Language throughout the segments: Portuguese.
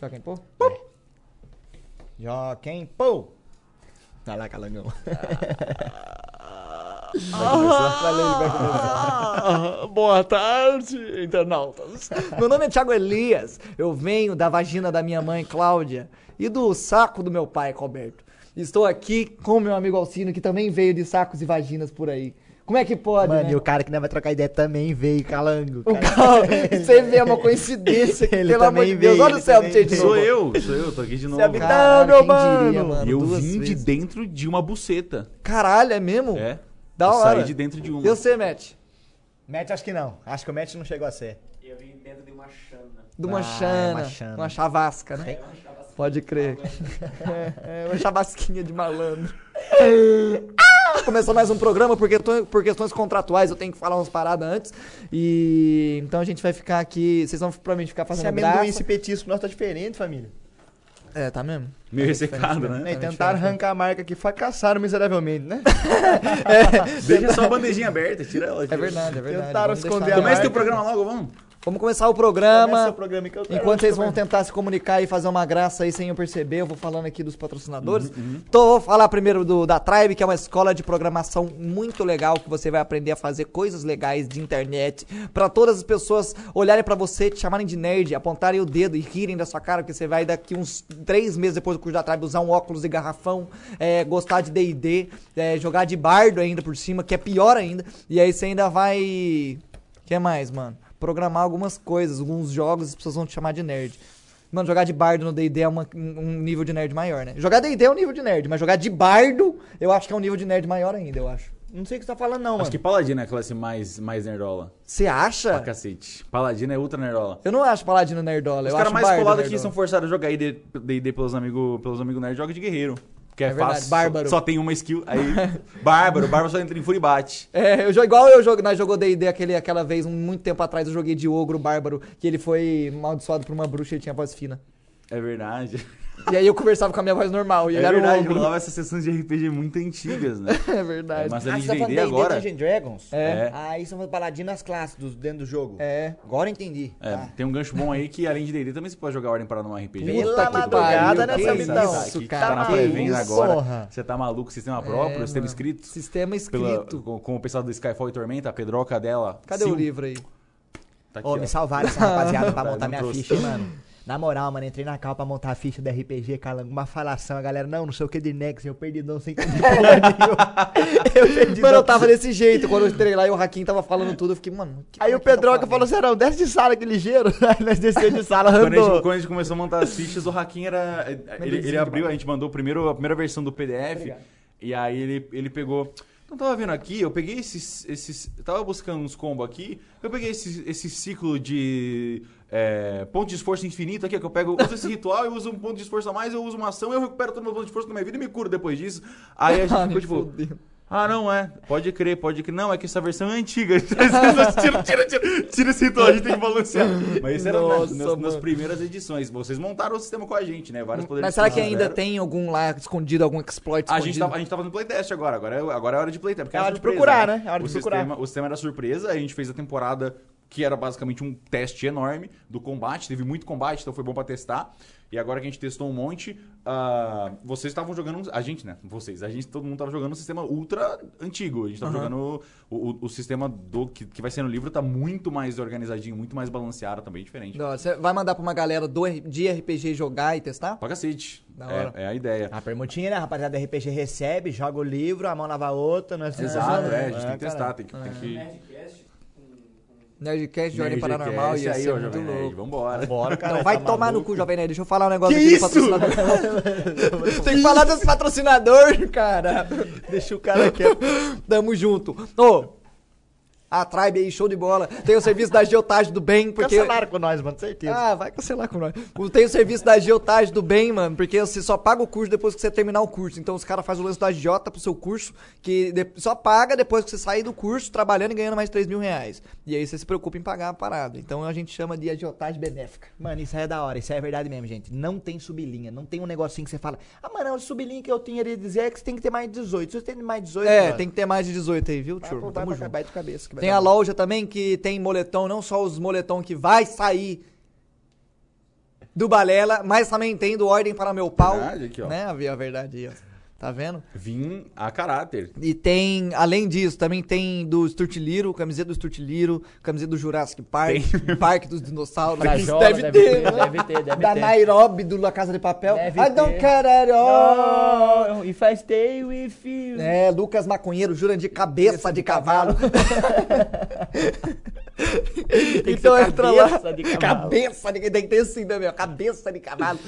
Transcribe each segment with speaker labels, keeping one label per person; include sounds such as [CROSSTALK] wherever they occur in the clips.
Speaker 1: Joaquim Pô? Pô. Joaquim Pô.
Speaker 2: Vai lá, calangão.
Speaker 1: Ah, boa tarde, internautas. Meu nome é Thiago Elias. Eu venho da vagina da minha mãe, Cláudia, e do saco do meu pai, Roberto. Estou aqui com meu amigo Alcino, que também veio de sacos e vaginas por aí. Como é que pode,
Speaker 2: Mano,
Speaker 1: né? [LAUGHS]
Speaker 2: e o cara que não vai trocar ideia também veio, calango.
Speaker 1: O
Speaker 2: cara.
Speaker 1: Cal- Você vê é uma coincidência, que,
Speaker 2: Ele
Speaker 1: pelo amor
Speaker 2: também
Speaker 1: de Deus.
Speaker 2: veio,
Speaker 1: Olha o
Speaker 2: ele
Speaker 1: céu,
Speaker 2: também
Speaker 1: gente.
Speaker 2: veio.
Speaker 3: Sou eu, sou eu, tô aqui de novo.
Speaker 1: Você habita-
Speaker 2: Caralho,
Speaker 1: Não, meu
Speaker 2: quem diria,
Speaker 1: mano.
Speaker 2: mano,
Speaker 3: eu
Speaker 2: duas
Speaker 3: vim de
Speaker 2: vezes.
Speaker 3: dentro de uma buceta.
Speaker 1: Caralho, é mesmo?
Speaker 3: É.
Speaker 1: Da
Speaker 3: eu
Speaker 1: hora.
Speaker 3: saí de dentro de uma.
Speaker 1: E você, Matt?
Speaker 2: Matt, acho que não. Acho que o Matt não chegou a ser.
Speaker 4: Eu vim dentro de uma chana.
Speaker 1: Do uma
Speaker 2: Ah, é
Speaker 1: chana,
Speaker 2: uma chana.
Speaker 1: uma chavasca, né?
Speaker 4: Eu achava assim,
Speaker 1: Pode crer. É, é uma chavasquinha
Speaker 2: [LAUGHS]
Speaker 1: de malandro. Ah, Começou mais um programa, porque tô- por questões contratuais eu tenho que falar umas paradas antes. E então a gente vai ficar aqui. Vocês vão provavelmente ficar
Speaker 2: Esse é
Speaker 1: fazendo
Speaker 2: amendoim,
Speaker 1: graça.
Speaker 2: esse petisco nosso tá diferente, família.
Speaker 1: É, tá mesmo?
Speaker 3: Meio ressecado, né?
Speaker 2: E tentaram arrancar a marca aqui, fracassaram miseravelmente, né?
Speaker 3: Deixa só a bandejinha aberta, tira ela.
Speaker 1: É
Speaker 3: tira.
Speaker 1: verdade, é verdade.
Speaker 2: Tentaram
Speaker 1: Vamos deixar
Speaker 2: esconder a
Speaker 1: aberto.
Speaker 3: Começa teu programa logo, vamos.
Speaker 1: Vamos começar o
Speaker 2: Começa
Speaker 1: programa.
Speaker 2: o programa aí que eu quero
Speaker 1: Enquanto vocês vão
Speaker 2: comer.
Speaker 1: tentar se comunicar e fazer uma graça aí sem eu perceber, eu vou falando aqui dos patrocinadores.
Speaker 2: Uhum,
Speaker 1: Então, eu vou falar primeiro do, da Tribe, que é uma escola de programação muito legal, que você vai aprender a fazer coisas legais de internet, pra todas as pessoas olharem pra você, te chamarem de nerd, apontarem o dedo e rirem da sua cara, porque você vai daqui uns três meses depois do curso da Tribe usar um óculos de garrafão, é, gostar de D&D, é, jogar de bardo ainda por cima, que é pior ainda, e aí você ainda vai... O que mais, mano? Programar algumas coisas, alguns jogos, as pessoas vão te chamar de nerd. Mano, jogar de bardo no DD é uma- um nível de nerd maior, né? Jogar DD é um nível de nerd, mas jogar de bardo eu acho que é um nível de nerd maior ainda, eu acho.
Speaker 2: Não sei o que você tá falando, não,
Speaker 3: Acho
Speaker 2: mano.
Speaker 3: que Paladino é a classe mais, mais nerdola.
Speaker 1: Você
Speaker 3: Pra
Speaker 1: acha?
Speaker 3: cacete. Paladino é ultra nerdola.
Speaker 1: Eu não acho paladino nerdola,
Speaker 3: Os
Speaker 1: eu acho
Speaker 3: caras mais
Speaker 1: bardo
Speaker 3: colados aqui
Speaker 1: nerdola.
Speaker 3: são forçados a jogar ID D&D pelos amigos pelos amigo nerd, joga de guerreiro. Que é,
Speaker 1: É verdade,
Speaker 3: fácil.
Speaker 1: bárbaro.
Speaker 3: Só, só tem uma skill. Aí, [LAUGHS] bárbaro. Bárbaro só entra em fúria e bate.
Speaker 1: É, eu jogo igual eu jogo, nós jogou D&D aquele, aquela vez, um- muito tempo atrás, eu joguei de ogro bárbaro, que ele foi amaldiçoado por uma bruxa e ele tinha voz fina.
Speaker 3: É verdade.
Speaker 1: E aí eu conversava com a minha voz normal, e ele
Speaker 3: é
Speaker 1: era
Speaker 3: verdade,
Speaker 1: um ogro.
Speaker 3: rolava essas sessões de RPG muito antigas, né?
Speaker 1: [LAUGHS] É verdade.
Speaker 3: É, mas
Speaker 2: Ah, você
Speaker 3: ali de
Speaker 2: tá falando
Speaker 3: D&D
Speaker 2: D&D
Speaker 3: agora...
Speaker 2: Dungeon Dragons?
Speaker 1: É.
Speaker 3: É.
Speaker 2: Ah, isso são paladino nas classes dos- dentro do jogo.
Speaker 1: É.
Speaker 2: Agora eu entendi.
Speaker 3: É,
Speaker 2: Tá.
Speaker 3: tem um gancho bom aí que além de D&D também você pode jogar Ordem Paranormal RPG.
Speaker 2: Pela
Speaker 3: Puta que
Speaker 2: madrugada
Speaker 3: pariu,
Speaker 2: nessa
Speaker 3: que
Speaker 2: vida.
Speaker 3: isso,
Speaker 1: Isso,
Speaker 3: que
Speaker 1: cara,
Speaker 3: né, tá na
Speaker 1: que
Speaker 3: pré-venda
Speaker 2: isso.
Speaker 3: agora.
Speaker 2: Porra.
Speaker 3: Você tá maluco, sistema próprio,
Speaker 1: É,
Speaker 3: sistema
Speaker 1: mano.
Speaker 3: escrito.
Speaker 1: Sistema
Speaker 3: Pela,
Speaker 1: escrito.
Speaker 3: com, com o pessoal do Skyfall e Tormenta, a Pedroca dela.
Speaker 1: Cadê
Speaker 3: Sil,
Speaker 1: o livro aí?
Speaker 3: Tá aqui,
Speaker 2: Ô,
Speaker 3: ó.
Speaker 2: me salvaram essa rapaziada
Speaker 1: [LAUGHS]
Speaker 2: pra
Speaker 3: Tá,
Speaker 2: montar
Speaker 3: não
Speaker 2: minha
Speaker 3: trouxe.
Speaker 2: ficha, hein, mano. Na moral, mano, entrei na cal pra montar a ficha da RPG, calango, uma falação, a galera, não, não sei o que de Nex, eu perdi não sem entender porra nenhuma. Eu perdi
Speaker 1: Mano,
Speaker 2: não.
Speaker 1: eu tava desse jeito. Quando eu entrei lá e o Hakim tava falando tudo, eu fiquei, mano. que-
Speaker 2: Aí o
Speaker 1: como é que tá
Speaker 2: Pedroca
Speaker 1: falando?
Speaker 2: falou assim, não, desce de sala que ligeiro. [LAUGHS] Aí nós desceu de sala,
Speaker 3: Quando a, gente,
Speaker 2: andou.
Speaker 3: quando a gente começou a montar as fichas, o Hakim era. Ele, ele abriu, a gente mandou o primeiro, a primeira versão do PDF. E aí ele, ele pegou. Então tava vendo aqui, eu peguei esses. esses eu tava buscando uns combos aqui. Eu peguei esse, esse ciclo de. é, ponto de esforço infinito aqui, que eu pego, uso esse ritual, eu uso um ponto de esforço a mais, eu uso uma ação, eu recupero todo meu ponto de esforço na minha vida e me curo depois disso.
Speaker 2: assim,
Speaker 1: [LAUGHS]
Speaker 3: Aí a gente
Speaker 1: Ah,
Speaker 3: ficou
Speaker 1: me
Speaker 3: tipo.
Speaker 1: fudeu.
Speaker 3: Ah, não é. Pode crer, pode crer. Não, é que essa versão é antiga. [LAUGHS] tira, tira, tira, tira esse ritual, a gente tem que balancear. Mas isso era na-
Speaker 1: Nossa,
Speaker 3: nas, nas
Speaker 1: mano.
Speaker 3: primeiras edições. Vocês montaram o sistema com a gente, né? Vários poderes.
Speaker 1: Mas será que
Speaker 3: vocês
Speaker 1: ainda
Speaker 3: fizeram.
Speaker 1: tem algum lá escondido, algum exploit
Speaker 3: A
Speaker 1: escondido?
Speaker 3: gente, tava, a gente tava no playtest agora, agora é, agora é hora de playtest. Porque
Speaker 2: É
Speaker 3: era
Speaker 2: hora de
Speaker 3: surpresa,
Speaker 2: procurar, né? É hora
Speaker 3: o
Speaker 2: de procurar.
Speaker 3: Sistema, o sistema era surpresa, a gente fez a temporada que era basicamente um teste enorme do combate, teve muito combate, então foi bom pra testar. E agora que a gente testou um monte, ah, vocês estavam jogando. um- A gente, né? Vocês, a gente, todo mundo tava jogando um sistema ultra antigo. A gente tava jogando. O, o- o sistema do que, que vai ser no livro tá muito mais organizadinho, muito mais balanceado, também diferente.
Speaker 1: Não, você vai mandar pra uma galera do, R- de RPG jogar e testar?
Speaker 3: Pra cacete.
Speaker 1: Da hora.
Speaker 3: É, é a ideia.
Speaker 2: A permutinha, né, a rapaziada da RPG recebe, joga o livro, a mão lava a outra. Nós
Speaker 3: Exato, é, a gente
Speaker 2: Ah,
Speaker 3: tem que testar,
Speaker 2: caralho.
Speaker 3: tem que. Tem que...
Speaker 4: Nerdcast com, com
Speaker 1: Nerdcast de Ordem
Speaker 3: NRGcast
Speaker 1: Paranormal ia
Speaker 3: aí,
Speaker 1: ser
Speaker 3: ó,
Speaker 1: muito
Speaker 3: Jovem Nerd,
Speaker 1: louco.
Speaker 3: Vambora.
Speaker 2: Bora,
Speaker 1: [LAUGHS]
Speaker 2: cara.
Speaker 1: Não, vai
Speaker 2: tá
Speaker 1: tomar
Speaker 2: maluco.
Speaker 1: no cu, Jovem Nerd. Deixa eu falar um negócio
Speaker 2: Que
Speaker 1: aqui
Speaker 2: isso?
Speaker 1: do patrocinador. Tem que falar desse patrocinador, cara.
Speaker 2: Deixa o cara quieto.
Speaker 1: Tamo junto. Ô, a Tribe aí, show de bola. Tem o serviço da Geotagem do Bem, porque...
Speaker 2: Cancelaram com nós, mano, certeza.
Speaker 1: Ah, vai cancelar com nós. O- Tem o serviço da agiotagem do bem, mano, porque você só paga o curso depois que você terminar o curso. Então os caras fazem o lance da agiota pro seu curso, que de- só paga depois que você sair do curso, trabalhando e ganhando mais 3 mil reais. E aí você se preocupa em pagar a parada. Então a gente chama de agiotagem benéfica.
Speaker 2: Mano, isso aí é da hora, isso aí é verdade mesmo, gente. Não tem sublinha, não tem um negocinho que você fala, ah, mano, o sublinha que eu tinha ele dizer é que você tem que ter mais 18. Se você tem mais 18,
Speaker 1: É,
Speaker 2: mano,
Speaker 1: tem que ter mais de 18 aí, viu,
Speaker 2: vai,
Speaker 1: tio?
Speaker 2: vai,
Speaker 1: Tamo
Speaker 2: vai,
Speaker 1: junto.
Speaker 2: vai de cabeça. que vai
Speaker 1: Tem
Speaker 2: dar
Speaker 1: a
Speaker 2: bom.
Speaker 1: loja também que tem moletom, não só os moletom que vai sair do Balela, mas também tem do Ordem para Meu Pau.
Speaker 3: Verdade, aqui, ó.
Speaker 1: Né? A a verdade aí, ó. Tá vendo?
Speaker 3: Vim a caráter.
Speaker 1: E tem, além disso, também tem do Sturtiliro, camiseta do Sturtiliro, camiseta do Jurassic Park, Parque dos Dinossauros.
Speaker 2: Da
Speaker 1: Isso
Speaker 2: Jola,
Speaker 1: deve, ter, né?
Speaker 2: Deve ter, deve
Speaker 1: Da
Speaker 2: ter.
Speaker 1: Nairobi, do La Casa de Papel.
Speaker 2: Deve
Speaker 1: I don't
Speaker 2: ter.
Speaker 1: care at all.
Speaker 2: Oh, if I stay with you.
Speaker 1: É, Lucas Maconheiro, jura de cabeça de cavalo. [LAUGHS]
Speaker 2: que
Speaker 1: então
Speaker 2: ser
Speaker 1: entra lá.
Speaker 2: cabeça de cavalo.
Speaker 1: Cabeça de Tem que ter sim, né, meu? Cabeça de cavalo.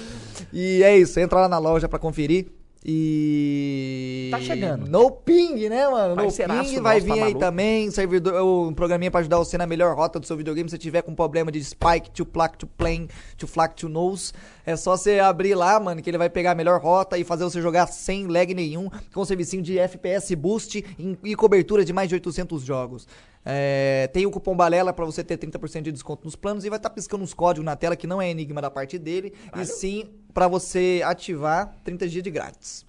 Speaker 1: E é isso, entra lá na loja pra conferir. E.
Speaker 2: Tá chegando.
Speaker 1: No Ping, né, mano? No
Speaker 2: Parceiraço
Speaker 1: Ping
Speaker 2: nosso,
Speaker 1: vai
Speaker 2: tá
Speaker 1: vir aí
Speaker 2: maluco?
Speaker 1: também. Servidor, um programinha pra ajudar você na melhor rota do seu videogame. Se tiver com problema de spike, to plaque, to plane, to flac, to nose, é só você abrir lá, mano, que ele vai pegar a melhor rota e fazer você jogar sem lag nenhum, com servicinho de FPS boost em- e cobertura de mais de 800 jogos. É, tem o cupom Balela pra você ter 30% de desconto nos planos e vai estar piscando uns códigos na tela que não é enigma da parte dele, e sim pra você ativar 30 dias de grátis.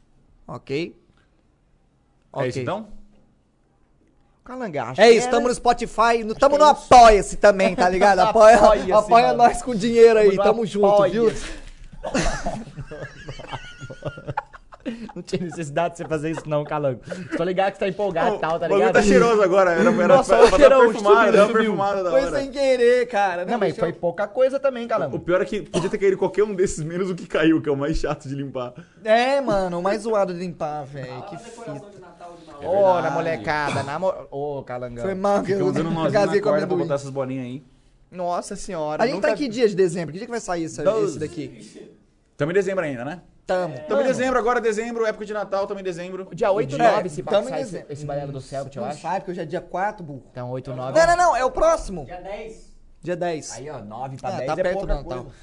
Speaker 1: Ok?
Speaker 3: É isso
Speaker 1: Ok.
Speaker 3: então?
Speaker 2: Calanga, acho
Speaker 1: É
Speaker 2: que
Speaker 1: isso,
Speaker 2: era-
Speaker 1: tamo no Spotify, no, tamo
Speaker 2: que
Speaker 1: no
Speaker 2: é isso.
Speaker 1: Apoia-se também,
Speaker 2: [LAUGHS]
Speaker 1: tá ligado? Apoia,
Speaker 2: Apoia-se,
Speaker 1: apoia
Speaker 2: mano.
Speaker 1: nós com dinheiro aí,
Speaker 2: no
Speaker 1: tamo junto, viu?
Speaker 2: [LAUGHS] Não tinha necessidade de você fazer isso, não, Calango. Só ligar que você tá empolgado e tal, tá
Speaker 3: o bagulho
Speaker 2: ligado?
Speaker 3: tá cheiroso agora. Era, era
Speaker 2: Nossa,
Speaker 3: pra, pra dar
Speaker 2: cheirou,
Speaker 3: uma perfumada,
Speaker 2: subiu,
Speaker 3: dar uma
Speaker 2: subiu. é,
Speaker 3: perfumada da
Speaker 1: Foi
Speaker 3: hora.
Speaker 1: sem querer, cara.
Speaker 2: Não, mas
Speaker 1: deixa eu-
Speaker 2: foi pouca coisa também,
Speaker 3: O
Speaker 2: Calango.
Speaker 3: pior é que podia ter caído qualquer um desses, menos o que caiu, que é o mais chato de limpar.
Speaker 1: É, mano, o mais zoado de limpar, velho. Que fita.
Speaker 5: decoração de Natal
Speaker 2: Ô,
Speaker 5: de Natal.
Speaker 3: verdade.
Speaker 2: na molecada, assim na mo... Ô, Calangão.
Speaker 1: Foi mal que eu
Speaker 3: Ficam dando um nozinho
Speaker 1: casei
Speaker 3: na
Speaker 1: com a
Speaker 3: corda pra
Speaker 1: amendoim.
Speaker 3: botar essas bolinhas aí.
Speaker 2: Nossa senhora.
Speaker 1: A gente tá em que dia de dezembro? Que dia que vai sair esse, esse
Speaker 3: Doze.
Speaker 1: daqui?
Speaker 3: Tamo em dezembro ainda, né?
Speaker 1: Tamo.
Speaker 3: Tamo em dezembro, agora é dezembro, época de Natal, tamo em dezembro.
Speaker 2: Dia 8 e
Speaker 1: É,
Speaker 2: 9 se
Speaker 1: tamo em
Speaker 2: passar esse,
Speaker 1: dezembro.
Speaker 2: esse balelo do Celtic, eu
Speaker 1: Não
Speaker 2: acho.
Speaker 1: sabe que hoje é dia 4, burro.
Speaker 2: Então 8 e 9.
Speaker 1: Não, não, não, é o próximo.
Speaker 5: Dia 10.
Speaker 1: Dia 10.
Speaker 2: Aí, ó, 9 pra
Speaker 1: Ah,
Speaker 2: 10
Speaker 1: tá
Speaker 2: é
Speaker 1: perto do
Speaker 2: pouca
Speaker 1: Natal.
Speaker 2: coisa.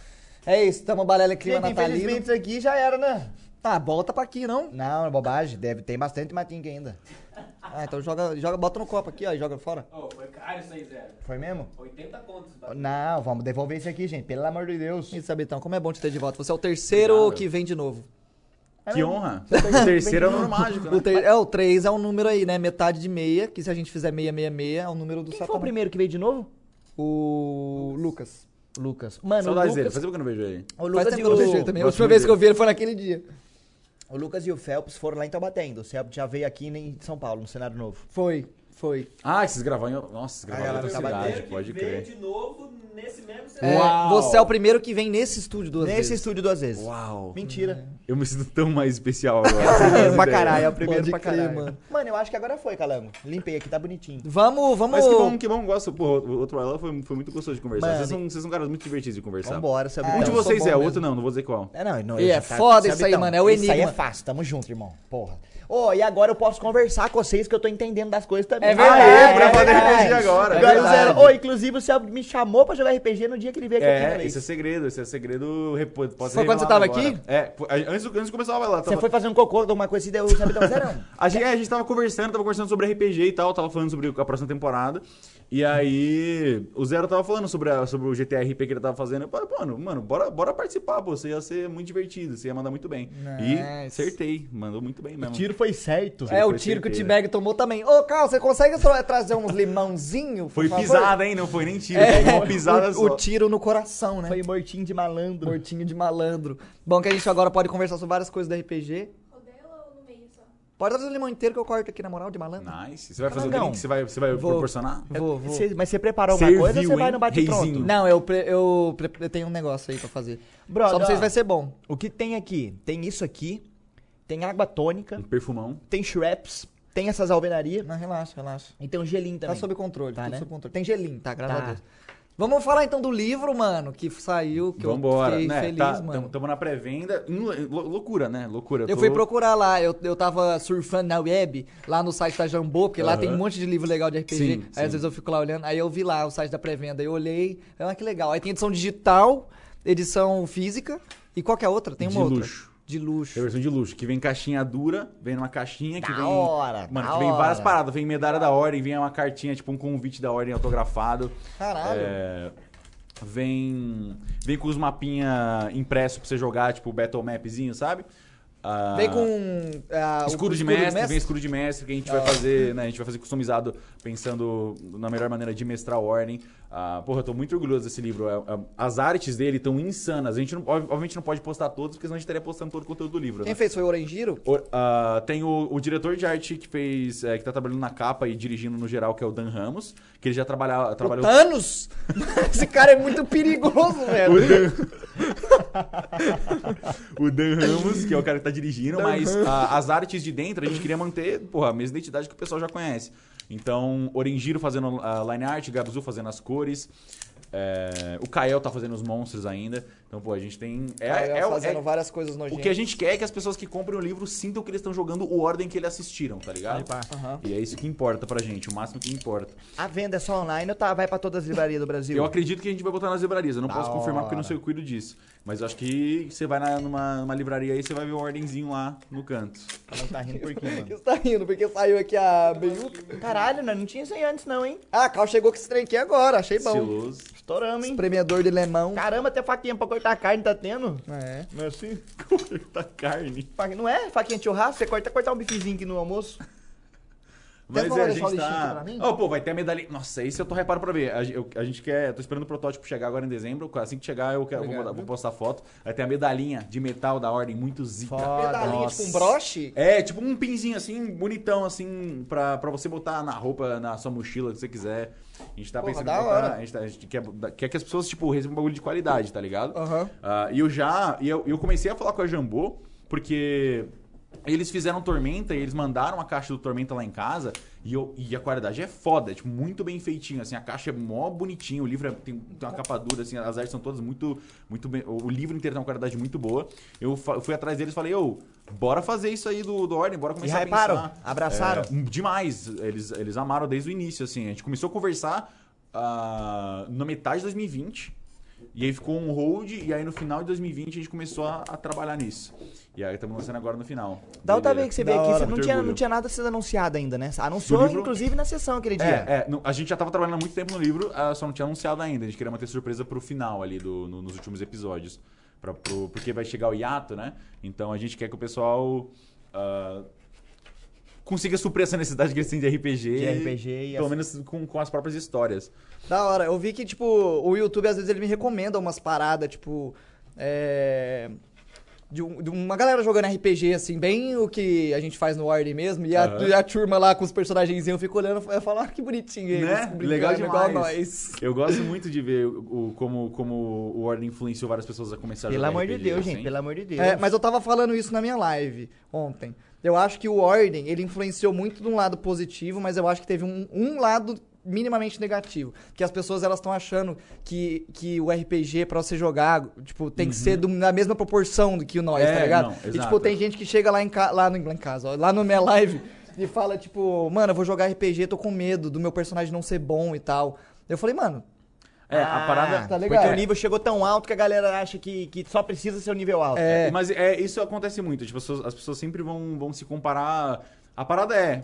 Speaker 1: É isso, tamo balela clima tá
Speaker 2: Gente, infelizmente
Speaker 1: natalino.
Speaker 2: isso aqui já era, né?
Speaker 1: Tá, volta pra aqui, não?
Speaker 2: Não, é bobagem. Deve ter bastante matinho ainda.
Speaker 1: Ah, então joga, joga, bota no copo aqui, ó, e joga fora.
Speaker 5: Ô, foi caro isso aí, Zé.
Speaker 2: Foi mesmo?
Speaker 5: 80 contos.
Speaker 2: Não, vamos devolver isso aqui, gente. Pelo amor de Deus.
Speaker 1: Isso, Sabitão, como é bom te ter de volta. Você é o terceiro
Speaker 3: Obrigado.
Speaker 1: que vem de novo.
Speaker 3: Que honra.
Speaker 2: tá
Speaker 3: O terceiro é o número mágico, né?
Speaker 1: O ter- É, o 3 é um número aí, né? Metade de meia, que se a gente fizer meia, meia, meia, é o número do
Speaker 2: Quem foi o
Speaker 1: Satanás.
Speaker 2: primeiro que veio de novo?
Speaker 1: O Lucas.
Speaker 2: Lucas. Mano,
Speaker 3: Saudades
Speaker 2: o
Speaker 3: dele,
Speaker 2: Lucas,
Speaker 3: faz tempo que eu não vejo ele.
Speaker 2: o
Speaker 1: Faz
Speaker 2: Lucas,
Speaker 1: tempo
Speaker 2: e
Speaker 1: que eu não vejo ele
Speaker 2: o,
Speaker 1: também. A
Speaker 3: Gosto
Speaker 1: última
Speaker 3: muito
Speaker 1: vez que eu
Speaker 3: dele.
Speaker 1: vi ele foi naquele dia.
Speaker 2: o Lucas e o Phelps foram lá em Taubaté ainda. O Phelps já veio aqui em São Paulo, no cenário novo.
Speaker 1: Foi, foi.
Speaker 3: Ah, que vocês gravaram em... Nossa, vocês gravaram em
Speaker 2: galera
Speaker 3: outra
Speaker 2: tá batendo.
Speaker 3: cidade, pode
Speaker 5: veio
Speaker 3: crer.
Speaker 5: de novo nesse mesmo
Speaker 1: É,
Speaker 5: cenário.
Speaker 3: Uau!
Speaker 1: você é o primeiro que vem nesse estúdio duas
Speaker 2: Nesse
Speaker 1: vezes. É.
Speaker 2: estúdio duas vezes.
Speaker 3: Uau.
Speaker 2: Mentira.
Speaker 3: Eu me sinto tão mais especial [LAUGHS] agora.
Speaker 2: pra caralho, é o primeiro
Speaker 1: Pode
Speaker 2: pra
Speaker 1: crer,
Speaker 2: caralho.
Speaker 1: mano.
Speaker 2: mano, eu acho que agora foi, Calango. Limpei aqui, tá bonitinho.
Speaker 1: Vamos, vamos.
Speaker 3: Mas que bom, que bom, gosto. Pô, o outro bailão foi, foi muito gostoso de conversar.
Speaker 2: Mano,
Speaker 3: vocês, são, vocês são caras muito divertidos de conversar.
Speaker 2: Vambora, seu
Speaker 1: É,
Speaker 3: Um de
Speaker 1: eu sou
Speaker 3: vocês
Speaker 1: bom
Speaker 3: é, o
Speaker 1: mesmo.
Speaker 3: outro não, não vou dizer qual.
Speaker 2: É, não, não,
Speaker 1: E
Speaker 2: eu
Speaker 1: é
Speaker 2: já
Speaker 1: foda isso
Speaker 2: sabe,
Speaker 1: aí, mano, é o
Speaker 2: Isso aí é
Speaker 1: enigma.
Speaker 2: fácil, tamo junto, irmão. Porra. Ô, e agora eu posso conversar com vocês que eu tô entendendo das coisas também.
Speaker 1: É verdade,
Speaker 3: Aê, pra
Speaker 1: é
Speaker 3: fazer
Speaker 1: verdade.
Speaker 3: RPG agora.
Speaker 1: É
Speaker 2: Agora o
Speaker 1: verdade.
Speaker 2: Zero. Ô, inclusive o Celso me chamou pra jogar RPG no dia que ele veio aqui a primeira
Speaker 3: É,
Speaker 2: vez.
Speaker 3: esse é segredo, esse é segredo. repo- Posso
Speaker 1: Foi quando você
Speaker 3: revelar
Speaker 1: tava aqui?
Speaker 3: agora. É, foi- a- antes, antes de começar o bailão.
Speaker 2: Você
Speaker 3: Tava,
Speaker 2: foi fazer um cocô, alguma coisa assim, daí o Sabitão, Zerão.
Speaker 3: a, gente, é, a gente tava conversando, tava conversando sobre RPG e tal, tava falando sobre a próxima temporada. E aí, o Zero tava falando sobre, a- sobre o GTRP que ele tava fazendo. Eu falei, pô, mano, mano, bora, bora participar, pô. Você ia ser muito divertido, você ia mandar muito bem. E
Speaker 1: Nice.
Speaker 3: acertei, mandou muito bem mesmo.
Speaker 2: foi certo.
Speaker 1: É o
Speaker 3: Foi
Speaker 1: tiro que o
Speaker 3: certeiro.
Speaker 1: T-Bag tomou também. Ô, Carl, você consegue tra- trazer uns limãozinho? por
Speaker 3: Foi
Speaker 1: favor?
Speaker 3: pisada, hein? Não foi nem tiro,
Speaker 1: É,
Speaker 3: foi uma pisada
Speaker 1: o,
Speaker 3: só.
Speaker 1: o tiro no coração, né?
Speaker 2: Foi mortinho de malandro.
Speaker 1: Mortinho de malandro. Bom que a gente agora pode conversar sobre várias coisas da RPG.
Speaker 6: O dela ou no meio só?
Speaker 1: Pode trazer o limão inteiro que eu corto aqui, na moral, de malandro.
Speaker 3: Nice. Você vai fazer o
Speaker 2: Carangão.
Speaker 3: drink? Você vai, você vai
Speaker 1: Vou.
Speaker 3: proporcionar?
Speaker 1: Vou, vou.
Speaker 2: Cê- mas você preparou alguma
Speaker 3: Serviu,
Speaker 2: coisa ou você vai
Speaker 3: hein,
Speaker 2: no bate-pronto?
Speaker 3: reizinho.
Speaker 1: Não, eu, pre- eu, pre- eu tenho um negócio aí pra fazer.
Speaker 2: Brother,
Speaker 1: Só pra vocês
Speaker 2: ó.
Speaker 1: vai ser bom.
Speaker 2: O que tem aqui? Tem isso aqui, tem água tônica,
Speaker 3: Um perfumão.
Speaker 2: tem shreps, tem essas alvenarias
Speaker 1: Não, relaxa, relaxa.
Speaker 2: e tem um gelinho também.
Speaker 1: Tá sob controle,
Speaker 2: Tá,
Speaker 1: tudo
Speaker 2: né?
Speaker 1: sob controle. Tem gelinho, tá? Graças
Speaker 2: Tá.
Speaker 1: a Deus. Vamos falar então do livro, mano, que saiu, que
Speaker 3: Vambora.
Speaker 1: eu fiquei
Speaker 3: né?
Speaker 1: feliz,
Speaker 3: tá,
Speaker 1: mano.
Speaker 3: tam- tamo na pré-venda. Hum, lou- Loucura, né? Loucura.
Speaker 1: Eu
Speaker 3: tô-
Speaker 1: fui procurar lá, eu, eu tava surfando na web, lá no site da Jambô, porque lá
Speaker 3: Aham.
Speaker 1: tem um monte de livro legal de RPG.
Speaker 3: Sim,
Speaker 1: aí
Speaker 3: sim.
Speaker 1: às vezes eu fico lá olhando, aí eu vi lá o site da pré-venda, aí eu olhei, aí, ah, que legal. Aí tem edição digital, edição física e qual que é a outra? Tem uma
Speaker 3: De
Speaker 1: outra.
Speaker 3: luxo.
Speaker 1: De
Speaker 3: É a
Speaker 1: luxo.
Speaker 3: versão de luxo, que vem caixinha dura, vem numa caixinha que
Speaker 2: Da
Speaker 3: vem.
Speaker 2: hora,
Speaker 3: mano,
Speaker 2: da
Speaker 3: que vem várias
Speaker 2: hora.
Speaker 3: paradas. Vem medalha da ordem, vem uma cartinha, tipo um convite da ordem autografado.
Speaker 1: Caralho.
Speaker 3: É, Vem. Vem com os mapinha impresso pra você jogar, tipo o Battle Mapzinho, sabe? a-
Speaker 1: Vem com. ah, o
Speaker 3: escudo de mestre, vem escudo de mestre, que a gente vai fazer, né? A gente vai fazer customizado pensando na melhor maneira de mestrar a ordem. Ah, porra, eu tô muito orgulhoso desse livro. É, é, As artes dele estão insanas. A gente não- ob- obviamente não pode postar todos, porque senão a gente estaria postando todo o conteúdo do livro.
Speaker 1: Quem
Speaker 3: Né?
Speaker 1: fez foi o Orangiro?
Speaker 3: Or- ah, tem o, o diretor de arte que fez. é, que tá trabalhando na capa e dirigindo no geral, que é o Dan Ramos, que ele já trabalha,
Speaker 1: O
Speaker 3: trabalhou.
Speaker 1: Thanos? [LAUGHS] Esse cara é muito perigoso, velho.
Speaker 3: O Dan... o Dan Ramos, que é o cara que tá dirigindo, mas a- as artes de dentro a gente queria manter, porra, a mesma identidade que o pessoal já conhece. Então, Orengiro fazendo a line art, Gabzu fazendo as cores, é, o Kael tá fazendo os monstros ainda. Então, pô, a gente tem. É,
Speaker 1: Aí, ó,
Speaker 3: é-
Speaker 1: fazendo
Speaker 3: é-
Speaker 1: várias coisas
Speaker 3: o
Speaker 1: nojentas.
Speaker 3: que a gente quer é que as pessoas que comprem o livro sintam que eles estão jogando o ordem que eles assistiram, tá ligado?
Speaker 1: Aham.
Speaker 3: E é isso que importa pra gente, o máximo que importa.
Speaker 2: A venda é só online ou tá, vai pra todas as livrarias do Brasil?
Speaker 3: Eu acredito que a gente vai botar nas livrarias. Eu não
Speaker 2: Da
Speaker 3: posso confirmar porque eu não
Speaker 2: hora.
Speaker 3: sei o cuido disso. Mas eu acho que você vai na- numa, numa livraria aí, você vai ver um ordenzinho lá no canto.
Speaker 2: Ela tá rindo por quê, mano?
Speaker 1: Você tá rindo, porque saiu aqui a Beiuca.
Speaker 2: Caralho, nós não tinha isso aí antes não, hein?
Speaker 1: Ah, Cal chegou com esse trem aqui agora, achei bom.
Speaker 3: [LAUGHS] Estiloso.
Speaker 2: Estouramos, hein?
Speaker 1: Espremedor de lemão.
Speaker 2: Caramba, até faquinha pra cortar carne tá tendo.
Speaker 1: É.
Speaker 2: Não é assim?
Speaker 3: Tá carne.
Speaker 2: Não é? Faquinha de churrasco? Você corta, cortar um bifezinho aqui no almoço.
Speaker 3: Mas
Speaker 2: como
Speaker 3: é, a
Speaker 2: deixar o
Speaker 3: gente
Speaker 2: lixinho aqui
Speaker 3: tá.
Speaker 2: pra mim?
Speaker 3: Ó, pô, vai ter a medalha. Nossa, esse eu tô reparo pra ver. A, eu- a gente quer. Eu tô esperando o protótipo chegar agora em dezembro. Assim que chegar, eu quero, vou,
Speaker 1: Obrigado.
Speaker 3: mandar- vou postar foto. Vai ter a medalhinha de metal da ordem, muito zica.
Speaker 2: Foda.
Speaker 1: Pedalinha,
Speaker 3: Nossa.
Speaker 1: tipo um broche.
Speaker 3: É, tipo um pinzinho assim, bonitão, assim, pra, pra você botar na roupa, na sua mochila, que você quiser. A gente tá
Speaker 1: Porra,
Speaker 3: pensando
Speaker 1: da
Speaker 3: em botar,
Speaker 1: hora.
Speaker 3: a gente, tá- a gente quer, quer que as pessoas, tipo, recebam um bagulho de qualidade, tá ligado?
Speaker 1: Aham.
Speaker 3: Ah, e eu já. E eu, eu comecei a falar com a Jambô, porque. Eles fizeram Tormenta e eles mandaram a caixa do Tormenta lá em casa. E, eu, e a qualidade é foda, é, tipo, muito bem feitinho. Assim, a caixa é mó bonitinha, o livro é- tem, tem uma capa dura, assim, as artes são todas muito, muito bem. O o livro inteiro tem uma qualidade muito boa. Eu fa- fui atrás deles e falei, ô, bora fazer isso aí do, do Ordem, bora começar a
Speaker 2: hyparam?
Speaker 3: pensar.
Speaker 2: Abraçaram?
Speaker 3: É, demais. Eles, eles amaram desde o início, assim. A gente começou a conversar ah, na metade de 2020. E aí ficou um hold, e aí no final de 2020 a gente começou a, a trabalhar nisso. E aí estamos lançando agora no final.
Speaker 2: Da outra
Speaker 3: Doideira.
Speaker 2: vez que você veio
Speaker 1: Da
Speaker 2: aqui,
Speaker 1: hora.
Speaker 2: você não
Speaker 3: Muito
Speaker 2: tinha,
Speaker 3: orgulho.
Speaker 2: não tinha nada sendo anunciado ainda, né? Anunciou,
Speaker 3: Do livro-
Speaker 2: inclusive, na sessão aquele dia.
Speaker 3: É, é, não, a gente já tava trabalhando há muito tempo no livro, ah, só não tinha anunciado ainda. A gente queria manter surpresa pro final ali, do, no- nos últimos episódios. Pra, pro- porque vai chegar o hiato, né? Então a gente quer que o pessoal ah, consiga suprir essa necessidade que eles têm de RPG.
Speaker 2: De RPG e
Speaker 3: Pelo
Speaker 2: as-
Speaker 3: menos com, com as próprias histórias.
Speaker 1: Da hora. Eu vi que, tipo, o YouTube às vezes ele me recomenda umas paradas, tipo. É. De, um- de uma galera jogando RPG, assim, bem o que a gente faz no Ordem mesmo. E a,
Speaker 3: Aham.
Speaker 1: e a turma lá com os personagens, eu fico olhando e falo, ah, que bonitinho eles.
Speaker 3: Né?
Speaker 1: brincando,
Speaker 3: Legal
Speaker 2: é
Speaker 1: igual
Speaker 3: demais.
Speaker 1: nós.
Speaker 3: Eu gosto muito de ver o, o- como, como o Ordem influenciou várias pessoas a começar a
Speaker 2: Pelo
Speaker 3: jogar
Speaker 2: amor de
Speaker 3: RPG,
Speaker 2: Deus,
Speaker 3: assim.
Speaker 2: gente, pelo amor de Deus.
Speaker 1: É, mas eu tava falando isso na minha live ontem. Eu acho que o Ordem, ele influenciou muito de um lado positivo, mas eu acho que teve um, um lado minimamente negativo. Que as pessoas, elas estão achando que, que o RPG, pra você jogar, tipo, tem que ser do- na mesma proporção do que o nós,
Speaker 3: Uhum. É,
Speaker 1: tá ligado?
Speaker 3: não,
Speaker 1: e, tipo,
Speaker 3: exato.
Speaker 1: tem gente que chega lá em, ca- lá, no, lá em casa, ó, lá no minha live e fala, tipo, mano, eu vou jogar RPG, tô com medo do meu personagem não ser bom e tal. Eu falei, mano,
Speaker 3: É,
Speaker 2: Ah,
Speaker 3: a parada.
Speaker 1: tá ligado?
Speaker 2: Porque o nível chegou tão alto que a galera acha que, que só precisa ser o nível alto.
Speaker 1: É.
Speaker 3: Mas é, isso acontece muito. Tipo, as, pessoas, as pessoas sempre vão, vão se comparar. A parada é.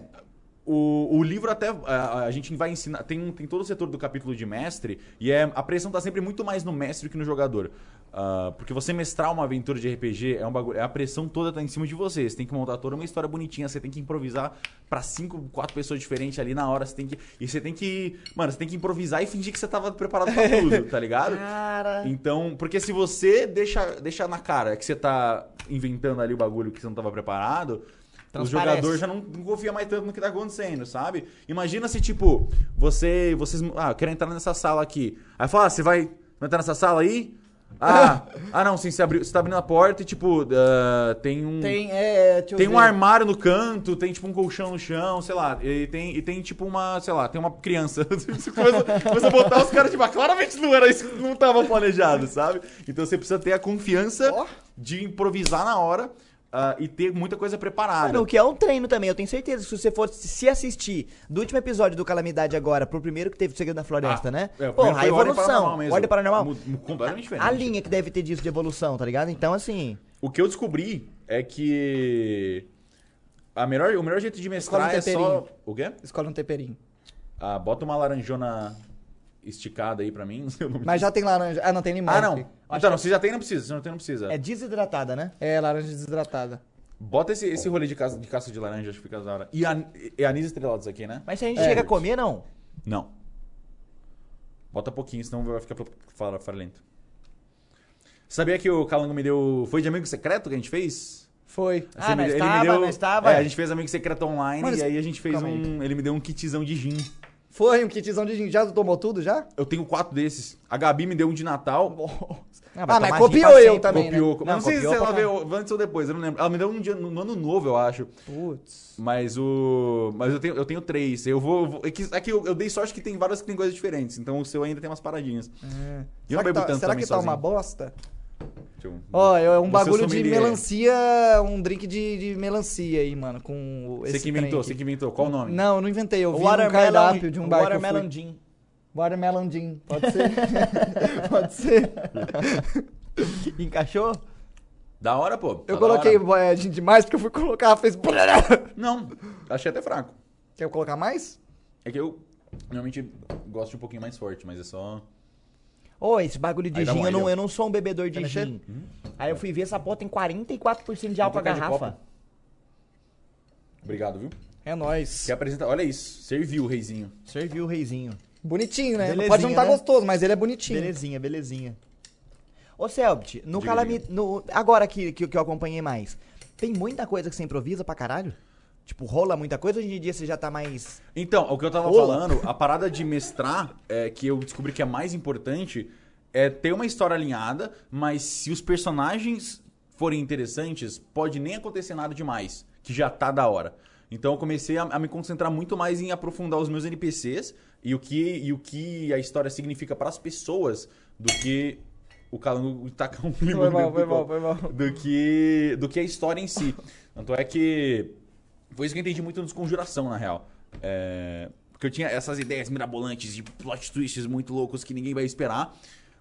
Speaker 3: O, o livro até. A, a gente vai ensinar. Tem, um- tem todo o setor do capítulo de mestre. E é, a pressão tá sempre muito mais no mestre que no jogador. Ah, porque você mestrar uma aventura de RPG é um bagulho. A pressão toda tá em cima de você. Você tem que montar toda uma história bonitinha. Você tem que improvisar pra cinco, quatro pessoas diferentes ali na hora. Você tem que. E você tem que. Mano, você tem que improvisar e fingir que você tava preparado pra tudo, tá ligado?
Speaker 2: Cara.
Speaker 3: Então, porque se você deixa, deixa na cara que você tá inventando ali o bagulho que você não tava preparado, o
Speaker 2: Transparece.
Speaker 3: jogador já não, não confia mais tanto no que tá acontecendo, sabe? Imagina se, tipo, você. Vocês. Ah, eu quero entrar nessa sala aqui. Aí fala, ah, você vai, vai entrar nessa sala aí? Ah, ah não, sim, você, abriu, você tá abrindo a porta e, tipo, ah, tem um.
Speaker 1: tem. É, deixa eu
Speaker 3: Tem
Speaker 1: ver.
Speaker 3: um armário no canto, tem tipo um colchão no chão, sei lá. E tem, e tem tipo uma, sei lá, tem uma criança. [LAUGHS] Você começa, começa a botar os caras, tipo, ah, claramente não era isso, não tava planejado, sabe? Então você precisa ter a confiança
Speaker 1: Ó.
Speaker 3: de improvisar na hora ah, e ter muita coisa preparada.
Speaker 2: Mano, o que é um treino também, eu tenho certeza que se você fosse se assistir do último episódio do Calamidade agora pro primeiro que teve o Segredo da Floresta,
Speaker 3: Ah,
Speaker 2: né?
Speaker 3: é, o primeiro
Speaker 2: Porra, a
Speaker 3: foi Ordem
Speaker 2: evolução.
Speaker 3: Paranormal mesmo.
Speaker 2: Ordem Paranormal.
Speaker 3: Mu- mu- completamente diferente.
Speaker 2: A linha que deve ter disso de evolução, tá ligado? Então, assim.
Speaker 3: O que eu descobri é que a melhor, o melhor jeito de
Speaker 1: Escolhe
Speaker 3: mestrar
Speaker 1: um
Speaker 3: é só...
Speaker 1: temperinho.
Speaker 3: O quê?
Speaker 1: Escolhe um temperinho.
Speaker 3: Ah, bota uma laranjona esticada aí pra mim, [LAUGHS] não sei o nome
Speaker 1: Mas já tem laranja. Ah, não,
Speaker 2: Né,
Speaker 1: tem limão.
Speaker 3: Uhum. Ah, não.
Speaker 1: aqui.
Speaker 3: Então, não, você já tem, não precisa. Você não tem, não precisa.
Speaker 2: É desidratada, né?
Speaker 1: É, laranja desidratada.
Speaker 3: Bota esse, esse rolê de caça de, caça de laranja, acho que fica da hora. E, an, e anis estrelados aqui, né?
Speaker 2: Mas se a gente
Speaker 1: É.
Speaker 2: chega a comer, não.
Speaker 3: Não. Bota pouquinho, senão vai ficar far- farelento. Sabia que o Calango me deu. Foi de amigo secreto que a gente fez?
Speaker 2: Foi.
Speaker 3: Você
Speaker 2: Ah,
Speaker 3: me-
Speaker 2: nós
Speaker 3: ele me
Speaker 2: estava,
Speaker 3: deu-
Speaker 2: nós estava.
Speaker 3: É, a gente fez amigo secreto online
Speaker 1: Mano,
Speaker 3: e aí a gente fez
Speaker 1: calma aí.
Speaker 3: um. Ele me deu um kitzão de gin.
Speaker 1: Foi um kitzão de gin. Já tomou tudo
Speaker 2: Tá
Speaker 1: já?
Speaker 3: Eu tenho quatro desses. A Gabi me deu um de Natal.
Speaker 1: Ah,
Speaker 2: vai
Speaker 1: mas
Speaker 2: tomar
Speaker 1: copiou
Speaker 2: gin pra
Speaker 1: eu
Speaker 2: sempre.
Speaker 1: também,
Speaker 3: copiou.
Speaker 2: né?
Speaker 3: Mas
Speaker 2: Não,
Speaker 3: Não, sei se
Speaker 2: copiou
Speaker 3: ela
Speaker 2: pra
Speaker 3: veio antes ou depois, eu não lembro. Ela me deu um dia no ano novo, eu acho.
Speaker 1: Putz.
Speaker 3: Mas o. Mas eu tenho, eu tenho três. Eu vou. eu vou- é que, é que eu, eu dei sorte que tem várias que tem coisas diferentes. Então o seu ainda tem umas paradinhas. E
Speaker 1: é. Será
Speaker 3: eu não
Speaker 1: que
Speaker 3: bebo
Speaker 1: tá,
Speaker 3: tanto
Speaker 1: será
Speaker 3: também
Speaker 1: que tá uma
Speaker 3: sozinho.
Speaker 1: bosta?
Speaker 3: Deixa eu-
Speaker 1: Ó, é um
Speaker 3: Você
Speaker 1: bagulho de
Speaker 3: sommelier.
Speaker 1: melancia, um drink de, de melancia aí, mano, com o- esse
Speaker 3: Você que inventou,
Speaker 1: trem
Speaker 3: você
Speaker 1: aqui.
Speaker 3: que inventou. Qual o nome?
Speaker 1: Não, eu não inventei, eu vi um
Speaker 2: Watermelon-
Speaker 1: cardápio de um bar que eu
Speaker 2: Watermelon
Speaker 1: fui.
Speaker 2: Gin.
Speaker 1: Watermelon Gin, pode ser?
Speaker 3: [LAUGHS]
Speaker 1: pode ser.
Speaker 2: Encaixou?
Speaker 3: Da hora, pô.
Speaker 1: Eu
Speaker 3: Tá da
Speaker 1: coloquei
Speaker 3: hora.
Speaker 1: é, gin demais porque eu fui colocar, fez... [LAUGHS] Quer
Speaker 3: Não, achei até fraco.
Speaker 1: eu colocar mais?
Speaker 3: É que eu normalmente gosto de um pouquinho mais forte, mas é só.
Speaker 2: Ô, esse bagulho de
Speaker 3: Aí dá
Speaker 2: gin,
Speaker 3: uma
Speaker 2: eu não,
Speaker 3: ilha.
Speaker 2: eu não sou um bebedor de
Speaker 1: Quer mexer?
Speaker 2: gin. Aí eu fui ver, essa porra tem 44% de
Speaker 3: Vou
Speaker 2: álcool a
Speaker 3: trocar de
Speaker 2: garrafa.
Speaker 3: copo. Obrigado, viu?
Speaker 1: É nóis.
Speaker 3: Que apresenta. Olha isso. Serviu o reizinho.
Speaker 2: Serviu o reizinho.
Speaker 1: Bonitinho, né? Não
Speaker 2: Belezinha,
Speaker 1: pode não tá
Speaker 2: né?
Speaker 1: gostoso, mas ele é bonitinho.
Speaker 2: Belezinha, belezinha. Ô, Selbit, no
Speaker 3: Diga,
Speaker 2: calami...
Speaker 3: diga.
Speaker 2: no agora que, que, que eu acompanhei mais, tem muita coisa que você improvisa pra caralho? Tipo, rola muita coisa? Hoje em dia você já tá mais...
Speaker 3: Então, o que eu tava
Speaker 2: Rola.
Speaker 3: falando, a parada de mestrar, é, que eu descobri que é mais importante, é ter uma história alinhada, mas se os personagens forem interessantes, pode nem acontecer nada demais, que já tá da hora. Então eu comecei a, a me concentrar muito mais em aprofundar os meus NPCs e o que, e o que a história significa para as pessoas do que o calango tacar um limão
Speaker 1: [LAUGHS] Foi mal,
Speaker 3: dentro do
Speaker 1: foi mal,
Speaker 3: copo
Speaker 1: foi mal.
Speaker 3: do que do que a história em si. Tanto é que foi isso que eu entendi muito nos Conjuração, na real. É, porque eu tinha essas ideias mirabolantes de plot twists muito loucos que ninguém vai esperar.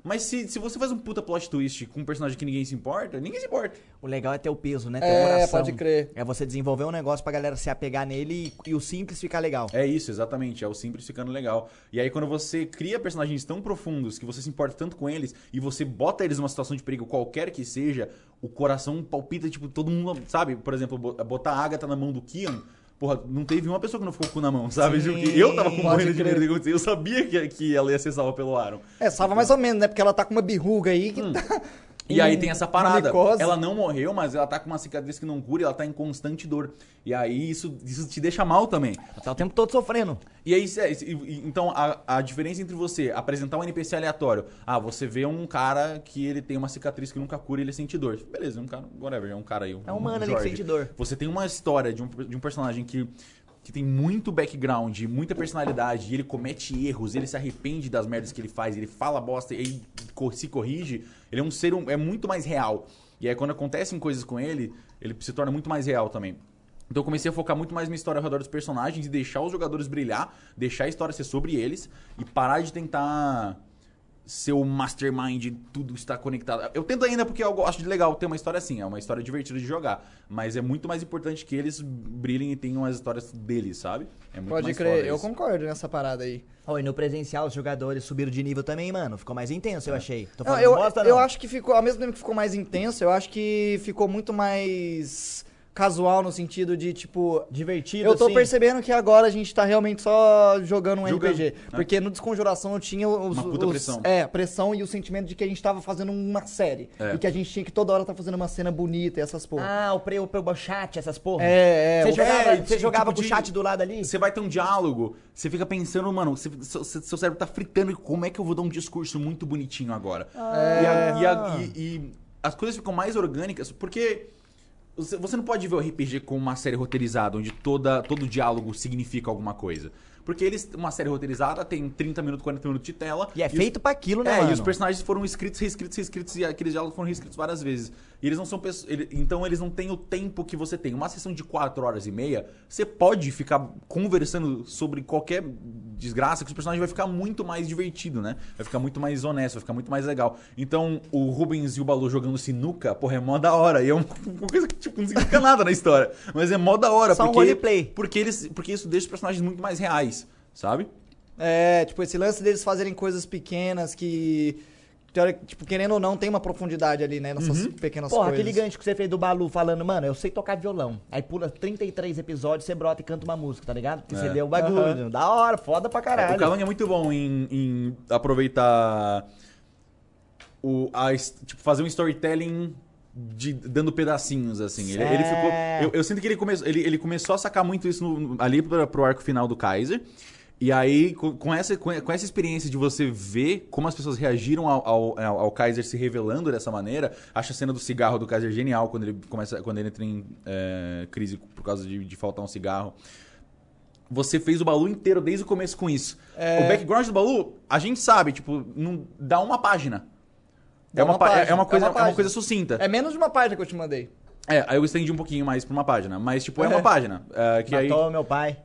Speaker 3: Mas se, se você faz um puta plot twist com um personagem que ninguém se importa, ninguém se importa.
Speaker 2: O legal é ter o peso, né? Ter
Speaker 1: É,
Speaker 2: o coração.
Speaker 1: pode crer.
Speaker 2: É você desenvolver um negócio pra galera se apegar nele e, e o simples ficar legal.
Speaker 3: É isso, exatamente. É o simples ficando legal. E aí, quando você cria personagens tão profundos que você se importa tanto com eles e você bota eles numa situação de perigo, qualquer que seja, o coração palpita, tipo, todo mundo, sabe? Por exemplo, bo- botar a Agatha na mão do Kian. Porra, não teve uma pessoa que não ficou com o cu na mão, sabe?
Speaker 2: Sim,
Speaker 3: Porque eu tava com
Speaker 1: pode
Speaker 3: morrendo de
Speaker 1: crer.
Speaker 3: medo de acontecer. Eu sabia que, que ela ia ser salva pelo Aaron.
Speaker 1: É, salva mais ou menos, né? Porque ela tá com uma birruga aí que tá...
Speaker 3: Então. E aí
Speaker 1: Hum,
Speaker 3: tem essa
Speaker 1: uma
Speaker 3: parada.
Speaker 1: micose.
Speaker 3: Ela não morreu, mas ela tá com uma cicatriz que não cura e ela tá em constante dor. E aí isso, isso te deixa mal também.
Speaker 2: Tá o tempo todo sofrendo.
Speaker 3: E aí, cê- e- e- então, a, a diferença entre você apresentar um NPC aleatório, ah, você vê um cara que ele tem uma cicatriz que nunca cura e ele sente dor. Beleza, é um cara, whatever, é um cara aí. Um,
Speaker 2: É um humano ali que
Speaker 3: Jorge.
Speaker 2: sente dor.
Speaker 3: Você tem uma história de um, de um personagem que, que tem muito background, muita personalidade, e ele comete erros, ele se arrepende das merdas que ele faz, ele fala bosta, ele co- se corrige. Ele é um ser, um- é muito mais real. E aí, quando acontecem coisas com ele, ele se torna muito mais real também. Então eu comecei a focar muito mais minha história ao redor dos personagens e deixar os jogadores brilhar, deixar a história ser sobre eles e parar de tentar ser o mastermind, tudo está conectado. Eu tento ainda porque eu gosto de legal ter uma história assim, é uma história divertida de jogar, mas é muito mais importante que eles brilhem e tenham as histórias deles, sabe? É muito
Speaker 1: Pode
Speaker 3: mais
Speaker 1: crer,
Speaker 3: foda
Speaker 1: eu
Speaker 3: isso.
Speaker 1: concordo nessa parada aí.
Speaker 2: Oi, no presencial os jogadores subiram de nível também, mano. Ficou mais intenso, eu achei. Tô
Speaker 1: Não,
Speaker 2: falando
Speaker 1: eu,
Speaker 2: bosta, não.
Speaker 1: eu acho que ficou, ao mesmo tempo que ficou mais intenso, eu acho que ficou muito mais casual no sentido de, tipo.
Speaker 2: divertido,
Speaker 1: Eu tô
Speaker 2: assim.
Speaker 1: percebendo que agora a gente tá realmente só jogando um
Speaker 3: Jogando,
Speaker 1: RPG.
Speaker 3: né?
Speaker 1: Porque no Desconjuração eu tinha os.
Speaker 3: Uma puta
Speaker 1: os-
Speaker 3: pressão.
Speaker 1: É, a pressão e o sentimento de que a gente tava fazendo uma série.
Speaker 3: É.
Speaker 1: E que a gente tinha que toda hora tá fazendo uma cena bonita e essas porra.
Speaker 2: Ah, o, pre, o, pre- o chat, essas porra.
Speaker 1: é, é.
Speaker 2: Você
Speaker 1: o-
Speaker 2: jogava,
Speaker 3: é,
Speaker 2: você
Speaker 3: tipo
Speaker 2: jogava com o
Speaker 3: de-
Speaker 2: chat do lado ali?
Speaker 3: Você vai ter um diálogo, você fica pensando, mano, você- seu, seu cérebro tá fritando, e como é que eu vou dar um discurso muito bonitinho agora? E, a- e a- e- e as coisas ficam mais orgânicas, porque você você não pode ver o RPG como uma série roteirizada, onde toda, todo diálogo significa alguma coisa. Porque eles, uma série roteirizada tem 30 minutos, 40 minutos de tela.
Speaker 2: E é
Speaker 3: os-
Speaker 2: feito pra aquilo, né,
Speaker 3: é,
Speaker 2: mano?
Speaker 3: e os personagens foram escritos, reescritos, reescritos, e aqueles diálogos foram reescritos várias vezes. E eles não são pessoas. ele- então eles não têm o tempo que você tem. Uma sessão de 4 horas e meia, você pode ficar conversando sobre qualquer desgraça, que os personagens vai ficar muito mais divertido, né? Vai ficar muito mais honesto, vai ficar muito mais legal. Então, o Rubens e o Balu jogando sinuca, porra, é mó da hora. E é uma [LAUGHS] uma coisa que, tipo, não significa nada na história. Mas é mó da hora,
Speaker 2: Só um
Speaker 3: porque.
Speaker 2: roleplay.
Speaker 3: Porque, eles, porque isso deixa os personagens muito mais reais, sabe?
Speaker 1: É, tipo, esse lance deles fazerem coisas pequenas que. teori- tipo, querendo ou não, tem uma profundidade ali, né? Nessas pequenas
Speaker 2: Uhum. Porra,
Speaker 1: coisas.
Speaker 2: aquele gancho que você fez do Balu falando, mano, eu sei tocar violão. Aí pula 33 episódios, você brota e canta uma música, tá ligado? Porque você deu o bagulho. Da hora, foda pra
Speaker 3: O
Speaker 2: caralho.
Speaker 3: Calango é muito bom em, em aproveitar o a his- tipo fazer um storytelling de, dando pedacinhos assim. Ele, ele ficou eu, eu sinto que ele começou ele, ele começou a sacar muito isso no- ali para pro arco final do Kaiser. E aí, com, com essa, com, com essa experiência de você ver como as pessoas reagiram ao, ao, ao- ao Kaiser se revelando dessa maneira, acho a cena do cigarro do Kaiser genial quando ele começa quando ele entra em eh, crise por causa de- de faltar um cigarro. Você fez o Balu inteiro desde o começo com isso.
Speaker 1: É.
Speaker 3: O background do Balu, a gente sabe, tipo, não dá uma página.
Speaker 1: Dá
Speaker 3: é, uma
Speaker 1: uma
Speaker 3: pa- é-
Speaker 1: página,
Speaker 3: é uma
Speaker 1: dá
Speaker 3: coisa,
Speaker 1: uma
Speaker 3: é uma
Speaker 1: página.
Speaker 3: coisa sucinta.
Speaker 1: É menos de uma página que eu te mandei.
Speaker 3: É, aí eu estendi um pouquinho mais pra uma página. Mas, tipo, é,
Speaker 1: É.
Speaker 3: uma página. é, que aí...
Speaker 2: Matou meu pai.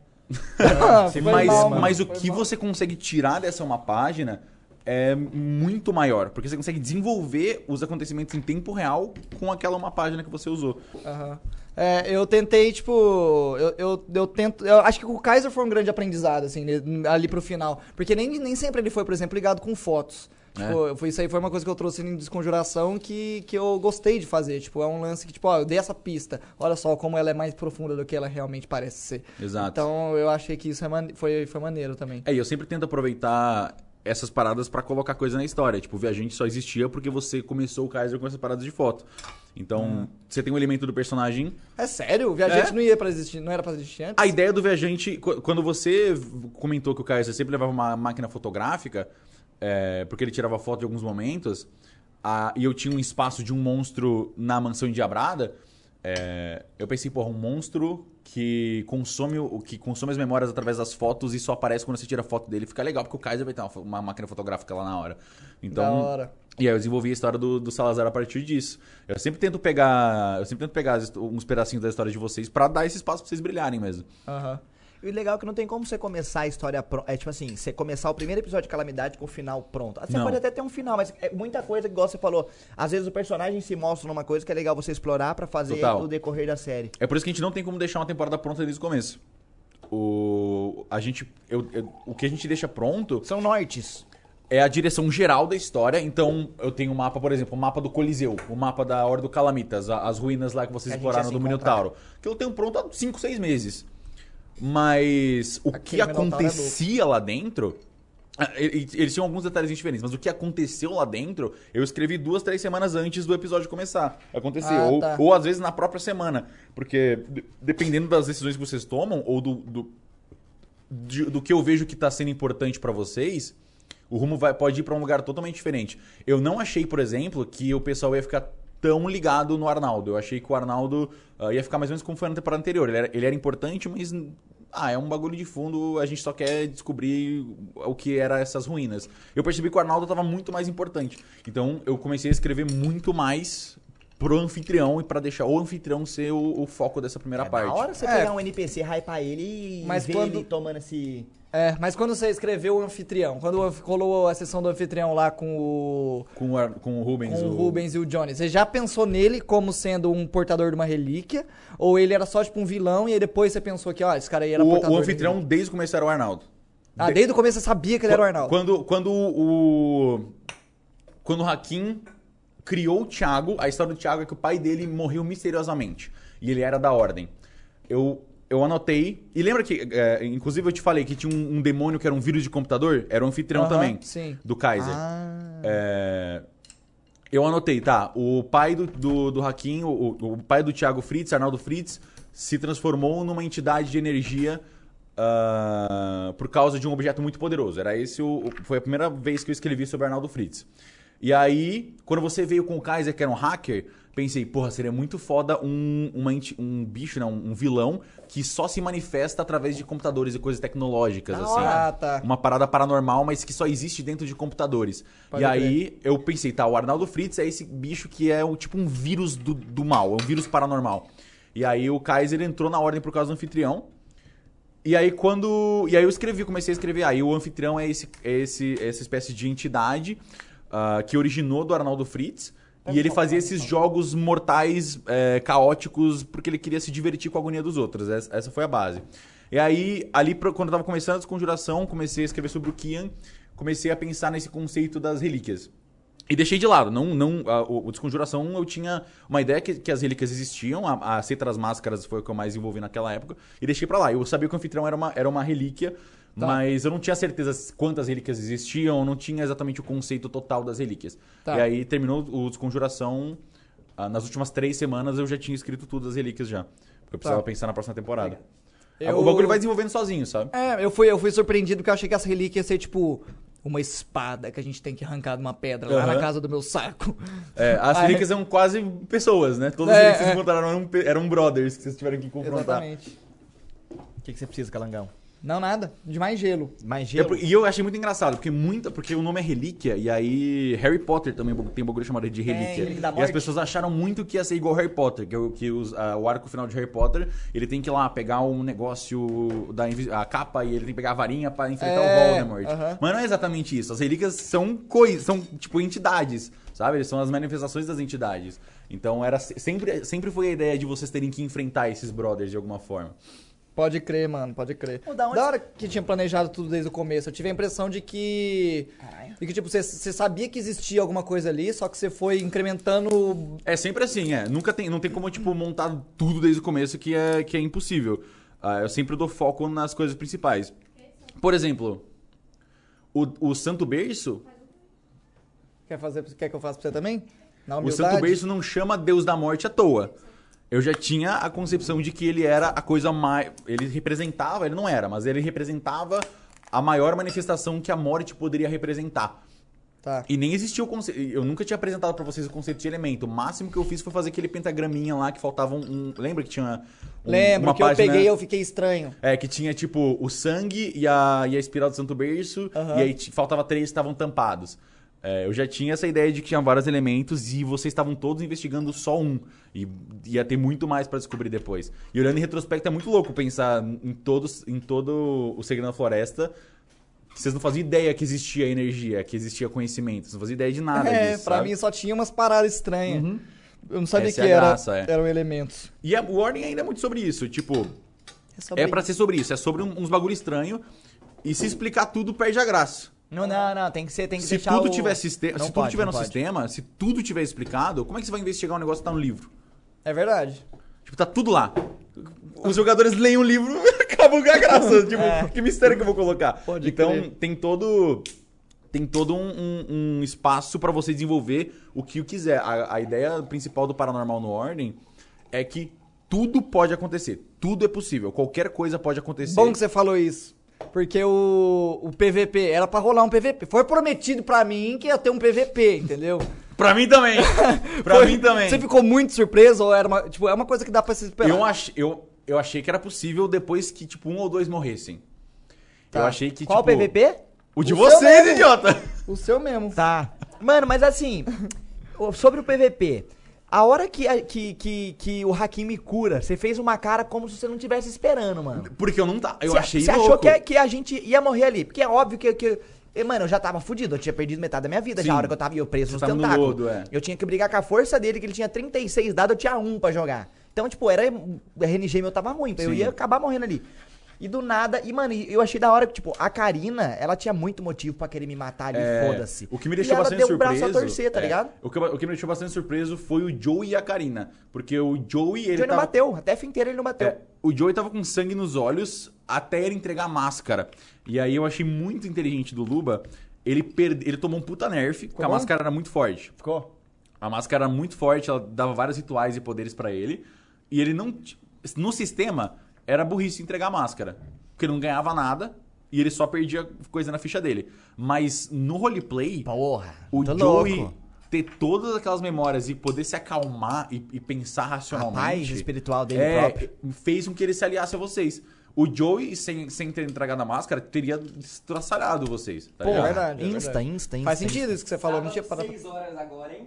Speaker 2: Ah,
Speaker 1: Foi
Speaker 3: mas,
Speaker 1: mal, mano.
Speaker 3: mas o
Speaker 1: Foi
Speaker 3: que
Speaker 1: mal.
Speaker 3: você consegue tirar dessa uma página é muito maior. Porque você consegue desenvolver os acontecimentos em tempo real com aquela uma página que você usou.
Speaker 1: Aham. É, eu tentei, tipo. Eu, eu, eu tento. Eu acho que o Kaiser foi um grande aprendizado, assim, ne- ali pro final. Porque nem, nem sempre ele foi, por exemplo, ligado com fotos.
Speaker 3: É.
Speaker 1: Tipo, foi, isso aí foi uma coisa que eu trouxe em Desconjuração que, que eu gostei de fazer. Tipo, é um lance que, tipo, ó, eu dei essa pista. Olha só como ela é mais profunda do que ela realmente parece ser.
Speaker 3: Exato.
Speaker 1: Então eu achei que isso é mane- foi, foi maneiro também.
Speaker 3: É, e eu sempre tento aproveitar essas paradas pra colocar coisa na história. Tipo, o viajante só existia porque você começou o Kaiser com essas paradas de foto. Então, você tem um elemento do personagem.
Speaker 1: É sério? O viajante
Speaker 3: É?
Speaker 1: não ia pra existir, não era pra existir antes?
Speaker 3: A ideia do viajante, qu- quando você v- comentou que o Kaiser sempre levava uma máquina fotográfica, é, porque ele tirava foto de alguns momentos, a- e eu tinha um espaço de um monstro na mansão endiabrada, é, eu pensei, porra, um monstro que consome, o o- que consome as memórias através das fotos e só aparece quando você tira foto dele, fica legal, porque o Kaiser vai ter uma, fo- uma máquina fotográfica lá na hora. Então,
Speaker 1: Da hora.
Speaker 3: e aí eu desenvolvi a história do, do Salazar a partir disso. Eu sempre tento pegar, eu sempre tento pegar as hist- uns pedacinhos da história de vocês pra dar esse espaço pra vocês brilharem mesmo.
Speaker 1: Aham.
Speaker 2: E o legal é que não tem como você começar a história pronta. É tipo assim, você começar o primeiro episódio de Calamidade com o final pronto. Ah, Você
Speaker 3: Não.
Speaker 2: pode até ter um final, mas é muita coisa que, igual você falou, às vezes o personagem se mostra numa coisa que é legal você explorar pra fazer
Speaker 3: Total.
Speaker 2: o decorrer da série.
Speaker 3: É por isso que a gente não tem como deixar uma temporada pronta desde o começo. O, a gente, eu- eu- o que a gente deixa pronto
Speaker 2: São nortes.
Speaker 3: é a direção geral da história. Então, eu tenho um mapa, por exemplo, o mapa do Coliseu, o mapa da Hora do Calamitas, a- as ruínas lá que
Speaker 2: Que a
Speaker 3: vocês
Speaker 2: gente ia
Speaker 3: exploraram
Speaker 2: se
Speaker 3: do
Speaker 2: encontrar.
Speaker 3: Minotauro. Que eu tenho pronto há 5, 6 meses. Mas o que
Speaker 1: Aquele Minotauro é
Speaker 3: acontecia lá dentro. ah, e- e- Eles tinham alguns detalhes diferentes, mas o que aconteceu lá dentro, eu escrevi duas, três semanas antes do episódio começar. Acontecer.
Speaker 1: Ah,
Speaker 3: ou,
Speaker 1: tá.
Speaker 3: ou às vezes na própria semana. Porque de- dependendo das decisões que vocês tomam, ou do, do, de- do que eu vejo que tá sendo importante pra vocês, o rumo vai, pode ir pra um lugar totalmente diferente. Eu não achei, por exemplo, que o pessoal ia ficar tão ligado no Arnaldo. Eu achei que o Arnaldo ah, ia ficar mais ou menos como foi na temporada anterior. Ele era, ele era importante, mas. Ah, é um bagulho de fundo, a gente só quer descobrir o que era essas ruínas. Eu percebi que o Arnaldo tava muito mais importante. Então eu comecei a escrever muito mais pro anfitrião e pra deixar o anfitrião ser o, o foco dessa primeira
Speaker 2: É
Speaker 3: parte.
Speaker 2: na hora você
Speaker 1: É.
Speaker 2: pegar um NPC, hypar ele e
Speaker 1: Mas
Speaker 2: ver
Speaker 1: quando-
Speaker 2: ele tomando esse...
Speaker 1: É, mas quando você escreveu o anfitrião, quando anf- colou a sessão do anfitrião lá com o.
Speaker 3: Com o, Ar- com o Rubens.
Speaker 1: Com o
Speaker 3: o-
Speaker 1: Rubens e o Johnny. Você já pensou nele como sendo um portador de uma relíquia? Ou ele era só tipo um vilão e aí depois você pensou que, ó, esse cara aí era
Speaker 3: o,
Speaker 1: portador.
Speaker 3: o
Speaker 1: de
Speaker 3: anfitrião
Speaker 1: relíquia?
Speaker 3: desde o começo era o Arnaldo.
Speaker 1: Ah, desde o começo você sabia que ele era o Arnaldo.
Speaker 3: Quando, quando o. Quando o Hakim criou o Thiago, a história do Thiago é que o pai dele morreu misteriosamente. E ele era da ordem. Eu, eu anotei. E lembra que, é, inclusive, eu te falei que tinha um, um demônio que era um vírus de computador? Era o anfitrião
Speaker 1: Aham,
Speaker 3: também.
Speaker 1: sim.
Speaker 3: Do Kaiser.
Speaker 1: Ah,
Speaker 3: É, Eu anotei, tá? O pai do, do, do Hakim, o, o- o pai do Thiago Fritz, Arnaldo Fritz, se transformou numa entidade de energia ah, por causa de um objeto muito poderoso. Era esse o, o- foi a primeira vez que eu escrevi sobre Arnaldo Fritz. E aí, quando você veio com o Kaiser, que era um hacker, pensei, porra, seria muito foda um, uma enti- um bicho, não, um vilão que só se manifesta através de computadores e coisas tecnológicas,
Speaker 1: Da
Speaker 3: assim.
Speaker 1: hora. Ah, tá.
Speaker 3: Uma parada paranormal, mas que só existe dentro de computadores.
Speaker 1: Pode
Speaker 3: e aí eu pensei, tá, o Arnaldo Fritz é esse bicho que é o, tipo um vírus do, do mal, é um vírus paranormal. E aí o Kaiser entrou na ordem por causa do anfitrião. E aí quando. E aí eu escrevi, comecei a escrever. Aí o anfitrião é, esse, é esse, essa espécie de entidade ah, que originou do Arnaldo Fritz. E ele fazia esses jogos mortais, eh, caóticos, porque ele queria se divertir com a agonia dos outros. Essa, essa foi a base. E aí, ali, pro- quando eu tava começando a desconjuração, comecei a escrever sobre o Kian, comecei a pensar nesse conceito das relíquias. E deixei de lado. Não, não, a- o, o Desconjuração eu tinha uma ideia que, que as relíquias existiam, a, a Seita das Máscaras foi o que eu mais envolvi naquela época, e deixei pra lá. Eu sabia que o anfitrião era uma, era uma relíquia,
Speaker 1: Tá.
Speaker 3: mas eu não tinha certeza quantas relíquias existiam, não tinha exatamente o conceito total das relíquias.
Speaker 1: Tá.
Speaker 3: E aí terminou o Desconjuração. ah, nas últimas três semanas eu já tinha escrito tudo as relíquias já. Porque eu precisava pensar na próxima temporada.
Speaker 1: Legal.
Speaker 3: Ah, O
Speaker 1: Tá. É. Eu-
Speaker 3: bagulho vai desenvolvendo sozinho, sabe?
Speaker 1: É, eu fui, eu fui surpreendido porque eu achei que essa relíquia ia ser tipo uma espada que a gente tem que arrancar de uma pedra lá
Speaker 3: Aham.
Speaker 1: na casa do meu saco.
Speaker 3: É,
Speaker 1: [LAUGHS]
Speaker 3: as
Speaker 1: Aí-
Speaker 3: relíquias eram quase pessoas, né? Todas
Speaker 1: É,
Speaker 3: as relíquias que
Speaker 1: é.
Speaker 3: vocês encontraram eram, pe- eram brothers que vocês tiveram que confrontar.
Speaker 1: Exatamente.
Speaker 2: O que, que você precisa, Calangão?
Speaker 1: Não, nada. De mais gelo.
Speaker 2: Mais
Speaker 3: É,
Speaker 2: gelo?
Speaker 3: por- e eu achei muito engraçado, porque muita, porque o nome é relíquia, e aí Harry Potter também bo- tem um bagulho chamado de relíquia.
Speaker 1: relíquia da
Speaker 3: e as
Speaker 1: É, morte.
Speaker 3: pessoas acharam muito que ia ser igual Harry Potter, que, o- que os- ah, o arco final de Harry Potter, ele tem que ir lá pegar um negócio da invi- a capa e ele tem que pegar a varinha pra enfrentar
Speaker 1: É,
Speaker 3: o Voldemort.
Speaker 1: aham.
Speaker 3: Mas não é exatamente isso. As relíquias são coisas, são tipo entidades, sabe? Eles são as manifestações das entidades. Então era se- sempre, sempre foi a ideia de vocês terem que enfrentar esses brothers de alguma forma.
Speaker 1: Pode crer, mano, pode crer.
Speaker 2: Pô, da
Speaker 1: da,
Speaker 2: onde-
Speaker 1: hora que tinha planejado tudo desde o começo, eu tive a impressão de que. De que, tipo, você- você sabia que existia alguma coisa ali, só que você foi incrementando.
Speaker 3: É sempre assim, é. Nunca tem, não tem como tipo montar tudo desde o começo que é que é impossível. Ah, eu sempre dou foco nas coisas principais. Por exemplo, o, o Santo Berço,
Speaker 1: Quer, fazer, quer que eu faça pra você também? Na
Speaker 3: o
Speaker 1: humildade.
Speaker 3: Santo Berço não chama Deus da Morte à toa. Eu já tinha a concepção de que ele era a coisa mais, ele representava, ele não era, mas ele representava a maior manifestação que a morte poderia representar.
Speaker 1: Tá.
Speaker 3: E nem existia o conceito. Eu nunca tinha apresentado pra vocês o conceito de elemento. O máximo que eu fiz foi fazer aquele pentagraminha lá que faltava um. um- lembra que tinha. um-
Speaker 1: Lembro
Speaker 3: uma
Speaker 1: que eu
Speaker 3: página-
Speaker 1: peguei e eu fiquei estranho.
Speaker 3: É, que tinha tipo o sangue e a, e a espiral do Santo Berço.
Speaker 1: Aham.
Speaker 3: E aí ti- faltava três que estavam tampados. É, eu já tinha essa ideia de que tinha vários elementos e vocês estavam todos investigando só um. E ia ter muito mais pra descobrir depois. E olhando em retrospecto, é muito louco pensar em, todos, em todo o Segredo na Floresta. que Vocês não faziam ideia que existia energia, que existia conhecimento. Vocês não faziam ideia de nada
Speaker 1: [LAUGHS] é,
Speaker 3: disso.
Speaker 1: pra
Speaker 3: sabe? Uhum.
Speaker 1: mim só tinha umas paradas estranhas. Eu não sabia
Speaker 3: Essa é
Speaker 1: que
Speaker 3: a
Speaker 1: era,
Speaker 3: graça, é.
Speaker 1: eram elementos.
Speaker 3: E a Warning ainda é muito sobre isso. Tipo,
Speaker 1: só
Speaker 3: é
Speaker 1: bem-
Speaker 3: pra ser sobre isso. É sobre um- uns bagulho estranho. E se explicar tudo, perde a graça.
Speaker 2: Não, não, não. Tem que ser, tem que
Speaker 3: Se
Speaker 2: deixar
Speaker 3: tudo
Speaker 2: o-
Speaker 3: tiver, sistema,
Speaker 2: Não
Speaker 3: se tudo
Speaker 2: pode,
Speaker 3: tiver
Speaker 2: não
Speaker 3: no
Speaker 2: pode.
Speaker 3: sistema, se tudo tiver explicado, como é que você vai investigar um negócio que tá no livro?
Speaker 1: É verdade.
Speaker 3: Tipo, tá tudo lá. Os jogadores leem o livro [LAUGHS] e acabam com
Speaker 2: [LAUGHS]
Speaker 3: a graça. Tipo,
Speaker 2: É.
Speaker 3: que mistério que eu vou colocar?
Speaker 1: Pode
Speaker 3: então,
Speaker 1: crer.
Speaker 3: tem todo. Tem todo um, um- um espaço pra você desenvolver o que quiser. A, a ideia principal do Paranormal no Ordem é que tudo pode acontecer. Tudo é possível. Qualquer coisa pode acontecer.
Speaker 1: Bom que você falou isso. Porque o, o PVP, era pra rolar um PVP. Foi prometido pra mim que ia ter um PVP, entendeu?
Speaker 3: Pra
Speaker 2: [LAUGHS]
Speaker 3: mim também. [LAUGHS] pra
Speaker 1: Foi-
Speaker 3: mim também.
Speaker 1: Você ficou muito surpreso ou era uma. Tipo, é uma coisa que dá pra se esperar.
Speaker 3: Eu, ach, eu, eu achei que era possível depois que, tipo, um ou dois morressem.
Speaker 1: Tá.
Speaker 3: Eu achei que,
Speaker 2: Qual
Speaker 3: tipo...
Speaker 2: PVP?
Speaker 3: O de
Speaker 1: O seu
Speaker 3: vocês,
Speaker 1: mesmo.
Speaker 3: idiota! [LAUGHS]
Speaker 1: O seu mesmo.
Speaker 2: Tá. Mano, mas assim, o- sobre o PVP. A hora que, a- que, que, que o Hakim me cura, você fez uma cara como se você não estivesse esperando, mano.
Speaker 3: Porque eu não tá. Eu
Speaker 2: Você-
Speaker 3: achei
Speaker 2: Você
Speaker 3: louco.
Speaker 2: achou que, é a- que a gente ia morrer ali. Porque é óbvio que... que e, mano, eu já tava fudido, eu tinha perdido metade da minha vida já
Speaker 3: Sim.
Speaker 2: a hora que eu tava e eu preso
Speaker 3: Você
Speaker 2: nos
Speaker 3: tava no
Speaker 2: tentáculos.
Speaker 3: lodo, é.
Speaker 2: Eu tinha que brigar com a força dele, que ele tinha 36 dados, eu tinha um pra jogar. Então, tipo, era. O RNG meu tava ruim, então eu
Speaker 3: Sim.
Speaker 2: ia acabar morrendo ali. E do nada, e mano, e eu achei da hora que, tipo, a Karina, ela tinha muito motivo pra querer me matar ali,
Speaker 3: É,
Speaker 2: foda-se.
Speaker 3: O que me deixou
Speaker 2: e ela
Speaker 3: bastante
Speaker 2: deu
Speaker 3: surpreso.
Speaker 2: o braço a torcer, tá
Speaker 3: é,
Speaker 2: ligado?
Speaker 3: O que, o que me deixou bastante surpreso foi o Joey e a Karina. Porque o Joey, ele
Speaker 2: Ele, ele não
Speaker 3: tava-
Speaker 2: bateu, até a fim inteira ele não bateu.
Speaker 3: É, o Joey tava com sangue nos olhos até ele entregar a máscara. E aí eu achei muito inteligente do Luba. Ele, perde, ele tomou um puta nerf, porque a
Speaker 1: bom?
Speaker 3: máscara era muito forte.
Speaker 2: Ficou?
Speaker 3: A máscara era muito forte, ela dava vários rituais e poderes pra ele. E ele não. t- No sistema, era burrice entregar a máscara. Porque ele não ganhava nada e ele só perdia coisa na ficha dele. Mas no roleplay,
Speaker 2: Porra.
Speaker 3: o
Speaker 1: Tá
Speaker 2: tô
Speaker 3: Joey
Speaker 2: louco.
Speaker 3: ter todas aquelas memórias e poder se acalmar e, e pensar racionalmente.
Speaker 2: espiritual dele
Speaker 3: é,
Speaker 2: próprio.
Speaker 3: Fez com que ele se aliasse a vocês. O Joey, sem, sem ter entregado a máscara, teria estraçalhado vocês. Tá
Speaker 1: Pô,
Speaker 3: ligado?
Speaker 1: verdade, é
Speaker 2: insta,
Speaker 1: verdade.
Speaker 2: insta, insta.
Speaker 1: Faz
Speaker 2: insta.
Speaker 1: sentido isso que você falou, não tinha
Speaker 5: Tava
Speaker 1: parado.
Speaker 5: seis horas agora, hein?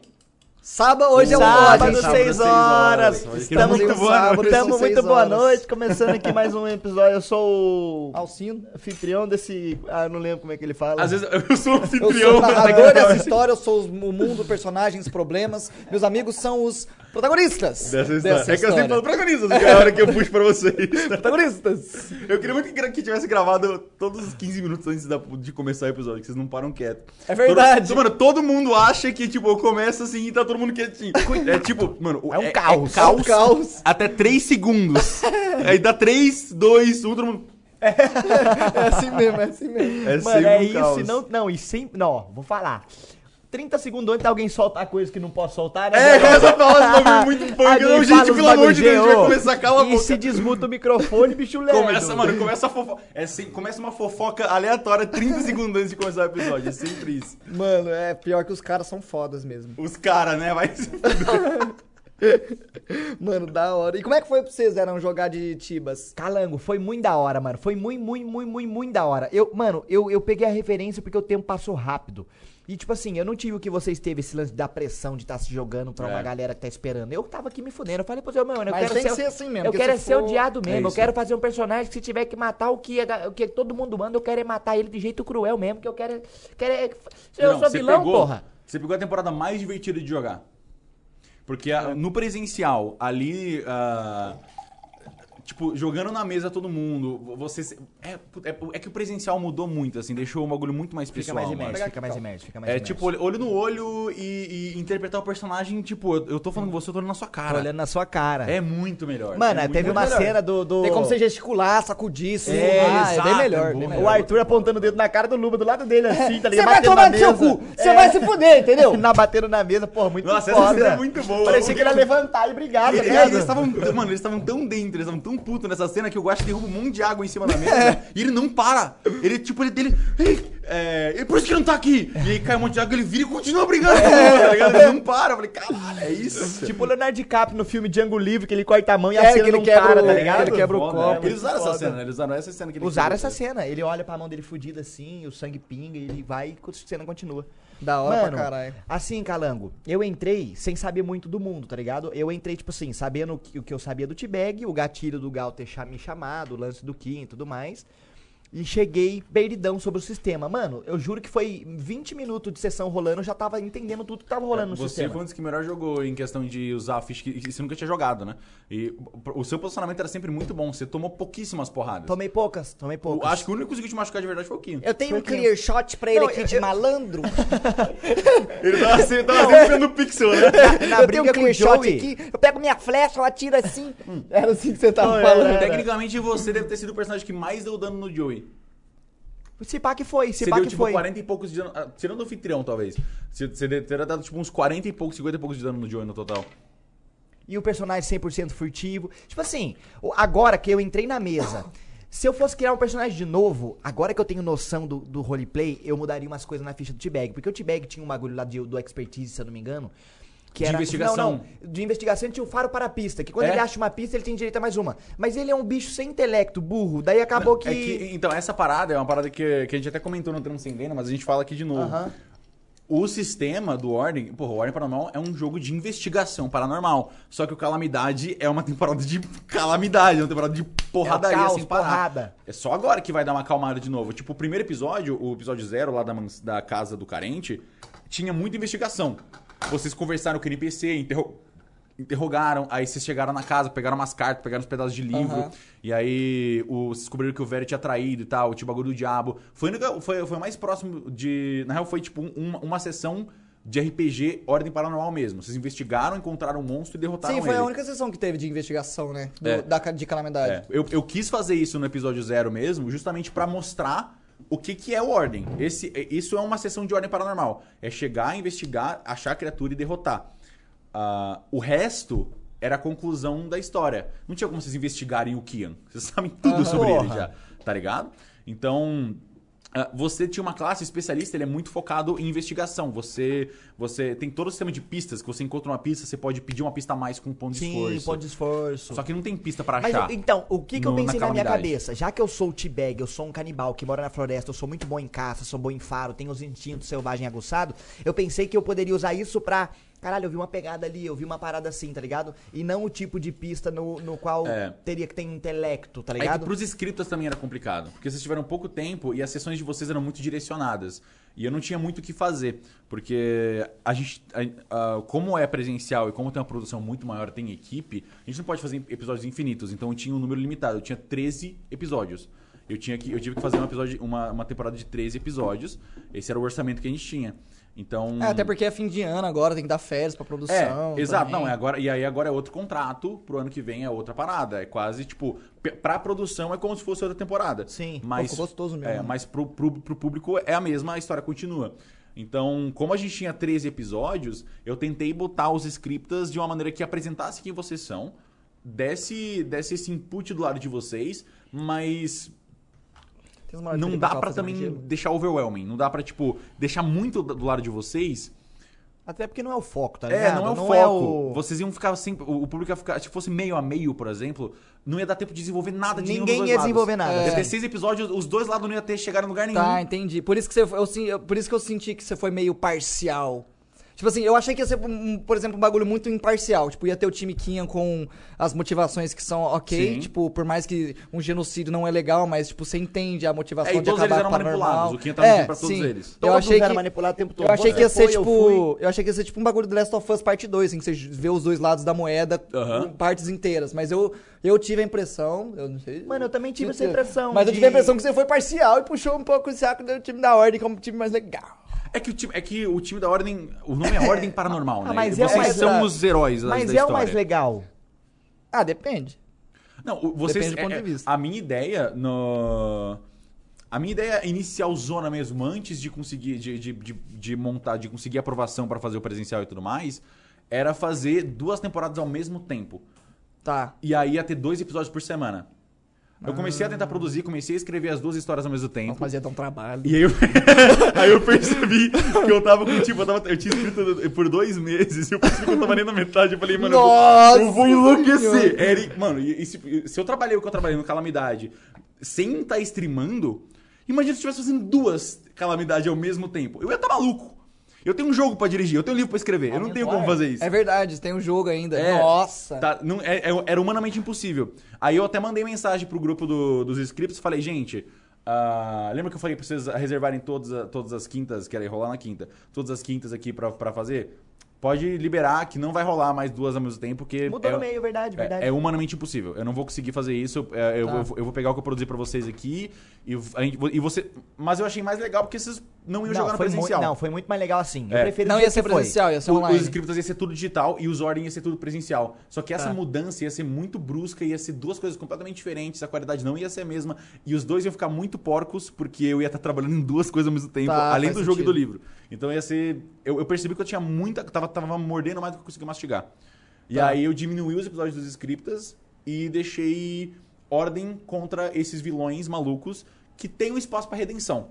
Speaker 1: Sábado, hoje é um
Speaker 2: Sábado,
Speaker 1: ótimo.
Speaker 3: sábado, seis
Speaker 2: seis horas.
Speaker 3: horas.
Speaker 2: Estamos
Speaker 1: Hoje é
Speaker 2: muito
Speaker 1: um sábado,
Speaker 2: boa, estamos
Speaker 1: seis
Speaker 2: muito boa
Speaker 1: horas.
Speaker 2: noite. Começando aqui mais um episódio. Eu sou o
Speaker 3: [LAUGHS]
Speaker 1: Alcino.
Speaker 2: anfitrião desse. Ah, eu não lembro como é que ele fala.
Speaker 3: Às vezes [LAUGHS] eu sou
Speaker 1: Eu
Speaker 3: anfitrião. né? Então,
Speaker 1: sou o
Speaker 3: mas-
Speaker 1: narrador dessa história, eu sou os- o mundo, personagens, problemas. Meus amigos são os protagonistas
Speaker 3: Dessa história.
Speaker 1: dessa
Speaker 3: é que eu sempre
Speaker 1: história.
Speaker 3: falo protagonista, que é a hora que eu puxo pra vocês.
Speaker 1: [LAUGHS] Protagonistas.
Speaker 3: Eu queria muito que gra- que tivesse gravado todos os 15 minutos antes da- de começar o episódio, que vocês não param quieto.
Speaker 1: É verdade.
Speaker 3: Todo, mano, todo mundo acha que, tipo, eu começo assim e tá todo mundo quietinho. É tipo, mano,
Speaker 2: É um caos.
Speaker 3: É caos,
Speaker 1: É um caos.
Speaker 3: até
Speaker 1: [LAUGHS]
Speaker 3: 3 segundos. Aí dá 3, 2, 1, todo mundo.
Speaker 1: É assim mesmo, é assim mesmo.
Speaker 3: É
Speaker 2: Mano,
Speaker 3: sempre
Speaker 2: é
Speaker 3: um
Speaker 2: isso.
Speaker 3: caos.
Speaker 2: e Não, não, e sempre. Não, ó, vou falar. 30 segundos antes alguém soltar coisa que não posso soltar, né?
Speaker 3: É,
Speaker 2: [LAUGHS]
Speaker 3: começa a falar uns bagulho muito punk.
Speaker 2: Alguém
Speaker 3: Não,
Speaker 2: fala
Speaker 3: gente,
Speaker 2: uns
Speaker 3: pelo amor
Speaker 2: bagulho,
Speaker 3: de Deus, a gente vai
Speaker 2: ô,
Speaker 3: começar, cala a
Speaker 2: E se
Speaker 3: boca.
Speaker 2: desmuta o microfone, bicho leve.
Speaker 3: Começa, mano, começa a fofoca. É assim, começa uma fofoca aleatória 30 segundos antes de começar o episódio. É sempre isso.
Speaker 1: Mano, é pior que os caras são fodas mesmo.
Speaker 3: Os caras, né? Vai se
Speaker 1: Mano, da hora. E como é que foi pra vocês, eram jogar de Tibas?
Speaker 2: Calango, foi muito da hora, mano. Foi muito, muito, muito, muito, muito da hora. Eu, mano, eu, eu peguei a referência porque o tempo passou rápido. E, tipo assim, eu não tive o que vocês teve esse lance da pressão de estar se jogando pra uma
Speaker 3: É.
Speaker 2: galera que tá esperando. Eu tava aqui me fudendo. Eu falei pro Zé, mano, eu
Speaker 1: Mas
Speaker 2: quero
Speaker 1: tem
Speaker 2: ser.
Speaker 1: que ser assim mesmo,
Speaker 2: eu
Speaker 1: porque
Speaker 2: quero é
Speaker 1: se
Speaker 2: ser
Speaker 1: for-
Speaker 2: odiado mesmo.
Speaker 3: É
Speaker 2: eu
Speaker 3: isso.
Speaker 2: quero fazer um personagem que se tiver que matar o que, a- o que todo mundo manda, eu quero é matar ele de jeito cruel mesmo. Que eu quero. é- quero é- eu
Speaker 3: Não,
Speaker 2: sou
Speaker 3: você
Speaker 2: vilão,
Speaker 3: pegou-
Speaker 2: porra.
Speaker 3: Você pegou a temporada mais divertida de jogar. Porque a- no presencial, ali. ah, tipo, jogando na mesa todo mundo, vo- você. se- É, é- é que o presencial mudou muito, assim, deixou o bagulho muito mais
Speaker 2: Fica
Speaker 3: pessoal.
Speaker 2: mais
Speaker 3: mano.
Speaker 2: imerso, fica mais imerso, fica mais
Speaker 3: É
Speaker 2: imerso.
Speaker 3: tipo, olho olho no olho e, e interpretar o personagem, tipo, eu, eu tô falando com você, eu tô olhando na sua
Speaker 2: Tô
Speaker 1: Tá
Speaker 3: cara.
Speaker 2: olhando na sua cara.
Speaker 3: É muito melhor.
Speaker 2: Mano,
Speaker 3: é muito
Speaker 2: teve uma
Speaker 3: melhor.
Speaker 2: cena do. do...
Speaker 1: Tem como você gesticular, sacudir, suar, é,
Speaker 3: exato,
Speaker 1: bem
Speaker 3: é
Speaker 1: melhor.
Speaker 3: bom,
Speaker 1: bem melhor. É.
Speaker 2: O Arthur apontando o dedo na cara do Luba, do lado dele, assim, tá
Speaker 1: Você
Speaker 2: ligado?
Speaker 1: vai
Speaker 2: Batendo
Speaker 1: tomar
Speaker 2: na
Speaker 1: no seu
Speaker 2: mesa. É.
Speaker 1: cu, você vai se fuder, entendeu?
Speaker 2: [LAUGHS] Na batendo na mesa, porra, muito
Speaker 3: Nossa, essa
Speaker 2: foda.
Speaker 3: cena é muito boa.
Speaker 2: Parecia que ele ia levantar e brigar, tá
Speaker 1: É,
Speaker 3: Ele-
Speaker 2: ligado?
Speaker 3: É, eles estavam, mano, eles estavam tão dentro, eles estavam tão putos nessa cena que o Guache derruba um monte de água em
Speaker 2: [LAUGHS]
Speaker 3: cima
Speaker 2: É.
Speaker 3: da mesa e ele não para. Ele, tipo, ele dele. "Ei, É, é por isso que ele não tá aqui. E aí cai um monte de água, ele vira e continua brigando.
Speaker 2: É.
Speaker 3: tá ligado? Ele não para. Eu falei, caralho, é isso.
Speaker 2: Tipo o Leonardo DiCaprio no filme Django Livre, que ele corta a mão e
Speaker 1: É,
Speaker 2: a cena
Speaker 1: que ele
Speaker 2: não
Speaker 1: quebra
Speaker 2: para,
Speaker 1: o-
Speaker 2: tá ligado?
Speaker 1: que ele quebra o
Speaker 3: Foda,
Speaker 1: copo.
Speaker 3: né? Eles usaram essa
Speaker 2: Foda.
Speaker 3: cena, né? eles usaram essa cena que ele
Speaker 2: Usaram
Speaker 3: queria.
Speaker 2: essa cena. Ele olha pra mão dele fudida assim, o sangue pinga, ele vai e a cena continua.
Speaker 1: Da hora pra caralho.
Speaker 2: Assim, Calango, eu entrei sem saber muito do mundo, tá ligado? Eu entrei, tipo assim, sabendo o que- o que eu sabia do T-Bag, o gatilho do Gal ter cha- me chamado, o lance do Kim e tudo mais. E cheguei perdidão sobre o sistema. Mano, eu juro que foi 20 minutos de sessão rolando, eu já tava entendendo tudo que tava rolando no
Speaker 3: Você
Speaker 2: sistema.
Speaker 3: foi um dos que melhor jogou em questão de usar a ficha que que você nunca tinha jogado, né? E o- o seu posicionamento era sempre muito bom, você tomou pouquíssimas porradas.
Speaker 2: Tomei poucas, tomei
Speaker 3: Eu
Speaker 2: poucas.
Speaker 3: Acho que o único que conseguiu te machucar de verdade foi o Kim.
Speaker 1: Eu tenho um clear shot pra ele
Speaker 2: Não,
Speaker 1: aqui
Speaker 2: eu-
Speaker 1: de
Speaker 2: eu-
Speaker 1: [LAUGHS] malandro.
Speaker 3: Ele tava sempre, tava sempre vendo o pixel,
Speaker 2: [LAUGHS]
Speaker 3: né?
Speaker 1: eu tenho um
Speaker 2: briga com o
Speaker 1: clear shot
Speaker 2: Joey.
Speaker 1: aqui, eu pego minha flecha, eu atiro assim. Era assim que você tava
Speaker 2: Não, era-
Speaker 3: né?
Speaker 1: falando.
Speaker 2: era-
Speaker 3: é, Tecnicamente você deve ter sido o personagem que mais deu dano no Joey.
Speaker 2: Se pá que foi, se
Speaker 3: Você
Speaker 2: pá
Speaker 3: deu
Speaker 2: que
Speaker 3: tipo
Speaker 2: foi.
Speaker 3: 40 e poucos de dano. ah, Tirando o anfitrião, talvez. Você você deve ter dado tipo uns 40 e poucos, 50 e poucos de dano no Joey no total.
Speaker 2: E o personagem 100% furtivo. Tipo assim, o- agora que eu entrei na
Speaker 3: [COUGHS]
Speaker 2: mesa, se eu fosse criar um personagem de novo, agora que eu tenho noção do, do roleplay, eu mudaria umas coisas na ficha do T-Bag. Porque o T-Bag tinha um bagulho lá de- do expertise, se eu não me engano. Que
Speaker 3: De
Speaker 2: era,
Speaker 3: investigação.
Speaker 2: Não, não. De investigação ele tinha o faro para a pista. Que quando
Speaker 3: É?
Speaker 2: ele acha uma pista, ele tem direito a mais uma. Mas ele é um bicho sem intelecto, burro. Daí acabou que.
Speaker 3: É que, então, essa parada é uma parada que, que a gente até comentou no Transcendendo, mas a gente fala aqui de novo.
Speaker 2: Aham.
Speaker 3: O sistema do Ordem, porra, o Ordem Paranormal é um jogo de investigação paranormal. Só que o Calamidade é uma [LAUGHS] temporada de calamidade, é uma temporada de porradaria assim,
Speaker 2: É o caos,
Speaker 3: sem parar.
Speaker 2: porrada.
Speaker 3: É só agora que vai dar uma acalmada de novo. Tipo, o primeiro episódio, o episódio zero lá da, mans- da casa do carente, tinha muita investigação. Vocês conversaram com o NPC, interro- interrogaram, aí vocês chegaram na casa, pegaram umas cartas, pegaram uns pedaços de livro,
Speaker 1: Aham.
Speaker 3: e aí o, vocês descobriram que o velho tinha traído e tal, tinha o bagulho do diabo. Foi, o único- foi, foi o mais próximo de. Na real, foi tipo um- uma, uma sessão de RPG Ordem Paranormal mesmo. Vocês investigaram, encontraram um monstro e derrotaram
Speaker 1: Sim, foi
Speaker 3: ele.
Speaker 1: a única sessão que teve de investigação, né? Do-
Speaker 3: É.
Speaker 1: da, ca- de calamidade.
Speaker 3: É, eu, eu quis fazer isso no episódio zero mesmo, justamente pra mostrar o que, que é o Ordem. Esse, é- isso é uma sessão de Ordem Paranormal. É chegar, investigar, achar a criatura e derrotar. Ah, o resto era a conclusão da história. Não tinha como vocês investigarem o Kian. Vocês sabem tudo sobre ele já, tá ligado? Então... ah, Você tinha uma classe especialista, ele é muito focado em investigação. Você você tem todo o sistema de pistas, que você encontra uma pista, você pode pedir uma pista a mais com um ponto de
Speaker 2: Sim,
Speaker 3: esforço.
Speaker 2: pode de esforço.
Speaker 3: Só que não tem pista pra
Speaker 2: Mas
Speaker 3: achar.
Speaker 2: então, o que, que eu
Speaker 3: no-
Speaker 2: pensei na, minha
Speaker 3: calamidade.
Speaker 2: cabeça? Já que eu sou o T-Bag, eu sou um canibal que mora na floresta, eu sou muito bom em caça, sou bom em faro, tenho os instintos selvagem aguçado, eu pensei que eu poderia usar isso pra caralho, eu vi uma pegada ali, eu vi uma parada assim, tá ligado? E não o tipo de pista no, no qual
Speaker 3: É.
Speaker 2: teria que ter intelecto, tá
Speaker 3: É que
Speaker 2: ligado?
Speaker 3: pros escritas também era complicado, porque vocês tiveram pouco tempo e as sessões de vocês eram muito direcionadas. E eu não tinha muito o que fazer, porque a gente, a- a- como é presencial e como tem uma produção muito maior, tem equipe, a gente não pode fazer episódios infinitos, então eu tinha um número limitado, eu tinha 13 episódios. Eu, tinha que, eu tive que fazer um episódio, uma, uma temporada de 13 episódios, esse era o orçamento que a gente tinha. Então...
Speaker 1: É, até porque é fim de ano agora, tem que dar férias pra produção.
Speaker 3: É, exato.
Speaker 1: também.
Speaker 3: Não, é agora, e aí agora é outro contrato, pro ano que vem é outra parada. É quase, tipo, pe- pra produção é como se fosse outra temporada.
Speaker 2: Sim.
Speaker 3: mas,
Speaker 1: Pô, ficou gostoso mesmo,
Speaker 3: É,
Speaker 1: né?
Speaker 3: mas pro, pro, pro público é a mesma, a história continua. Então, como a gente tinha 13 episódios, eu tentei botar os scriptas de uma maneira que apresentasse quem vocês são, desse, desse esse input do lado de vocês, mas
Speaker 1: Tem umas maiores
Speaker 3: não
Speaker 1: que
Speaker 3: dá
Speaker 1: colocar
Speaker 3: pra
Speaker 1: fazer
Speaker 3: também
Speaker 1: gelo.
Speaker 3: deixar overwhelming, não dá pra, tipo, deixar muito do lado de vocês,
Speaker 2: Até porque não é o foco, tá ligado?
Speaker 3: é, não é o foco.
Speaker 2: o-
Speaker 3: Vocês iam ficar sempre. O o público ia ficar. Se fosse meio a meio, por exemplo, não ia dar tempo de desenvolver nada de nenhum dos
Speaker 2: Ninguém
Speaker 3: dois
Speaker 2: ia
Speaker 3: lados.
Speaker 2: desenvolver nada.
Speaker 3: Ia ter
Speaker 2: É.
Speaker 3: seis episódios, os dois lados não ia ter chegado em lugar nenhum. É
Speaker 1: Tá, entendi. Por isso, que você, eu, sen- eu- por isso que eu senti que você foi meio parcial. Tipo assim, eu achei que ia ser, um- por exemplo, um bagulho muito imparcial. Tipo, ia ter o time Kinha com as motivações que são ok.
Speaker 3: Sim.
Speaker 1: Tipo, por mais que um genocídio não é legal, mas, tipo, você entende a motivação
Speaker 3: É, e
Speaker 1: de
Speaker 3: todos
Speaker 1: acabar
Speaker 3: eles
Speaker 1: com a
Speaker 3: eram
Speaker 1: normal. É,
Speaker 3: manipulados, o Kinha tava mentindo pra todos
Speaker 1: sim.
Speaker 3: eles.
Speaker 1: Eu achei que...
Speaker 2: manipulado o tempo todo.
Speaker 1: Eu achei
Speaker 2: Você
Speaker 1: que ia ser
Speaker 2: foi, eu
Speaker 1: tipo. Eu, achei que ia ser tipo um bagulho do Last of Us parte 2, assim, que você vê os dois lados da moeda,
Speaker 3: Aham.
Speaker 1: com partes inteiras. Mas eu, eu tive a impressão. Eu não sei.
Speaker 2: Mano, eu também tive
Speaker 1: Tinha
Speaker 2: essa
Speaker 1: que-
Speaker 2: impressão
Speaker 1: Mas eu
Speaker 2: de-
Speaker 1: tive a impressão que você foi parcial e puxou um pouco o saco do time da ordem como time mais legal.
Speaker 2: então.
Speaker 3: É, que o time, é que o time da Ordem. O nome é Ordem
Speaker 2: [LAUGHS]
Speaker 3: Paranormal, né?
Speaker 2: Ah, mas é o
Speaker 3: vocês
Speaker 2: mais-
Speaker 3: são os heróis da-
Speaker 2: Mas
Speaker 3: da
Speaker 2: é
Speaker 3: história.
Speaker 2: o mais legal.
Speaker 1: Ah, depende.
Speaker 3: Não, o- vocês.
Speaker 1: Depende do ponto de
Speaker 3: é- é-
Speaker 1: vista.
Speaker 3: A minha ideia no. A minha ideia inicial zona mesmo, antes de conseguir, de, de, de, de montar, de conseguir aprovação pra fazer o presencial e tudo mais, era fazer duas temporadas ao mesmo tempo.
Speaker 1: Tá.
Speaker 3: E aí ia ter dois episódios por semana. Eu comecei a
Speaker 1: Ah.
Speaker 3: tentar produzir, comecei a escrever as duas histórias ao mesmo tempo.
Speaker 1: [LAUGHS] Nossa, mas ia dar um trabalho.
Speaker 3: E aí eu, [LAUGHS] aí eu percebi que eu tava com, tipo, eu, tava, eu tinha escrito por dois meses e eu percebi que eu tava nem na metade. Eu falei, mano, eu vou-
Speaker 1: Nossa
Speaker 3: eu vou enlouquecer. Era in- mano, e, e se, se eu trabalhei o que eu trabalhei no Calamidade sem estar tá streamando, imagina se eu estivesse fazendo duas Calamidades ao mesmo tempo. Eu ia estar tá maluco. Eu tenho um jogo pra dirigir, eu tenho um livro pra escrever, eu não tenho como fazer isso.
Speaker 1: É verdade, tem um jogo ainda.
Speaker 3: É,
Speaker 1: Nossa.
Speaker 3: tá, não- é- é- era humanamente impossível. Aí eu até mandei mensagem pro grupo do- dos scripts e falei, gente. ah, lembra que eu falei pra vocês reservarem todas, a- todas as quintas, que era rolar na quinta, todas as quintas aqui pra, pra fazer? Pode liberar, que não vai rolar mais duas ao mesmo tempo, porque.
Speaker 2: Mudou
Speaker 3: é-
Speaker 2: no meio, verdade, verdade.
Speaker 3: é, é humanamente impossível. Eu não vou conseguir fazer isso. Eu, é, eu
Speaker 1: Tá.
Speaker 3: vou- eu vou pegar o que eu produzi pra vocês aqui. E, v- a gente- e você. Mas eu achei mais legal porque vocês não iam jogar no
Speaker 2: foi muito,
Speaker 3: presencial.
Speaker 2: não, foi muito mais legal assim.
Speaker 3: É.
Speaker 2: Eu prefiro
Speaker 1: Não
Speaker 2: do
Speaker 1: ia
Speaker 2: que
Speaker 1: ser
Speaker 2: foi.
Speaker 1: presencial, ia ser
Speaker 3: O-
Speaker 1: online.
Speaker 3: Os scripts ia ser tudo digital e os ordem ia ser tudo presencial. Só que essa
Speaker 1: Tá.
Speaker 3: mudança ia ser muito brusca, ia ser duas coisas completamente diferentes, a qualidade não ia ser a mesma, e os dois iam ficar muito porcos, porque eu ia estar trabalhando em duas coisas ao mesmo tempo,
Speaker 1: Tá,
Speaker 3: além do
Speaker 1: faz
Speaker 3: jogo e
Speaker 1: sentido.
Speaker 3: do livro. Então ia ser. Eu, eu percebi que eu tinha muita. Tava, tava mordendo mais do que eu conseguia mastigar. E
Speaker 1: Tá.
Speaker 3: aí eu diminuí os episódios dos scriptas e deixei ordem contra esses vilões malucos que tem um espaço pra redenção.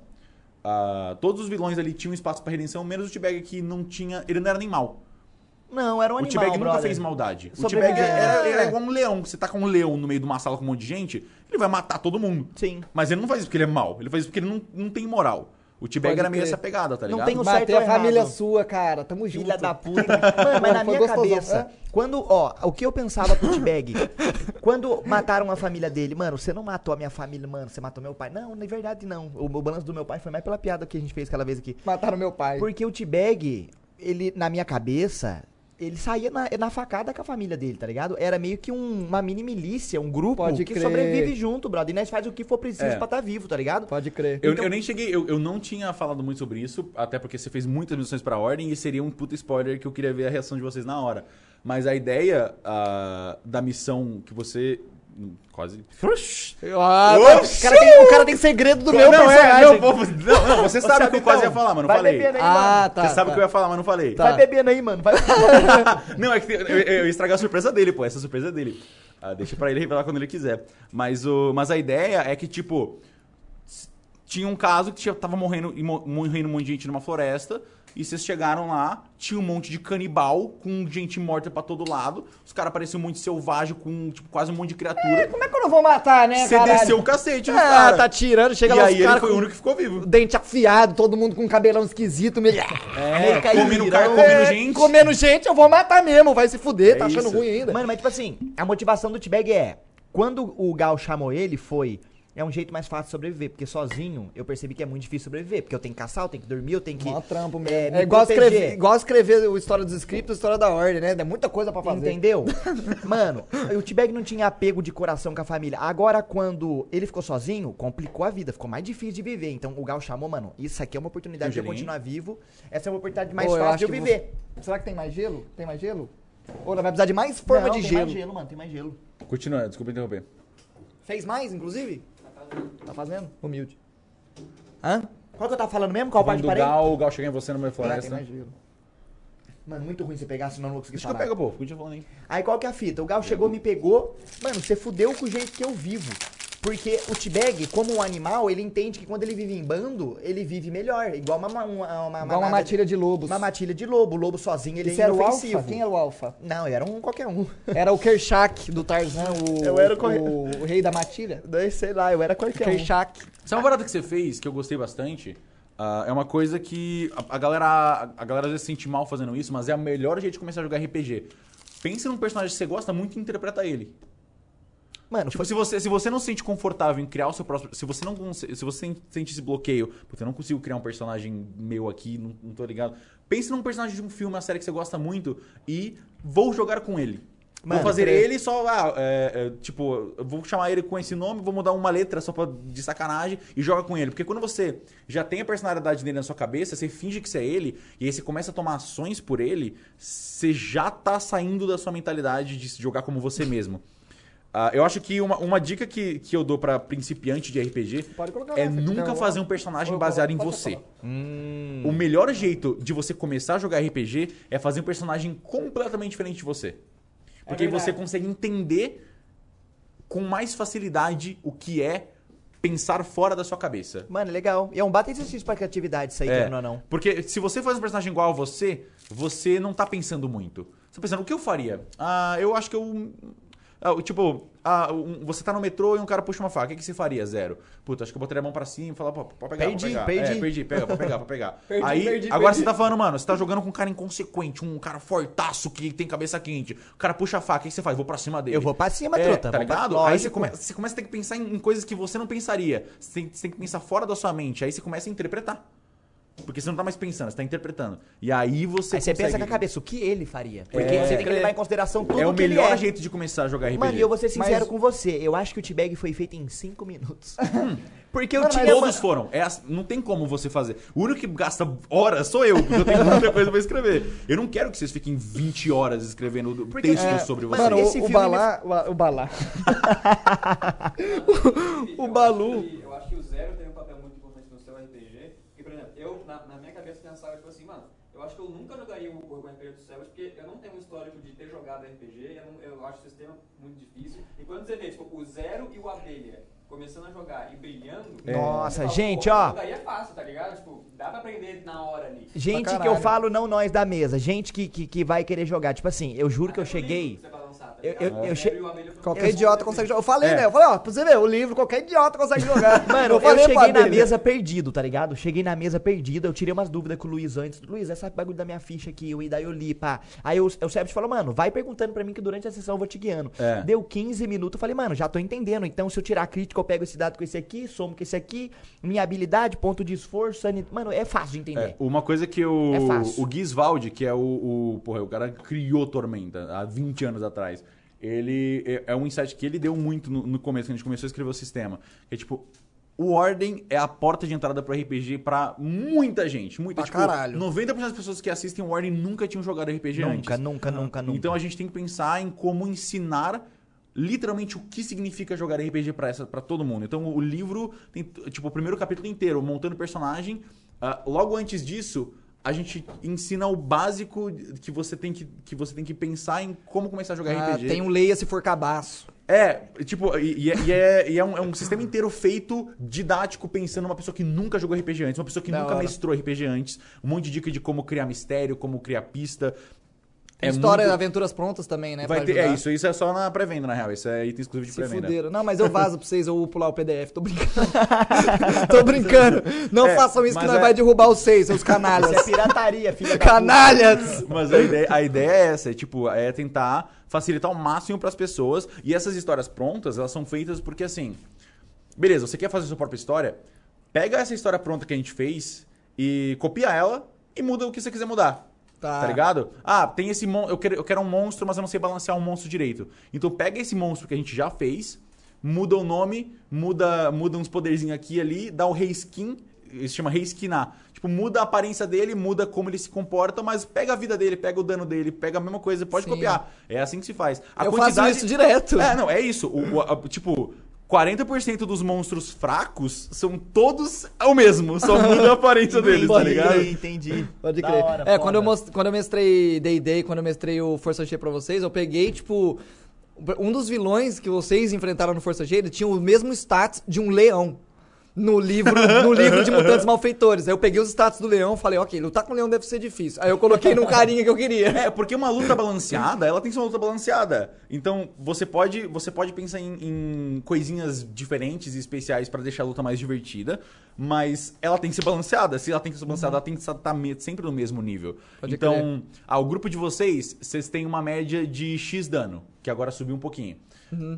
Speaker 3: Ah, todos os vilões ali tinham espaço pra redenção, menos o T-Bag que não tinha. Ele não era nem mal.
Speaker 2: Não, era um
Speaker 3: O
Speaker 2: animal,
Speaker 3: T-Bag nunca
Speaker 2: brother.
Speaker 3: fez maldade. O
Speaker 2: Sobrevivente.
Speaker 3: T-Bag era,
Speaker 1: é-
Speaker 3: era igual um leão. Você tá com um leão no meio de uma sala com um monte de gente, ele vai matar todo mundo.
Speaker 2: Sim.
Speaker 3: Mas ele não faz isso porque ele é mau. Ele faz isso porque ele não, não tem moral. O T-Bag
Speaker 1: Pode
Speaker 3: era meio
Speaker 1: crer.
Speaker 3: essa pegada, tá
Speaker 2: Não
Speaker 3: ligado?
Speaker 2: tem o certo
Speaker 1: Matei
Speaker 2: ou
Speaker 1: a
Speaker 2: errado.
Speaker 1: família sua, cara. Tamo junto.
Speaker 2: Filha da
Speaker 1: [LAUGHS]
Speaker 2: puta. Mano, mas na
Speaker 1: Foi
Speaker 2: minha
Speaker 1: gostosão,
Speaker 2: cabeça, quando, ó, o que eu pensava pro T-Bag, quando mataram a família dele, mano, você não matou a minha família, mano, você matou meu pai. Não, na verdade não. O, o balanço do meu pai foi mais pela piada que a gente fez aquela vez aqui.
Speaker 1: É. Mataram meu pai.
Speaker 2: Porque o T-Bag, ele, na minha cabeça, ele saía na, na facada com a família dele, tá ligado? Era meio que um- uma mini milícia, um grupo
Speaker 1: Pode
Speaker 2: que
Speaker 1: crer.
Speaker 2: sobrevive junto, brother. E nós faz o que for preciso
Speaker 3: É.
Speaker 2: pra estar tá vivo, tá ligado?
Speaker 1: Pode crer. Então,
Speaker 3: Eu, eu nem cheguei, eu, eu não tinha falado muito sobre isso, até porque você fez muitas missões pra ordem e seria um puta spoiler que eu queria ver a reação de vocês na hora. Mas a ideia ah, da missão que você. hum, Quase.
Speaker 1: Ah,
Speaker 3: Oxi!
Speaker 1: o, cara tem, o cara tem segredo do meu
Speaker 3: não, é,
Speaker 1: personagem.
Speaker 3: não, vou- não, não, você sabe o que eu quase ia falar, mas não
Speaker 2: Vai
Speaker 3: falei.
Speaker 2: bebendo aí,
Speaker 1: Ah,
Speaker 2: mano.
Speaker 1: tá.
Speaker 3: você sabe o que eu ia falar, mas não falei.
Speaker 1: Tá.
Speaker 2: Vai bebendo aí, mano. Vai
Speaker 3: [LAUGHS] Não, é que tem- eu, eu- eu ia estragar a surpresa dele, pô. Essa é a surpresa dele. Ah, deixa pra ele revelar quando ele quiser. Mas, o, mas a ideia é que, tipo. Tinha um caso que tinha- tava morrendo, e mo- morrendo um monte de gente numa floresta. E vocês chegaram lá, tinha um monte de canibal com gente morta pra todo lado. Os caras pareciam muito selvagem, com tipo, quase um monte de criatura.
Speaker 1: Como é que eu não vou matar, né,
Speaker 3: Você
Speaker 1: caralho?
Speaker 3: desceu o cacete
Speaker 1: Ah,
Speaker 3: no cara.
Speaker 1: tá tirando, chega
Speaker 3: e
Speaker 1: lá
Speaker 3: aí
Speaker 1: os
Speaker 3: ele
Speaker 1: caras
Speaker 3: foi o
Speaker 1: com
Speaker 3: único que ficou vivo.
Speaker 1: o dente afiado, todo mundo com um cabelão esquisito, meio...
Speaker 2: É,
Speaker 3: comendo
Speaker 2: caipira,
Speaker 3: carne,
Speaker 2: ô.
Speaker 3: Tá comendo
Speaker 1: É,
Speaker 3: gente.
Speaker 1: Comendo gente, eu vou matar mesmo, vai se fuder,
Speaker 3: É
Speaker 1: tá achando
Speaker 3: isso.
Speaker 1: ruim ainda.
Speaker 2: Mano, mas tipo assim, a motivação do T-Bag é. Quando o Gal chamou ele, foi. É um jeito mais fácil de sobreviver, porque sozinho eu percebi que é muito difícil sobreviver, porque eu tenho que caçar, eu tenho que dormir, eu tenho que.
Speaker 1: Mó trampo mesmo.
Speaker 2: É,
Speaker 1: É,
Speaker 2: me
Speaker 1: igual,
Speaker 2: proteger.
Speaker 1: escrever, igual escrever o História dos Scriptos, História da Ordem, né? Tem muita coisa pra fazer. [LAUGHS]
Speaker 2: Entendeu? Mano, o T-Bag não tinha apego de coração com a família. Agora, quando ele ficou sozinho, complicou a vida, ficou mais difícil de viver. Então o Gal chamou, mano, isso aqui é uma oportunidade de eu
Speaker 3: Angelim?
Speaker 2: continuar vivo. Essa é uma oportunidade mais
Speaker 1: Pô, eu
Speaker 2: fácil de
Speaker 1: acho
Speaker 2: eu
Speaker 1: que
Speaker 2: viver.
Speaker 1: Será que tem mais gelo? Tem mais gelo? Ou ela vai precisar de mais forma
Speaker 2: Não,
Speaker 1: de
Speaker 2: tem
Speaker 1: gelo.
Speaker 2: mais gelo, mano, tem mais gelo.
Speaker 3: Continua, desculpa interromper.
Speaker 1: Fez mais, inclusive? Tá fazendo? Humilde.
Speaker 2: Hã? Qual que eu tava falando mesmo? Qual parte
Speaker 3: Falando
Speaker 2: parei?
Speaker 3: o Gal chega em você numa
Speaker 1: Ah, tem mais gelo.
Speaker 2: Mano, muito ruim você pegar, senão eu não vou conseguir
Speaker 3: Deixa que eu
Speaker 2: falar.
Speaker 3: pego, pô. Continua falando aí.
Speaker 2: Aí qual que é a fita? O Gal chegou, me pegou. Mano, você fudeu com o jeito que eu vivo. Porque o T-Bag, como um animal, ele entende que quando ele vive em bando, ele vive melhor. Igual uma, ma- uma, uma,
Speaker 1: Igual uma
Speaker 2: manada-
Speaker 1: matilha de lobos.
Speaker 2: uma matilha de lobo. O lobo sozinho, ele
Speaker 1: Esse
Speaker 2: é
Speaker 1: era o Alfa?
Speaker 2: inofensivo.
Speaker 1: Quem era o Alfa?
Speaker 2: Não, eu era um qualquer um. [LAUGHS]
Speaker 1: Era o Kershak do Tarzan, o, Então,
Speaker 2: Eu era o corre-
Speaker 1: o, o rei da matilha.
Speaker 2: Daí, Sei lá, eu era qualquer um.
Speaker 1: Kershak.
Speaker 3: Sabe uma parada que você fez que eu gostei bastante? Ah, é uma coisa que a, a galera a, a galera às vezes se sente mal fazendo isso, mas é a melhor jeito de começar a jogar RPG. Pensa num personagem que você gosta muito e interpreta ele.
Speaker 2: Mano,
Speaker 3: Tipo, se você, se você não se sente confortável em criar o seu próximo. Se você não conse- se você sen- sente esse bloqueio, porque eu não consigo criar um personagem meu aqui, não, não tô ligado. Pense num personagem de um filme, uma série que você gosta muito e vou jogar com ele.
Speaker 2: Mano,
Speaker 3: vou fazer
Speaker 2: peraí.
Speaker 3: ele só. Ah, é, é, tipo, eu vou chamar ele com esse nome, vou mudar uma letra só pra, de sacanagem e joga com ele. Porque quando você já tem a personalidade dele na sua cabeça, você finge que você é ele e aí você começa a tomar ações por ele, você já tá saindo da sua mentalidade de se jogar como você mesmo. Ah, eu acho que uma, uma dica que, que eu dou pra principiante de RPG
Speaker 1: Pode colocar
Speaker 3: é
Speaker 1: lá, se quiser,
Speaker 3: nunca
Speaker 1: eu-
Speaker 3: fazer um personagem
Speaker 1: eu
Speaker 3: baseado em
Speaker 1: coloco, pode
Speaker 3: você.
Speaker 1: colocar.
Speaker 3: O melhor jeito de você começar a jogar RPG é fazer um personagem completamente diferente de você. Porque aí
Speaker 1: verdade.
Speaker 3: você consegue entender com mais facilidade o que é pensar fora da sua cabeça.
Speaker 2: mano, legal. E é um baita exercício pra criatividade isso aí,
Speaker 3: É,
Speaker 2: querendo ou não.
Speaker 3: Porque se você faz um personagem igual a você, você não tá pensando muito. Você tá pensando, o que eu faria? Ah, eu acho que eu. ah, tipo, ah, um- você tá no metrô e um cara puxa uma faca. O que, que você faria, Zero? Puta, acho que eu botaria a mão pra cima e falar, pô, pode pegar,
Speaker 2: Perdi,
Speaker 3: pode pegar.
Speaker 2: perdi.
Speaker 3: É, perdi, pega, pode pegar, pode pegar.
Speaker 1: [LAUGHS] Perdi,
Speaker 3: Aí,
Speaker 1: perdi,
Speaker 3: agora
Speaker 1: perdi.
Speaker 3: você tá falando, mano, você tá jogando com um cara inconsequente, um cara fortaço que tem cabeça quente. O cara puxa a faca, o que você faz? Vou pra cima dele.
Speaker 2: Eu vou pra cima,
Speaker 3: É,
Speaker 2: truta.
Speaker 3: Tá
Speaker 2: vou pra-
Speaker 3: ligado? Aí
Speaker 2: Lógico.
Speaker 3: você, come- você começa a ter que pensar em, em coisas que você não pensaria. Você tem, você tem que pensar fora da sua mente. Aí você começa a interpretar. Porque você não tá mais pensando, você tá interpretando. E aí você.
Speaker 2: Aí você pensa com
Speaker 3: consegue-
Speaker 2: a cabeça, o que ele faria? Porque
Speaker 3: É.
Speaker 2: você tem que levar em consideração tudo
Speaker 3: É o
Speaker 2: que ele
Speaker 3: melhor
Speaker 2: é.
Speaker 3: jeito de começar a jogar RPG.
Speaker 2: Mano, e eu vou ser sincero
Speaker 1: Mas-
Speaker 2: com você. Eu acho que o T-Bag foi feito em 5
Speaker 1: [LAUGHS]
Speaker 2: minutos. Porque eu
Speaker 1: Mano,
Speaker 2: tinha.
Speaker 3: Todos foram. É as- Não tem como você fazer. O único que gasta horas sou eu, porque eu tenho [LAUGHS] muita coisa pra escrever. Eu não quero que vocês fiquem 20 horas escrevendo do-
Speaker 2: Porque-
Speaker 3: textos
Speaker 2: é,
Speaker 3: sobre
Speaker 2: mas
Speaker 3: vocês.
Speaker 1: Mano,
Speaker 2: esse
Speaker 1: o, o
Speaker 2: filme
Speaker 1: Balá... O, Ba- o Balá. [GASPS] o Balu.
Speaker 5: Eu acho, que, eu acho que o Zero tem um papel muito importante no seu RPG. Porque, por exemplo, eu, na, na minha cabeça, pensava, tipo assim, mano, eu acho que eu nunca jogaria o, o RPG do Selvas, porque eu não tenho um histórico de ter jogado RPG, eu, não- eu acho o sistema muito difícil. E quando você vê, tipo, o Zero e o Abelha começando a jogar e brilhando... você
Speaker 2: Nossa,
Speaker 5: fala,
Speaker 2: gente,
Speaker 5: pô,
Speaker 2: ó.
Speaker 5: Jogaria fácil, tá ligado? Tipo, dá pra aprender na hora ali.
Speaker 2: Gente
Speaker 1: Pra
Speaker 2: que eu
Speaker 1: caralho.
Speaker 2: falo, não nós da mesa. Gente que, que, que vai querer jogar. Tipo assim, eu juro que eu
Speaker 5: Até no
Speaker 2: cheguei.
Speaker 5: livro pra você balançar, tá
Speaker 2: Eu-
Speaker 5: ligado?
Speaker 2: eu-
Speaker 5: O
Speaker 2: eu
Speaker 5: Zero
Speaker 2: che-
Speaker 5: e o assim, Abelha foram-
Speaker 1: Qualquer idiota consegue jogar. Eu falei,
Speaker 3: É.
Speaker 1: né? Eu falei, ó, pra você ver, o livro, qualquer idiota consegue jogar.
Speaker 2: [LAUGHS] Mano, eu,
Speaker 1: falei é pra
Speaker 2: cheguei na
Speaker 1: dele.
Speaker 2: mesa perdido, tá ligado? Cheguei na mesa perdido, eu tirei umas dúvidas com o Luiz antes. Luiz, essa bagulho da minha ficha aqui, eu, e daí eu li, pá. Aí o, o Sebit falou, mano, vai perguntando pra mim que durante a sessão eu vou te guiando.
Speaker 3: É.
Speaker 2: Deu 15 minutos, eu falei, mano, já tô entendendo. Então se eu tirar a crítica, eu pego esse dado com esse aqui, somo com esse aqui, minha habilidade, ponto de esforço, sanit... Mano, é fácil de entender.
Speaker 3: É, uma coisa que o,
Speaker 2: É fácil.
Speaker 3: o Gisvaldi, que é o, o. Porra, o cara que criou Tormenta há 20 anos atrás. Ele. é- É um insight que ele deu muito no, no começo, quando a gente começou a escrever o sistema. Que é tipo. O Ordem é a porta de entrada pro RPG pra muita gente. Muita,
Speaker 1: Pra
Speaker 3: tipo,
Speaker 1: caralho.
Speaker 3: 90% das pessoas que assistem o Ordem nunca tinham jogado RPG antes.
Speaker 2: Nunca, nunca, nunca, nunca.
Speaker 3: Então a gente tem que pensar em como ensinar literalmente o que significa jogar RPG pra essa para todo mundo. Então o livro tem tipo o primeiro capítulo inteiro montando personagem. Ah, logo antes disso a gente ensina o básico que você tem que, que você tem que pensar em como começar a
Speaker 1: Ah,
Speaker 3: jogar
Speaker 2: um
Speaker 3: RPG.
Speaker 1: tem um leia se for cabaço.
Speaker 3: É, tipo, e, e é- e é, e é um, é um sistema inteiro feito didático, pensando numa pessoa que nunca jogou RPG antes, uma pessoa que
Speaker 2: Da
Speaker 3: nunca
Speaker 2: hora.
Speaker 3: mestrou RPG antes, um monte de dica de como criar mistério, como criar pista. É
Speaker 1: História,
Speaker 3: muito-
Speaker 1: aventuras prontas também, né?
Speaker 3: Vai
Speaker 1: pra
Speaker 3: ter, é
Speaker 1: ajudar.
Speaker 3: isso, isso é só na pré-venda, na real. Isso é item exclusivo de
Speaker 1: Se
Speaker 3: pré-venda.
Speaker 1: fuderam. Não, mas eu vazo pra vocês, eu vou pular o PDF. Tô brincando. [LAUGHS] Tô brincando. Não
Speaker 3: É,
Speaker 1: façam isso que
Speaker 3: mas
Speaker 1: nós
Speaker 3: é-
Speaker 1: vai derrubar vocês, seus
Speaker 3: [LAUGHS]
Speaker 2: Isso é
Speaker 1: canalhas.
Speaker 2: pirataria, filha da puta.
Speaker 1: canalhas!
Speaker 3: Mas a ideia, a ideia é essa, é tipo, é tentar facilitar o máximo pras pessoas. E essas histórias prontas, elas são feitas porque assim, beleza, você quer fazer sua própria história? Pega essa história pronta que a gente fez e copia ela e muda o que você quiser mudar.
Speaker 1: Tá.
Speaker 3: Tá ligado? Ah, tem esse mon... eu quero eu quero um monstro, mas eu não sei balancear um monstro direito. Então pega esse monstro que a gente já fez, muda o nome, muda muda uns poderzinhos aqui e ali, dá o reskin, isso chama reskinar. Tipo, muda a aparência dele, muda como ele se comporta, mas pega a vida dele, pega o dano dele, pega a mesma coisa, pode
Speaker 1: Sim.
Speaker 3: copiar. É assim que se faz. A
Speaker 1: eu faço isso direto.
Speaker 3: É, não, é isso. O- o- a- tipo, 40% dos monstros fracos são todos o mesmo, só muda a
Speaker 1: [LAUGHS]
Speaker 3: aparência deles, tá
Speaker 2: Pode crer,
Speaker 3: ligado?
Speaker 2: Entendi.
Speaker 1: Pode
Speaker 2: Da
Speaker 1: crer.
Speaker 2: hora,
Speaker 1: é, quando
Speaker 2: foda.
Speaker 1: eu, most- quando eu mestrei D&D, quando eu mestrei o Força G pra vocês, eu peguei, tipo... Um dos vilões que vocês enfrentaram no Força G, ele tinha o mesmo status de um leão. No livro, no livro de Mutantes Malfeitores. Aí eu peguei os status do leão falei, ok, lutar com o leão deve ser difícil. Aí eu coloquei num carinha que eu queria.
Speaker 3: É, porque uma luta balanceada, ela tem que ser uma luta balanceada. Então, você pode, você pode pensar em, em coisinhas diferentes e especiais pra deixar a luta mais divertida, mas ela tem que ser balanceada. Se ela tem que ser balanceada, ela tem que estar tá sempre no mesmo nível.
Speaker 1: Pode
Speaker 3: então, ao grupo de vocês, vocês têm uma média de X dano, que agora subiu um pouquinho.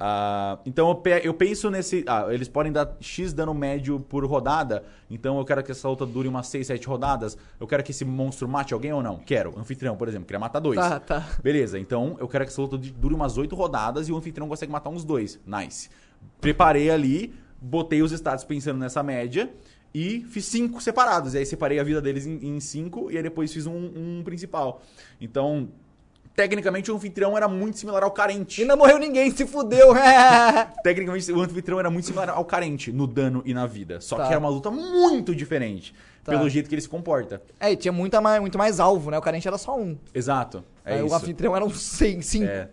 Speaker 3: Ah, então eu, pe- eu penso nesse. Ah, eles podem dar X dano médio por rodada. Então eu quero que essa luta dure umas 6, 7 rodadas. Eu quero que esse monstro mate alguém ou não? Quero. Anfitrião, por exemplo, queria matar dois.
Speaker 1: Tá, tá.
Speaker 3: Beleza, então eu quero que essa luta de- dure umas 8 rodadas e o anfitrião consegue matar uns dois. Nice. Preparei ali, botei os status pensando nessa média e fiz cinco separados. E aí separei a vida deles em 5 e aí depois fiz um, um principal. Então, tecnicamente o anfitrião era muito similar ao carente.
Speaker 1: E não morreu ninguém, se fudeu. [LAUGHS]
Speaker 3: Tecnicamente, o anfitrião era muito similar ao carente no dano e na vida. Só
Speaker 1: Tá.
Speaker 3: que era uma luta muito diferente
Speaker 1: Tá.
Speaker 3: pelo jeito que ele se comporta.
Speaker 1: é, e tinha muita mais, muito mais alvo, né? O carente era só um.
Speaker 3: Exato. É
Speaker 1: Aí o
Speaker 3: isso.
Speaker 1: anfitrião era um seis, cinco. É,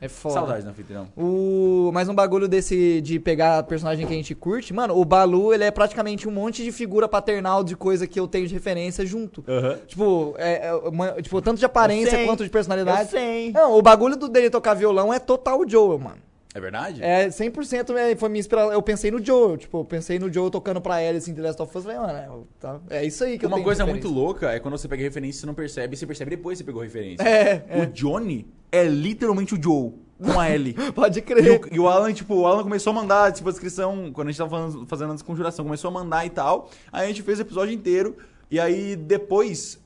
Speaker 3: É.
Speaker 1: foda.
Speaker 3: Saudades do anfitrião.
Speaker 1: O... Mais um bagulho desse de pegar personagem que a gente curte. Mano, o Balu, ele é praticamente um monte de figura paternal de coisa que eu tenho de referência junto. Tipo, é, é, uma- tipo, tanto de aparência
Speaker 2: Eu sei.
Speaker 1: quanto de
Speaker 2: Eu
Speaker 1: personalidade.
Speaker 2: sei.
Speaker 1: Não, o bagulho do dele tocar violão é total Joel, mano.
Speaker 3: É verdade?
Speaker 1: É 100% é, foi minha inspiração. Eu pensei no Joel, tipo, eu pensei no Joel tocando pra ela assim, The Last of Us. Falei, mano, é, eu- tá- é isso aí que eu
Speaker 3: Uma
Speaker 1: tenho
Speaker 3: coisa
Speaker 1: de
Speaker 3: muito
Speaker 1: referência.
Speaker 3: louca é quando você pega referência e você não percebe, e você percebe depois que você pegou referência.
Speaker 1: É,
Speaker 3: O Johnny é literalmente o Joe, com a
Speaker 1: [LAUGHS]
Speaker 3: L.
Speaker 1: É, Pode
Speaker 3: E
Speaker 1: crer.
Speaker 3: o, e o Alan, tipo, o Alan começou a mandar, tipo, a descrição, quando a gente tava falando- fazendo a desconjuração, começou a mandar e tal. Aí a gente fez o episódio inteiro. E aí depois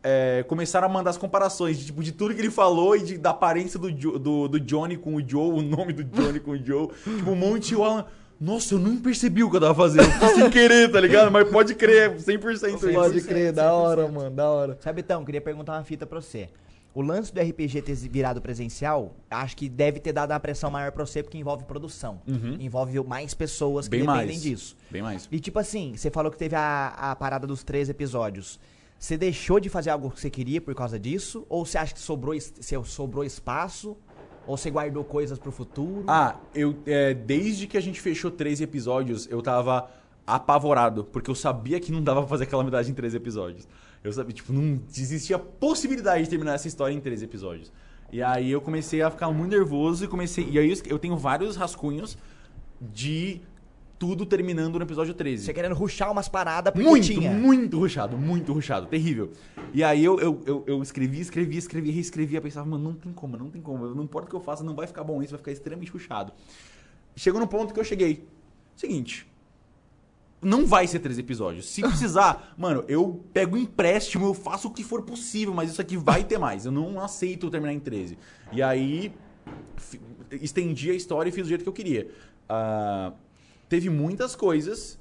Speaker 3: é, começaram a mandar as comparações, de, tipo, de tudo que ele falou e de- da aparência do, Jo- do, do Johnny com o Joe, o nome do Johnny com
Speaker 1: [LAUGHS]
Speaker 3: o Joe. Tipo, um monte e o Alan. Nossa, eu não percebi o que eu tava fazendo. eu fiz sem querer, tá ligado? Mas pode crer, 100% isso.
Speaker 1: Pode crer, da hora, mano, da hora.
Speaker 2: Sabe, então, queria perguntar uma fita pra você. O lance do RPG ter virado presencial, acho que deve ter dado uma pressão maior pra você, porque envolve produção.
Speaker 1: Uhum.
Speaker 2: Envolve mais pessoas que
Speaker 3: Bem
Speaker 2: dependem
Speaker 3: mais.
Speaker 2: disso.
Speaker 3: Bem mais.
Speaker 2: E tipo assim, você falou que teve a, a parada dos três episódios. Você deixou de fazer algo que você queria por causa disso? Ou você acha que sobrou, es- se- sobrou espaço? Ou você guardou coisas pro futuro?
Speaker 3: Ah, eu é, desde que a gente fechou 13 episódios, eu tava apavorado, porque eu sabia que não dava pra fazer calamidade em 13 episódios. Eu sabia, tipo, não existia possibilidade de terminar essa história em 13 episódios. E aí eu comecei a ficar muito nervoso e comecei. E aí eu- eu tenho vários rascunhos de tudo terminando no episódio 13.
Speaker 2: Você querendo ruxar umas paradas porque
Speaker 3: Muito,
Speaker 2: tinha.
Speaker 3: muito ruchado, muito ruchado, terrível. E aí eu, eu, eu, eu escrevi, escrevi, escrevi, reescrevia, pensava, mano, não tem como, não tem como, não importa o que eu faça, não vai ficar bom isso, vai ficar extremamente ruchado. Chegou no ponto que eu cheguei. Seguinte, não vai ser três episódios. Se precisar, [LAUGHS] mano, eu pego um empréstimo, eu faço o que for possível, mas isso aqui vai ter mais. Eu não aceito terminar em 13. E aí, fi- estendi a história e fiz do jeito que eu queria. Ah, teve muitas coisas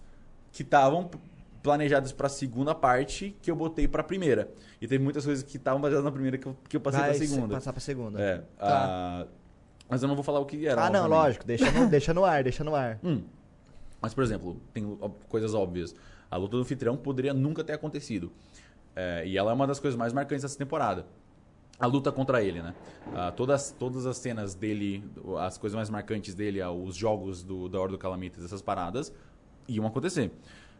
Speaker 3: que estavam p- planejadas pra segunda parte que eu botei pra primeira. E teve muitas coisas que estavam baseadas na primeira que eu, que eu passei
Speaker 2: Vai
Speaker 3: pra segunda.
Speaker 2: Passar pra segunda. Tá.
Speaker 3: É, ah, mas eu não vou falar o que era.
Speaker 2: Ah, não,
Speaker 3: obviamente.
Speaker 2: lógico. Deixa no, deixa no ar, deixa no ar.
Speaker 3: Hum. Mas, por exemplo, tem ó- coisas óbvias. A luta do anfitrião poderia nunca ter acontecido. É, e ela é uma das coisas mais marcantes dessa temporada. a luta contra ele, né? Ah, todas, todas as cenas dele, as coisas mais marcantes dele, ah, os jogos do, da Hora do Calamitas, essas paradas, iam acontecer.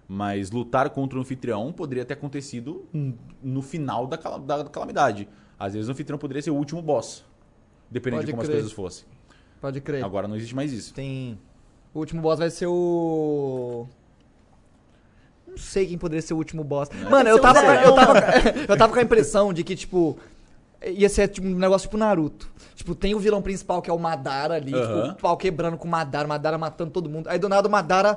Speaker 3: Mas lutar contra o anfitrião poderia ter acontecido n- no final da, cala- da calamidade. Às vezes o anfitrião poderia ser o último boss, dependendo
Speaker 1: Pode
Speaker 3: de como
Speaker 1: crer.
Speaker 3: as coisas fossem.
Speaker 1: Pode
Speaker 2: Tá
Speaker 1: crer.
Speaker 3: Agora não existe mais isso.
Speaker 2: Tem.
Speaker 1: O último boss vai ser o. Não sei quem poderia ser o último boss. Mano, eu tava, eu, tava, eu tava com a [LAUGHS] impressão de que, tipo. Ia ser tipo, um negócio tipo Naruto. Tipo, tem o vilão principal que é o Madara ali,
Speaker 3: Aham.
Speaker 1: tipo, o pau quebrando com o Madara, Madara matando todo mundo. Aí do nada o Madara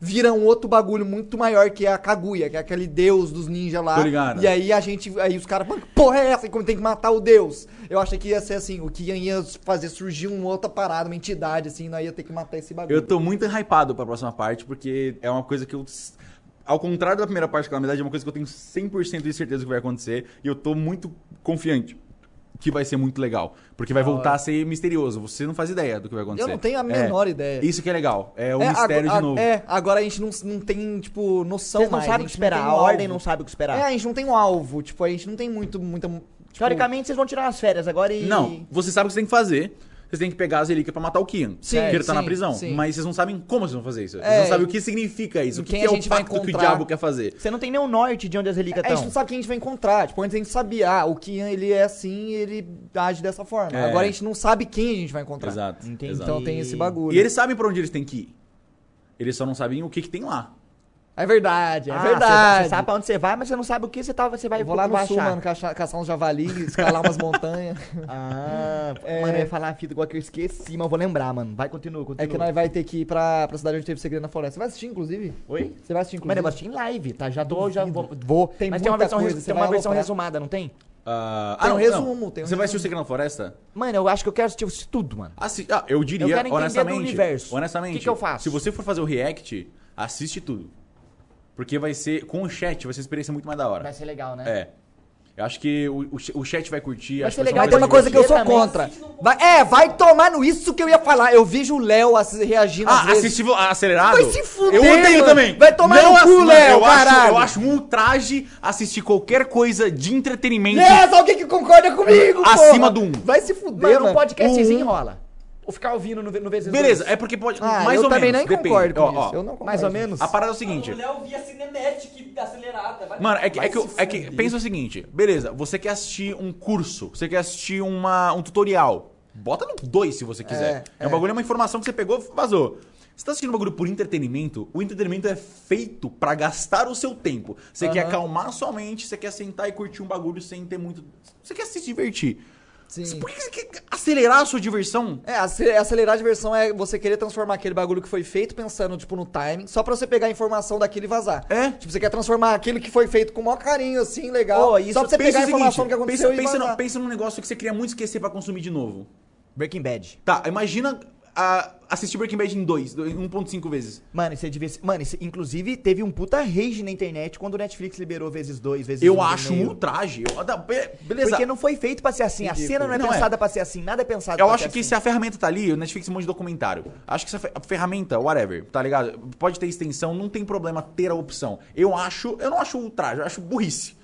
Speaker 1: vira um outro bagulho muito maior que é a Kaguya, que é aquele deus dos ninjas lá.
Speaker 3: Tô ligado.
Speaker 1: E aí a gente. Aí os caras, mano, que porra é essa? E como tem que matar o deus? Eu achei que ia ser assim, o que ia fazer surgir uma outra parada, uma entidade, assim, nós ia ter que matar esse bagulho.
Speaker 3: Eu tô muito hypado pra próxima parte, porque é uma coisa que eu. Ao contrário da primeira parte da calamidade, é uma coisa que eu tenho 100% de certeza que vai acontecer. E eu tô muito confiante que vai ser muito legal. Porque vai voltar a ser misterioso. Você não faz ideia do que vai acontecer.
Speaker 1: Eu não tenho a
Speaker 3: É,
Speaker 1: menor ideia.
Speaker 3: Isso que é legal. É o
Speaker 1: É,
Speaker 3: mistério
Speaker 1: ago- a-
Speaker 3: de novo.
Speaker 1: É, agora a gente não, não tem, tipo, noção
Speaker 2: Vocês não
Speaker 1: mais.
Speaker 2: sabem o que
Speaker 1: gente
Speaker 2: esperar.
Speaker 1: tem
Speaker 2: A
Speaker 1: um
Speaker 2: ordem
Speaker 1: alvo.
Speaker 2: não sabe o que
Speaker 1: É,
Speaker 2: esperar.
Speaker 1: a gente não tem um alvo. Tipo, a gente não tem muito, muita... tipo,
Speaker 2: Teoricamente, vocês vão tirar as férias agora e.
Speaker 3: Não, você sabe o que você tem que fazer. Vocês têm que pegar as relíquias pra matar o Kian.
Speaker 1: Sim,
Speaker 3: que ele tá na
Speaker 1: sim,
Speaker 3: prisão.
Speaker 1: sim.
Speaker 3: Mas vocês não sabem como vocês vão fazer isso.
Speaker 1: É.
Speaker 3: Vocês não sabem o que significa isso. O que,
Speaker 1: Quem
Speaker 3: que é
Speaker 1: a
Speaker 3: o
Speaker 1: gente vai
Speaker 3: pacto que o
Speaker 1: encontrar.
Speaker 3: diabo quer fazer.
Speaker 2: Você não tem nem o norte de onde as relíquias
Speaker 1: é, A gente não
Speaker 2: estão.
Speaker 1: sabe quem a gente vai encontrar. Tipo, antes a gente sabia, ah, o Kian, ele é assim ele age dessa forma.
Speaker 3: É.
Speaker 1: Agora a gente não sabe quem a gente vai encontrar.
Speaker 3: Exato.
Speaker 2: Entendi.
Speaker 3: exato.
Speaker 1: Tá, Então tem esse bagulho.
Speaker 3: E eles sabem pra onde eles têm que ir. Eles só não sabem o que, que tem lá.
Speaker 1: É verdade, é
Speaker 2: Ah,
Speaker 1: verdade.
Speaker 2: Você, você sabe pra onde você vai, mas você não sabe o que você, tá, você vai
Speaker 1: Eu vou lá no
Speaker 2: vai
Speaker 1: sul,
Speaker 2: achar.
Speaker 1: mano, caça- caçar uns javali, escalar
Speaker 3: [LAUGHS]
Speaker 1: umas montanhas.
Speaker 2: Ah, mano, eu ia falar a fita igual que eu esqueci, mas eu vou lembrar, mano. Vai, continua, continua.
Speaker 1: É que nós vai ter que ir pra, pra cidade onde teve segredo na floresta. Você vai assistir, inclusive?
Speaker 2: Oi?
Speaker 1: Você vai assistir, inclusive?
Speaker 2: Mas eu assisti em live, tá? Já tô, já vou.
Speaker 1: Vou. Tem
Speaker 2: mas
Speaker 1: muita
Speaker 2: tem uma versão,
Speaker 1: coisa,
Speaker 2: res-
Speaker 1: você
Speaker 2: tem
Speaker 1: vai
Speaker 2: uma versão
Speaker 1: aloprar.
Speaker 2: resumada, não tem?
Speaker 3: Ah,
Speaker 1: Tem um
Speaker 3: ah, não,
Speaker 1: resumo,
Speaker 3: não.
Speaker 1: tem um
Speaker 3: Você vai assistir
Speaker 1: resumo.
Speaker 3: o Segredo na Floresta?
Speaker 2: Mano, eu acho que eu quero assistir isso tudo, mano.
Speaker 3: Assi ah, eu
Speaker 2: Eu
Speaker 3: diria,
Speaker 2: quero entender do
Speaker 3: honestamente.
Speaker 2: universo.
Speaker 3: Honestamente.
Speaker 2: O que que eu faço?
Speaker 3: Se você for fazer o react, assiste tudo. Porque vai ser. Com o chat, vai ser uma experiência muito mais da hora.
Speaker 2: Vai ser legal, né?
Speaker 3: É. Eu acho que o, o ch- o chat vai curtir.
Speaker 2: Vai
Speaker 3: acho
Speaker 2: ser
Speaker 3: que
Speaker 2: legal,
Speaker 1: Mas tem uma coisa que eu sou
Speaker 2: também.
Speaker 1: contra. Vai- é, vai tomar no isso que eu ia falar. Eu vejo o Léo assi- reagindo às
Speaker 3: Ah,
Speaker 1: vezes.
Speaker 3: assistível acelerado?
Speaker 1: Vai se fuder,
Speaker 3: Eu odeio
Speaker 1: mano.
Speaker 3: também.
Speaker 1: Vai tomar no
Speaker 3: ass-
Speaker 1: cu,
Speaker 3: mano,
Speaker 1: Léo,
Speaker 3: eu acho-
Speaker 1: caralho.
Speaker 3: Eu acho um ultraje assistir qualquer coisa de entretenimento.
Speaker 1: Yes, alguém que concorda comigo,
Speaker 3: Acima
Speaker 1: porra.
Speaker 3: do um.
Speaker 1: Vai se fuder,
Speaker 2: Mano,
Speaker 1: mano.
Speaker 2: um podcastzinho
Speaker 1: Um-
Speaker 2: enrola. Ou ficar ouvindo no, no vezes
Speaker 3: Beleza,
Speaker 2: dois.
Speaker 3: é porque pode.
Speaker 1: Ah,
Speaker 3: mais
Speaker 1: eu
Speaker 3: ou
Speaker 1: também
Speaker 3: menos.
Speaker 1: nem
Speaker 3: depende.
Speaker 1: concordo com
Speaker 3: Ó, ó.
Speaker 1: isso. Eu não concordo.
Speaker 2: Mais ou menos.
Speaker 3: A parada é o
Speaker 5: Mano,
Speaker 3: seguinte.
Speaker 5: "Ah, o Léo via Cinematic acelerada. vai-
Speaker 3: Mano, é que,
Speaker 5: vai
Speaker 3: é que, eu-
Speaker 5: se
Speaker 3: é que
Speaker 5: fuder.
Speaker 3: pensa o seguinte, beleza, você quer assistir um curso, você quer assistir uma, um tutorial, bota no 2 se você quiser. É, um bagulho, é uma informação que você pegou, vazou. Você tá assistindo um bagulho por entretenimento, o entretenimento é feito pra gastar o seu tempo. Você quer acalmar sua mente, você quer sentar e curtir um bagulho sem ter muito... Você quer se divertir.
Speaker 1: Sim.
Speaker 3: Por que você quer acelerar a sua diversão?
Speaker 1: É, ace- acelerar a diversão é você querer transformar aquele bagulho que foi feito pensando, tipo, no timing, só pra você pegar a informação daquilo e vazar.
Speaker 3: É.
Speaker 1: Tipo, você quer transformar aquilo que foi feito com o maior carinho, assim, legal,
Speaker 2: Ô, isso-
Speaker 1: só pra você pegar
Speaker 3: o
Speaker 1: a informação
Speaker 3: seguinte,
Speaker 1: que aconteceu
Speaker 3: pensa,
Speaker 1: e
Speaker 3: pensa,
Speaker 1: vazar.
Speaker 3: no- pensa num negócio que você queria muito esquecer pra consumir de novo.
Speaker 2: Breaking Bad.
Speaker 3: Tá, imagina a- assistir Breaking Bad em 2, 1.5 vezes.
Speaker 2: Mano, isso devia ser... Mano, isso- inclusive teve um puta rage na internet quando o Netflix liberou vezes dois, vezes
Speaker 3: Eu
Speaker 2: um e
Speaker 3: acho um
Speaker 2: meio.
Speaker 3: ultraje. Eu, da- be- beleza.
Speaker 2: Porque não foi feito pra ser assim. A cena não é
Speaker 3: Não é.
Speaker 2: pensada pra ser assim. Nada é pensado
Speaker 3: Eu
Speaker 2: pra
Speaker 3: acho
Speaker 2: ser
Speaker 3: que
Speaker 2: assim.
Speaker 3: se a ferramenta tá ali, o Netflix tem um monte de documentário. Acho que se a fe- a ferramenta, whatever, tá ligado? Pode ter extensão, não tem problema ter a opção. Eu acho, eu não acho ultraje, eu acho burrice.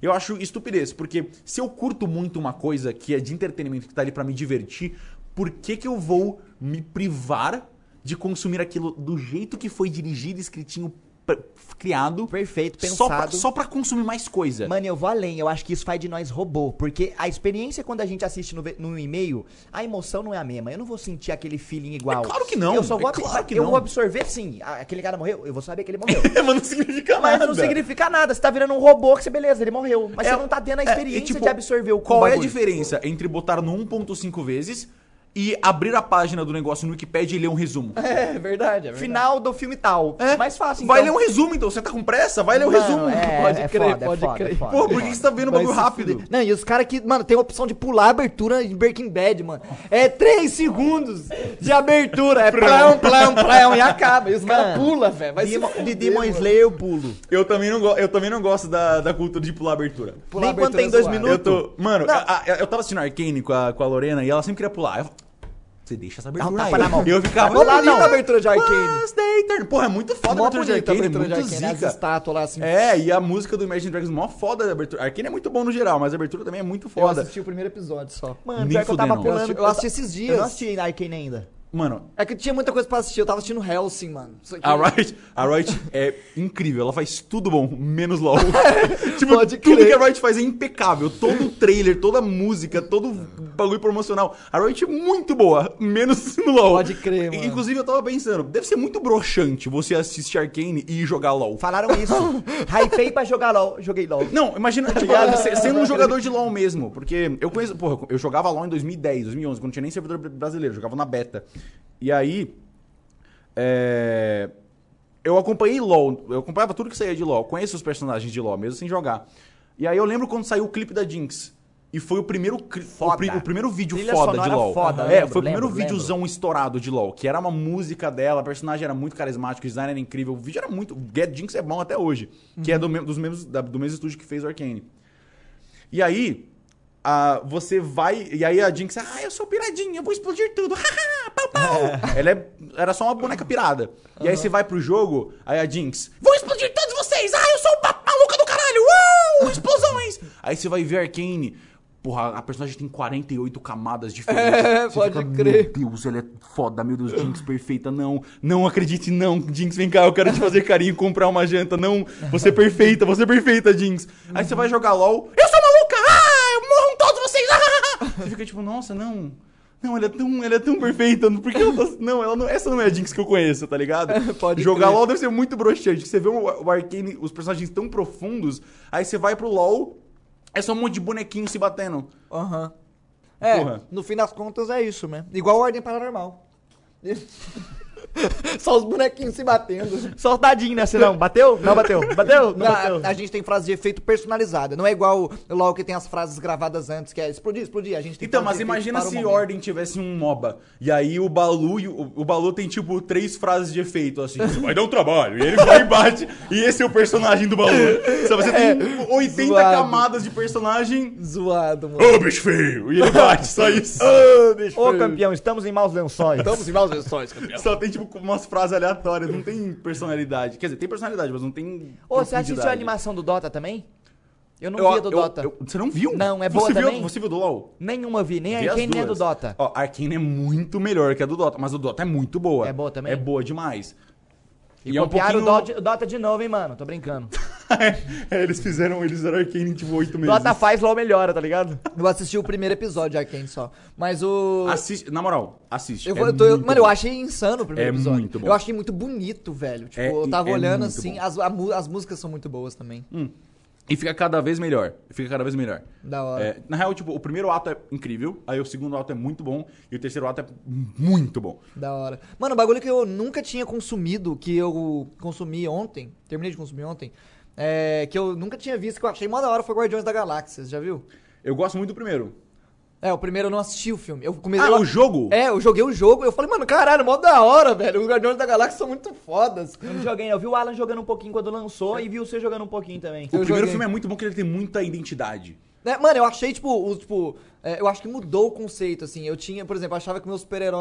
Speaker 3: Eu acho estupidez, porque se eu curto muito uma coisa que é de entretenimento, que tá ali pra me divertir, por que que eu vou me privar de consumir aquilo do jeito que foi dirigido, escritinho, pr- criado,
Speaker 2: Perfeito, pensado.
Speaker 3: só pra, só pra consumir mais coisa?
Speaker 2: Mano, eu vou além, eu acho que isso faz de nós robô, porque a experiência quando a gente assiste no, ve- no e-mail, a emoção não é a mesma. Eu não vou sentir aquele feeling igual.
Speaker 3: É claro que não,
Speaker 2: Eu só vou
Speaker 3: é claro
Speaker 2: ab-
Speaker 3: que
Speaker 2: eu
Speaker 3: não.
Speaker 2: vou absorver sim. Ah, aquele cara morreu, eu vou saber que ele
Speaker 3: [LAUGHS]
Speaker 2: morreu.
Speaker 3: É, [LAUGHS] mas não significa
Speaker 2: Mas não significa nada, você tá virando um robô que você, beleza, ele morreu. Mas
Speaker 3: É,
Speaker 2: você não tá tendo a
Speaker 3: é, e,
Speaker 2: experiência
Speaker 3: tipo,
Speaker 2: de absorver o
Speaker 3: Qual é a
Speaker 2: bagulho.
Speaker 3: diferença entre botar no 1.5 vezes e abrir a página do negócio no Wikipedia e ler um resumo?
Speaker 1: É verdade, é verdade.
Speaker 2: Final do filme tal.
Speaker 3: É.
Speaker 2: Mais fácil,
Speaker 3: Vai ler
Speaker 2: então.
Speaker 3: um resumo, então. Você tá com pressa? Vai ler o resumo. [LAUGHS]
Speaker 2: É,
Speaker 1: Pode
Speaker 2: é
Speaker 1: crer,
Speaker 2: foda, é
Speaker 1: pode
Speaker 2: foda, é
Speaker 1: crer.
Speaker 2: foda,
Speaker 3: Pô,
Speaker 2: é
Speaker 3: por
Speaker 2: foda.
Speaker 3: que você tá vendo o
Speaker 1: Vai
Speaker 3: bagulho
Speaker 1: se
Speaker 3: rápido?
Speaker 1: fuder. Não, e os caras que, mano, tem a opção de pular a abertura de Breaking Bad, mano. É 3 segundos de abertura. É plão, plão, plão e acaba. E os caras
Speaker 2: Mano,
Speaker 1: pulam, velho. Vai se
Speaker 2: Demon-
Speaker 1: fuder,
Speaker 2: de Demon
Speaker 1: mano.
Speaker 2: Slayer eu pulo.
Speaker 3: Eu também não, go- eu também não gosto da, da cultura de pular a abertura.
Speaker 1: Pular a
Speaker 2: Nem quando
Speaker 1: abertura é
Speaker 2: tem dois
Speaker 1: zoada.
Speaker 2: minutos.
Speaker 3: Eu tô. Mano, a- a- eu tava assistindo Arcane com a, com a Lorena e ela sempre queria pular. Eu, Você deixa essa
Speaker 1: Dá um
Speaker 3: abertura aí.
Speaker 1: tapa na mão.
Speaker 3: Eu ficava
Speaker 1: Vamos lá,
Speaker 3: olhando.
Speaker 1: não. a abertura de Arcane.
Speaker 3: Mas daí, Turner, Porra, é muito foda a
Speaker 1: Mó
Speaker 3: abertura de
Speaker 1: bonita a
Speaker 3: Arcane,
Speaker 1: abertura de
Speaker 3: é muito
Speaker 2: né?
Speaker 1: Arcane. As
Speaker 3: zica.
Speaker 1: estátuas lá, assim.
Speaker 3: É, e a música do Imagine Dragons mó foda da abertura. Arcane é muito bom no geral, mas a abertura também é muito
Speaker 1: Eu
Speaker 3: foda.
Speaker 1: assisti o primeiro episódio só.
Speaker 2: Mano,
Speaker 3: Nem
Speaker 2: pior que eu tava
Speaker 3: fudendo.
Speaker 1: Eu
Speaker 2: pulando.
Speaker 1: assisti, eu
Speaker 3: tá.
Speaker 1: assisti esses
Speaker 2: Eu não
Speaker 1: dias.
Speaker 2: assisti Arcane ainda.
Speaker 3: Mano,
Speaker 1: É que tinha muita coisa pra assistir. Eu tava assistindo Hellsing, mano. Isso aqui-
Speaker 3: a Riot, a Riot é incrível, ela faz tudo bom, menos
Speaker 1: [LAUGHS]
Speaker 3: LOL. tipo,
Speaker 1: Pode
Speaker 3: tudo
Speaker 1: crer.
Speaker 3: que a Riot faz é impecável. Todo o trailer, toda a música, todo o bagulho promocional. A Riot é muito boa, menos [LAUGHS] no LOL.
Speaker 1: Pode crer, mano.
Speaker 3: Inclusive, eu tava pensando, deve ser muito broxante você assistir Arcane e jogar LOL.
Speaker 2: Falaram
Speaker 3: [LAUGHS]
Speaker 2: isso. Hypei pra jogar LOL. Joguei LOL.
Speaker 3: Não, imagina, tipo, você- sendo um jogador de LoL mesmo. Porque eu conheço, porra, eu jogava LoL em 2010, 2011, quando não tinha nem servidor br- brasileiro, eu jogava na beta. E aí. É. Eu acompanhei LoL, eu acompanhava tudo que saía de LoL, conheço os personagens de LoL mesmo sem jogar. E aí eu lembro quando saiu o clipe da Jinx. E foi o primeiro, cri- o, pri- o primeiro vídeo
Speaker 2: Trilha
Speaker 3: foda de
Speaker 2: sonora
Speaker 3: LoL.
Speaker 2: foda,
Speaker 3: é,
Speaker 2: lembro,
Speaker 3: foi o primeiro
Speaker 2: lembro,
Speaker 3: videozão estourado de LoL, que era uma música dela, a personagem era muito carismática, o design era incrível, o vídeo era muito. Get Jinx é bom até hoje, que é do, mesmo- dos mesmos, da- do mesmo estúdio que fez o Arcane. E aí, a- você vai. E aí a Jinx, ah, eu sou piradinha, eu vou explodir tudo. [LAUGHS] haha, pau, pau. Ela é- era só uma boneca pirada. E aí você vai pro jogo, aí a Jinx, vou explodir todos vocês! Ah, eu sou uma maluca do caralho!
Speaker 1: [LAUGHS]
Speaker 3: Uou! Explosões! aí você vai ver Arcane. Porra, a personagem tem 48
Speaker 1: [LAUGHS]
Speaker 3: camadas diferentes.
Speaker 1: É,
Speaker 3: Você
Speaker 1: pode crer.
Speaker 3: Meu Deus, ela é foda, meu Deus, Jinx perfeita. Não, não acredite, não. Jinx, vem cá, eu quero te fazer carinho, comprar uma janta. Não, você é perfeita, você é perfeita, Jinx. Aí você vai jogar LOL. Eu sou maluca! Ah, morram todos vocês! Ah! Você fica tipo, nossa, não. Não, ela é tão, ela é tão perfeita. Por que ela tá- Não, ela não, essa não é a Jinx que eu conheço, tá ligado?
Speaker 1: [LAUGHS] Pode
Speaker 3: Jogar
Speaker 1: crer.
Speaker 3: LOL deve ser muito broxante. que Você vê um, o, o Arcane, os personagens tão profundos, aí você vai pro LOL, é só um monte de bonequinho se batendo.
Speaker 1: Aham. É,
Speaker 3: Porra.
Speaker 1: no fim das contas é isso, né? Igual Ordem Paranormal. [LAUGHS] Só os bonequinhos se batendo.
Speaker 2: Só o dadinho, né? Senão, bateu? Não bateu. Bateu? Não então. bateu.
Speaker 1: A, a gente tem frase de efeito personalizada. Não é igual o LOL que tem as frases gravadas antes, que é explodir, explodir. A gente tem
Speaker 3: Então,
Speaker 1: frase
Speaker 3: mas
Speaker 1: de efeito
Speaker 3: imagina
Speaker 1: para o
Speaker 3: se
Speaker 1: momento.
Speaker 3: Ordem tivesse um MOBA. E aí o Balu, e o, o Balu tem tipo três frases de efeito, assim. Você vai dar um trabalho. E ele vai e bate. E esse é o personagem
Speaker 1: [LAUGHS]
Speaker 3: do Balu. Sabe, você tem 80
Speaker 1: É, zoado.
Speaker 3: camadas de personagem.
Speaker 1: Zoado, Ah.
Speaker 3: Ô,
Speaker 1: mano.
Speaker 3: bicho feio! E ele
Speaker 1: [LAUGHS]
Speaker 3: bate, só isso.
Speaker 2: Ô, campeão, estamos em maus lençóis.
Speaker 1: Estamos em maus lençóis, campeão.
Speaker 3: Só tem, tipo, umas frases aleatórias, não tem personalidade. Quer dizer, tem personalidade, mas não tem.
Speaker 2: Ô, você assistiu a
Speaker 3: profundidade.
Speaker 2: animação do Dota também? Eu não
Speaker 3: Eu-
Speaker 2: via do
Speaker 3: eu-
Speaker 2: Dota.
Speaker 3: eu- você não viu?
Speaker 2: Não, é
Speaker 3: você
Speaker 2: boa
Speaker 3: viu,
Speaker 2: também?
Speaker 3: Você viu do LOL?
Speaker 2: Nenhuma eu vi, nem a
Speaker 1: É,
Speaker 3: Vi as
Speaker 2: Arcane nem a do
Speaker 3: duas.
Speaker 2: Dota.
Speaker 3: Ó, Arcane é muito melhor que a do Dota, mas o Dota é muito boa.
Speaker 2: É boa também?
Speaker 3: É boa demais.
Speaker 2: E,
Speaker 3: é um
Speaker 2: copiaram o
Speaker 3: pouquinho-
Speaker 2: Dota- o Dota de novo, hein, mano? Tô brincando.
Speaker 3: [LAUGHS] é, eles fizeram, eles fizeram Arcane em, tipo oito meses.
Speaker 2: Dota faz, LOL melhora, tá ligado?
Speaker 1: Eu assisti o primeiro episódio de Arkane só. Mas o.
Speaker 3: Assiste, na moral, assiste.
Speaker 1: Eu
Speaker 3: É
Speaker 1: vou- eu tô- eu-
Speaker 3: muito
Speaker 1: mano, eu
Speaker 3: bom.
Speaker 1: achei insano o primeiro
Speaker 3: É
Speaker 1: episódio.
Speaker 3: muito bom.
Speaker 1: Eu achei muito bonito, velho. Tipo,
Speaker 3: É-
Speaker 1: eu tava
Speaker 3: é
Speaker 1: olhando
Speaker 3: muito
Speaker 1: assim,
Speaker 3: bom. Hum.
Speaker 1: as, a mu- as músicas são muito boas também.
Speaker 3: E fica cada vez melhor. Fica cada vez melhor.
Speaker 1: Da hora.
Speaker 3: É, na real, tipo, o primeiro ato é incrível, aí o segundo ato é muito bom, e o terceiro ato é muito bom.
Speaker 1: Da hora. Mano, um bagulho que eu nunca tinha consumido, que eu consumi ontem, terminei de consumir ontem, é, que eu nunca tinha visto, que eu achei mó da hora, foi Guardiões da Galáxia, você já viu?
Speaker 3: Eu gosto muito do primeiro.
Speaker 1: É, o primeiro eu não assisti o filme. Eu comecei.
Speaker 3: Ah,
Speaker 1: eu-
Speaker 3: o jogo?
Speaker 1: É, eu joguei o jogo, eu falei, mano, caralho, mó da hora, velho. Os Guardiões da Galáxia são muito fodas.
Speaker 2: Eu não joguei, não. Eu vi o Alan jogando um pouquinho quando lançou e vi você jogando um pouquinho também.
Speaker 3: O
Speaker 1: Eu
Speaker 3: primeiro
Speaker 1: joguei.
Speaker 3: filme é muito bom porque ele tem muita identidade.
Speaker 1: Né, mano, eu achei, tipo, o, tipo é, eu acho que mudou o conceito, assim. Eu tinha, por exemplo, eu achava que o meu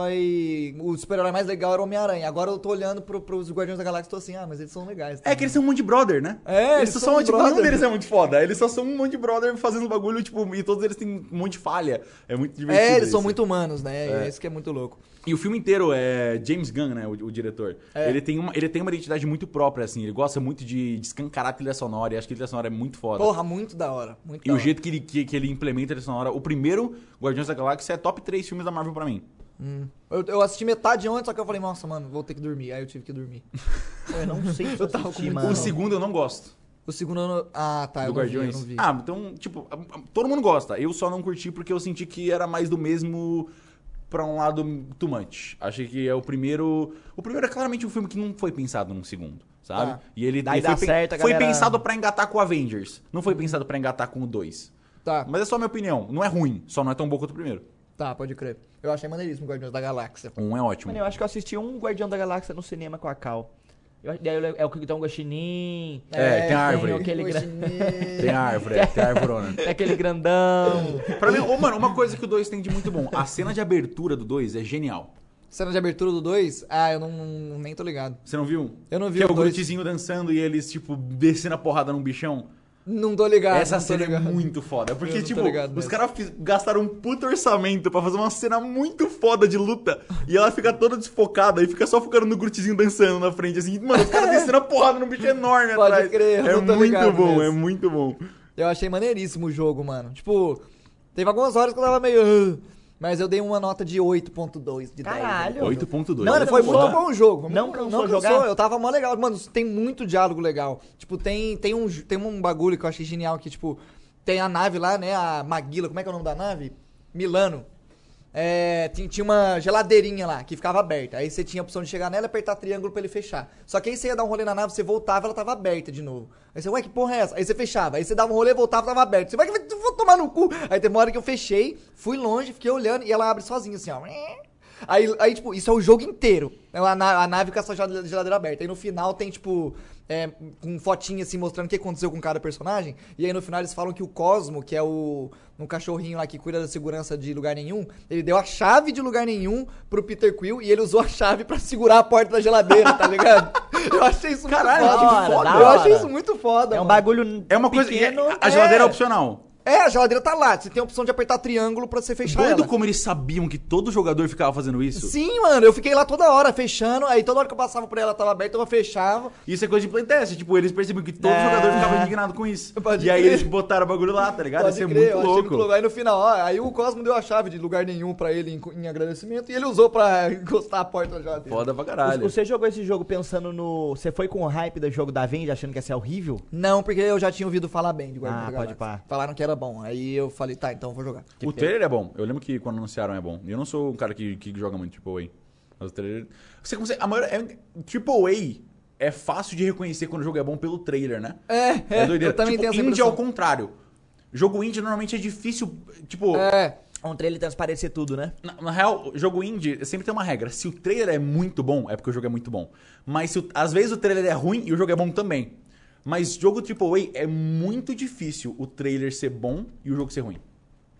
Speaker 1: super-herói. O super-herói mais legal era o Homem-Aranha. Agora eu tô olhando pro, pros Guardiões da Galáxia e tô assim, ah, mas eles são legais.
Speaker 3: É que eles são um monte de brother, né?
Speaker 1: É,
Speaker 3: eles só são, tipo, nenhum deles é muito foda. Eles só são um monte de brother fazendo bagulho, tipo, e todos eles têm um monte de falha. É muito divertido.
Speaker 1: É, eles são
Speaker 3: isso.
Speaker 1: muito humanos, né? É. isso que é muito louco.
Speaker 3: E o filme inteiro é James Gunn, né? O, o diretor.
Speaker 1: É.
Speaker 3: Ele, tem uma, ele tem uma identidade muito própria, assim. Ele gosta muito de, de escancarar a trilha sonora. E acho que a trilha sonora é muito foda.
Speaker 1: Porra, muito da hora. Muito
Speaker 3: E
Speaker 1: da
Speaker 3: o
Speaker 1: hora.
Speaker 3: jeito que ele, que, que ele implementa a trilha sonora. O primeiro, Guardiões da Galáxia, é top 3 filmes da Marvel pra mim.
Speaker 1: Eu, eu assisti metade ontem, só que eu falei, nossa, mano, vou ter que dormir. Aí eu tive que dormir.
Speaker 2: Eu não [LAUGHS] sei se eu tava
Speaker 1: com
Speaker 3: O
Speaker 1: muito-
Speaker 3: segundo eu não gosto.
Speaker 1: O segundo ano. Ah, tá.
Speaker 3: do
Speaker 1: eu não vi, eu
Speaker 3: Guardiões.
Speaker 1: não vi.
Speaker 3: Ah, então, tipo, a- a- todo mundo gosta. Eu só não curti porque eu senti que era mais do mesmo pra um lado too much. Achei que é o primeiro. O primeiro é claramente um filme que não foi pensado num segundo. Sabe?
Speaker 1: Tá.
Speaker 3: E ele,
Speaker 2: Daí
Speaker 3: ele
Speaker 2: dá
Speaker 3: foi, pen-
Speaker 2: certo, a
Speaker 3: foi
Speaker 2: galera-
Speaker 3: pensado pra engatar com o Avengers. Não
Speaker 1: Uhum.
Speaker 3: foi pensado pra engatar com o 2.
Speaker 1: Tá,
Speaker 3: Mas é só minha opinião. Não é ruim, só não é tão bom quanto o primeiro.
Speaker 1: tá, pode crer. Eu achei maneiríssimo Guardiões da Galáxia.
Speaker 3: Um é ótimo.
Speaker 2: Mano, eu acho que eu assisti um Guardião da Galáxia no cinema com a Cal.
Speaker 7: Eu- daí eu- É o que dá um gostinho.
Speaker 3: É, tem a árvore.
Speaker 7: aquele gra-
Speaker 3: Tem a árvore, é, tem
Speaker 1: [LAUGHS]
Speaker 3: a árvorona.
Speaker 7: tem aquele grandão.
Speaker 3: Pra mim, ô, mano, uma coisa que o 2 tem de muito bom. A cena de abertura do 2 é genial.
Speaker 1: Cena de abertura do 2? Ah, eu não, não- nem tô ligado.
Speaker 3: Você não viu?
Speaker 1: Eu não vi
Speaker 3: Que é
Speaker 1: o
Speaker 3: o
Speaker 1: dois.
Speaker 3: Grootzinho dançando e eles, tipo, descendo a porrada num bichão.
Speaker 1: Não tô ligado.
Speaker 3: Essa
Speaker 1: Ah, não tô
Speaker 3: cena é
Speaker 1: ligado.
Speaker 3: muito foda.
Speaker 1: Eu
Speaker 3: Porque,
Speaker 1: não tô
Speaker 3: tipo,
Speaker 1: ligado
Speaker 3: os
Speaker 1: mesmo.
Speaker 3: caras fiz- gastaram um puto orçamento pra fazer uma cena muito foda de luta. E ela fica toda desfocada e fica só focando no Grootzinho dançando na frente, assim. Mano, os
Speaker 1: [LAUGHS]
Speaker 3: caras descendo a porrada num bicho enorme
Speaker 1: Pode
Speaker 3: atrás.
Speaker 1: crer, eu
Speaker 3: é
Speaker 1: não tô
Speaker 3: muito
Speaker 1: ligado
Speaker 3: bom,
Speaker 1: mesmo.
Speaker 3: é muito bom.
Speaker 1: Eu achei maneiríssimo o jogo, mano. Tipo, teve algumas horas que eu tava meio. "Ah", Mas eu dei uma nota de 8.2 de 10.
Speaker 7: Caralho. Eu-
Speaker 3: 8.2.
Speaker 1: Não,
Speaker 7: Não
Speaker 1: ele foi
Speaker 7: cansou?
Speaker 1: muito bom o jogo.
Speaker 7: Não
Speaker 1: Muito-
Speaker 7: cansou
Speaker 1: não
Speaker 7: jogar?
Speaker 1: Eu tava mó legal. Mano, tem muito diálogo legal. Tipo, tem, tem, um, tem um bagulho que eu achei genial que, tipo, tem a nave lá, né? A Maguila, como é que é o nome da nave? Milano. É, tinha, tinha uma geladeirinha lá que ficava aberta. Aí você tinha a opção de chegar nela e apertar triângulo pra ele fechar. Só que aí você ia dar um rolê na nave, você voltava, ela tava aberta de novo. Aí você, ué, que porra é essa? Aí você fechava. Aí você dava um rolê, voltava, tava aberta. Você vai que eu vou tomar no cu. Aí tem uma hora que eu fechei, fui longe, fiquei olhando e ela abre sozinha assim, ó. Aí, aí, tipo, isso é o jogo inteiro. A, na- a nave com essa gelade- geladeira aberta. Aí no final tem, tipo, é, com fotinha assim mostrando o que aconteceu com cada personagem. E aí no final eles falam que o Cosmo, que é o um cachorrinho lá que cuida da segurança de lugar nenhum, ele deu a chave de lugar nenhum pro Peter Quill e ele usou a chave pra segurar a porta da geladeira, tá ligado? [LAUGHS] Eu achei isso
Speaker 7: Caralho,
Speaker 1: muito
Speaker 7: que
Speaker 1: foda.
Speaker 7: foda.
Speaker 1: Eu
Speaker 7: Da hora.
Speaker 1: achei isso muito foda.
Speaker 7: É um
Speaker 1: mano.
Speaker 7: bagulho
Speaker 3: É uma coisa. e
Speaker 7: pequeno.
Speaker 3: a- a geladeira é,
Speaker 1: é.
Speaker 3: opcional.
Speaker 1: É, a geladeira tá lá. Você tem a opção de apertar triângulo pra você fechar
Speaker 3: Doido
Speaker 1: ela.
Speaker 3: como eles sabiam que todo jogador ficava fazendo isso.
Speaker 1: Sim, mano, eu fiquei lá toda hora fechando, aí toda hora que eu passava por ela, tava aberta, eu fechava.
Speaker 3: Isso é coisa de playtest. Tipo, eles percebiam que todo jogador ficava indignado com isso.
Speaker 1: É. Pode
Speaker 3: e aí
Speaker 1: crer.
Speaker 3: eles botaram o bagulho lá, tá ligado?
Speaker 1: Pode
Speaker 3: Isso é
Speaker 1: crer, eu
Speaker 3: muito
Speaker 1: achei
Speaker 3: louco.
Speaker 1: Aí no final, ó, aí o Cosmo deu a chave de lugar nenhum pra ele em, em agradecimento e ele usou pra [LAUGHS] encostar a porta já dele.
Speaker 3: Foda pra
Speaker 7: Os-
Speaker 3: caralho.
Speaker 7: Você jogou esse jogo pensando no. Você foi com o hype do jogo da Venge achando que ia ser horrível?
Speaker 1: Não, porque eu já tinha ouvido falar bem de Guardiões
Speaker 7: Ah,
Speaker 1: da
Speaker 7: pode
Speaker 1: Galáxia. Falaram que era bom. Aí eu falei, tá, então eu vou jogar.
Speaker 3: o trailer é bom. Eu lembro que quando anunciaram é bom. E eu não sou um cara que, que joga muito AAA. Mas o trailer. Você consegue. A maior, é, AAA é fácil de reconhecer quando o jogo é bom pelo trailer, né?
Speaker 1: [LAUGHS] É, é, eu também
Speaker 3: tipo,
Speaker 1: tenho essa
Speaker 3: indie ao
Speaker 1: impressão.
Speaker 3: contrário. Jogo indie normalmente é difícil. Tipo,
Speaker 1: É,
Speaker 7: Um trailer transparecer tudo, né?
Speaker 3: Na, na real, jogo indie sempre tem uma regra. Se o trailer é muito bom, é porque o jogo é muito bom. Mas se o- às vezes o trailer é ruim e o jogo é bom também. Mas jogo AAA é muito difícil o trailer ser bom e o jogo ser ruim.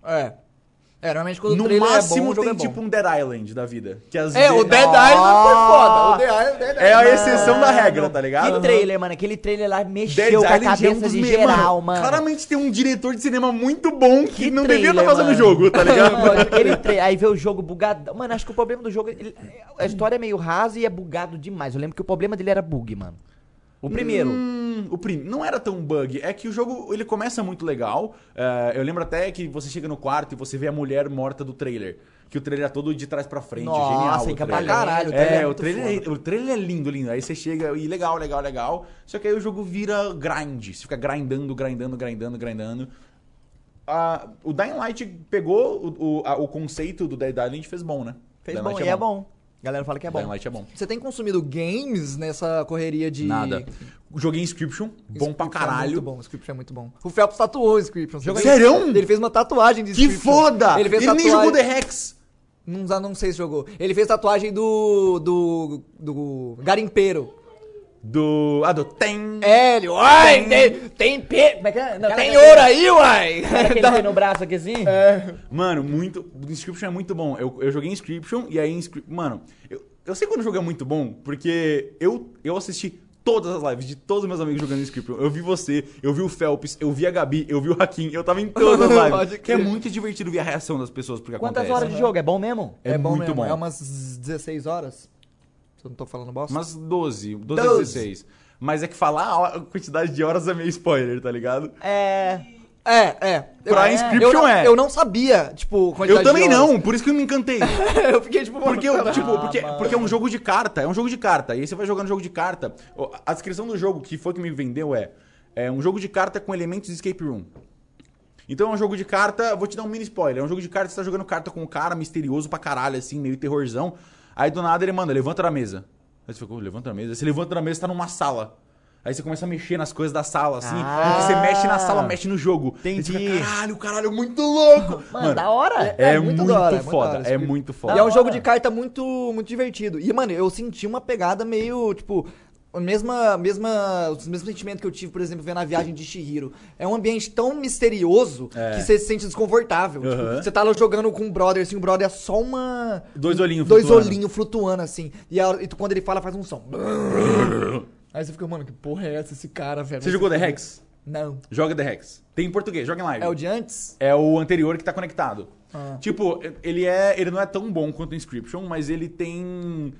Speaker 1: é. É, normalmente quando o
Speaker 3: no
Speaker 1: trailer
Speaker 3: máximo
Speaker 1: é bom, o jogo
Speaker 3: tem
Speaker 1: é bom.
Speaker 3: tipo um Dead Island da vida. Que às
Speaker 1: É, o
Speaker 3: vezes-
Speaker 1: Dead Island foi foda. O Dead Island, Dead
Speaker 3: É a
Speaker 1: Island.
Speaker 3: exceção da regra, tá ligado?
Speaker 7: Que trailer, mano. Aquele trailer lá mexeu
Speaker 3: Dead
Speaker 7: com a
Speaker 3: Island
Speaker 7: cabeça
Speaker 3: é um dos
Speaker 7: de
Speaker 3: me-
Speaker 7: geral, mano.
Speaker 3: Claramente tem um diretor de cinema muito bom que,
Speaker 7: Que
Speaker 3: não devia estar
Speaker 7: trailer,
Speaker 3: fazendo o
Speaker 7: mano.
Speaker 3: jogo,
Speaker 2: [LAUGHS]
Speaker 3: tá ligado?
Speaker 7: [LAUGHS] Mano, aquele tra- Aí vê o jogo bugado. Mano, acho que o problema do jogo. ele- A história é meio rasa e é bugado demais. Eu lembro que o problema dele era bug, mano. O primeiro.
Speaker 3: Hum, o prim... Não era tão bug. É que o jogo ele começa muito legal. É, eu lembro até que você chega no quarto e você vê a mulher morta do trailer. Que o trailer é todo de trás pra frente.
Speaker 7: Nossa,
Speaker 3: genial. o
Speaker 7: encapa-
Speaker 3: trailer.
Speaker 1: caralho, o trailer
Speaker 3: É,
Speaker 1: é
Speaker 3: o
Speaker 1: muito
Speaker 3: trailer, é, o trailer é lindo, lindo. Aí você chega e legal, legal, legal. Só que aí o jogo vira grind. Você fica grindando, grindando, grindando, grindando. Ah, o Dying Light pegou o, o, a- o conceito do Dead Island e fez bom, né?
Speaker 7: Fez
Speaker 3: Dying
Speaker 7: bom,
Speaker 3: Light
Speaker 7: e é bom. Galera fala que é
Speaker 3: Dying
Speaker 7: bom.
Speaker 3: Light é bom.
Speaker 1: Você tem consumido games nessa correria de...
Speaker 3: Nada. Joguei Inscription, bom pra
Speaker 1: Inscription É
Speaker 3: caralho.
Speaker 1: muito bom, Scription é muito bom. O Phelps tatuou o Scription. você viu?
Speaker 3: Serão?
Speaker 1: Ele fez uma tatuagem de
Speaker 3: Que
Speaker 1: Scription.
Speaker 3: foda!
Speaker 1: Ele fez
Speaker 3: nem
Speaker 1: tatuagem...
Speaker 3: jogou The Rex.
Speaker 1: Não, não sei se jogou. Ele fez tatuagem do. do. do. garimpeiro.
Speaker 3: Do. Ah, do Tem.
Speaker 1: É, ele. Uai! Tem, tem pe...
Speaker 7: Como é que é? Não,
Speaker 1: tem
Speaker 7: cara,
Speaker 1: ouro aí, uai!
Speaker 7: cara que ele põe no braço aqui assim? É.
Speaker 3: Mano, muito. Inscription é muito bom. Eu, eu joguei Inscription e aí. Inscri... Mano, eu, eu sei quando o jogo é muito bom, porque eu, eu assisti todas as lives de todos os meus amigos jogando Inscription. Eu vi você, eu vi o Phelps, eu vi a Gabi, eu vi o Hakim, eu tava em
Speaker 1: [LAUGHS]
Speaker 3: todas as
Speaker 1: Pode
Speaker 3: lives. que é
Speaker 1: crer.
Speaker 3: muito divertido ver a reação das pessoas porque
Speaker 7: Quantas
Speaker 3: acontece.
Speaker 7: horas de jogo? É bom mesmo?
Speaker 3: É,
Speaker 1: bom
Speaker 3: muito
Speaker 1: mesmo.
Speaker 3: bom.
Speaker 1: É umas 16 horas. Se eu não tô falando bosta.
Speaker 3: Umas 12, 12, a
Speaker 1: Doze.
Speaker 3: 16. Mas é que falar a hora- a quantidade de horas é meio spoiler, tá ligado?
Speaker 7: É.
Speaker 1: É, é.
Speaker 3: Pra
Speaker 1: eu,
Speaker 3: Inscription
Speaker 1: eu não-
Speaker 3: é.
Speaker 1: Eu não sabia, tipo, quantidade
Speaker 3: Eu
Speaker 1: de
Speaker 3: também
Speaker 1: horas.
Speaker 3: não, por isso que eu me encantei.
Speaker 1: [LAUGHS] eu fiquei tipo, mano,
Speaker 3: Porque, eu, tipo, porque,
Speaker 1: Ah,
Speaker 3: porque é um jogo de carta, é um jogo de carta. E aí você vai jogando jogo de carta. Ó, A descrição do jogo que foi que me vendeu é, é um jogo de carta com elementos de escape room. Então é um jogo de carta, vou te dar um mini spoiler. É um jogo de carta, você tá jogando carta com um cara misterioso pra caralho, assim, meio terrorzão. Aí do nada ele manda, levanta da mesa. Aí você fica, "Oh, levanta da mesa. Aí você levanta da mesa, tá numa sala. Aí você começa a mexer nas coisas da sala, assim.
Speaker 7: Ah.
Speaker 3: você mexe na sala, mexe no jogo. Aí você
Speaker 7: Entendi.
Speaker 3: fica, caralho, caralho, é
Speaker 1: [LAUGHS]
Speaker 3: muito louco.
Speaker 7: Mano, da hora.
Speaker 3: É,
Speaker 1: É
Speaker 3: muito,
Speaker 1: muito da hora, é muito da
Speaker 3: foda,
Speaker 1: hora,
Speaker 3: é muito foda.
Speaker 1: E é um
Speaker 7: hora.
Speaker 1: jogo de carta muito, muito divertido. E, mano, eu senti uma pegada meio, tipo. a mesma, mesma, o mesmo sentimento que eu tive, por exemplo, vendo a viagem de Shihiro. É um ambiente tão misterioso que você se sente desconfortável. Tipo,
Speaker 3: É. Aham.
Speaker 1: você tá lá jogando com um brother, assim, o brother é só uma. um
Speaker 3: Dois olhinhos
Speaker 1: Dois
Speaker 3: flutuando.
Speaker 1: olhinhos flutuando, assim. E, a- e tu- quando ele fala, faz um som. Aí você fica, mano, que porra é essa, esse cara, velho?
Speaker 3: Você jogou The Rex?
Speaker 1: Não.
Speaker 3: Joga The Rex. Tem em português, joga em live.
Speaker 1: É o de antes?
Speaker 3: É o anterior que tá conectado.
Speaker 1: Ah.
Speaker 3: Tipo, ele é. Ele não é tão bom quanto o Inscription, mas ele tem.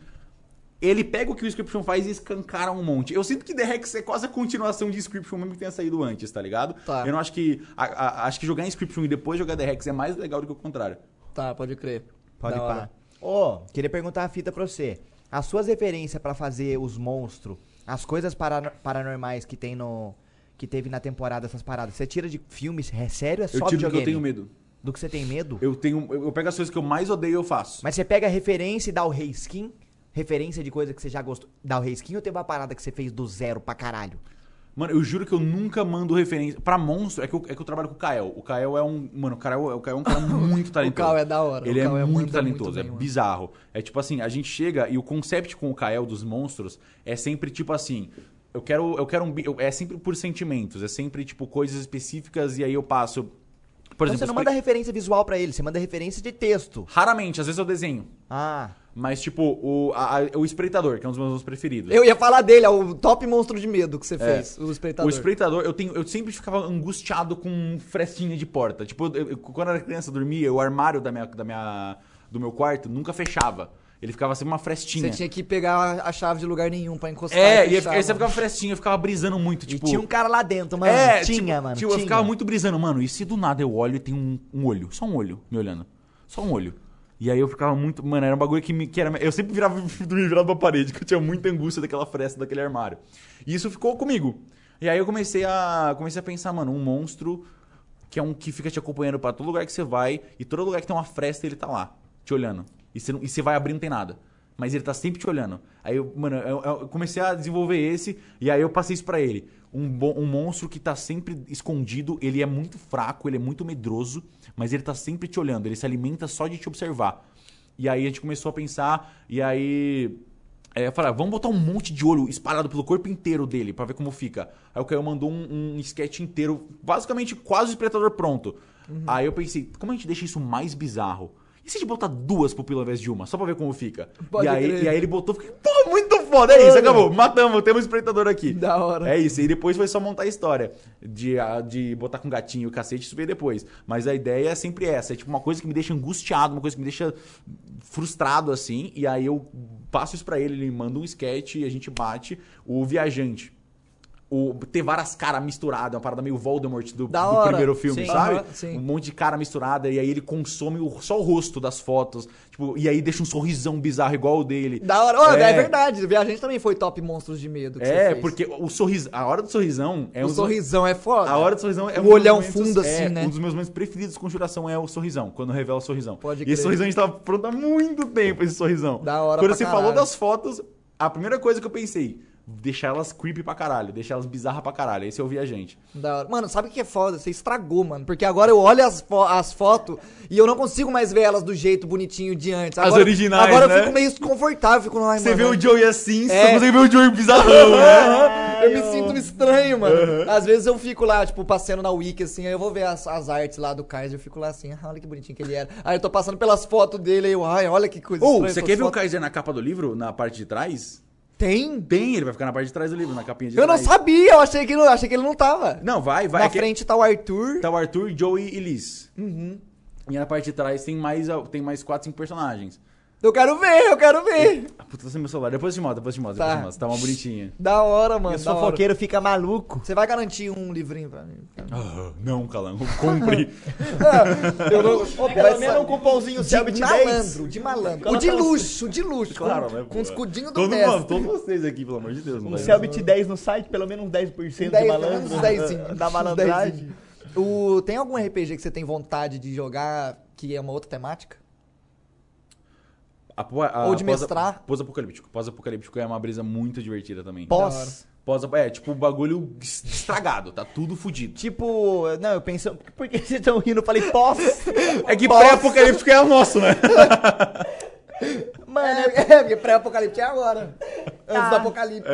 Speaker 3: Ele pega o que o Inscription faz e escancara um monte. Eu sinto que The Rex é quase a continuação de Inscription, mesmo que tenha saído antes, tá ligado?
Speaker 1: Tá.
Speaker 3: Eu não acho que. a- a- acho que jogar Inscription e depois jogar The Rex é mais legal do que o contrário.
Speaker 1: Tá, pode crer.
Speaker 2: Pode
Speaker 1: Da hora.
Speaker 2: pá. Ô, queria perguntar a fita pra você. As suas referências pra fazer os monstros, as coisas parano- paranormais que tem no. que teve na temporada essas paradas, você tira de filmes? É sério? É
Speaker 3: Eu
Speaker 2: só
Speaker 3: tiro que eu
Speaker 2: videogame?
Speaker 3: tenho medo.
Speaker 2: Do que você tem medo?
Speaker 3: Eu tenho. Eu, eu pego as coisas que eu mais odeio e eu faço.
Speaker 2: Mas você pega a referência e dá o reskin? Referência de coisa que você já gostou. Dá o reskin ou teve uma parada que você fez do zero pra caralho?
Speaker 3: Mano, eu juro que eu nunca mando referência. Pra monstro, é que eu, é que eu trabalho com o Kael. O Kael é um. Mano, o Kael, o Kael é
Speaker 1: [LAUGHS]
Speaker 3: um cara muito talentoso.
Speaker 1: Kael é da hora.
Speaker 3: Ele
Speaker 1: O
Speaker 3: é
Speaker 1: Kael
Speaker 3: muito
Speaker 1: manda muito
Speaker 3: talentoso,
Speaker 1: bem,
Speaker 3: é
Speaker 1: mano.
Speaker 3: bizarro. É tipo assim, a gente chega e o concept com o Kael dos monstros é sempre tipo assim. Eu quero, eu quero um. bi- eu- É sempre por sentimentos, é sempre tipo coisas específicas e aí eu passo.
Speaker 2: Então
Speaker 3: Por exemplo,
Speaker 2: você não
Speaker 3: expli-
Speaker 2: manda referência visual pra ele, você manda referência de texto.
Speaker 3: raramente, às vezes eu desenho.
Speaker 2: Ah,
Speaker 3: Mas tipo, o, a- a- o Espreitador, que é um dos meus preferidos.
Speaker 1: Eu ia falar dele, é o top monstro de medo que você fez, o espreitador.
Speaker 3: É. O espreitador, eu, tenho, eu sempre ficava angustiado com frestinha de porta. Tipo, eu- eu- quando eu era criança, eu dormia, o armário da minha, da minha, do meu quarto nunca fechava. Ele ficava sempre uma
Speaker 1: Você
Speaker 3: frestinha.
Speaker 1: tinha que pegar a- a chave de lugar nenhum pra encostar.
Speaker 3: É, e
Speaker 1: e
Speaker 3: aí
Speaker 1: fechar,
Speaker 3: você
Speaker 1: mano.
Speaker 3: ficava frestinha, eu ficava brisando muito. Tipo,
Speaker 2: e tinha um cara lá dentro, mano.
Speaker 3: é,
Speaker 2: tinha,
Speaker 3: tipo,
Speaker 2: mano.
Speaker 3: tipo,
Speaker 2: tinha.
Speaker 3: Eu ficava muito [LAUGHS] brisando, mano. E se do nada eu olho e tem um, um olho, só um olho me olhando. Só um olho. E aí eu ficava muito. Mano, era um bagulho que, me, que era. Eu sempre virava [LAUGHS] dormia virado pra parede, que eu tinha muita angústia daquela fresta daquele armário. E isso ficou comigo. E aí eu comecei a. comecei a pensar, mano, um monstro que é um que fica te acompanhando pra todo lugar que você vai, e todo lugar que tem uma fresta, ele tá lá, te olhando. E você, não- e você vai abrir, não tem nada. Mas ele tá sempre te olhando. Aí, eu, mano, eu, eu comecei a desenvolver esse, e aí eu passei isso pra ele. Um, bo- um monstro que tá sempre escondido, ele é muito fraco, ele é muito medroso, mas ele tá sempre te olhando, ele se alimenta só de te observar. E aí a gente começou a pensar, e aí é, falar, vamos botar um monte de olho espalhado pelo corpo inteiro dele pra ver como fica. Aí o Caio mandou um, um sketch inteiro, basicamente quase o espectador pronto.
Speaker 1: Uhum.
Speaker 3: Aí eu pensei, como a gente deixa isso mais bizarro? E se a gente botar duas pupilas ao invés de uma, só pra ver como fica?
Speaker 1: Pode
Speaker 3: e, aí,
Speaker 1: crer.
Speaker 3: e aí ele botou, fiquei, pô, muito foda, é isso, acabou, matamos, temos um espreitador aqui.
Speaker 1: Da hora.
Speaker 3: É isso, e depois foi só montar a história. De, a- de botar com gatinho e cacete, isso veio depois. Mas a ideia é sempre essa. É tipo uma coisa que me deixa angustiado, uma coisa que me deixa frustrado, assim. E aí eu passo isso pra ele, ele manda um sketch e a gente bate o viajante. O, ter várias caras misturadas, uma parada meio Voldemort do,
Speaker 1: Da
Speaker 3: do
Speaker 1: hora.
Speaker 3: primeiro filme,
Speaker 1: Sim.
Speaker 3: sabe?
Speaker 1: Aham, sim.
Speaker 3: Um monte de cara misturada, e aí ele consome o- só o rosto das fotos, tipo, e aí deixa um sorrisão bizarro igual o dele.
Speaker 1: Da hora. Olha, é.
Speaker 3: É.
Speaker 1: verdade. Viajante também foi top monstros de medo. que você
Speaker 3: É,
Speaker 1: fez.
Speaker 3: porque o sorriso, a hora do sorrisão é
Speaker 1: O
Speaker 3: um
Speaker 1: sorrisão é foda.
Speaker 3: A hora do sorrisão é
Speaker 1: O
Speaker 3: dos
Speaker 1: olhão
Speaker 3: momentos-
Speaker 1: fundo,
Speaker 3: é,
Speaker 1: assim, né?
Speaker 3: Um dos meus momentos preferidos de conjuração é o sorrisão, quando revela o sorrisão.
Speaker 1: Pode
Speaker 3: e
Speaker 1: crer.
Speaker 3: esse sorrisão a gente tava pronto há muito tempo, esse sorrisão.
Speaker 1: Da hora
Speaker 3: Quando
Speaker 1: pra
Speaker 3: você
Speaker 1: caralho.
Speaker 3: falou das fotos, a primeira coisa que eu pensei, deixar elas creepy pra caralho, deixar elas bizarras pra caralho. Esse é o viajante.
Speaker 1: Da hora. Mano, sabe o que é foda? Você estragou, mano. Porque agora eu olho as, fo- as fotos e eu não consigo mais ver elas do jeito bonitinho de antes.
Speaker 3: As
Speaker 1: Agora,
Speaker 3: originais,
Speaker 1: Agora
Speaker 3: né?
Speaker 1: eu fico meio desconfortável. Fico lá,
Speaker 3: Você
Speaker 1: É, mano,
Speaker 3: vê o Joey assim,
Speaker 1: É.
Speaker 3: você consegue ver o Joey bizarrão, né?
Speaker 1: [LAUGHS] eu me sinto estranho, mano. Às vezes eu fico lá, tipo, passeando na Wiki, assim, aí eu vou ver as, as artes lá do Kaiser, eu fico lá assim, ah, olha que bonitinho que ele era. Aí eu tô passando pelas fotos dele, aí eu, ai, olha que coisa
Speaker 3: Ou,
Speaker 1: estranha
Speaker 3: você
Speaker 1: essas
Speaker 3: quer ver um o
Speaker 1: fotos."
Speaker 3: Kaiser na capa do livro, na parte de trás?
Speaker 1: Tem?
Speaker 3: Tem, ele vai ficar na parte de trás do livro, na capinha de
Speaker 1: Eu não
Speaker 3: trás.
Speaker 1: sabia, eu achei que, não, achei que ele não tava.
Speaker 3: Não, vai, vai.
Speaker 1: na
Speaker 3: é que-
Speaker 1: frente tá o Arthur.
Speaker 3: Tá o Arthur, Joey e Liz. E na parte de trás tem mais, tem mais 4, 5 personagens.
Speaker 1: Eu quero ver, eu quero ver.
Speaker 3: Ah, puta, tá sem meu celular. Depois eu te mostro, depois eu te mostro.
Speaker 1: Tá.
Speaker 3: Depois eu te mostro. Tá uma bonitinha.
Speaker 1: Da hora, mano.
Speaker 2: E o
Speaker 1: da hora.
Speaker 2: fofoqueiro fica maluco.
Speaker 1: Você vai garantir um livrinho pra
Speaker 3: [LAUGHS]
Speaker 1: mim?
Speaker 3: Ah, não, Calão, [LAUGHS] compre.
Speaker 1: Eu não. Ô,
Speaker 2: Pelo
Speaker 1: peraí,
Speaker 2: menos um
Speaker 1: sabe?
Speaker 2: cupomzinho
Speaker 1: de
Speaker 2: Selbit 10.
Speaker 1: malandro, de malandro. O de luxo, o de luxo.
Speaker 3: um. Claro,
Speaker 1: com,
Speaker 3: né,
Speaker 1: com o
Speaker 3: pô?
Speaker 1: escudinho do
Speaker 3: Todo
Speaker 1: mestre.
Speaker 3: mundo, todos vocês aqui, pelo amor de Deus. não
Speaker 2: Um
Speaker 3: vai-
Speaker 2: Selbit 10 no site, pelo menos um uns 10% de
Speaker 1: 10,
Speaker 2: malandro.
Speaker 1: uns
Speaker 3: né?
Speaker 1: 10 sim.
Speaker 2: Da
Speaker 1: Uns
Speaker 2: malandragem.
Speaker 1: 10 sim. O, tem algum RPG que você tem vontade de jogar que é uma outra temática?
Speaker 3: A po- a
Speaker 1: Ou de
Speaker 3: pós-
Speaker 1: mestrar.
Speaker 3: Pós-apocalíptico. Pós-apocalíptico é uma brisa muito divertida também.
Speaker 1: Pós.
Speaker 3: Pós é, tipo, o bagulho es- estragado, tá tudo fudido.
Speaker 2: Tipo, não, eu penso, por que vocês estão rindo? Eu falei, pós.
Speaker 3: É
Speaker 2: [LAUGHS]
Speaker 3: que pré-apocalíptico é [LAUGHS] o nosso, né?
Speaker 1: [LAUGHS]
Speaker 2: é
Speaker 1: Mano, é, é porque pré-apocalipse é agora.
Speaker 3: Tá.
Speaker 2: Antes do apocalipse.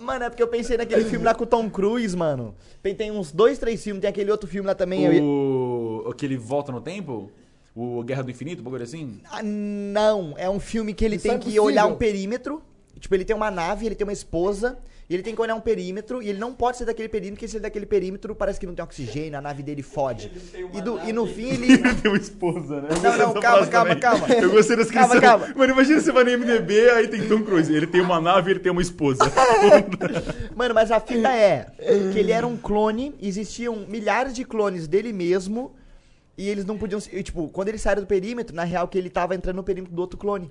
Speaker 2: Mano, é porque eu pensei naquele filme lá com o Tom Cruise, mano. Tem, tem uns dois, três filmes, tem aquele outro filme lá também. eu ia-
Speaker 3: O... Aquele Volta no Tempo? O Guerra do Infinito, um bagulho assim?
Speaker 2: Ah, não, é um filme que ele
Speaker 8: Missão
Speaker 2: tem que
Speaker 8: Impossível.
Speaker 2: olhar um perímetro. Tipo, ele tem uma nave, ele tem uma esposa, e ele tem que olhar um perímetro, e ele não pode ser daquele perímetro, porque se ele é daquele perímetro, parece que não tem oxigênio, a nave dele fode.
Speaker 5: tem uma
Speaker 2: E, do- e no
Speaker 5: nave.
Speaker 2: fim
Speaker 5: [LAUGHS]
Speaker 2: ele.
Speaker 3: [LAUGHS] Tem uma esposa, né?
Speaker 2: Não, não, calma, calma, calma.
Speaker 3: Eu gostei da descrição.
Speaker 2: Calma, calma.
Speaker 3: Mano, imagina você vai no MDB, aí tem Tom Cruise. Ele tem uma nave e ele tem uma esposa.
Speaker 2: Mano, mas a fita é que ele era um clone, existiam milhares de clones dele mesmo, e eles não podiam. se- e, Tipo, quando ele saiu do perímetro, na real que ele tava entrando no perímetro do outro clone.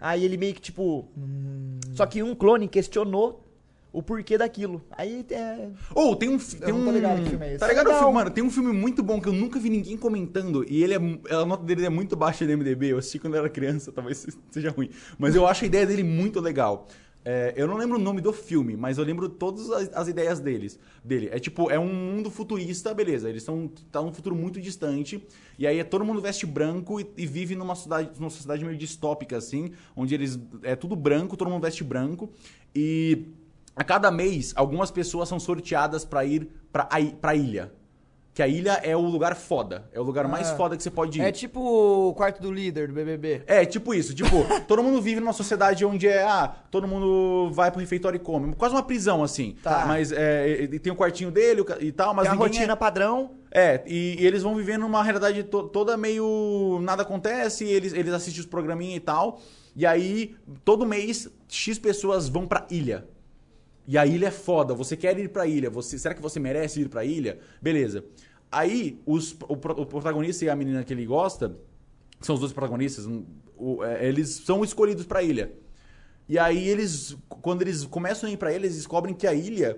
Speaker 2: Aí ele meio que, tipo. Só que um clone questionou o porquê daquilo. Aí é.
Speaker 3: Ou tem um. fi- Tem
Speaker 8: não
Speaker 3: um
Speaker 8: tô ligado que filme é esse.
Speaker 3: Tá ligado o
Speaker 2: Não.
Speaker 3: filme? Mano, tem um filme muito bom que eu nunca vi ninguém comentando. E ele é. mu- A nota dele é muito baixa no MDB. Eu assisti quando eu era criança, talvez se- seja ruim. Mas eu acho a ideia dele muito legal. É, eu não lembro o nome do filme, mas eu lembro todas as, as ideias deles, dele. É tipo, é um mundo futurista, beleza. Eles estão tá num futuro muito distante. E aí é todo mundo veste branco e, e vive numa cidade, numa sociedade meio distópica, assim, onde eles. É tudo branco, todo mundo veste branco. E a cada mês, algumas pessoas são sorteadas pra ir pra, a, i- pra ilha. Que a ilha é o lugar foda. É o lugar mais foda que você pode ir.
Speaker 1: É tipo o quarto do líder do BBB.
Speaker 3: É, tipo isso, tipo, [LAUGHS] todo mundo vive numa sociedade onde é, ah, todo mundo vai pro refeitório e come. Quase uma prisão, assim.
Speaker 1: Tá.
Speaker 3: Mas é, e- e tem o quartinho dele o ca- e tal, mas
Speaker 2: Tem a
Speaker 3: ninguém é-
Speaker 2: rotina padrão.
Speaker 3: é, e, e eles vão vivendo uma realidade to- toda meio. Nada acontece, eles, eles assistem os programinhas e tal. E aí, todo mês, X pessoas vão pra ilha. E a ilha é foda, você quer ir pra ilha, você, será que você merece ir pra ilha? Beleza. Aí, os- o, pro- o protagonista e a menina que ele gosta, que são os dois protagonistas, um- o- é, eles são escolhidos pra ilha. E aí, eles, quando eles começam a ir pra ilha, eles descobrem que a ilha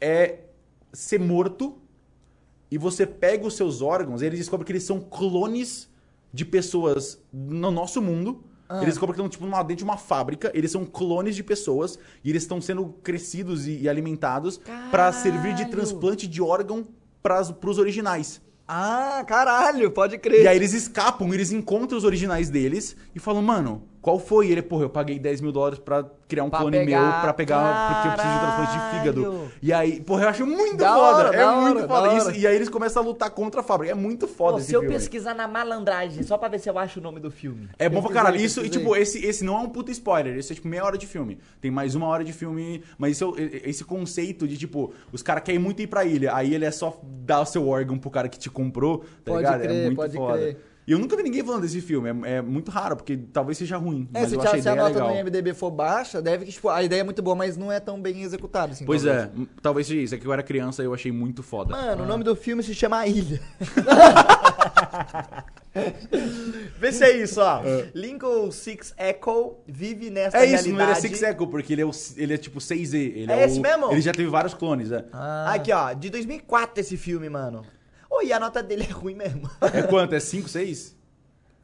Speaker 3: é ser morto e você pega os seus órgãos e eles descobrem que eles são clones de pessoas no nosso mundo. Eles descobrem que estão tipo, numa- dentro de uma fábrica, eles são clones de pessoas e eles estão sendo crescidos e, e alimentados pra servir de transplante de órgão para os originais.
Speaker 1: Ah, caralho, pode crer.
Speaker 3: E aí eles escapam, eles encontram os originais deles e falam, mano, qual foi? E ele, porra, eu paguei 10 mil dólares pra criar um
Speaker 1: Pra
Speaker 3: clone
Speaker 1: pegar.
Speaker 3: meu, pra pegar, porque eu preciso de transplante de fígado.
Speaker 1: Caralho.
Speaker 3: E aí, porra, eu acho muito
Speaker 1: Da
Speaker 3: foda,
Speaker 1: hora,
Speaker 3: é
Speaker 1: da
Speaker 3: muito
Speaker 1: hora,
Speaker 3: foda.
Speaker 1: da
Speaker 3: Isso-
Speaker 1: hora.
Speaker 3: e aí eles começam a lutar contra a fábrica, é muito foda
Speaker 7: Pô,
Speaker 3: esse
Speaker 7: se eu
Speaker 3: filme.
Speaker 7: pesquisar na malandragem, só pra ver se eu acho o nome do filme.
Speaker 3: É bom pra
Speaker 1: Pesquisei,
Speaker 3: caralho. Isso, e
Speaker 1: pesquisei.
Speaker 3: tipo, esse, esse não é um puta spoiler. Esse é tipo meia hora de filme. Tem mais uma hora de filme. Mas esse, é o- e- esse conceito de, tipo, os caras querem muito ir pra ilha. Aí ele é só dar o seu órgão pro cara que te comprou, tá
Speaker 1: Pode
Speaker 3: ligado? é
Speaker 1: crer,
Speaker 3: muito
Speaker 1: pode
Speaker 3: foda.
Speaker 1: crer.
Speaker 3: E eu nunca vi ninguém falando desse filme. É, é muito raro, porque talvez seja ruim.
Speaker 1: É,
Speaker 3: mas
Speaker 1: se,
Speaker 3: eu
Speaker 1: te-
Speaker 3: achei a
Speaker 1: se
Speaker 3: ideia
Speaker 1: a nota
Speaker 3: legal.
Speaker 1: no IMDB for baixa, deve que, tipo, a ideia é muito boa, mas não é tão bem executada, assim.
Speaker 3: Pois
Speaker 1: talvez.
Speaker 3: é, m- talvez seja isso. É que eu era criança e eu achei muito foda.
Speaker 2: Mano, o nome do filme se chama A Ilha. [LAUGHS] Vê se é isso, ó. Lincoln Six Echo vive nessa
Speaker 3: É
Speaker 2: realidade.
Speaker 3: isso, não, ele é Six Echo, porque ele é, o- ele é tipo 6E. Ele
Speaker 2: É
Speaker 3: o-
Speaker 2: esse mesmo?
Speaker 3: Ele já teve vários clones, é.
Speaker 1: Ah.
Speaker 2: Ah. Aqui, ó, de 2004 esse filme, mano. Oi, e a nota dele é ruim mesmo. [LAUGHS]
Speaker 3: É quanto? É
Speaker 1: [LAUGHS]
Speaker 3: 5, 6?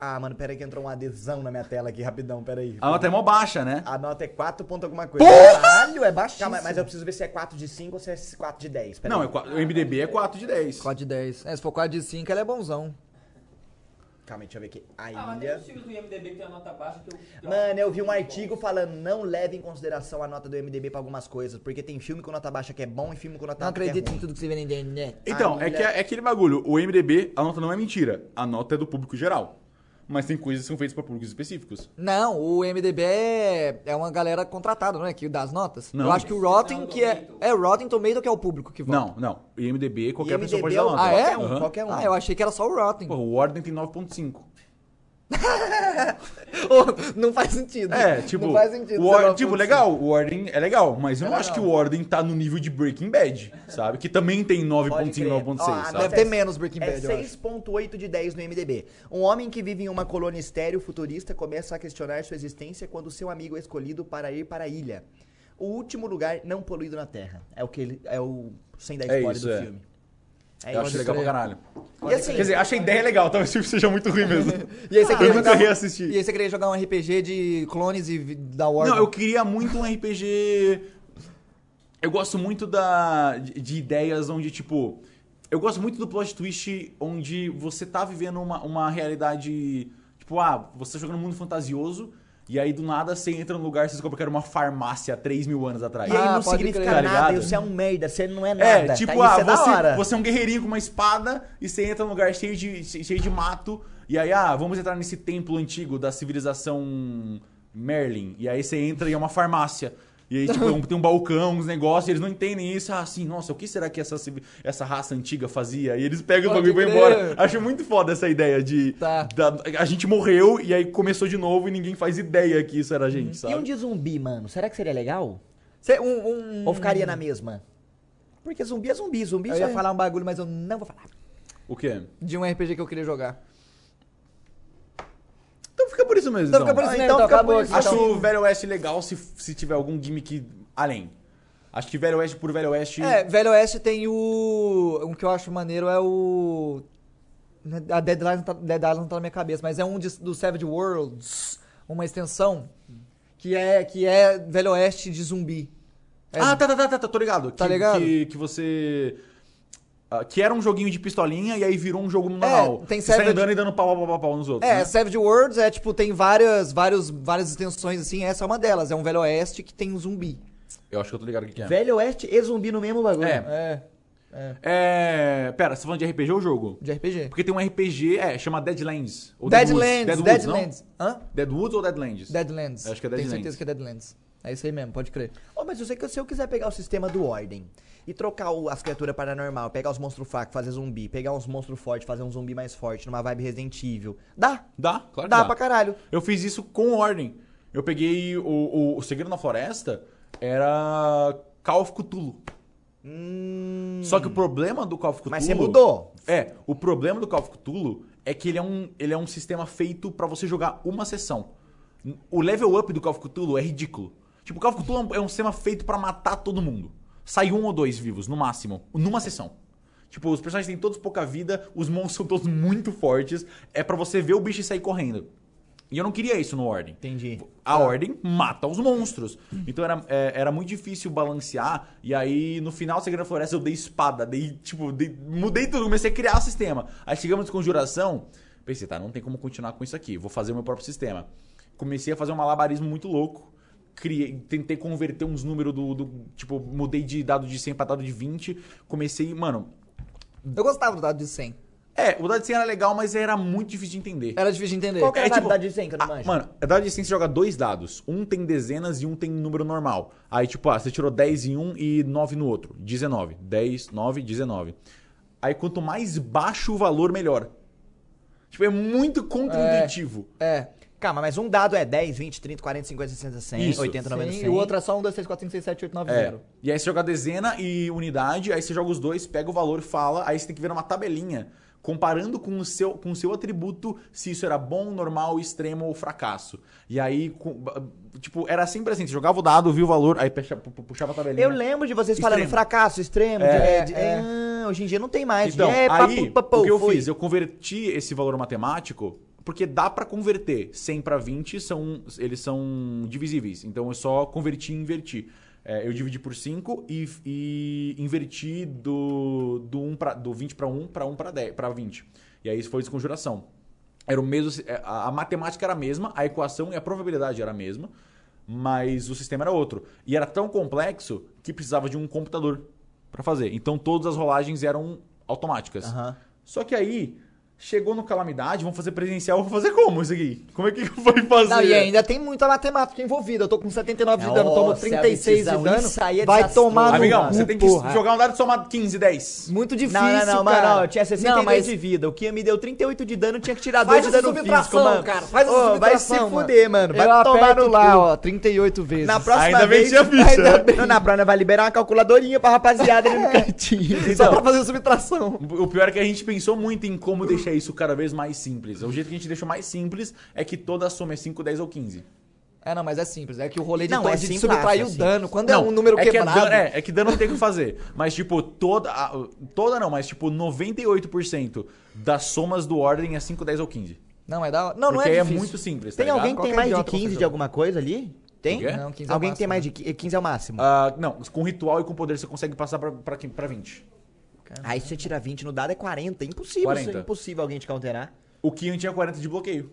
Speaker 2: ah, mano, pera aí que entrou um adesão na minha tela aqui, rapidão, pera aí.
Speaker 3: A nota é mó baixa, né?
Speaker 2: A nota é 4 ponto alguma coisa. Caralho, é baixíssimo. Calma, mas eu preciso ver se é 4 de 5 ou se é 4 de 10. Pera
Speaker 3: Não, é
Speaker 2: aí.
Speaker 3: qua- o MDB é 4 de 10.
Speaker 1: Quad de 10. É, se for quad de 5, ele é bonzão.
Speaker 2: Calma aí, deixa eu ver aqui. A
Speaker 5: Ah, mas tem
Speaker 2: Ilha...
Speaker 5: uns filmes do IMDB que tem a nota baixa que eu... que eu
Speaker 2: Mano,
Speaker 5: acho
Speaker 2: eu vi um
Speaker 5: muito
Speaker 2: artigo falando não leve em consideração a nota do MDB pra algumas coisas, porque tem filme com nota baixa que é bom e filme com nota
Speaker 1: Não
Speaker 2: alta que é
Speaker 1: acredito
Speaker 2: ruim.
Speaker 1: em tudo que você vê na internet.
Speaker 3: Então,
Speaker 2: A
Speaker 3: é, que, é aquele bagulho. O MDB, a nota não é mentira. A nota é do público geral. Mas tem coisas que são feitas pra públicos específicos.
Speaker 1: Não, o MDB é, é uma galera contratada, não é? Que dá as notas.
Speaker 3: Não.
Speaker 1: Eu acho que o Rotten,
Speaker 2: um
Speaker 5: Não,
Speaker 1: que é.
Speaker 5: Tomato.
Speaker 1: É o Rotten Tomato que é o público que vota.
Speaker 3: Não, não. O IMDB, qualquer
Speaker 2: IMDb
Speaker 3: pessoa pode
Speaker 2: é
Speaker 3: dar
Speaker 2: o-
Speaker 3: nota.
Speaker 1: Ah, é?
Speaker 3: Aham.
Speaker 2: Qualquer um.
Speaker 1: Ah, eu achei que era só o Rotten.
Speaker 3: Porra, o Ordem tem 9.5.
Speaker 1: [LAUGHS] não faz sentido.
Speaker 3: É, tipo...
Speaker 1: Não faz sentido.
Speaker 3: o
Speaker 1: ser
Speaker 3: Or-
Speaker 1: 9.5.
Speaker 3: tipo, legal. O Ordem é legal. Mas eu não acho que o Ordem tá no nível de Breaking Bad, sabe? Que também tem 9.5,
Speaker 2: crer.
Speaker 3: 9.6,
Speaker 2: Ó, a
Speaker 3: sabe?
Speaker 1: Deve
Speaker 2: nota
Speaker 1: ter
Speaker 2: é-
Speaker 1: menos Breaking
Speaker 2: É
Speaker 1: Bad, eu acho.
Speaker 2: 6.8 de 10 no MDB. Um homem que vive em uma colônia estéreo futurista começa a questionar sua existência quando seu amigo é escolhido para ir para a ilha. O último lugar não poluído na Terra. É o que ele é o sem dar
Speaker 3: É
Speaker 2: spoiler
Speaker 3: isso,
Speaker 2: do
Speaker 3: é.
Speaker 2: filme. É
Speaker 3: Eu acho legal pra caralho.
Speaker 2: E assim,
Speaker 3: Quer dizer, acho a ideia legal. Talvez o filme seja muito
Speaker 2: [LAUGHS]
Speaker 3: ruim mesmo.
Speaker 1: E aí você
Speaker 3: eu
Speaker 1: queria
Speaker 3: nunca
Speaker 1: jogar.
Speaker 3: reassisti.
Speaker 1: E aí você queria jogar um RPG de clones e vi- da War.
Speaker 3: Não, eu queria muito um RPG. Eu gosto muito da de, de ideias onde, tipo. Eu gosto muito do plot twist onde você tá vivendo uma, uma realidade. Tipo, ah, você tá jogando um mundo fantasioso. E aí do nada você entra num lugar e você descobre que era uma farmácia há 3 mil anos atrás.
Speaker 7: E aí
Speaker 1: Ah,
Speaker 7: não
Speaker 1: pode
Speaker 7: significa
Speaker 1: crer.
Speaker 3: Tá
Speaker 7: nada,
Speaker 3: ligado?
Speaker 7: você é um merda, você não é nada.
Speaker 3: É,
Speaker 7: tá?
Speaker 3: tipo,
Speaker 7: Isso
Speaker 3: ah,
Speaker 7: é da
Speaker 3: você,
Speaker 7: hora.
Speaker 3: você é um guerreirinho com uma espada e você entra num lugar cheio de, che- cheio de mato. E aí, ah, vamos entrar nesse templo antigo da civilização Merlin. E aí você entra e é uma farmácia. E
Speaker 7: [LAUGHS]
Speaker 3: aí, tipo, é um- tem um balcão, uns negócios, e eles não entendem isso. Ah, assim, nossa, o que será que essa, civi- essa raça antiga fazia? E eles pegam o
Speaker 1: Pode
Speaker 3: bagulho e vão
Speaker 1: crer.
Speaker 3: embora. Acho muito foda essa ideia de.
Speaker 1: Tá.
Speaker 3: da- a gente morreu e aí começou de novo e ninguém faz ideia que isso era a gente,
Speaker 7: E um
Speaker 3: sabe?
Speaker 7: de zumbi, mano, será que seria legal?
Speaker 1: Cê- um- um-
Speaker 7: Ou ficaria na mesma? Porque zumbi é zumbi, zumbi
Speaker 1: Eu
Speaker 7: já
Speaker 1: ia falar um bagulho, mas eu não vou falar.
Speaker 3: O quê?
Speaker 1: De um RPG que eu queria jogar.
Speaker 3: Então fica por isso mesmo.
Speaker 1: Então
Speaker 3: Então,
Speaker 1: fica por
Speaker 3: Ah,
Speaker 1: isso
Speaker 7: Ah,
Speaker 1: mesmo,
Speaker 7: então
Speaker 1: então
Speaker 7: acabou
Speaker 1: acabou
Speaker 7: aqui.
Speaker 1: aqui.
Speaker 3: Acho o Velho Oeste legal se, se tiver algum gimmick além. Acho que Velho Oeste por Velho Oeste.
Speaker 1: É, Velho Oeste tem o. Um que eu acho maneiro é o. A Dead Island, tá, Dead Island não tá na minha cabeça, mas é um de- do Savage Worlds, uma extensão, que é, que é Velho Oeste de zumbi. É-
Speaker 3: Ah, tá, tá, tá, tá, tá, tô ligado.
Speaker 1: Tá
Speaker 3: que,
Speaker 1: ligado?
Speaker 3: Que, que você. ah, que era um joguinho de pistolinha e aí virou um jogo normal.
Speaker 1: É, tem
Speaker 3: você sai
Speaker 1: Savage-
Speaker 3: andando e dando pau, pau, pau, pau nos outros.
Speaker 1: É,
Speaker 3: né?
Speaker 1: Savage Worlds é tipo, tem várias, várias, várias extensões assim, essa é uma delas, é um Velho Oeste que tem um zumbi.
Speaker 3: Eu acho que eu tô ligado o que que é.
Speaker 7: Velho Oeste e zumbi no mesmo bagulho.
Speaker 3: É.
Speaker 1: É,
Speaker 3: É. Pera, você tá falando de RPG ou jogo?
Speaker 1: de RPG.
Speaker 3: Porque tem um RPG, é, chama Deadlands. ou Deadwoods.
Speaker 1: Deadlands,
Speaker 3: Deadwoods, não?
Speaker 1: Deadlands. Hã?
Speaker 3: Deadwoods ou Deadlands?
Speaker 1: Deadlands.
Speaker 3: Acho que é
Speaker 1: Tenho
Speaker 3: Deadlands.
Speaker 1: certeza que é Deadlands. É isso aí mesmo, pode crer.
Speaker 7: Ô, Oh, mas eu sei que se eu quiser pegar o sistema do Ordem e trocar o- as criaturas paranormal, pegar os monstros fracos, fazer zumbi, pegar uns monstros fortes, fazer um zumbi mais forte, numa vibe Resident Evil, dá.
Speaker 3: Dá, claro que
Speaker 7: dá,
Speaker 3: dá.
Speaker 7: pra caralho.
Speaker 3: Eu fiz isso com ordem. Eu peguei o, o, o Segredo na Floresta, era Call of Cthulhu. Só que o problema do Call of Cthulhu...
Speaker 7: Hum. Mas você mudou.
Speaker 3: É, o problema do Call of Cthulhu é que ele é um, ele é um sistema feito pra você jogar uma sessão. O level up do Call of Cthulhu é ridículo. Tipo, o Call of Cthulhu é um- é um sistema feito pra matar todo mundo. Sai um ou dois vivos, no máximo, numa sessão. Tipo, os personagens têm todos pouca vida, os monstros [LAUGHS] são todos muito fortes. É pra você ver o bicho e sair correndo. E eu não queria isso no Ordem.
Speaker 7: Entendi.
Speaker 3: A ordem mata os monstros. Então era, é, era muito difícil balancear. E aí, no final do Segredo da Floresta, eu dei espada. Dei, tipo, dei- mudei tudo, comecei a criar o sistema. Aí chegamos de conjuração. Pensei, tá, não tem como continuar com isso aqui. Vou fazer o meu próprio sistema. Comecei a fazer um malabarismo muito louco. Criei, tentei converter uns números do, do. Tipo, mudei de dado de 100 pra dado de 20. Comecei, mano.
Speaker 1: Eu gostava do dado de 100.
Speaker 3: É, o dado de 100 era legal, mas era muito difícil de entender.
Speaker 1: Era difícil de entender.
Speaker 7: Qual que era a
Speaker 3: É, tipo,
Speaker 7: validade de 100 que eu não
Speaker 3: Ah,
Speaker 7: manjo?
Speaker 3: mano, a dado de 100 você joga dois dados. Um tem dezenas e um tem número normal. Aí, tipo, ah, você tirou 10 em um e 9 no outro. 19. 10, 9, 19. Aí, quanto mais baixo o valor, melhor. Tipo, é muito contra-intuitivo.
Speaker 1: É.
Speaker 7: Calma, mas um dado é 10, 20, 30, 40, 50, 60, 100,
Speaker 3: Isso.
Speaker 7: 80, 90,
Speaker 1: Sim,
Speaker 7: 100.
Speaker 1: e o outro é só 1, 2, 3, 4, 5, 6, 7, 8, 9,
Speaker 3: É.
Speaker 1: 0.
Speaker 3: E aí você joga dezena e unidade, aí você joga os dois, pega o valor, fala, aí você tem que ver uma tabelinha comparando com o seu com o seu atributo se isso era bom, normal, extremo ou fracasso. E aí com- ba- tipo, era sempre assim, você jogava o dado, via o valor, aí puxa- pu- puxava a tabelinha.
Speaker 7: Eu lembro de vocês falando
Speaker 3: Extremo.
Speaker 7: fracasso, extremo. de-
Speaker 3: É,
Speaker 7: é, de-
Speaker 1: é.
Speaker 7: ah, hoje em dia não tem mais.
Speaker 3: Então,
Speaker 7: é,
Speaker 3: aí,
Speaker 7: papu, papu,
Speaker 3: o que eu
Speaker 7: foi.
Speaker 3: fiz? Eu converti esse valor matemático, porque dá pra converter. 100 pra 20, são, eles são divisíveis. Então, eu só converti e inverti. É, eu dividi por 5 e, e inverti do, do, 1 pra, do 20 pra 1 pra 1 pra 10, pra 20. E aí, isso foi desconjuração. Era o mesmo, é, a a matemática era a mesma, a equação e a probabilidade era a mesma, mas o sistema era outro. E era tão complexo que precisava de um computador pra fazer. Então todas as rolagens eram automáticas.
Speaker 7: Aham.
Speaker 3: Só que aí chegou no calamidade, vamos fazer presencial, vou fazer como isso aqui? Como é que vai fazer?
Speaker 1: Não, e ainda tem muita matemática envolvida. Eu tô com 79 de dano, tomo
Speaker 7: Nossa,
Speaker 1: 36 de
Speaker 7: Vitizão,
Speaker 1: dano.
Speaker 7: isso aí é
Speaker 1: vai
Speaker 7: desastroso.
Speaker 1: tomar no
Speaker 3: Amigão,
Speaker 1: cu,
Speaker 3: você tem que
Speaker 1: porra.
Speaker 3: jogar um dado e somar 15, 10.
Speaker 1: Muito difícil,
Speaker 7: Não, não, não,
Speaker 1: cara.
Speaker 7: mano, eu tinha 62
Speaker 1: Não, mas
Speaker 7: de vida. O que me deu 38 de dano tinha que tirar 2
Speaker 1: faz
Speaker 7: de
Speaker 1: essa
Speaker 7: dano físico,
Speaker 1: subtração,
Speaker 7: mano.
Speaker 1: cara. Faz essa
Speaker 7: Ô,
Speaker 1: subtração,
Speaker 7: Vai se
Speaker 1: mano.
Speaker 7: fuder, mano. Vai
Speaker 1: eu
Speaker 7: tomar
Speaker 1: aperto
Speaker 7: no
Speaker 1: lá,
Speaker 7: cu.
Speaker 1: ó, 38 vezes.
Speaker 7: Na próxima
Speaker 3: Ainda bem
Speaker 7: vez...
Speaker 3: que tinha ficha,
Speaker 7: ainda
Speaker 3: né?
Speaker 7: bem. Não, na próxima vai liberar uma calculadorinha pra rapaziada [LAUGHS] ali no cantinho.
Speaker 1: Só pra
Speaker 3: Então,
Speaker 1: fazer subtração.
Speaker 3: o pior é que a gente pensou muito em como deixar isso cada vez mais simples. O jeito que a gente deixou mais simples é que toda soma é 5, 10 ou 15.
Speaker 1: É, não, mas é simples. É que o rolê de,
Speaker 7: Não,
Speaker 1: to-
Speaker 7: é
Speaker 1: de
Speaker 7: simples,
Speaker 1: subtrair
Speaker 7: é
Speaker 1: o
Speaker 7: simples.
Speaker 1: dano. Quando é um número
Speaker 3: é
Speaker 1: quebrado...
Speaker 3: Que é, dano, é, é que dano não tem o que fazer. Mas, tipo, toda. a- Toda não, mas, tipo, 98% das somas do ordem é 5, 10 ou 15.
Speaker 1: Não, é da hora. Não, não
Speaker 3: Porque
Speaker 1: é
Speaker 3: é,
Speaker 1: difícil.
Speaker 3: muito simples.
Speaker 7: Tem
Speaker 3: tá
Speaker 7: alguém
Speaker 3: ligado?
Speaker 7: que
Speaker 1: Qualquer
Speaker 7: tem mais de
Speaker 1: idiota
Speaker 7: 15
Speaker 1: consegue
Speaker 7: de alguma coisa ali? Tem?
Speaker 3: O quê?
Speaker 1: Não, 15 é o
Speaker 7: Alguém que tem
Speaker 1: máximo,
Speaker 7: mais de qui- 15 é o máximo.
Speaker 3: Ah, não, com ritual e com poder você consegue passar pra, pra, quem- pra 20.
Speaker 7: Aí se você tirar 20 no dado é 40. É impossível.
Speaker 3: 40.
Speaker 7: isso É impossível alguém te counterar.
Speaker 3: O Kion tinha 40 de bloqueio.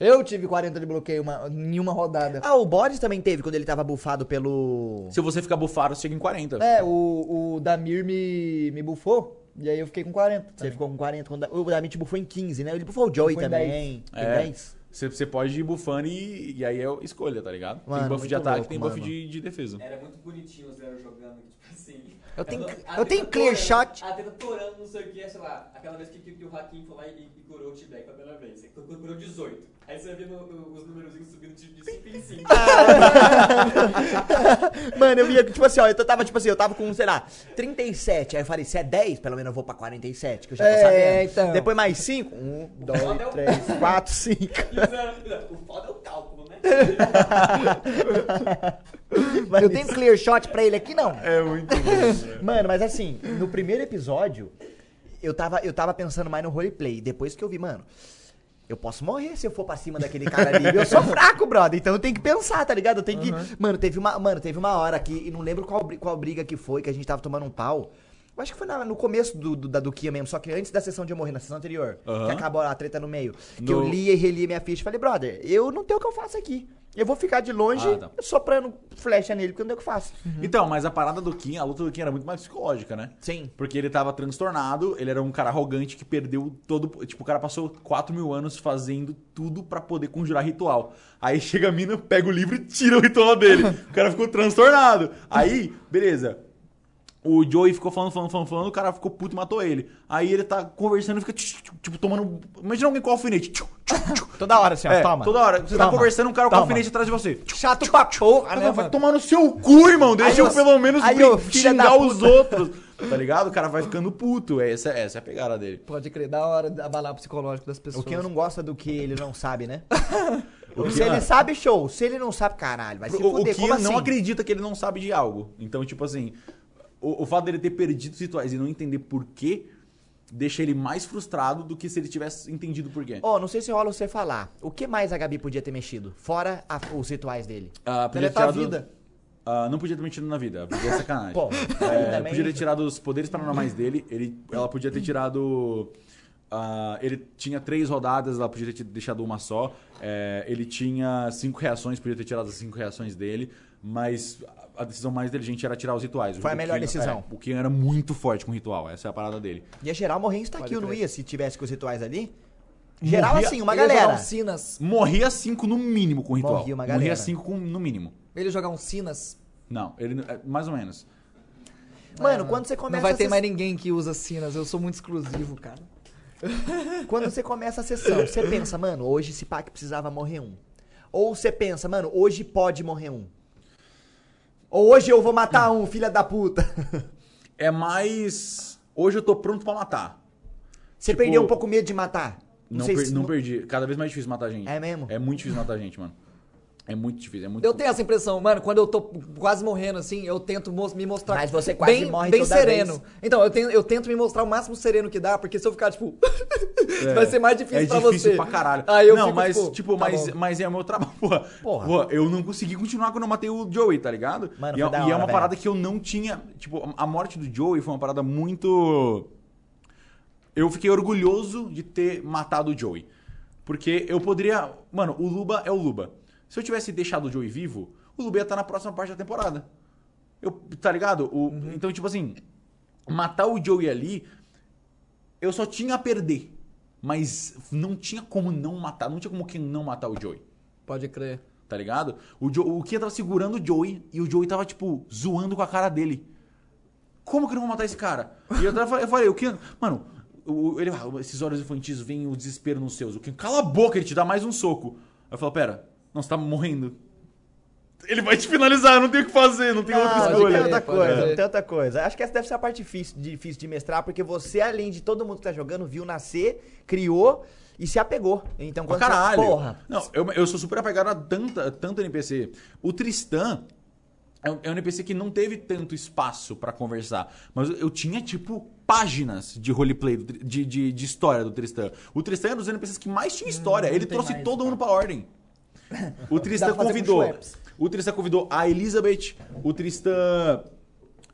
Speaker 1: Eu tive 40 de bloqueio uma, em uma rodada.
Speaker 2: Ah, o Boris também teve quando ele tava bufado pelo.
Speaker 3: Se você ficar bufado, você chega em 40.
Speaker 1: É, o, o Damir me, me bufou e aí eu fiquei com 40.
Speaker 2: Você
Speaker 1: também.
Speaker 2: ficou com 40. Quando o Damit bufou em 15, né? Ele bufou o Joey
Speaker 1: Bufou em
Speaker 2: também. Em
Speaker 3: É.
Speaker 2: 10.
Speaker 3: Você, você pode ir bufando e, e aí é escolha, tá ligado?
Speaker 2: Mano,
Speaker 3: tem buff de
Speaker 2: muito
Speaker 3: ataque,
Speaker 2: louco,
Speaker 3: tem buff
Speaker 2: mano.
Speaker 3: de, de defesa.
Speaker 5: Era muito bonitinho os caras jogando, tipo assim.
Speaker 1: Eu tenho-
Speaker 5: A- a
Speaker 1: eu
Speaker 5: treta
Speaker 1: tenho clear
Speaker 5: torando,
Speaker 1: shot.
Speaker 5: A treta torando, não sei o que, sei lá. Aquela vez que, que, que o Hakim foi lá e, e curou o T-Bag pela primeira vez. Ele cu- Curou 18. Aí você vê no, no, os numerozinhos subindo de, de 5 em 5.
Speaker 2: Mano, eu ia, tipo assim, ó, eu tava, tipo assim, eu tava com, sei lá, 37. Aí eu falei, se é 10, pelo menos eu vou pra 47, que eu já tô
Speaker 1: É,
Speaker 2: sabendo.
Speaker 1: então. um.
Speaker 2: Depois mais Um, 5. 1, 2,
Speaker 5: Foda é o-
Speaker 2: 3, 4, 5.
Speaker 5: E o zero- o foda é o cálculo, né?
Speaker 1: Eu tenho clear shot pra ele aqui, não.
Speaker 3: É muito bom.
Speaker 2: Mano, mas assim, no primeiro episódio, eu tava, eu tava pensando mais no roleplay. Depois que eu vi, mano, eu posso morrer se eu for pra cima daquele cara ali. Eu
Speaker 3: [LAUGHS]
Speaker 2: sou fraco, brother. Então eu tenho que pensar, tá ligado? Eu tenho que. Mano, teve uma, mano, teve uma hora aqui, e não lembro qual, bri- qual briga que foi, que a gente tava tomando um pau. Eu acho que foi na- no começo do, do- da Duquinha mesmo, só que antes da sessão de eu morrer, na sessão anterior,
Speaker 3: Aham.
Speaker 2: que acabou a treta no meio. Que
Speaker 3: No-
Speaker 2: eu lia e relia minha ficha e falei, brother, eu não tenho o que eu faço aqui. Eu vou ficar de longe
Speaker 3: Ah, tá.
Speaker 2: soprando flecha nele, porque eu não tenho o que eu faço.
Speaker 3: Então, mas a parada do Kim, a luta do Kim era muito mais psicológica, né?
Speaker 2: Sim.
Speaker 3: Porque ele tava transtornado, ele era um cara arrogante que perdeu todo. Tipo, o cara passou 4 mil anos fazendo tudo pra poder conjurar ritual. Aí chega a mina, pega o livro e tira o ritual dele. O cara ficou transtornado. Aí, beleza. O Joey ficou falando, falando, falando, falando, o cara ficou puto e matou ele. Aí ele tá conversando e fica, tch, tch, tipo, tomando. Imagina alguém com alfinete. Tch, tch, tch.
Speaker 2: Toda hora, assim, ó,
Speaker 3: É,
Speaker 2: toma.
Speaker 3: Toda hora. Você tá
Speaker 2: Toma.
Speaker 3: conversando, um cara com
Speaker 2: Toma.
Speaker 3: alfinete atrás de você. Tch,
Speaker 1: Chato pra porra,
Speaker 2: Ah,
Speaker 3: Cara,
Speaker 1: né,
Speaker 3: Ah, vai
Speaker 1: mano?
Speaker 3: tomar no seu cu, irmão. Deixa
Speaker 2: Tá Aí
Speaker 3: eu
Speaker 2: eu-
Speaker 3: pelo menos
Speaker 2: aí
Speaker 3: brin-
Speaker 2: eu, filha da
Speaker 3: xingar os outros. Tá ligado? O cara vai ficando puto. É, Essa, essa é a pegada dele.
Speaker 1: Pode crer, da hora de abalar o psicológico das pessoas.
Speaker 2: O que eu não gosta do que ele não sabe,
Speaker 1: [LAUGHS]
Speaker 2: né?
Speaker 3: O
Speaker 2: se
Speaker 3: Kian-
Speaker 2: ele sabe, show. Se ele não sabe, caralho, vai se
Speaker 3: o, o
Speaker 2: fuder.
Speaker 3: Kian
Speaker 2: Como assim?
Speaker 3: não acredita que ele não sabe de algo. Então, tipo assim, o, o fato dele ter perdido os rituais e não entender por quê deixa ele mais frustrado do que se ele tivesse entendido por quê.
Speaker 2: Ó, não sei se rola você falar. O que mais a Gabi podia ter mexido? Fora a- os rituais dele.
Speaker 3: Ah, podia ter
Speaker 1: Deletar a
Speaker 3: tirado-
Speaker 1: vida.
Speaker 3: Ah, não podia ter mentido na vida,
Speaker 2: [LAUGHS]
Speaker 3: porque é sacanagem.
Speaker 2: Pô,
Speaker 3: É,
Speaker 2: também-
Speaker 3: Podia ter tirado os poderes paranormais dele. Ele, ela podia ter tirado. ah, ele tinha três rodadas, ela podia ter tido- deixado uma só. É, ele tinha cinco reações, podia ter tirado as cinco reações dele. Mas a- a decisão mais inteligente era tirar os rituais.
Speaker 2: Foi a
Speaker 3: O
Speaker 2: melhor
Speaker 3: Keanu-
Speaker 2: decisão.
Speaker 3: é, o Kian era muito forte com ritual, essa é a parada dele.
Speaker 2: Ia geral morrer em Instakill, não ia? Se tivesse com os rituais ali. Geral,
Speaker 3: Morria-
Speaker 2: assim, uma
Speaker 1: Ele ia jogar
Speaker 2: galera.
Speaker 1: um Sinas.
Speaker 3: Morria cinco no mínimo com ritual.
Speaker 2: Morria uma
Speaker 3: Morria
Speaker 2: galera.
Speaker 3: cinco com- no mínimo.
Speaker 1: Ele ia jogar um Sinas.
Speaker 3: Não, ele é, mais ou menos.
Speaker 2: Mano, quando você começa
Speaker 1: É, Não vai
Speaker 2: a
Speaker 1: ter
Speaker 2: ses-
Speaker 1: mais ninguém que usa Sinas. Eu sou muito exclusivo, cara.
Speaker 2: Quando você começa a sessão,
Speaker 1: [COUGHS]
Speaker 2: você pensa, mano, hoje esse pack precisava morrer um. Ou você pensa, mano, hoje pode morrer um. Ou hoje eu vou matar
Speaker 1: [COUGHS]
Speaker 2: um, filha da puta. [LAUGHS]
Speaker 3: É mais. Hoje eu tô pronto pra matar.
Speaker 2: Você
Speaker 3: Tipo-
Speaker 2: perdeu um pouco medo de matar.
Speaker 3: Não, per-
Speaker 2: se-
Speaker 3: não perdi. Cada vez mais difícil matar gente.
Speaker 2: É mesmo?
Speaker 3: É muito difícil matar gente, mano. É muito difícil. É muito...
Speaker 1: Eu tenho essa impressão, mano, quando eu tô quase morrendo, assim, eu tento mos- me mostrar
Speaker 2: Mas você quase
Speaker 1: bem,
Speaker 2: morre
Speaker 1: bem
Speaker 2: toda
Speaker 1: sereno.
Speaker 2: vez.
Speaker 1: Então, eu, tenho- eu tento me mostrar o máximo sereno que dá, porque se eu ficar, tipo, [LAUGHS] vai ser mais difícil
Speaker 3: É
Speaker 1: pra
Speaker 3: difícil
Speaker 1: você.
Speaker 3: pra caralho.
Speaker 1: Aí eu
Speaker 3: não,
Speaker 1: fico,
Speaker 3: mas,
Speaker 1: tipo,
Speaker 3: tipo,
Speaker 1: tá
Speaker 3: mas,
Speaker 1: bom.
Speaker 3: mas é o meu trabalho. [LAUGHS] Porra,
Speaker 2: Porra.
Speaker 3: Porra, eu não consegui continuar quando eu matei o Joey, tá ligado?
Speaker 2: Mano,
Speaker 3: e
Speaker 2: foi
Speaker 3: é,
Speaker 2: da
Speaker 3: e é
Speaker 2: hora,
Speaker 3: uma
Speaker 2: velho.
Speaker 3: parada que eu não tinha. Tipo, a- a morte do Joey foi uma parada muito. Eu fiquei orgulhoso de ter matado o Joey. Porque eu poderia. Mano, o Luba é o Luba. Se eu tivesse deixado o Joey vivo, o Luba ia estar na próxima parte da temporada. Eu, tá ligado? O-
Speaker 2: Uhum.
Speaker 3: Então, tipo assim, matar o Joey ali, eu só tinha a perder. Mas não tinha como não matar, não tinha como que não matar o Joey.
Speaker 1: Pode crer.
Speaker 3: Tá ligado? O, Joe, o Kia tava segurando o Joey e o Joey tava, tipo, zoando com a cara dele. Como que eu não vou matar esse cara? E eu, tava, eu falei, o Kia. Mano, o- ele, "Ah, esses olhos infantis veem o desespero nos seus. O Kia, cala a boca, ele te dá mais um soco. Aí eu falo, pera, não, você tá morrendo. Ele vai te finalizar, eu não tenho o que fazer, não tem outra
Speaker 2: Ah, não
Speaker 3: escolha.
Speaker 2: tem
Speaker 3: É.
Speaker 1: escolha.
Speaker 2: outra
Speaker 1: Pode
Speaker 2: coisa,
Speaker 1: crer.
Speaker 2: não tem outra coisa. Acho que essa deve ser a parte difícil, difícil de mestrar, porque você, além de todo mundo que tá jogando, viu nascer, criou e se apegou. Então,
Speaker 3: Pra
Speaker 2: quando
Speaker 3: caralho.
Speaker 2: Você, porra.
Speaker 3: Não, eu, eu sou super apegado a tanta, tanto NPC. O Tristan é um, é um NPC que não teve tanto espaço pra conversar. Mas eu, eu tinha, tipo, páginas de roleplay, do Tri- de, de, de história do Tristan. O Tristan é um dos NPCs que mais tinha história. Ele
Speaker 1: Hum, tem
Speaker 3: trouxe
Speaker 1: mais,
Speaker 3: todo mundo pra
Speaker 1: [LAUGHS]
Speaker 3: ordem. O
Speaker 1: Dá
Speaker 3: Tristan
Speaker 1: pra fazer com
Speaker 3: convidou.
Speaker 1: Schweppes.
Speaker 3: O Tristan convidou a Elizabeth. O Tristan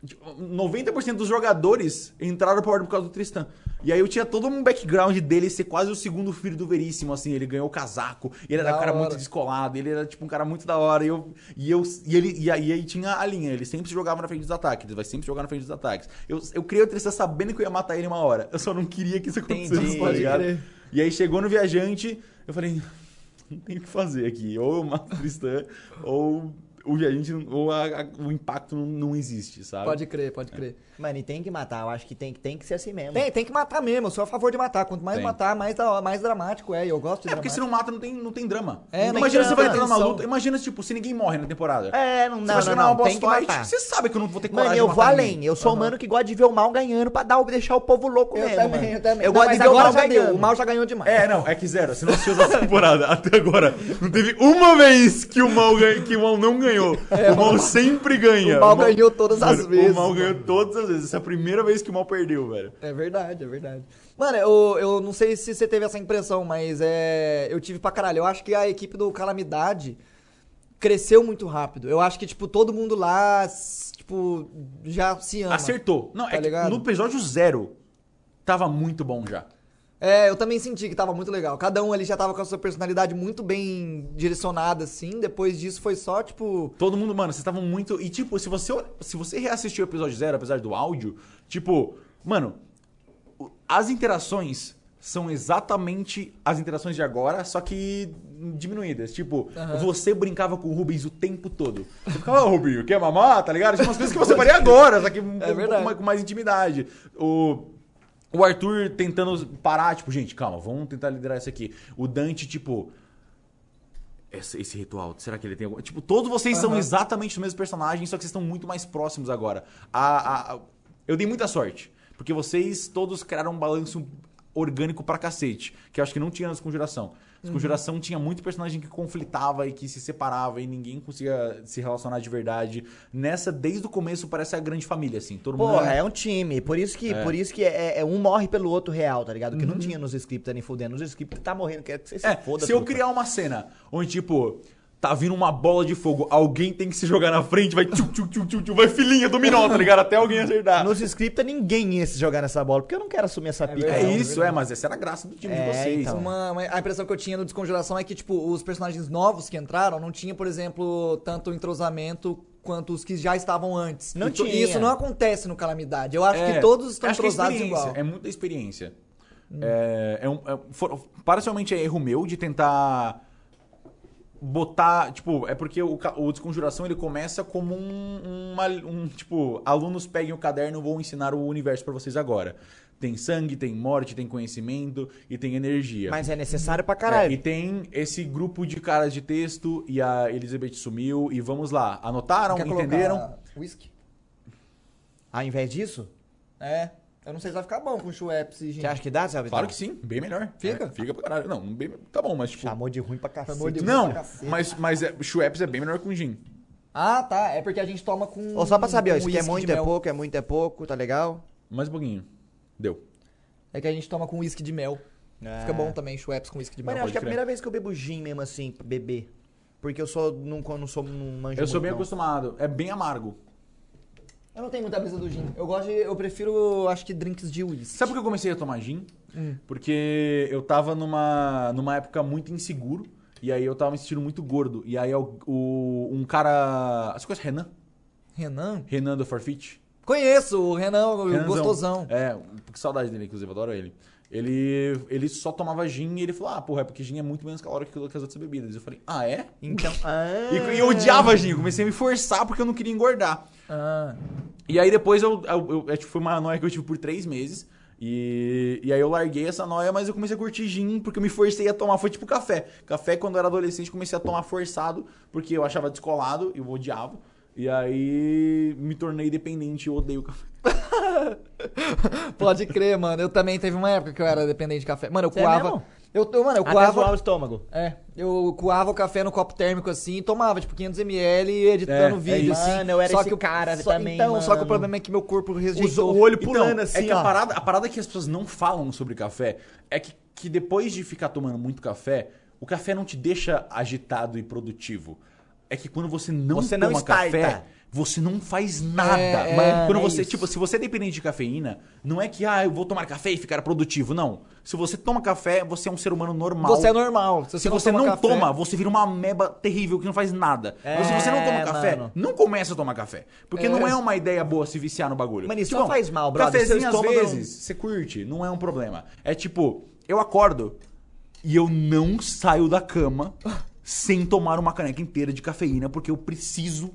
Speaker 3: tipo, 90% dos jogadores entraram pra ordem por causa do Tristan. E aí eu tinha todo um background dele ser quase o segundo filho do Veríssimo, assim. Ele ganhou o casaco, e ele era
Speaker 1: Da
Speaker 3: um cara
Speaker 1: hora.
Speaker 3: muito descolado, ele era tipo um cara muito da hora. E, eu, e, eu, e, ele, e aí, aí tinha a linha, ele sempre jogava na frente dos ataques, ele vai sempre jogar na frente dos ataques. Eu, eu criei o Tristan sabendo que eu ia matar ele uma hora. Eu só não queria que isso acontecesse,
Speaker 1: Entendi.
Speaker 3: tá ligado? E aí chegou no viajante, eu falei, não tem o que fazer aqui. Ou eu mato o Tristan, ou o viajante, não- ou a- a- o impacto não, não existe, sabe?
Speaker 1: Pode crer,
Speaker 3: É.
Speaker 1: pode crer.
Speaker 7: Mano, e tem que matar. Eu acho que tem, tem que ser assim mesmo.
Speaker 1: Tem, tem que matar mesmo, eu sou a favor de matar. Quanto mais
Speaker 3: Tem.
Speaker 1: matar, mais, da hora, mais dramático é. e Eu gosto de
Speaker 3: É porque se
Speaker 1: dramático.
Speaker 3: não mata, não tem, não tem drama.
Speaker 1: É, não tem
Speaker 3: imagina
Speaker 1: drama,
Speaker 3: você vai entrar
Speaker 1: tensão.
Speaker 3: numa luta. Imagina, tipo, se ninguém morre na temporada.
Speaker 7: É, não,
Speaker 3: você
Speaker 7: não,
Speaker 3: vai
Speaker 7: não,
Speaker 3: chegar
Speaker 7: não,
Speaker 3: numa boss
Speaker 7: tem que
Speaker 3: fight,
Speaker 7: matar.
Speaker 3: você sabe que eu não vou ter coragem
Speaker 7: Mano,
Speaker 3: de
Speaker 7: eu
Speaker 3: matar
Speaker 7: vou
Speaker 3: ninguém.
Speaker 7: além. Eu sou humano que gosta de ver o mal ganhando pra dar, o- deixar o povo louco
Speaker 1: Eu
Speaker 7: mesmo.
Speaker 1: também,
Speaker 7: mano.
Speaker 1: eu também.
Speaker 7: Eu
Speaker 1: Não,
Speaker 7: gosto
Speaker 1: mas
Speaker 7: de ver o
Speaker 1: agora
Speaker 7: mal
Speaker 1: já deu,
Speaker 7: ganhando.
Speaker 1: o mal já ganhou demais.
Speaker 3: É, não, é que zero. Você não assistiu essa temporada [LAUGHS] até agora. Não teve uma vez que o mal, ganha, que o mal não ganhou. o mal sempre ganha.
Speaker 1: o mal ganhou todas as
Speaker 3: Mano,
Speaker 1: vezes,
Speaker 3: O mal
Speaker 1: mano.
Speaker 3: ganhou todas as vezes. Essa é a primeira vez que o mal perdeu, velho.
Speaker 1: É verdade, é verdade. Mano, eu, eu não sei se você teve essa impressão, mas é, eu tive pra caralho. Eu acho que a equipe do Calamidade cresceu muito rápido. Eu acho que, tipo, todo mundo lá, s- tipo, já se ama.
Speaker 3: Acertou. Não,
Speaker 1: Tá
Speaker 3: é que
Speaker 1: ligado?
Speaker 3: no episódio zero, tava muito bom já.
Speaker 1: É, eu também senti que tava muito legal. Cada um ali já tava com a sua personalidade muito bem direcionada, assim. Depois disso foi só, tipo...
Speaker 3: Todo mundo, mano, vocês estavam muito. E tipo, se você, se você reassistiu o episódio zero, apesar do áudio, tipo, mano, o- as interações são exatamente as interações de agora, só que diminuídas. Tipo, você brincava com o Rubens o tempo todo. Você ficava, ô Rubinho, quer mamar? Tá ligado? Tinha umas coisas que você faria agora, só que um pouco
Speaker 1: verdade.
Speaker 3: mais- com mais intimidade. O. O Arthur tentando parar, tipo, gente, calma, vamos tentar liderar isso aqui. O Dante, tipo, esse, esse ritual, será que ele tem algum. Tipo, todos vocês são exatamente os mesmos personagens, só que vocês estão muito mais próximos agora. A, a- a- Eu dei muita sorte, porque vocês todos criaram um balanço orgânico pra cacete, que eu acho que não tinha nas Conjuração. Nas Conjuração tinha muito personagem que conflitava e que se separava e ninguém conseguia se relacionar de verdade. Nessa, desde o começo, parece a grande família, assim. Todo mundo.
Speaker 7: Porra, é um time. Por isso que, Por isso que é, é- um morre pelo outro real, tá ligado? Que não tinha nos scripts nem fudendo. Nos scripts tá morrendo. Quer que você se
Speaker 3: Uhum. É,
Speaker 7: foda,
Speaker 3: se eu
Speaker 7: truta.
Speaker 3: criar uma cena onde, tipo, tá vindo uma bola de fogo, alguém tem que se jogar na frente, vai tchum, tchum, tchum, tchum, tchum, vai filhinha, dominó, tá ligado? Até alguém acertar.
Speaker 7: Nos scripts ninguém ia se jogar nessa bola, porque eu não quero assumir essa pica.
Speaker 3: É
Speaker 7: não.
Speaker 3: isso, é, mas essa era a graça do time de
Speaker 7: né? É,
Speaker 3: vocês. né?
Speaker 7: então.
Speaker 1: Uma, uma- a impressão que eu tinha no Desconjuração é que, tipo, os personagens novos que entraram não tinha, por exemplo, tanto entrosamento quanto os que já estavam antes.
Speaker 7: Não
Speaker 1: e, to- e
Speaker 7: tinha.
Speaker 1: isso não acontece no Calamidade. Eu acho
Speaker 3: É,
Speaker 1: que todos estão
Speaker 3: acho que é
Speaker 1: entrosados
Speaker 3: experiência,
Speaker 1: igual. Hum.
Speaker 3: É muita experiência. É, é um, é, for- parcialmente é erro meu de tentar botar, tipo, é porque o, ca- o Desconjuração ele começa como um, uma- um, tipo, alunos peguem o caderno, vou ensinar o universo pra vocês agora. Tem sangue, tem morte, tem conhecimento e tem energia.
Speaker 7: Mas é necessário pra
Speaker 3: É, e
Speaker 7: caralho.
Speaker 3: tem esse grupo de caras de texto e a Elizabeth sumiu e vamos lá. Anotaram,
Speaker 7: É,
Speaker 1: Quer colocar
Speaker 3: entenderam?
Speaker 1: Whisky?
Speaker 7: Ao invés disso,
Speaker 1: É. Eu não sei se vai ficar bom com chueps e
Speaker 7: você
Speaker 1: gente.
Speaker 7: acha que dá, Zelvitão?
Speaker 3: Claro que sim, bem melhor.
Speaker 1: Fica?
Speaker 3: É, fica pra caralho. Não, bem, tá bom, mas tipo,
Speaker 7: Chamou de ruim pra cacete.
Speaker 1: Chamou Tá de-
Speaker 3: Não,
Speaker 1: Cacete.
Speaker 3: mas, mas é, Schweppes é bem melhor com gin.
Speaker 1: Ah, tá. É porque a gente toma com.
Speaker 7: Ô, só pra saber, ó,
Speaker 1: com
Speaker 7: isso aqui é
Speaker 1: Um whisky
Speaker 7: muito,
Speaker 1: de
Speaker 7: é
Speaker 1: mel.
Speaker 7: pouco, é muito, é pouco, tá legal?
Speaker 3: Mais um pouquinho. Deu.
Speaker 1: É que a gente toma com whisky de mel.
Speaker 7: É.
Speaker 1: É. Fica bom também, chueps com whisky de mel.
Speaker 7: Mano, eu acho
Speaker 3: pode
Speaker 7: que é a
Speaker 3: crer.
Speaker 7: primeira vez que eu bebo gin mesmo assim, pra beber. Porque eu sou, não, não sou, não manjo
Speaker 3: Eu sou
Speaker 7: muito,
Speaker 3: bem
Speaker 7: não.
Speaker 3: acostumado. É bem amargo.
Speaker 1: Eu não tenho muita brisa do gin. Eu gosto de, Eu prefiro, acho que, drinks de whisky.
Speaker 3: Sabe por que eu comecei a tomar gin? Porque eu tava numa, numa época muito inseguro. E aí eu tava me sentindo muito gordo. E aí o, o- um cara. Você conhece Renan?
Speaker 1: Renan?
Speaker 3: Renan do Forfeit?
Speaker 1: Conheço o Renan, o
Speaker 3: Renanzão.
Speaker 1: um gostosão.
Speaker 3: É, que saudade dele, inclusive, adoro ele. Ele, ele só tomava gin e ele falou: Ah, porra, é porque gin é muito menos calórico que as outras bebidas. Eu falei: Ah, é?
Speaker 7: Então, ah,
Speaker 3: E e eu odiava gin, eu comecei a me forçar porque eu não queria engordar.
Speaker 1: Ah.
Speaker 3: E aí depois eu, eu- eu- é, tipo, foi uma noia que eu tive por três meses. E, e aí eu larguei essa noia, mas eu comecei a curtir gin, porque eu me forcei a tomar. Foi tipo café. Café, quando eu era adolescente, comecei a tomar forçado, porque eu achava descolado, eu odiava. E aí me tornei dependente, eu odeio café.
Speaker 1: Pode crer, mano. Eu também teve uma época que eu era dependente de café. Mano, eu
Speaker 7: Cê é
Speaker 1: coava.
Speaker 7: mesmo?
Speaker 1: eu, eu, mano, eu
Speaker 7: até zoar o
Speaker 1: coava.
Speaker 7: estômago.
Speaker 1: É, eu coava o café no copo térmico assim e tomava, tipo, 500ml e editando
Speaker 3: É,
Speaker 1: vídeo,
Speaker 7: é
Speaker 1: assim.
Speaker 7: isso. Mano, eu era
Speaker 1: só
Speaker 7: esse
Speaker 1: que o-
Speaker 7: cara
Speaker 1: só,
Speaker 7: também,
Speaker 1: Então, só que o
Speaker 7: mano.
Speaker 1: problema é que meu corpo rejeitou.
Speaker 7: o olho
Speaker 3: Então,
Speaker 7: pulando assim,
Speaker 3: É que
Speaker 7: ó.
Speaker 3: a parada, a parada que as pessoas não falam sobre café é que, que depois de ficar tomando muito café, o café não te deixa agitado e produtivo. é que quando você não
Speaker 2: Você não
Speaker 3: toma
Speaker 2: está,
Speaker 3: café,
Speaker 2: tá.
Speaker 3: você não faz nada.
Speaker 1: É,
Speaker 3: Mas
Speaker 1: é,
Speaker 3: quando
Speaker 1: é
Speaker 3: você,
Speaker 1: isso.
Speaker 3: tipo, se você é dependente de cafeína, não é que ah, eu vou tomar café e ficar produtivo, não. Se você toma café, você é um ser humano normal.
Speaker 1: Você é normal. Se você
Speaker 3: Se
Speaker 1: não
Speaker 3: você
Speaker 1: toma
Speaker 3: não
Speaker 1: café-
Speaker 3: toma, você vira uma ameba terrível que não faz nada. Mas se você não toma café,
Speaker 2: mano.
Speaker 3: não começa a tomar café. Porque não é uma ideia boa se viciar no bagulho. Tipo,
Speaker 2: Mano, isso só faz mal, brother.
Speaker 3: Cafezinho
Speaker 2: Seu
Speaker 3: às
Speaker 2: estômago não-
Speaker 3: vezes, você curte, não é um problema. É tipo, eu acordo e eu não saio da cama sem tomar uma caneca inteira de cafeína, porque eu preciso.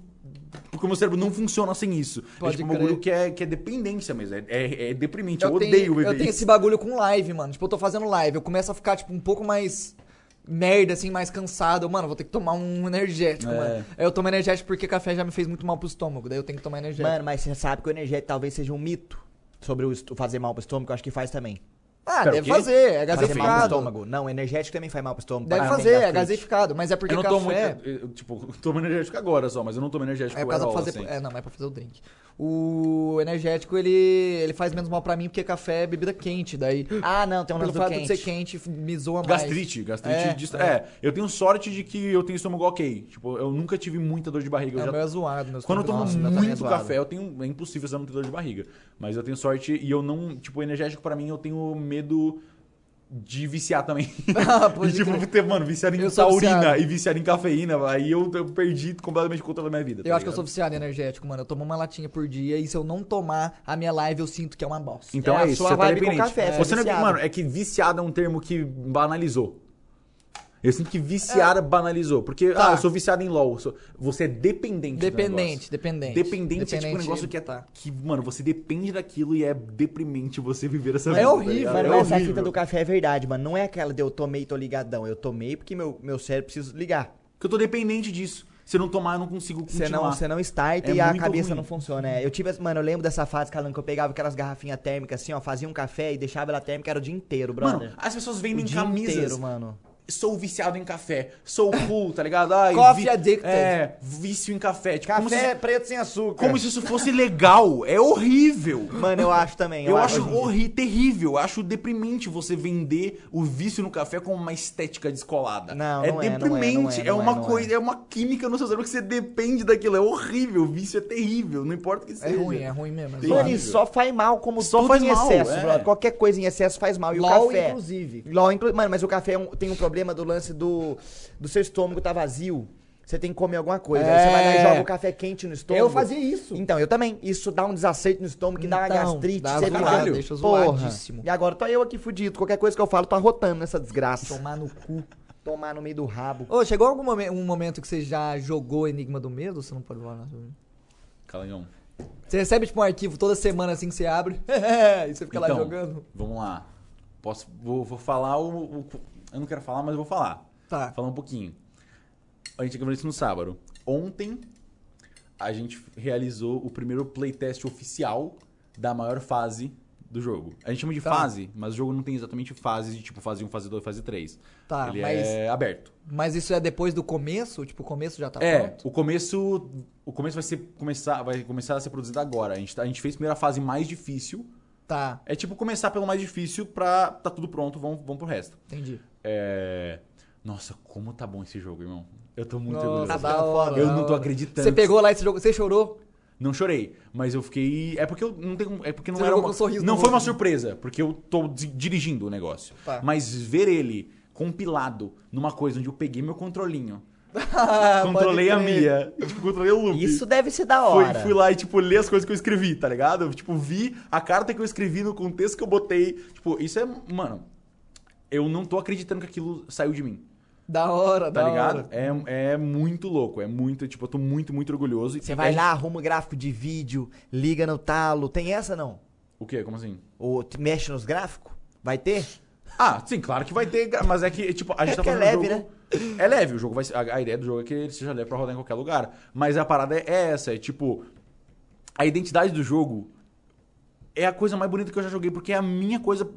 Speaker 3: Porque o meu cérebro não funciona sem isso.
Speaker 1: Pode
Speaker 3: é tipo um
Speaker 1: crer.
Speaker 3: bagulho que é, que é dependência mesmo. É, é- é deprimente. Eu,
Speaker 1: tenho-
Speaker 3: odeio beber
Speaker 1: Eu tenho
Speaker 3: isso.
Speaker 1: esse bagulho com live, mano. Tipo, eu tô fazendo live. Eu começo a ficar, tipo, um pouco mais merda, assim, mais cansado. Eu, Mano, vou ter que tomar um energético,
Speaker 3: É.
Speaker 1: mano. Aí Eu tomo energético porque café já me fez muito mal pro estômago. Daí eu tenho que tomar energético.
Speaker 2: Mano, mas você sabe que o energético talvez seja um mito sobre o esto- fazer mal pro estômago, eu acho que faz também.
Speaker 1: ah,
Speaker 3: pera, o
Speaker 1: deve
Speaker 3: quê?
Speaker 1: fazer. É
Speaker 2: Fazer mal pro
Speaker 1: gaseificado.
Speaker 2: estômago. Não, energético também faz mal pro estômago.
Speaker 1: Deve
Speaker 2: parabéns,
Speaker 1: fazer, é
Speaker 2: gastrite.
Speaker 1: gaseificado. Mas é porque
Speaker 3: Eu não
Speaker 1: café...
Speaker 3: tomo. eu- eu, tipo, [LAUGHS] eu tomo energético agora só, mas eu não tomo energético
Speaker 1: É pra
Speaker 3: at all,
Speaker 1: fazer.
Speaker 3: assim.
Speaker 1: É, não, mas é pra fazer o drink. O energético, ele, ele faz menos mal pra mim porque café é bebida quente.
Speaker 3: [GASPS]
Speaker 1: Daí,
Speaker 2: Ah, não, tem um
Speaker 1: pelo
Speaker 2: lance do
Speaker 1: fato
Speaker 2: quente.
Speaker 1: de ser quente, me zoa mais.
Speaker 3: Gastrite, gastrite.
Speaker 1: É,
Speaker 3: distra- É, eu tenho sorte de que eu tenho estômago ok. Tipo, eu nunca tive muita dor de barriga.
Speaker 1: É,
Speaker 3: Eu
Speaker 1: o
Speaker 3: já-
Speaker 1: meu é zoado. Meu
Speaker 3: Quando eu
Speaker 1: estômago-
Speaker 3: tomo
Speaker 2: Nossa, meu também é
Speaker 3: muito
Speaker 2: zoado.
Speaker 3: café, eu tenho. É impossível você não ter dor de barriga. Mas eu tenho sorte e eu não. Tipo, energético pra mim, eu tenho medo de viciar também.
Speaker 1: [LAUGHS] Ah, [LAUGHS]
Speaker 3: e,
Speaker 1: pode
Speaker 3: tipo,
Speaker 1: crer.
Speaker 3: ter, mano, viciar em
Speaker 1: Eu sou
Speaker 3: taurina
Speaker 1: viciado.
Speaker 3: e viciar em cafeína, aí eu, eu perdi completamente o controle da minha vida. tá
Speaker 1: Eu acho que eu sou viciado em energético, mano. Eu tomo uma latinha por dia e se eu não tomar a minha live, eu sinto que é uma bosta.
Speaker 3: Então
Speaker 2: É
Speaker 3: é,
Speaker 2: a
Speaker 3: isso,
Speaker 2: sua
Speaker 3: você tá
Speaker 2: vibe com
Speaker 3: dependente.
Speaker 2: café, você é
Speaker 3: você não é,
Speaker 2: viciado.
Speaker 3: mano, é que viciado é um termo que banalizou. Eu sinto que viciar
Speaker 2: É.
Speaker 3: banalizou. Porque,
Speaker 1: Tá.
Speaker 3: ah, eu sou viciado em LOL. eu sou- Você é dependente do negócio.
Speaker 1: Dependente, dependente.
Speaker 3: Dependente, é tipo um negócio que é
Speaker 1: tá.
Speaker 3: que, mano, você depende daquilo e é deprimente você viver essa
Speaker 1: É
Speaker 3: vida. tá
Speaker 1: horrível,
Speaker 3: ligado?
Speaker 1: é
Speaker 2: Mano, mas essa fita do café é verdade, mano. Não é aquela de eu tomei e tô ligadão. Eu tomei porque meu, meu cérebro precisa ligar.
Speaker 3: Porque eu tô dependente disso. Se eu não tomar, eu não consigo
Speaker 2: Você
Speaker 3: continuar.
Speaker 2: não, você não starta
Speaker 3: É
Speaker 2: e a
Speaker 3: muito
Speaker 2: cabeça
Speaker 3: ruim.
Speaker 2: não funciona. é. Eu tive, as- mano, eu lembro dessa fase, Calan, que eu pegava aquelas garrafinhas térmicas assim, ó, fazia um café e deixava ela térmica, era o dia inteiro, brother.
Speaker 3: Mano, as pessoas
Speaker 2: o
Speaker 3: vendem
Speaker 2: dia
Speaker 3: camisas.
Speaker 2: inteiro, mano.
Speaker 3: Sou viciado em café. Sou cool, tá ligado? Ai,
Speaker 1: Coffee addicted.
Speaker 3: É, vício em café. Tipo, como se-
Speaker 2: é preto sem açúcar.
Speaker 3: Como se isso fosse legal. É horrível.
Speaker 2: Mano, eu acho também.
Speaker 3: Eu, acho horri terrível, eu acho deprimente você vender o vício no café como uma estética descolada.
Speaker 2: Não,
Speaker 3: é
Speaker 2: não é, não é, não é,
Speaker 3: deprimente, é,
Speaker 2: não é,
Speaker 3: uma
Speaker 2: não é.
Speaker 3: coisa, é. uma química no seu cérebro que você depende daquilo, é horrível, o vício é terrível, não importa o que
Speaker 1: É
Speaker 3: seja.
Speaker 1: ruim, é ruim mesmo. é
Speaker 3: Tem-
Speaker 1: zoado.
Speaker 2: Mano, isso só faz mal, como
Speaker 3: Só
Speaker 2: tudo
Speaker 3: faz
Speaker 2: em
Speaker 3: mal,
Speaker 2: excesso,
Speaker 3: é.
Speaker 2: brother. Qualquer coisa em excesso faz mal. E
Speaker 1: LOL,
Speaker 2: o café.
Speaker 1: inclusive.
Speaker 2: LOL, inclu- Mano, mas o café é um- tem um problema do lance do, do seu estômago tá vazio. Você tem que comer alguma coisa. Aí você vai lá e
Speaker 1: É.
Speaker 2: joga o café quente no estômago.
Speaker 1: Eu fazia isso.
Speaker 2: Então, eu também. Isso dá um desaceito no estômago que dá
Speaker 1: Então,
Speaker 2: uma gastrite.
Speaker 1: dá
Speaker 2: você
Speaker 1: zoado,
Speaker 2: fica-
Speaker 1: deixa
Speaker 2: Porra.
Speaker 1: zoadíssimo.
Speaker 2: E agora tô eu aqui fudido. Qualquer coisa que eu falo, tô arrotando nessa desgraça.
Speaker 1: Tomar no cu.
Speaker 2: Tomar no meio do rabo.
Speaker 1: Ô, chegou algum momen- um momento que você já jogou Enigma do Medo? Você não pode falar nada sobre isso?
Speaker 3: Calangão.
Speaker 1: Você recebe, tipo, um arquivo toda semana, assim, que você abre. [LAUGHS] e você fica lá
Speaker 3: Então,
Speaker 1: jogando.
Speaker 3: Vamos lá. Posso vou, vou falar o, o- eu não quero falar, mas vou falar.
Speaker 1: Tá.
Speaker 3: Falar um pouquinho. A gente gravou isso no sábado. Ontem a gente realizou o primeiro playtest oficial da maior fase do jogo. A gente chama de
Speaker 1: Tá.
Speaker 3: fase, mas o jogo não tem exatamente fases de tipo fase 1, fase 2, fase 3.
Speaker 1: Tá,
Speaker 3: Ele
Speaker 1: mas-
Speaker 3: é aberto.
Speaker 1: Mas isso é depois do começo? Tipo, o começo já tá
Speaker 3: é,
Speaker 1: pronto?
Speaker 3: o começo o começo vai ser começar vai começar a ser produzido agora. A gente, tá- a gente fez primeiro a fase mais difícil.
Speaker 1: Tá,
Speaker 3: É tipo começar pelo mais difícil pra tá tudo pronto, vamos, vamos pro resto.
Speaker 1: entendi.
Speaker 3: É. Nossa, como tá bom esse jogo, irmão. Eu tô muito
Speaker 1: Nossa, tá
Speaker 3: orgulhoso.
Speaker 1: da hora,
Speaker 3: eu
Speaker 1: da
Speaker 3: não tô
Speaker 1: hora.
Speaker 3: acreditando.
Speaker 1: Você pegou lá esse jogo, você chorou?
Speaker 3: Não chorei, mas eu fiquei. É porque eu não tenho. É porque não
Speaker 1: Você
Speaker 3: era
Speaker 1: jogou
Speaker 3: uma.
Speaker 1: com um sorriso
Speaker 3: não
Speaker 1: no
Speaker 3: foi uma
Speaker 1: rosto.
Speaker 3: surpresa, porque eu tô di- dirigindo o negócio.
Speaker 1: Tá.
Speaker 3: Mas ver ele compilado numa coisa onde eu peguei meu controlinho,
Speaker 1: [LAUGHS]
Speaker 3: controlei a
Speaker 1: crer.
Speaker 3: minha, tipo, controlei o loop.
Speaker 2: Isso deve ser da
Speaker 3: Fui-
Speaker 2: hora.
Speaker 3: Fui, lá e, tipo, ler as coisas que eu escrevi, tá ligado? Eu, tipo, vi a carta que eu escrevi no contexto que eu botei. Tipo, isso é. Mano, eu não tô acreditando que aquilo saiu de mim.
Speaker 1: Da hora,
Speaker 3: Tá
Speaker 1: da
Speaker 3: ligado?
Speaker 1: hora.
Speaker 3: É, é muito louco. É muito, tipo, eu tô muito, muito orgulhoso.
Speaker 2: Você
Speaker 3: E
Speaker 2: vai
Speaker 3: é-
Speaker 2: lá, arruma o gráfico de vídeo, liga no talo. Tem essa não?
Speaker 3: O quê? Como assim?
Speaker 2: Ou te- mexe nos gráficos? Vai ter?
Speaker 3: Ah, sim, claro que vai ter, gra- mas é que, tipo, a gente tá
Speaker 2: que é
Speaker 3: fazendo
Speaker 2: leve, né?
Speaker 3: um jogo... É leve, o jogo vai ser- a, a ideia do jogo é que ele seja leve pra rodar em qualquer lugar. Mas a parada é essa, é tipo... A identidade do jogo é a coisa mais bonita que eu já joguei, porque é a minha coisa...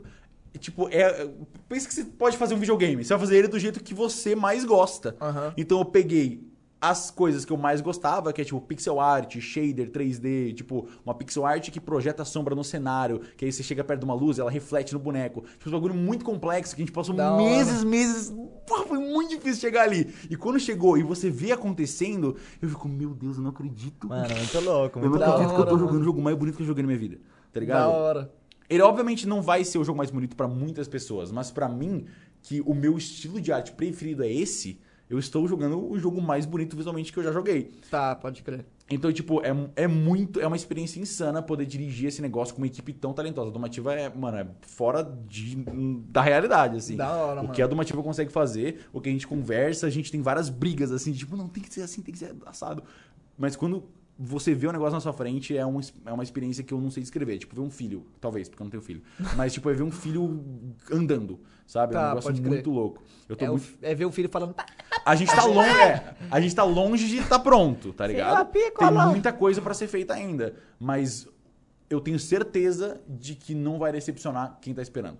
Speaker 3: Tipo, é... Pensa que você pode fazer um videogame, você vai fazer ele do jeito que você mais gosta.
Speaker 1: Aham.
Speaker 3: Então eu peguei as coisas que eu mais gostava, que é tipo pixel art, shader 3D, tipo uma pixel art que projeta sombra no cenário, que aí você chega perto de uma luz, ela reflete no boneco. Tipo, um bagulho muito complexo que a gente passou
Speaker 1: Da hora.
Speaker 3: meses, meses. [LAUGHS] Pô, foi muito difícil chegar ali. E quando chegou e você vê acontecendo, eu fico, meu Deus, eu não acredito.
Speaker 2: Mano, muito louco,
Speaker 3: eu
Speaker 2: muito
Speaker 3: não
Speaker 1: da
Speaker 2: louco.
Speaker 3: acredito que eu
Speaker 1: hora,
Speaker 3: tô jogando o jogo mais bonito que eu joguei na minha vida. Tá
Speaker 1: Da
Speaker 3: ligado?
Speaker 1: hora.
Speaker 3: Ele obviamente não vai ser o jogo mais bonito pra muitas pessoas, mas pra mim, que o meu estilo de arte preferido é esse, eu estou jogando o jogo mais bonito visualmente que eu já joguei.
Speaker 1: Tá, pode crer.
Speaker 3: Então, tipo, é, é muito. É uma experiência insana poder dirigir esse negócio com uma equipe tão talentosa. A Domativa é, mano, é fora de- da realidade, assim.
Speaker 1: Da hora,
Speaker 3: o
Speaker 1: mano.
Speaker 3: que a Domativa consegue fazer, o que a gente conversa, a gente tem várias brigas, assim, tipo, não, tem que ser assim, tem que ser assado. Mas quando você vê o negócio na sua frente, é uma, ex- é uma experiência que eu não sei descrever. Tipo, ver um filho, talvez, porque eu não tenho filho. Mas, tipo, é ver um filho andando, sabe? é
Speaker 1: Tá,
Speaker 3: um negócio
Speaker 1: pode
Speaker 3: muito
Speaker 1: crer.
Speaker 3: louco. Eu tô
Speaker 1: É, o-
Speaker 3: muito...
Speaker 1: é ver o filho falando. "Pá,
Speaker 3: A gente tá longe, é, a gente tá longe de estar tá pronto, tá ligado? Tem muita coisa pra ser feita ainda, mas eu tenho certeza de que não vai decepcionar quem tá esperando.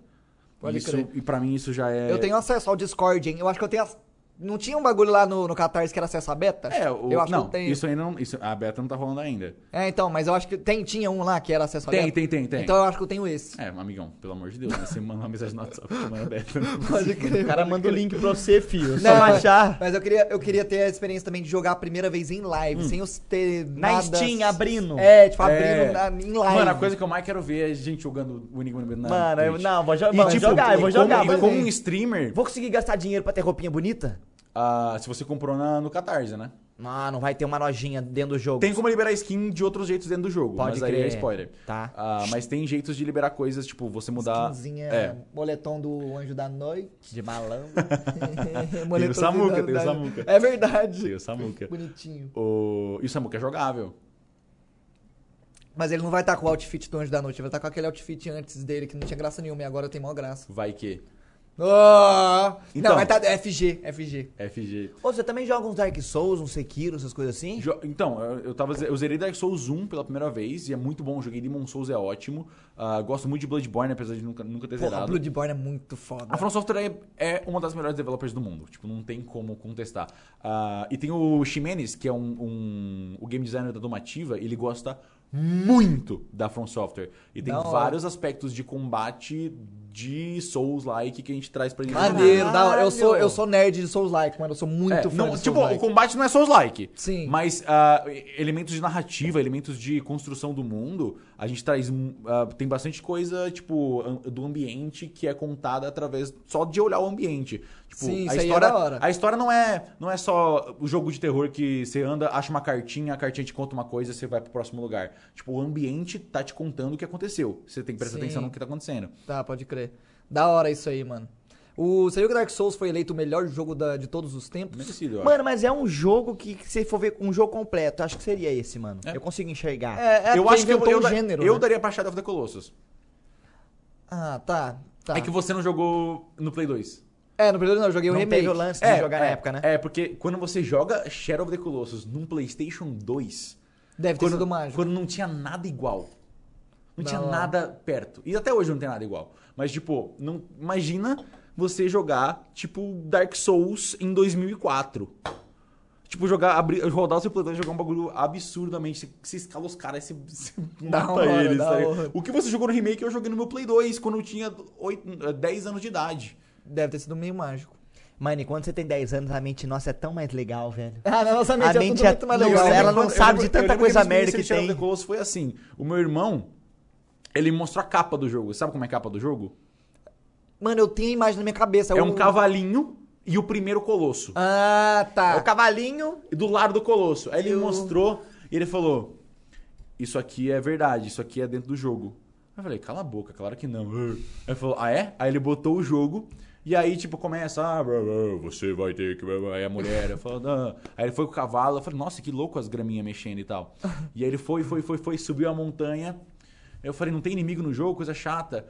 Speaker 1: Pode
Speaker 3: isso,
Speaker 1: crer.
Speaker 3: e pra mim isso já é
Speaker 1: Eu tenho acesso ao Discord, hein? Eu acho que eu tenho. ac- Não tinha um bagulho lá no, no Catarse que era acesso à beta?
Speaker 3: É, o...
Speaker 1: eu acho
Speaker 3: não,
Speaker 1: que eu tenho.
Speaker 3: isso ainda não, isso a beta não tá rolando ainda.
Speaker 1: É, então, mas eu acho que tem, tinha um lá que era acesso à
Speaker 3: Tem,
Speaker 1: beta.
Speaker 3: tem, tem, tem.
Speaker 1: Então eu acho que eu tenho esse.
Speaker 3: É, amigão, pelo amor de Deus, né? você manda uma mensagem no WhatsApp chamando a beta.
Speaker 1: Pode crer.
Speaker 2: O cara [LAUGHS] manda o link pra você, filho. Só
Speaker 1: Não,
Speaker 2: baixar.
Speaker 1: Mas eu queria, eu queria ter a experiência também de jogar a primeira vez em live, sem os ter
Speaker 2: Na
Speaker 1: nada...
Speaker 2: Steam, abrindo.
Speaker 1: É, tipo, abrindo
Speaker 3: Hum. É.
Speaker 1: na- em live.
Speaker 3: Mano, a coisa que eu mais quero ver é gente jogando o Enigma no Meio da
Speaker 2: Mano, eu,
Speaker 3: Twitch.
Speaker 2: não, vou, jo
Speaker 3: E,
Speaker 2: mano,
Speaker 3: tipo,
Speaker 2: jogar, eu vou
Speaker 3: e como-
Speaker 2: jogar.
Speaker 3: e
Speaker 2: vou-
Speaker 3: como um streamer,
Speaker 2: Vou conseguir gastar dinheiro pra ter roupinha bonita?
Speaker 3: ah, se você comprou na- no Catarse, né?
Speaker 2: Não, não vai ter uma lojinha dentro do jogo.
Speaker 3: Tem como liberar skin de outros jeitos dentro do jogo,
Speaker 2: Pode
Speaker 3: mas aí
Speaker 2: crer.
Speaker 3: é spoiler.
Speaker 2: Tá.
Speaker 3: Ah, mas tem jeitos de liberar coisas, tipo, você mudar.
Speaker 1: Skinzinha,
Speaker 3: É.
Speaker 1: Tá. moletom do Anjo da Noite.
Speaker 2: De
Speaker 1: [LAUGHS]
Speaker 2: malandro.
Speaker 1: Moletomzinho
Speaker 3: Samuca,
Speaker 1: da-
Speaker 3: tem o
Speaker 1: da-
Speaker 3: Samuca.
Speaker 1: É verdade.
Speaker 3: Sim, o Samuka.
Speaker 1: Bonitinho.
Speaker 3: O... E o Samuka é jogável.
Speaker 1: Mas ele não vai estar com o outfit do Anjo da Noite, ele vai estar com aquele outfit antes dele que não tinha graça nenhuma e agora tem maior graça.
Speaker 3: Vai que.
Speaker 1: Ah!
Speaker 3: Então.
Speaker 1: Não, vai estar FG, FG.
Speaker 3: é FG.
Speaker 2: Ô, você também joga uns Dark Souls, uns Sekiro, essas coisas assim?
Speaker 3: Jo- Então, eu, eu, tava, eu zerei Dark Souls 1 pela primeira vez e é muito bom. Joguei Demon Souls, é ótimo. Ah, gosto muito de Bloodborne, apesar de nunca, nunca ter
Speaker 1: Porra,
Speaker 3: zerado.
Speaker 1: Bloodborne é muito foda.
Speaker 3: A From Software é, é uma das melhores developers do mundo. Tipo, não tem como contestar. Ah, e tem o Ximenes, que é um, um- o game designer da Domativa, ele gosta muito da From Software. E tem
Speaker 1: Da hora.
Speaker 3: vários aspectos de combate de Souls-like que a gente traz pra ele.
Speaker 1: Maneiro, da hora. Eu sou,
Speaker 2: Caralho.
Speaker 1: eu sou nerd de Souls-like, mano. Eu sou muito
Speaker 3: É,
Speaker 1: fã
Speaker 3: não,
Speaker 1: de
Speaker 3: tipo, o
Speaker 1: Souls-like.
Speaker 3: combate não é Souls-like.
Speaker 1: Sim.
Speaker 3: Mas ah, elementos de narrativa, elementos de construção do mundo, a gente traz. hum, ah, tem bastante coisa, tipo, am- do ambiente que é contada através só de olhar o ambiente. Tipo,
Speaker 1: Sim,
Speaker 3: a
Speaker 1: isso aí é
Speaker 3: história,
Speaker 1: da hora.
Speaker 3: A história não é, não é só o jogo de terror que você anda, acha uma cartinha, a cartinha te conta uma coisa você vai pro próximo lugar. Tipo, o ambiente tá te contando o que aconteceu. Você tem que prestar
Speaker 1: Sim.
Speaker 3: atenção no que tá acontecendo.
Speaker 1: Tá, pode crer. Da hora isso aí, mano. O, você viu que Dark Souls foi eleito o melhor jogo da- de todos os tempos?
Speaker 3: Merecido, eu acho.
Speaker 2: Mano, mas é um jogo que, que se for ver um jogo completo, acho que seria esse, mano.
Speaker 3: É.
Speaker 2: Eu consigo enxergar.
Speaker 1: É, é
Speaker 3: eu
Speaker 1: porque
Speaker 3: acho que eu,
Speaker 1: inventou
Speaker 3: eu,
Speaker 1: um
Speaker 3: da-
Speaker 1: gênero,
Speaker 3: eu
Speaker 1: né?
Speaker 3: daria pra Shadow of the Colossus.
Speaker 1: Ah, tá, tá.
Speaker 3: É que você não jogou no Play 2.
Speaker 1: É, no primeiro não, eu joguei o
Speaker 2: não
Speaker 1: remake.
Speaker 2: teve o lance de jogar na época, né?
Speaker 3: É, porque quando você joga Shadow of the Colossus num PlayStation 2,
Speaker 1: Deve ter
Speaker 3: quando,
Speaker 1: sido mágico.
Speaker 3: quando não tinha nada igual. Não
Speaker 1: Da
Speaker 3: tinha
Speaker 1: hora.
Speaker 3: nada perto. E até hoje não tem nada igual. Mas, tipo, não, imagina você jogar, tipo, Dark Souls em 2004. Tipo, jogar, abrir, rodar o seu play e jogar um bagulho absurdamente. Você, você escala os caras e você, você
Speaker 1: Da
Speaker 3: mata
Speaker 1: hora,
Speaker 3: eles.
Speaker 1: da
Speaker 3: tá ligado?
Speaker 1: hora.
Speaker 3: O que você jogou no remake eu joguei no meu Play 2 quando eu tinha oito 10 anos de idade.
Speaker 1: Deve ter sido meio mágico.
Speaker 2: Mano, e quando você tem 10 anos, a mente nossa é tão mais legal, velho.
Speaker 1: Ah, na nossa
Speaker 2: mente
Speaker 1: mente,
Speaker 2: é
Speaker 1: é
Speaker 2: mente
Speaker 1: tudo
Speaker 2: tudo é-
Speaker 1: muito mais
Speaker 2: Não,
Speaker 1: legal.
Speaker 2: legal. ela
Speaker 3: lembro-
Speaker 2: não sabe
Speaker 3: lembro-
Speaker 2: de tanta
Speaker 3: eu lembro
Speaker 2: coisa
Speaker 3: a minha
Speaker 2: merda
Speaker 3: experiência
Speaker 2: que
Speaker 3: de Shadow
Speaker 2: tem.
Speaker 3: of the Colossus foi assim. O meu irmão, ele mostrou a capa do jogo. Sabe como é a capa do jogo?
Speaker 1: Mano, eu tenho a imagem na minha cabeça.
Speaker 2: Então,
Speaker 3: É um
Speaker 1: o-
Speaker 3: cavalinho e o primeiro colosso.
Speaker 1: Ah, tá.
Speaker 2: O cavalinho.
Speaker 3: E Do lado do colosso. Aí ele
Speaker 1: Eu-
Speaker 3: mostrou e ele falou: Isso aqui é verdade, isso aqui é dentro do jogo. Aí eu falei, cala a boca, claro que não. Aí ele falou, ah é? Aí ele botou o jogo. E aí, tipo, começa, ah, blá, blá, você vai ter que. blá, blá. Aí a mulher, eu falo, "Ah." aí ele foi com o cavalo, eu falei, nossa, que louco as graminhas mexendo e tal. E aí ele foi, foi, foi, foi, subiu a montanha. Eu falei, não tem inimigo no jogo, coisa chata.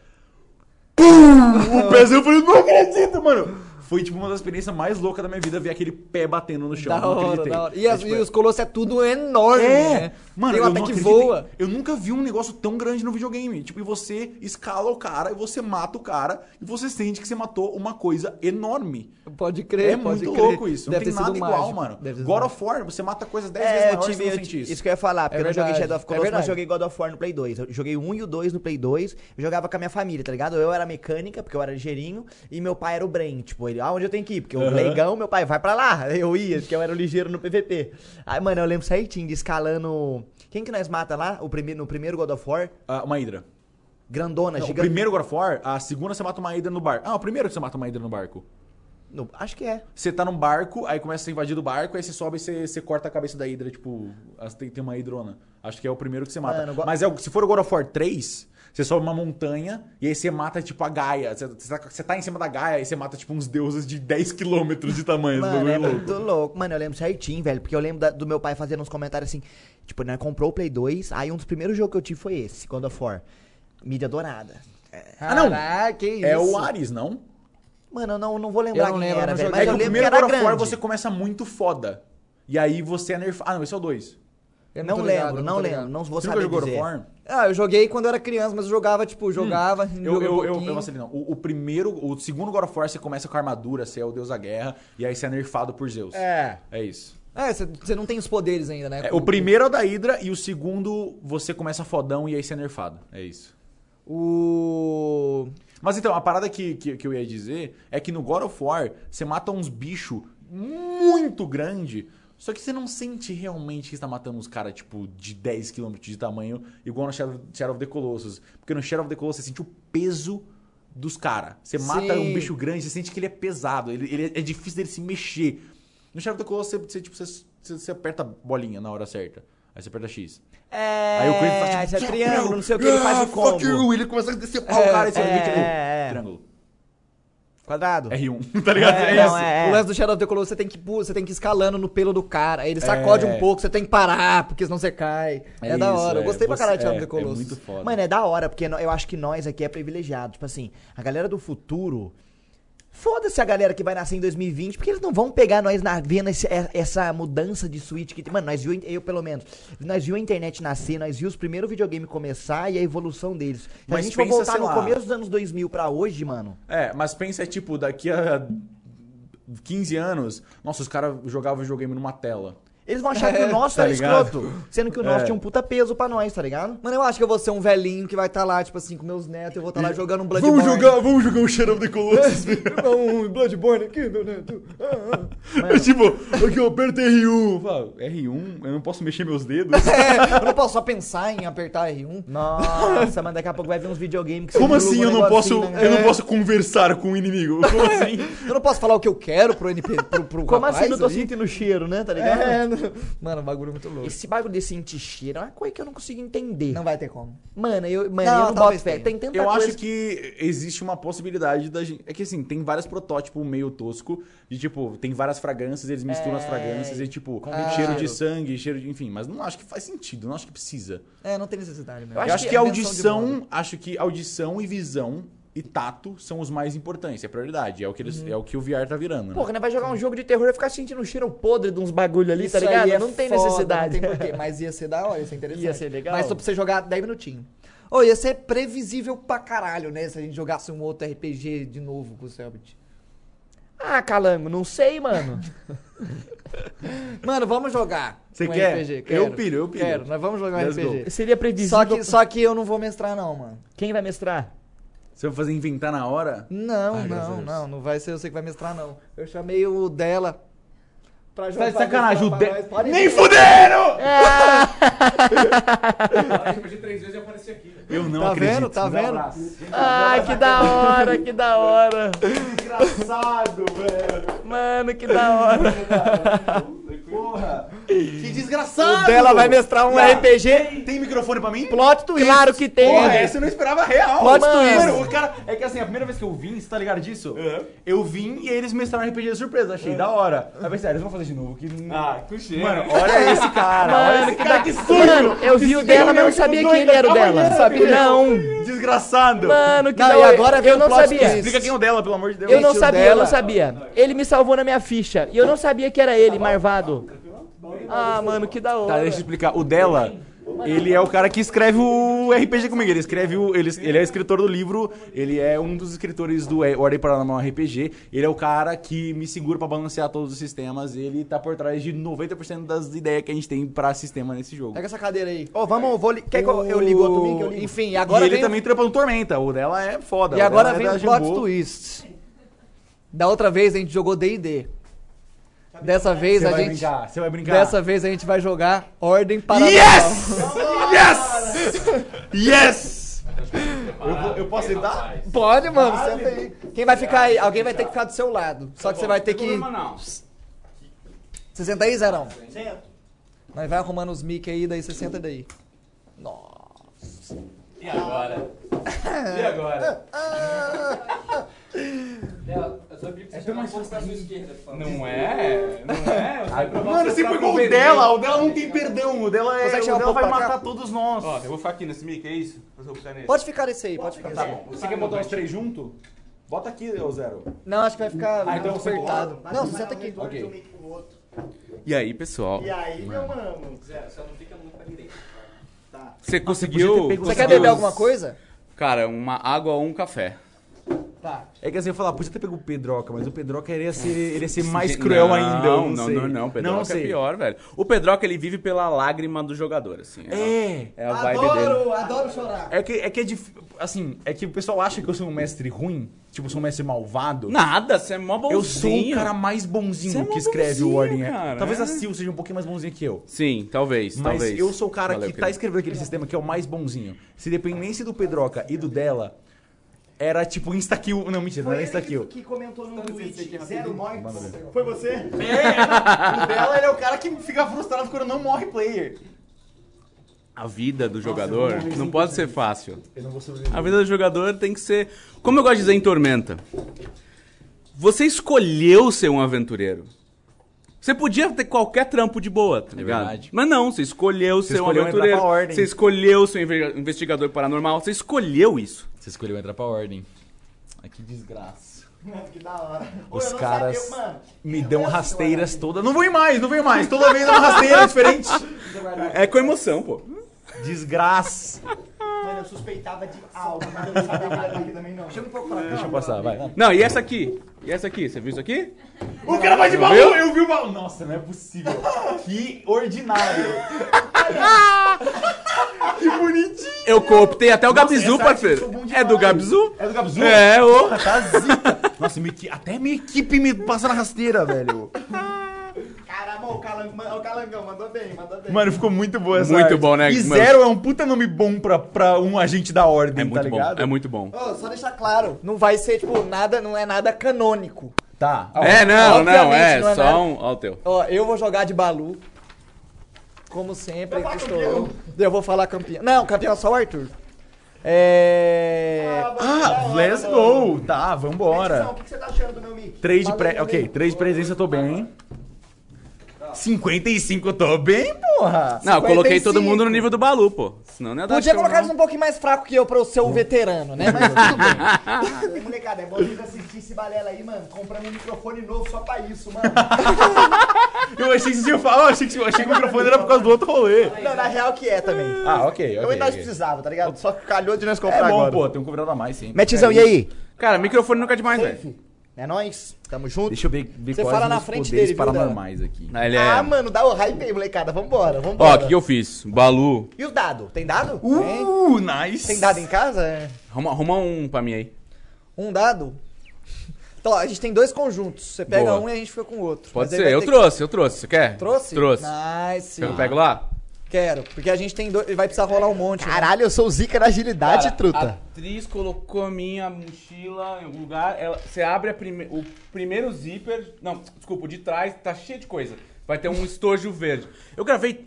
Speaker 3: Pum! O pezinho, eu falei, não acredito, mano. Foi tipo uma das experiências mais loucas da minha vida ver aquele pé batendo no chão.
Speaker 1: Da
Speaker 3: eu não
Speaker 1: hora,
Speaker 3: acreditei.
Speaker 1: da hora. E,
Speaker 3: É,
Speaker 1: as-
Speaker 3: tipo,
Speaker 1: e os colossos é tudo enorme,
Speaker 3: é,
Speaker 1: né?
Speaker 3: mano,
Speaker 1: Tem um
Speaker 3: eu
Speaker 1: até
Speaker 3: não
Speaker 1: que
Speaker 3: acreditei.
Speaker 1: voa.
Speaker 3: Eu nunca vi um negócio tão grande no videogame. Tipo, e você escala o cara, e você mata o cara, e você sente que você matou uma coisa enorme.
Speaker 1: Pode
Speaker 3: É,
Speaker 1: crer, pode
Speaker 3: muito
Speaker 1: crer.
Speaker 3: louco isso. Não
Speaker 1: Deve
Speaker 3: tem
Speaker 1: ter sido
Speaker 3: nada igual,
Speaker 1: mágico.
Speaker 3: mano.
Speaker 1: Deve ter sido
Speaker 3: God of War, você mata coisas 10
Speaker 2: É,
Speaker 3: vezes
Speaker 2: eu
Speaker 3: maior
Speaker 2: tive,
Speaker 3: você não
Speaker 2: eu-
Speaker 3: sente isso.
Speaker 2: isso que eu ia falar, porque
Speaker 1: É
Speaker 2: eu não joguei
Speaker 1: verdade,
Speaker 2: Shadow of
Speaker 1: é
Speaker 2: Colossus, mas
Speaker 1: verdade.
Speaker 2: joguei God of War no Play 2. Eu joguei o 1 e o 2 no Play 2, eu jogava com a minha família, tá ligado? Eu era mecânica, porque eu era ligeirinho, e meu pai era o Brain, tipo, ele, aonde eu tenho que ir? Porque o leigão, meu pai, vai pra lá. [LAUGHS] Eu ia, porque eu era o ligeiro no PVP. Aí, mano, eu lembro certinho de escalando... Quem que nós mata lá? O primeiro, no primeiro God of War?
Speaker 3: Ah, uma hidra.
Speaker 2: Grandona,
Speaker 3: Não, o
Speaker 2: gigante.
Speaker 3: primeiro God of War, a segunda você mata uma hidra no barco. Ah, o primeiro que você mata uma hidra no barco.
Speaker 2: No- acho que é.
Speaker 3: Você tá num barco, aí começa a ser invadido o barco, aí você sobe e você, você corta a cabeça da hidra, tipo, as- tem, tem uma hidrona. Acho que é o primeiro que você mata.
Speaker 2: Mano, go-
Speaker 3: Mas é, o- se for o God of War 3, você sobe uma montanha e aí você mata, tipo, a Gaia. Você, você tá, você tá em cima da Gaia e você mata, tipo, uns deuses de 10km de tamanho. esse
Speaker 2: Mano,
Speaker 3: bagulho
Speaker 2: é
Speaker 3: é louco.
Speaker 2: muito louco. Mano, eu lembro certinho, velho. Porque eu lembro da- do meu pai fazendo uns comentários assim. Tipo, né? Comprou o Play 2. Aí um dos primeiros jogos que eu tive foi esse, God of War. Mídia dourada. É.
Speaker 3: Ah, não.
Speaker 1: Caraca, que isso.
Speaker 3: É o Ares, não?
Speaker 2: Mano, eu não, não vou lembrar
Speaker 1: Eu não
Speaker 2: quem
Speaker 1: lembro,
Speaker 2: era,
Speaker 1: eu não
Speaker 2: velho. Mas
Speaker 1: joguei.
Speaker 3: é
Speaker 2: eu
Speaker 3: que o
Speaker 2: lembro que
Speaker 3: primeiro
Speaker 2: era
Speaker 3: God of
Speaker 2: grande.
Speaker 3: War você começa muito foda. E aí você é nerfado. Ah, não, esse é o 2.
Speaker 1: Eu
Speaker 2: Não
Speaker 1: tô ligado,
Speaker 2: lembro,
Speaker 1: eu
Speaker 2: não
Speaker 1: tô
Speaker 2: lembro.
Speaker 1: ligado.
Speaker 2: Não vou
Speaker 3: Você nunca
Speaker 2: saber
Speaker 3: jogou God
Speaker 2: dizer.
Speaker 3: of War?
Speaker 1: Ah, eu joguei quando eu era criança, mas eu jogava, tipo, jogava.
Speaker 3: Hum. Eu,
Speaker 1: jogava um
Speaker 3: eu, eu,
Speaker 1: pouquinho.
Speaker 3: eu vacilei, não. O, o primeiro, o segundo God of War, você começa com a armadura, você é o deus da guerra, e aí você é nerfado por Zeus.
Speaker 2: É.
Speaker 3: É isso.
Speaker 1: É, você- você não tem os poderes ainda, né?
Speaker 3: É, o primeiro é o da Hydra, e o segundo, você começa fodão e aí você é nerfado. É isso.
Speaker 1: O.
Speaker 3: Mas então, a parada que, que, que eu ia dizer é que no God of War, você mata uns bichos muito grande, só que você não sente realmente que está matando uns caras, tipo, de 10km de tamanho, igual no Shadow, Shadow of the Colossus. Porque no Shadow of the Colossus você sente o peso dos caras. Você mata
Speaker 1: Sim.
Speaker 3: um bicho grande, você sente que ele é pesado, ele, ele é é difícil dele se mexer. No Shadow of the Colossus, você, você, tipo, você, você, você aperta a bolinha na hora certa. Aí você aperta X.
Speaker 2: É,
Speaker 3: Aí o Kratos faz
Speaker 2: esse
Speaker 3: tipo, Ah,
Speaker 2: é triângulo, não sei o que, ele faz o combo.
Speaker 3: ele começa a decepar o cara tipo, e você
Speaker 2: é,
Speaker 3: vê que ele-
Speaker 2: é.
Speaker 3: Triângulo.
Speaker 2: Quadrado.
Speaker 3: R1, [LAUGHS] tá ligado?
Speaker 1: [LAUGHS]
Speaker 3: É,
Speaker 2: não,
Speaker 3: isso.
Speaker 1: O lance do Shadow of the Colossus, você tem que pu- você tem que ir escalando no pelo do cara. Aí ele sacode
Speaker 3: É.
Speaker 1: um pouco, você tem que parar, porque senão você cai. É, da
Speaker 3: isso,
Speaker 1: hora. Eu
Speaker 3: é.
Speaker 1: gostei pra
Speaker 3: Você-
Speaker 1: caralho de Shadow
Speaker 3: é,
Speaker 1: of the Colossus.
Speaker 3: É muito foda.
Speaker 2: Mano, é da hora, porque no- eu acho que nós aqui é privilegiado. Tipo assim, a galera do futuro. Foda-se a galera que vai nascer em 2020, porque eles não vão pegar nós na, vendo esse- é- essa mudança de Switch que tem. Mano, nós viu, eu pelo menos, nós viu a internet nascer, nós viu os primeiros videogames começar e a evolução deles. Se a
Speaker 3: Mas
Speaker 2: gente for
Speaker 3: pensa,
Speaker 2: voltar
Speaker 3: sei
Speaker 2: no
Speaker 3: lá.
Speaker 2: começo dos anos 2000 pra hoje, mano.
Speaker 3: É, mas pensa, é tipo, daqui a 15 anos, nossa, os caras jogavam videogame numa tela.
Speaker 2: Eles vão
Speaker 3: [LAUGHS]
Speaker 2: achar que o nosso
Speaker 3: tá
Speaker 2: era
Speaker 3: ligado? É.
Speaker 2: escroto, sendo que o nosso tinha um puta peso pra nós, tá ligado?
Speaker 1: Mano, eu acho que eu vou ser um velhinho que vai estar lá, tipo assim, com meus netos, eu vou estar lá jogando um Bloodborne.
Speaker 3: vamos jogar, vamos jogar um Shadow of the [LAUGHS] Colossus.
Speaker 1: um Bloodborne aqui, meu neto.
Speaker 3: É tipo, aqui eu aperto R1. Fala, R1, eu não posso mexer meus [LAUGHS] dedos.
Speaker 1: É, eu não posso só pensar em apertar R1.
Speaker 2: Nossa, mano, daqui a pouco vai vir uns videogames que você
Speaker 3: Como
Speaker 2: gruda
Speaker 3: assim
Speaker 2: um
Speaker 3: eu não posso,
Speaker 2: negocinho, né?
Speaker 3: eu não posso conversar com o inimigo? [LAUGHS] Como assim?
Speaker 1: Eu não posso falar o que eu quero pro NP, pro, pro
Speaker 2: Como
Speaker 1: rapaz
Speaker 2: assim? Não tô
Speaker 1: ali.
Speaker 2: sentindo o cheiro, né? Tá ligado?
Speaker 1: É, não- mano, o bagulho é muito louco.
Speaker 2: Esse bagulho de sentir cheiro é uma coisa que eu não consigo entender.
Speaker 1: Não vai ter como.
Speaker 2: Mano, eu, mano,
Speaker 1: Não,
Speaker 2: eu não boto
Speaker 1: talvez
Speaker 2: fé.
Speaker 1: tenha.
Speaker 2: Tem tanta
Speaker 3: Eu
Speaker 2: coisa...
Speaker 3: acho que existe uma possibilidade da gente. É que assim, tem vários protótipos meio tosco. De tipo, tem várias fragrâncias, eles misturam as fragrâncias e tipo, cheiro de sangue, cheiro de. Enfim, mas não acho que faz sentido, não acho que precisa.
Speaker 1: É, não tem necessidade mesmo.
Speaker 3: Eu acho, que,
Speaker 1: é invenção de moda.
Speaker 3: audição. Acho que audição e visão e tato são os mais importantes, é prioridade. É o que, eles, é o, que o VR tá virando. né?
Speaker 2: Porra, né? Vai jogar um jogo de terror e ficar sentindo o cheiro podre de uns bagulho ali, tá
Speaker 1: Isso aí
Speaker 2: ligado?
Speaker 1: é
Speaker 2: não tem
Speaker 1: foda,
Speaker 2: necessidade.
Speaker 1: Não tem porquê, mas ia ser da
Speaker 3: [LAUGHS]
Speaker 1: hora, ia ser interessante.
Speaker 2: Ia ser legal.
Speaker 1: Mas só pra você jogar 10 minutinhos. Ou ia ser previsível pra caralho, né? Se a gente jogasse um outro RPG de novo com o Selbit.
Speaker 2: [LAUGHS] ah, calango, não sei, mano.
Speaker 1: Mano, vamos jogar.
Speaker 3: Você
Speaker 1: um
Speaker 3: quer?
Speaker 1: RPG.
Speaker 3: Eu
Speaker 1: Quero.
Speaker 3: pilho, eu pilho.
Speaker 1: Quero, nós vamos jogar um
Speaker 3: Let's go.
Speaker 1: RPG.
Speaker 2: Seria previsível.
Speaker 1: Só que, só que eu não vou mestrar, não, mano.
Speaker 2: Quem vai mestrar?
Speaker 3: Você vai fazer inventar na hora?
Speaker 1: Não,
Speaker 3: Ai, graças a
Speaker 1: não,
Speaker 3: Deus.
Speaker 1: não. Não vai ser você que vai mestrar, não. Eu chamei o dela. Pra
Speaker 3: Tá
Speaker 1: jogar.
Speaker 3: de sacanagem, o
Speaker 1: pra
Speaker 3: de...
Speaker 1: nós. Pode
Speaker 3: Nem
Speaker 1: ir.
Speaker 3: fuderam!
Speaker 5: Depois de três vezes eu apareci aqui. né, velho.
Speaker 3: Eu não
Speaker 1: Tá
Speaker 3: acredito.
Speaker 1: vendo? Tá
Speaker 3: Me dá um
Speaker 1: vendo?
Speaker 3: abraço.
Speaker 2: Ai, Ah, que da hora, que da hora.
Speaker 3: Engraçado, velho.
Speaker 2: Mano, que da hora.
Speaker 5: Tranquilo.
Speaker 3: Porra! Que desgraçado!
Speaker 2: O dela vai mestrar um
Speaker 3: Ah,
Speaker 2: RPG.
Speaker 3: Tem microfone pra mim?
Speaker 2: Plot twist. [LAUGHS] Claro que tem.
Speaker 3: Porra, essa eu não esperava
Speaker 2: é.
Speaker 3: real.
Speaker 2: Plot
Speaker 3: Mano,
Speaker 2: twist.
Speaker 3: o cara. É que assim, a primeira vez que eu vim, você tá ligado disso? Eu vim e eles um mestraram RPG de surpresa, achei da hora. Aí eu pensei, ah, eles vão fazer de novo. Que...
Speaker 9: Ah, com cheiro.
Speaker 3: Mano,
Speaker 2: [LAUGHS]
Speaker 3: olha esse cara. olha
Speaker 2: Mano,
Speaker 3: esse
Speaker 2: que
Speaker 3: cara
Speaker 2: da-
Speaker 3: que sujo.
Speaker 2: Mano, eu vi o dela, mas eu não sabia quem ele era o dela. Não.
Speaker 3: Desgraçado.
Speaker 2: Mano, que
Speaker 1: Não,
Speaker 2: da
Speaker 1: e
Speaker 2: hora.
Speaker 1: agora vem
Speaker 2: eu
Speaker 1: o
Speaker 2: não
Speaker 1: plot
Speaker 2: sabia.
Speaker 1: twist.
Speaker 3: Explica quem é o dela, pelo amor de Deus.
Speaker 2: Eu não
Speaker 1: Esse o
Speaker 2: sabia, eu
Speaker 1: dela.
Speaker 2: não sabia. Ele me salvou na minha ficha. E eu não sabia que era ele, marvado. Ah, mano, que da
Speaker 3: Tá,
Speaker 2: hora.
Speaker 3: deixa eu explicar. O dela, ele é o cara que escreve o RPG comigo. Ele escreve o. Ele, ele é o escritor do livro, ele é um dos escritores do é, Ordem Paranormal RPG. Ele é o cara que me segura pra balancear todos os sistemas. Ele tá por trás de 90% das ideias que a gente tem pra sistema nesse jogo.
Speaker 1: Pega essa cadeira aí.
Speaker 10: Ô, vamos, vou li- quer que eu, eu
Speaker 1: O-
Speaker 10: ligo outro mic? Eu ligo.
Speaker 1: Enfim,
Speaker 3: E
Speaker 1: agora
Speaker 3: ele
Speaker 1: vem,
Speaker 3: também trampa no Tormenta. O dela é foda.
Speaker 1: e agora
Speaker 3: dela
Speaker 1: vem
Speaker 3: é
Speaker 1: o
Speaker 3: da
Speaker 1: plot
Speaker 3: Jambô.
Speaker 1: twist. Da outra vez a gente jogou D&D. Dessa vez
Speaker 3: Você
Speaker 1: a
Speaker 3: vai
Speaker 1: gente...
Speaker 3: brincar, você vai brincar.
Speaker 1: Dessa vez a gente vai jogar Ordem Paranormal.
Speaker 3: Yes! yes! Yes! Eu, vou- eu posso sentar?
Speaker 1: [LAUGHS] Pode, mano, senta aí. Quem vai ficar aí? Alguém vai ter que ficar do seu lado.
Speaker 3: Tá
Speaker 1: Só que você vai ter que... Você senta aí, Zerão? Sento. Nós vai arrumando os mic aí, daí você senta daí.
Speaker 5: E agora? E agora? [LAUGHS] Dela, eu só
Speaker 7: É,
Speaker 5: pedi pra você chegar um pouco pra sua esquerda, por favor.
Speaker 9: Não é? Não é? Vai provar
Speaker 3: Mano, você
Speaker 9: ficar
Speaker 3: pegou
Speaker 9: com
Speaker 3: o
Speaker 9: veneno.
Speaker 3: dela, o dela não tem perdão, o dela é.
Speaker 1: Consegue
Speaker 3: O
Speaker 1: chegar um
Speaker 3: dela
Speaker 1: pouco
Speaker 3: vai
Speaker 1: pra cá?
Speaker 3: matar todos nós.
Speaker 9: Ó, eu vou ficar aqui nesse mic, é isso? Eu vou ficar nesse.
Speaker 1: Pode ficar nesse aí, pode ficar.
Speaker 3: Tá bom. Você quer botar os três junto? Bota aqui, ô Zero.
Speaker 1: Não, acho que vai ficar
Speaker 3: então você
Speaker 1: apertado. Não, você senta aqui.
Speaker 3: Ok.
Speaker 8: E aí, pessoal?
Speaker 10: aí, meu mano?
Speaker 5: Zé, só não fica muito pra direita.
Speaker 3: Tá.
Speaker 8: Você conseguiu?
Speaker 1: Você quer beber alguma coisa?
Speaker 8: Cara, uma água ou um café?
Speaker 3: É que assim, eu ia falar, podia ter pego o Pedroca, mas o Pedroca ele ia [LAUGHS] ser, ele ia ser mais
Speaker 8: Não,
Speaker 3: cruel ainda. eu
Speaker 8: Não, não,
Speaker 3: sei.
Speaker 8: não, não. O Pedroca
Speaker 3: Não
Speaker 8: é
Speaker 3: sei.
Speaker 8: pior, velho. O Pedroca, ele vive pela lágrima do jogador, assim.
Speaker 3: É.
Speaker 8: É a vibe dele.
Speaker 1: adoro chorar.
Speaker 3: É que, é que é dif... Assim, é que o pessoal acha que eu sou um mestre ruim, tipo, eu sou um mestre malvado.
Speaker 8: Nada, você é mó bonzinho.
Speaker 3: Eu sou o cara mais bonzinho
Speaker 8: Você é mó
Speaker 3: que escreve o
Speaker 8: bonzinho,
Speaker 3: Warning.
Speaker 8: cara,
Speaker 3: Talvez
Speaker 8: é.
Speaker 3: a Sil seja um pouquinho mais bonzinha que eu.
Speaker 8: Sim, talvez,
Speaker 3: Mas
Speaker 8: talvez.
Speaker 3: eu sou o cara
Speaker 8: Valeu,
Speaker 3: que tá
Speaker 8: querido.
Speaker 3: escrevendo aquele sistema que é o mais bonzinho. Se dependesse do Pedroca e do dela, era tipo insta-kill. Não, mentira, não era insta-kill.
Speaker 10: que comentou no tweet, zero
Speaker 3: Manda
Speaker 10: mortes.
Speaker 3: ver.
Speaker 10: Foi você?
Speaker 3: é [LAUGHS] O dela ele é o cara que fica frustrado quando não morre player.
Speaker 8: A vida do jogador
Speaker 3: eu vou morrer
Speaker 8: não
Speaker 3: sem
Speaker 8: pode ser fácil.
Speaker 3: Eu não vou sobreviver.
Speaker 8: A vida do jogador tem que ser. Como eu gosto de dizer em Tormenta, você escolheu ser um aventureiro. Você podia ter qualquer trampo de boa, tá ligado?
Speaker 3: É verdade.
Speaker 8: Mas não, você escolheu ser
Speaker 3: escolheu
Speaker 8: um
Speaker 3: entrar
Speaker 8: aventureiro.
Speaker 3: pra ordem.
Speaker 8: Você escolheu ser um inve- investigador paranormal. Você escolheu isso.
Speaker 3: Você escolheu entrar pra ordem. Ai, que desgraça.
Speaker 10: [LAUGHS] Mano, que da hora. Ô,
Speaker 3: Os
Speaker 10: eu não
Speaker 3: caras
Speaker 10: sabia- mano,
Speaker 3: me dão rasteiras toda. Não vou ir mais, não vou ir mais. Toda vez é uma
Speaker 10: [LAUGHS]
Speaker 3: rasteira diferente.
Speaker 8: É com emoção, pô.
Speaker 3: Desgraça.
Speaker 10: mano, eu suspeitava de algo, mas eu não sabia que era dele também, não. Chega um pouco pra cá.
Speaker 3: Deixa eu passar, vai.
Speaker 8: Não, e essa aqui? E essa aqui? Você viu isso aqui?
Speaker 3: O cara vai de baú,
Speaker 8: viu?
Speaker 3: eu vi o baú. Nossa, não é possível. Que ordinário. [LAUGHS] que bonitinho.
Speaker 8: Eu cooptei até o Gabizu,
Speaker 3: essa arte
Speaker 8: parceiro.
Speaker 3: ficou bom
Speaker 8: É
Speaker 3: demais.
Speaker 8: do Gabizu?
Speaker 3: É do Gabzu?
Speaker 8: É, ô.
Speaker 3: Porra, tá zica. Nossa, minha equi- até minha equipe me passa na rasteira, velho.
Speaker 10: Caramba, o Calangão, o Calangão mandou bem, mandou bem.
Speaker 3: Mano, ficou muito boa essa
Speaker 8: Muito
Speaker 3: arte.
Speaker 8: bom, né,
Speaker 3: E
Speaker 8: mano?
Speaker 3: Zero é um puta nome bom pra, pra um agente da ordem,
Speaker 8: É muito
Speaker 3: tá
Speaker 8: bom,
Speaker 3: ligado?
Speaker 8: é muito bom.
Speaker 1: Ô, só deixar claro, não vai ser, tipo, nada, não é nada canônico.
Speaker 3: Tá. ó.
Speaker 8: É, não, não, é,
Speaker 1: Obviamente, não é nada.
Speaker 8: só um... Ó o teu.
Speaker 1: Ó, eu vou jogar de Balu. Como sempre, aqui estou eu. Eu vou falar campeão. Não, campeão é só o Arthur. É...
Speaker 3: Ah, let's go. Tá,
Speaker 10: Edição,
Speaker 3: vambora.
Speaker 10: o que você tá achando do meu mic?
Speaker 3: Três de
Speaker 1: Fala aí,
Speaker 3: pre... Ok,
Speaker 1: amigo.
Speaker 3: três de presença eu tô bem. 55 eu tô bem, porra.
Speaker 8: Não, eu coloquei todo
Speaker 1: 55.
Speaker 8: mundo no nível do Balu, pô. Senão não ia dar
Speaker 1: Podia
Speaker 8: show,
Speaker 1: colocar
Speaker 8: não.
Speaker 1: eles um pouquinho mais fraco que eu pra eu ser o veterano, né? Mas tudo
Speaker 10: [LAUGHS]
Speaker 1: bem.
Speaker 10: Molecada, é bom vocês assistirem esse balela aí, mano. Comprando um microfone novo só pra isso, mano.
Speaker 3: Eu achei que você ia falar, eu achei que, eu achei que o microfone era por causa do outro rolê.
Speaker 10: Não, na real que é também.
Speaker 3: Ah, ok, ok.
Speaker 10: Eu ainda nós
Speaker 2: É.
Speaker 3: ok.
Speaker 10: precisava, tá ligado? Só que calhou de nós
Speaker 3: É
Speaker 10: comprar
Speaker 3: bom,
Speaker 10: agora.
Speaker 3: pô, tem um convidado a mais, sim.
Speaker 2: É
Speaker 10: Metizão, e aí?
Speaker 8: Cara, microfone nunca é demais, velho.
Speaker 10: É nóis, tamo junto.
Speaker 3: Deixa eu ver, ver
Speaker 1: Você
Speaker 3: quais
Speaker 1: fala
Speaker 3: os
Speaker 1: na
Speaker 3: meus
Speaker 1: frente
Speaker 3: poderes
Speaker 1: dele, viu,
Speaker 3: paranormais aqui.
Speaker 8: Ah, Ele é...
Speaker 10: Ah, mano, dá o hype aí, molecada. Vambora,
Speaker 8: Ó, o
Speaker 10: vambora.
Speaker 8: que, que eu fiz? Balu,
Speaker 10: E os dados? Tem dado? Tem?
Speaker 3: Uh, nice.
Speaker 10: Tem dado em casa? É.
Speaker 8: arruma, arruma um pra mim aí.
Speaker 1: Um dado. Então, ó, a gente tem dois conjuntos. Você pega
Speaker 8: Boa.
Speaker 1: um e a gente fica com o outro.
Speaker 8: Pode
Speaker 1: Mas aí
Speaker 8: ser,
Speaker 1: vai
Speaker 8: eu
Speaker 1: ter que-
Speaker 8: trouxe, eu trouxe. Você quer?
Speaker 1: Trouxe?
Speaker 8: Trouxe.
Speaker 1: Nice.
Speaker 8: Eu pego lá?
Speaker 1: Quero, porque a gente tem dois. Vai precisar rolar um monte. né?
Speaker 10: Caralho, eu sou zica na agilidade,
Speaker 8: Cara, A
Speaker 10: truta.
Speaker 8: atriz colocou a minha mochila em algum lugar. ela- você abre a prime- o primeiro zíper. Não, desculpa, o de trás tá cheio de coisa. Vai [LAUGHS] ter um estojo verde. Eu gravei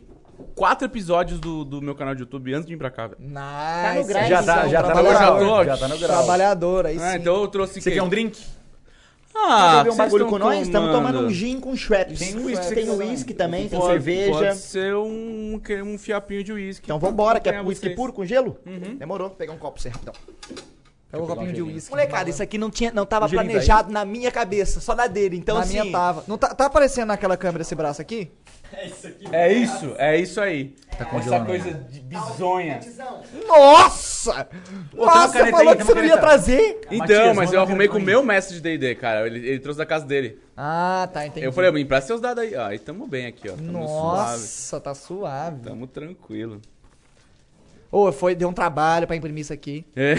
Speaker 8: quatro episódios do, do meu canal de YouTube antes de vir pra cá, velho.
Speaker 1: Nice.
Speaker 7: no grau,
Speaker 3: Já tá, já tá no
Speaker 8: Trabalhador.
Speaker 3: grau. Já tá no grau.
Speaker 1: Trabalhador, aí
Speaker 8: Ah,
Speaker 1: sim.
Speaker 8: então eu trouxe
Speaker 3: Você quer um drink?
Speaker 8: Ah,
Speaker 2: Quer beber um
Speaker 8: vocês
Speaker 2: bagulho
Speaker 8: tão
Speaker 2: com nós? Estamos tomando
Speaker 8: tomando.
Speaker 2: um gin com Schweppes.
Speaker 3: Tem um uísque,
Speaker 2: Tem
Speaker 3: você quiser.
Speaker 2: uísque também, tem
Speaker 8: Pode-
Speaker 2: cerveja.
Speaker 8: Pode ser um, que- um fiapinho de uísque.
Speaker 2: Então vambora, quer
Speaker 8: Ganhar
Speaker 2: uísque
Speaker 8: vocês.
Speaker 2: puro com gelo? Demorou, Vou pegar um copo pra você
Speaker 10: Então,
Speaker 2: rapidão.
Speaker 1: É um copinho de uísque.
Speaker 2: Molecada, isso aqui não, tinha, não tava
Speaker 3: Gerinho,
Speaker 2: planejado na minha cabeça, só na dele. Então,
Speaker 1: Na
Speaker 2: assim,
Speaker 1: minha tava. Não tá, tá aparecendo naquela câmera esse braço aqui?
Speaker 8: É isso, é isso aí. Essa
Speaker 3: congelando.
Speaker 8: coisa de bizonha.
Speaker 1: Nossa!
Speaker 3: uma
Speaker 1: Nossa,
Speaker 3: caneta
Speaker 1: falou que
Speaker 3: aí, tem
Speaker 1: você
Speaker 3: uma
Speaker 1: não ia
Speaker 3: caneta.
Speaker 1: trazer.
Speaker 8: Então,
Speaker 3: Matias,
Speaker 8: mas
Speaker 3: manda
Speaker 8: eu
Speaker 3: a
Speaker 8: arrumei com o
Speaker 3: vergonha.
Speaker 8: meu mestre de D&D, cara. Ele, ele trouxe da casa dele.
Speaker 1: Ah, tá, entendi.
Speaker 8: Eu falei, me empresta seus dados aí. Ah, aí tamo bem aqui, ó.
Speaker 3: tá
Speaker 8: Tamo suave.
Speaker 1: Nossa, tá suave.
Speaker 8: Tamo tranquilo.
Speaker 1: Ô, foi, deu um trabalho pra imprimir isso
Speaker 3: [LAUGHS]
Speaker 1: aqui.
Speaker 8: É.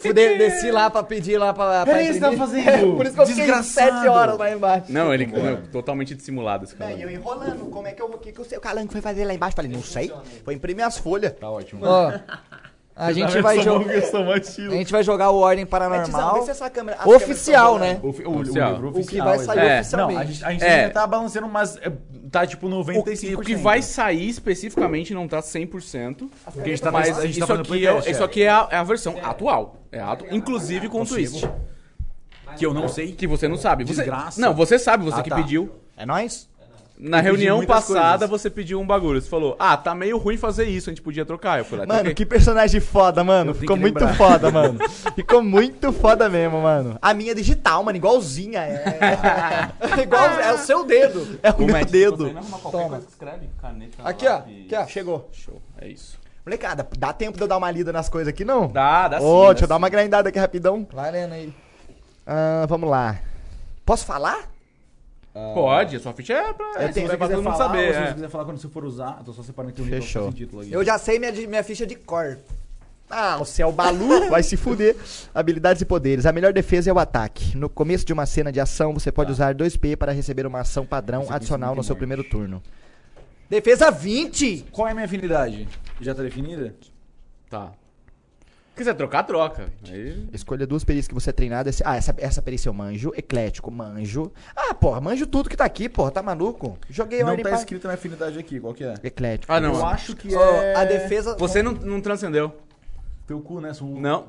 Speaker 1: Fudei, desci lá pra pedir lá pra, pra
Speaker 3: É
Speaker 1: imprimir. [LAUGHS]
Speaker 3: fazendo?
Speaker 1: Por isso que eu fiquei sete horas lá embaixo.
Speaker 8: Não, ele meu, totalmente dissimulado esse cara.
Speaker 2: E eu enrolando, como é que eu vou. O que, que o seu calango foi fazer lá embaixo? Falei, não sei. Foi imprimir as folhas.
Speaker 3: Tá ótimo. tá
Speaker 1: Ó, a gente vai jogar... É. A gente vai jogar o Ordem
Speaker 2: Mas, Tizão,
Speaker 1: Paranormal
Speaker 2: vê se essa câmera- as
Speaker 1: oficial,
Speaker 2: câmeras
Speaker 1: né?
Speaker 3: O, fi- o- o
Speaker 8: Oficial.
Speaker 3: livro
Speaker 8: O
Speaker 1: O que vai
Speaker 3: exato.
Speaker 1: sair
Speaker 8: É.
Speaker 1: oficialmente.
Speaker 3: Não, a gente, a gente
Speaker 8: É.
Speaker 3: ainda tá balançando, mas é, tá tipo
Speaker 8: O
Speaker 3: 95%.
Speaker 8: que, o que vai sair especificamente não tá 100%,
Speaker 3: Porque a gente tá,
Speaker 8: mas
Speaker 3: a gente tá
Speaker 8: isso
Speaker 3: fazendo
Speaker 8: aqui, é,
Speaker 3: playtest,
Speaker 8: isso
Speaker 3: é.
Speaker 8: aqui é a, é a versão atual. É a atu- inclusive com twist.
Speaker 3: Que eu não sei.
Speaker 8: Que você não sabe. Você,
Speaker 3: Desgraça.
Speaker 8: não, você sabe, você
Speaker 3: Ah,
Speaker 8: que
Speaker 3: tá.
Speaker 8: pediu.
Speaker 2: É nóis?
Speaker 8: Na
Speaker 3: pedi
Speaker 8: reunião
Speaker 3: muitas
Speaker 8: passada
Speaker 3: coisas.
Speaker 8: você pediu um bagulho. Você falou, ah, tá meio ruim fazer isso, a gente podia trocar. Eu fui lá,
Speaker 2: Mano,
Speaker 8: troquei.
Speaker 2: que personagem foda, mano.
Speaker 3: Eu tenho
Speaker 2: Ficou
Speaker 3: que
Speaker 2: muito
Speaker 3: lembrar.
Speaker 2: foda, mano. Ficou muito foda mesmo, mano. A minha é digital, mano, igualzinha. É, igual, é o seu dedo. É o, [LAUGHS] meu dedo.
Speaker 8: né?
Speaker 1: Toma.
Speaker 8: escreve caneta
Speaker 1: Aqui, ó. Aqui, ó.
Speaker 2: Chegou.
Speaker 8: Show, é isso.
Speaker 2: Molecada, dá tempo de eu dar uma lida nas coisas aqui, não?
Speaker 8: Dá, dá sim.
Speaker 2: Ô,
Speaker 8: dá
Speaker 2: deixa eu dar
Speaker 8: sim.
Speaker 2: uma grindada aqui rapidão.
Speaker 1: Vai lendo aí.
Speaker 2: Ah, vamos lá. Posso falar?
Speaker 3: Ah.
Speaker 8: Pode, a sua ficha é pra,
Speaker 2: tenho-
Speaker 8: é pra
Speaker 3: Quiser
Speaker 8: todo mundo
Speaker 3: falar, ou
Speaker 8: saber.
Speaker 3: Se
Speaker 8: é.
Speaker 3: você quiser falar quando você for usar, eu tô só separando aqui o livro
Speaker 2: Fechou.
Speaker 3: sem título aqui.
Speaker 1: Eu já sei minha, de- minha ficha de cor.
Speaker 2: Ah, o céu balu
Speaker 8: [LAUGHS]
Speaker 2: vai se fuder. Habilidades e poderes. A melhor defesa é o ataque. No começo de uma cena de ação, você
Speaker 8: Tá.
Speaker 2: pode usar 2P para receber uma ação padrão
Speaker 8: é
Speaker 2: adicional no seu primeiro turno.
Speaker 1: Defesa 20!
Speaker 3: Qual é a minha afinidade? Já tá definida?
Speaker 8: Tá. Quiser trocar, troca. Aí...
Speaker 2: Escolha duas perícias que você é treinado. Esse- Ah, essa, essa perícia eu manjo. Eclético, manjo. Ah, porra, manjo tudo que tá aqui, porra. Tá maluco? Joguei
Speaker 3: Não
Speaker 2: ordem
Speaker 3: tá
Speaker 2: pra-
Speaker 3: escrita minha afinidade aqui, qual que é?
Speaker 2: Eclético.
Speaker 8: Ah, não.
Speaker 3: Eu acho que
Speaker 1: Ó,
Speaker 3: é...
Speaker 1: a defesa.
Speaker 8: Você não, não transcendeu.
Speaker 3: Teu cu, né? Sou um-
Speaker 8: Não.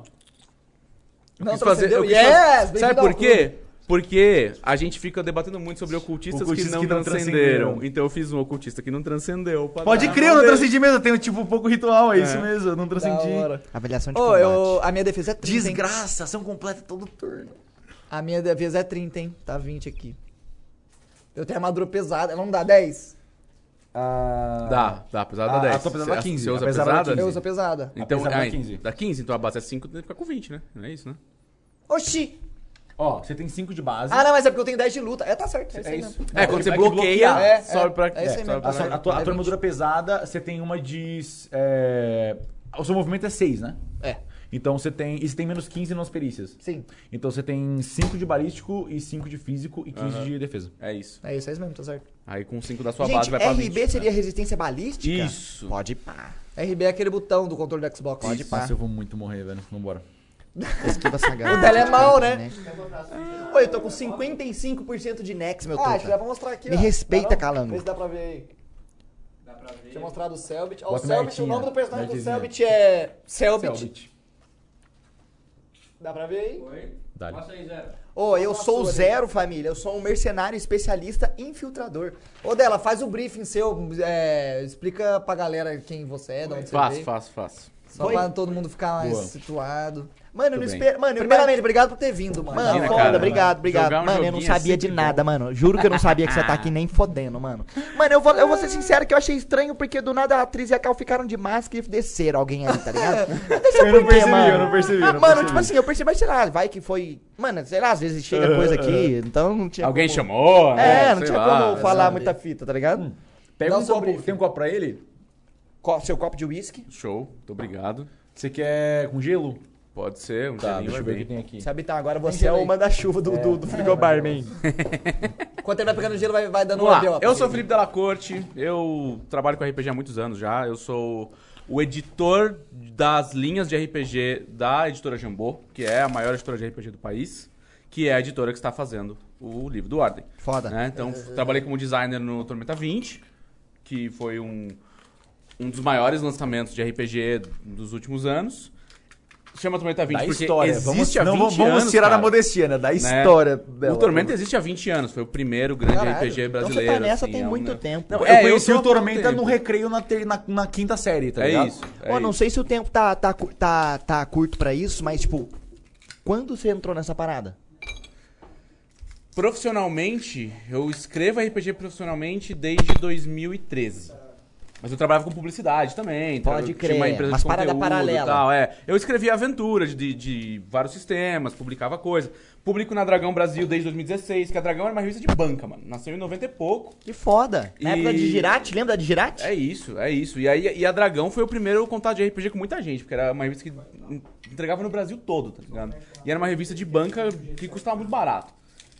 Speaker 8: Eu
Speaker 1: Não
Speaker 8: quis fazer-
Speaker 1: transcendeu?
Speaker 8: eu quis
Speaker 1: Yes!
Speaker 8: fazer-
Speaker 1: Bem-vindo
Speaker 8: Sabe
Speaker 1: ao
Speaker 8: por quê? Porque a gente fica debatendo muito sobre ocultistas,
Speaker 3: Ocultistas
Speaker 8: que
Speaker 3: que
Speaker 8: não
Speaker 3: não
Speaker 8: transcenderam.
Speaker 3: transcenderam.
Speaker 8: Então eu fiz um ocultista que não transcendeu. pra
Speaker 3: Pode
Speaker 8: dar
Speaker 3: crer,
Speaker 8: a
Speaker 3: eu Ah, não
Speaker 8: mão dele.
Speaker 3: transcendi mesmo. Eu tenho, tipo, um pouco ritual, é, isso
Speaker 8: É.
Speaker 3: mesmo. Eu não
Speaker 1: Da
Speaker 3: transcendi.
Speaker 1: hora.
Speaker 2: Avaliação de
Speaker 1: Ô,
Speaker 2: combate.
Speaker 1: eu, a minha defesa é 30. hein?
Speaker 3: Desgraça, ação completa todo turno.
Speaker 1: A minha defesa é 30, hein? Tá 20 aqui. Eu tenho armadura pesada, ela não dá 10?
Speaker 8: Dá, dá, apesar da
Speaker 3: Ah,
Speaker 8: 10.
Speaker 3: a tua pesada
Speaker 8: Você-
Speaker 3: dá 15,
Speaker 8: Você usa
Speaker 3: apesar da
Speaker 8: pesada?
Speaker 3: 15.
Speaker 1: Eu uso a pesada.
Speaker 8: Então,
Speaker 3: Apesar da
Speaker 8: ai,
Speaker 3: 15.
Speaker 8: dá 15, então a base é 5, tem que ficar com 20, né? Não é isso, né?
Speaker 1: Oxi!
Speaker 3: Ó, você tem 5 de base.
Speaker 1: Ah, não, mas é porque eu tenho 10 de luta. É, tá certo. É, isso aí mesmo.
Speaker 8: É, quando você
Speaker 3: é que
Speaker 8: bloqueia,
Speaker 3: bloqueia.
Speaker 1: É,
Speaker 8: sobe pra...
Speaker 1: é isso aí
Speaker 8: sobe
Speaker 1: mesmo.
Speaker 8: pra-
Speaker 3: A, sua- a tua, a tua armadura pesada, você tem uma de. é, o seu movimento é 6, né?
Speaker 1: É.
Speaker 3: Então você tem. E você tem menos 15 nas perícias.
Speaker 1: Sim.
Speaker 3: Então você tem 5 de balístico e 5 de físico e 15 de defesa.
Speaker 8: É isso.
Speaker 1: É isso aí mesmo, tá certo.
Speaker 8: Aí com 5 da sua base
Speaker 2: Gente,
Speaker 8: vai pra
Speaker 2: RB
Speaker 8: 20.
Speaker 2: seria resistência balística?
Speaker 8: Isso.
Speaker 2: Pode pá.
Speaker 1: RB é aquele botão do controle do Xbox.
Speaker 2: Pode pá.
Speaker 3: Nossa, eu vou muito morrer, velho. Vambora.
Speaker 2: Esquiva sagaz.
Speaker 1: [LAUGHS] O dela é mal, né?
Speaker 2: Ô, eu tô com 55% de Nex, meu
Speaker 1: Ah, acho que dá
Speaker 2: truta.
Speaker 1: pra mostrar aqui,
Speaker 2: Me
Speaker 1: ó.
Speaker 2: respeita,
Speaker 1: Dá não?
Speaker 2: calango.
Speaker 1: Vê se dá pra ver aí.
Speaker 5: Dá pra ver.
Speaker 1: Deixa eu mostrar do Selbit. Ó, o
Speaker 3: Bota
Speaker 1: Selbit, o
Speaker 3: Mertinha,
Speaker 1: nome do personagem do
Speaker 3: Mertezinha.
Speaker 1: Selbit é... Selbit.
Speaker 3: Selbit.
Speaker 1: Dá pra ver aí?
Speaker 5: Oi?
Speaker 3: Dale.
Speaker 5: Mostra aí, Zero.
Speaker 2: Ô, eu sou o zero, família. Eu sou um mercenário especialista infiltrador.
Speaker 1: Ô, Dela, faz o briefing seu, é, explica pra galera quem você é, de onde você
Speaker 8: Faço,
Speaker 1: veio.
Speaker 8: faço, faço.
Speaker 1: Só
Speaker 2: Foi?
Speaker 1: pra todo mundo ficar mais
Speaker 3: Boa.
Speaker 1: situado.
Speaker 2: Mano, eu não
Speaker 8: Tudo bem.
Speaker 2: espero. Mano, eu
Speaker 1: Primeiramente, obrigado por ter vindo, mano.
Speaker 2: Mano,
Speaker 8: Imagina,
Speaker 2: foda,
Speaker 8: cara.
Speaker 2: obrigado, obrigado.
Speaker 8: Jogar um
Speaker 2: mano, eu não
Speaker 8: joguinho é
Speaker 2: sabia de
Speaker 8: sempre
Speaker 2: nada, mano. Juro que eu não sabia que você
Speaker 8: [LAUGHS]
Speaker 2: tá aqui nem fodendo, mano. Mano, eu vou, eu vou ser sincero que eu achei estranho porque do nada a atriz e a Cal ficaram de máscara e desceram alguém aí, tá ligado?
Speaker 8: [LAUGHS]
Speaker 2: Mas Deixa
Speaker 3: Eu não
Speaker 2: por quê,
Speaker 3: percebi, eu não percebi, eu
Speaker 2: mano,
Speaker 3: não percebi.
Speaker 2: tipo assim, eu percebi, mas sei lá, vai que foi. Mano, sei lá, às vezes chega coisa aqui, então não tinha.
Speaker 8: Alguém
Speaker 2: como...
Speaker 8: chamou, né?
Speaker 2: É, não
Speaker 8: Sei
Speaker 2: tinha
Speaker 8: lá, Hum.
Speaker 2: como falar
Speaker 1: sabe?
Speaker 2: muita fita, tá ligado?
Speaker 3: Pega
Speaker 1: Dá
Speaker 3: um
Speaker 1: o seu
Speaker 3: copo.
Speaker 1: briefing.
Speaker 3: Tem um copo pra ele?
Speaker 2: Co- Seu copo de uísque.
Speaker 8: Show, muito obrigado.
Speaker 3: Você quer com gelo?
Speaker 8: Pode ser, um gelinho
Speaker 3: Tá, deixa eu ver
Speaker 8: vai
Speaker 3: o que
Speaker 8: bem.
Speaker 3: tem aqui.
Speaker 2: Se habitar agora, você é o manda-chuva do, do, do frigobar, man.
Speaker 1: [LAUGHS] Quando ele vai pegando gelo, vai, vai dando
Speaker 8: Vamos
Speaker 1: uma
Speaker 8: lá,
Speaker 1: bela
Speaker 8: eu
Speaker 1: pra
Speaker 8: sou o
Speaker 1: ele.
Speaker 8: Felipe Della Corte, eu trabalho com RPG há muitos anos já, eu sou o editor das linhas de RPG da editora Jambô, que é a maior editora de RPG do país, que é a editora que está fazendo o livro do Ordem.
Speaker 2: Foda.
Speaker 8: né? Então, trabalhei como designer no Tormenta 20, que foi um, um dos maiores lançamentos de RPG dos últimos anos. Chama Tormenta 20
Speaker 3: Da
Speaker 8: porque
Speaker 3: história.
Speaker 8: existe
Speaker 3: Vamos,
Speaker 8: há 20
Speaker 3: não, vamos- vamos
Speaker 8: anos,
Speaker 3: tirar
Speaker 8: cara.
Speaker 3: a modestia, né? Da
Speaker 8: né?
Speaker 3: história dela.
Speaker 8: O Tormenta existe há 20 anos, foi o primeiro grande
Speaker 2: né? Caralho, então você
Speaker 8: RPG
Speaker 2: tá
Speaker 8: É. brasileiro.
Speaker 2: nessa
Speaker 8: assim,
Speaker 2: tem
Speaker 8: é um-
Speaker 2: muito tempo.
Speaker 8: Não,
Speaker 3: Eu
Speaker 8: é,
Speaker 3: conheci
Speaker 8: tô há
Speaker 3: o Tormenta
Speaker 8: pouco
Speaker 3: no
Speaker 8: tempo.
Speaker 3: recreio na, ter- na- na quinta série, tá
Speaker 8: É
Speaker 3: ligado?
Speaker 8: isso. é
Speaker 2: Ó, não
Speaker 8: isso.
Speaker 2: sei se o tempo tá, tá, cu- tá, tá curto pra isso, mas, tipo, quando você entrou nessa parada?
Speaker 8: Profissionalmente, eu escrevo RPG profissionalmente desde 2013. Mas eu trabalhava com publicidade também. tra-
Speaker 2: Pode
Speaker 8: eu
Speaker 2: crer,
Speaker 8: Tinha uma empresa
Speaker 2: mas
Speaker 8: de
Speaker 2: parada
Speaker 8: conteúdo
Speaker 2: paralela.
Speaker 8: e tal. É. Eu escrevia aventura de, de- de vários sistemas, publicava coisa. Publico na Dragão Brasil desde 2016, que a Dragão era uma revista de banca, mano. Nasceu em 90 e pouco.
Speaker 2: Que foda! Na
Speaker 8: E-
Speaker 2: época de Girate, lembra de Girate?
Speaker 8: É isso, é isso. E, aí, e a Dragão foi o primeiro contato de RPG com muita gente, porque era uma revista que en- entregava no Brasil todo, tá ligado? E era uma revista de banca que custava muito barato.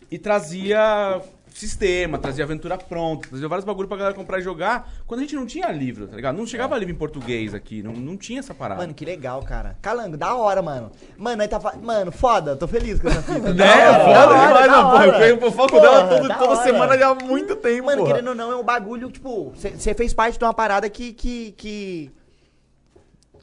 Speaker 8: E trazia sistema, trazia aventura pronta, trazia vários bagulho pra galera comprar e jogar, quando a gente não tinha livro, tá ligado? Não chegava livro em português aqui, não, não tinha essa parada.
Speaker 2: Mano, que legal, cara. Calango, da hora, mano. Mano, aí tá. fa- Mano, foda, tô feliz com essa
Speaker 3: [LAUGHS]
Speaker 2: fita.
Speaker 3: Né?
Speaker 2: Da hora,
Speaker 3: Foda
Speaker 2: da hora,
Speaker 3: demais,
Speaker 2: da
Speaker 3: não, porra.
Speaker 2: hora.
Speaker 3: Eu eu falo com
Speaker 2: Porra,
Speaker 3: dela todo-
Speaker 2: da
Speaker 3: toda
Speaker 2: hora.
Speaker 3: semana já há muito tempo,
Speaker 2: Mano,
Speaker 3: porra.
Speaker 2: querendo ou não, é um bagulho, tipo, você fez parte de uma parada que. que, que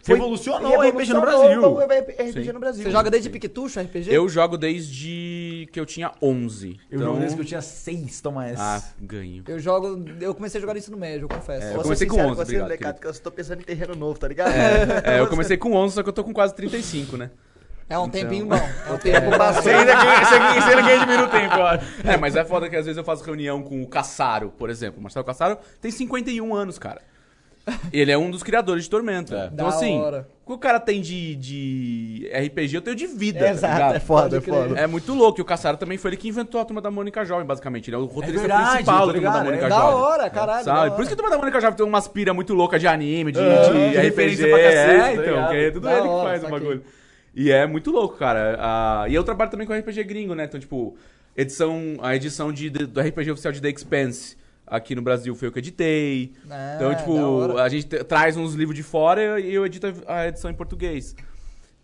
Speaker 2: foi-
Speaker 3: Revolucionou o RPG no
Speaker 2: revolucionou
Speaker 3: Brasil.
Speaker 2: o RPG no Brasil.
Speaker 7: Você joga desde piquetucho RPG?
Speaker 8: Eu jogo desde que eu tinha 11.
Speaker 3: Eu jogo desde que eu tinha seis, toma
Speaker 8: Ah,
Speaker 3: essa.
Speaker 8: ganho.
Speaker 7: Eu jogo. Eu comecei a jogar isso no médio, eu confesso.
Speaker 2: Vou
Speaker 8: É, eu
Speaker 2: ser
Speaker 8: comecei com
Speaker 2: sincero
Speaker 8: 11,
Speaker 2: você,
Speaker 8: obrigado,
Speaker 2: molecada,
Speaker 8: querido.
Speaker 2: que eu tô pensando em terreno novo, tá ligado?
Speaker 8: É, eu comecei com 11, só que eu tô com quase 35, né?
Speaker 7: É, um
Speaker 8: Então- né?
Speaker 7: tempinho bom.
Speaker 8: [LAUGHS]
Speaker 7: É um tempo bastante.
Speaker 3: Você ainda ganha- você ganha- você ainda ganha diminuiu o tempo, eu acho.
Speaker 8: É, mas é foda que às vezes eu faço reunião com o Cassaro, por exemplo. O Marcelo Cassaro tem 51 anos, cara. Ele é um dos criadores de Tormenta. Então,
Speaker 7: Da
Speaker 8: assim,
Speaker 7: hora.
Speaker 8: o que o cara tem de, de RPG, eu tenho de vida. tá
Speaker 2: Exato,
Speaker 8: ligado?
Speaker 2: é foda, é
Speaker 7: Pode crer.
Speaker 2: foda.
Speaker 8: É muito louco. E o Cassaro também foi ele que inventou a Turma da Mônica Jovem, basicamente. Ele é o roteirista
Speaker 3: verdade,
Speaker 8: principal
Speaker 3: tô
Speaker 8: da Turma da
Speaker 3: ligado,
Speaker 8: Mônica
Speaker 3: é.
Speaker 7: Da
Speaker 8: Jovem.
Speaker 7: hora, caralho. da
Speaker 1: né?
Speaker 8: Sabe?
Speaker 7: hora.
Speaker 8: um é Por isso que a Turma da Mônica Jovem tem umas pira muito louca de anime, de, de
Speaker 3: de
Speaker 8: RPG.
Speaker 3: referência pra cacete,
Speaker 8: é,
Speaker 3: tá
Speaker 8: então,
Speaker 3: ligado?
Speaker 8: que é tudo
Speaker 7: Da
Speaker 8: ele que
Speaker 7: hora,
Speaker 8: faz o
Speaker 7: saquei.
Speaker 8: bagulho. E é muito louco, cara. Ah, e eu trabalho também com RPG gringo, né? Então, tipo, edição, a edição de, de- do RPG oficial de The Expanse aqui no Brasil foi eu que editei.
Speaker 7: Ah,
Speaker 8: então,
Speaker 7: da
Speaker 8: tipo,
Speaker 7: hora.
Speaker 8: a gente te- traz uns livros de fora e eu edito a edição em português.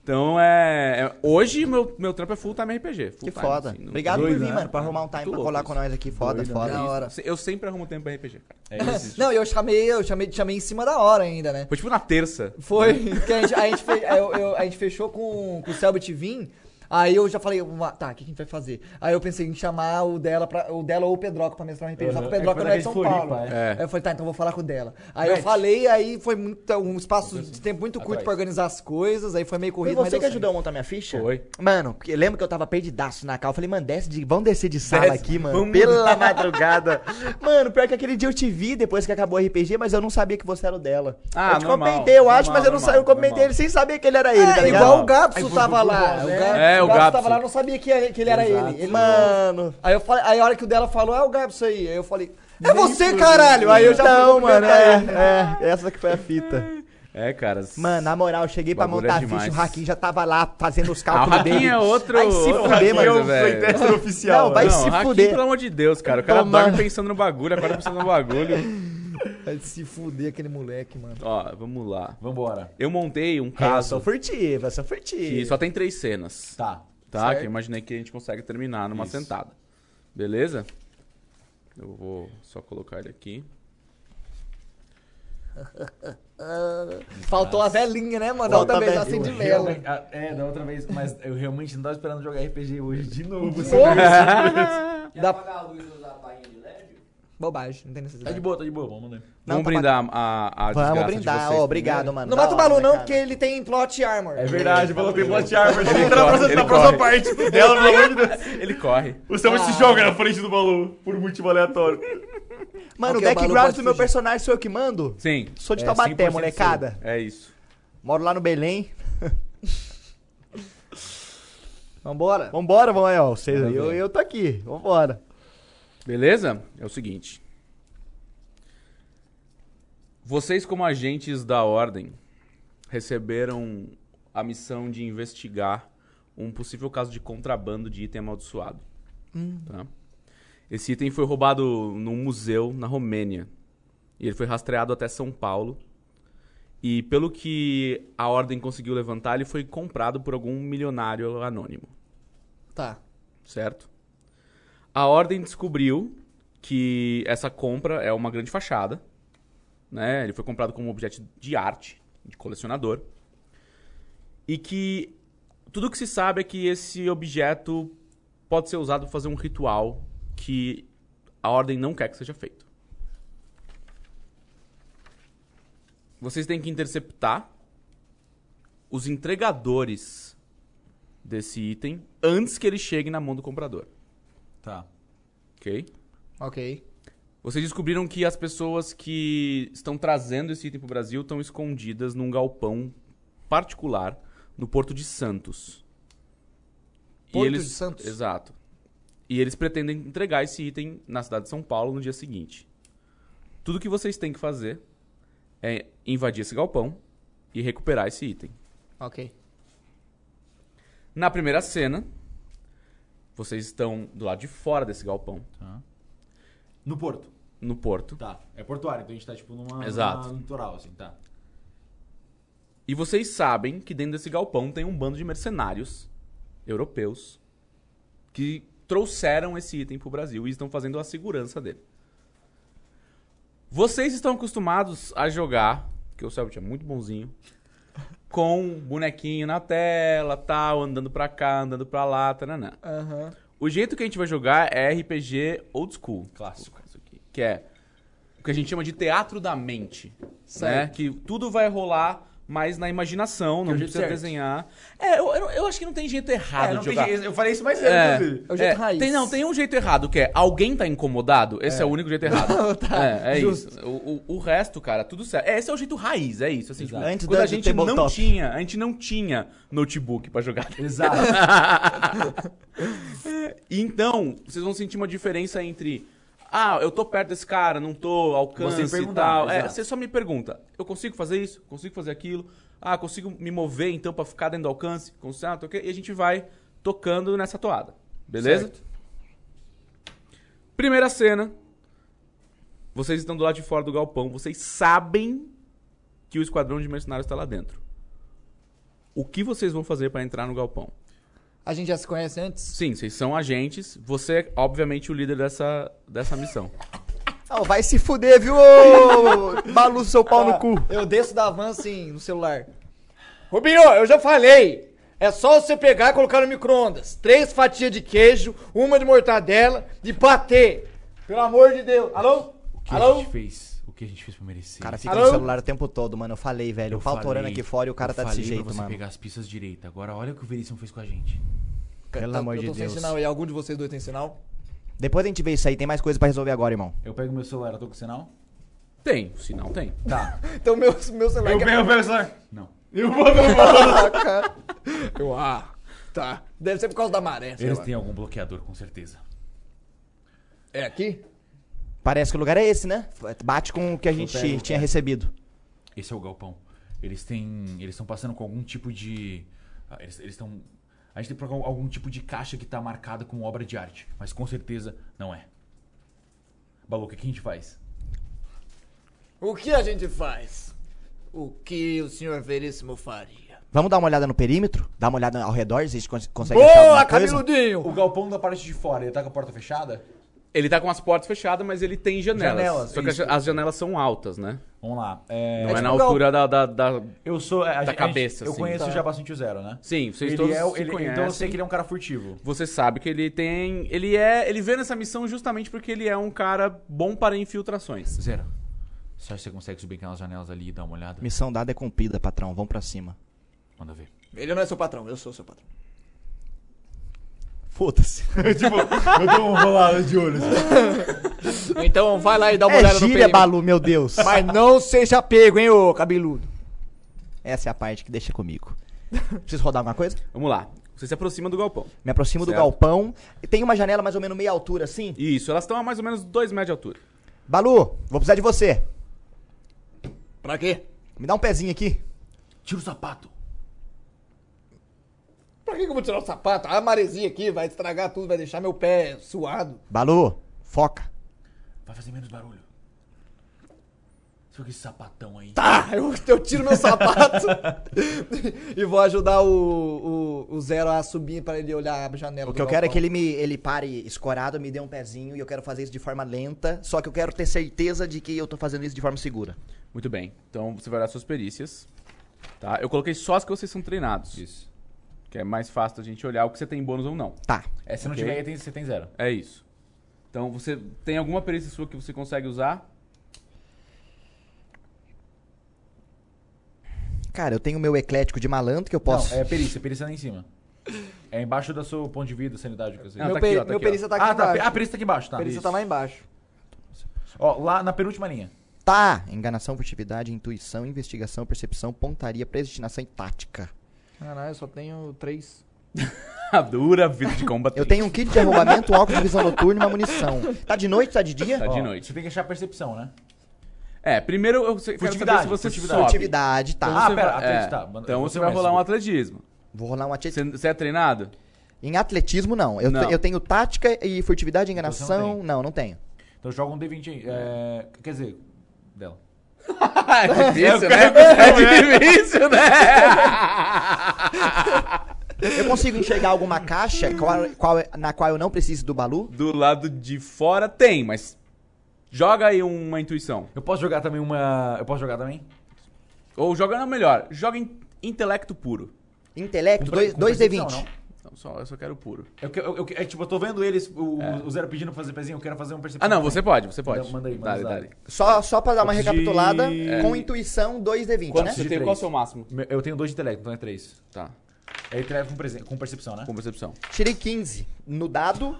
Speaker 8: Então, é... é- hoje, meu, meu trampo é full-time RPG.
Speaker 2: Que
Speaker 8: full-time,
Speaker 2: foda.
Speaker 8: assim, não-
Speaker 2: Obrigado por
Speaker 3: Doido,
Speaker 2: vir,
Speaker 3: né?
Speaker 2: mano, pra arrumar um time
Speaker 8: Muito
Speaker 2: pra
Speaker 8: louco
Speaker 2: colar
Speaker 8: isso.
Speaker 2: com nós aqui. Foda,
Speaker 3: Doido,
Speaker 2: foda.
Speaker 7: Da hora.
Speaker 8: Eu sempre arrumo tempo pra RPG, cara.
Speaker 3: é [LAUGHS]
Speaker 7: Não, eu chamei, eu chamei, chamei em cima da hora ainda, né?
Speaker 8: Foi tipo na terça.
Speaker 7: Foi, que a gente, a gente, fe- é, eu- eu- a gente fechou com, com o Selbit Vim. Aí eu já falei, uma- tá, o que a gente vai fazer? Aí eu pensei em chamar o dela, pra, o dela ou o Pedroca pra mestrar um RPG.
Speaker 2: Uhum.
Speaker 7: Só que o Pedroca não é de São Paulo.
Speaker 8: é.
Speaker 7: Aí eu falei, tá, então vou falar com o dela. Aí eu falei, aí foi muito, um espaço de tempo muito curto pra organizar as coisas, aí foi meio
Speaker 2: Foi
Speaker 7: corrido. mas
Speaker 2: você
Speaker 7: deu
Speaker 2: que
Speaker 7: certo.
Speaker 2: ajudou a montar minha ficha?
Speaker 8: Foi.
Speaker 2: Mano, porque lembra que eu tava perdidaço na cal. Eu falei, mano, desce de, vamos descer de sala
Speaker 8: Desce,
Speaker 2: aqui, mano.
Speaker 8: vamos.
Speaker 2: Um Pela [LAUGHS] madrugada. mano, pior que aquele dia eu te vi depois que acabou o RPG, mas eu não sabia que você era o dela.
Speaker 8: Ah,
Speaker 2: eu te
Speaker 8: normal,
Speaker 2: comentei, eu acho,
Speaker 3: normal,
Speaker 2: mas eu não sabia. Eu
Speaker 3: normal,
Speaker 2: comentei
Speaker 3: normal.
Speaker 2: ele sem saber que ele era ele, tá
Speaker 7: É,
Speaker 2: ligado?
Speaker 7: igual o Gapso tava lá.
Speaker 2: né?
Speaker 7: O Gapso,
Speaker 8: É, o Gapso.
Speaker 7: tava lá, eu não sabia que, era- que ele era ele. ele
Speaker 2: Mano.
Speaker 7: Aí eu falei, aí a hora que o dela falou, é o Gapso aí. Aí eu falei, é você, caralho! Aí eu já
Speaker 2: Então,
Speaker 7: fui
Speaker 2: mano,
Speaker 7: cumprimentar ele.
Speaker 2: é, é, essa que foi a fita.
Speaker 8: É, cara. s-
Speaker 2: Mano, na moral, eu cheguei pra
Speaker 8: Bagulho
Speaker 2: montar
Speaker 8: é
Speaker 2: a ficha, o
Speaker 8: demais.
Speaker 2: Raquin já tava lá fazendo os
Speaker 8: Ah, o
Speaker 2: cálculos
Speaker 8: Raquinho
Speaker 2: dele.
Speaker 8: é outro.
Speaker 2: Vai se
Speaker 8: outra
Speaker 2: fuder,
Speaker 8: coisa,
Speaker 2: mano.
Speaker 8: velho.
Speaker 3: Tester oficial.
Speaker 2: Não, vai
Speaker 3: né?
Speaker 2: se
Speaker 8: o Raquinho,
Speaker 2: fuder.
Speaker 8: pelo amor de Deus, cara. O cara
Speaker 2: Tomara.
Speaker 8: dorme pensando no bagulho, agora pensando no bagulho.
Speaker 7: Vai se fuder aquele moleque, mano.
Speaker 8: Ó, vamos lá.
Speaker 3: Vambora.
Speaker 8: Eu montei um
Speaker 2: É, eu sou
Speaker 8: caso
Speaker 2: furtiva, eu sou
Speaker 8: que
Speaker 2: furtiva.
Speaker 8: só tem três cenas,
Speaker 3: Tá.
Speaker 8: tá? Que eu imaginei que a gente consegue terminar numa sentada. Beleza? Eu vou só colocar ele aqui.
Speaker 7: Faltou a velhinha, né, mano?
Speaker 2: Falta
Speaker 7: Outra vez
Speaker 2: a
Speaker 7: assim de
Speaker 2: velhinha.
Speaker 7: vela.
Speaker 3: Realmente- ah, É, da outra vez, mas eu realmente não tava esperando jogar RPG hoje de novo.
Speaker 5: E
Speaker 7: Dá-
Speaker 5: apagar a luz e usar a bainha de LED?
Speaker 7: Bobagem, não tem
Speaker 3: Tá de
Speaker 7: necessidade.
Speaker 3: boa, tá de boa, vamos né?
Speaker 2: Não,
Speaker 8: Vamos
Speaker 2: tá
Speaker 8: brindar a, a
Speaker 2: Vamos
Speaker 8: desgraça de
Speaker 2: brindar,
Speaker 8: vocês tá
Speaker 2: ó, obrigado, mano.
Speaker 7: Não
Speaker 2: Da
Speaker 7: mata o
Speaker 2: hora,
Speaker 7: Balu, não,
Speaker 2: cara.
Speaker 7: porque ele tem plot armor.
Speaker 3: É verdade, falou tem plot armor.
Speaker 8: Ele
Speaker 3: Entra na
Speaker 8: corre,
Speaker 3: próxima-
Speaker 8: ele
Speaker 3: na próxima
Speaker 8: corre.
Speaker 3: parte dela, pelo amor de Deus.
Speaker 8: primeiro. Ele corre.
Speaker 3: O Samuel se joga na frente do Balu, por motivo aleatório.
Speaker 2: Mano,
Speaker 7: Ok,
Speaker 2: o
Speaker 7: o Balu
Speaker 2: background
Speaker 7: pode
Speaker 2: do meu
Speaker 7: fugir.
Speaker 2: personagem sou eu que mando?
Speaker 8: Sim.
Speaker 2: Sou de
Speaker 3: É,
Speaker 2: Taubaté,
Speaker 3: 100%
Speaker 2: molecada.
Speaker 8: É isso.
Speaker 2: Moro lá no Belém.
Speaker 7: Vambora.
Speaker 2: [LAUGHS] Vambora, vamos aí, ó. Vocês aí. Eu, eu tô aqui. Vambora.
Speaker 8: Beleza? É o seguinte. Vocês, como agentes da ordem, receberam a missão de investigar um possível caso de contrabando de item amaldiçoado. Tá? Esse item foi roubado num museu na Romênia. E ele foi rastreado até São Paulo. E pelo que a ordem conseguiu levantar, ele foi comprado por algum milionário anônimo.
Speaker 7: Tá.
Speaker 8: certo? A Ordem descobriu que essa compra é uma grande fachada, né? Ele foi comprado como objeto de arte, de colecionador. E que tudo que se sabe é que esse objeto pode ser usado para fazer um ritual que a ordem não quer que seja feito. Vocês têm que interceptar os entregadores desse item antes que ele chegue na mão do comprador,
Speaker 3: Tá.
Speaker 8: ok?
Speaker 1: Ok.
Speaker 8: Vocês descobriram que as pessoas que estão trazendo esse item para o Brasil estão escondidas num galpão particular no Porto de Santos.
Speaker 1: Porto de Santos?
Speaker 8: Exato. E eles pretendem entregar esse item na cidade de São Paulo no dia seguinte. Tudo que vocês têm que fazer é invadir esse galpão e recuperar esse item.
Speaker 1: Ok.
Speaker 8: Na primeira cena, vocês estão do lado de fora desse galpão,
Speaker 3: tá. No Porto.
Speaker 8: no porto.
Speaker 3: Tá. É portuário, então a gente tá tipo numa.
Speaker 8: Exato.
Speaker 3: numa- num litoral, assim, tá.
Speaker 8: E vocês sabem que dentro desse galpão tem um bando de mercenários europeus que trouxeram esse item pro Brasil e estão fazendo a segurança dele. Vocês estão acostumados a jogar, que o Selbit é muito bonzinho, com bonequinho na tela, tal, andando pra cá, andando pra lá, tananã.
Speaker 1: Aham.
Speaker 8: O jeito que a gente vai jogar é RPG old school. Clássico. Que é o que a gente chama de teatro da mente. Né? Que tudo vai rolar mais na imaginação, não
Speaker 3: o jeito
Speaker 8: precisa
Speaker 3: certo.
Speaker 8: desenhar. É, eu, eu- eu acho que não tem jeito errado
Speaker 3: É, não
Speaker 8: de
Speaker 3: tem
Speaker 8: jogar.
Speaker 3: jeito, eu falei isso mais cedo,
Speaker 8: É,
Speaker 3: inclusive.
Speaker 1: É o jeito
Speaker 8: é,
Speaker 1: raiz.
Speaker 8: Tem, não, tem um jeito errado, que é alguém tá incomodado, esse é, o único jeito [LAUGHS] errado. é, é isso. O, o- o resto, cara, tudo certo. É, esse é o jeito raiz, é isso. Assim, tipo,
Speaker 2: Antes
Speaker 8: quando
Speaker 2: do-
Speaker 8: a
Speaker 2: do
Speaker 8: gente não
Speaker 2: tabletop.
Speaker 8: tinha, a gente não tinha notebook pra jogar. [LAUGHS]
Speaker 3: Exato.
Speaker 8: Então, vocês vão sentir uma diferença entre. Ah, eu tô perto desse cara, não tô,
Speaker 3: Você
Speaker 8: alcance e
Speaker 3: perguntar,
Speaker 8: tal. É,
Speaker 3: exato.
Speaker 8: você só me pergunta, eu consigo fazer isso? Consigo fazer aquilo? Ah, consigo me mover então pra ficar dentro do alcance? Consigo, ah, tô ok. E a gente vai tocando nessa toada. Beleza? Primeira cena. Vocês estão do lado de fora do galpão, vocês sabem que o esquadrão de mercenários tá lá dentro. O que vocês vão fazer pra entrar no galpão?
Speaker 1: A gente já se conhece antes?
Speaker 8: Sim, vocês são agentes. Você é, obviamente, o líder dessa, dessa missão.
Speaker 2: Ah, vai se fuder, viu, ô, Balu, seu pau no cu.
Speaker 1: Eu desço da van assim, no celular. Rubinho, eu já falei. É só você pegar e colocar no micro-ondas. Três fatias de queijo, uma de mortadela e bater. Pelo amor de Deus. Alô? Alô?
Speaker 3: fez? O que a gente fez pra merecer?
Speaker 2: O cara fica
Speaker 1: Alô?
Speaker 2: no celular o tempo todo, mano. Eu falei, velho. O pau torando aqui fora e o cara tá desse jeito, mano.
Speaker 3: as pistas direita. Agora olha o que o Veríssimo fez com a gente.
Speaker 2: Pelo
Speaker 1: Tá, Eu-
Speaker 2: amor
Speaker 1: eu
Speaker 2: de
Speaker 1: tô sem
Speaker 2: Deus.
Speaker 1: sinal. E algum de vocês dois tem sinal?
Speaker 2: Depois a gente vê isso aí. Tem mais coisa pra resolver agora, irmão.
Speaker 3: Eu pego meu celular, eu tô com sinal?
Speaker 8: Tem, o sinal tem.
Speaker 3: Tá.
Speaker 1: Então meu, meu celular...
Speaker 3: eu pego meu celular. Não. Eu vou
Speaker 1: Eu, ah, tá. Deve ser por causa da maré, sei
Speaker 3: Eles
Speaker 1: lá.
Speaker 3: têm algum bloqueador, com certeza.
Speaker 1: É aqui?
Speaker 2: Parece que o lugar é esse, né? Bate com o que a gente
Speaker 3: pego,
Speaker 2: tinha recebido.
Speaker 3: Esse é o galpão. Eles têm. Eles estão passando com algum tipo de. ah, Eles estão. A gente tem que procurar algum tipo de caixa que tá marcada com obra de arte. Mas com certeza não é. Balu, o que a gente faz?
Speaker 1: O que a gente faz? O que o senhor Veríssimo faria?
Speaker 2: Vamos dar uma olhada no perímetro? Dar uma olhada ao redor, se a gente cons- consegue achar
Speaker 1: Boa,
Speaker 2: alguma coisa?
Speaker 1: cabeludinho!
Speaker 3: O galpão da parte de fora, ele tá com a porta fechada?
Speaker 8: Ele tá com as portas fechadas, mas ele tem janelas.
Speaker 3: Janelas,
Speaker 8: Só que as,
Speaker 3: isso.
Speaker 8: as janelas são altas, né?
Speaker 3: Vamos lá. É,
Speaker 8: Não é,
Speaker 1: tipo
Speaker 8: na
Speaker 1: um gal-
Speaker 8: altura da, da, da-
Speaker 3: eu sou. é, a- a gente-
Speaker 8: cabeça,
Speaker 3: Eu
Speaker 8: assim.
Speaker 3: conheço
Speaker 8: Tá.
Speaker 3: já bastante o Zero, né?
Speaker 8: Sim, vocês
Speaker 3: Ele
Speaker 8: todos
Speaker 3: é, o-
Speaker 8: se
Speaker 3: ele,
Speaker 8: conhecem.
Speaker 3: então eu sei que ele é um cara furtivo.
Speaker 8: Você sabe que ele tem... Ele é... Ele veio nessa missão justamente porque ele é um cara bom para infiltrações.
Speaker 3: Zero. Você acha que você consegue subir aquelas janelas ali e dar uma olhada?
Speaker 2: Missão dada é cumprida, patrão. Vamos pra cima.
Speaker 3: Manda ver.
Speaker 1: Ele não é seu patrão, eu sou seu patrão.
Speaker 2: Foda-se.
Speaker 3: Eu dou uma rolada de olhos.
Speaker 1: Então vai lá e dá uma
Speaker 2: É
Speaker 1: olhada no
Speaker 2: gíria,
Speaker 1: perímetro.
Speaker 2: Balu, meu Deus.
Speaker 1: [LAUGHS] Mas não seja pego, hein, ô cabeludo.
Speaker 2: Essa é a parte que deixa comigo. Preciso rodar alguma coisa?
Speaker 8: Vamos lá. Você se aproxima do galpão.
Speaker 2: Me aproximo do
Speaker 8: Certo.
Speaker 2: galpão. Tem uma janela mais ou menos meia altura, assim.
Speaker 8: Isso, elas estão a mais ou menos 2 metros de altura.
Speaker 2: Balu, vou precisar de você.
Speaker 1: Pra quê?
Speaker 2: Me dá um pezinho aqui.
Speaker 3: Tira o sapato.
Speaker 1: Pra que que eu vou tirar o sapato? A maresia aqui vai estragar tudo, vai deixar meu pé suado.
Speaker 2: Balu, foca.
Speaker 3: Vai fazer menos barulho. Você Só que esse sapatão aí.
Speaker 1: Tá, eu, eu tiro meu sapato [LAUGHS] e vou ajudar o, o, o Zero a subir pra ele olhar a janela.
Speaker 2: O que eu quero é que ele me ele pare escorado, me dê um pezinho e eu quero fazer isso de forma lenta. Só que eu quero ter certeza de que eu tô fazendo isso de forma segura.
Speaker 8: Muito bem. Então você vai olhar suas perícias. Tá? Eu coloquei só as que vocês são treinados.
Speaker 3: Isso.
Speaker 8: Que é mais fácil a gente olhar o que você tem bônus ou não.
Speaker 2: Tá.
Speaker 3: É, se não
Speaker 8: Ok.
Speaker 3: tiver, aí tem- você tem zero.
Speaker 8: É isso. Então você tem alguma perícia sua que você consegue usar? [LAUGHS]
Speaker 2: Cara, eu tenho o meu eclético de malandro que eu posso.
Speaker 3: Não, é perícia. Perícia lá em cima. É embaixo do seu ponto de vida, sanidade. Que eu sei.
Speaker 8: Não,
Speaker 1: meu
Speaker 8: tá
Speaker 1: pe-
Speaker 8: aqui, ó, tá
Speaker 1: meu
Speaker 8: aqui, ó.
Speaker 1: perícia tá aqui
Speaker 3: ah, tá.
Speaker 1: embaixo.
Speaker 3: pe- Ah, perícia tá aqui embaixo, tá.
Speaker 1: A perícia tá lá embaixo.
Speaker 3: Ó, lá na penúltima linha.
Speaker 2: Tá! Enganação, furtividade, intuição, investigação, percepção, pontaria, predestinação e tática.
Speaker 1: Caralho, eu só tenho três.
Speaker 8: A dura vida de combate.
Speaker 2: Eu tenho um kit de arrombamento, um óculos de visão noturna e uma munição. Tá de noite, tá de dia?
Speaker 8: Tá
Speaker 3: Ó,
Speaker 8: de noite.
Speaker 3: Você tem que achar a percepção, né?
Speaker 8: É, primeiro eu se- quero saber
Speaker 3: Furtividade,
Speaker 8: se você
Speaker 3: furtividade.
Speaker 8: sobe.
Speaker 2: Furtividade,
Speaker 8: Então
Speaker 2: tá.
Speaker 3: Ah,
Speaker 8: você
Speaker 3: pera,
Speaker 8: vai-
Speaker 3: atletismo, tá. Manda-
Speaker 8: Então
Speaker 3: você
Speaker 8: você vai
Speaker 3: começa,
Speaker 8: rolar um
Speaker 3: você.
Speaker 8: atletismo.
Speaker 2: Vou rolar um atletismo.
Speaker 8: Você, você é treinado?
Speaker 2: Em atletismo, não. Eu, te-
Speaker 8: Não.
Speaker 2: eu tenho tática e furtividade,
Speaker 3: você não
Speaker 2: enganação.
Speaker 3: tem.
Speaker 2: não, não tenho.
Speaker 3: Então joga um D20 aí. É, quer dizer, dela.
Speaker 8: é difícil, né? É difícil, né?
Speaker 2: Eu consigo enxergar alguma caixa qual- qual é- na qual eu não preciso do balu?
Speaker 8: Do lado de fora tem, mas joga aí uma intuição.
Speaker 3: Eu posso jogar também uma. Eu posso jogar também?
Speaker 8: Ou joga, não, melhor, joga em intelecto puro.
Speaker 2: Intelecto,
Speaker 3: Com-
Speaker 2: dois-
Speaker 3: Um com
Speaker 2: 2
Speaker 3: percepção,
Speaker 2: D20.
Speaker 3: não?
Speaker 8: Então, só, eu só quero o puro.
Speaker 3: Eu, que- eu, eu, é tipo, eu tô vendo eles, o, o Zero pedindo pra fazer pezinho, eu quero fazer um percepção.
Speaker 8: É. Ah, não,
Speaker 3: também.
Speaker 8: você pode, você pode.
Speaker 3: Manda- manda aí, manda
Speaker 8: Dale,
Speaker 3: os dados.
Speaker 8: dale.
Speaker 2: Só, só pra dar uma
Speaker 3: De-
Speaker 2: recapitulada,
Speaker 3: É.
Speaker 2: com intuição, 2 D20,
Speaker 8: Quanto
Speaker 2: né?
Speaker 8: você
Speaker 3: De
Speaker 8: tem?
Speaker 3: três.
Speaker 8: Qual é o seu máximo?
Speaker 3: Me- Eu tenho dois de intelecto, então é três.
Speaker 8: Tá,
Speaker 3: É intelecto com, presen- com percepção, né?
Speaker 8: com percepção.
Speaker 2: Tirei 15 no dado,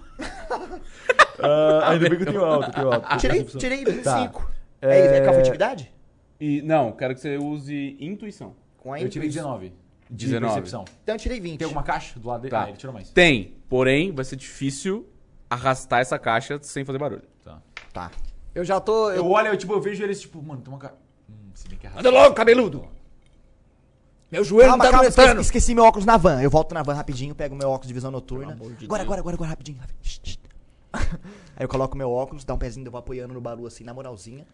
Speaker 3: Ah, ainda bem que eu tenho alto, eu tenho alto.
Speaker 2: tirei, tirei 25.
Speaker 3: Tá.
Speaker 2: É, é com a
Speaker 3: É,
Speaker 2: furtividade?
Speaker 8: E, não, quero que você use intuição.
Speaker 2: Com a
Speaker 3: Eu tirei
Speaker 2: intuição.
Speaker 3: 19. De
Speaker 8: 19.
Speaker 3: percepção.
Speaker 2: Então eu tirei 20.
Speaker 3: Tem alguma caixa do lado dele?
Speaker 8: Tá.
Speaker 3: Ah, ele tirou mais.
Speaker 8: Tem, porém, vai ser difícil arrastar essa caixa sem fazer barulho.
Speaker 3: Tá.
Speaker 2: Tá.
Speaker 1: Eu já tô.
Speaker 3: Eu
Speaker 1: Eu...
Speaker 3: olho, eu, tipo, eu vejo eles, tipo, mano, tem uma caixa. Hum, se bem que é
Speaker 1: Anda logo, cabeludo! Meu joelho
Speaker 2: Calma,
Speaker 1: tá
Speaker 2: calma, esqueci,
Speaker 1: aguentando!
Speaker 2: esqueci meu óculos na van. Eu volto na van rapidinho, pego meu óculos de visão noturna. agora, agora, agora, agora, rapidinho. rapidinho. Shh, shh. [LAUGHS] Aí eu coloco meu óculos, dá um pezinho, eu vou apoiando no balu assim, na moralzinha.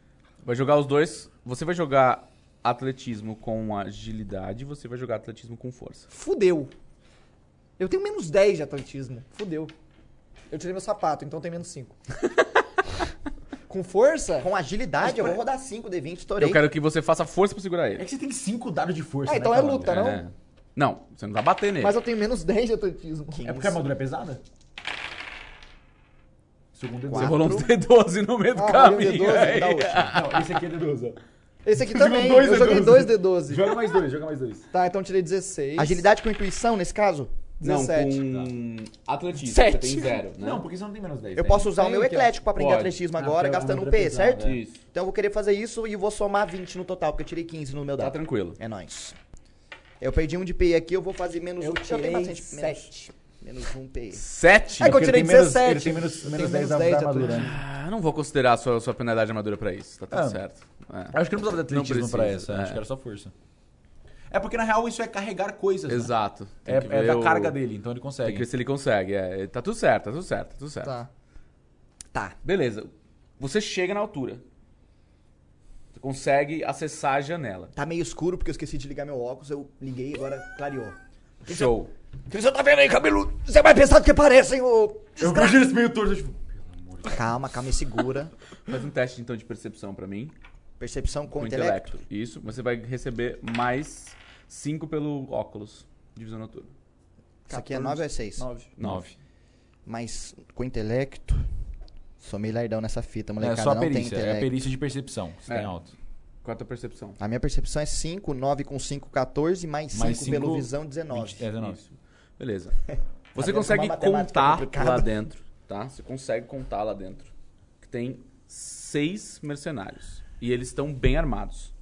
Speaker 8: Vai jogar os dois. Você vai jogar atletismo com agilidade, você vai jogar atletismo com força.
Speaker 1: Fudeu. Eu tenho menos 10 de atletismo. Fudeu. Eu tirei meu sapato, então tem menos
Speaker 2: [LAUGHS]
Speaker 1: 5. Com força?
Speaker 2: Com agilidade, eu vou rodar 5 D20, estourei.
Speaker 8: Eu quero que você faça força pra segurar
Speaker 3: É
Speaker 8: ele.
Speaker 3: que você tem 5 dados de força.
Speaker 1: Ah,
Speaker 3: né,
Speaker 1: então é
Speaker 3: caralho?
Speaker 1: luta, não?
Speaker 8: É. Não, você não vai bater nele.
Speaker 1: Mas eu tenho menos 10 de atletismo.
Speaker 3: É porque a armadura é pesada? Segundo é
Speaker 8: Você
Speaker 3: doze.
Speaker 8: rolou uns D12 no meio do
Speaker 1: Ah,
Speaker 8: caminho.
Speaker 1: rolei um D12,
Speaker 8: aí.
Speaker 1: dá outro.
Speaker 3: Não, esse aqui é de 12.
Speaker 1: Esse aqui
Speaker 3: Jogou
Speaker 1: também.
Speaker 3: dois
Speaker 1: eu joguei
Speaker 3: D12.
Speaker 1: 2 D12.
Speaker 3: Joga mais dois, joga mais dois.
Speaker 1: Tá, então tirei 16.
Speaker 2: Agilidade com intuição, nesse caso?
Speaker 8: Não,
Speaker 1: 17.
Speaker 8: com atletismo.
Speaker 1: Sete.
Speaker 8: Você tem zero, né?
Speaker 3: Não, porque você não tem menos 10.
Speaker 2: Eu
Speaker 3: né?
Speaker 2: posso usar o meu
Speaker 1: Tem, tem.
Speaker 2: eclético pra aprender
Speaker 8: Pode.
Speaker 2: atletismo
Speaker 3: Ah,
Speaker 2: agora,
Speaker 3: porque a
Speaker 2: gastando um
Speaker 3: armadura é
Speaker 2: P,
Speaker 3: pesada,
Speaker 2: certo?
Speaker 3: é.
Speaker 8: Isso.
Speaker 2: Então eu vou querer fazer isso e vou somar 20 no total, porque eu tirei 15 no meu
Speaker 8: Tá
Speaker 2: dado.
Speaker 8: tranquilo.
Speaker 2: É nóis. Eu perdi um de PI aqui, eu vou fazer menos
Speaker 1: Eu
Speaker 2: um. porque Eu
Speaker 1: tirei
Speaker 2: tenho bastante menos,
Speaker 1: 7.
Speaker 2: menos um PI.
Speaker 1: É que
Speaker 8: Sete?
Speaker 1: eu
Speaker 3: Porque
Speaker 1: tirei
Speaker 3: ele tem menos-
Speaker 1: 17.
Speaker 3: Ele tem menos, menos
Speaker 1: Tem
Speaker 3: 10
Speaker 1: menos
Speaker 3: da,
Speaker 1: 10
Speaker 3: da
Speaker 1: de
Speaker 3: armadura. né?
Speaker 1: atletismo.
Speaker 8: Ah, não vou considerar a sua, sua penalidade de armadura pra isso. Tá tudo
Speaker 3: Ah.
Speaker 8: certo. É.
Speaker 3: Acho que não precisa de atletismo
Speaker 8: precisa,
Speaker 3: pra essa,
Speaker 8: é.
Speaker 3: acho que era só força. É porque na real isso é carregar coisas. né?
Speaker 8: Exato. Tem
Speaker 3: É,
Speaker 8: que
Speaker 3: é
Speaker 8: ver
Speaker 3: da
Speaker 8: o-
Speaker 3: carga dele, então ele
Speaker 8: Tem que ver
Speaker 3: consegue.
Speaker 8: se ele consegue. é. Tá tudo certo, tá tudo certo, tá tudo certo.
Speaker 1: Tá.
Speaker 2: Tá.
Speaker 8: Beleza. Você chega na altura. Você consegue acessar a janela.
Speaker 2: Tá meio escuro porque eu esqueci de ligar meu óculos, eu liguei agora clareou.
Speaker 3: é
Speaker 8: Show.
Speaker 1: Você tá vendo aí, cabeludo? Você vai pensar do É que parece, hein, ô.
Speaker 3: Eu vejo eles meio torto, tipo.
Speaker 2: Calma, calma e segura.
Speaker 8: Faz um teste então de percepção pra mim.
Speaker 2: Percepção com,
Speaker 8: Com
Speaker 2: intelecto.
Speaker 8: intelecto. Isso. Você vai receber mais 5 pelo óculos. Divisão noturna.
Speaker 2: Isso aqui é 9 ou é 6?
Speaker 1: 9.
Speaker 8: 9.
Speaker 2: Mas com intelecto. Sou meio lardão nessa fita,
Speaker 3: É
Speaker 2: molecada.
Speaker 3: só a
Speaker 2: não
Speaker 3: perícia,
Speaker 2: tem
Speaker 3: é a
Speaker 2: intelecto.
Speaker 3: perícia de percepção. Você
Speaker 8: É.
Speaker 3: tem alto.
Speaker 8: Qual a tua percepção?
Speaker 2: a minha percepção é 5, 9 com 5, 14, mais 5
Speaker 3: Mais
Speaker 2: pelo
Speaker 3: cinco,
Speaker 2: visão, 19.
Speaker 3: 20, é 19.
Speaker 8: Isso. Beleza.
Speaker 2: [LAUGHS] Tá
Speaker 8: Você
Speaker 2: vendo
Speaker 8: consegue
Speaker 2: como a matemática é
Speaker 8: contar
Speaker 2: complicada?
Speaker 8: lá dentro, tá? Você consegue contar lá dentro. Que tem seis mercenários. E eles estão bem armados.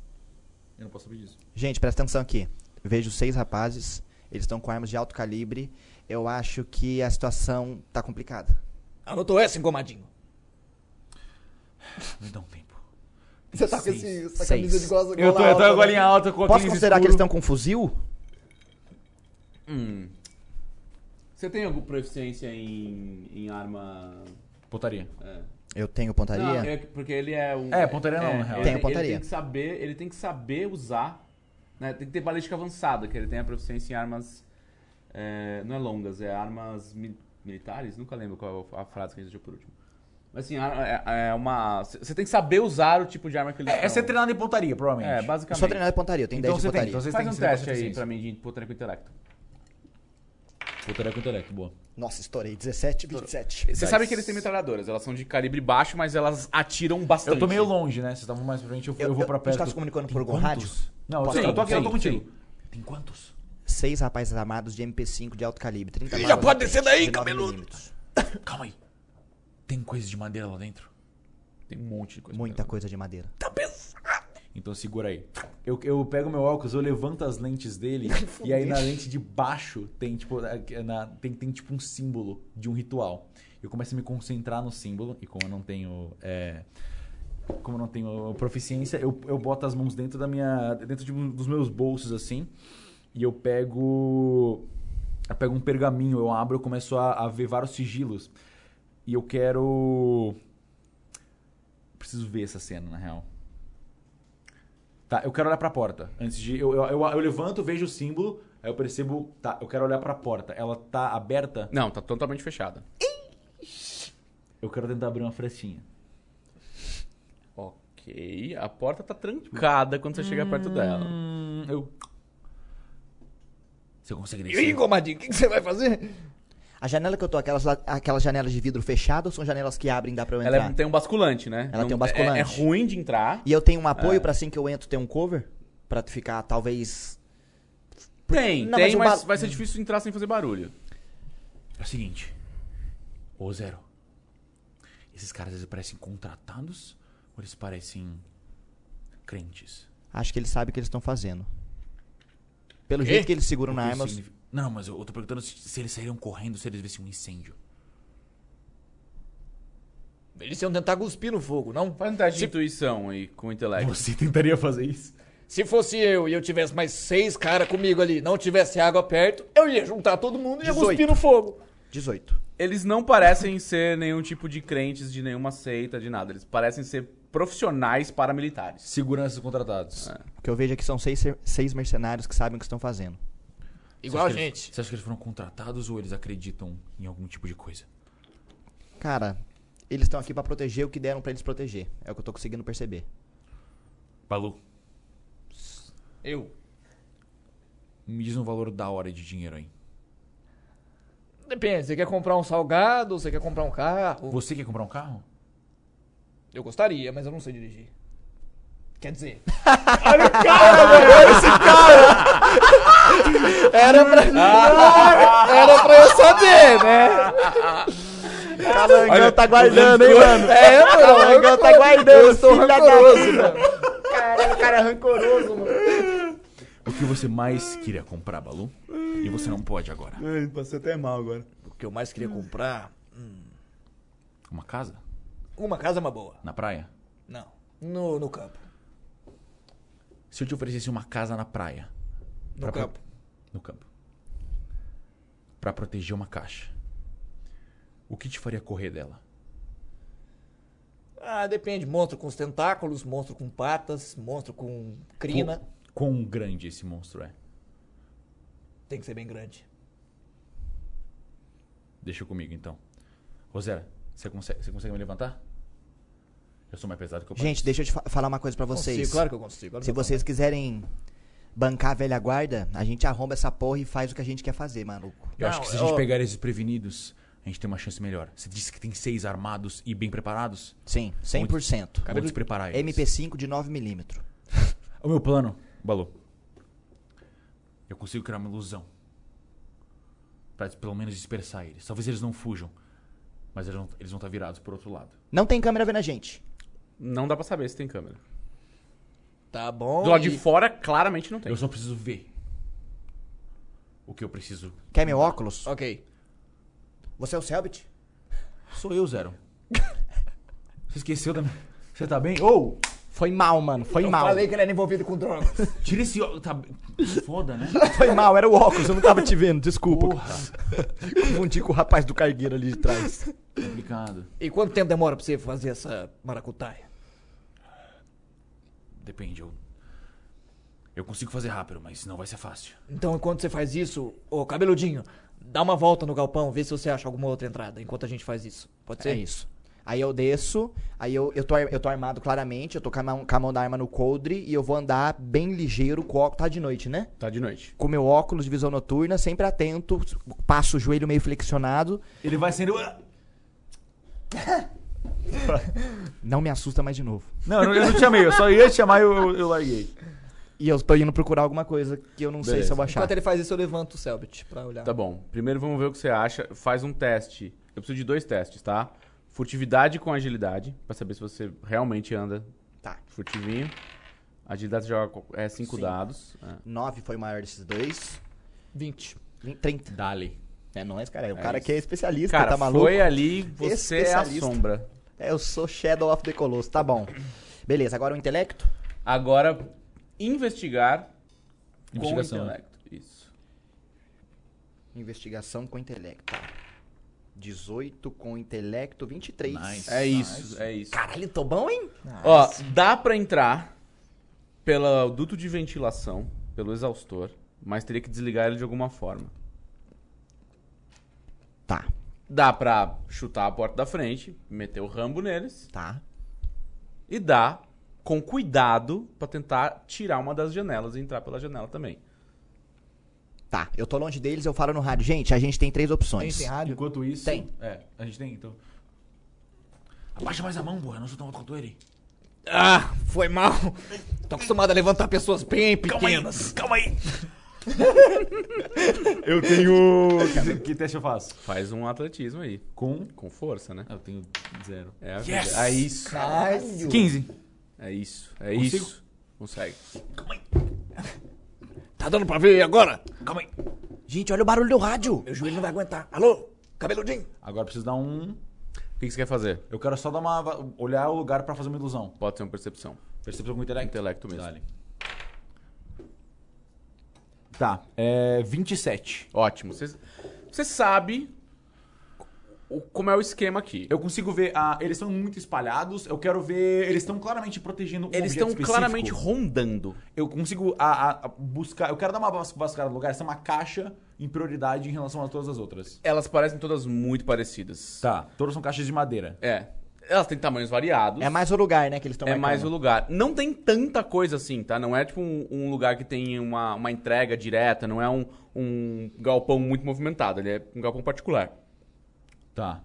Speaker 3: Eu não posso saber disso.
Speaker 2: Gente, presta atenção aqui. Vejo seis rapazes, eles estão com armas de alto calibre. Eu acho que a situação tá
Speaker 3: Um
Speaker 2: complicada.
Speaker 1: Anotou essa, engomadinho.
Speaker 3: Me dá um tempo.
Speaker 1: Você tá com esse, essa
Speaker 2: Seis.
Speaker 1: camisa de gola gola
Speaker 3: Eu tô, eu tô
Speaker 1: alta,
Speaker 3: agora
Speaker 1: né?
Speaker 3: em alta com
Speaker 2: Posso
Speaker 3: aqueles
Speaker 2: considerar que
Speaker 3: escuro.
Speaker 2: eles estão com fuzil?
Speaker 8: Hum. Você tem alguma proficiência em, em arma...
Speaker 3: Putaria.
Speaker 8: é,
Speaker 2: Eu tenho pontaria?
Speaker 8: Não, é que- porque ele é um.
Speaker 3: É, pontaria não, na real.
Speaker 8: ele-
Speaker 2: Tem
Speaker 8: ele
Speaker 2: pontaria.
Speaker 8: tem que saber, ele tem que saber usar, né? Tem que ter balística avançada, que ele tem a proficiência em armas. é, não é longas, é armas mi- militares? Nunca lembro qual é a frase que a gente deixou por último. Mas assim, ar- é, é uma. Você tem que saber usar o tipo de arma que ele
Speaker 3: É, é ser treinado em pontaria, provavelmente.
Speaker 8: É,
Speaker 2: Eu
Speaker 8: basicamente.
Speaker 2: sou treinado em pontaria, eu tenho
Speaker 3: Então
Speaker 2: 10 de
Speaker 3: você tem,
Speaker 2: pontaria.
Speaker 3: então você
Speaker 8: Faz um
Speaker 3: tem
Speaker 8: teste aí pra mim de poder com intelecto.
Speaker 3: Pontaria com intelecto, boa.
Speaker 2: Nossa, estourei. 17, 27.
Speaker 8: Você sabe que eles têm metralhadoras, elas são de calibre baixo, mas elas atiram bastante.
Speaker 3: Eu tô meio longe, né? Vocês estavam mais pra frente, eu, fui-
Speaker 2: Eu-
Speaker 3: eu vou
Speaker 2: eu-
Speaker 3: pra
Speaker 2: a gente
Speaker 3: perto.
Speaker 2: tá se comunicando por algum
Speaker 3: quantos?
Speaker 2: rádio?
Speaker 3: Não, eu,
Speaker 2: Sim,
Speaker 3: eu tô aqui, eu
Speaker 8: sim,
Speaker 3: tô contigo. Tem quantos?
Speaker 2: Seis rapazes armados de MP5 de alto calibre. 30
Speaker 3: Ih, já
Speaker 2: balas
Speaker 3: pode
Speaker 2: na
Speaker 3: descer
Speaker 2: frente,
Speaker 3: daí,
Speaker 2: 19
Speaker 3: cabeludo.
Speaker 2: milímetros.
Speaker 3: Calma aí. Tem coisa de madeira lá dentro?
Speaker 8: Tem um monte de coisa.
Speaker 2: Muita coisa de madeira.
Speaker 3: Tá pesado. Então segura aí. Eu, eu pego meu óculos, eu levanto as lentes dele e aí na lente de baixo tem tipo a- na- tem, tem, tipo um símbolo de um ritual. Eu começo a me concentrar no símbolo e como eu não tenho é, como eu não tenho proficiência, eu, eu boto as mãos dentro da minha dentro de um- dos meus bolsos assim e eu pego eu pego um pergaminho, eu abro, eu começo a, a ver vários sigilos e eu quero preciso ver essa cena na real. Tá, eu quero olhar pra porta. Antes de. Eu, eu, eu, eu levanto, vejo o símbolo, aí eu percebo. Tá, eu quero olhar pra porta. Ela tá aberta.
Speaker 8: Não, tá totalmente fechada.
Speaker 3: Eu quero tentar abrir uma frestinha.
Speaker 8: Ok, a porta tá trancada quando você chega perto dela.
Speaker 3: Hum, eu. Você consegue
Speaker 7: E aí,
Speaker 3: descer?
Speaker 7: Gomadinho, o que, que você vai fazer?
Speaker 2: A janela que eu tô, aquelas, lá- aquelas janelas de vidro fechado ou são janelas que abrem e dá pra eu
Speaker 8: Ela
Speaker 2: entrar?
Speaker 8: é- tem um basculante, né?
Speaker 2: Ela tem um
Speaker 8: é-
Speaker 2: basculante.
Speaker 8: É, ruim de entrar.
Speaker 2: E eu tenho um
Speaker 3: É.
Speaker 2: apoio pra assim que eu entro ter um cover? Pra ficar, talvez...
Speaker 8: Tem,
Speaker 2: Não, mas
Speaker 8: tem,
Speaker 2: o
Speaker 8: mas,
Speaker 2: ba-
Speaker 8: vai ser difícil entrar sem fazer barulho.
Speaker 3: É o seguinte. Ô, Zero. Esses caras, eles parecem contratados ou eles parecem. crentes?
Speaker 2: Acho que eles sabem o que eles estão fazendo. Pelo
Speaker 8: Quê?
Speaker 2: jeito que eles seguram na
Speaker 3: Porque
Speaker 2: arma... eu-
Speaker 3: signifi- Não, mas eu, eu tô perguntando se, se eles saíram correndo, se eles vissem um [LAUGHS] incêndio.
Speaker 7: Eles iam tentar cuspir no fogo, não?
Speaker 8: Faz um teste de intuição aí com o intelecto.
Speaker 3: Você tentaria fazer isso?
Speaker 7: Se fosse eu e eu tivesse mais seis caras comigo ali, não tivesse água perto, eu ia juntar todo mundo e ia
Speaker 2: 18.
Speaker 7: cuspir no fogo.
Speaker 2: 18.
Speaker 8: Eles não parecem ser nenhum tipo de crentes de nenhuma seita, de nada. Eles parecem ser profissionais paramilitares.
Speaker 3: Seguranças contratados.
Speaker 2: O que eu vejo aqui são seis, ser- seis mercenários que sabem o que estão fazendo.
Speaker 7: Igual a
Speaker 3: Você acha que eles-
Speaker 7: gente.
Speaker 3: você acha que eles foram contratados ou eles acreditam em algum tipo de coisa?
Speaker 2: Cara, eles estão aqui pra proteger o que deram pra eles proteger. É o que eu tô conseguindo perceber.
Speaker 3: Balu,
Speaker 7: Eu.
Speaker 3: me diz um valor da hora de dinheiro aí.
Speaker 7: Depende, você quer comprar um salgado, você quer comprar um carro?
Speaker 3: Você quer comprar um carro?
Speaker 7: Eu gostaria, mas eu não sei dirigir. Quer dizer,
Speaker 2: Era pra, era pra eu saber, né? Calangão tá guardando, hein, mano? É, mano. Calangão tá guardando. Eu sou
Speaker 7: é
Speaker 2: rancoroso, mano. Caralho, o cara é rancoroso, mano.
Speaker 3: O que você mais queria comprar, Balu? E você não pode agora.
Speaker 8: Passei até mal agora.
Speaker 7: o que eu mais queria comprar.
Speaker 3: Uma casa?
Speaker 7: Uma casa é uma boa.
Speaker 3: Na praia?
Speaker 7: Não. No, no campo.
Speaker 3: Se eu te oferecesse uma casa na praia,
Speaker 7: No
Speaker 3: Pra-
Speaker 7: campo.
Speaker 3: no campo, Pra proteger uma caixa, o que te faria correr dela?
Speaker 7: Ah, depende. Monstro com os tentáculos, monstro com patas, monstro com crina.
Speaker 3: Quão grande esse monstro é?
Speaker 7: Tem que ser bem grande.
Speaker 3: Deixa comigo então. Rosera, você consegue, você consegue me levantar? Eu sou mais pesado que eu
Speaker 2: Gente, deixa eu te fa- falar uma coisa pra vocês.
Speaker 7: Consigo, claro que eu consigo. olha
Speaker 2: Se
Speaker 7: só.
Speaker 2: vocês quiserem bancar a velha guarda, a gente arromba essa porra e faz o que a gente quer fazer, maluco.
Speaker 3: Eu acho
Speaker 7: Não,
Speaker 3: que se a gente
Speaker 7: eu-
Speaker 3: pegar esses prevenidos, a gente tem uma chance melhor. Você disse que tem seis armados e bem preparados?
Speaker 2: Sim, 100%.
Speaker 3: Vamos despreparar eles.
Speaker 2: MP5 de 9mm.
Speaker 3: O meu plano, Balu. Eu consigo criar uma ilusão. Pra pelo menos dispersar eles. Talvez eles não fujam. Mas eles vão eles vão estar virados por outro lado.
Speaker 2: Não tem câmera vendo a gente.
Speaker 8: Não dá pra saber se tem câmera.
Speaker 7: Tá bom.
Speaker 8: Do lado de
Speaker 7: e-
Speaker 8: fora, claramente não tem.
Speaker 3: Eu só preciso ver. O que eu preciso.
Speaker 2: Quer meu óculos?
Speaker 7: Ok.
Speaker 2: Você é o Selbit?
Speaker 3: Sou eu, Zero. Você esqueceu da minha. Você tá bem? Ou!
Speaker 2: Foi mal, mano. Foi mal.
Speaker 1: Falei que ele era envolvido com drogas.
Speaker 3: Tira esse óculos. Tá... Foda,
Speaker 8: [LAUGHS]
Speaker 3: né?
Speaker 2: [LAUGHS] Foi mal, era o óculos, eu não tava te vendo, desculpa. [LAUGHS] Confundi com o rapaz do cargueiro ali de trás.
Speaker 3: Complicado.
Speaker 1: E quanto tempo demora pra você fazer essa maracutaia?
Speaker 3: Depende, eu. Eu consigo fazer rápido, mas não vai ser fácil.
Speaker 1: Então, enquanto você faz isso, ô cabeludinho, dá uma volta no galpão, vê se você acha alguma outra entrada enquanto a gente faz isso. Pode ser?
Speaker 2: É isso. Aí eu desço, aí eu, eu, tô, ar- eu tô armado claramente, eu tô com a, mão, com a mão da arma no coldre e eu vou andar bem ligeiro com o óculos. Tá de noite, né?
Speaker 8: Tá de noite.
Speaker 2: Com meu óculos de visão noturna, sempre atento, passo o joelho meio flexionado.
Speaker 3: Ele vai sendo. "Ah!"
Speaker 2: Não me assusta mais de novo.
Speaker 3: Não, eu não te chamei, eu só ia te chamar e eu, eu, eu larguei.
Speaker 2: E eu tô indo procurar alguma coisa que eu não sei
Speaker 8: Beleza.
Speaker 2: se eu vou achar.
Speaker 1: Enquanto ele faz isso, eu levanto o Selbit pra olhar.
Speaker 8: Tá bom. Primeiro vamos ver o que você acha. Faz um teste. Eu preciso de dois testes, tá? Furtividade com agilidade, pra saber se você realmente anda
Speaker 2: Tá.
Speaker 8: furtivinho. Agilidade você joga co- é cinco
Speaker 2: Sim.
Speaker 8: dados. É.
Speaker 2: 9 foi o maior desses dois.
Speaker 1: 20.
Speaker 2: 30.
Speaker 8: Dali.
Speaker 2: É nóis, cara. É um
Speaker 8: É
Speaker 2: cara
Speaker 8: isso.
Speaker 2: que é especialista,
Speaker 8: Cara,
Speaker 2: tá maluco?
Speaker 8: foi ali, você é a
Speaker 2: Especialista.
Speaker 8: sombra.
Speaker 2: É, eu sou Shadow of the Colossus, tá bom. Beleza, agora o intelecto?
Speaker 8: Agora, investigar com
Speaker 3: Investigação, né?
Speaker 8: intelecto. Isso.
Speaker 2: Investigação com intelecto. 18 com intelecto, 23.
Speaker 3: Nice.
Speaker 8: É isso, é isso.
Speaker 2: Caralho, tô bom, hein?
Speaker 8: Ó, dá pra entrar pelo duto de ventilação, pelo exaustor, mas teria que desligar ele de alguma forma.
Speaker 2: Tá,
Speaker 8: Dá pra chutar a porta da frente, meter o rambo neles,
Speaker 2: tá.
Speaker 8: e dá, com cuidado, pra tentar tirar uma das janelas e entrar pela janela também.
Speaker 2: Tá, eu tô longe deles, eu falo no rádio. Gente, a gente tem três opções.
Speaker 1: Ah, Tem rádio?
Speaker 3: Enquanto isso.
Speaker 2: Tem.
Speaker 3: É, a gente tem, então. Abaixa mais a mão, porra, não chuta uma contra ele.
Speaker 1: Ah, foi mal. Tô acostumado a levantar pessoas bem pequenas.
Speaker 3: Calma
Speaker 8: [LAUGHS]
Speaker 3: aí! eu tenho. Que, que teste eu faço?
Speaker 8: Faz um atletismo aí,
Speaker 3: Com.
Speaker 8: com força, né?
Speaker 3: Eu tenho zero.
Speaker 8: É,
Speaker 3: Yes!
Speaker 8: é isso,
Speaker 1: Caralho.
Speaker 3: 15.
Speaker 8: é isso, é
Speaker 3: Consigo?
Speaker 8: isso. Consegue.
Speaker 1: Tá dando pra ver agora?
Speaker 3: Calma aí.
Speaker 2: Gente, olha o barulho do rádio.
Speaker 1: Meu joelho não vai aguentar. Alô? Cabeludinho?
Speaker 3: Agora eu preciso dar um.
Speaker 8: O que que você quer fazer?
Speaker 3: Eu quero só dar uma. va- olhar o lugar pra fazer uma ilusão.
Speaker 8: Pode ser uma percepção.
Speaker 3: Percepção é com intelecto.
Speaker 8: Intelecto mesmo.
Speaker 3: Dale. Tá, é 27.
Speaker 8: Ótimo. Você você sabe o, como é o esquema aqui.
Speaker 3: Eu consigo ver, ah, eles estão muito espalhados. Eu quero ver, eles estão claramente protegendo. Um
Speaker 8: Eles
Speaker 3: objeto
Speaker 8: estão
Speaker 3: específico.
Speaker 8: claramente rondando.
Speaker 3: Eu consigo ah, ah, ah, buscar. Eu quero dar uma vas- vasculhada no lugar. Essa é uma caixa em prioridade em relação a todas as outras.
Speaker 8: Elas parecem todas muito parecidas.
Speaker 3: Tá, todas são caixas de madeira.
Speaker 8: É. Elas têm tamanhos variados.
Speaker 2: É mais o lugar, né, que eles estão
Speaker 3: então
Speaker 8: É mais o lugar. Não tem tanta coisa assim, tá? Não é tipo um, um lugar que tem uma, uma entrega direta, não é um, um galpão muito movimentado, ele é um galpão particular.
Speaker 3: Tá.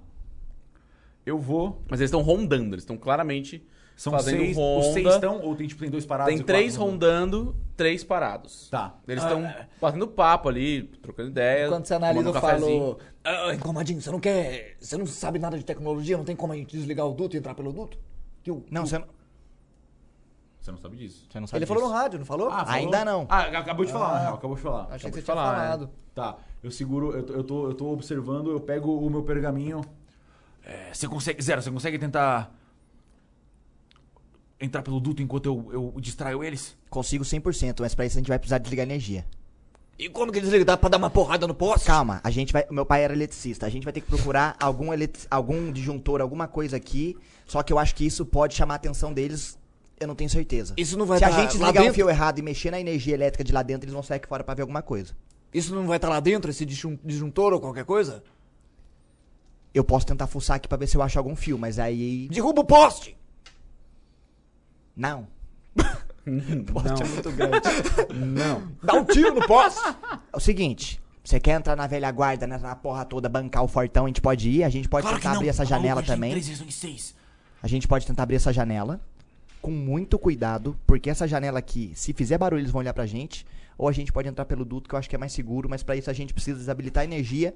Speaker 3: Eu vou.
Speaker 8: Mas eles estão rondando, eles estão claramente
Speaker 3: São
Speaker 8: fazendo
Speaker 3: seis.
Speaker 8: ronda.
Speaker 3: Os seis estão, ou tem tipo tem dois parados?
Speaker 8: Tem
Speaker 3: e
Speaker 8: três
Speaker 3: quatro
Speaker 8: rondando, três parados.
Speaker 3: Tá.
Speaker 8: Eles estão batendo papo ali, trocando ideia.
Speaker 1: Quando você
Speaker 8: tomando
Speaker 1: analisa,
Speaker 8: um
Speaker 1: eu
Speaker 8: cafezinho.
Speaker 1: falo. Ah, encomadinho, você não quer. Você não sabe nada de tecnologia, não tem como a gente desligar o duto e entrar pelo duto? Que o-
Speaker 2: Não, você não,
Speaker 3: Você não sabe disso.
Speaker 2: você não sabe
Speaker 1: Ele falou no
Speaker 2: disso.
Speaker 1: rádio, não falou?
Speaker 3: Ah, falou?
Speaker 2: Ainda não.
Speaker 3: Ah, acabou de falar, na real, acabou de falar.
Speaker 1: Achei que você tinha
Speaker 8: de falar, né?
Speaker 1: falado.
Speaker 3: Tá, eu seguro, eu tô, eu tô, eu tô observando, eu pego o meu pergaminho. É, você consegue, Zero, você consegue tentar entrar pelo duto enquanto eu, eu distraio eles?
Speaker 2: Consigo 100%, mas pra isso a gente vai precisar desligar energia.
Speaker 1: E como que desliga? Dá pra dar uma porrada no poste?
Speaker 2: Calma, a gente vai. O meu pai era eletricista. A gente vai ter que procurar [LAUGHS] algum, elet- algum disjuntor, alguma coisa aqui. Só que eu acho que isso pode chamar a atenção deles. Eu não tenho certeza.
Speaker 1: Isso não vai
Speaker 2: Se a
Speaker 1: tá
Speaker 2: gente
Speaker 1: lá
Speaker 2: desligar o
Speaker 1: dentro?
Speaker 2: fio errado e mexer na energia elétrica de lá dentro, eles vão sair aqui fora pra ver alguma coisa.
Speaker 1: Isso não vai estar lá dentro, esse disjun- disjuntor ou qualquer coisa?
Speaker 2: Eu posso tentar fuçar aqui pra ver se eu acho algum fio, mas aí.
Speaker 1: Derruba o poste!
Speaker 2: Não.
Speaker 1: Dá um tiro no poste!
Speaker 2: É o seguinte. Você quer entrar na velha guarda, nessa porra toda, bancar o fortão, a gente pode ir, a gente pode tentar abrir
Speaker 3: Tá
Speaker 2: essa janela também. A gente pode tentar abrir essa janela com muito cuidado, porque essa janela aqui, se fizer barulho, eles vão olhar pra gente. Ou a gente pode entrar pelo duto, que eu acho que é mais seguro, mas pra isso a gente precisa desabilitar a energia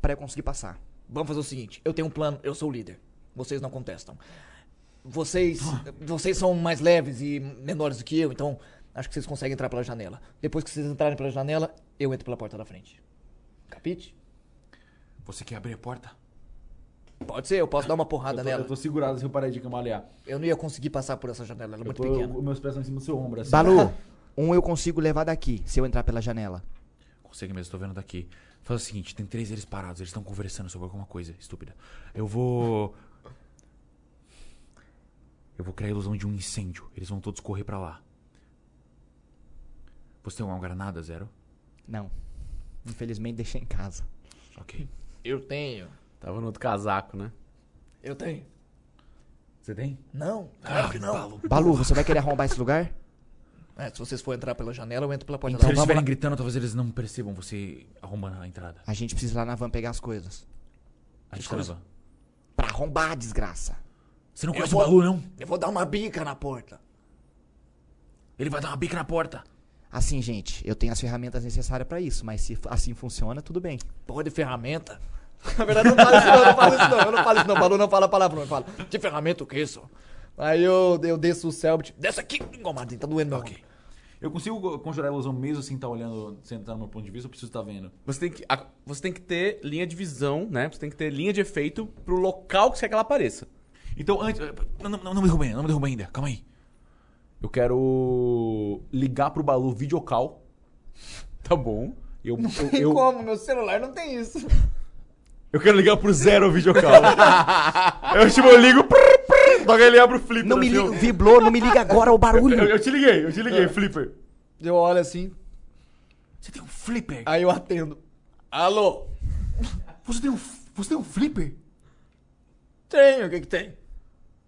Speaker 2: pra eu conseguir passar.
Speaker 1: Vamos fazer o seguinte, eu tenho um plano, eu sou o líder. Vocês não contestam. Vocês, vocês são mais leves e menores do que eu, então acho que vocês conseguem entrar pela janela. Depois que vocês entrarem pela janela, eu entro pela porta da frente. Capite?
Speaker 3: Você quer abrir a porta?
Speaker 1: Pode ser, eu posso dar uma
Speaker 2: Ah,
Speaker 1: porrada
Speaker 3: Eu tô, eu
Speaker 1: nela.
Speaker 3: tô segurado se eu parar de cambalear.
Speaker 1: Eu não ia conseguir passar por essa janela, ela é
Speaker 3: Eu
Speaker 1: muito
Speaker 3: tô,
Speaker 1: pequena.
Speaker 3: eu- meus pés estão em cima do seu ombro, assim.
Speaker 2: Balu, [LAUGHS] um eu consigo levar daqui, se eu entrar pela janela.
Speaker 3: Consegue mesmo, tô vendo daqui. Faz o seguinte, tem três eles parados, eles estão conversando sobre alguma coisa estúpida. Eu vou. Eu vou criar a ilusão de um incêndio. Eles vão todos correr pra lá. Você tem uma granada, Zero?
Speaker 2: Não. Infelizmente deixei em casa.
Speaker 3: Ok.
Speaker 1: Eu tenho.
Speaker 8: Tava no outro casaco, né?
Speaker 1: Eu tenho.
Speaker 3: Você tem?
Speaker 1: Não, claro que não.
Speaker 2: [LAUGHS] Balu, você vai querer arrombar esse lugar?
Speaker 1: É, se vocês forem entrar pela janela, eu entro pela porta.
Speaker 3: Se
Speaker 1: Então,
Speaker 3: eles
Speaker 1: vamos
Speaker 3: estiverem
Speaker 1: lá.
Speaker 3: gritando, talvez eles não percebam você arrombando a entrada.
Speaker 2: A gente precisa ir lá na van pegar as coisas.
Speaker 3: A gente tá na van.
Speaker 2: Pra arrombar, desgraça.
Speaker 3: Você não conhece o Balu, não?
Speaker 1: Eu vou dar uma bica na porta.
Speaker 3: Ele vai dar uma bica na porta.
Speaker 2: Assim, gente, eu tenho as ferramentas necessárias pra isso, mas se assim funciona, tudo bem.
Speaker 1: Porra de ferramenta. Na verdade, eu não falo isso não, eu não falo isso não. Eu não falo isso não, Balu não fala palavrão, ele fala. De ferramenta o que isso? Aí eu, eu desço o Selbit. Desce aqui, engomadinho, tá doendo meu
Speaker 3: Ok.
Speaker 1: ombro.
Speaker 3: Eu consigo conjurar a ilusão mesmo sem estar olhando, sem estar no meu ponto de vista, eu preciso estar vendo.
Speaker 8: Você tem, que, a- você tem que ter linha de visão, né? Você tem que ter linha de efeito pro local que você quer que ela apareça.
Speaker 3: Então, antes. Não, não, não me derruba ainda, não me derruba ainda. Calma aí. Eu quero ligar pro Balu videocal.
Speaker 8: Tá bom.
Speaker 3: Eu,
Speaker 1: Tem
Speaker 3: eu, eu,
Speaker 1: como, meu celular não tem isso.
Speaker 3: eu quero ligar pro zero [LAUGHS] videocal. eu, tipo, eu ligo. Prr, prr, toca ele abre o flipper.
Speaker 2: Não me
Speaker 3: assim,
Speaker 2: liga, vibrou, não me liga agora o
Speaker 3: Eu, eu,
Speaker 2: barulho.
Speaker 3: eu te liguei, eu te liguei, flipper.
Speaker 1: Eu olho assim,
Speaker 3: Ah. Você tem um flipper?
Speaker 1: aí eu atendo. Alô?
Speaker 3: Você tem um, f- você tem um flipper?
Speaker 1: Tenho, o que que tem?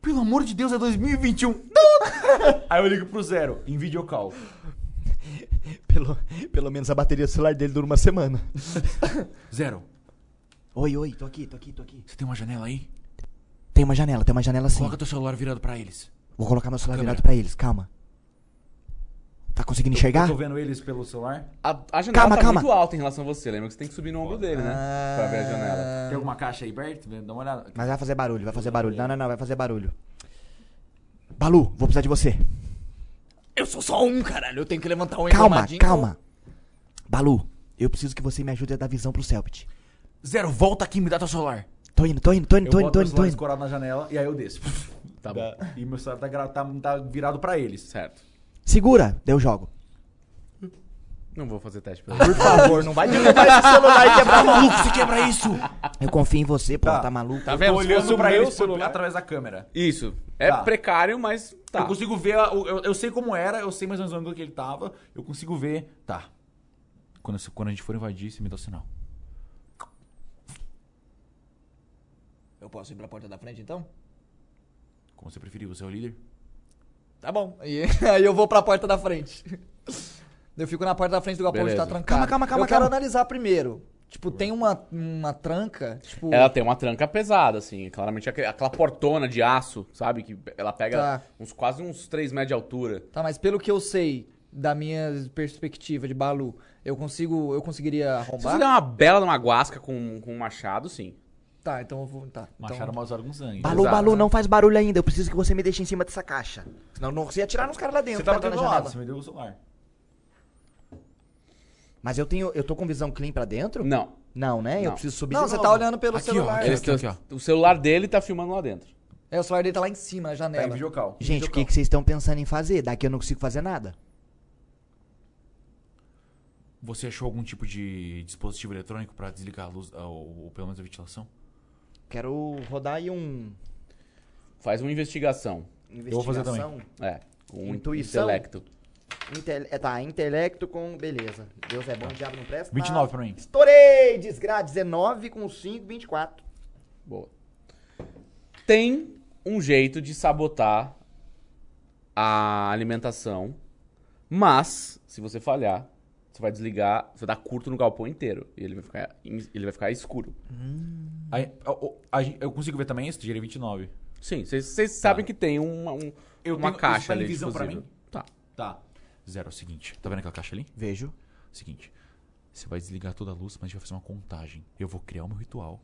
Speaker 3: Pelo amor de Deus, é 2021. [LAUGHS] Aí eu ligo pro zero, em videocal.
Speaker 2: Pelo, pelo menos a bateria do celular dele dura uma semana.
Speaker 3: Zero,
Speaker 2: Oi, oi, tô aqui, tô aqui, tô aqui.
Speaker 3: você tem uma janela aí?
Speaker 2: Tem uma janela, tem uma janela sim.
Speaker 3: Coloca teu celular virado pra eles.
Speaker 2: Vou colocar meu celular
Speaker 3: Câmera.
Speaker 2: virado pra eles, calma. Tá conseguindo enxergar?
Speaker 3: Eu tô vendo eles pelo celular.
Speaker 8: A, a janela
Speaker 2: Calma,
Speaker 8: tá
Speaker 2: calma.
Speaker 8: muito alta em relação a você. Lembra que você tem que subir no ombro dele, né? Pra ver a janela.
Speaker 3: Tem alguma caixa aí perto? Dá uma olhada.
Speaker 2: Mas vai fazer barulho, vai fazer barulho. Não, não, não, vai fazer barulho. Balu, vou precisar de você.
Speaker 1: Eu sou só um, caralho, eu tenho que levantar um
Speaker 2: Calma,
Speaker 1: engomadinho.
Speaker 2: calma. Balu, eu preciso que você me ajude a dar visão pro Selbit.
Speaker 3: Zero, volta aqui, me dá teu celular.
Speaker 2: Tô indo, tô indo, tô indo,
Speaker 3: Eu
Speaker 2: tô indo,
Speaker 3: boto
Speaker 2: tô
Speaker 3: meu
Speaker 2: indo, tô
Speaker 3: celular
Speaker 2: indo.
Speaker 3: escorado na janela e aí eu desço.
Speaker 8: Tá bom.
Speaker 3: Tá. E meu celular tá, gra- tá- tá virado pra eles.
Speaker 8: Certo.
Speaker 2: Segura, deu jogo.
Speaker 8: Não vou fazer teste. Pelo...
Speaker 2: Por favor, não vai derrubar esse celular e quebrar maluco.
Speaker 3: Você quebra isso!
Speaker 2: Eu confio em você, pô, [LAUGHS]
Speaker 3: Tá.
Speaker 2: tá, maluco.
Speaker 8: Tá
Speaker 3: Tô
Speaker 8: vendo? Se fosse
Speaker 3: olhando
Speaker 8: o
Speaker 3: pra
Speaker 8: meu
Speaker 3: eles por-
Speaker 8: celular- tá-
Speaker 3: através da câmera.
Speaker 8: Isso. É
Speaker 3: Tá.
Speaker 8: precário, mas tá.
Speaker 3: Eu consigo ver, a- o- eu, eu sei como era, eu sei mais ou menos o ângulo que ele tava, eu consigo ver. Tá. Quando, eu- quando a gente for invadir, você me dá o sinal.
Speaker 1: Eu posso ir pra porta da frente, então?
Speaker 3: Como você preferir, você é o líder.
Speaker 8: Então,
Speaker 1: Tá bom. E aí [LAUGHS] eu vou pra porta da frente. Eu fico na porta da frente do galpão onde
Speaker 8: Beleza.
Speaker 1: tá trancado.
Speaker 2: Calma, calma, calma,
Speaker 1: Eu quero
Speaker 2: calma.
Speaker 1: analisar primeiro. Tipo, tem uma, uma tranca, tipo...
Speaker 8: Ela tem uma tranca pesada, assim. Claramente aquele- aquela portona de aço, sabe? Que ela pega
Speaker 1: Tá.
Speaker 8: uns quase uns 3 metros de altura.
Speaker 1: Tá, mas pelo que eu sei, da minha perspectiva de Balu, eu consigo... Eu conseguiria
Speaker 8: Se você
Speaker 1: arrombar?
Speaker 8: der uma bela numa guasca com, com um machado, sim.
Speaker 1: Tá, então eu vou... Tá,
Speaker 3: Macharam
Speaker 1: então...
Speaker 3: mais hora com sangue.
Speaker 2: Balu,
Speaker 8: Exato.
Speaker 2: Balu, não faz barulho ainda. Eu preciso que você me deixe em cima dessa caixa. Senão eu não você ia atirar nos caras lá dentro.
Speaker 3: Você
Speaker 2: tá
Speaker 3: tava do
Speaker 2: entrando
Speaker 3: meu
Speaker 2: na
Speaker 3: lado,
Speaker 2: janela.
Speaker 3: você me deu o celular. Tá
Speaker 2: Mas eu tenho. Eu tô com visão clean pra dentro?
Speaker 8: Não.
Speaker 2: Não, né? Eu
Speaker 8: Não.
Speaker 2: preciso subir
Speaker 1: Não,
Speaker 2: de
Speaker 1: você
Speaker 2: novo.
Speaker 1: tá olhando pelo
Speaker 3: Aqui, ó,
Speaker 1: celular.
Speaker 3: aqui,
Speaker 8: Eles têm-
Speaker 3: aqui,
Speaker 8: O celular dele tá filmando lá dentro.
Speaker 1: É, o celular dele tá lá em cima, na
Speaker 3: Tá em
Speaker 1: janela.
Speaker 3: videocal.
Speaker 2: Gente, o que, que vocês estão pensando em fazer? Daqui eu não consigo fazer nada.
Speaker 3: Você achou algum tipo de dispositivo eletrônico pra desligar a luz, ah, ou, ou pelo menos a ventilação?
Speaker 2: Quero rodar aí um.
Speaker 8: Faz uma investigação.
Speaker 3: vou fazer também.
Speaker 2: Investigação.
Speaker 8: É. Com
Speaker 2: Intuição?
Speaker 8: intelecto.
Speaker 2: Intele- é, tá, intelecto com. Beleza. Deus é bom, o diabo não presta.
Speaker 3: 29 pra mim.
Speaker 2: Estourei! Desgraça, 19 com 5, 24.
Speaker 8: Boa. Tem um jeito de sabotar a alimentação, mas se você falhar, você vai desligar, você vai dar curto no galpão inteiro e ele vai ficar, in- ele vai ficar escuro.
Speaker 3: Aí, ó, ó, a gen- eu consigo ver também esse? Tirei 29.
Speaker 8: Sim, vocês vocês sabem que tem uma, um-
Speaker 3: Eu
Speaker 8: uma
Speaker 3: tenho- isso
Speaker 8: caixa
Speaker 3: tá em
Speaker 8: ali.
Speaker 3: visão pra
Speaker 8: disponível. Tá.
Speaker 3: Tá. Zero, é o seguinte. Tá vendo aquela caixa ali?
Speaker 2: Vejo.
Speaker 3: Seguinte. Você vai desligar toda a luz, mas a gente vai fazer uma contagem. Eu vou criar o meu ritual.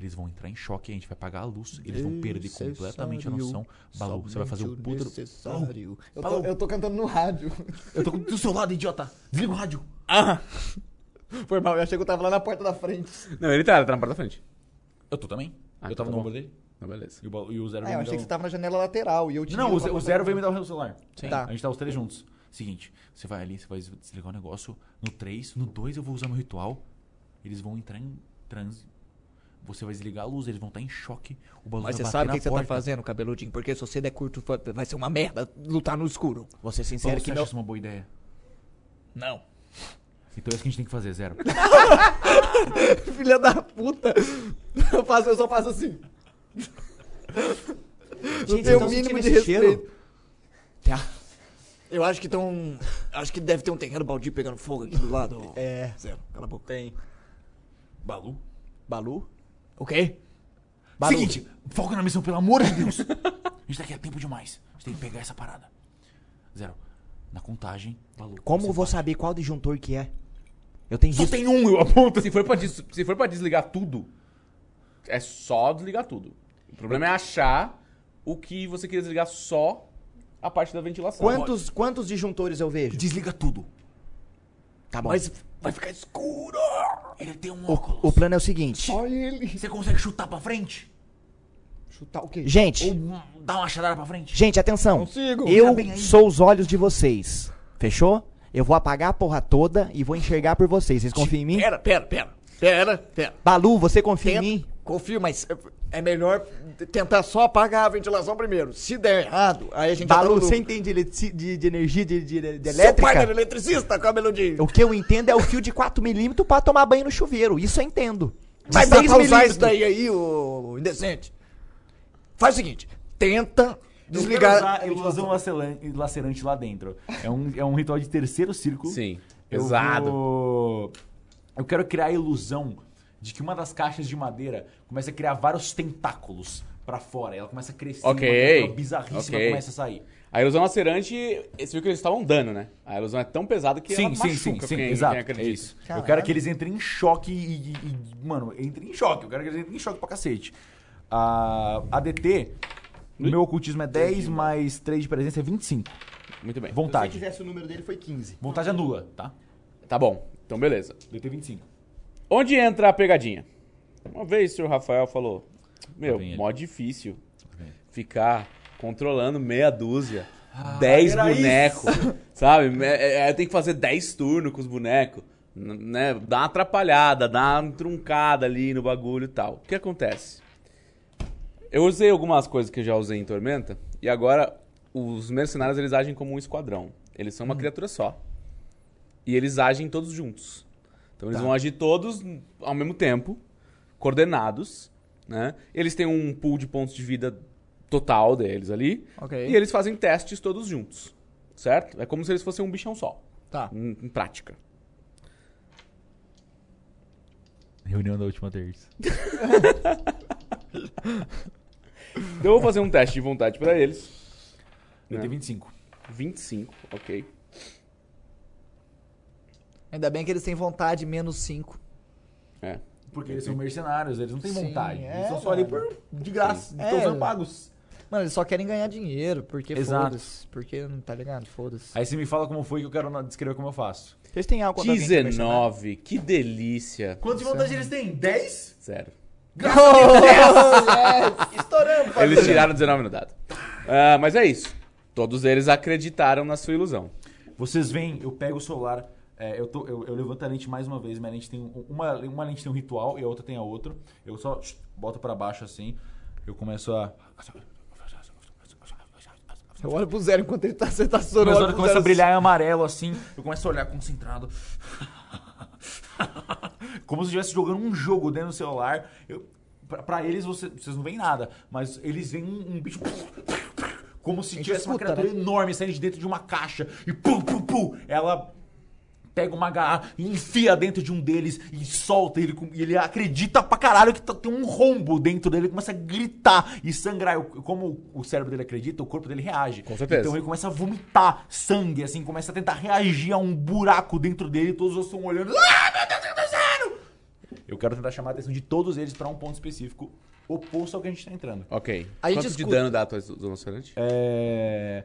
Speaker 3: Eles vão entrar em choque, a gente vai apagar a luz. Eles vão perder completamente a noção. Balu, você vai fazer o puto. do-
Speaker 1: Necessário. Eu tô, eu tô cantando no rádio.
Speaker 3: Eu tô do seu lado, idiota! Desliga o rádio!
Speaker 1: Foi mal, eu achei que eu tava lá na porta da frente.
Speaker 8: Não, ele tá, ele tá na porta da frente.
Speaker 3: Eu tô também.
Speaker 8: Ah,
Speaker 3: eu tava
Speaker 8: tá
Speaker 3: no
Speaker 8: bom.
Speaker 3: ombro dele.
Speaker 8: Ah, beleza.
Speaker 3: E o, ba- e o zero
Speaker 1: Ah,
Speaker 3: veio
Speaker 1: eu
Speaker 3: me
Speaker 1: achei
Speaker 3: dar
Speaker 1: que
Speaker 3: um-
Speaker 1: você tava na janela lateral e eu te
Speaker 3: Não,
Speaker 1: vi
Speaker 3: o,
Speaker 1: pra
Speaker 3: ze- o
Speaker 1: passar
Speaker 3: zero
Speaker 1: no-
Speaker 3: veio me dar o celular.
Speaker 1: Sim. Tá.
Speaker 3: A gente tá os três juntos. Seguinte, você vai ali, você vai desligar o negócio. No 3, no 2 eu vou usar meu ritual. Eles vão entrar em transe. Você vai desligar a luz, eles vão estar em choque. O balão
Speaker 1: Mas
Speaker 3: vai
Speaker 1: você
Speaker 3: bater
Speaker 1: sabe o
Speaker 3: na
Speaker 1: que, que você tá
Speaker 3: porta.
Speaker 1: fazendo, cabeludinho? Porque se você der curto, fa- vai ser uma merda lutar no escuro.
Speaker 2: Você
Speaker 3: Paulo,
Speaker 2: sincero
Speaker 3: você
Speaker 2: que
Speaker 3: acha
Speaker 2: não.
Speaker 3: isso uma boa ideia?
Speaker 1: Não.
Speaker 3: Então é isso que a gente tem que fazer, zero.
Speaker 1: [LAUGHS] Filha da puta. Eu, faço, eu só faço assim.
Speaker 2: Gente, vocês
Speaker 1: tenho
Speaker 2: tão
Speaker 1: o mínimo
Speaker 2: sentindo
Speaker 1: de
Speaker 2: esse cheiro?
Speaker 1: respeito.
Speaker 2: Tá.
Speaker 7: Eu acho que tão. Acho que deve ter um terreno baldio pegando fogo aqui do lado.
Speaker 2: É.
Speaker 7: Zero, cala a boca.
Speaker 2: Tem.
Speaker 3: Balu?
Speaker 2: Balu?
Speaker 7: O quê?
Speaker 2: Balu.
Speaker 3: Seguinte, foca na missão, pelo amor de
Speaker 2: [LAUGHS]
Speaker 3: Deus. a gente tá aqui há tempo demais. A gente tem que pegar essa parada. Zero. Na contagem, Balu.
Speaker 2: Como eu vou saber qual disjuntor que é? Eu tenho
Speaker 3: Só
Speaker 2: isso.
Speaker 3: tem um, eu aponto.
Speaker 8: Se for, pra des- se for pra desligar tudo, é só desligar tudo. O problema é achar o que você queria desligar só a parte da ventilação.
Speaker 2: Quantos, quantos disjuntores eu vejo?
Speaker 3: Desliga tudo.
Speaker 2: Tá bom.
Speaker 7: Mas vai ficar escuro!
Speaker 3: Ele tem um
Speaker 2: O
Speaker 3: óculos.
Speaker 2: plano é o seguinte.
Speaker 3: Você consegue chutar pra frente?
Speaker 1: Chutar o quê?
Speaker 2: Gente,
Speaker 3: Ou hum, dar uma chadada pra frente?
Speaker 2: gente, atenção.
Speaker 1: Consigo.
Speaker 2: Eu
Speaker 3: Tá bem aí.
Speaker 2: sou os olhos de vocês. Fechou? Eu vou apagar a porra toda e vou enxergar por vocês. Vocês confiam em mim?
Speaker 7: Pera, pera, pera. Pera, pera.
Speaker 2: Balu, você confia em
Speaker 7: Tenta-
Speaker 2: mim?
Speaker 7: Confio, mas é melhor tentar só apagar a ventilação primeiro. Se der errado, aí
Speaker 1: Tá
Speaker 7: a gente tá
Speaker 2: Balu,
Speaker 7: sem
Speaker 2: você entende ele- de, de energia de, de- de
Speaker 7: Seu pai
Speaker 1: tá
Speaker 7: era
Speaker 2: elétrica?
Speaker 7: eletricista, cabeludinho.
Speaker 2: O que eu entendo é o fio de 4mm pra tomar banho no chuveiro. Isso eu entendo. De
Speaker 7: Mas dá pra
Speaker 2: 6mm.
Speaker 7: usar isso daí aí, ô indecente. Faz o seguinte, tenta desligar...
Speaker 3: a ilusão laceran- um lacerante lá dentro. É um, é um ritual de terceiro círculo.
Speaker 8: Sim,
Speaker 3: Eu
Speaker 8: pesado.
Speaker 3: vou- Eu quero criar a ilusão de que uma das caixas de madeira começa a criar vários tentáculos pra fora. Ela começa a crescer.
Speaker 8: Ok.
Speaker 3: Uma coisa bizarríssima
Speaker 8: Ok.
Speaker 3: começa a sair.
Speaker 8: A ilusão lacerante, você viu que eles estavam dando, né? A ilusão é tão pesada que ela machuca quem, quem
Speaker 3: exato.
Speaker 8: acredita.
Speaker 3: é isso. Eu quero que eles entrem em choque e, e- e- Mano, entrem em choque. Eu quero que eles entrem em choque pra cacete. Ah, A ADT, o meu ocultismo é 10 mais 3 de presença é 25.
Speaker 8: Muito bem.
Speaker 3: É Vontade.
Speaker 2: tivesse o número dele, foi 15.
Speaker 3: Vontade anula, tá?
Speaker 8: Tá bom, então beleza.
Speaker 3: DT 25.
Speaker 8: Onde entra a pegadinha? Uma vez o senhor Rafael falou: Meu,
Speaker 3: vem ele.
Speaker 8: mó difícil ficar controlando meia dúzia, 10
Speaker 3: Ah, era
Speaker 8: bonecos, [LAUGHS] sabe? É, é, tem que fazer 10 turnos com os bonecos, n- né? Dá uma atrapalhada, dá uma truncada ali no bagulho e tal. O que acontece? Eu usei algumas coisas que eu já usei em Tormenta, e agora os mercenários eles agem como um esquadrão. Eles
Speaker 3: Hum.
Speaker 8: são uma criatura só. E eles agem todos juntos. Então
Speaker 1: Tá.
Speaker 8: eles vão agir todos ao mesmo tempo, coordenados, né? Eles têm um pool de pontos de vida total deles ali.
Speaker 1: Ok.
Speaker 8: E eles fazem testes todos juntos, certo? É como se eles fossem um bichão só,
Speaker 1: Tá.
Speaker 8: em, em prática.
Speaker 3: Reunião da última terça.
Speaker 8: Então eu vou fazer um teste de vontade pra eles.
Speaker 3: DT
Speaker 2: É.
Speaker 8: Né?
Speaker 3: 25.
Speaker 8: 25, ok.
Speaker 1: Ainda bem que eles têm vontade menos 5.
Speaker 8: É.
Speaker 3: Porque eles são mercenários, eles não têm
Speaker 1: Sim,
Speaker 3: vontade.
Speaker 1: é,
Speaker 3: eles são só ali por, de graça,
Speaker 1: É.
Speaker 3: estão sendo pagos.
Speaker 1: Mano, eles só querem ganhar dinheiro, porque
Speaker 3: Exato.
Speaker 1: foda-se. Porque não tá ligado? Foda-se.
Speaker 3: Aí você me fala como foi que eu quero na- descrever como eu faço.
Speaker 2: Vocês têm algo contra alguém que é mercenário?
Speaker 8: 19, que delícia.
Speaker 3: Quantos
Speaker 2: é
Speaker 3: de
Speaker 2: um-
Speaker 3: vantagem eles têm? 10?
Speaker 8: Zero.
Speaker 1: Estouramos!
Speaker 8: Eles tiraram 19 no dado. Ah, mas é isso. Todos eles acreditaram na sua ilusão.
Speaker 3: Vocês veem, eu pego o celular, é, eu, tô- eu- eu levanto a lente mais uma vez, minha lente tem um- uma, uma lente tem um ritual e a outra tem a outra. Eu só tch, boto pra baixo assim, eu começo a.
Speaker 1: Eu olho pro zero enquanto ele tá, você tá
Speaker 3: Quando
Speaker 1: estourando.
Speaker 3: a hora começa a brilhar em amarelo assim, eu começo a olhar concentrado. [LAUGHS] Como se eu estivesse jogando um jogo dentro do celular. Eu, pra, pra eles, você- vocês não veem nada, mas eles veem um, um bicho. Como se tivesse uma
Speaker 1: escuta,
Speaker 3: criatura enorme saindo de dentro de uma caixa e pum, pum, pum. Ela pega uma garrafa e enfia dentro de um deles e solta ele. com- E ele acredita pra caralho que tá- tem um rombo dentro dele. Ele começa a gritar e sangrar. Eu- Como o cérebro dele acredita, o corpo dele reage.
Speaker 8: Com certeza.
Speaker 3: Então ele começa a vomitar sangue, assim, começa a tentar reagir a um buraco dentro dele. Todos os estão olhando. Ah, meu Deus, eu tô zero! Eu quero tentar chamar a atenção de todos eles pra um ponto específico oposto ao que a gente tá entrando.
Speaker 8: Ok.
Speaker 1: A gente
Speaker 8: Quanto de
Speaker 1: escuta-
Speaker 8: dano dá a tua ilusão lacerante?
Speaker 3: É.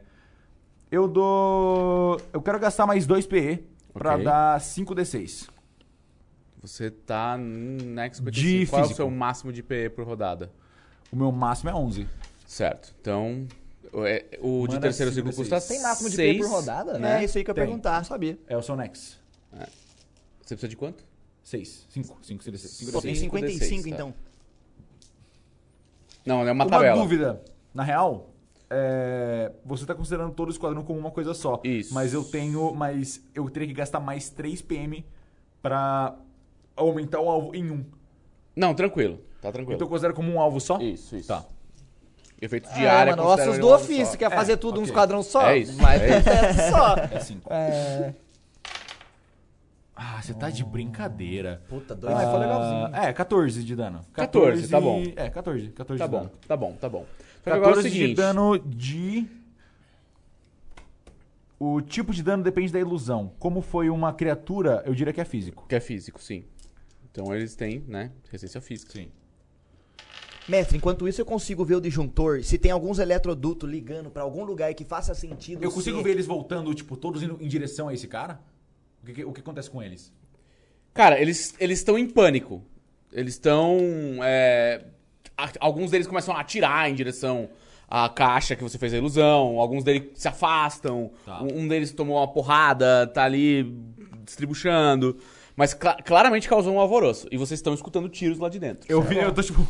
Speaker 3: Eu dou. Eu quero gastar mais 2 PE pra
Speaker 8: Ok.
Speaker 3: dar 5d6.
Speaker 8: Você tá na
Speaker 3: De
Speaker 8: X55. Qual é o
Speaker 3: físico.
Speaker 8: é seu máximo de PE por rodada?
Speaker 3: O meu máximo é 11.
Speaker 8: Certo. Então, o- é- o de
Speaker 3: Manda
Speaker 8: terceiro
Speaker 3: cinco
Speaker 8: ciclo
Speaker 3: pra
Speaker 8: custa
Speaker 7: Tem
Speaker 3: seis.
Speaker 7: máximo de
Speaker 8: seis,
Speaker 7: P por rodada, né?
Speaker 2: É isso aí que eu ia
Speaker 3: Tem.
Speaker 2: perguntar, sabia?
Speaker 3: É o seu next.
Speaker 8: Você precisa de quanto?
Speaker 3: 6. 5. 5 seria 6.
Speaker 2: Pô, tem
Speaker 8: Cinco,
Speaker 2: 55
Speaker 8: dezesseis, tá.
Speaker 2: então.
Speaker 8: Não, é uma,
Speaker 3: Uma
Speaker 8: tabela.
Speaker 3: dúvida. Na real, é, você tá considerando todo o esquadrão como uma coisa só.
Speaker 8: Isso.
Speaker 3: Mas eu tenho. Mas eu teria que gastar mais 3 PM pra aumentar o alvo em 1.
Speaker 8: Não, tranquilo. Tá tranquilo.
Speaker 3: Então eu considero como um alvo só?
Speaker 8: Isso, isso.
Speaker 3: Tá.
Speaker 8: Efeito de
Speaker 1: Ah,
Speaker 8: área.
Speaker 1: mano, ossos
Speaker 8: considera
Speaker 1: do
Speaker 8: um lado
Speaker 1: ofício.
Speaker 8: só.
Speaker 1: Quer fazer tudo um
Speaker 3: ok.
Speaker 1: esquadrão só?
Speaker 8: É isso.
Speaker 1: Mas
Speaker 8: é isso.
Speaker 1: é só.
Speaker 3: É 5.
Speaker 1: É,
Speaker 3: Ah, você tá de brincadeira.
Speaker 2: Puta, dois.
Speaker 3: Ah, É, 14 de dano.
Speaker 8: 14, tá bom.
Speaker 3: É, 14. 14
Speaker 8: Tá
Speaker 3: de
Speaker 8: bom,
Speaker 3: dano.
Speaker 8: tá bom, tá bom. Só que agora é o
Speaker 3: 14 de
Speaker 8: seguinte.
Speaker 3: dano de. O tipo de dano depende da ilusão. Como foi uma criatura, eu diria que é físico.
Speaker 8: Que é físico, sim. Então eles têm, né? Resistência física. Sim.
Speaker 2: Mestre, enquanto isso eu consigo ver o disjuntor, se tem alguns eletrodutos ligando pra algum lugar que faça sentido
Speaker 3: Eu consigo
Speaker 2: ser-
Speaker 3: ver eles voltando, tipo, todos indo em direção a esse cara? O que, que- o que acontece com eles?
Speaker 8: Cara, eles eles estão em pânico. Eles estão. é, a- alguns deles começam a atirar em direção à caixa que você fez a ilusão. Alguns deles se afastam.
Speaker 1: Tá.
Speaker 8: Um, um deles tomou uma porrada, tá ali distribuchando. Mas cla- claramente causou um alvoroço. E vocês estão escutando tiros lá de dentro.
Speaker 3: Eu vi, eu tô tipo.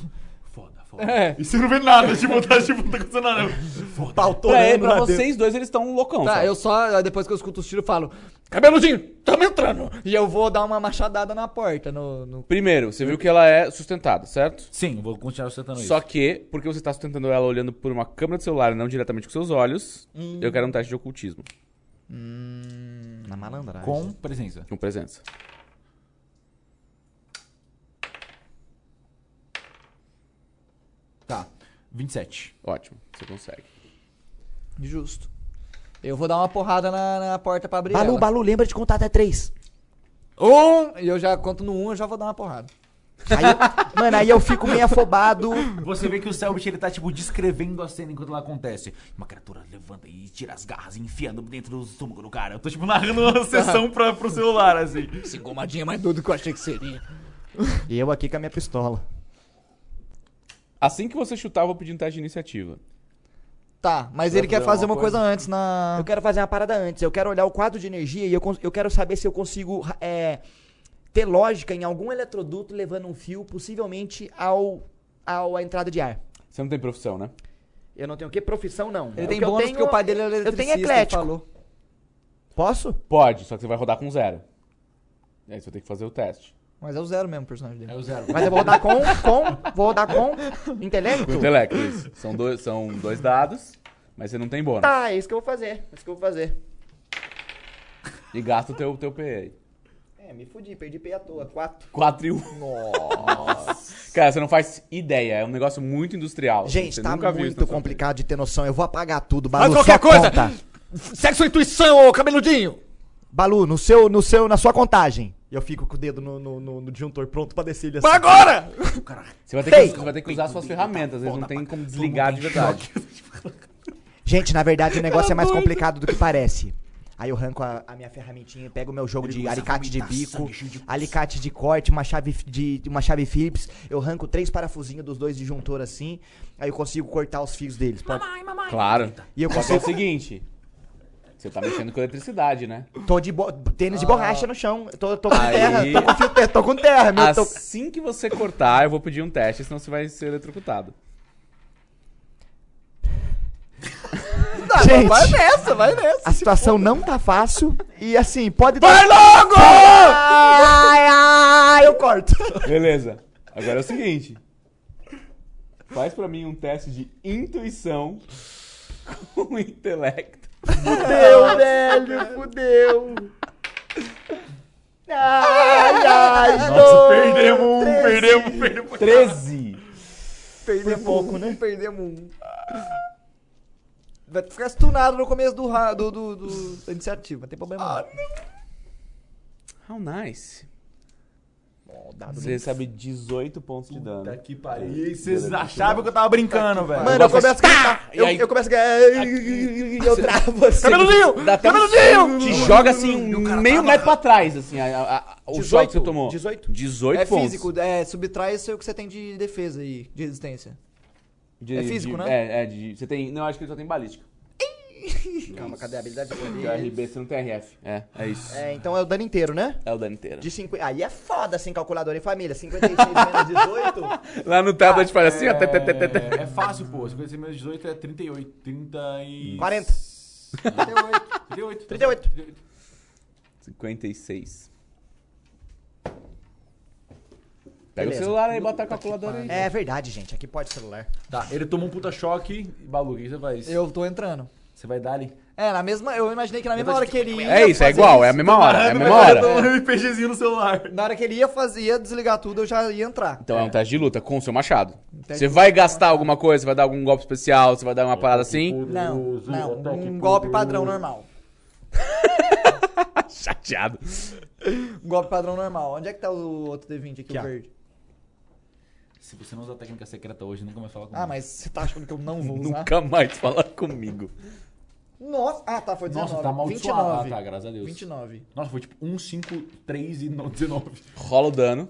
Speaker 3: Foda, foda.
Speaker 8: [LAUGHS] É.
Speaker 3: E você não vê nada, tipo, tá, tipo, não tá acontecendo nada. Foda.
Speaker 8: Pra, ele, pra vocês dois, eles estão loucão.
Speaker 1: Tá,
Speaker 8: só.
Speaker 1: eu só, depois que eu escuto os tiros, eu falo: Cabeludinho, tamo entrando! E eu vou dar uma machadada na porta. No, no-
Speaker 8: Primeiro, você viu que ela é sustentada, certo?
Speaker 3: Sim, eu vou continuar sustentando isso.
Speaker 8: Só que, porque você tá sustentando ela olhando por uma câmera do celular e não diretamente com seus olhos,
Speaker 2: Uhum.
Speaker 8: eu quero um teste de ocultismo
Speaker 2: Na malandragem.
Speaker 3: Com presença.
Speaker 8: com presença.
Speaker 3: Tá. 27.
Speaker 8: Ótimo, você consegue.
Speaker 1: Justo. Eu vou dar uma porrada na, na porta pra abrir.
Speaker 2: Balu,
Speaker 1: ela.
Speaker 2: Balu, lembra de contar até três.
Speaker 1: Um! E eu já conto no um, eu já vou dar uma porrada.
Speaker 2: Aí eu- mano, aí eu fico meio afobado.
Speaker 3: Você vê que o Selbit, ele tá, tipo, descrevendo a cena enquanto ela acontece. Uma criatura levanta e tira as garras e enfia no- dentro do estômago do cara. Eu tô, tipo, narrando
Speaker 8: [LAUGHS]
Speaker 3: uma sessão pra, pro celular, assim.
Speaker 1: Essa engomadinha é mais doido que eu achei que seria.
Speaker 2: E eu aqui com a minha pistola.
Speaker 8: Assim que você chutar, eu vou pedir um teste de iniciativa.
Speaker 1: Tá, mas ele quer fazer uma coisa, antes na.
Speaker 2: Eu quero fazer uma parada antes. Eu quero olhar o quadro de energia e eu, cons- eu quero saber se eu consigo ra- é, ter lógica em algum eletroduto levando um fio, possivelmente ao, ao a entrada de ar.
Speaker 8: Você não tem profissão, né?
Speaker 2: Eu não tenho o quê? Profissão, não.
Speaker 3: É
Speaker 1: Ele
Speaker 2: O
Speaker 1: tem
Speaker 2: que eu
Speaker 1: bônus
Speaker 2: tenho-
Speaker 1: porque o pai dele é
Speaker 2: Eu
Speaker 1: eletricista.
Speaker 2: tenho eclético.
Speaker 1: Ele falou.
Speaker 2: Posso?
Speaker 8: Pode, só que você vai rodar com zero. É E aí você vai ter que fazer o teste.
Speaker 1: Mas é o zero mesmo o personagem dele.
Speaker 3: o zero.
Speaker 2: Mas eu vou rodar com, com, vou rodar com intelecto?
Speaker 8: Com intelecto, isso. São dois, são dois dados, mas você não tem bônus.
Speaker 2: Tá, é isso que eu vou fazer. É isso que eu vou fazer.
Speaker 8: E gasta o teu, teu PE aí.
Speaker 2: É, me fudi, perdi P à toa. Quatro.
Speaker 8: 4 e 1. Nossa. [LAUGHS] Cara, você não faz ideia. É um negócio muito industrial. assim,
Speaker 2: Gente,
Speaker 8: você
Speaker 2: tá
Speaker 8: nunca viu isso na
Speaker 2: muito
Speaker 8: sua vida.
Speaker 2: complicado de ter noção. Eu vou apagar tudo, Balu.
Speaker 1: Faz qualquer
Speaker 2: só
Speaker 1: coisa!
Speaker 2: conta.
Speaker 1: Segue sua intuição, ô cabeludinho!
Speaker 2: Balu, no seu, no seu, na sua contagem. E eu fico com o dedo no, no, no, no disjuntor pronto pra descer ele assim.
Speaker 1: Agora!
Speaker 8: Você vai ter
Speaker 2: Sei.
Speaker 8: que, você vai ter que usar suas ferramentas, eles não tem como desligar de verdade.
Speaker 2: Gente, na verdade o negócio é mais complicado do que parece. Aí eu arranco a, a minha ferramentinha, pego o meu jogo de alicate de bico, alicate de corte, uma chave fi- de uma chave Phillips, eu arranco três parafusinhos dos dois disjuntor assim, aí eu consigo cortar os fios deles. Pode...
Speaker 8: Claro.
Speaker 2: E eu
Speaker 8: Só que é o
Speaker 2: consigo
Speaker 8: seguinte. Você tá mexendo com eletricidade, né?
Speaker 2: tô de bo- tênis de borracha no chão, tô, tô com
Speaker 8: Aí-
Speaker 2: terra, tô com fio, te- tô com terra, meu, tô...
Speaker 8: Assim que você cortar, eu vou pedir um teste, senão você vai ser eletrocutado.
Speaker 2: Gente,
Speaker 1: Vai nessa, vai nessa!
Speaker 2: a situação não tá fácil e assim, pode
Speaker 8: Vai logo!
Speaker 2: Ai, ai, eu corto.
Speaker 8: Beleza. Agora é o seguinte. Faz pra mim um teste de intuição com intelecto.
Speaker 2: Fudeu, velho, fudeu. Ai, ai,
Speaker 3: Nossa, perdemos um, perdemos, perdemos.
Speaker 8: 13.
Speaker 2: Perdemos pouco, né?
Speaker 1: Perdemos um. Vai ficar stunado no começo do, ra- do, do, do- da iniciativa, não tem problema não.
Speaker 8: How nice. Você recebe 18 pontos de dano.
Speaker 3: que pariu. E vocês achavam que eu tava brincando, velho.
Speaker 2: Mano, eu começo a gritar.
Speaker 8: E
Speaker 2: Eu,
Speaker 8: aí-
Speaker 2: eu começo a gritar. Eu travo assim.
Speaker 8: Cabeludinho! Dá Cabeludinho! Te joga assim um meio metro pra trás, assim, a- a- a- o choque que você tomou.
Speaker 2: 18?
Speaker 8: 18
Speaker 1: É
Speaker 8: pontos.
Speaker 1: físico, é, subtrai isso aí o que você tem de defesa aí, de resistência.
Speaker 8: De-
Speaker 1: É físico,
Speaker 8: de-
Speaker 1: né?
Speaker 8: É, é de. Você tem. Não, acho que ele só tem balística.
Speaker 2: Calma, cadê a habilidade?
Speaker 8: Porque o RB você não tem RF. É, é isso. É,
Speaker 2: É, então é o dano inteiro, né?
Speaker 8: o dano inteiro.
Speaker 2: De 50. Aí é foda sem calculadora, hein, família? 56 menos 18?
Speaker 8: Lá no tablet faz assim, ó. tê, tê, tê, tê, tê.
Speaker 3: É, é fácil, pô. 56 menos 18 é 38. 30 e...
Speaker 2: 40.
Speaker 3: 38.
Speaker 2: 38.
Speaker 8: 56. Pega
Speaker 2: Beleza.
Speaker 8: o celular aí, bota a calculadora aí.
Speaker 2: É verdade, gente. Aqui pode celular.
Speaker 3: Tá, ele tomou um puta choque. Balu, o que você faz?
Speaker 1: Eu tô entrando.
Speaker 3: Você vai dar ali.
Speaker 1: É, na mesma. Eu imaginei que na mesma hora que ele ia.
Speaker 8: É isso, é
Speaker 1: fazer
Speaker 8: igual, é a mesma hora, é a mesma hora.
Speaker 3: um RPGzinho no celular.
Speaker 1: Na hora que ele ia fazer, ia desligar tudo, eu já ia entrar.
Speaker 8: Então é um teste de luta com o seu machado. Você vai gastar alguma coisa, você vai dar algum golpe especial, você vai dar uma parada assim.
Speaker 1: Não,
Speaker 3: é
Speaker 1: não. Um golpe padrão normal.
Speaker 8: [LAUGHS] Chateado.
Speaker 1: Um golpe padrão normal. Onde é que tá o outro D20 aqui,
Speaker 3: Aqui, ó.
Speaker 1: o verde?
Speaker 3: Se você não usar a técnica secreta hoje, nunca mais fala comigo.
Speaker 1: Ah, mas você tá achando que eu não vou usar?
Speaker 8: Nunca mais fala comigo.
Speaker 1: Nossa. Ah, tá, foi 19.
Speaker 3: Nossa, tá amaldiçoado. Ah,
Speaker 1: 29.
Speaker 3: tá, graças a Deus.
Speaker 1: 29.
Speaker 3: Nossa, foi tipo 1, 5, 3 e no- 19.
Speaker 8: Rola o dano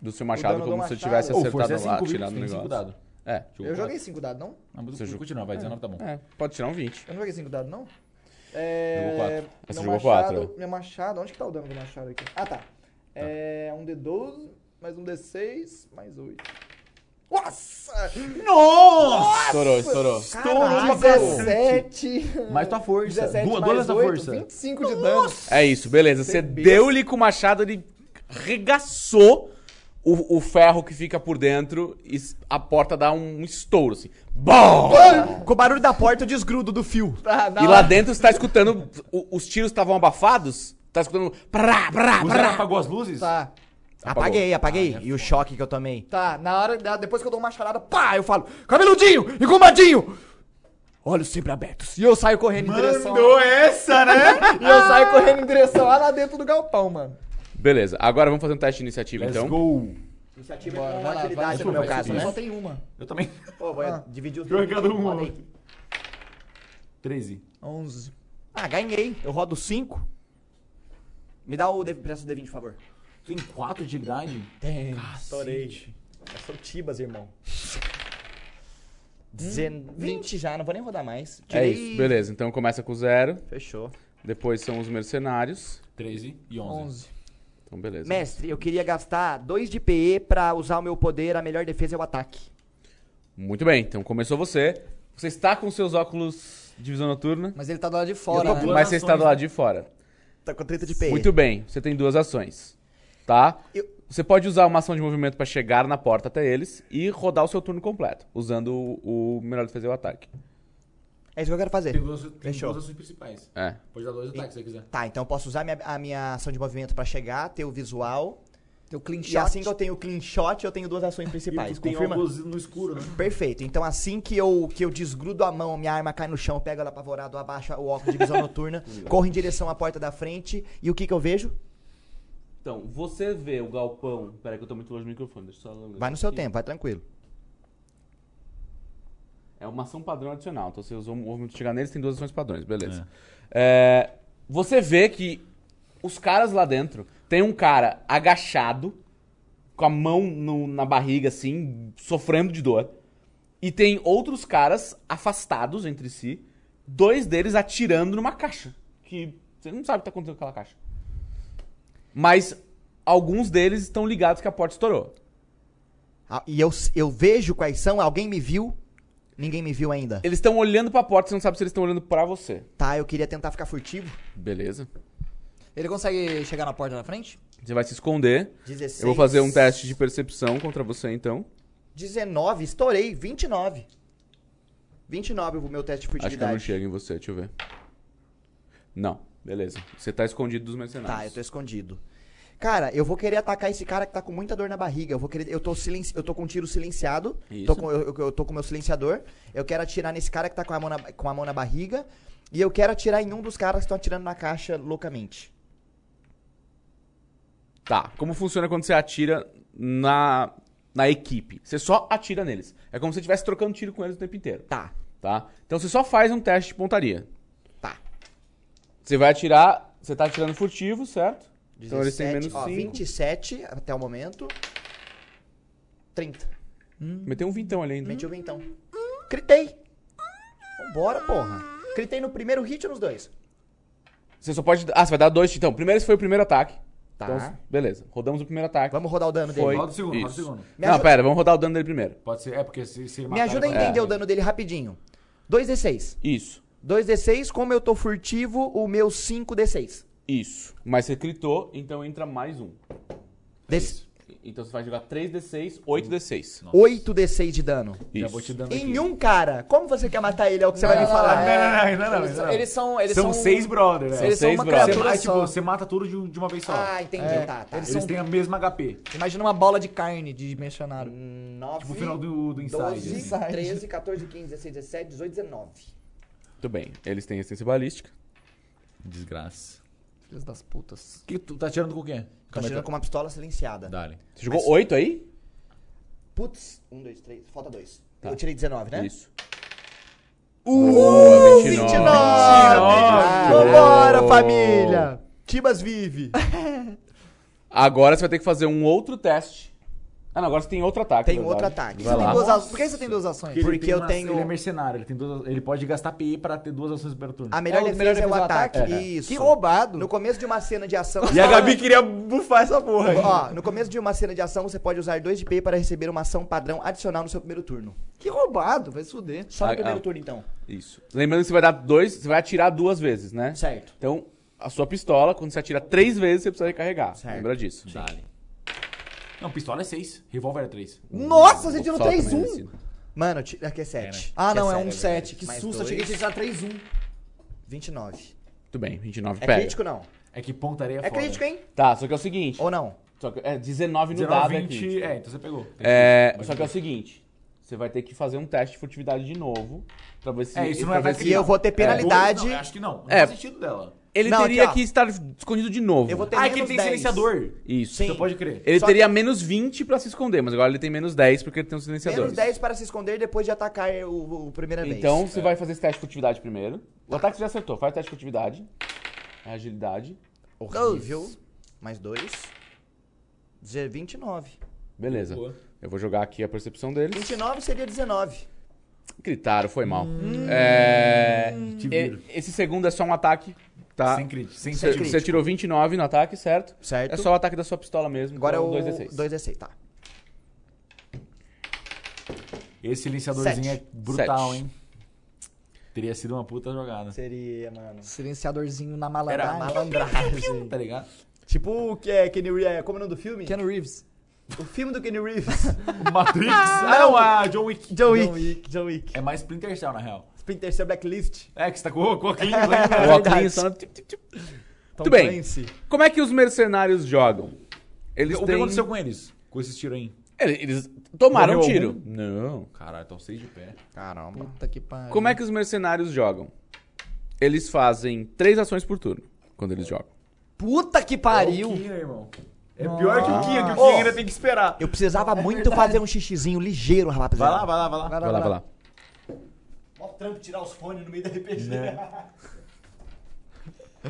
Speaker 8: do seu
Speaker 1: O
Speaker 8: machado
Speaker 1: dano do
Speaker 8: como se você
Speaker 1: machado.
Speaker 8: tivesse
Speaker 1: Ou
Speaker 3: Ou força
Speaker 8: acertado
Speaker 3: é
Speaker 8: lá,
Speaker 3: 5
Speaker 8: tirado
Speaker 3: tirado
Speaker 8: no
Speaker 3: tem 5
Speaker 8: negócio.
Speaker 3: dado.
Speaker 8: É,
Speaker 1: Eu joguei 5 dados, não?
Speaker 3: Não, mas
Speaker 8: Você
Speaker 3: você continua, vai, 19 tá bom.
Speaker 8: é, pode tirar um 20.
Speaker 1: Eu não joguei 5 dados, não? É.
Speaker 8: Jogou quatro. Ah, você
Speaker 1: meu
Speaker 8: jogou
Speaker 1: machado-
Speaker 8: quatro,
Speaker 1: Meu machado, onde que tá o dano do machado aqui? Ah, tá. É. Um D12, mais um D6, mais 8. Nossa!
Speaker 8: Estourou, estourou.
Speaker 1: Caralho, 17.
Speaker 3: Mais tua força.
Speaker 1: 17
Speaker 3: Duas-
Speaker 1: mais
Speaker 3: duas da
Speaker 1: 8,
Speaker 3: força.
Speaker 1: 25 de dano.
Speaker 8: É isso, beleza. Você
Speaker 1: Bebê.
Speaker 8: deu-lhe com o machado, ele regaçou o, o ferro que fica por dentro e s- a porta dá um estouro, assim. BOM!
Speaker 2: Com o barulho da porta, eu desgrudo do fio.
Speaker 1: Tá, na
Speaker 8: E
Speaker 1: hora-
Speaker 8: lá dentro você tá escutando. o- os tiros estavam abafados? Tá escutando. Prá, prá,
Speaker 3: O Zé
Speaker 8: prá.
Speaker 3: apagou as luzes?
Speaker 1: Tá,
Speaker 2: Apaguei,
Speaker 8: Ah,
Speaker 2: apaguei. e o choque que eu tomei.
Speaker 1: tá. Na hora, da- depois que eu dou uma charada, pá, Ah, eu falo, cabeludinho, engomadinho, olhos sempre abertos. E eu saio correndo em direção.
Speaker 3: essa, né?
Speaker 1: E eu saio correndo em direção lá, lá dentro do galpão, mano.
Speaker 8: Beleza, agora vamos fazer um teste de iniciativa
Speaker 3: Let's
Speaker 8: então.
Speaker 3: go.
Speaker 2: Iniciativa
Speaker 1: Bora,
Speaker 2: com
Speaker 1: vai lá,
Speaker 2: agilidade
Speaker 1: vai.
Speaker 2: no meu
Speaker 3: Vai,
Speaker 2: caso,
Speaker 3: vai.
Speaker 2: né?
Speaker 1: Só tem uma.
Speaker 3: Eu também. [LAUGHS]
Speaker 2: Pô, vou
Speaker 1: Ah.
Speaker 2: dividir os
Speaker 3: Joga cada um.
Speaker 2: Roda aí.
Speaker 3: 13.
Speaker 1: 11.
Speaker 2: Ah, ganhei. Eu rodo 5. Me dá o D- preço do D20, por favor.
Speaker 3: Tem 4 de idade?
Speaker 1: Tem.
Speaker 2: Estourei. São tibas, irmão. Dezen... 20 já, não vou nem rodar mais.
Speaker 8: É isso, beleza. Então começa com zero,
Speaker 2: Fechou.
Speaker 8: depois são os mercenários.
Speaker 3: 13 e 11.
Speaker 1: 11.
Speaker 8: Então, beleza.
Speaker 2: Mestre, eu queria gastar 2 de PE pra usar o meu poder, a melhor defesa é o ataque.
Speaker 8: Muito bem, então começou você. Você está com seus óculos de visão noturna,
Speaker 1: Mas ele tá do lado de
Speaker 3: Eu
Speaker 1: fora,
Speaker 3: tô
Speaker 1: né?
Speaker 3: com-
Speaker 8: mas você está do lado de fora.
Speaker 2: Tá com 30 de PE.
Speaker 8: Muito bem, você tem duas ações, tá?
Speaker 2: Eu-
Speaker 8: Você pode usar uma ação de movimento para chegar na porta até eles e rodar o seu turno completo, usando o, o melhor de fazer o ataque.
Speaker 2: É isso que eu quero fazer.
Speaker 3: Tem duas, tem
Speaker 2: Fechou.
Speaker 3: duas ações principais.
Speaker 8: É.
Speaker 3: Pode dar dois ataques se você quiser.
Speaker 2: Tá, então eu posso usar minha- a minha ação de movimento pra chegar, ter o visual.
Speaker 1: Teu clean
Speaker 2: E
Speaker 1: shot.
Speaker 2: assim que eu tenho o clean shot, eu tenho duas ações principais.
Speaker 3: tu tem
Speaker 2: Tá, Confirma?
Speaker 3: óculos no escuro, né?
Speaker 2: Perfeito. Então assim que eu, que eu desgrudo a mão, minha arma cai no chão, eu pego ela apavorado, abaixo o óculos de
Speaker 8: [LAUGHS]
Speaker 2: visão noturna, corro em direção à porta da frente e o que que eu vejo?
Speaker 8: Então, você vê o galpão. Peraí, que eu tô muito longe do microfone, deixa eu só
Speaker 2: Vai no seu tempo, vai tranquilo.
Speaker 8: É uma ação padrão adicional. Então você usou o movimento de chegar neles, tem duas ações padrões, beleza. É, você vê que os caras lá dentro tem um cara agachado, com a mão no- na barriga, assim, sofrendo de dor. E tem outros caras afastados entre si, dois deles atirando numa caixa. Que você não sabe o que tá acontecendo com aquela caixa. Mas alguns deles estão ligados que a porta estourou.
Speaker 2: Ah, E eu, eu vejo quais são, alguém me viu? Ninguém me viu ainda.
Speaker 8: Eles estão olhando pra porta, você não sabe se eles estão olhando pra você.
Speaker 2: Tá, eu queria tentar ficar furtivo.
Speaker 8: Beleza.
Speaker 1: Ele consegue chegar na porta da frente?
Speaker 8: Você vai se esconder.
Speaker 2: 16.
Speaker 8: Eu vou fazer um teste de percepção contra você, então.
Speaker 2: 19, estourei, 29. 29 o meu teste de
Speaker 8: Acho que eu
Speaker 2: furtividade.
Speaker 8: não chego em você, deixa eu ver. Não, beleza. Você tá escondido dos mercenários.
Speaker 2: Tá, eu tô escondido. Cara, eu vou querer atacar esse cara que tá com muita dor na barriga. Eu vou querer. Eu tô, silenci... eu tô com um tiro silenciado.
Speaker 8: Isso.
Speaker 2: Tô com, eu, eu- eu tô com meu silenciador. Eu quero atirar nesse cara que tá com a mão na, com a mão na barriga. E eu quero atirar em um dos caras que estão atirando na caixa loucamente.
Speaker 8: Tá, como funciona quando você atira na, na equipe? Você só atira neles. É como se você estivesse trocando tiro com eles o tempo inteiro.
Speaker 2: Tá.
Speaker 8: Tá? Então você só faz um teste de pontaria.
Speaker 2: Tá.
Speaker 8: Você vai atirar. Você tá atirando furtivo, certo? então eles têm
Speaker 2: 17,
Speaker 8: menos
Speaker 2: ó,
Speaker 8: 5.
Speaker 2: 27 até o momento. 30.
Speaker 8: Meteu um vintão ali ainda.
Speaker 2: Meti o vintão. então. Critei. Vambora, porra. Critei no primeiro hit ou nos dois?
Speaker 8: Você só pode. Ah, você vai dar dois. Então, primeiro esse foi o primeiro ataque.
Speaker 2: Tá.
Speaker 8: Então, beleza. Rodamos o primeiro ataque.
Speaker 2: Vamos rodar o dano
Speaker 8: Foi.
Speaker 2: dele.
Speaker 3: Roda o segundo, roda o
Speaker 8: Isso.
Speaker 3: segundo.
Speaker 2: Me
Speaker 8: Não,
Speaker 2: ajuda-
Speaker 8: pera, vamos rodar o dano dele primeiro.
Speaker 3: Pode ser, é porque se, se ele
Speaker 2: Me
Speaker 3: matar,
Speaker 8: É.
Speaker 2: ajuda a
Speaker 3: ele vai-
Speaker 2: entender o dano dele rapidinho. 2d6.
Speaker 8: Isso.
Speaker 2: 2d6, como eu tô furtivo, o meu 5d6.
Speaker 8: É Isso. Mas você critou, então entra mais um.
Speaker 2: Des-
Speaker 8: Então você vai jogar 3d6, 8d6.
Speaker 2: 8d6 de dano.
Speaker 3: Já vou te dando
Speaker 2: Em
Speaker 3: aqui.
Speaker 2: um cara. Como você quer matar ele? É o que você vai me falar.
Speaker 3: Não, não, não, não, não, não.
Speaker 11: É, Eles são. Eles
Speaker 3: São
Speaker 11: são um-
Speaker 3: seis brother, velho.
Speaker 11: Eles são
Speaker 8: Seis
Speaker 11: uma
Speaker 8: brothers.
Speaker 3: Você,
Speaker 11: criatura
Speaker 3: ah, tipo,
Speaker 11: só.
Speaker 3: você mata tudo de, de uma vez só.
Speaker 2: Ah, entendi. Tá, tá.
Speaker 3: Eles têm a mesma HP.
Speaker 1: Imagina uma bola de carne de mercenário.
Speaker 2: 9,
Speaker 3: Tipo o final do, do Inside.
Speaker 2: 12,
Speaker 3: assim.
Speaker 2: 13, 14, 15, 16, 17, 18, 19.
Speaker 8: Muito bem. Eles têm resistência balística.
Speaker 12: Desgraça.
Speaker 1: Filhas das putas.
Speaker 12: Que tu tá tirando com o quê?
Speaker 3: é
Speaker 2: Tá tirando com uma pistola silenciada.
Speaker 12: Dale.
Speaker 8: Você jogou oito aí?
Speaker 2: Putz, 1, 2, 3, falta 2.
Speaker 8: Tá.
Speaker 2: Eu tirei 19, né?
Speaker 8: Isso. Boa,
Speaker 2: 29!
Speaker 8: 29.
Speaker 2: Ah, Vambora, família! Tibas vive!
Speaker 8: Agora você vai ter que fazer um outro teste. Ah, não, agora você tem outro ataque.
Speaker 2: Tem
Speaker 8: na
Speaker 2: outro
Speaker 8: verdade.
Speaker 2: ataque.
Speaker 8: Vai
Speaker 1: Você tem
Speaker 8: lá.
Speaker 1: duas ações. Por que você tem duas ações?
Speaker 3: ele
Speaker 2: Porque
Speaker 3: tem
Speaker 2: eu
Speaker 3: uma-
Speaker 2: tenho-
Speaker 3: Ele é mercenário, ele, tem duas, ele pode gastar PI pra ter duas ações pelo turno.
Speaker 2: A melhor,
Speaker 1: É, o
Speaker 2: defesa,
Speaker 1: melhor
Speaker 2: é o
Speaker 1: defesa é o
Speaker 2: ataque.
Speaker 1: ataque?
Speaker 2: Isso.
Speaker 1: Que roubado.
Speaker 2: No começo de uma cena de ação.
Speaker 12: E a Gabi queria bufar essa porra. aí.
Speaker 2: Ó, no começo de uma cena de ação, você pode usar 2 de PI para receber uma ação padrão adicional no seu primeiro turno.
Speaker 1: Que roubado, vai se fuder.
Speaker 2: Só no
Speaker 8: Ah,
Speaker 2: primeiro
Speaker 8: ah.
Speaker 2: turno, então.
Speaker 8: Isso. Lembrando que você vai dar dois, você vai atirar duas vezes, né?
Speaker 2: Certo.
Speaker 8: Então, a sua pistola, quando você atira três vezes, você precisa recarregar.
Speaker 2: Certo.
Speaker 8: Lembra disso.
Speaker 12: Dale.
Speaker 3: Não, pistola é seis, revólver é três.
Speaker 1: Nossa, você tirou
Speaker 8: Pistola
Speaker 1: 3-1.
Speaker 8: também é assim.
Speaker 2: Mano, ti- aqui é 7.
Speaker 1: Ah, não, é
Speaker 2: sério,
Speaker 1: um 7. Que
Speaker 2: Mais
Speaker 1: susto,
Speaker 2: dois.
Speaker 1: achei que ia tirar 3-1.
Speaker 2: 29.
Speaker 8: Muito bem, 29
Speaker 2: É
Speaker 8: pega.
Speaker 2: crítico, não?
Speaker 3: É que pontaria é
Speaker 2: É
Speaker 3: foda.
Speaker 2: crítico, hein?
Speaker 8: Tá, só que é o seguinte.
Speaker 2: Ou não?
Speaker 8: Só que é 19 no
Speaker 3: 19,
Speaker 8: dado aqui.
Speaker 3: 20, é, então você pegou. Tem
Speaker 8: É,
Speaker 3: que-
Speaker 8: só que é o seguinte, você vai ter que fazer um teste de furtividade de novo pra ver se
Speaker 3: É, isso não
Speaker 8: pra
Speaker 3: é
Speaker 8: ver
Speaker 3: ataque
Speaker 8: se-
Speaker 2: E eu vou ter penalidade.
Speaker 3: Não, eu acho que não. Não
Speaker 8: É.
Speaker 3: faz sentido dela.
Speaker 8: Ele
Speaker 2: Não,
Speaker 8: teria
Speaker 2: aqui, ó.
Speaker 8: que estar escondido de novo.
Speaker 2: Eu vou ter
Speaker 3: Ah, é que
Speaker 2: menos
Speaker 3: ele tem
Speaker 2: 10.
Speaker 3: silenciador.
Speaker 8: Isso.
Speaker 3: Você pode crer.
Speaker 8: Ele
Speaker 2: Só
Speaker 8: teria menos 20 pra se esconder, mas agora ele tem menos 10 porque ele tem um silenciador.
Speaker 2: Menos 10 para se esconder depois de atacar o, o primeira
Speaker 8: Então
Speaker 2: vez.
Speaker 8: você vai fazer esse teste de furtividade primeiro. O ataque você já acertou, faz o teste de furtividade. É Agilidade.
Speaker 2: Horrível. Mais 2. 29.
Speaker 8: Beleza.
Speaker 3: Boa.
Speaker 8: Eu vou jogar aqui a percepção deles.
Speaker 2: 29 seria 19.
Speaker 8: Gritaram, foi mal. É... e- Esse segundo é só um ataque, tá?
Speaker 3: Sem crítico, ah, sem
Speaker 8: Você-
Speaker 3: crítico.
Speaker 8: Você tirou 29 no ataque, certo?
Speaker 2: Certo.
Speaker 8: É só o ataque da sua pistola mesmo.
Speaker 2: Agora é
Speaker 8: então
Speaker 2: o
Speaker 8: 2d6.
Speaker 2: 2d6, tá.
Speaker 3: Esse silenciadorzinho
Speaker 2: Sete.
Speaker 3: é brutal,
Speaker 8: Sete.
Speaker 3: hein? Teria sido uma puta jogada.
Speaker 2: Seria, mano.
Speaker 1: Silenciadorzinho na
Speaker 2: Era
Speaker 1: malandragem.
Speaker 2: malandragem.
Speaker 3: Tá ligado?
Speaker 2: [LAUGHS] tipo o que é Kenny Reeves. Como é o nome do filme?
Speaker 1: Keanu Reeves.
Speaker 2: O filme do Kenny Reeves.
Speaker 3: Matrix? [LAUGHS] ah, não, a John
Speaker 2: [LAUGHS]
Speaker 3: Wick.
Speaker 2: John Wick. John Wick.
Speaker 3: É mais Splinter Cell, na real.
Speaker 2: Splinter Cell Blacklist.
Speaker 3: É, que você tá com, com a clínica né? ainda.
Speaker 8: É O
Speaker 3: [LAUGHS]
Speaker 8: óculos só- tip, tip, tip. Tudo bem.
Speaker 2: Clancy.
Speaker 8: Como é que os mercenários jogam? Eles
Speaker 3: O que
Speaker 8: têm...
Speaker 3: aconteceu com eles? Com esses tiros aí?
Speaker 8: Eles- Eles tomaram um
Speaker 3: Morreu
Speaker 8: tiro. Não.
Speaker 12: Caralho, estão seis de pé.
Speaker 2: Caramba.
Speaker 1: Puta que pariu.
Speaker 8: Como é que os mercenários jogam? Eles fazem três ações por turno quando eles jogam.
Speaker 1: Puta que
Speaker 3: É o
Speaker 1: pariu.
Speaker 3: Kinha, irmão. É pior que o Kia, que o
Speaker 2: Ô.
Speaker 3: Kia ainda tem que esperar.
Speaker 2: Eu precisava muito fazer um xixizinho ligeiro,
Speaker 3: Vai
Speaker 2: rapaziada.
Speaker 3: lá, Ah, vai lá, vai lá.
Speaker 8: Vai lá, vai lá.
Speaker 2: Mó trampo tirar os fones no meio da RPG.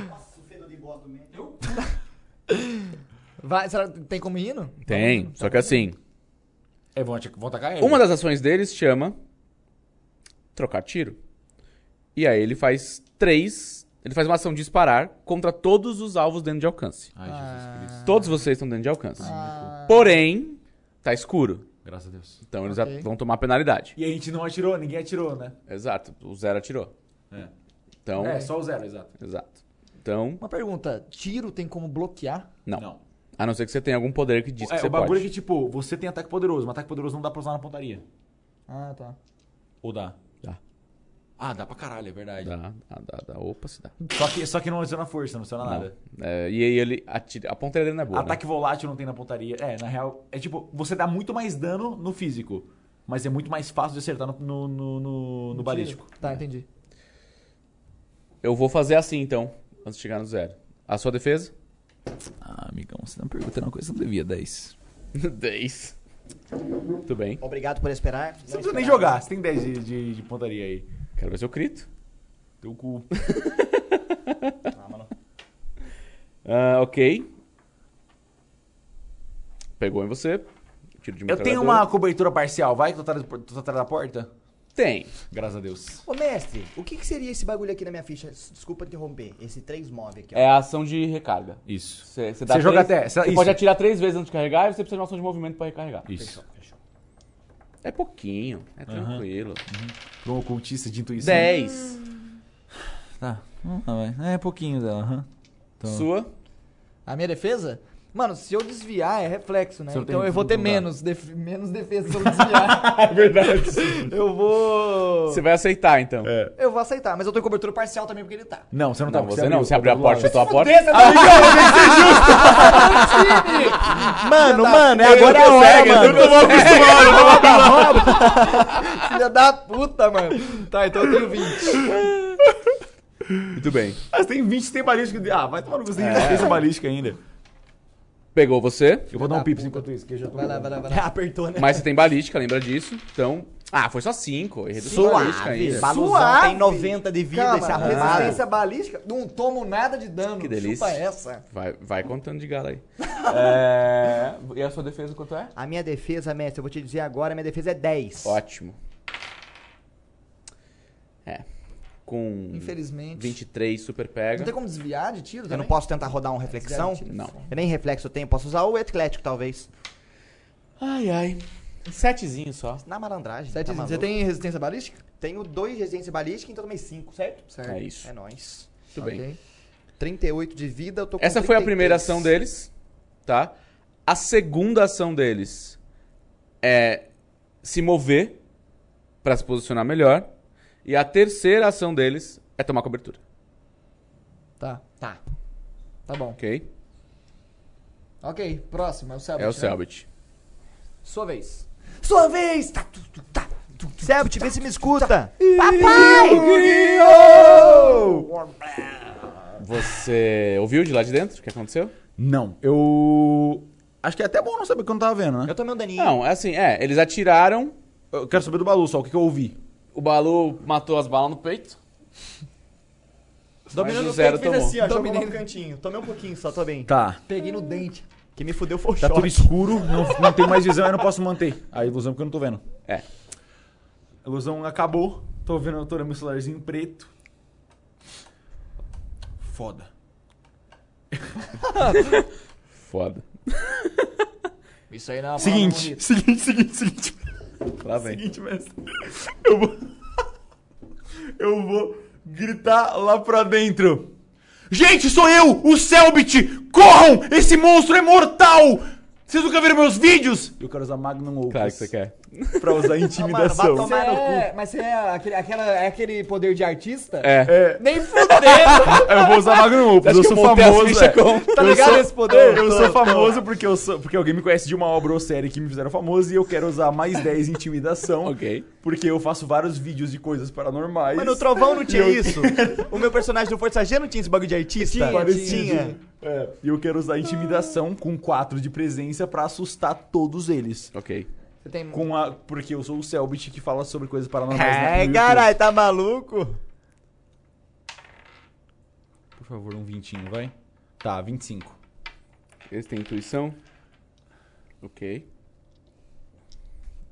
Speaker 2: Nossa, o fedor de bosta do meio.
Speaker 1: Vai, será que tem como hino?
Speaker 8: Tem, só que assim,
Speaker 3: É, vão, ati- vão atacar ele.
Speaker 8: uma das ações deles chama trocar tiro. E aí ele faz três, ele faz uma ação de disparar contra todos os alvos dentro de alcance.
Speaker 3: Ai, Jesus Cristo.
Speaker 8: Todos vocês estão dentro de alcance. Porém, tá escuro.
Speaker 3: Graças a Deus.
Speaker 8: Então eles
Speaker 1: Ok.
Speaker 8: a- vão tomar penalidade.
Speaker 3: E a gente não atirou, ninguém atirou, né?
Speaker 8: Exato. O zero atirou.
Speaker 3: É.
Speaker 8: Então.
Speaker 3: É, só o zero, exato.
Speaker 8: Exato. Então,
Speaker 1: Uma pergunta. Tiro tem como bloquear?
Speaker 8: não.
Speaker 3: Não.
Speaker 8: A não ser que você tenha algum poder que diz que
Speaker 3: É,
Speaker 8: você
Speaker 3: o bagulho
Speaker 8: pode.
Speaker 3: é que, tipo, você tem ataque poderoso, mas ataque poderoso não dá pra usar na pontaria.
Speaker 1: Ah, tá.
Speaker 3: Ou dá?
Speaker 8: Dá.
Speaker 3: Ah, dá pra caralho, é verdade.
Speaker 8: Dá, dá, dá, dá. Opa, se dá.
Speaker 3: Só que, só que não adiciona força, não adiciona nada.
Speaker 8: Não. É, e aí ele atira. A ponteira dele não é boa. né?
Speaker 3: Ataque volátil não tem na pontaria. É, na real, é tipo, você dá muito mais dano no físico, mas é muito mais fácil de acertar no, no, no, no- no balístico.
Speaker 1: Tá, entendi.
Speaker 8: Eu vou fazer assim então, antes de chegar no zero. A sua defesa? [LAUGHS]
Speaker 12: Ah, amigão, você tá me perguntando uma coisa que não devia, 10.
Speaker 8: 10. Muito bem.
Speaker 2: Obrigado por esperar.
Speaker 3: Você não precisa nem jogar, você tem 10 de, de- de pontaria aí.
Speaker 8: Quero ver se eu crito.
Speaker 3: Teu cu.
Speaker 8: Ah, ok. Pegou em você. Tiro de
Speaker 3: Eu tenho
Speaker 8: metralhadora.
Speaker 3: uma cobertura parcial, vai que eu tô atrás, tô atrás da porta.
Speaker 8: Tem, graças a Deus.
Speaker 2: Ô, mestre, o que, que seria esse bagulho aqui na minha ficha? S- Desculpa interromper. Esse 3 move aqui, ó.
Speaker 8: É a ação de recarga.
Speaker 3: Isso.
Speaker 8: Você você
Speaker 3: Você joga até-
Speaker 8: Você
Speaker 3: isso.
Speaker 8: pode atirar três vezes antes de carregar e você precisa de uma ação de movimento pra recarregar.
Speaker 3: Isso.
Speaker 8: É pouquinho, é tranquilo.
Speaker 3: Pra um ocultista de intuição.
Speaker 8: 10.
Speaker 3: Tá. Hum, tá bem. É pouquinho dela, aham. Então-
Speaker 8: Sua.
Speaker 1: A minha defesa? Mano, se eu desviar é reflexo, né?
Speaker 3: Você não tem
Speaker 1: Então eu vou ter
Speaker 3: reflexo, não
Speaker 1: menos, def- menos defesa se
Speaker 2: [LAUGHS]
Speaker 1: eu desviar.
Speaker 8: É verdade.
Speaker 1: eu vou.
Speaker 8: Você vai aceitar então.
Speaker 1: Eu vou aceitar, mas eu tô em cobertura parcial também porque ele tá.
Speaker 3: Não, você não tá
Speaker 8: Não, você não. Você abriu a
Speaker 3: do
Speaker 8: porta,
Speaker 3: lado.
Speaker 8: chutou a porta.
Speaker 3: é Mano, mano, é
Speaker 8: Ele não
Speaker 3: agora a hora,
Speaker 8: consegue, ele
Speaker 3: mano.
Speaker 8: não tomou
Speaker 3: [LAUGHS]
Speaker 1: Filha da puta, mano. Tá, então eu tenho 20.
Speaker 8: Muito bem.
Speaker 3: Mas tem 20, tem balística. Ah, vai tomar no cu, você tem 20, tem balística ainda.
Speaker 8: Pegou você,
Speaker 3: Eu vou dar um pips enquanto isso, que eu já tô...
Speaker 1: Vai lá, vai lá, vai lá.
Speaker 2: Apertou, né?
Speaker 8: mas você tem balística, lembra disso. Então. Ah, foi só 5. Reduziu a balística ainda.
Speaker 2: Baluzão
Speaker 1: Suave.
Speaker 2: tem 90 de vida,
Speaker 1: Calma,
Speaker 2: esse arrombado.
Speaker 1: resistência balística? Não tomo nada de dano.
Speaker 8: Que delícia.
Speaker 1: Chupa essa.
Speaker 8: Vai, vai contando de gala aí. É, E a sua defesa quanto é?
Speaker 2: A minha defesa, mestre, eu vou te dizer agora, minha defesa é 10.
Speaker 8: Ótimo. É. Com
Speaker 1: Infelizmente.
Speaker 8: 23 super
Speaker 1: Não
Speaker 8: pega.
Speaker 1: tem como desviar de tiro
Speaker 2: Eu
Speaker 1: também?
Speaker 2: não posso tentar rodar um reflexão?
Speaker 8: Não.
Speaker 2: Eu nem reflexo eu tenho, posso usar o atlético, talvez.
Speaker 8: Ai, ai. Setezinho só.
Speaker 2: Na malandragem.
Speaker 1: Sete,
Speaker 2: tá
Speaker 1: você
Speaker 2: maluco?
Speaker 1: tem resistência balística?
Speaker 2: Tenho dois resistência balística, então tomei cinco, certo?
Speaker 1: Certo.
Speaker 8: É isso.
Speaker 2: É nóis.
Speaker 8: Tudo bem.
Speaker 1: Ok.
Speaker 2: 38 de vida, eu tô com
Speaker 8: Essa foi a
Speaker 2: 33.
Speaker 8: primeira ação deles, tá? A segunda ação deles é se mover pra se posicionar melhor. E a terceira ação deles é tomar cobertura,
Speaker 1: Tá.
Speaker 2: Tá.
Speaker 1: Tá bom.
Speaker 8: ok?
Speaker 1: Ok, próximo. É o Selbit.
Speaker 8: é o
Speaker 1: né?
Speaker 8: Selbit.
Speaker 1: Sua vez.
Speaker 2: Sua vez! Tá, tu, tu, tá, tu, tu, tá. Selbit, vê se me escuta!
Speaker 8: Você ouviu de lá de dentro o que aconteceu?
Speaker 3: Não, eu... Acho que é até bom não saber que eu não tava vendo, né?
Speaker 2: Eu tomei um daninho.
Speaker 8: Não, é assim, é, eles atiraram,
Speaker 3: Eu quero saber do Balu só, o que, que eu ouvi.
Speaker 8: o Balu matou as balas no peito.
Speaker 2: Dominei
Speaker 8: Mas o
Speaker 2: no
Speaker 8: zero
Speaker 2: peito, fiz
Speaker 8: tomou.
Speaker 2: assim, ó, jogou
Speaker 1: Dominei
Speaker 2: no cantinho. Tomei um pouquinho só, tô bem.
Speaker 3: Tá,
Speaker 1: Peguei no dente.
Speaker 2: Que me fudeu foi o
Speaker 3: tá
Speaker 2: choque.
Speaker 3: tudo escuro, não, não tem mais visão, eu não posso manter a ilusão porque eu não tô vendo.
Speaker 8: É.
Speaker 3: A ilusão acabou, tô vendo, eu tô olhando meu celularzinho preto. Foda.
Speaker 8: Foda.
Speaker 1: Isso aí não é
Speaker 3: Seguinte, [LAUGHS] seguinte, seguinte, seguinte.
Speaker 8: Lá vem.
Speaker 3: Seguinte, mestre. Eu vou. [LAUGHS] Eu vou gritar lá pra dentro. Gente, sou eu, o Selbit! Corram! Esse monstro é mortal! Vocês nunca viram meus vídeos? Eu quero usar Magnum Opus
Speaker 8: Claro que você quer.
Speaker 3: pra usar intimidação.
Speaker 1: Você é, mas você é aquele, aquela, é aquele poder de artista?
Speaker 8: É.
Speaker 3: é,
Speaker 1: Nem fudendo!
Speaker 3: eu vou usar Magnum Opus,
Speaker 8: Acho
Speaker 3: eu
Speaker 8: que
Speaker 3: sou
Speaker 8: eu montei as
Speaker 3: famoso.
Speaker 8: fichas
Speaker 3: é.
Speaker 8: com-
Speaker 1: Tá
Speaker 3: Eu
Speaker 1: ligado
Speaker 3: sou-
Speaker 1: esse poder?
Speaker 3: Eu sou famoso porque, eu sou, porque alguém me conhece de uma obra ou série que me fizeram famoso e eu quero usar mais 10 intimidação.
Speaker 8: [LAUGHS] [LAUGHS] Ok.
Speaker 3: Porque eu faço vários vídeos de coisas paranormais.
Speaker 2: Mano, o Trovão não tinha isso. o meu personagem do Força G não tinha esse bagulho de artista?
Speaker 1: Tinha,
Speaker 2: Parecia.
Speaker 3: Tá. É, e eu quero usar intimidação com 4 de presença pra assustar todos eles.
Speaker 8: Ok.
Speaker 1: Você tem...
Speaker 3: Com a, porque eu sou o Selbit que fala sobre coisas paranormais. na- no
Speaker 2: [LAUGHS] É,
Speaker 3: YouTube.
Speaker 2: caralho, tá maluco?
Speaker 3: Por favor, um vintinho, vai. Tá, 25.
Speaker 8: Eles têm intuição. Ok.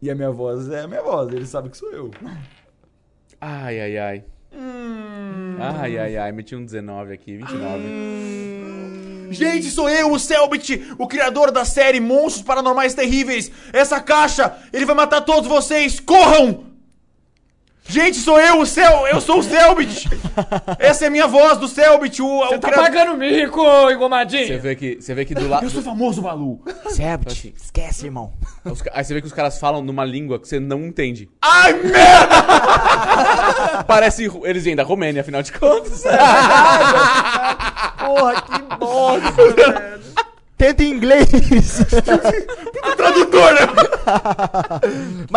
Speaker 3: E a minha voz é a minha voz, eles sabem que sou eu.
Speaker 8: Ai, ai, ai. Ai, ai, ai. Meti um 19 aqui, 29.
Speaker 3: Gente, sou eu, o Selbit, o criador da série Monstros Paranormais Terríveis. Essa caixa, ele vai matar todos vocês. Corram! Gente, sou eu, o Cel, eu sou o Selbit. Essa é a minha voz do Selbit, o, o criador-
Speaker 7: pagando mico,
Speaker 8: Você
Speaker 7: engomadinho!
Speaker 8: vê que, você vê que [LAUGHS] do lado.
Speaker 3: Eu sou famoso, Malu.
Speaker 2: Selbit, esquece, irmão.
Speaker 8: os ca- Aí você vê que os caras falam numa língua que você não entende.
Speaker 3: Ai, merda!
Speaker 8: [LAUGHS] Parece. ru- Eles vêm da Romênia, afinal [LAUGHS] de contas.
Speaker 2: Porra, que bosta, velho. Tenta em inglês.
Speaker 3: Tradutor, né?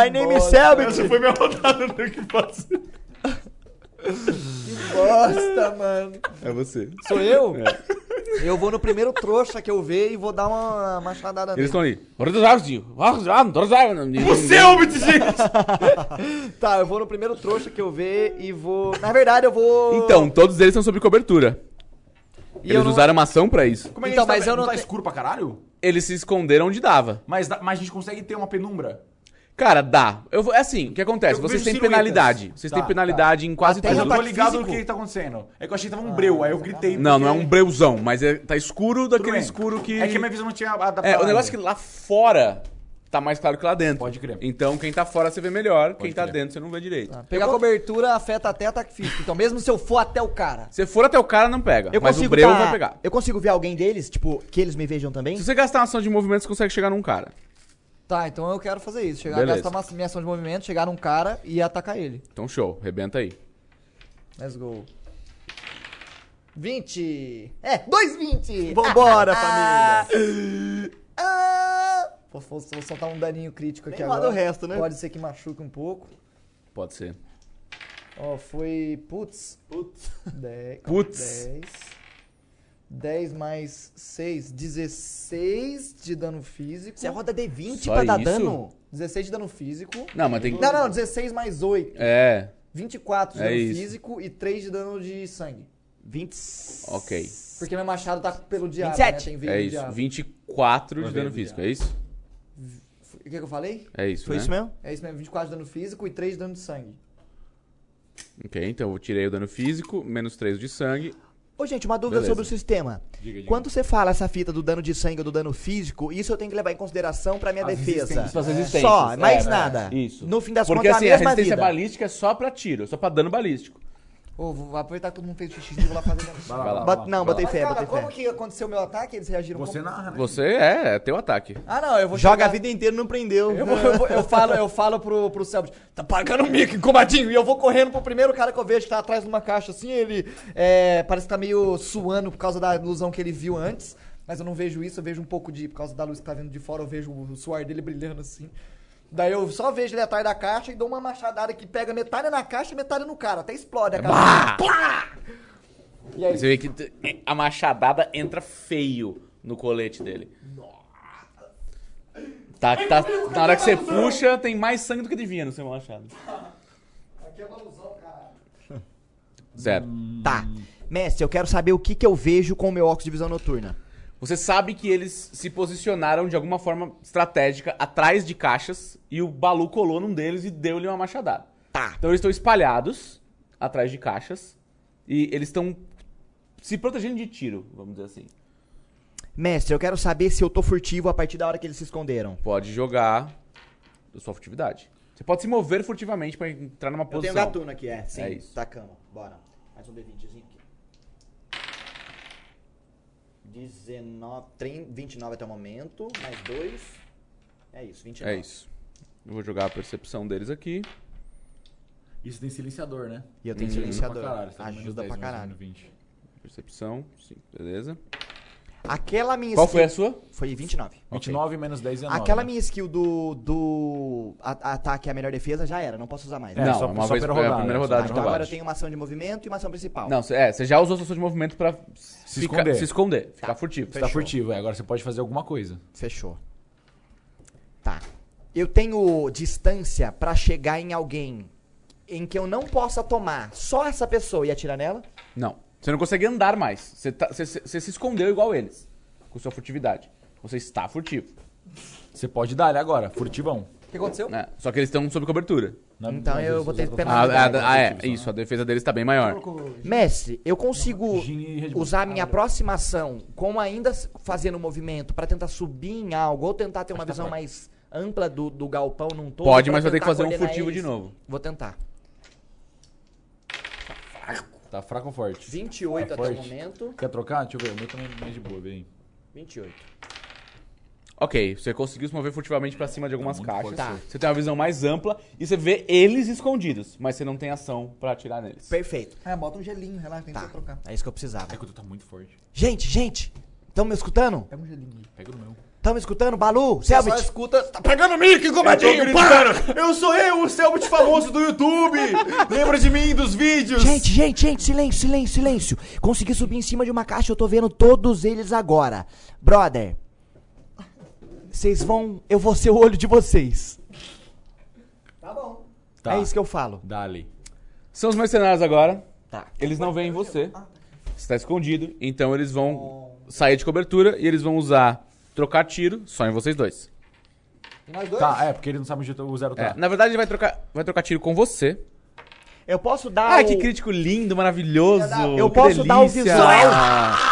Speaker 2: My name is Selbit.
Speaker 3: Essa foi minha rodada, não tem o que fazer.
Speaker 1: Bosta, mano.
Speaker 8: É você.
Speaker 1: Sou eu?
Speaker 8: É.
Speaker 1: Eu vou no primeiro trouxa que eu ver e vou dar uma machadada
Speaker 8: Eles
Speaker 1: nele.
Speaker 8: estão ali. Ah,
Speaker 3: O Selbit, gente!
Speaker 1: [LAUGHS] Tá, eu vou no primeiro trouxa que eu ver e vou... Na verdade, eu vou...
Speaker 8: Então, todos eles estão sob cobertura.
Speaker 1: E eu
Speaker 8: Eles
Speaker 1: não-
Speaker 8: usaram uma ação pra isso.
Speaker 3: Como
Speaker 1: Então,
Speaker 3: tá-
Speaker 1: mas eu não
Speaker 3: tá
Speaker 1: te-
Speaker 3: escuro pra caralho?
Speaker 8: Eles se esconderam onde dava.
Speaker 3: Mas, dá- mas a gente consegue ter uma penumbra?
Speaker 8: Cara, dá. Eu vou, é assim, o que acontece?
Speaker 3: Eu
Speaker 8: Vocês
Speaker 3: vejo
Speaker 8: têm
Speaker 3: silhuetas.
Speaker 8: penalidade. Vocês têm
Speaker 2: Tá,
Speaker 8: penalidade em quase
Speaker 2: Até
Speaker 3: Eu
Speaker 8: tudo.
Speaker 2: no
Speaker 3: não tô
Speaker 2: ataque
Speaker 3: ligado
Speaker 2: físico?
Speaker 3: no que que tá acontecendo. É que eu achei que tava um breu, aí eu gritei.
Speaker 8: Não, não é
Speaker 3: porque-
Speaker 8: um breuzão, mas é, tá escuro
Speaker 3: né? Tudo
Speaker 8: daquele
Speaker 3: bem.
Speaker 8: escuro que.
Speaker 3: É que a minha visão não tinha adaptado.
Speaker 8: É, o negócio é que
Speaker 3: ainda.
Speaker 8: lá fora tá mais claro que lá dentro.
Speaker 3: Pode crer.
Speaker 8: Então, quem tá fora você vê melhor, quem tá
Speaker 3: crer. Tá.
Speaker 8: dentro você não vê direito.
Speaker 1: Pegar cobertura afeta até ataque físico. Então, mesmo se eu for até o cara.
Speaker 8: Se for até o cara, não pega.
Speaker 2: Eu
Speaker 8: mas o
Speaker 2: consigo
Speaker 8: breu
Speaker 2: tá-
Speaker 8: vai pegar.
Speaker 2: Eu consigo ver alguém deles, tipo, que eles me vejam também?
Speaker 8: Se você gastar uma ação de movimento, você consegue chegar num cara.
Speaker 1: Tá, então eu quero fazer isso. Chegar,
Speaker 8: Beleza.
Speaker 1: gastar uma minha ação de movimento, chegar num cara e atacar ele.
Speaker 8: Então, show, rebenta aí.
Speaker 1: Let's go. 20. É, 220.
Speaker 2: Vambora, família!
Speaker 1: Ah! Pô, vou, vou soltar um daninho crítico aqui
Speaker 2: Nem lá
Speaker 1: agora.
Speaker 2: do resto, né?
Speaker 1: Pode ser que machuque um pouco.
Speaker 8: Pode ser.
Speaker 1: Ó, foi. Putz. [LAUGHS]
Speaker 2: Putz.
Speaker 1: 10.
Speaker 8: Putz.
Speaker 1: 10. 10 mais 6. 16 de dano físico.
Speaker 2: Você roda D20
Speaker 8: Só
Speaker 2: pra dar
Speaker 8: isso?
Speaker 2: dano?
Speaker 1: 16 de dano físico.
Speaker 8: Não, mas tem que.
Speaker 1: Não, não, 16 mais 8.
Speaker 8: É,
Speaker 1: 24 de
Speaker 8: É
Speaker 1: dano
Speaker 8: isso.
Speaker 1: físico e 3 de dano de sangue.
Speaker 2: 20.
Speaker 8: ok.
Speaker 1: Porque meu machado tá pelo diabo,
Speaker 2: 27.
Speaker 1: né? Tem veio
Speaker 8: É
Speaker 1: do
Speaker 8: isso.
Speaker 1: diabo.
Speaker 8: 24 de
Speaker 13: Uma
Speaker 8: dano
Speaker 13: vez,
Speaker 8: físico,
Speaker 13: já.
Speaker 8: é isso?
Speaker 1: O que, que eu falei?
Speaker 8: É isso,
Speaker 2: Foi
Speaker 8: né?
Speaker 2: isso mesmo?
Speaker 1: É isso mesmo, 24 de dano físico e 3 de dano de sangue.
Speaker 8: Ok, então eu tirei o dano físico, menos 3 de sangue.
Speaker 2: Ô, gente, uma dúvida
Speaker 8: Beleza.
Speaker 2: sobre o sistema. Quando você fala essa fita do dano de sangue ou do dano físico, isso eu tenho que levar em consideração pra minha é defesa.
Speaker 8: Suas resistências.
Speaker 2: Só, mais
Speaker 8: É,
Speaker 2: nada.
Speaker 8: Isso.
Speaker 2: No fim das
Speaker 8: Porque
Speaker 2: contas,
Speaker 8: assim,
Speaker 2: é
Speaker 8: a
Speaker 2: a mesma
Speaker 8: resistência
Speaker 2: vida.
Speaker 8: balística é só pra tiro, só pra dano balístico.
Speaker 1: Ô, vou aproveitar que todo mundo fez xixi e vou lá [LAUGHS] fazer minha
Speaker 8: Vai lá.
Speaker 2: Bot- não, botei
Speaker 1: Mas,
Speaker 2: fé,
Speaker 1: cara,
Speaker 2: botei
Speaker 1: como
Speaker 2: fé.
Speaker 1: que aconteceu o meu ataque? Eles reagiram
Speaker 3: Você
Speaker 1: como...
Speaker 3: narra, né?
Speaker 8: Você é, é teu ataque.
Speaker 1: Ah, não, eu vou
Speaker 2: Joga a
Speaker 1: chegar-
Speaker 2: vida inteira e não prendeu.
Speaker 1: Eu, vou- eu vou- eu falo, eu falo pro, pro Selbit, tá pagando mico, incomodinho, e eu vou correndo pro primeiro cara que eu vejo que tá atrás de uma caixa, assim, ele é, parece que tá meio suando por causa da ilusão que ele viu antes, mas eu não vejo isso, eu vejo um pouco de, por causa da luz que tá vindo de fora, eu vejo o suor dele brilhando assim. Daí eu só vejo ele atrás da caixa e dou uma machadada que pega metade na caixa e metade no cara, até explode a caixa.
Speaker 8: Pá! Você vê que t- a machadada entra feio no colete dele. Tá, tá, na hora que você puxa, tem mais sangue do que devia no seu machado. Zero.
Speaker 2: Tá. Mestre, eu quero saber o que, que eu vejo com o meu óculos de visão noturna.
Speaker 8: Você sabe que eles se posicionaram de alguma forma estratégica atrás de caixas e o Balu colou num deles e deu-lhe uma machadada.
Speaker 2: Tá.
Speaker 8: Então eles estão espalhados atrás de caixas e eles estão se protegendo de tiro, vamos dizer assim.
Speaker 2: Mestre, eu quero saber se eu tô furtivo a partir da hora que eles se esconderam.
Speaker 8: Pode jogar da sua furtividade. Você pode se mover furtivamente pra entrar numa posição.
Speaker 2: aqui, é.
Speaker 8: sim. É isso.
Speaker 2: Tá cama. Bora. Mais um D20zinho aqui. 19, 30, 29 até o momento, mais dois. É isso, 29.
Speaker 8: É isso. Eu vou jogar a percepção deles aqui.
Speaker 3: Isso tem silenciador, né?
Speaker 2: E eu tenho
Speaker 3: Pra
Speaker 2: silenciador.
Speaker 3: caralho, você tá com menos
Speaker 2: Ajuda
Speaker 3: 10,
Speaker 2: pra
Speaker 3: mais ou
Speaker 2: caralho.
Speaker 3: menos 20.
Speaker 8: Percepção, sim, beleza.
Speaker 2: Aquela minha
Speaker 8: Qual
Speaker 2: skill.
Speaker 8: foi a sua?
Speaker 2: Foi 29.
Speaker 3: 29 menos 10 é 9.
Speaker 2: Aquela
Speaker 3: né?
Speaker 2: minha skill do, do a- ataque é a melhor defesa já era, não posso usar mais.
Speaker 3: É,
Speaker 8: não,
Speaker 3: só-
Speaker 8: é uma
Speaker 3: só
Speaker 8: vez,
Speaker 3: pela
Speaker 8: é a
Speaker 3: rodada,
Speaker 8: primeira
Speaker 3: só
Speaker 8: rodada
Speaker 2: Ah,
Speaker 8: de
Speaker 2: então agora eu
Speaker 8: roubagem.
Speaker 2: tenho uma ação de movimento e uma ação principal.
Speaker 8: Não, cê- é, você já usou sua ação de movimento pra se
Speaker 3: esconder.
Speaker 8: se esconder ficar furtivo.
Speaker 3: Você tá furtivo, é. Agora você pode fazer alguma coisa.
Speaker 2: Fechou. Tá. Eu tenho distância pra chegar em alguém em que eu não possa tomar só essa pessoa e atirar nela?
Speaker 8: tá- Não, você não consegue andar mais. Você tá- você- você- você se escondeu igual eles, com sua furtividade. Você está furtivo.
Speaker 3: Você pode dar ali agora, furtivão.
Speaker 1: O que aconteceu?
Speaker 8: né? Só que eles estão sob cobertura.
Speaker 3: Na-
Speaker 2: Então
Speaker 3: mas
Speaker 2: eu
Speaker 3: você
Speaker 2: vou ter
Speaker 3: já
Speaker 2: pena-
Speaker 3: tá
Speaker 8: Ah,
Speaker 2: verdade,
Speaker 8: ah, da- ah, é,
Speaker 3: furtivo,
Speaker 8: isso, a defesa deles tá bem maior.
Speaker 2: Mestre, eu consigo
Speaker 3: Gin e Red Bull. Ah,
Speaker 2: usar minha aproximação como ainda s- fazendo um movimento pra tentar subir em algo ou tentar ter uma
Speaker 3: tá
Speaker 2: visão mais ampla do, do galpão num todo?
Speaker 8: Pode,
Speaker 2: pra
Speaker 8: mas vai ter que
Speaker 2: tentar
Speaker 8: fazer um
Speaker 2: coordenar
Speaker 8: furtivo de novo.
Speaker 2: Vou tentar.
Speaker 3: Tá fraco ou forte?
Speaker 2: 28 até
Speaker 3: forte.
Speaker 2: o momento.
Speaker 3: Quer trocar? Deixa eu ver. O meu também é mais de boa, vem.
Speaker 2: 28.
Speaker 8: Ok, você conseguiu se mover furtivamente pra cima de algumas
Speaker 3: muito
Speaker 8: caixas.
Speaker 3: forte Tá.
Speaker 8: Você tem uma visão mais ampla e você vê eles escondidos, mas você não tem ação pra atirar neles.
Speaker 2: Perfeito.
Speaker 1: Ah, bota um gelinho, relaxa, tem
Speaker 2: Tá.
Speaker 1: que trocar.
Speaker 2: É isso que eu precisava.
Speaker 3: É que o teu tá muito forte.
Speaker 2: Gente, gente! Estão me escutando?
Speaker 1: Pega um gelinho.
Speaker 3: Pega o meu.
Speaker 2: Estão me escutando? Balu,
Speaker 8: É
Speaker 2: Selbit!
Speaker 1: escuta, tá pegando mico, incomodinho,
Speaker 3: Eu sou eu, o Selbit famoso do YouTube! Lembra de mim, dos vídeos!
Speaker 2: Gente, gente, gente, silêncio, silêncio, silêncio. Consegui subir em cima de uma caixa, eu tô vendo todos eles agora. Brother, vocês vão. Eu vou ser o olho de vocês.
Speaker 1: Tá bom.
Speaker 3: Tá.
Speaker 2: É isso que eu falo.
Speaker 3: Dali.
Speaker 8: São os mercenários agora.
Speaker 2: Tá.
Speaker 8: Eles não veem você. Você tá escondido, então eles vão sair de cobertura e eles vão usar trocar tiro só em vocês dois.
Speaker 1: Nós dois?
Speaker 3: Tá, é, porque ele não sabe onde o zero
Speaker 8: É,
Speaker 3: tá.
Speaker 8: na verdade, ele vai trocar, vai trocar tiro com você.
Speaker 2: Eu posso dar.
Speaker 8: Ai,
Speaker 2: o-
Speaker 8: que crítico lindo, maravilhoso.
Speaker 2: Eu
Speaker 8: que
Speaker 2: posso dar o
Speaker 8: delícia.
Speaker 2: visual.
Speaker 8: Ah,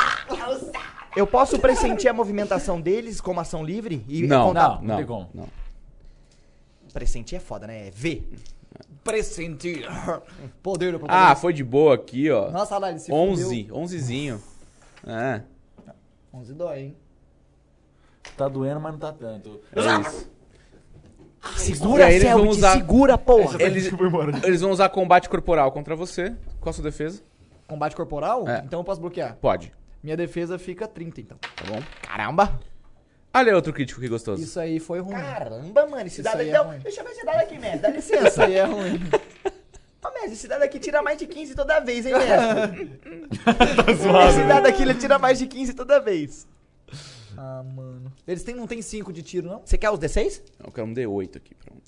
Speaker 2: Eu posso pressentir a movimentação deles como ação livre? E
Speaker 8: Não,
Speaker 2: contar-
Speaker 8: não,
Speaker 3: não
Speaker 8: não.
Speaker 3: tem como.
Speaker 8: não.
Speaker 2: Pressentir é foda, né? É ver.
Speaker 1: Pressentir. Poder do
Speaker 8: Ah, foi de boa aqui, ó.
Speaker 1: Nossa, olha lá, ele se
Speaker 8: 11, 11zinho. É,
Speaker 1: 11 dói, hein?
Speaker 2: É.
Speaker 3: Tá doendo, mas não tá tanto.
Speaker 8: é isso. E
Speaker 2: Segura,
Speaker 8: aí eles vão
Speaker 2: Selbit,
Speaker 8: usar-
Speaker 2: segura, porra.
Speaker 3: [LAUGHS]
Speaker 8: Eles, eles vão usar combate corporal contra você. Qual a sua defesa?
Speaker 1: Combate corporal?
Speaker 8: É.
Speaker 1: Então eu posso bloquear.
Speaker 8: Pode,
Speaker 1: Minha defesa fica 30, então.
Speaker 8: tá bom?
Speaker 2: Caramba.
Speaker 8: Olha é outro crítico que gostoso.
Speaker 1: Isso aí foi ruim.
Speaker 2: Caramba, mano, esse
Speaker 1: Isso
Speaker 2: dado
Speaker 1: aí
Speaker 2: aqui.
Speaker 1: é
Speaker 2: Então,
Speaker 1: ruim.
Speaker 2: deixa eu ver esse dado aqui, mestre. Dá
Speaker 1: [LAUGHS] Isso
Speaker 2: licença.
Speaker 1: aí é ruim.
Speaker 2: [LAUGHS] Ô, mestre, esse dado aqui tira mais de 15 toda vez, hein, mestre? esse dado aqui ele tira mais de 15 toda vez.
Speaker 1: Ah, mano. Eles têm, não tem 5 de tiro, não?
Speaker 2: Você quer os D6?
Speaker 8: Eu quero um D8 aqui, pronto.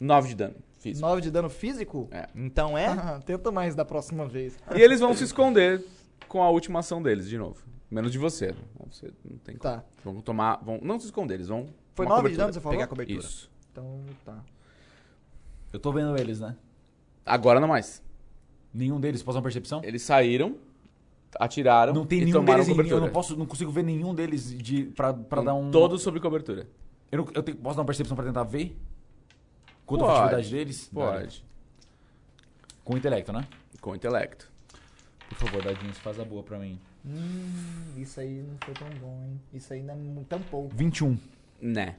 Speaker 8: 9 de dano. Fiz.
Speaker 1: 9 de dano físico?
Speaker 8: É.
Speaker 2: Então é.
Speaker 1: Ah, tenta mais da próxima vez.
Speaker 8: E eles vão se esconder com a última ação deles, de novo. Menos de você. né? Você não tem como.
Speaker 1: Tá.
Speaker 8: Vão tomar. Vão não se esconder, eles vão.
Speaker 1: Foi
Speaker 8: tomar
Speaker 1: 9 de
Speaker 8: cobertura.
Speaker 1: dano, você falou?
Speaker 2: Pegar cobertura.
Speaker 8: Isso.
Speaker 1: Então, tá.
Speaker 3: Eu tô vendo eles, né?
Speaker 8: Agora não mais.
Speaker 3: Nenhum deles passa uma percepção?
Speaker 8: Eles saíram, atiraram
Speaker 3: Não tem
Speaker 8: Então, e
Speaker 3: nenhum
Speaker 8: tomaram
Speaker 3: deles em,
Speaker 8: cobertura.
Speaker 3: Eu não, posso, não consigo ver nenhum deles de, pra, pra
Speaker 8: Estão
Speaker 3: dar um.
Speaker 8: Todos sob cobertura.
Speaker 3: Eu, não- eu tenho- posso dar uma percepção pra tentar ver? Quanto a
Speaker 8: Pode.
Speaker 3: fatividade deles? Dá, né?
Speaker 8: Pode.
Speaker 3: Com intelecto, né?
Speaker 8: Com intelecto.
Speaker 3: Por favor, dadinho, isso faz a boa pra mim.
Speaker 1: Hum, isso aí não foi tão bom, hein? Isso aí não é mu- tão pouco.
Speaker 3: 21.
Speaker 8: Né.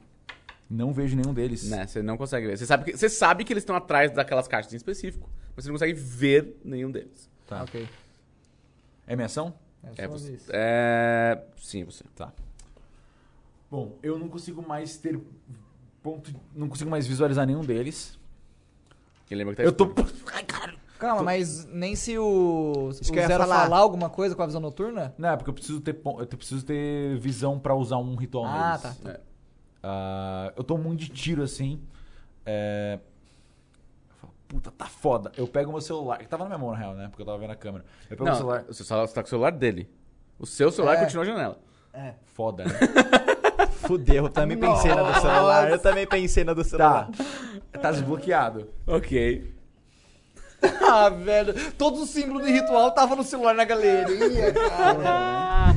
Speaker 3: Não vejo nenhum deles.
Speaker 8: Né. Você não consegue ver. Você sabe que, você sabe que eles estão atrás daquelas caixas em específico, mas você não consegue ver nenhum deles.
Speaker 3: Tá.
Speaker 1: Ok.
Speaker 3: É minha ação?
Speaker 1: É,
Speaker 8: É
Speaker 1: só
Speaker 8: você.
Speaker 1: isso.
Speaker 8: É. Sim, é você.
Speaker 3: Bom, eu não consigo mais ter ponto. Não consigo mais visualizar nenhum deles.
Speaker 8: E lembra que tá
Speaker 3: Eu tô.
Speaker 8: escuro.
Speaker 3: [LAUGHS] Ai, caralho!
Speaker 1: Calma, mas nem se o, o
Speaker 2: Isso que eu ia
Speaker 1: Zero falar.
Speaker 2: falar.
Speaker 1: alguma coisa com a visão noturna?
Speaker 3: Não, é porque eu preciso ter pon- eu preciso ter visão pra usar um ritual
Speaker 1: Ah,
Speaker 3: neles.
Speaker 1: tá.
Speaker 8: É.
Speaker 3: Ah, eu tomo um de tiro assim. É... Eu falo, puta, tá foda. Eu pego meu celular, que tava na minha mão na real, né? Porque eu tava vendo a câmera. Eu pego
Speaker 8: Não,
Speaker 3: meu celular,
Speaker 8: Você só você tá com o celular dele. O seu celular
Speaker 1: É.
Speaker 8: continua na janela.
Speaker 3: foda, né?
Speaker 2: Fudeu, eu também pensei na do celular. Eu também pensei na do
Speaker 3: tá,
Speaker 2: celular.
Speaker 3: tá desbloqueado.
Speaker 1: [LAUGHS]
Speaker 8: Ok.
Speaker 1: Ah, velho. Todo o símbolo de ritual tava no celular na [LAUGHS] galeria, cara.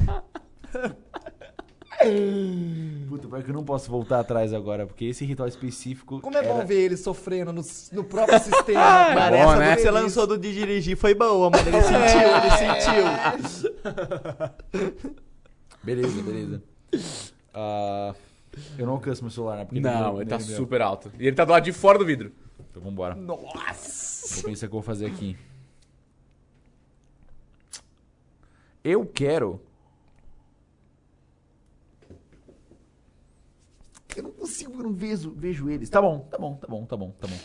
Speaker 3: Puta, pior que eu não posso voltar atrás agora, porque esse ritual específico.
Speaker 1: Como é
Speaker 3: era-
Speaker 1: bom ver ele sofrendo no, no próprio [LAUGHS] sistema.
Speaker 2: Mano,
Speaker 8: bom,
Speaker 2: essa
Speaker 8: né?
Speaker 2: do que você lançou do de dirigir foi boa, mano. Ele
Speaker 1: É.
Speaker 2: sentiu, ele sentiu.
Speaker 3: Beleza, beleza. Ah, eu não alcanço meu celular, né? Porque
Speaker 8: Não, ele tá
Speaker 3: meu.
Speaker 8: super alto. E ele tá do lado de fora do vidro.
Speaker 3: Então vambora. Nossa! Vou pensar o que eu vou fazer aqui. Eu quero. Eu não consigo, eu não vejo, vejo eles. Tá bom, tá bom, tá bom, tá bom, tá bom.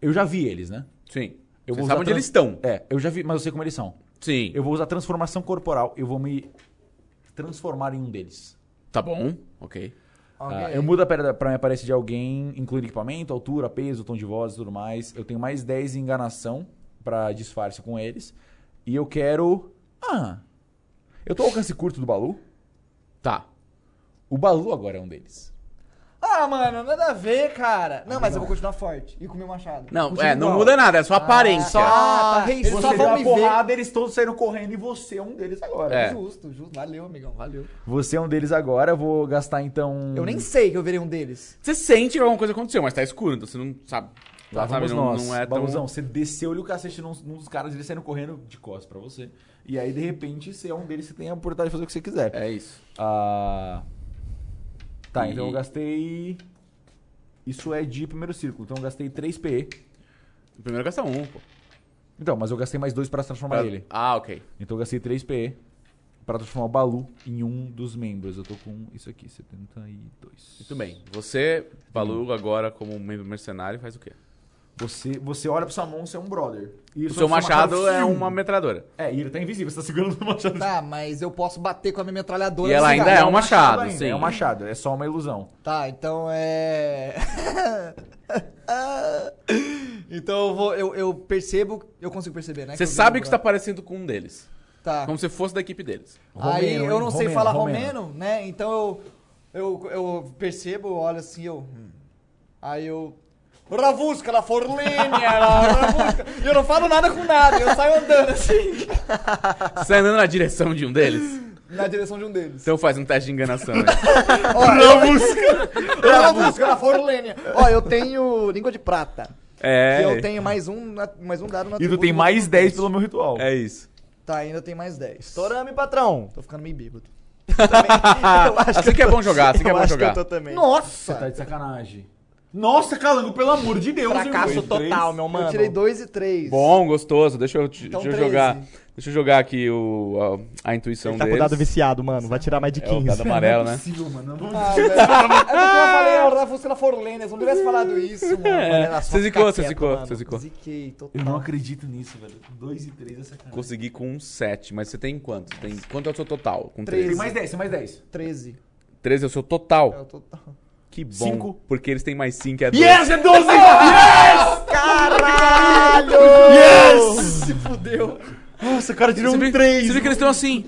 Speaker 3: Eu já vi eles, né?
Speaker 8: Sim.
Speaker 3: Eu vou
Speaker 8: Eu Você
Speaker 3: usar
Speaker 8: sabe onde
Speaker 3: trans-
Speaker 8: eles estão.
Speaker 3: É, eu já vi, mas eu sei como eles são.
Speaker 8: Sim.
Speaker 3: Eu vou usar transformação corporal. Eu vou me transformar em um deles.
Speaker 8: Tá bom. Ok.
Speaker 3: Ah, eu mudo a pedra pra me aparecer de alguém, incluindo equipamento, altura, peso, tom de voz e tudo mais. Eu tenho mais 10 em enganação pra disfarce com eles. E eu quero. Ah! Eu tô ao alcance curto do Balu.
Speaker 8: Tá.
Speaker 3: O Balu agora é um deles.
Speaker 1: [LAUGHS] Ah, mano, nada a ver, cara. Não, mas eu vou continuar forte e com o meu machado.
Speaker 8: Não,
Speaker 3: Continua
Speaker 8: é, não
Speaker 3: igual.
Speaker 8: muda nada, é só aparência.
Speaker 1: Ah, tá. Eles
Speaker 3: Você
Speaker 1: só
Speaker 3: deu
Speaker 1: vão
Speaker 3: uma
Speaker 1: me ver.
Speaker 3: porrada, eles todos saíram correndo e você é um deles agora.
Speaker 8: É.
Speaker 1: Justo, justo. Valeu, amigão, valeu.
Speaker 3: Você é um deles agora, eu vou gastar então.
Speaker 1: Eu nem sei que eu virei um deles.
Speaker 8: Você sente que alguma coisa aconteceu, mas tá escuro, então você não sabe.
Speaker 3: Lá
Speaker 8: sabe,
Speaker 3: Tá, vamos
Speaker 8: não,
Speaker 3: nós.
Speaker 8: não é tão.
Speaker 3: Baluzão, você desceu-lhe o cacete num, num dos caras, eles saíram correndo de costas pra você. E aí, de repente, você é um deles, você tem a oportunidade de fazer o que você quiser.
Speaker 8: É isso.
Speaker 3: Ah, tá,
Speaker 8: E-
Speaker 3: então eu gastei. Isso é de primeiro círculo, então eu gastei 3 PE.
Speaker 8: O primeiro gasta um, pô.
Speaker 3: Então, mas eu gastei mais dois pra transformar
Speaker 8: Pra-
Speaker 3: ele.
Speaker 8: Ah, ok.
Speaker 3: Então eu gastei 3 PE pra transformar o Balu em um dos membros. Eu tô com isso aqui, 72.
Speaker 8: Muito bem. Você,
Speaker 3: Hum.
Speaker 8: Balu, agora como um membro mercenário, faz o quê?
Speaker 3: Você, você olha pra sua mão, você é um brother. E
Speaker 8: O
Speaker 3: só-
Speaker 8: seu machado é
Speaker 3: fium.
Speaker 8: uma metralhadora.
Speaker 3: É, e ele tá invisível, você tá segurando o machado.
Speaker 1: Tá, mas eu posso bater com a minha metralhadora.
Speaker 8: E ela
Speaker 1: nesse
Speaker 8: ainda
Speaker 1: cara.
Speaker 8: é um machado,
Speaker 3: ainda,
Speaker 8: sim.
Speaker 3: É um machado, é só uma ilusão.
Speaker 1: Tá, então é. [LAUGHS] então eu vou. Eu, eu percebo. Eu consigo perceber, né?
Speaker 8: Você
Speaker 1: eu vi
Speaker 8: sabe
Speaker 1: no
Speaker 8: que você tá parecendo com um deles.
Speaker 1: Tá.
Speaker 8: Como se fosse da equipe deles.
Speaker 1: Aí
Speaker 3: Romeno,
Speaker 1: eu não
Speaker 3: hein?
Speaker 1: sei
Speaker 3: Romeno,
Speaker 1: falar
Speaker 3: romeno.
Speaker 1: romeno, né? Então eu. Eu, eu percebo, eu olho assim, eu. hum. Aí eu. Ravusca, la forlinha, la ravusca. E eu não falo nada com nada, eu saio andando assim,
Speaker 8: Você tá andando na direção de um deles?
Speaker 1: na direção de um deles.
Speaker 8: Então faz um teste de enganação, né?
Speaker 1: [LAUGHS] Ravusca, la forlinha.
Speaker 2: Ó, eu tenho língua de prata.
Speaker 8: É.
Speaker 2: E eu tenho mais um, na- mais um dado na
Speaker 3: E tu tem mais 10 pelo meu ritual.
Speaker 8: É isso.
Speaker 1: Tá, ainda tem mais 10.
Speaker 2: Torame, patrão.
Speaker 1: Tô ficando meio bêbado.
Speaker 2: Eu acho
Speaker 8: Assim que é bom jogar, assim que é
Speaker 2: eu
Speaker 8: bom
Speaker 2: acho
Speaker 8: jogar.
Speaker 2: que eu tô também.
Speaker 1: Nossa!
Speaker 3: tá de sacanagem. Nossa, Calango, pelo amor de Deus.
Speaker 2: Fracasso
Speaker 3: irmão.
Speaker 2: total, meu mano.
Speaker 1: Eu tirei 2 e 3.
Speaker 8: Bom, gostoso. Deixa eu, deixa eu
Speaker 1: 13.
Speaker 8: jogar. Deixa eu jogar aqui o, a, a intuição
Speaker 2: Ele tá com
Speaker 8: deles.
Speaker 2: o dado viciado, mano. Vai tirar mais de
Speaker 8: É o
Speaker 2: 15.
Speaker 8: dado amarelo, né?
Speaker 3: Possível, mano. Vamos-
Speaker 1: Ah, velho. é porque eu falei, é o Ravusca, la forlinha. Se eu não tivesse falado isso, mano.
Speaker 8: É,
Speaker 1: olha só,
Speaker 8: você
Speaker 1: fica
Speaker 8: zicou, você
Speaker 1: quieto,
Speaker 8: zicou,
Speaker 1: mano.
Speaker 8: você zicou.
Speaker 1: Ziquei, total.
Speaker 3: Eu não acredito nisso, velho. 2 e 3 é sacanagem.
Speaker 8: Consegui com um 7, mas você tem quanto? Tem, quanto é o seu total? Com
Speaker 1: Treze.
Speaker 8: 13.
Speaker 3: Tem mais 10, tem mais 10.
Speaker 1: 13.
Speaker 8: 13 é o seu total.
Speaker 1: É o total.
Speaker 8: Que bom.
Speaker 3: Cinco.
Speaker 8: Porque eles têm mais 5 é 12.
Speaker 3: Yes, é 12!
Speaker 1: Caralho! Yes! Se fudeu.
Speaker 3: Nossa, o cara tirou
Speaker 8: Você
Speaker 3: um
Speaker 8: vê-
Speaker 3: 3.
Speaker 8: Você vê que eles estão assim.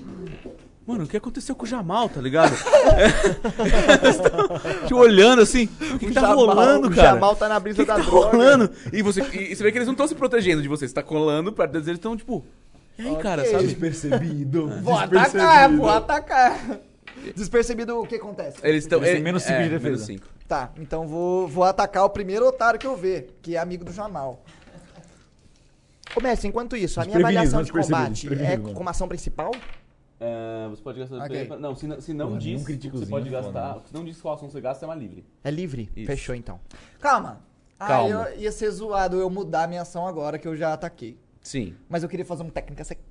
Speaker 8: Mano, o que aconteceu com o Jamal, tá ligado? É, eles tão te olhando assim. O que, que tá rolando,
Speaker 2: o
Speaker 8: cara?
Speaker 2: Jamal tá na brisa
Speaker 8: o que, que
Speaker 2: da
Speaker 8: tá
Speaker 2: droga.
Speaker 8: rolando? E você, e, e você vê que eles não estão se protegendo de você. Você tá colando perto deles, eles estão tipo. E aí, cara, sabe?
Speaker 3: [LAUGHS] Despercebido. tá
Speaker 1: Vou atacar, vou atacar. Despercebido, o que acontece?
Speaker 8: Eles estão.
Speaker 3: Eles têm menos cinco de defesa.
Speaker 8: menos cinco.
Speaker 1: Tá, então vou, vou atacar o primeiro otário que eu ver, que é amigo do Jamal.
Speaker 2: Ô, Messi, enquanto isso, a minha
Speaker 3: Desprevenido,
Speaker 2: avaliação de
Speaker 3: desprevenido,
Speaker 2: combate é
Speaker 3: desprevenido, mano.
Speaker 2: como ação principal?
Speaker 8: É, você pode gastar.
Speaker 1: Ok. experiência-
Speaker 8: Não, se não, se não
Speaker 3: diz, nenhum criticozinho você pode é foda, gastar-
Speaker 8: Se não diz qual ação você gasta, é uma livre.
Speaker 2: É livre?
Speaker 8: Isso.
Speaker 2: Fechou, então.
Speaker 1: Calma.
Speaker 8: Calma.
Speaker 1: Ah, eu ia ser zoado eu mudar minha ação agora que eu já ataquei.
Speaker 8: Sim.
Speaker 1: Mas eu queria fazer uma técnica secreta.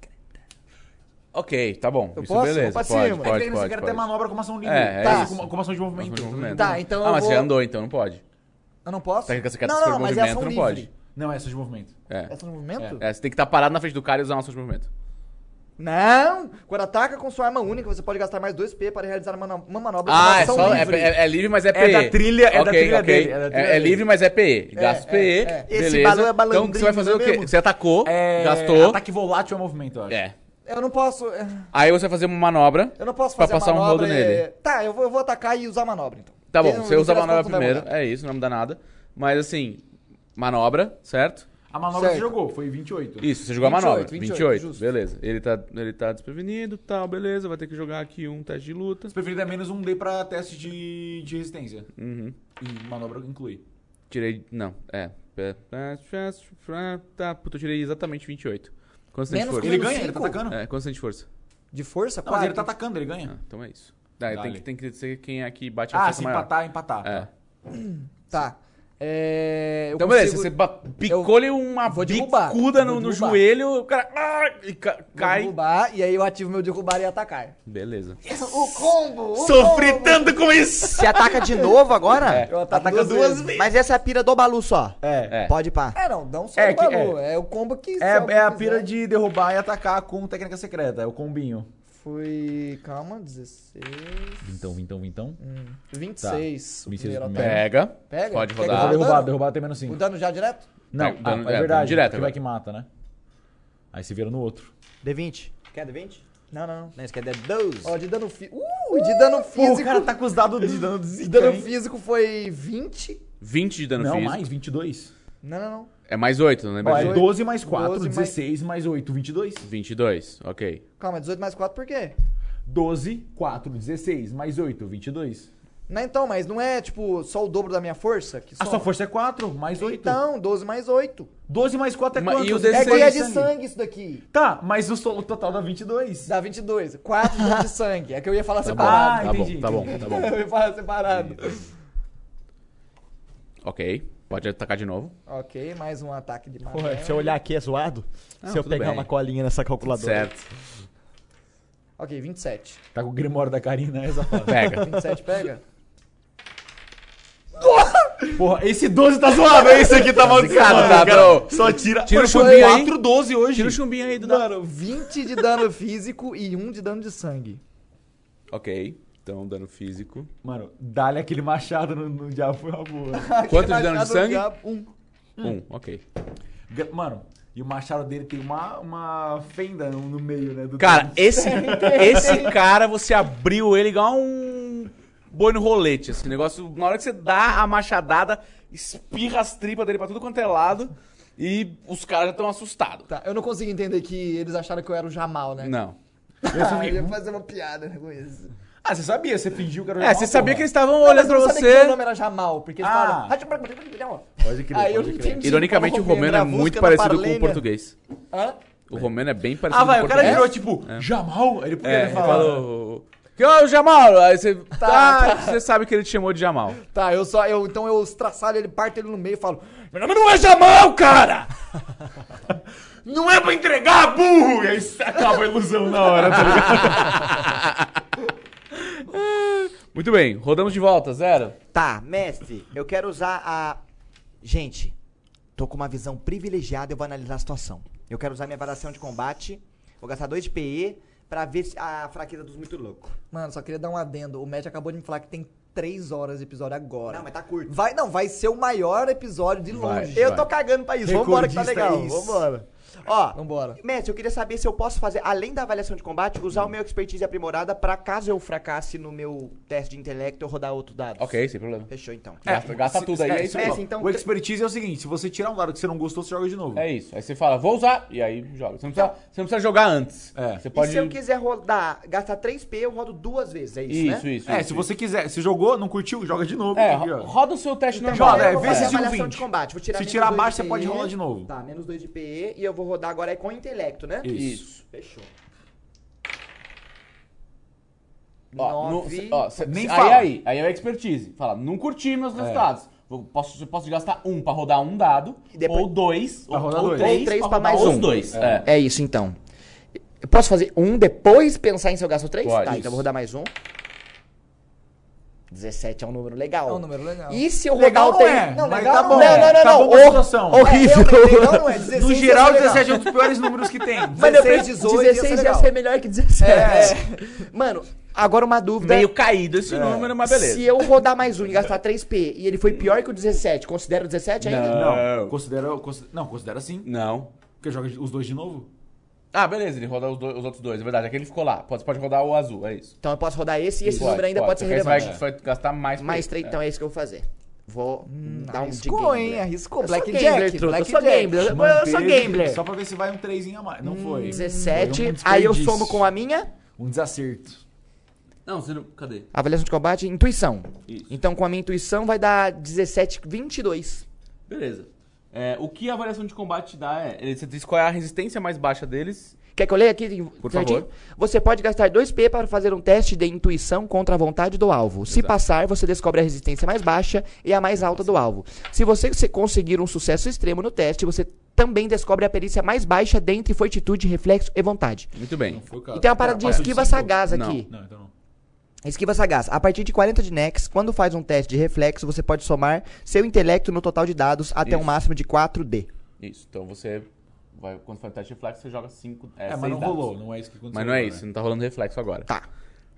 Speaker 8: Ok, tá bom.
Speaker 1: Eu
Speaker 8: Isso
Speaker 1: posso?
Speaker 8: beleza.
Speaker 1: Vou pra
Speaker 8: pode,
Speaker 1: cima.
Speaker 8: pode,
Speaker 3: Você
Speaker 8: pode,
Speaker 3: quer
Speaker 8: pode.
Speaker 3: até manobra como ação livre.
Speaker 8: É, é
Speaker 1: Tá.
Speaker 8: isso.
Speaker 3: Como, como ação de movimento.
Speaker 8: Movimento.
Speaker 1: Tá, então
Speaker 8: Ah,
Speaker 1: eu
Speaker 8: mas
Speaker 1: vou...
Speaker 8: você já andou, então não pode.
Speaker 1: Eu não posso?
Speaker 8: Técnica secreta
Speaker 1: não,
Speaker 8: se for
Speaker 1: não, mas é
Speaker 8: movimento,
Speaker 1: ação
Speaker 8: não
Speaker 1: livre.
Speaker 8: pode.
Speaker 3: Não, é ação de movimento.
Speaker 1: É
Speaker 8: É.
Speaker 1: ação de movimento?
Speaker 8: É, você tem que estar parado na frente do cara e usar uma ação de movimento.
Speaker 1: Não! Quando ataca com sua arma única, você pode gastar mais 2P para realizar uma, mano- uma manobra com
Speaker 8: Ah, é,
Speaker 1: tá ação
Speaker 8: só, é,
Speaker 1: livre.
Speaker 8: é- é livre, mas é PE.
Speaker 3: da trilha- é da
Speaker 8: Ok,
Speaker 3: trilha
Speaker 8: ok.
Speaker 3: dele, é da trilha
Speaker 8: É- é
Speaker 3: dele.
Speaker 8: livre, mas é PE. Gasto
Speaker 1: é,
Speaker 8: PE,
Speaker 1: é.
Speaker 8: beleza.
Speaker 2: Esse balão é balandrinho,
Speaker 8: Então você vai fazer
Speaker 2: não
Speaker 8: o
Speaker 2: é
Speaker 8: quê?
Speaker 2: mesmo?
Speaker 8: Você atacou,
Speaker 3: É,
Speaker 8: gastou.
Speaker 3: Ataque volátil é movimento, eu acho.
Speaker 8: É.
Speaker 1: Eu não posso... é,
Speaker 8: Aí você vai fazer uma manobra.
Speaker 1: Eu não posso
Speaker 8: Pra
Speaker 1: fazer
Speaker 8: passar um
Speaker 1: manobra,
Speaker 8: rodo
Speaker 1: é-
Speaker 8: nele.
Speaker 1: Tá, eu vou, eu vou atacar e usar manobra, então.
Speaker 8: Tá
Speaker 1: Porque
Speaker 8: bom,
Speaker 1: no
Speaker 8: você
Speaker 1: fim
Speaker 8: usa a
Speaker 1: das
Speaker 8: manobra
Speaker 1: contas não vai
Speaker 8: primeiro.
Speaker 1: mudar.
Speaker 8: É isso, não me dá nada. Mas assim, manobra, certo?
Speaker 3: A manobra que você
Speaker 1: Certo.
Speaker 3: jogou, foi 28.
Speaker 8: Isso, você jogou
Speaker 1: 28,
Speaker 8: a manobra.
Speaker 1: 28,
Speaker 8: 28,
Speaker 1: justo.
Speaker 8: beleza. Ele tá, ele tá desprevenido, tal, beleza. Vai ter que jogar aqui um teste de luta.
Speaker 3: Os preferidos é menos um D pra teste de, de resistência.
Speaker 8: Uhum.
Speaker 3: E manobra inclui.
Speaker 8: Tirei. Não, é. Tá, puta, eu tirei exatamente 28. Quanto você tem de
Speaker 1: Menos
Speaker 8: força?
Speaker 3: Ele
Speaker 1: Menos
Speaker 3: ganha, ele tá
Speaker 1: cinco?
Speaker 3: atacando.
Speaker 8: É, quanto você tem de força?
Speaker 1: De força?
Speaker 3: Não, mas ele tá
Speaker 1: quatro.
Speaker 3: atacando, ele ganha.
Speaker 8: Ah, então é isso. Tá, tem,
Speaker 3: Dale.
Speaker 8: que, tem que ser quem é que bate a
Speaker 3: Ah,
Speaker 8: força
Speaker 3: se
Speaker 8: maior.
Speaker 3: empatar, empatar.
Speaker 8: É.
Speaker 1: Tá. É, eu
Speaker 8: Então, beleza,
Speaker 1: consigo-
Speaker 8: você ba- picou-lhe uma
Speaker 1: vou derrubar,
Speaker 8: bicuda
Speaker 1: vou
Speaker 8: no, no
Speaker 1: derrubar.
Speaker 8: joelho, o cara ah, e ca-
Speaker 1: Vou
Speaker 8: cai.
Speaker 1: derrubar, e aí eu ativo meu derrubar e atacar.
Speaker 8: Beleza.
Speaker 1: O combo! o combo.
Speaker 8: tanto com isso!
Speaker 2: Você ataca de novo agora?
Speaker 8: É.
Speaker 1: Eu ataco
Speaker 2: Ataca duas vezes. Mas essa é a pira do Balu só.
Speaker 3: É.
Speaker 8: É.
Speaker 2: Pode pá.
Speaker 1: É, não, dá um só
Speaker 3: É
Speaker 1: no
Speaker 3: que-
Speaker 1: Balu, É. o combo que... se
Speaker 3: É,
Speaker 1: alguém
Speaker 3: é a pira
Speaker 1: quiser.
Speaker 3: de derrubar e atacar com técnica secreta, é o combinho.
Speaker 1: Foi... Calma, 16...
Speaker 3: Então, então, então.
Speaker 1: hum, 26. o
Speaker 3: 26
Speaker 1: primeiro
Speaker 3: primeiro. É.
Speaker 1: ataque.
Speaker 8: Pega.
Speaker 1: Pega? Quer
Speaker 8: Pode
Speaker 1: que eu
Speaker 8: rodar.
Speaker 1: derrube?
Speaker 3: derrubado, derrubado tem menos 5.
Speaker 1: O dano já direto?
Speaker 3: Não,
Speaker 8: É,
Speaker 3: ah,
Speaker 8: dano-
Speaker 3: é,
Speaker 8: é,
Speaker 3: verdade.
Speaker 8: dano direto
Speaker 3: porque vai
Speaker 8: agora.
Speaker 3: que mata, né? Aí se vira no outro.
Speaker 2: D20. Quer D20?
Speaker 1: Não, não, não.
Speaker 2: Não, isso quer D12.
Speaker 1: Ó, de dano físico... Uh, de dano físico...
Speaker 3: tá com os dados de dano de
Speaker 1: De dano físico foi 20?
Speaker 8: 20 de dano
Speaker 3: Não,
Speaker 8: físico.
Speaker 3: mais, 22.
Speaker 1: Não, não, não.
Speaker 8: É mais 8, não lembra?
Speaker 3: Ó, é
Speaker 8: disso?
Speaker 3: 12 mais 4,
Speaker 1: 12 mais-
Speaker 3: 16 mais... 8, 22.
Speaker 8: 22, ok.
Speaker 1: Calma, 18 mais 4 por quê?
Speaker 3: 12, 4, 16 mais 8, 22.
Speaker 1: Não, então, mas não é, tipo, só o dobro da minha força? Que
Speaker 3: A sua força é 4, mais 8.
Speaker 1: Então, 12 mais 8.
Speaker 3: 12 mais 4 é
Speaker 8: Ma-
Speaker 3: quanto?
Speaker 8: e o
Speaker 3: Você tem
Speaker 1: É
Speaker 8: D6
Speaker 1: que é
Speaker 3: dois
Speaker 1: de sangue isso daqui.
Speaker 3: Tá, mas o solo total dá 22.
Speaker 1: Dá 22. 4 de sangue. É que eu ia [LAUGHS] falar
Speaker 8: Tá bom,
Speaker 1: separado.
Speaker 3: Ah,
Speaker 8: tá bom,
Speaker 3: entendi,
Speaker 8: tá bom,
Speaker 3: entendi.
Speaker 8: tá bom.
Speaker 1: eu ia falar separado.
Speaker 8: Ok, pode atacar de novo.
Speaker 1: ok, mais um ataque de
Speaker 2: Porra,
Speaker 1: magia.
Speaker 2: se eu olhar aqui é zoado?
Speaker 8: Ah,
Speaker 2: se eu
Speaker 8: tudo
Speaker 2: pegar
Speaker 8: bem.
Speaker 2: uma colinha nessa
Speaker 1: Tá
Speaker 2: calculadora.
Speaker 8: Certo,
Speaker 1: Ok, 27.
Speaker 3: Tá com o grimório da Karina, essa foda.
Speaker 8: pega.
Speaker 1: 27 pega?
Speaker 3: Porra, esse 12 tá zoado, esse aqui tá
Speaker 8: zicado,
Speaker 3: malucado,
Speaker 8: tá, bro.
Speaker 3: Só tira...
Speaker 8: Tira
Speaker 3: Mano,
Speaker 8: o
Speaker 3: foi
Speaker 8: chumbinho aí.
Speaker 3: 4, 12 hoje.
Speaker 8: Tira o chumbinho aí do dado.
Speaker 1: Mano, 20 Tá, de dano físico e 1 de dano de sangue.
Speaker 8: Ok, então dano físico.
Speaker 3: Mano, dá-lhe aquele machado no, no diabo, foi uma boa.
Speaker 1: Ah,
Speaker 8: Quanto de dano de
Speaker 1: Machado
Speaker 8: sangue?
Speaker 1: já- Um.
Speaker 8: Um, ok.
Speaker 3: Ga- Mano, e o machado dele tem uma, uma fenda no, no meio, né? Do
Speaker 8: Cara, esse, esse cara, você abriu ele igual um boi no rolete. Esse negócio, na hora que você dá a machadada, espirra as tripas dele pra tudo quanto é lado e os caras já estão assustados.
Speaker 1: Tá, eu não consigo entender que eles acharam que eu era o Jamal, né?
Speaker 8: Não.
Speaker 1: Ah, eu ia fazer uma piada né, com isso.
Speaker 3: Ah, você sabia, você fingiu que era o
Speaker 8: É,
Speaker 3: Jamal,
Speaker 8: você sabia que
Speaker 3: porra.
Speaker 8: eles estavam
Speaker 1: Não, mas
Speaker 8: olhando
Speaker 1: eu
Speaker 8: pra
Speaker 1: não sabia que
Speaker 8: você.
Speaker 1: meu nome é era Jamal, porque eles
Speaker 3: Ah.
Speaker 1: falam...
Speaker 3: Pode crer,
Speaker 1: Aí eu
Speaker 3: pode
Speaker 1: não
Speaker 3: crer.
Speaker 1: entendi.
Speaker 8: Ironicamente, o
Speaker 1: como
Speaker 8: romeno é
Speaker 1: era a
Speaker 8: muito
Speaker 1: música
Speaker 8: parecido
Speaker 1: da
Speaker 8: com o
Speaker 1: Parlênia.
Speaker 8: português.
Speaker 1: Hã?
Speaker 8: O romeno é bem parecido
Speaker 3: Ah, vai,
Speaker 8: com
Speaker 3: o
Speaker 8: o
Speaker 3: cara
Speaker 8: português.
Speaker 3: virou tipo, Jamal? Ele podia
Speaker 8: É,
Speaker 3: ter
Speaker 8: ele
Speaker 3: falado.
Speaker 8: falou. Que ó, o Jamal! Aí você. ah, você sabe que ele te chamou de Jamal.
Speaker 1: Tá, eu só. Eu, então eu estraçalho ele, parto ele no meio e falo: Meu nome não é Jamal, cara!
Speaker 3: Não é pra entregar, burro! E aí [LAUGHS] acaba a ilusão na hora, tá ligado?
Speaker 8: Muito bem, rodamos de volta, zero.
Speaker 2: Tá, mestre, eu quero usar a. Gente, tô com uma visão privilegiada, eu vou analisar a situação. Eu quero usar minha variação de combate, vou gastar dois de PE pra ver se- a fraqueza dos muito loucos.
Speaker 1: Mano, só queria dar um adendo. O Matt acabou de me falar que tem três horas de episódio agora.
Speaker 2: Não, mas tá curto.
Speaker 1: Vai, não, vai ser o maior episódio de longe.
Speaker 2: Eu tô cagando pra isso, vambora que tá
Speaker 3: Recordista
Speaker 2: legal.
Speaker 3: é isso.
Speaker 2: Vambora. Ó,
Speaker 1: Vambora.
Speaker 2: mestre, eu queria saber se eu posso fazer, além da avaliação de combate, usar o meu expertise aprimorada pra caso eu fracasse no meu teste de intelecto eu rodar outro dado.
Speaker 8: Ok, sem problema.
Speaker 2: Fechou então.
Speaker 8: Gasta, gasta tudo aí, é, isso
Speaker 2: é,
Speaker 8: mesmo.
Speaker 2: sim, então-
Speaker 3: o expertise é o seguinte, se você tirar um dado que você não gostou, você joga de novo.
Speaker 8: É isso. Aí você fala, vou usar, e aí joga. Você não precisa, você não precisa jogar antes.
Speaker 3: É.
Speaker 8: Você pode.
Speaker 2: E se eu quiser rodar, gastar 3P, eu rodo duas vezes, é isso,
Speaker 8: Isso,
Speaker 2: né?
Speaker 8: isso, isso.
Speaker 3: É, se você quiser, se jogou, não curtiu, joga de novo.
Speaker 8: É,
Speaker 3: aqui,
Speaker 8: ro-
Speaker 3: ó.
Speaker 8: roda o seu teste
Speaker 2: Então,
Speaker 8: normal. É.
Speaker 3: joga,
Speaker 2: eu vou
Speaker 3: vê
Speaker 2: fazer
Speaker 3: se
Speaker 2: a
Speaker 3: um
Speaker 2: avaliação
Speaker 3: 20.
Speaker 2: de combate. Vou tirar
Speaker 3: Se
Speaker 2: menos
Speaker 3: tirar
Speaker 2: dois
Speaker 3: abaixo,
Speaker 2: de
Speaker 3: você pode
Speaker 2: PE.
Speaker 3: rolar de novo.
Speaker 2: Tá, menos 2 de PE e eu vou rodar agora é com intelecto, né?
Speaker 8: Isso.
Speaker 2: Fechou.
Speaker 8: Ó, no-
Speaker 2: Nove.
Speaker 8: ó, cê-
Speaker 3: Nem
Speaker 8: cê-
Speaker 3: fala. É.
Speaker 8: Aí, aí, aí é o expertise. Fala, não curti meus resultados. Vou- Posso, eu posso gastar um pra rodar um dado,
Speaker 2: E depois-
Speaker 8: ou dois, ou,
Speaker 3: rodar
Speaker 8: ou
Speaker 3: dois.
Speaker 8: três,
Speaker 2: Ou três
Speaker 8: pra
Speaker 2: pra
Speaker 8: rodar
Speaker 2: mais
Speaker 8: os
Speaker 2: um.
Speaker 8: dois. É.
Speaker 2: É isso então. Eu posso fazer um depois pensar em se eu gasto três?
Speaker 8: Pode.
Speaker 2: Tá, então eu vou rodar mais um. 17 é um número legal.
Speaker 1: É um número legal.
Speaker 2: E se eu rodar
Speaker 3: Legal
Speaker 2: o
Speaker 3: não
Speaker 2: três?
Speaker 3: é,
Speaker 2: não,
Speaker 3: mas
Speaker 2: legal
Speaker 3: tá
Speaker 2: não.
Speaker 3: bom.
Speaker 2: Não, não, não,
Speaker 3: Tá
Speaker 2: não.
Speaker 3: bom pra
Speaker 2: Hor- [LAUGHS]
Speaker 1: [LAUGHS]
Speaker 3: situação.
Speaker 2: Horrível.
Speaker 1: Não,
Speaker 2: [LAUGHS]
Speaker 1: não é 16.
Speaker 3: No geral,
Speaker 1: ia ser legal.
Speaker 3: 17 é um dos piores números que tem.
Speaker 2: Mas depois
Speaker 1: 16, 18 ia ser
Speaker 2: 16 ia
Speaker 1: legal.
Speaker 2: ser melhor que 17. Mano, agora uma dúvida.
Speaker 8: Meio caído
Speaker 3: É.
Speaker 8: esse número, mas beleza.
Speaker 2: Se eu rodar mais um e gastar 3P e ele foi pior que o 17, considera o 17 ainda?
Speaker 3: Não, considera, consi- não, considera sim.
Speaker 8: Não.
Speaker 3: Porque joga os dois de novo.
Speaker 8: Ah, beleza, ele roda os, dois- os outros dois, é verdade. Aquele ficou lá. Pode, pode rodar o azul, é isso.
Speaker 2: Então eu posso rodar esse e esse
Speaker 8: Pode,
Speaker 2: número ainda pode, ser
Speaker 8: Porque aí você vai-
Speaker 2: relevante.
Speaker 8: Vai, gastar mais pra
Speaker 2: Mais
Speaker 8: ele.
Speaker 2: 3, então é isso que eu vou fazer. Vou dar um de
Speaker 1: Arriscou, hein?
Speaker 2: gambler.
Speaker 1: Arriscou.
Speaker 2: Eu sou
Speaker 1: Black
Speaker 2: gambler,
Speaker 1: Jack.
Speaker 2: truta,
Speaker 1: Black
Speaker 2: Eu sou
Speaker 1: Jack.
Speaker 2: gambler. Eu- Eu
Speaker 3: Manteve,
Speaker 2: sou gambler.
Speaker 3: Só pra ver se vai um 3 a mais. Não foi. Foi
Speaker 2: 17.
Speaker 3: um
Speaker 2: aí eu
Speaker 3: desperdício.
Speaker 2: somo com a minha
Speaker 3: Um desacerto.
Speaker 8: É. Não, você não. Cadê?
Speaker 2: avaliação de combate, intuição.
Speaker 8: Isso.
Speaker 2: Então com a minha intuição vai dar 17, 22.
Speaker 8: Beleza. É, o que a avaliação de combate te dá é. ele- Você diz qual é a resistência mais baixa deles.
Speaker 2: Quer que eu leia aqui?
Speaker 8: Por favor.
Speaker 2: Você pode gastar 2P para fazer um teste de intuição contra a vontade do alvo. Se passar, você descobre a resistência mais baixa e a mais alta do alvo. Se você se- conseguir um sucesso extremo no teste, você também descobre a perícia mais baixa dentre fortitude, reflexo e vontade.
Speaker 8: Muito bem.
Speaker 3: Foi o cara.
Speaker 2: E tem uma parada de
Speaker 3: Cara,
Speaker 2: esquiva
Speaker 3: cinco?
Speaker 2: sagaz
Speaker 8: Não.
Speaker 2: aqui.
Speaker 3: Não, então não.
Speaker 2: Esquiva sagaz. A partir de 40 de Nex, quando faz um teste de reflexo, você pode somar seu intelecto no total de dados até um
Speaker 8: Isso.
Speaker 2: máximo de 4D.
Speaker 8: Isso. Então você. Vai, quando faz o teste de reflexo, você joga 5. É,
Speaker 3: É, mas
Speaker 8: seis
Speaker 3: não
Speaker 8: dados.
Speaker 3: rolou. Não é isso que aconteceu.
Speaker 8: Mas não é
Speaker 3: agora,
Speaker 8: isso,
Speaker 3: né?
Speaker 8: não tá rolando reflexo agora.
Speaker 2: Tá.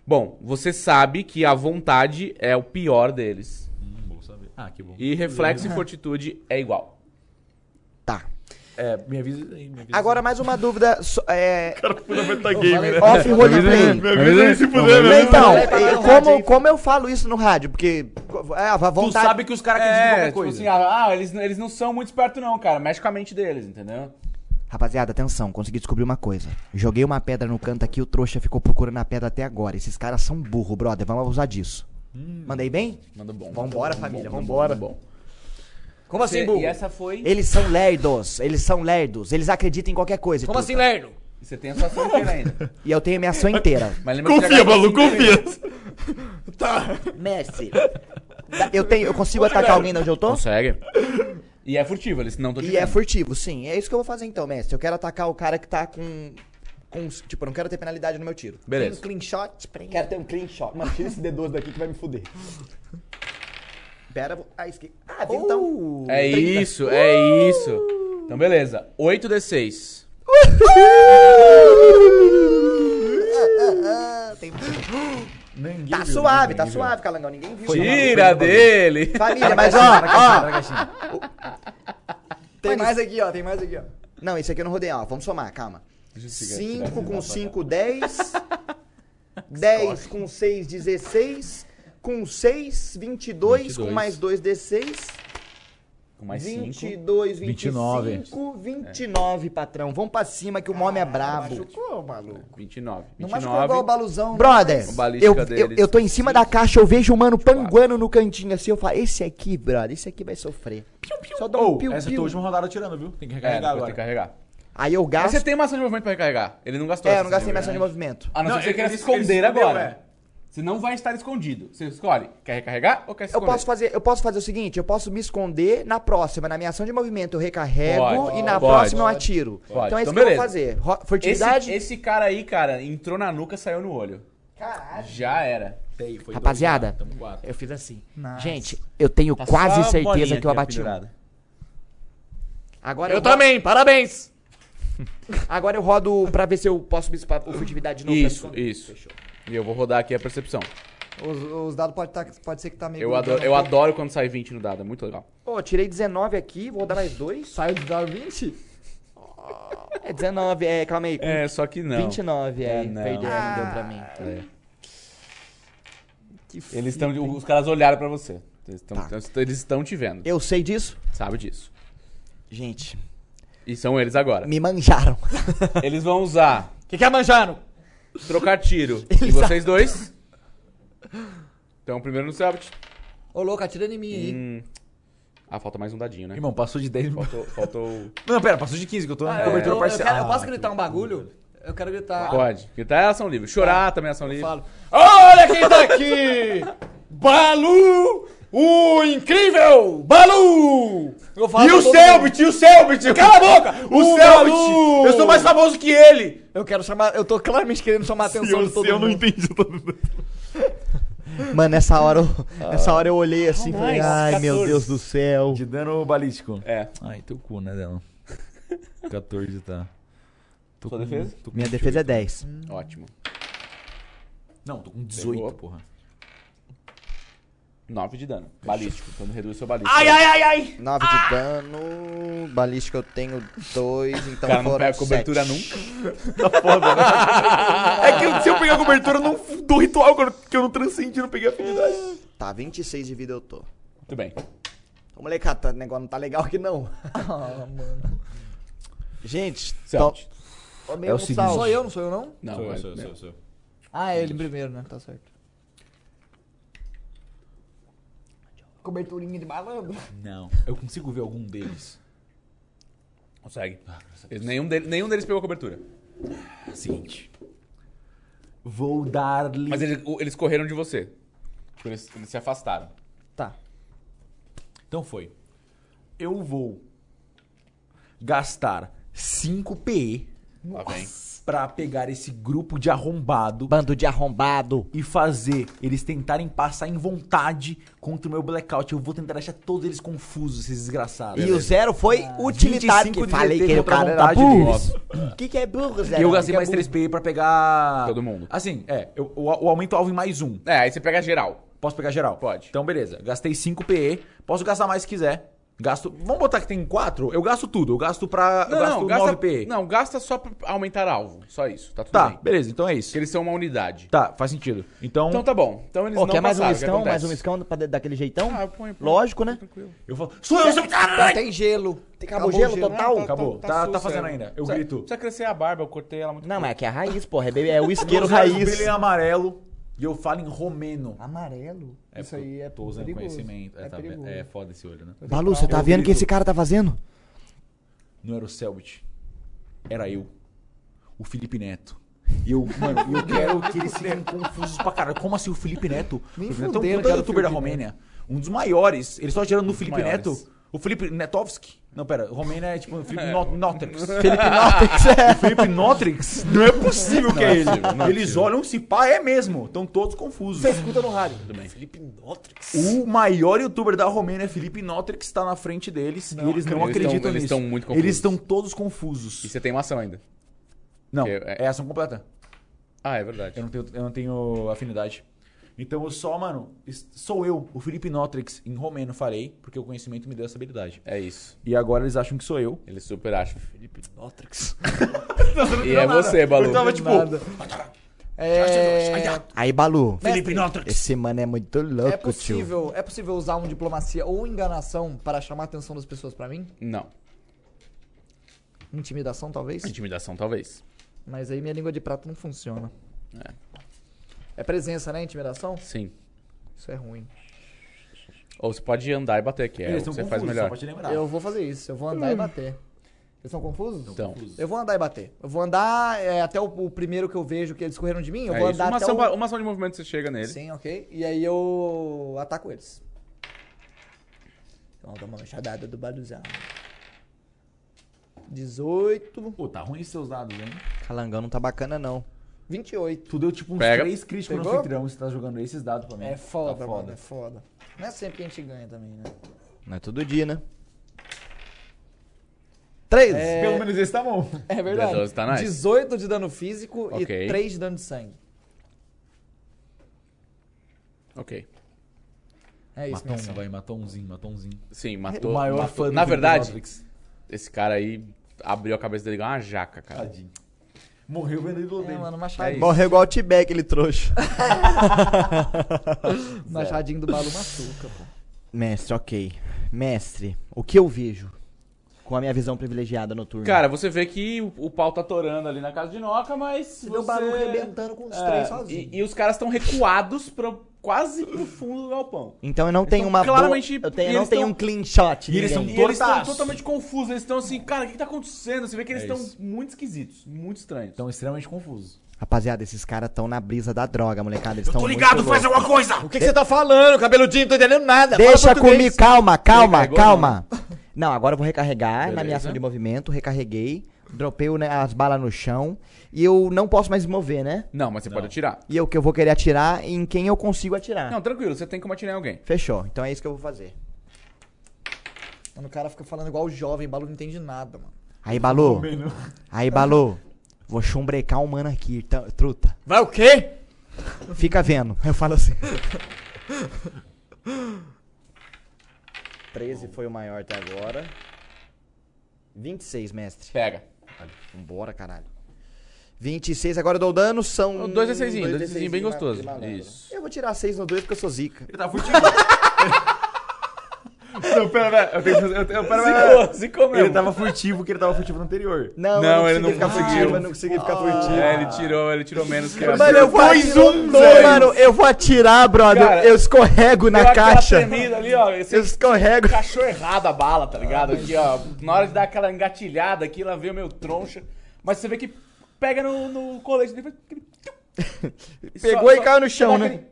Speaker 8: Bom, você sabe que a vontade é o pior deles.
Speaker 3: Hum, bom saber. Ah, que bom.
Speaker 8: E reflexo e fortitude é igual.
Speaker 2: Tá.
Speaker 3: É, me avisa aí. Me avisa
Speaker 2: Agora mais uma dúvida. so- é,
Speaker 1: Falei-
Speaker 8: né?
Speaker 2: off
Speaker 8: [LAUGHS]
Speaker 2: roleplay. Então, eh, como, como eu falo isso no rádio? Porque é, a
Speaker 3: Tu
Speaker 2: vontade.
Speaker 3: sabe que os caras acreditam em qualquer
Speaker 8: tipo
Speaker 3: coisa.
Speaker 8: assim, ah, eles, eles não são muito espertos não, cara. Mexe com a mente deles, entendeu?
Speaker 2: Rapaziada, atenção, consegui descobrir uma coisa. Joguei uma pedra no canto aqui, o trouxa ficou procurando a pedra até agora. Esses caras são burro, brother. Vamos abusar disso. Mandei bem?
Speaker 8: Manda bom.
Speaker 2: Vambora, família,
Speaker 8: manda
Speaker 2: vambora.
Speaker 8: manda Hum. bom.
Speaker 1: Como assim,
Speaker 8: Você-
Speaker 1: burro?
Speaker 8: E essa foi...
Speaker 2: Eles são lerdos, eles são lerdos, eles acreditam em qualquer coisa.
Speaker 1: Como
Speaker 2: truta.
Speaker 1: assim, Lerdo?
Speaker 8: E Você tem a sua ação inteira ainda.
Speaker 2: E eu tenho minha ação inteira.
Speaker 8: Mas lembra confia, maluco, confia.
Speaker 2: [LAUGHS] Messi, da- eu, tenho, eu consigo atacar alguém de onde eu tô?
Speaker 8: Consegue. E é furtivo, eles não estão
Speaker 2: E é furtivo, sim. É isso que eu vou fazer então, mestre. Eu quero atacar o cara que tá com. com tipo, eu não quero ter penalidade no meu tiro.
Speaker 1: Tem um
Speaker 8: Beleza.
Speaker 1: clean shot? Peraí.
Speaker 2: Quero ter um clean shot. Mano, tira esse D12 daqui que vai me fuder. Pera, vou. Ah, esque... ah então.
Speaker 8: É isso, é isso. Então, beleza. 8d6.
Speaker 2: Ah,
Speaker 3: Ninguém
Speaker 2: Tá
Speaker 3: viu,
Speaker 2: suave,
Speaker 3: ninguém
Speaker 2: tá
Speaker 3: viu.
Speaker 2: suave, Calangão. Ninguém viu.
Speaker 8: Tira dele.
Speaker 2: Família, mas ó, ó.
Speaker 1: Tem mais aqui, ó. Tem mais aqui, ó.
Speaker 2: Não, esse aqui eu não rodei, ó. Vamos somar, calma. 5 com 5, 10. 10 com 6, 16. com 6, 22,
Speaker 8: 22.
Speaker 2: com mais 2 D6.
Speaker 8: Com mais 5.
Speaker 2: 22,
Speaker 3: 29.
Speaker 2: 25, 29, patrão. Vamos pra cima que o nome é brabo.
Speaker 14: Machucou, maluco.
Speaker 8: 29.
Speaker 1: Não machucou igual o
Speaker 8: 29.
Speaker 1: baluzão. né?
Speaker 2: Brother,
Speaker 8: A balística
Speaker 2: eu, eu,
Speaker 8: deles.
Speaker 2: eu tô em cima da caixa, eu vejo o mano panguando no cantinho assim, eu falo, esse aqui, brother, esse aqui vai sofrer. Só dá um
Speaker 3: Ou,
Speaker 2: piu,
Speaker 3: essa é a
Speaker 2: piu.
Speaker 3: tua última rodada tirando, viu? Tem que
Speaker 8: É,
Speaker 3: recarregar agora.
Speaker 8: depois tem que carregar.
Speaker 2: Aí eu
Speaker 8: Mas você
Speaker 2: gasto.
Speaker 8: tem uma ação de movimento pra recarregar. Ele não gastou.
Speaker 2: É,
Speaker 8: essa
Speaker 2: eu não gastei minha
Speaker 8: ação
Speaker 2: ação de movimento.
Speaker 8: A não ser
Speaker 3: Não,
Speaker 8: que você
Speaker 3: ele-
Speaker 8: queira se
Speaker 3: ele- ele
Speaker 8: esconder
Speaker 3: escondeu,
Speaker 8: agora.
Speaker 3: é.
Speaker 8: Você não vai estar escondido. Você escolhe, quer recarregar ou quer se
Speaker 2: Eu
Speaker 8: esconder?
Speaker 2: posso, fazer, eu posso fazer o seguinte, eu posso me esconder na próxima. Na minha ação de movimento eu recarrego
Speaker 8: Pode,
Speaker 2: e na
Speaker 8: pode.
Speaker 2: próxima eu atiro.
Speaker 8: Pode.
Speaker 2: Então é isso que
Speaker 8: Então,
Speaker 2: eu vou
Speaker 8: beleza.
Speaker 2: fazer. Ro-
Speaker 8: esse,
Speaker 2: Furtividade.
Speaker 8: esse cara aí, cara, entrou na nuca, saiu no olho. Caralho. Já era.
Speaker 3: Tem, foi
Speaker 2: Rapaziada,
Speaker 3: dois, tamo quatro.
Speaker 2: eu fiz assim. Gente, eu tenho quase
Speaker 8: Tá só a
Speaker 2: certeza
Speaker 8: bolinha
Speaker 2: que eu
Speaker 8: aqui, ó,
Speaker 2: abati. um.
Speaker 8: pendurada.
Speaker 2: Agora eu, também, parabéns! [LAUGHS] Agora eu rodo pra ver se eu posso me espar- o furtividade de novo. pra me
Speaker 8: Isso,
Speaker 2: esconder.
Speaker 8: isso. E eu vou rodar aqui a percepção.
Speaker 1: Os, os dados pode, tá, pode ser que tá meio.
Speaker 8: Eu
Speaker 1: grudando
Speaker 8: adoro, eu
Speaker 1: um pouco.
Speaker 8: adoro quando sai 20 no dado, é muito legal.
Speaker 2: Pô, eu tirei 19 aqui, vou dar mais dois.
Speaker 14: Saiu de dar 20?
Speaker 2: É 19, é, calma aí.
Speaker 8: É, só que não.
Speaker 2: 29, é,
Speaker 8: É, não.
Speaker 2: perdeu, não deu pra mim.
Speaker 8: É. Eles estão, os caras olharam pra você. Eles estão, eles estão te vendo.
Speaker 2: Tá. Eu sei disso.
Speaker 8: Sabe disso.
Speaker 2: Gente,
Speaker 8: E são eles agora.
Speaker 2: me
Speaker 1: [LAUGHS]
Speaker 2: manjaram.
Speaker 8: Eles vão usar
Speaker 14: O que, que é manjano?
Speaker 2: [LAUGHS]
Speaker 8: trocar tiro. e vocês dois? Então, primeiro no Selbit.
Speaker 1: Ô, louco, atira em mim aí.
Speaker 8: Hum. Ah, falta mais um dadinho, né?
Speaker 3: Irmão, passou de 10
Speaker 8: Faltou, faltou...
Speaker 3: Não, pera, passou de 15 que eu tô na
Speaker 1: Eu,
Speaker 3: cobertura
Speaker 1: eu- eu
Speaker 3: parcial.
Speaker 1: quero- eu posso gritar um bagulho? Eu quero gritar.
Speaker 8: Pode. Gritar é ação livre. Chorar também é ação livre.
Speaker 1: falo.
Speaker 8: Olha quem tá aqui! [LAUGHS] Balu! O incrível Balu!
Speaker 1: Eu falo
Speaker 3: e o
Speaker 1: todo
Speaker 3: Selbit, e o Selbit! Cala
Speaker 8: [LAUGHS]
Speaker 3: a boca! O, Selbit! Eu sou mais famoso que ele!
Speaker 1: mundo. Eu quero chamar. Eu tô claramente querendo chamar a atenção de todo mundo.
Speaker 3: entendi.
Speaker 2: Mano, nessa hora, eu, nessa hora eu olhei assim e falei, Ah. ai meu
Speaker 8: 14.
Speaker 2: Deus do céu.
Speaker 3: De dano balístico.
Speaker 8: É.
Speaker 3: Ai, teu cu, né, [LAUGHS] Delão? 14 tá. Tô
Speaker 8: Sua defesa?
Speaker 3: tô com
Speaker 2: Minha
Speaker 3: 28.
Speaker 2: defesa é 10.
Speaker 8: Ótimo.
Speaker 3: Não, tô com 18,
Speaker 8: Pegou.
Speaker 3: porra.
Speaker 8: 9 de dano. Balístico. Então reduz seu balístico.
Speaker 14: Ai, ai, ai, ai!
Speaker 2: 9 de dano, balística eu tenho 2, então
Speaker 8: O cara não
Speaker 2: foram
Speaker 8: pega cobertura
Speaker 2: sete.
Speaker 8: nunca.
Speaker 3: Tá né?
Speaker 8: [LAUGHS]
Speaker 3: É que se eu pegar a cobertura eu não, do ritual que eu- que eu não transcendi, eu não peguei a afinidade.
Speaker 2: Tá, 26 de vida eu tô.
Speaker 8: Muito bem.
Speaker 2: Ô, molecada, o negócio não tá legal aqui não. Ah, Gente,
Speaker 8: Celt.
Speaker 2: tomei um
Speaker 3: seguinte.
Speaker 2: salve.
Speaker 1: Sou eu, não sou eu, não?
Speaker 8: Não,
Speaker 3: Sou eu,
Speaker 8: mas-
Speaker 3: sou eu, sou eu, sou eu.
Speaker 1: Ah, é ele primeiro, né? Tá certo. Coberturinha de malandro.
Speaker 3: Não. Eu consigo ver algum deles. Ah,
Speaker 8: Consegue. Eles- nenhum, dele- nenhum deles pegou cobertura.
Speaker 3: É o seguinte. Vou dar-lhe.
Speaker 8: Mas eles, o- eles correram de você. Tipo, Eles, eles se afastaram.
Speaker 2: tá.
Speaker 3: Então foi. Eu vou gastar 5 PE
Speaker 8: Lá vem.
Speaker 3: pra pegar esse grupo de arrombado
Speaker 2: Bando de arrombado.
Speaker 3: e fazer eles tentarem passar em vontade contra o meu blackout. Eu vou tentar deixar todos eles confusos, esses desgraçados.
Speaker 2: E o zero foi utilitário.
Speaker 3: 25
Speaker 2: Que
Speaker 3: de
Speaker 2: falei
Speaker 3: DT
Speaker 2: que ele
Speaker 3: contra a
Speaker 2: cara era
Speaker 3: vontade
Speaker 2: burro.
Speaker 3: deles.
Speaker 2: O que, que é burro, zero?
Speaker 3: E eu gastei
Speaker 2: Que
Speaker 3: mais
Speaker 2: que é
Speaker 3: 3 PE pra pegar.
Speaker 8: Todo mundo.
Speaker 3: Assim, é. Eu, eu, eu aumento o alvo em mais um.
Speaker 8: É, aí você pega geral.
Speaker 3: Posso pegar geral?
Speaker 8: Pode.
Speaker 3: Então, beleza. Gastei 5 PE. Posso gastar mais se quiser. Gasto. Vamos botar que tem 4? Eu gasto tudo. Eu gasto pra. eu gasto 9 PE.
Speaker 8: não, gasta só pra aumentar alvo. Só isso. Tá tudo
Speaker 3: Tá,
Speaker 8: bem.
Speaker 3: beleza. Então é isso.
Speaker 8: Porque eles são uma unidade.
Speaker 3: Tá, faz sentido. Então.
Speaker 8: Então tá bom. Então eles
Speaker 2: Pô,
Speaker 8: não
Speaker 2: quer mais um
Speaker 8: passaram, o que
Speaker 2: escão? Mais
Speaker 8: acontece?
Speaker 2: um escão pra- daquele jeitão?
Speaker 8: Ah, põe, põe.
Speaker 2: Lógico, né?
Speaker 8: Tranquilo.
Speaker 3: Eu falo. Sou eu, seu caralho!
Speaker 1: Tem gelo.
Speaker 2: Acabou o gelo total?
Speaker 3: Acabou. Tá- tá fazendo ainda. Eu
Speaker 8: precisa,
Speaker 3: grito.
Speaker 8: Precisa crescer a barba, eu cortei ela muito.
Speaker 2: Não,
Speaker 8: curta.
Speaker 2: mas é que é a raiz, porra. É, bebê, é o isqueiro
Speaker 3: Meus olhos
Speaker 2: raiz.
Speaker 3: brilham em amarelo e eu falo em romeno.
Speaker 1: Amarelo? Isso
Speaker 3: porque
Speaker 1: aí é
Speaker 3: Tô usando
Speaker 1: perigoso.
Speaker 3: conhecimento. É,
Speaker 1: É
Speaker 3: tá,
Speaker 1: perigoso.
Speaker 3: é foda esse olho, né?
Speaker 2: Balu, você tá
Speaker 3: Eu
Speaker 2: vendo o que
Speaker 3: grito.
Speaker 2: esse cara tá fazendo?
Speaker 3: Não era o Selbit. Era eu. O Felipe Neto. E eu, mano, eu quero que eles fiquem confusos pra caralho. Como assim o Felipe Neto?
Speaker 1: Nem
Speaker 3: o Felipe Neto é um
Speaker 1: fudendo
Speaker 3: puta
Speaker 1: que era o
Speaker 3: youtuber da
Speaker 1: Felipe
Speaker 3: Romênia. Um dos maiores. Eles só tirando do Felipe
Speaker 8: maiores.
Speaker 3: Neto. O Felipe Netovski. Não, pera. Romênia é tipo o Felipe Not Notrix.
Speaker 2: Felipe Notex.
Speaker 3: O Felipe Notrix? Não é possível que é ele. Eles olham se pá, é mesmo. Estão todos confusos.
Speaker 2: escuta no rádio.
Speaker 14: Felipe Notrix.
Speaker 3: O maior youtuber da Romênia, é Felipe Notrix, está na frente deles e eles não
Speaker 8: eles
Speaker 3: acreditam
Speaker 8: tão- eles
Speaker 3: nisso.
Speaker 8: tão muito
Speaker 3: Eles
Speaker 8: confusos.
Speaker 3: estão todos
Speaker 8: E
Speaker 3: confusos.
Speaker 8: você tem uma ação ainda.
Speaker 3: Não,
Speaker 8: Que
Speaker 3: é
Speaker 8: é-
Speaker 3: ação completa.
Speaker 8: Ah, é verdade.
Speaker 3: Eu não tenho, eu não tenho afinidade. Então eu só, mano, es- sou eu, o Felipe Notrix, em romeno falei, porque o conhecimento me deu essa habilidade.
Speaker 8: É isso.
Speaker 3: E agora eles acham que sou eu.
Speaker 8: Eles super acham. [LAUGHS]
Speaker 14: Notrix.
Speaker 8: E é você, Balu.
Speaker 3: Eu tava tipo,
Speaker 1: É,
Speaker 2: Aí, Balu,
Speaker 1: Felipe
Speaker 2: esse mano é muito louco,
Speaker 1: é
Speaker 2: tio.
Speaker 1: possível, é possível usar uma diplomacia ou enganação para chamar a atenção das pessoas pra mim?
Speaker 8: Não.
Speaker 1: Intimidação, talvez?
Speaker 8: Intimidação, talvez.
Speaker 1: Mas aí minha língua de prata não funciona. É. É presença, né? Intimidação?
Speaker 8: Sim.
Speaker 1: Isso é ruim.
Speaker 8: Ou você pode andar e bater, que é o que você faz melhor.
Speaker 3: Ah.
Speaker 1: Eu vou fazer isso. Eu vou andar e bater. Vocês são confusos?
Speaker 8: Então,
Speaker 1: Eu vou andar e bater. Eu vou andar é, até o, o primeiro que eu vejo que eles correram de mim. Eu
Speaker 8: é
Speaker 1: vou
Speaker 8: isso.
Speaker 1: andar
Speaker 8: Uma,
Speaker 1: até
Speaker 8: ação,
Speaker 1: o...
Speaker 8: pa- uma ação de movimento você chega nele.
Speaker 1: Sim, ok. E aí eu ataco eles. Então dá uma machadada do Baduzão. 18,
Speaker 3: Pô, tá ruim esses seus dados, hein?
Speaker 2: Calangão não tá bacana, não.
Speaker 1: 28.
Speaker 3: Tu deu tipo uns
Speaker 8: Pega.
Speaker 3: três críticos no
Speaker 1: Pegou?
Speaker 3: anfitrião, você tá jogando esses dados pra mim.
Speaker 1: É foda,
Speaker 3: Tá
Speaker 1: mano. É foda. Não é sempre que a gente ganha também, né?
Speaker 2: Não é todo dia, né? Três.
Speaker 3: Pelo menos esse tá bom.
Speaker 1: É verdade.
Speaker 8: 12 tá nice.
Speaker 1: 18 de dano físico
Speaker 8: Ok.
Speaker 1: e 3 de dano de sangue.
Speaker 8: Ok.
Speaker 1: É isso,
Speaker 3: Matou
Speaker 1: minha
Speaker 3: um,
Speaker 1: ação.
Speaker 3: vai, matou umzinho, matou umzinho.
Speaker 8: Sim, matou.
Speaker 3: o maior
Speaker 8: matou.
Speaker 3: fã do
Speaker 8: Na
Speaker 3: Felipe
Speaker 8: verdade,
Speaker 3: Matrix.
Speaker 8: esse cara aí abriu a cabeça dele igual uma jaca, cara.
Speaker 3: Tadinho. Morreu vendo o ídolo
Speaker 1: É,
Speaker 3: dele.
Speaker 1: mano, machadinho,
Speaker 2: Morreu igual o T-Bag, ele trouxa.
Speaker 1: [LAUGHS] machadinho do Balu machuca, pô.
Speaker 2: Mestre, ok. Mestre, o que eu vejo com a minha visão privilegiada noturna?
Speaker 8: Cara, você vê que o, o pau tá torando ali na casa de Noca, mas. Você
Speaker 1: Deu Balu arrebentando com os
Speaker 8: É,
Speaker 1: três sozinho.
Speaker 8: E, e os caras estão recuados pro, quase pro fundo do galpão.
Speaker 2: então eu não tenho
Speaker 8: Então,
Speaker 2: uma
Speaker 8: claramente,
Speaker 2: boa... Eu, tenho,
Speaker 8: e
Speaker 2: eu não
Speaker 8: eles
Speaker 2: tenho
Speaker 8: tão-
Speaker 2: um clean shot.
Speaker 3: E eles
Speaker 2: ninguém.
Speaker 8: E eles estão
Speaker 3: Tortaço.
Speaker 8: totalmente confusos, eles estão assim, cara, o que, que tá acontecendo? Você vê que eles
Speaker 3: É
Speaker 8: estão
Speaker 3: isso.
Speaker 8: muito esquisitos, muito estranhos.
Speaker 3: Então, extremamente confuso.
Speaker 2: Rapaziada, esses caras estão na brisa da droga, molecada. Eles estão
Speaker 3: alguma coisa!
Speaker 14: O que que você tá falando, cabeludinho? Não tô entendendo nada. Fala
Speaker 2: Deixa
Speaker 14: português.
Speaker 2: comigo, calma, calma,
Speaker 8: Recarregou, né?
Speaker 2: calma. Não, agora eu vou recarregar na minha
Speaker 8: Beleza.
Speaker 2: ação de movimento, recarreguei, dropei o- né, as balas no chão e eu não posso mais me mover, né?
Speaker 8: Não, mas você pode atirar.
Speaker 2: E eu que eu vou querer atirar em quem eu consigo atirar.
Speaker 8: Não, tranquilo, você tem como atirar em alguém.
Speaker 2: Fechou. Então é isso que eu vou fazer.
Speaker 1: Mano, o cara fica falando igual o jovem, Balu não entende nada, mano.
Speaker 2: Aí, Balu.
Speaker 8: né?
Speaker 2: Aí, Balu. Vou chumbrecar um mano aqui, tá- truta.
Speaker 14: Vai o quê?
Speaker 2: Fica vendo. Eu falo
Speaker 8: [LAUGHS]
Speaker 2: assim. 13 foi o maior até agora. 26, mestre.
Speaker 8: Pega.
Speaker 2: Vambora, caralho. 26, agora eu dou dano, são...
Speaker 8: Dois D6zinho,
Speaker 2: dois
Speaker 8: dois D6zinho bem
Speaker 2: de ma-
Speaker 8: gostoso.
Speaker 2: de malandro.
Speaker 8: Isso.
Speaker 2: né? Eu vou tirar 6 no 2 porque eu sou zica.
Speaker 13: Ele tá fudido.
Speaker 3: Não, pera, pera, eu tenho que fazer. Eu tenho, pera, pera, pera.
Speaker 8: Zicou, zicou mesmo.
Speaker 3: Ele tava furtivo, que ele tava furtivo no anterior.
Speaker 2: Não,
Speaker 8: Não,
Speaker 2: eu
Speaker 8: ele não
Speaker 2: consegui ficar
Speaker 8: conseguiu.
Speaker 2: furtivo, eu não consegui ficar
Speaker 3: Ah,
Speaker 2: furtivo.
Speaker 8: É, ele tirou, ele tirou menos que a
Speaker 2: Mano, eu vou
Speaker 3: Dois,
Speaker 2: atirar-
Speaker 3: um,
Speaker 2: Não,
Speaker 3: velho.
Speaker 2: mano, eu vou atirar, brother.
Speaker 8: Cara,
Speaker 2: eu escorrego na
Speaker 8: Deu aquela
Speaker 2: caixa.
Speaker 8: tremida ali, ó. Você
Speaker 2: Eu escorrego.
Speaker 8: encaixou errado a bala, tá ligado? Aqui, ó. Na hora de dar aquela engatilhada aqui, ela veio meio troncha. Mas você vê que pega no, no colete dele. faz aquele tiu.
Speaker 2: [LAUGHS] Pegou
Speaker 8: Só-
Speaker 2: e
Speaker 8: só-
Speaker 2: caiu no chão,
Speaker 8: só
Speaker 2: né?
Speaker 8: aquele-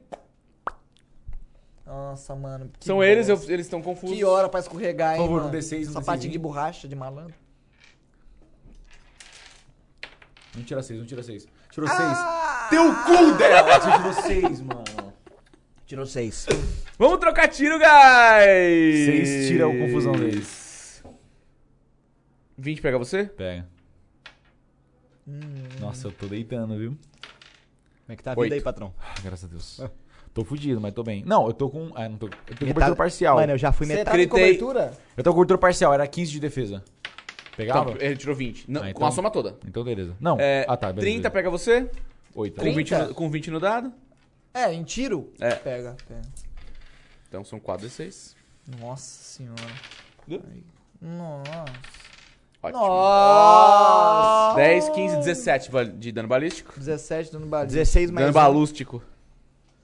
Speaker 1: Nossa, mano. que
Speaker 8: São eles, eu-
Speaker 1: bosta.
Speaker 8: eles estão confusos.
Speaker 1: Que hora pra escorregar, hein,
Speaker 3: Por favor, um
Speaker 1: mano?
Speaker 3: D6, um
Speaker 1: Sapatinho
Speaker 3: D6.
Speaker 1: de borracha, de malandro.
Speaker 3: Não tira seis, não tira seis. Tirou seis. Teu cu dela! Ah! Você tirou seis, mano.
Speaker 2: Tirou 6.
Speaker 8: Vamos trocar tiro, guys!
Speaker 3: Seis tira o confusão deles.
Speaker 8: 20 pega você?
Speaker 3: Pega. Nossa, eu tô deitando, viu?
Speaker 2: Como é que tá a
Speaker 8: Oito.
Speaker 2: vida aí, patrão?
Speaker 3: Ah, graças a Deus. Tô fudido, mas tô bem. Não, eu tô com. Ah, não tô. Eu tô com cobertura
Speaker 2: Metade-
Speaker 3: parcial.
Speaker 2: Mano, eu já fui
Speaker 1: Você
Speaker 2: metade.
Speaker 1: tá com
Speaker 8: Gritei.
Speaker 1: cobertura?
Speaker 3: Eu tô com cobertura parcial, era 15 de defesa. Pegava?
Speaker 8: Então, ele tirou 20. Não,
Speaker 3: Ah,
Speaker 8: Com a
Speaker 3: então-
Speaker 8: soma toda.
Speaker 3: Então, beleza. Não.
Speaker 8: É,
Speaker 3: ah, tá.
Speaker 8: 30 pega você,
Speaker 3: 8.
Speaker 8: com 20,
Speaker 1: 30?
Speaker 8: no, com 20 no dado.
Speaker 1: É, em tiro?
Speaker 8: É.
Speaker 1: Pega, pega.
Speaker 8: Então são 4 e 6.
Speaker 1: Nossa senhora.
Speaker 8: Deu?
Speaker 1: Ai, Nossa.
Speaker 8: Ótimo.
Speaker 1: Nossa!
Speaker 8: 10, 15, 17 val- de dano balístico.
Speaker 1: 17 dando
Speaker 8: tá
Speaker 1: balístico.
Speaker 2: 16 mais.
Speaker 8: Dano balústico.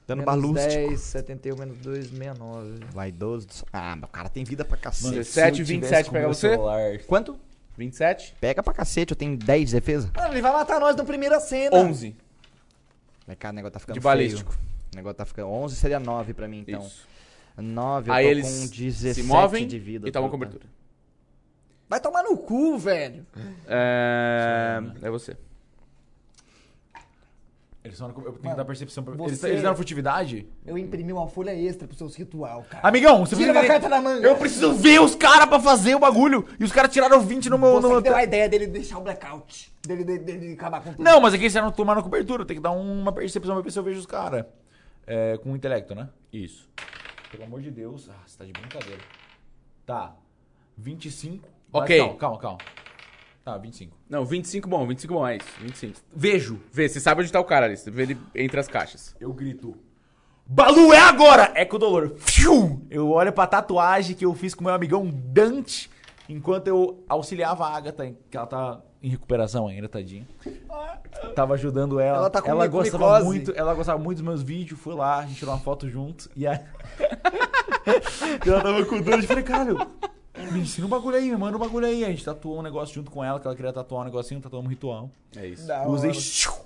Speaker 2: Dando
Speaker 1: menos
Speaker 2: balústico.
Speaker 1: 10, 71 menos 2, 69.
Speaker 2: Vai 12. do- Ah, meu cara tem vida pra cacete.
Speaker 8: 17, 27 pega você.
Speaker 2: Quanto?
Speaker 8: 27,
Speaker 2: Pega pra cacete, eu tenho 10 de defesa.
Speaker 1: Mano, ele vai matar nós na primeira cena.
Speaker 8: 11
Speaker 2: Mas, cara, o negócio tá ficando
Speaker 8: de
Speaker 2: feio.
Speaker 8: balístico.
Speaker 2: O negócio tá ficando. 11 seria 9 pra mim, então.
Speaker 8: Isso.
Speaker 2: 9, eu
Speaker 8: Aí
Speaker 2: tô
Speaker 8: eles
Speaker 2: com
Speaker 8: se
Speaker 2: 17
Speaker 8: movem
Speaker 2: de vida. tá.
Speaker 8: e tomam
Speaker 2: puta.
Speaker 8: cobertura.
Speaker 1: Vai tomar no cu, velho.
Speaker 8: É... é você.
Speaker 3: Eles só não- eu tenho que dar percepção pra eles.
Speaker 1: você-
Speaker 3: Eles deram furtividade?
Speaker 1: Eu imprimi uma folha extra pro seus ritual, cara.
Speaker 3: Amigão, você
Speaker 1: Tira uma carta da manga.
Speaker 3: Eu preciso ver os caras pra fazer o bagulho. E os caras tiraram 20 no meu.
Speaker 1: Você
Speaker 3: No
Speaker 1: que deu
Speaker 3: meu...
Speaker 1: a ideia dele deixar o blackout. Dele, dele, dele acabar com tudo.
Speaker 3: Não, mas aqui eles não tomaram cobertura. Tem que dar uma percepção pra ver se eu vejo os caras. É, com intelecto, né?
Speaker 8: Isso.
Speaker 3: Pelo amor de Deus. Ah, você tá de brincadeira. Tá. 25.
Speaker 8: Ok.
Speaker 3: Mas calma, calma, calma. Tá, 25.
Speaker 8: Não, 25 bom, 25 bom, é isso. 25. Vejo. Vê, você sabe onde tá o cara ali. Você vê ele entre as caixas.
Speaker 3: Eu grito. Balu, é agora! É com o dolor. Fiu! Eu olho pra tatuagem que eu fiz com meu amigão um Dante enquanto eu auxiliava a Agatha, em- que ela tá em recuperação ainda, tadinha. Tava ajudando ela.
Speaker 1: Ela tá com
Speaker 3: ela
Speaker 1: mi-
Speaker 3: gostava
Speaker 1: micose.
Speaker 3: muito, ela gostava muito dos meus vídeos, fui lá, a gente tirou uma foto junto e aí [LAUGHS] ela tava com dor, eu falei, caralho, me ensina um bagulho aí, me manda um bagulho aí. A gente tatuou um negócio junto com ela, que ela queria tatuar um negocinho, tatuamos um ritual.
Speaker 8: É isso.
Speaker 1: Da
Speaker 3: Usei.
Speaker 1: hora.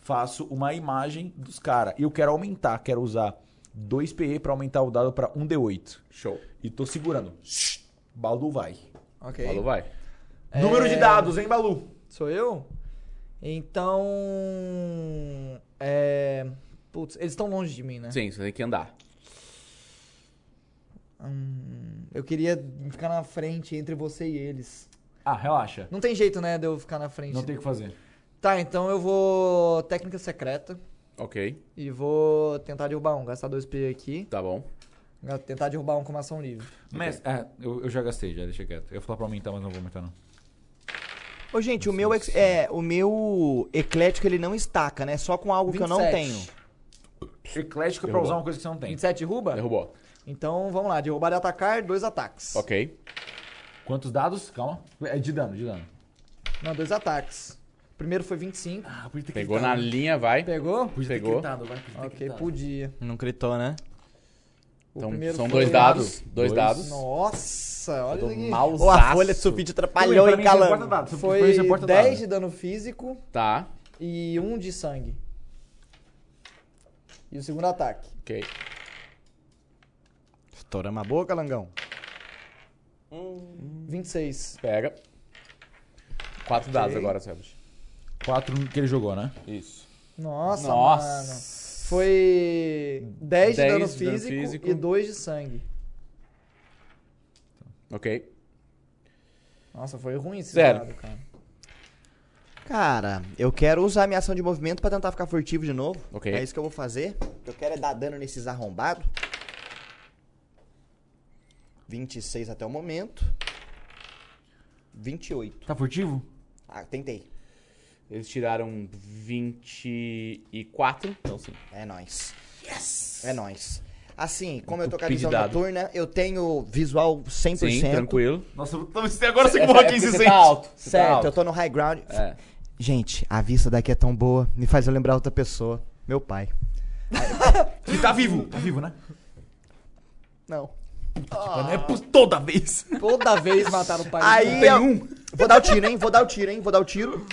Speaker 3: Faço uma imagem dos caras. E eu quero aumentar, quero usar 2PE pra aumentar o dado pra 1D8.
Speaker 8: Show.
Speaker 3: E tô segurando. Balu vai.
Speaker 1: Ok.
Speaker 8: Falou, vai.
Speaker 3: Número de dados, hein, Balu?
Speaker 1: Sou eu? Então. É. Putz, eles estão longe de mim, né?
Speaker 8: Sim, você tem que andar.
Speaker 1: Hum, eu queria ficar na frente entre você e eles.
Speaker 3: Ah, relaxa.
Speaker 1: Não tem jeito, né, de eu ficar na frente.
Speaker 3: Não tem o que fazer.
Speaker 1: Tá, então eu vou. Técnica secreta.
Speaker 8: Ok,
Speaker 1: E vou tentar derrubar um. Gastar 2P aqui.
Speaker 8: tá bom.
Speaker 1: Tentar derrubar um com uma ação livre.
Speaker 3: Mas, é, eu, eu já gastei, já deixa quieto. Eu ia falar pra aumentar, mas não vou aumentar, não.
Speaker 2: Ô, gente, o meu, ex- é, o meu eclético ele não estaca, né? Só com algo que eu não
Speaker 1: 27.
Speaker 2: tenho.
Speaker 3: Eclético é pra usar uma coisa que você não tem.
Speaker 1: 27 derruba?
Speaker 8: Derrubou.
Speaker 1: Então vamos lá. Derrubar e atacar, dois ataques.
Speaker 8: Ok.
Speaker 3: Quantos dados? Calma. É de dano, de dano.
Speaker 1: Não, dois ataques. Primeiro foi 25.
Speaker 3: Ah, podia ter
Speaker 8: Pegou na linha, vai.
Speaker 1: Pegou?
Speaker 8: Pegou.
Speaker 1: Ok, podia.
Speaker 14: Não gritou, né?
Speaker 1: O
Speaker 8: Então,
Speaker 1: primeiro
Speaker 8: são
Speaker 1: foi-
Speaker 8: dois dados. Dois, dados.
Speaker 1: Nossa, olha isso aqui.
Speaker 8: Malzaço.
Speaker 14: Ou a folha de sulfite atrapalhou
Speaker 3: Pra mim, você
Speaker 14: encalando.
Speaker 3: importa dado. Pra mim,
Speaker 1: Foi
Speaker 3: você importa
Speaker 1: 10
Speaker 3: dado.
Speaker 1: de dano físico
Speaker 8: Tá,
Speaker 1: e 1 de sangue. E o segundo ataque.
Speaker 8: ok.
Speaker 2: Estouramos a boca, Langão.
Speaker 1: 26.
Speaker 8: Pega. Quatro dados agora, Sebas.
Speaker 3: Quatro que ele jogou, né?
Speaker 8: Isso.
Speaker 1: Nossa, mano.
Speaker 8: Nossa.
Speaker 1: Foi 10 de
Speaker 8: 10
Speaker 1: dano
Speaker 8: de dano
Speaker 1: físico,
Speaker 8: físico.
Speaker 1: e 2 de sangue.
Speaker 8: Ok.
Speaker 1: Nossa, foi ruim esse
Speaker 8: Zero.
Speaker 1: dado, cara.
Speaker 2: Cara, eu quero usar minha ação de movimento pra tentar ficar furtivo de novo.
Speaker 8: Ok.
Speaker 2: É isso que eu vou fazer. O que eu quero é dar dano nesses arrombados. 26 até o momento. 28.
Speaker 3: Tá furtivo?
Speaker 2: Ah, tentei.
Speaker 8: Eles tiraram 24. Então sim.
Speaker 2: É nóis. Yes! É nóis. Assim, como eu tô com a
Speaker 8: Entupido
Speaker 2: visão
Speaker 8: de dado.
Speaker 2: noturna, eu tenho visual 100%.
Speaker 8: Sim, tranquilo.
Speaker 3: Nossa, agora você
Speaker 8: É,
Speaker 3: que
Speaker 8: é
Speaker 3: morre
Speaker 8: porque
Speaker 3: 15
Speaker 8: você tá alto. Você tá
Speaker 2: Certo,
Speaker 8: alto.
Speaker 2: eu tô no high ground.
Speaker 8: É.
Speaker 2: Gente, a vista daqui é tão boa, me faz eu lembrar outra pessoa. Meu pai.
Speaker 3: E tá vivo. Tá vivo, né?
Speaker 2: Não.
Speaker 3: É por toda vez.
Speaker 1: Toda vez mataram é o pai.
Speaker 2: Aí eu... Vou dar o tiro, hein? Vou dar o tiro, hein? Vou dar o tiro.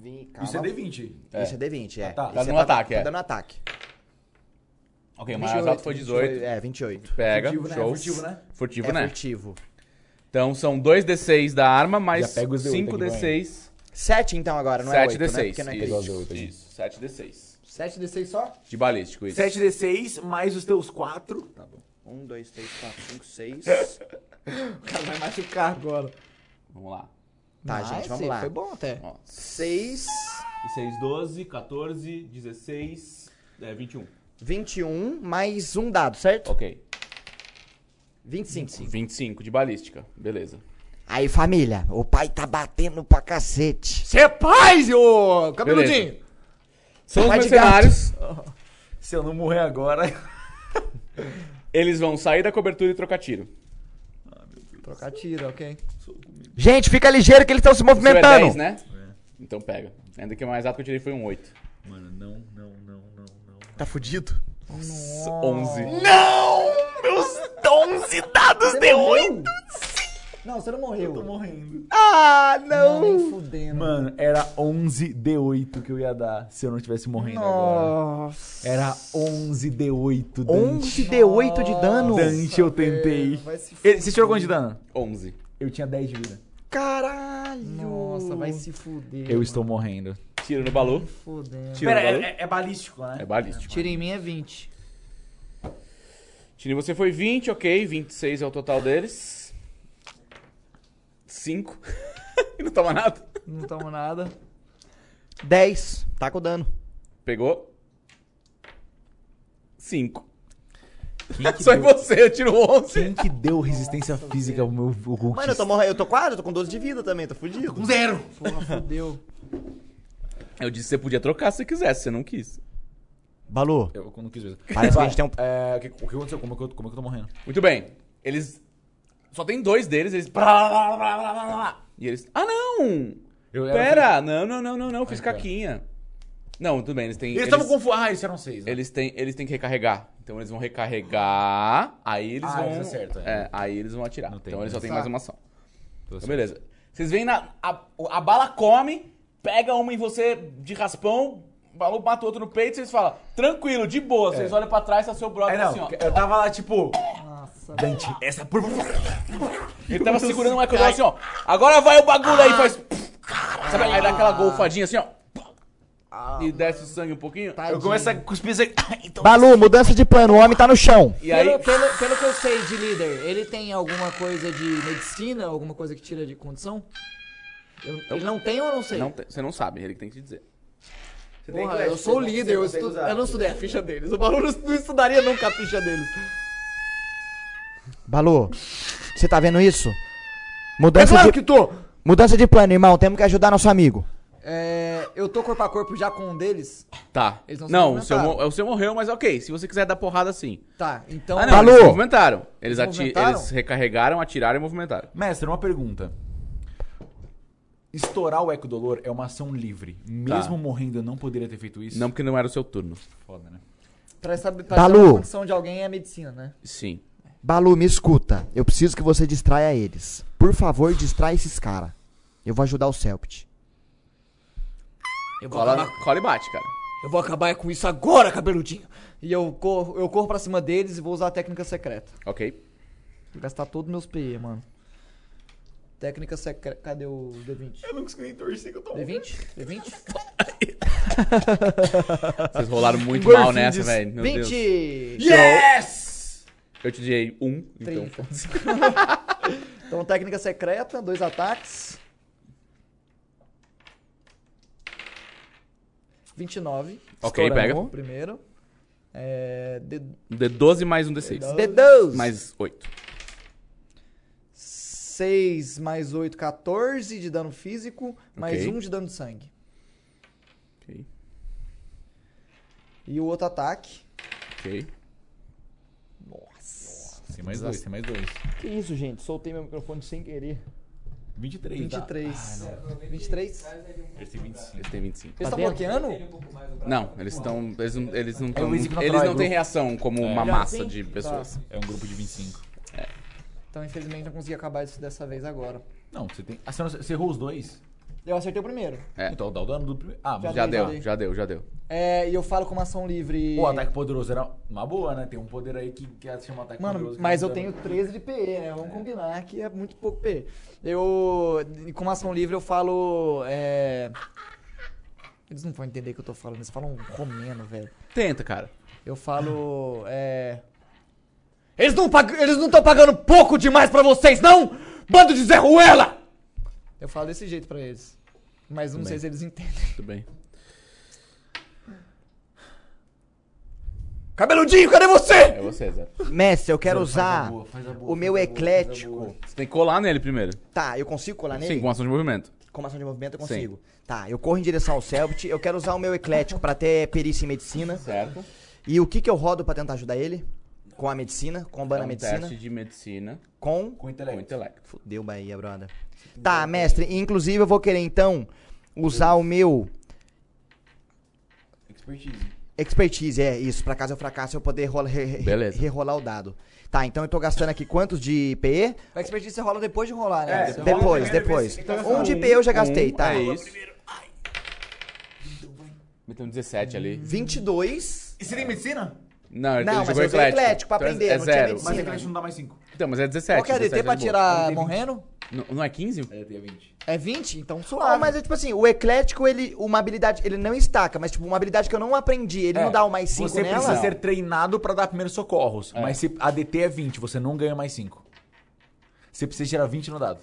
Speaker 2: Vim, calma.
Speaker 3: Isso é D20.
Speaker 8: É.
Speaker 2: Isso é D20, é.
Speaker 3: Ah, tá.
Speaker 2: Isso
Speaker 8: Tá
Speaker 2: é
Speaker 8: dando
Speaker 2: pra-
Speaker 8: ataque,
Speaker 2: tá
Speaker 8: é.
Speaker 2: dando ataque.
Speaker 8: Ok, o mais alto foi 18.
Speaker 2: É, 28.
Speaker 8: Pega.
Speaker 3: Furtivo, né?
Speaker 8: show.
Speaker 3: Furtivo, né?
Speaker 8: Furtivo,
Speaker 2: É
Speaker 8: né?
Speaker 2: furtivo.
Speaker 8: Então são 2 D6 da arma, mais
Speaker 3: Já pega os D8 aqui, vai.
Speaker 8: 5D6.
Speaker 2: 7 então agora, não é
Speaker 8: 7
Speaker 2: 8, né?
Speaker 8: D6.
Speaker 2: Porque não é
Speaker 8: Isso,
Speaker 2: crítico.
Speaker 8: Isso, 7 D6.
Speaker 1: 7d6 só?
Speaker 8: De balístico, isso.
Speaker 3: 7d6 mais os teus 4. [LAUGHS] Tá bom.
Speaker 2: 1, 2, 3, 4, 5, 6.
Speaker 1: Vai machucar agora.
Speaker 8: Vamos lá.
Speaker 2: Tá,
Speaker 1: Mas,
Speaker 2: gente, vamos
Speaker 1: sim,
Speaker 2: lá.
Speaker 1: Foi bom até.
Speaker 8: Ó,
Speaker 2: 6,
Speaker 8: 6, 12, 14, 16, é, 21.
Speaker 2: 21, mais um dado, certo?
Speaker 8: Ok.
Speaker 2: 25.
Speaker 8: 25 de balística. Beleza.
Speaker 2: Aí, família, o pai tá batendo pra cacete.
Speaker 14: Cê é paz, ô cabeludinho!
Speaker 8: Beleza. São os
Speaker 2: Vai de
Speaker 8: mercenários.
Speaker 3: Se eu não morrer agora. [LAUGHS]
Speaker 8: Eles vão sair da cobertura e trocar tiro.
Speaker 1: Trocar tiro, ok.
Speaker 2: Gente, fica ligeiro que eles estão se
Speaker 8: Seu é
Speaker 2: movimentando.
Speaker 8: 10, né? Então pega. Ainda que o mais alto que eu tirei foi um 8.
Speaker 3: Mano, não, não, não, não, não.
Speaker 2: Tá fudido?
Speaker 8: 11.
Speaker 1: Não, você não morreu.
Speaker 3: Tô morrendo.
Speaker 2: Ah, não.
Speaker 1: Não, nem fudendo.
Speaker 3: Mano, era 11 D8 que eu ia dar se eu não tivesse morrendo agora.
Speaker 1: Nossa.
Speaker 3: Era 11 D8, Dante.
Speaker 2: 11 D8 de dano.
Speaker 3: Dante, eu tentei.
Speaker 1: Vai se
Speaker 3: Ele- Você tirou quanto de dano?
Speaker 8: 11.
Speaker 3: Eu tinha 10 de vida.
Speaker 2: Caralho.
Speaker 1: Nossa, vai se fuder.
Speaker 3: Eu estou morrendo.
Speaker 8: Tiro no balu.
Speaker 1: Fudendo.
Speaker 8: Tiro no balu.
Speaker 3: balístico, né?
Speaker 8: É balístico.
Speaker 1: Tira em mim é 20.
Speaker 8: Tire você foi 20, ok. 26 é o total deles. 5. e [LAUGHS] não toma nada.
Speaker 1: Não tomo nada.
Speaker 2: 10. Tá com dano.
Speaker 8: Pegou. 5. Só em você, eu tiro 11.
Speaker 3: Quem que deu resistência física pro meu Hulk?
Speaker 2: Mano, eu tô, morre- eu tô quase, eu tô com 12 de vida também, tô fudido.
Speaker 3: com zero.
Speaker 8: Eu disse que você podia trocar se você quisesse, você não quis.
Speaker 2: Balu,
Speaker 3: Eu não quis ver.
Speaker 2: parece que a gente tem um...
Speaker 3: É, o que, o que aconteceu? Como é que, eu, como é que eu tô morrendo?
Speaker 8: Muito bem. Eles. Só tem dois deles, eles. Blá, blá, blá, blá, blá, blá. E eles. Ah, não!
Speaker 3: Eu era-
Speaker 8: Pera! Não, não, não, não, não. Fiz
Speaker 3: pera.
Speaker 8: caquinha. Não, tudo bem, eles têm.
Speaker 3: Eles estavam confusos. Ah, eles eram seis. né?
Speaker 8: Eles têm, eles têm que recarregar. Então eles vão recarregar. Aí eles
Speaker 3: Ah,
Speaker 8: vão.
Speaker 3: eles acertam, é.
Speaker 8: é. aí eles vão atirar.
Speaker 3: Não tem Tá.
Speaker 8: então eles só
Speaker 3: mais.
Speaker 8: têm mais uma ação.
Speaker 3: Tô
Speaker 8: Então,
Speaker 3: certo.
Speaker 8: beleza. Vocês vêm na. A, a bala come, pega uma em você de raspão, o maluco mata o outro no peito, vocês falam, tranquilo, de boa. Vocês olham pra trás, tá seu brother
Speaker 3: É, não,
Speaker 8: assim, ó.
Speaker 3: eu tava lá, tipo... é, Dante, essa... por-
Speaker 8: Ele tava segurando o Michael Jordan assim, ó. Agora vai o bagulho
Speaker 1: Ah.
Speaker 8: aí, faz. Sabe? Aí dá aquela golfadinha assim, ó.
Speaker 1: Ah.
Speaker 8: E desce o sangue um pouquinho.
Speaker 1: Tá,
Speaker 3: Eu começo a cuspir assim... Então...
Speaker 2: Balu, mudança de plano, o homem tá no chão.
Speaker 8: E aí.
Speaker 1: Pelo, pelo, pelo que eu sei de líder, ele tem alguma coisa de medicina, alguma coisa que tira de condição? Eu- ele não tem ou eu não sei?
Speaker 8: Não, tem- você não sabe, ele que tem que te dizer.
Speaker 1: Porra, eu sou o líder, eu, estu- eu não estudei a ficha deles. O barulho não estudaria nunca a ficha deles.
Speaker 2: Balu, você tá vendo isso?
Speaker 8: Tá,
Speaker 2: Mudança
Speaker 3: É
Speaker 2: de...
Speaker 1: É tô!
Speaker 2: Mudança de plano, irmão, temos que ajudar nosso amigo.
Speaker 1: É, eu tô corpo a corpo já com um deles.
Speaker 8: Tá.
Speaker 1: Eles não se
Speaker 8: Não, o seu,
Speaker 1: movimentaram.
Speaker 8: mo- o seu morreu, mas ok. Se você quiser dar porrada sim.
Speaker 1: Tá, então.
Speaker 8: Ah, não,
Speaker 2: Falou.
Speaker 8: eles se movimentaram. Eles,
Speaker 1: Eles
Speaker 8: ati-
Speaker 1: movimentaram?
Speaker 8: eles recarregaram, atiraram e movimentaram.
Speaker 3: Mestre, uma pergunta. Estourar o eco-dolor é uma ação livre. Mesmo morrendo, eu não poderia ter feito isso?
Speaker 8: Não, porque não era o seu turno.
Speaker 3: Foda, né?
Speaker 1: Pra saber pra
Speaker 2: Balu.
Speaker 1: saber a condição de alguém é medicina, né?
Speaker 8: Sim.
Speaker 2: Balu, me escuta. Eu preciso que você distraia eles. Por favor, distrai esses caras. Eu vou ajudar o Celpit.
Speaker 1: Eu vou,
Speaker 8: Cola,
Speaker 1: acabar,
Speaker 8: cola e bate, cara.
Speaker 1: eu vou acabar com isso agora, cabeludinho. E eu corro, eu corro pra cima deles e vou usar a técnica secreta.
Speaker 8: Ok.
Speaker 1: Vou gastar todos meus PE, mano. Técnica secreta. Cadê o D20? Eu não consegui torcer que eu tô. D20? D20?
Speaker 8: Vocês rolaram muito mal nessa,
Speaker 1: Diz-
Speaker 8: velho. Meu Deus.
Speaker 1: 20!
Speaker 8: Eu te dei um, então.
Speaker 1: 30. então, técnica secreta, dois ataques. 29.
Speaker 8: Ok,
Speaker 1: estouramos, Primeiro. É, D,
Speaker 8: Um D12 mais um D6.
Speaker 1: D12.
Speaker 8: Mais 8.
Speaker 1: 6 mais 8, 14 de dano físico. Mais
Speaker 8: Ok.
Speaker 1: 1 de dano de sangue.
Speaker 8: Ok,
Speaker 1: E o outro ataque.
Speaker 8: ok.
Speaker 3: Tem mais dois, tem mais dois.
Speaker 2: Que isso, gente? Soltei meu microfone sem querer.
Speaker 3: 23.
Speaker 1: 23. 23?
Speaker 3: Eles têm 25.
Speaker 8: Eles têm 25.
Speaker 1: Eles estão bloqueando?
Speaker 8: Não, eles estão. Eles não Eles não, tão,
Speaker 3: o Easy que não
Speaker 8: eles não
Speaker 3: atrai,
Speaker 8: têm
Speaker 3: grupo.
Speaker 8: reação como uma
Speaker 3: Já
Speaker 8: massa de
Speaker 2: Tá.
Speaker 8: pessoas.
Speaker 3: É um grupo de 25.
Speaker 1: Então, infelizmente, não consegui acabar isso dessa vez agora.
Speaker 3: Não, você tem... Ah, você, não- você errou os dois?
Speaker 1: Eu acertei o primeiro.
Speaker 8: É.
Speaker 3: Então dá o dano do primeiro... Ah, mas
Speaker 1: dei, já
Speaker 8: Já deu,
Speaker 1: dei.
Speaker 8: já deu, já deu.
Speaker 1: É, e eu falo com uma ação livre.
Speaker 2: tá
Speaker 3: o ataque poderoso era uma boa, né? Tem um poder aí que, que chama ataque
Speaker 1: Mano,
Speaker 3: poderoso. que
Speaker 1: mas
Speaker 3: dá
Speaker 1: eu tenho
Speaker 3: dano.
Speaker 1: 13 de PE, né? Vamos combinar que é muito pouco PE. Eu, com uma ação livre, eu falo. É... Eles não vão entender o que eu tô falando, eles falam romeno, velho.
Speaker 8: Tenta, cara.
Speaker 1: Eu falo. É. Eles não pag... eles não estão pagando pouco demais pra vocês, não? Bando de Zé Ruela! Eu falo desse jeito pra eles. Mas eu não sei se eles entendem.
Speaker 8: Tudo bem.
Speaker 1: Cabeludinho, cadê você?
Speaker 8: É você, Zé.
Speaker 2: Mestre, eu quero
Speaker 3: Faz a
Speaker 2: usar
Speaker 3: boa, faz a boa,
Speaker 2: o
Speaker 3: faz
Speaker 2: meu
Speaker 3: a boa, faz a boa.
Speaker 2: eclético.
Speaker 8: Você tem que colar nele primeiro.
Speaker 2: Tá, eu consigo colar nele?
Speaker 8: Sim, com ação de movimento.
Speaker 2: Com ação de movimento eu
Speaker 8: Sim.
Speaker 2: consigo. Tá, eu corro em direção ao Celpit. Eu quero usar o meu eclético pra ter perícia em medicina.
Speaker 8: Certo.
Speaker 2: E o que que eu rodo pra tentar ajudar ele? Com a medicina, combando a
Speaker 8: É um
Speaker 2: medicina.
Speaker 8: teste de medicina
Speaker 2: Com
Speaker 3: Com intelecto.
Speaker 8: com intelecto.
Speaker 2: Fudeu Bahia, brother. Tá, mestre, inclusive eu vou querer então usar o meu
Speaker 3: Expertise.
Speaker 2: expertise, é isso, pra caso eu fracasse eu poder rola, re- re-
Speaker 8: Beleza.
Speaker 2: rerolar o dado. Tá, então eu tô gastando aqui quantos de PE?
Speaker 1: A expertise você rola depois de rolar, né? Você rola-
Speaker 2: depois, depois. Um de PE eu já gastei,
Speaker 8: Um,
Speaker 2: tá?
Speaker 8: É isso. Meteu um 17 ali.
Speaker 2: 22.
Speaker 3: E você tem medicina?
Speaker 8: Não, ele
Speaker 2: Não,
Speaker 8: tem
Speaker 2: mas
Speaker 8: jogou
Speaker 2: eu usei
Speaker 8: eclético.
Speaker 2: eclético pra
Speaker 8: Então é-
Speaker 2: aprender,
Speaker 8: É
Speaker 2: não tinha
Speaker 8: zero.
Speaker 2: medicina.
Speaker 3: Mas
Speaker 2: Sim,
Speaker 3: eclético não dá mais 5.
Speaker 8: Então, mas é 17.
Speaker 1: Qual que é a DT
Speaker 8: 17
Speaker 1: pra
Speaker 8: de boa.
Speaker 1: tirar morrendo?
Speaker 8: Não, não é 15?
Speaker 3: É, tem 20.
Speaker 1: É 20? Então suave.
Speaker 2: Ah, mas é tipo assim, o eclético, ele, uma habilidade, ele não estaca, mas tipo, uma habilidade que eu não aprendi, ele
Speaker 3: É,
Speaker 2: não dá o mais 5
Speaker 3: Você
Speaker 2: nela?
Speaker 3: precisa ser treinado pra dar primeiros socorros. Mas se a DT é 20, você não ganha mais 5. Você precisa tirar 20 no dado.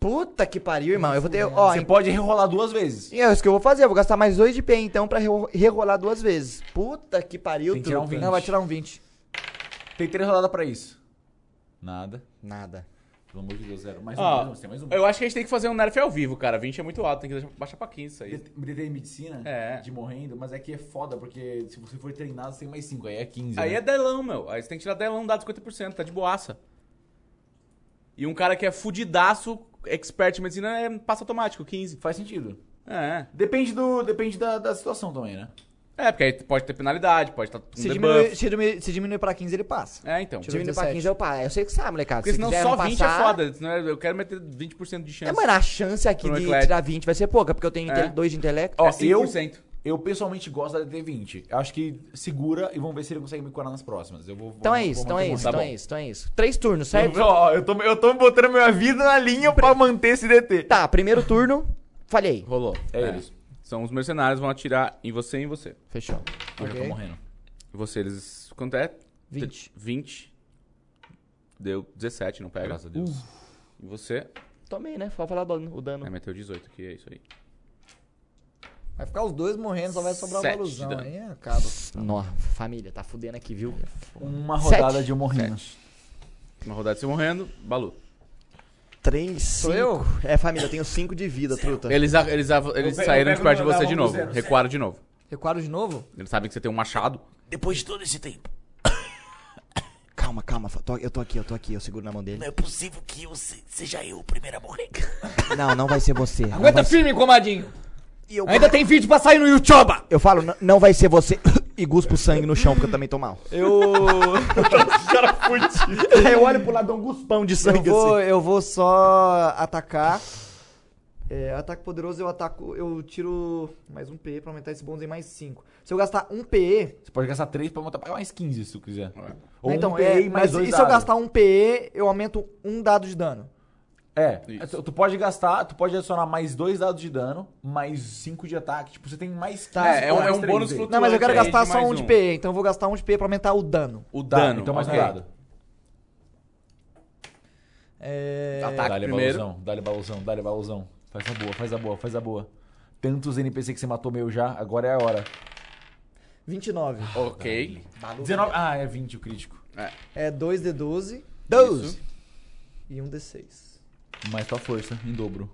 Speaker 2: Puta que pariu, irmão, eu vou ter, ó,
Speaker 3: você pode rerolar duas vezes.
Speaker 2: E é isso que eu vou fazer, eu vou gastar mais dois de PE então pra re- rerolar duas vezes. Puta que pariu,
Speaker 3: Tem que tirar um
Speaker 2: truta.
Speaker 3: 20.
Speaker 1: Não, vai tirar um 20.
Speaker 3: Tem três rodadas pra isso. Nada.
Speaker 2: Nada.
Speaker 3: Pelo amor de Deus, zero. Mais
Speaker 8: Ó,
Speaker 3: um, mais um, tem mais um.
Speaker 8: Eu acho que a gente tem que fazer um nerf ao vivo, cara. 20 é muito alto, tem que deixar- baixar pra 15 isso aí.
Speaker 3: Britei medicina
Speaker 8: É.
Speaker 3: de morrendo, mas é que é foda, porque se você for treinado, você tem mais 5, aí é 15.
Speaker 8: Aí
Speaker 3: né?
Speaker 8: é delão, meu. Aí você tem que tirar delão, dá 50%, tá de boaça. E um cara que é fudidaço, expert em medicina, é passa automático, 15.
Speaker 3: Faz sentido.
Speaker 8: É.
Speaker 3: Depende, do, depende da, da situação também, né?
Speaker 8: É, porque aí pode ter penalidade, pode estar com
Speaker 1: Se
Speaker 8: debuff.
Speaker 1: diminuir, se, diminuir, se diminuir pra 15, ele passa.
Speaker 8: É, então.
Speaker 1: Tirou
Speaker 2: Diminuir pra
Speaker 1: 17.
Speaker 2: 15 eu pá. Eu sei que sabe, molecada.
Speaker 8: Porque
Speaker 2: Se
Speaker 8: senão
Speaker 2: quiser
Speaker 8: só
Speaker 2: não
Speaker 8: 20 é
Speaker 2: passar-
Speaker 8: foda. senão eu quero meter 20% de chance.
Speaker 2: É, mano, a chance aqui
Speaker 8: Pro
Speaker 2: de
Speaker 8: Eclético.
Speaker 2: tirar 20 vai ser pouca, porque eu tenho
Speaker 8: É.
Speaker 2: 2 de intelecto.
Speaker 3: Ó,
Speaker 8: É 5%.
Speaker 3: eu pessoalmente gosto da DT20. Eu Acho que segura e vamos ver se ele consegue me curar nas próximas. Eu vou,
Speaker 2: Então
Speaker 3: vou-
Speaker 2: é
Speaker 3: vou
Speaker 2: isso, então é
Speaker 3: manter
Speaker 2: isso,
Speaker 3: uma-
Speaker 2: então
Speaker 3: tá
Speaker 2: é isso, então é isso. Três turnos, certo?
Speaker 3: bom. Ó, eu tô, eu tô botando minha vida na linha pra manter esse DT.
Speaker 2: Tá, primeiro turno, falhei.
Speaker 8: Rolou.
Speaker 3: É eles.
Speaker 8: São os mercenários, vão atirar em você e em você.
Speaker 2: Fechou.
Speaker 3: Eu já tô
Speaker 2: Ok.
Speaker 3: morrendo.
Speaker 8: E você, eles. Quanto é?
Speaker 2: 20.
Speaker 8: 20. Deu 17, não pega.
Speaker 3: Graças a Deus.
Speaker 8: E você.
Speaker 2: Tomei, né? Pode falar o dano- o dano.
Speaker 8: É, meteu 18 aqui, é isso aí.
Speaker 1: Vai ficar os dois morrendo, só vai sobrar
Speaker 8: Sete
Speaker 1: o valuzão.
Speaker 8: de dano.
Speaker 1: Aí acaba.
Speaker 2: Nossa, família, tá fudendo aqui, viu?
Speaker 3: Uma
Speaker 2: Sete.
Speaker 3: rodada de eu morrendo.
Speaker 8: Uma rodada de você morrendo, balu.
Speaker 2: 3, Sou eu? É, família, eu tenho 5 de vida, truta.
Speaker 8: Eles, a- eles, a- eles
Speaker 3: pe- eu
Speaker 8: saíram
Speaker 3: pego
Speaker 8: de perto de
Speaker 3: meu
Speaker 8: você
Speaker 3: dado
Speaker 8: de
Speaker 3: do
Speaker 8: novo.
Speaker 3: zero,
Speaker 8: Recuaram de novo.
Speaker 1: Recuaram de novo?
Speaker 8: Eles sabem que você tem um machado.
Speaker 14: Depois de todo esse tempo,
Speaker 2: Calma, calma, fa- tô- eu tô aqui, eu tô aqui, eu seguro na mão dele.
Speaker 14: não é possível que eu se- seja eu o primeiro a morrer.
Speaker 2: Não, não vai ser você. não
Speaker 1: Aguenta
Speaker 2: vai ser-
Speaker 1: Tá firme, comadinho.
Speaker 2: E eu-
Speaker 1: Ainda tem vídeo pra sair no YouTube.
Speaker 2: Eu falo, "Não- não vai ser você. [LAUGHS] E guspo sangue no chão, porque eu também tô
Speaker 1: [LAUGHS]
Speaker 2: mal. Eu. eu olho pro lado, dou um guspão de
Speaker 1: Eu
Speaker 2: sangue assim.
Speaker 1: vou, eu vou só atacar. É, ataque poderoso, eu ataco. Eu tiro mais um PE pra aumentar esse bônus em mais 5. Se eu gastar um PE.
Speaker 3: Você pode gastar 3 pra montar pra mais 15 se tu quiser. Ou
Speaker 1: né, então,
Speaker 3: um
Speaker 1: é,
Speaker 3: PA e mais
Speaker 1: mas
Speaker 3: dois
Speaker 1: e se eu
Speaker 3: dados.
Speaker 1: gastar um PE, eu aumento um dado de dano.
Speaker 3: É,
Speaker 8: Isso.
Speaker 3: tu, tu pode gastar, tu pode adicionar mais dois dados de dano, mais cinco de ataque. Tipo, você tem mais Tá, 15
Speaker 8: É, é um-
Speaker 3: mais
Speaker 8: é um
Speaker 3: três
Speaker 8: bônus
Speaker 3: aí.
Speaker 8: flutuante.
Speaker 1: Não, mas eu quero
Speaker 8: Três
Speaker 1: gastar
Speaker 8: de
Speaker 1: só
Speaker 8: mais
Speaker 1: um de
Speaker 8: um.
Speaker 1: PE, então eu vou gastar um de PE pra aumentar o dano.
Speaker 8: O
Speaker 3: Tá,
Speaker 8: dano.
Speaker 3: então mais um
Speaker 8: ok.
Speaker 3: dado.
Speaker 1: É.
Speaker 3: Dá-lhe
Speaker 8: primeiro.
Speaker 3: balãozão, dá-lhe balãozão, dá-lhe balãozão. Faz a boa, faz a boa, faz a boa. Tantos NPC que você matou meu já, agora é a hora.
Speaker 1: 29.
Speaker 8: Ok.
Speaker 3: 19, ah, é 20 o crítico.
Speaker 1: É 2D12
Speaker 8: 12.
Speaker 1: e 1D6.
Speaker 3: Mais tua força, em dobro.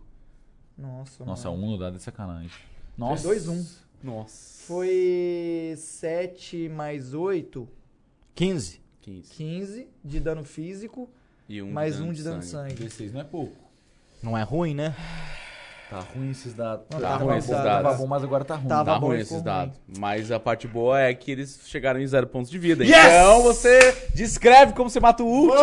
Speaker 1: Nossa,
Speaker 3: Nossa,
Speaker 1: mano.
Speaker 3: um no dado é sacanagem. Nossa.
Speaker 1: 2, 1.
Speaker 8: Nossa.
Speaker 1: Foi 7 mais 8,
Speaker 2: 15.
Speaker 8: 15.
Speaker 1: 15 de dano físico,
Speaker 8: E um
Speaker 1: mais
Speaker 8: de dano
Speaker 1: 1 de dano de sangue.
Speaker 3: 16 não é pouco.
Speaker 2: Não é ruim, né?
Speaker 3: Tá ruim esses dados.
Speaker 1: Não,
Speaker 8: tá
Speaker 3: tava
Speaker 8: ruim
Speaker 3: bom,
Speaker 8: esses
Speaker 3: Tava
Speaker 8: dados.
Speaker 3: bom, mas agora tá ruim.
Speaker 1: Tava
Speaker 8: Tá
Speaker 1: bom,
Speaker 8: ruim
Speaker 1: ficou
Speaker 8: esses
Speaker 1: ruim.
Speaker 8: dados. Mas a parte boa é que eles chegaram em zero pontos de vida. Então você descreve como você mata o último.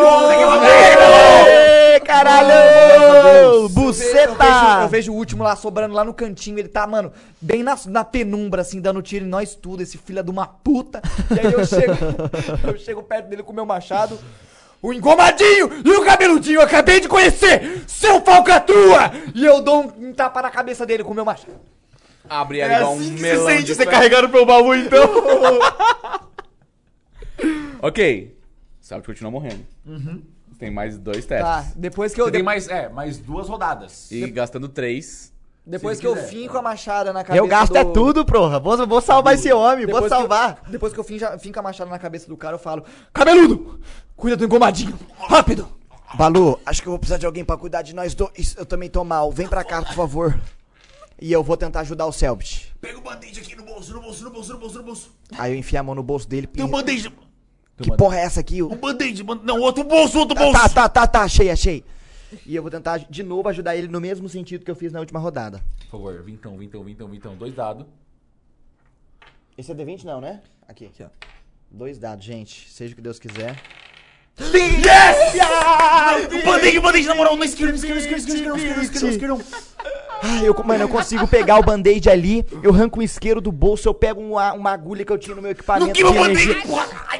Speaker 2: Ê, Caralho!
Speaker 1: Eu vejo, eu
Speaker 2: Buceta!
Speaker 1: vejo o último lá sobrando lá no cantinho. Ele tá, mano, bem na, na penumbra, assim, dando tiro em nós tudo, esse filho de uma puta. E aí eu chego, [LAUGHS] eu chego perto dele com o meu machado. O engomadinho e o cabeludinho, eu acabei de conhecer! Seu falcatrua! E eu dou um tapa na cabeça dele com o meu machado.
Speaker 8: Abre
Speaker 3: É
Speaker 8: ela igual
Speaker 3: assim
Speaker 8: um melão de ferro.
Speaker 3: carregado pelo baú então?
Speaker 8: [LAUGHS] Ok. Sabe que continua morrendo.
Speaker 3: Uhum.
Speaker 8: Tem mais dois testes.
Speaker 1: Tá, depois que eu.
Speaker 3: Você tem mais, é, mais duas rodadas.
Speaker 8: E gastando três.
Speaker 1: Depois
Speaker 3: Se
Speaker 1: que eu
Speaker 3: quiser.
Speaker 1: finco a machada na cabeça
Speaker 2: Eu gasto
Speaker 1: do...
Speaker 2: é tudo, porra. Vou, vou salvar esse homem, vou
Speaker 1: Depois que eu-
Speaker 2: salvar.
Speaker 1: Depois que eu finja- finco a machada na cabeça do cara, eu falo: Cabeludo! Cuida do engomadinho! Rápido!
Speaker 2: Balu, acho que eu vou precisar de alguém pra cuidar de nós dois. Eu também tô mal. Vem pra cá, por favor. E eu vou tentar ajudar o Selbit.
Speaker 3: Pega o band-aid aqui no bolso, no bolso, no bolso, no bolso, no bolso.
Speaker 2: Aí eu enfiei a mão no bolso dele.
Speaker 3: Tem um band-aid.
Speaker 2: Que porra é essa aqui?
Speaker 3: Um band-aid, ban- não, outro bolso, outro
Speaker 2: Tá,
Speaker 3: bolso.
Speaker 2: tá, tá, tá, tá, achei, achei. E eu vou tentar de novo ajudar ele no mesmo sentido que eu fiz na última rodada.
Speaker 3: Por favor, vintão, vintão, vintão, vintão. Dois dados.
Speaker 2: Esse é D20 não, né? Aqui. Aqui, ó. Dois dados, gente. Seja o que Deus quiser.
Speaker 1: tá.
Speaker 3: Band-aid, band-aid, na moral, na esquerda, na esquerda, na esquerda, na esquerda, na esquerda, na esquerda, na esquerda.
Speaker 2: Ai, eu, mano, eu consigo pegar o band-aid ali, eu arranco o isqueiro do bolso, eu pego uma, uma agulha que eu tinha no meu equipamento de energia.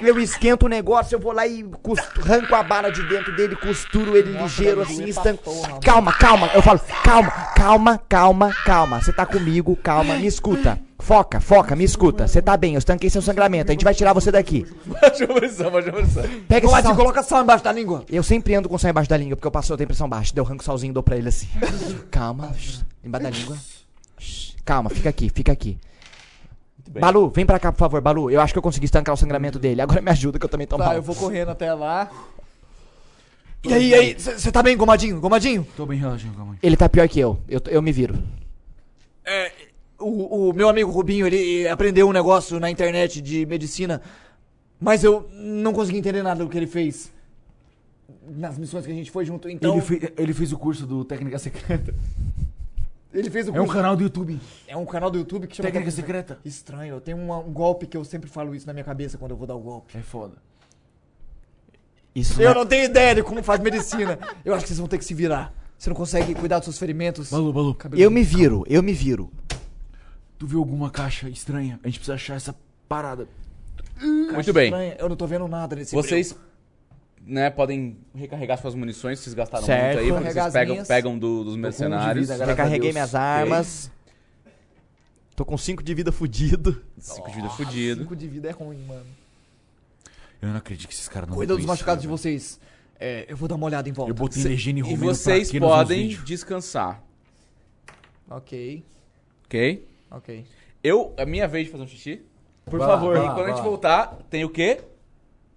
Speaker 2: Eu esquento o negócio, eu vou lá e custo, arranco a bala de dentro dele, costuro ele ligeiro assim, estanco. Calma, calma, eu falo, calma, calma, calma, calma. Você tá comigo, calma, me escuta. Foca, foca, me escuta. Você tá bem, eu estanquei seu sangramento, a gente vai tirar você daqui.
Speaker 8: Baixa a pressão, baixa a pressão.
Speaker 2: Pega esse sal...
Speaker 1: coloca sal embaixo da língua!
Speaker 2: Eu sempre ando com o sal embaixo da língua, porque eu passo, eu tenho pressão baixa. Daí eu arranco o salzinho e dou pra ele [LAUGHS] assim. Calma, shh, embaixo da língua. Shh, Calma, fica aqui, fica aqui.
Speaker 8: bem.
Speaker 2: Balu, vem pra cá, por favor, Balu. Eu acho que eu consegui estancar o sangramento dele. Agora me ajuda, que eu também tô
Speaker 1: Tá,
Speaker 7: um
Speaker 2: mal.
Speaker 1: eu vou correndo até lá.
Speaker 2: E aí, e aí? Você tá bem, Gomadinho? Gomadinho?
Speaker 3: Tô bem relaxando, calma aí.
Speaker 2: Ele tá pior que eu. Eu, eu me viro.
Speaker 7: O, o meu amigo Rubinho, ele aprendeu um negócio na internet de medicina, mas eu não consegui entender nada do que ele fez. Nas missões que a gente foi junto, então.
Speaker 3: Ele, fe- ele fez o curso do Técnica Secreta.
Speaker 7: ele fez o
Speaker 3: É um
Speaker 7: curso.
Speaker 3: canal do YouTube.
Speaker 7: É um canal do YouTube que chama.
Speaker 3: Técnica Secreta.
Speaker 7: Estranho, eu tenho uma- um golpe que eu sempre falo isso na minha cabeça quando eu vou dar o golpe.
Speaker 3: É foda.
Speaker 2: Isso
Speaker 7: Eu não tenho ideia de como faz medicina. Eu acho que vocês vão ter que se virar. Você não consegue cuidar dos seus ferimentos.
Speaker 3: Balu, Balu,
Speaker 2: Eu me viro, eu me viro.
Speaker 3: tu viu alguma caixa estranha? A gente precisa achar essa parada.
Speaker 8: Muito bem.
Speaker 7: Estranho, Eu não tô vendo nada nesse
Speaker 8: Vocês né, podem recarregar suas munições, vocês gastaram
Speaker 2: Certo.
Speaker 8: muito aí, porque
Speaker 1: Recarregar
Speaker 8: vocês
Speaker 1: as
Speaker 8: pegam,
Speaker 1: minhas.
Speaker 8: pegam do- dos mercenários.
Speaker 3: vida, graças
Speaker 2: Recarreguei
Speaker 8: Deus.
Speaker 2: minhas armas. Tô com 5 de vida fudido.
Speaker 8: Cinco de vida fudido.
Speaker 1: 5 de vida é ruim, mano.
Speaker 3: Eu não acredito que esses caras não
Speaker 7: Cuida
Speaker 3: vão
Speaker 7: dos
Speaker 3: isso,
Speaker 7: machucados de
Speaker 3: cara.
Speaker 7: vocês. É, eu vou dar uma olhada em volta.
Speaker 3: Eu botei Legine
Speaker 8: E
Speaker 3: Romero pra
Speaker 8: vocês
Speaker 3: aqui nos meus
Speaker 8: podem
Speaker 3: vídeos.
Speaker 8: descansar,
Speaker 1: Ok,
Speaker 8: ok?
Speaker 1: ok.
Speaker 8: Eu, a minha vez de fazer um xixi.
Speaker 3: Por
Speaker 2: Vai lá,
Speaker 3: favor.
Speaker 8: E
Speaker 2: vai lá.
Speaker 8: quando a gente voltar, tem o quê?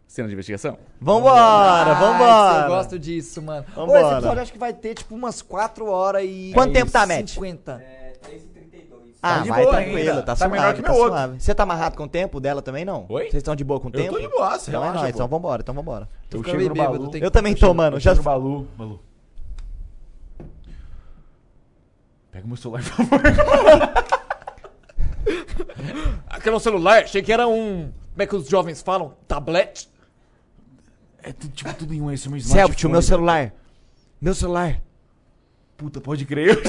Speaker 8: Cena de investigação.
Speaker 2: Tá Vambora,
Speaker 1: Ai, eu
Speaker 2: vambora.
Speaker 1: gosto disso, mano. Ô,
Speaker 2: Vambora.
Speaker 1: esse episódio acho que vai ter tipo umas 4 horas e.
Speaker 2: Quanto tempo tá, Matt?
Speaker 1: 50.
Speaker 5: É 3h32.
Speaker 2: Ah,
Speaker 3: Tá de
Speaker 2: vai
Speaker 3: boa
Speaker 2: tranquilo,
Speaker 3: ainda.
Speaker 2: tá,
Speaker 3: Tá
Speaker 2: suave,
Speaker 3: melhor que
Speaker 2: tá
Speaker 3: meu outro.
Speaker 2: suave. Você tá amarrado com o tempo dela também, não?
Speaker 8: Oi?
Speaker 2: Vocês estão de boa com o tempo?
Speaker 3: Eu tô de boa, você
Speaker 2: Então é
Speaker 3: relaxa,
Speaker 2: nóis,
Speaker 3: pô.
Speaker 2: então vambora, então vambora.
Speaker 3: Eu
Speaker 1: ficando
Speaker 3: chego no
Speaker 1: meio bêbado,
Speaker 3: Balu.
Speaker 1: tipo, tem
Speaker 2: Eu também tô, mano.
Speaker 3: Eu
Speaker 2: Já
Speaker 3: chego no Balu. Balu. Pega meu celular, por favor.
Speaker 7: Aquele é um celular, achei que era um. Como é que os jovens falam? Tablet?
Speaker 3: É tudo, tipo tudo em um, esse é meu smartphone.
Speaker 1: tipo
Speaker 2: Selbit, o meu
Speaker 3: velho.
Speaker 2: celular. Meu celular.
Speaker 3: Puta, pode crer.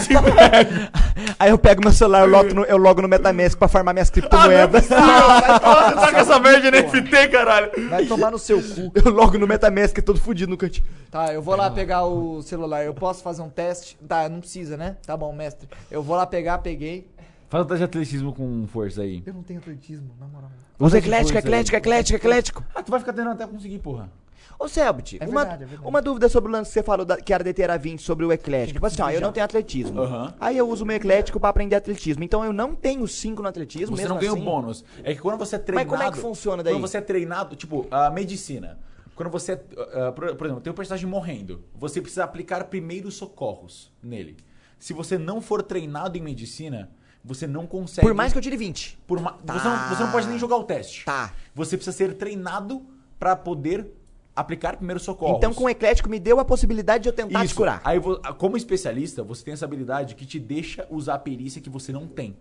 Speaker 3: [LAUGHS]
Speaker 2: Aí eu pego meu celular, eu logo no, eu logo no Metamask pra farmar minhas criptomoedas.
Speaker 1: Ah,
Speaker 3: Você tá com essa merda de NFT, caralho.
Speaker 1: Vai tomar no seu
Speaker 2: [LAUGHS]
Speaker 1: cu.
Speaker 2: eu logo no Metamask, todo fudido no cantinho.
Speaker 1: Tá, eu vou lá pegar o celular. Eu posso fazer um teste? Tá, não precisa, né? Tá bom, mestre. Eu vou lá pegar, peguei.
Speaker 3: Faz um teste de atletismo com força aí.
Speaker 1: Eu não tenho atletismo, na moral.
Speaker 2: Usa eclético, eclético,
Speaker 1: né?
Speaker 2: eclético, eclético.
Speaker 3: Ah, tu vai ficar tentando até conseguir, porra.
Speaker 2: Ô, Selbit,
Speaker 1: É
Speaker 2: uma,
Speaker 1: verdade, é verdade.
Speaker 2: uma dúvida sobre o lance que você falou da, que era de Teravim sobre o eclético. Tipo assim, ó, eu não tenho atletismo.
Speaker 3: Aham.
Speaker 2: Aí eu uso o meu eclético pra aprender atletismo. Então eu não tenho 5 no atletismo,
Speaker 3: Você
Speaker 2: mesmo
Speaker 3: não ganha
Speaker 2: assim.
Speaker 3: o bônus. É que quando você é treinado...
Speaker 2: como é que funciona daí?
Speaker 3: Quando você é treinado, tipo, a medicina. Quando você... é, ah, por, por exemplo, tem um personagem morrendo. Você precisa aplicar primeiros socorros nele. Se você não for treinado em medicina, você não consegue...
Speaker 2: Por mais que eu tire 20.
Speaker 3: por ma- você, não, você não pode nem jogar o teste.
Speaker 2: Tá.
Speaker 3: Você precisa ser treinado pra poder aplicar primeiros socorros.
Speaker 2: Então com o eclético me deu a possibilidade de eu tentar te
Speaker 3: Isso.
Speaker 2: curar.
Speaker 3: Aí, vo- como especialista, você tem essa habilidade que te deixa usar a perícia que você não tem.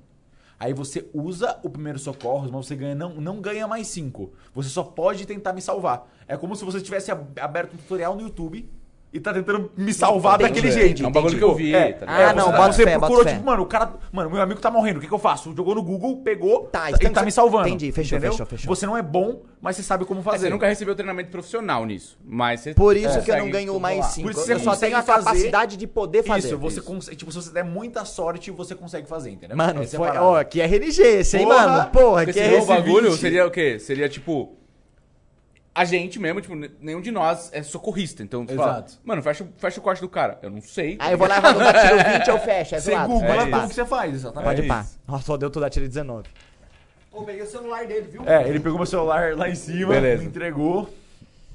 Speaker 3: Aí você usa o primeiro socorro, mas você ganha, não, não ganha mais cinco. Você só pode tentar me salvar. É como se você tivesse ab- aberto um tutorial no YouTube e tá tentando me salvar daquele
Speaker 8: entendi,
Speaker 3: jeito.
Speaker 8: É um bagulho
Speaker 3: Entendi.
Speaker 8: que eu vi,
Speaker 3: É,
Speaker 8: tá
Speaker 2: ligado?
Speaker 3: é,
Speaker 2: Ah, não,
Speaker 3: você,
Speaker 2: bota
Speaker 3: você
Speaker 2: fé, bota
Speaker 3: procurou,
Speaker 2: fé.
Speaker 3: tipo, mano, o cara. Mano, meu amigo tá morrendo, o que, que eu faço? Jogou no Google, pegou
Speaker 2: Tá,
Speaker 3: e
Speaker 2: então
Speaker 3: tá
Speaker 2: você-
Speaker 3: me salvando.
Speaker 2: entendi, fechou,
Speaker 3: entendeu?
Speaker 2: fechou, fechou.
Speaker 3: Você não é bom, mas você sabe como
Speaker 8: Você
Speaker 3: fazer.
Speaker 8: nunca é recebeu treinamento profissional nisso, mas você
Speaker 2: Por isso que eu não
Speaker 8: consegue
Speaker 2: ganho mais
Speaker 8: controlar.
Speaker 2: 5.
Speaker 3: É, isso você
Speaker 2: Eu só
Speaker 3: consegue
Speaker 2: tenho a
Speaker 3: fazer-
Speaker 2: capacidade de poder fazer.
Speaker 3: Isso, você
Speaker 2: Isso.
Speaker 3: consegue. Tipo, se você der muita sorte, você consegue fazer, entendeu?
Speaker 2: Mano,
Speaker 3: Essa é a
Speaker 2: foi,
Speaker 3: parada.
Speaker 2: ó, que RNG esse, hein,
Speaker 3: Porra!
Speaker 2: mano? Porra, que
Speaker 8: Porque senão o
Speaker 2: RNG.
Speaker 8: bagulho seria o quê? Seria tipo. A gente mesmo, tipo, ne- nenhum de nós é socorrista. Então, tu fala,
Speaker 3: Exato.
Speaker 8: mano, fecha, fecha o corte do cara. Eu não sei.
Speaker 2: Aí eu vou lá e falo, "Dá tiro 20, eu fecho. É
Speaker 3: Você
Speaker 2: zoado.
Speaker 3: Google
Speaker 2: Pode
Speaker 3: lá
Speaker 8: é
Speaker 2: pá.
Speaker 3: como que você faz, exatamente.
Speaker 2: Pode
Speaker 8: É
Speaker 2: pá.
Speaker 8: isso.
Speaker 2: Nossa, só deu tudo a tiro 19.
Speaker 1: Pô, peguei o celular dele, viu?
Speaker 3: É, ele pegou meu celular lá em cima,
Speaker 8: Beleza.
Speaker 3: me entregou.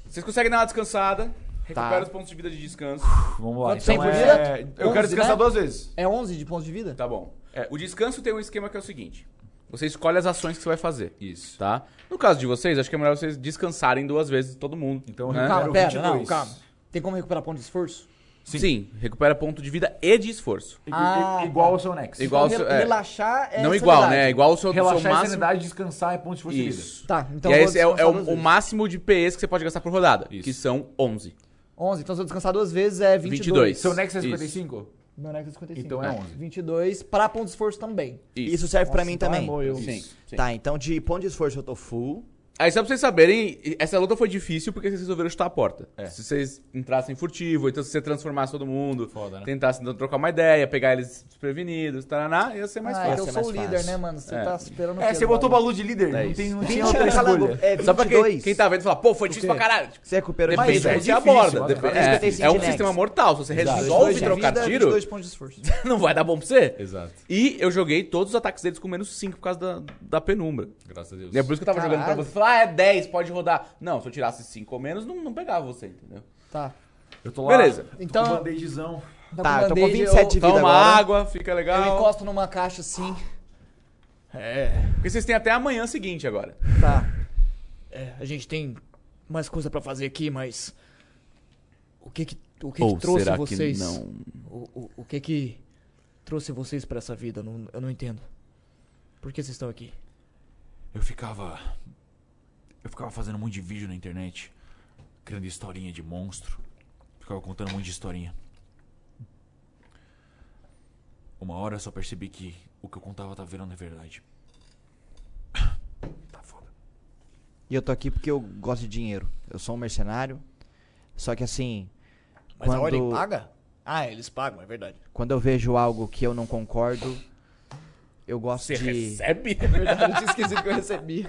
Speaker 8: Vocês conseguem dar uma descansada, recupera os pontos de vida de descanso.
Speaker 3: Vamos lá.
Speaker 1: Quanto tempo de
Speaker 3: é... Eu
Speaker 1: Onze,
Speaker 3: quero descansar
Speaker 1: né?
Speaker 3: duas vezes.
Speaker 1: É 11 de pontos de vida?
Speaker 8: Tá bom. É, o descanso tem um esquema que é o seguinte: você escolhe as ações que você vai fazer. Isso. Tá? No caso de vocês, acho que é melhor vocês descansarem duas vezes todo mundo.
Speaker 3: Então,
Speaker 8: né?
Speaker 3: recupera
Speaker 1: Calma,
Speaker 3: o
Speaker 1: pera, não,
Speaker 3: 22.
Speaker 1: calma. Tem como recuperar ponto de esforço?
Speaker 8: Sim. recupera ponto de vida e de esforço.
Speaker 3: I- i-
Speaker 1: Ah,
Speaker 3: igual ao seu Nex.
Speaker 8: Igual ao
Speaker 1: Então,
Speaker 8: seu,
Speaker 1: re-
Speaker 8: é,
Speaker 1: Relaxar é.
Speaker 8: não igual, né?
Speaker 1: sanidade.
Speaker 8: Igual ao seu, ao seu
Speaker 3: Relaxar é
Speaker 8: máximo.
Speaker 3: sanidade, descansar é ponto de força de vida.
Speaker 8: Isso.
Speaker 1: Tá, então
Speaker 8: e aí
Speaker 1: eu vou
Speaker 8: esse é, o- é
Speaker 1: descansar
Speaker 8: o,
Speaker 1: duas
Speaker 8: o
Speaker 1: vezes.
Speaker 8: máximo de PS que você pode gastar por rodada, que são 11.
Speaker 1: 11, então se eu descansar duas vezes é 22.
Speaker 8: 22.
Speaker 3: Seu Nex é
Speaker 8: Isso.
Speaker 3: 55?
Speaker 1: Meu Nexus é 55.
Speaker 3: Então é 11.
Speaker 1: 22 para ponto de esforço também.
Speaker 2: Isso serve pra mim também.
Speaker 1: Amor, eu...
Speaker 8: Sim, sim.
Speaker 2: Tá, então de ponto de esforço eu tô full.
Speaker 8: Aí só pra vocês saberem, essa luta foi difícil porque vocês resolveram chutar a porta. Se vocês entrassem furtivo, então se você transformasse todo mundo,
Speaker 3: Foda, né?
Speaker 8: tentasse então, trocar uma ideia, pegar eles desprevenidos, taraná, ia ser mais
Speaker 1: Ah,
Speaker 8: fácil.
Speaker 1: eu sou o líder, né, mano? Você tá esperando o
Speaker 3: É,
Speaker 1: quê
Speaker 3: você
Speaker 1: do
Speaker 3: botou o
Speaker 1: bagulho?
Speaker 3: Balu de líder.
Speaker 8: É
Speaker 3: não tem,
Speaker 8: isso.
Speaker 3: não tinha outra escolha.
Speaker 2: É,
Speaker 8: Só pra quem,
Speaker 2: 22.
Speaker 8: quem tá vendo falar, pô, foi difícil pra caralho.
Speaker 2: Você recuperou
Speaker 8: Depende
Speaker 2: mais
Speaker 8: de como
Speaker 2: dois?
Speaker 8: você aborda. Depende-
Speaker 2: Agora
Speaker 8: é,
Speaker 2: 56
Speaker 8: é um
Speaker 2: de
Speaker 8: sistema
Speaker 2: next.
Speaker 8: mortal. Se você resolve
Speaker 1: Dois de
Speaker 8: trocar
Speaker 1: vida,
Speaker 8: tiro,
Speaker 1: 22 pontos de esforço.
Speaker 8: [LAUGHS] não vai dar bom pra você.
Speaker 3: Exato.
Speaker 8: E eu joguei todos os ataques deles com menos 5 por causa da, da penumbra.
Speaker 3: Graças a
Speaker 8: E é por
Speaker 3: Deus.
Speaker 8: isso que eu tava jogando pra
Speaker 1: Caralho.
Speaker 8: você. Falar, ah, é 10, pode rodar. Não, se eu tirasse 5 ou menos, não, não pegava você, entendeu?
Speaker 1: Tá.
Speaker 3: Eu tô
Speaker 8: Beleza.
Speaker 1: Então-
Speaker 3: com um bandejezão.
Speaker 2: Tá, eu tô com
Speaker 1: band-aid,
Speaker 2: 27 de
Speaker 8: Toma
Speaker 2: vida agora.
Speaker 8: água, fica
Speaker 1: Eu, eu
Speaker 8: legal.
Speaker 1: encosto numa caixa assim.
Speaker 8: Porque vocês têm até amanhã seguinte agora.
Speaker 1: Tá.
Speaker 7: É, a gente tem mais coisa pra fazer aqui, mas. O que que, o que,
Speaker 8: Ou
Speaker 7: que trouxe
Speaker 8: será que
Speaker 7: vocês?
Speaker 8: não?
Speaker 7: O, o, o que que trouxe vocês pra essa vida? Eu não, eu não entendo. Por que vocês estão aqui?
Speaker 3: Eu ficava. Eu ficava fazendo um monte de vídeo na internet. Criando historinha de monstro. Ficava contando um monte de historinha. Uma hora eu só percebi que o que eu contava tá virando verdade. Tá foda.
Speaker 2: E eu tô aqui porque eu gosto de dinheiro. Eu sou um mercenário. Só que assim,
Speaker 7: Mas a ordem
Speaker 2: Quando-
Speaker 7: paga? Ah, eles pagam, é
Speaker 1: [LAUGHS]
Speaker 7: verdade.
Speaker 2: quando eu vejo algo que eu não concordo, eu gosto
Speaker 8: Você
Speaker 2: de.
Speaker 8: [LAUGHS] recebe?
Speaker 1: Eu tinha esquecido que eu recebi.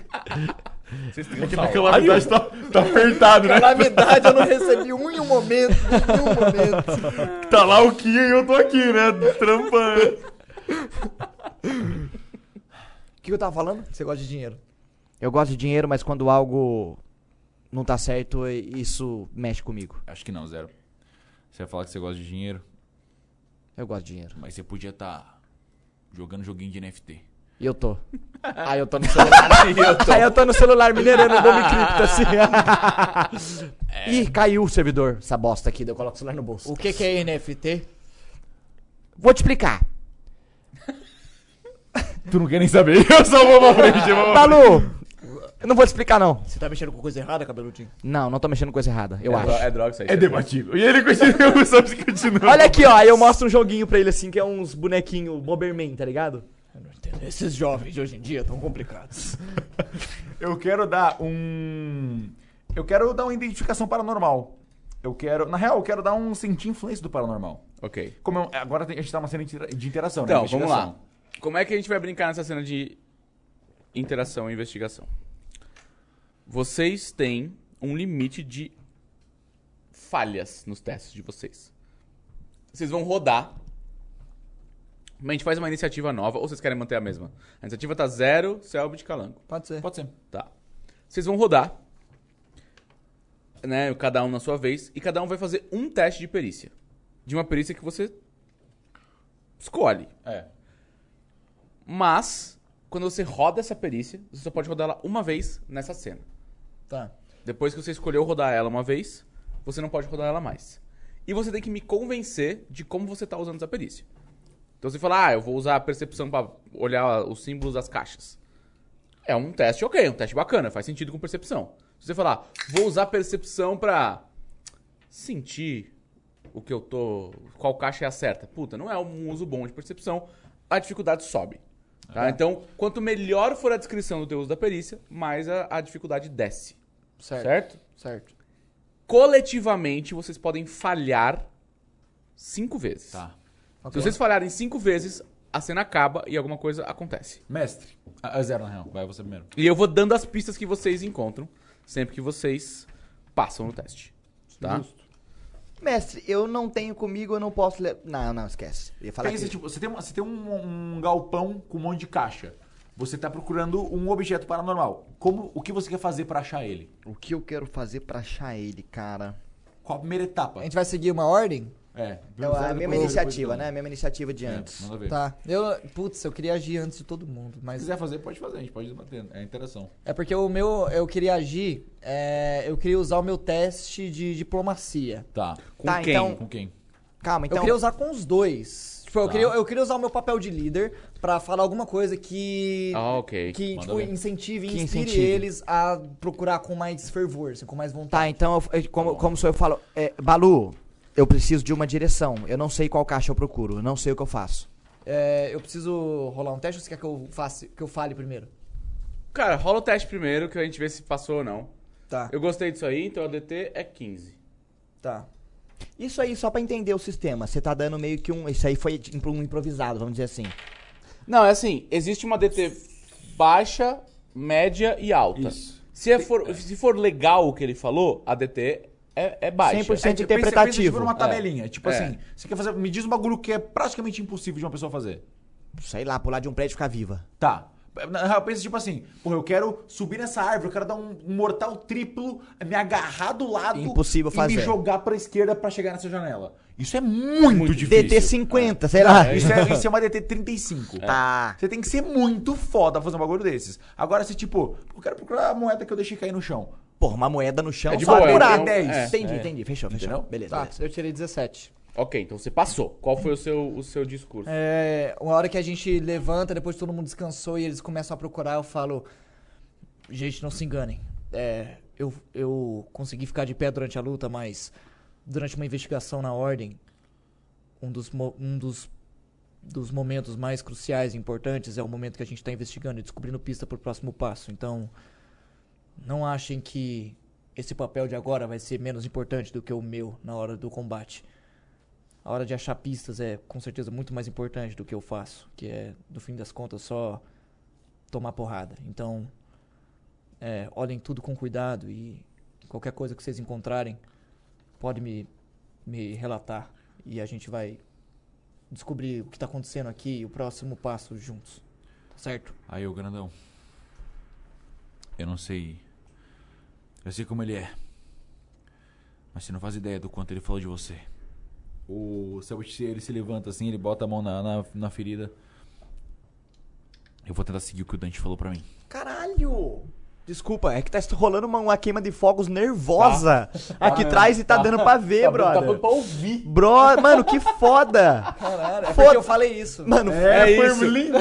Speaker 8: um É
Speaker 3: calamidade tá, tá apertado, né?
Speaker 1: Calamidade, eu não recebi um em um momento, em um momento.
Speaker 3: Tá lá o Kia e eu tô aqui, né? Trampando.
Speaker 1: O que eu
Speaker 7: tá
Speaker 1: tava falando? Você gosta de dinheiro.
Speaker 2: Eu gosto de dinheiro, mas quando algo não tá certo, isso mexe comigo.
Speaker 3: Acho que não, Zero. Você vai falar que você gosta de dinheiro,
Speaker 2: Eu gosto de dinheiro.
Speaker 3: mas você podia estar tá jogando joguinho de NFT.
Speaker 2: E eu tô. Aí eu tô no celular.
Speaker 8: Então.
Speaker 2: Aí eu tô no celular minerando o nome cripto assim. Ih, caiu o servidor. Essa bosta aqui, daí eu coloco o celular no bolso.
Speaker 7: O que que é NFT?
Speaker 2: Vou te explicar.
Speaker 3: Tu não quer nem saber. [LAUGHS] Eu só vou pra frente, eu vou pra
Speaker 2: Balu! Eu não vou te explicar, não.
Speaker 7: Você tá mexendo com coisa errada, cabeludinho?
Speaker 2: Não, não tô mexendo com coisa errada, eu
Speaker 8: é,
Speaker 2: acho.
Speaker 8: dro- é droga isso aí.
Speaker 3: É debatível. E ele continua, o Sobs continua.
Speaker 2: é. Olha aqui, ó. Aí eu mostro um joguinho pra ele assim, que é uns bonequinhos Boberman, tá ligado?
Speaker 7: Eu não entendo. Esses jovens de hoje em dia tão complicados.
Speaker 3: Eu quero dar um. Eu quero dar uma identificação paranormal. Eu quero. Na real, eu quero dar um sentir influência do paranormal.
Speaker 8: Ok.
Speaker 3: Como eu- agora tem- a gente tá numa cena de intera- de interação, né?
Speaker 8: Então, vamos lá.
Speaker 3: Investigação.
Speaker 8: Como é que a gente vai brincar nessa cena de interação e investigação? Vocês têm um limite de falhas nos testes de vocês. Vocês vão rodar. Mas a gente faz uma iniciativa nova, ou vocês querem manter a mesma? A iniciativa tá zero, Selby de Calango.
Speaker 1: Pode ser.
Speaker 3: Pode ser.
Speaker 8: Tá. Vocês vão rodar, né? Cada um na sua vez, e cada um vai fazer um teste de perícia. De uma perícia que você escolhe.
Speaker 3: É.
Speaker 8: Mas, quando você roda essa perícia, você só pode rodar ela uma vez nessa cena.
Speaker 1: Tá.
Speaker 8: Depois que você escolheu rodar ela uma vez, você não pode rodar ela mais. E você tem que me convencer de como você tá usando essa perícia. Então você fala, ah, eu vou usar a percepção pra olhar os símbolos das caixas. É um teste ok, é um teste bacana, faz sentido com percepção. Se você falar, vou usar percepção pra sentir o que eu tô. qual caixa é a certa. Puta, não é um uso bom de percepção, a dificuldade sobe. tá? Então, quanto melhor for a descrição do teu uso da perícia, mais a, a dificuldade desce.
Speaker 1: Certo.
Speaker 8: Certo?
Speaker 1: Certo.
Speaker 8: Coletivamente, vocês podem falhar cinco vezes.
Speaker 3: Tá.
Speaker 8: Se vocês falharem cinco vezes, a cena acaba e alguma coisa acontece.
Speaker 3: Mestre. Ah, é zero, na real. Vai você primeiro.
Speaker 8: E eu vou dando as pistas que vocês encontram sempre que vocês passam no teste. Tá?
Speaker 2: Mestre, eu não tenho comigo, eu não posso. Le... Não, não, esquece. Eu ia falar
Speaker 3: Pensa,
Speaker 2: que-
Speaker 3: tipo, você tem, uma- você tem um, um galpão com um monte de caixa. Você tá procurando um objeto paranormal. Como, o que você quer fazer pra achar ele?
Speaker 2: O que eu quero fazer pra achar ele, cara?
Speaker 3: Qual a primeira etapa?
Speaker 1: A gente vai seguir uma ordem?
Speaker 3: É.
Speaker 2: É a
Speaker 3: Depois-
Speaker 2: mesma
Speaker 3: depois-
Speaker 2: iniciativa,
Speaker 3: depois- então.
Speaker 2: né? A mesma iniciativa de
Speaker 3: É,
Speaker 2: antes.
Speaker 3: manda ver.
Speaker 1: Tá. Eu, putz, eu queria agir antes de todo mundo,
Speaker 3: Se
Speaker 1: mas
Speaker 3: quiser fazer, pode fazer. A gente pode debater. É interação.
Speaker 1: é porque o meu, eu queria agir, é, eu queria usar o meu teste de diplomacia.
Speaker 3: Tá.
Speaker 8: Com
Speaker 2: Tá,
Speaker 8: quem?
Speaker 2: então-
Speaker 3: Com quem?
Speaker 2: Calma,
Speaker 1: eu
Speaker 2: então.
Speaker 1: queria usar com os dois. Tipo, eu, queria, eu queria usar o meu papel de líder pra falar alguma coisa que
Speaker 8: Ah, ok.
Speaker 1: que
Speaker 3: Manda
Speaker 1: tipo,
Speaker 3: ver.
Speaker 1: incentive e
Speaker 2: Que
Speaker 1: inspire
Speaker 2: incentive.
Speaker 1: eles a procurar com mais fervor, assim, com mais vontade.
Speaker 2: Tá, então, eu- eu- como, como sou eu falo. é, Balu, eu preciso de uma direção. Eu não sei qual caixa eu procuro. Eu não sei o que eu faço.
Speaker 1: É, eu preciso rolar um teste ou você quer que eu, faça, que eu fale primeiro?
Speaker 8: Cara, rola o teste primeiro, que a gente vê se passou ou não.
Speaker 1: Tá,
Speaker 8: Eu gostei disso aí, então a DT é 15.
Speaker 1: tá.
Speaker 2: Isso aí, só pra entender o sistema, você tá dando meio que um. Isso aí foi tipo, um improvisado, vamos dizer assim.
Speaker 8: Não, é assim, existe uma DT baixa, média e alta. Se, é for, se for legal o que ele falou, a DT é, é baixa.
Speaker 2: 100%
Speaker 3: tipo, Pensa, pensa,
Speaker 2: interpretativo.
Speaker 3: tipo, numa tabelinha. Tipo
Speaker 8: É.
Speaker 3: assim, você quer fazer. Me diz um bagulho que é praticamente impossível de uma pessoa fazer.
Speaker 2: Sei lá, pular de um prédio e ficar viva.
Speaker 3: Tá. Na real, pensa tipo assim, porra, eu quero subir nessa árvore, eu quero dar um mortal triplo, me agarrar do lado
Speaker 2: Impossível
Speaker 3: e
Speaker 2: fazer.
Speaker 3: me jogar pra esquerda pra chegar nessa janela. Isso é muito, difícil.
Speaker 2: DT 50, sei lá.
Speaker 3: Isso é, isso é uma DT 35.
Speaker 2: Tá.
Speaker 3: Você tem que ser muito foda pra fazer um bagulho desses. Agora, se tipo, eu quero procurar a moeda que eu deixei cair no chão.
Speaker 2: Porra, uma moeda no chão,
Speaker 8: É de
Speaker 2: só
Speaker 8: boa,
Speaker 2: furar
Speaker 8: é um-
Speaker 2: 10.
Speaker 8: é,
Speaker 2: entendi, entendi. Fechou, fechou.
Speaker 3: Entendeu?
Speaker 2: Beleza. beleza.
Speaker 1: Tá, Eu tirei 17.
Speaker 8: Ok, então você passou. Qual foi o seu, o seu discurso?
Speaker 1: É, uma hora que a gente levanta, depois todo mundo descansou e eles começam a procurar, eu falo. Gente, não se enganem. É, eu, eu consegui ficar de pé durante a luta, mas durante uma investigação na ordem, um dos, mo- um dos, dos momentos mais cruciais e importantes é o momento que a gente está investigando e descobrindo pista para o próximo passo. Então, não achem que esse papel de agora vai ser menos importante do que o meu na hora do combate. A hora de achar pistas é com certeza muito mais importante do que eu faço, que é, no fim das contas, só tomar porrada. Então, é, olhem tudo com cuidado e qualquer coisa que vocês encontrarem, pode me, me relatar e a gente vai descobrir o que está acontecendo aqui e o próximo passo juntos. Tá certo?
Speaker 3: Aí, ô grandão. Eu não sei. Eu sei como ele é. Mas você não faz ideia do quanto ele falou de você. O Selbit, ele se levanta assim, ele bota a mão na, na, na ferida. Eu vou tentar seguir o que o Dante falou pra mim.
Speaker 2: Caralho! Desculpa, é que tá rolando uma, uma queima de fogos nervosa aqui atrás e tá, dando pra ver, brother. Tá dando pra ouvir. Bro, mano, que foda!
Speaker 1: Caralho, é
Speaker 2: porque eu
Speaker 1: falei isso.
Speaker 2: Mano,
Speaker 3: É,
Speaker 2: foi-
Speaker 3: isso. lindo.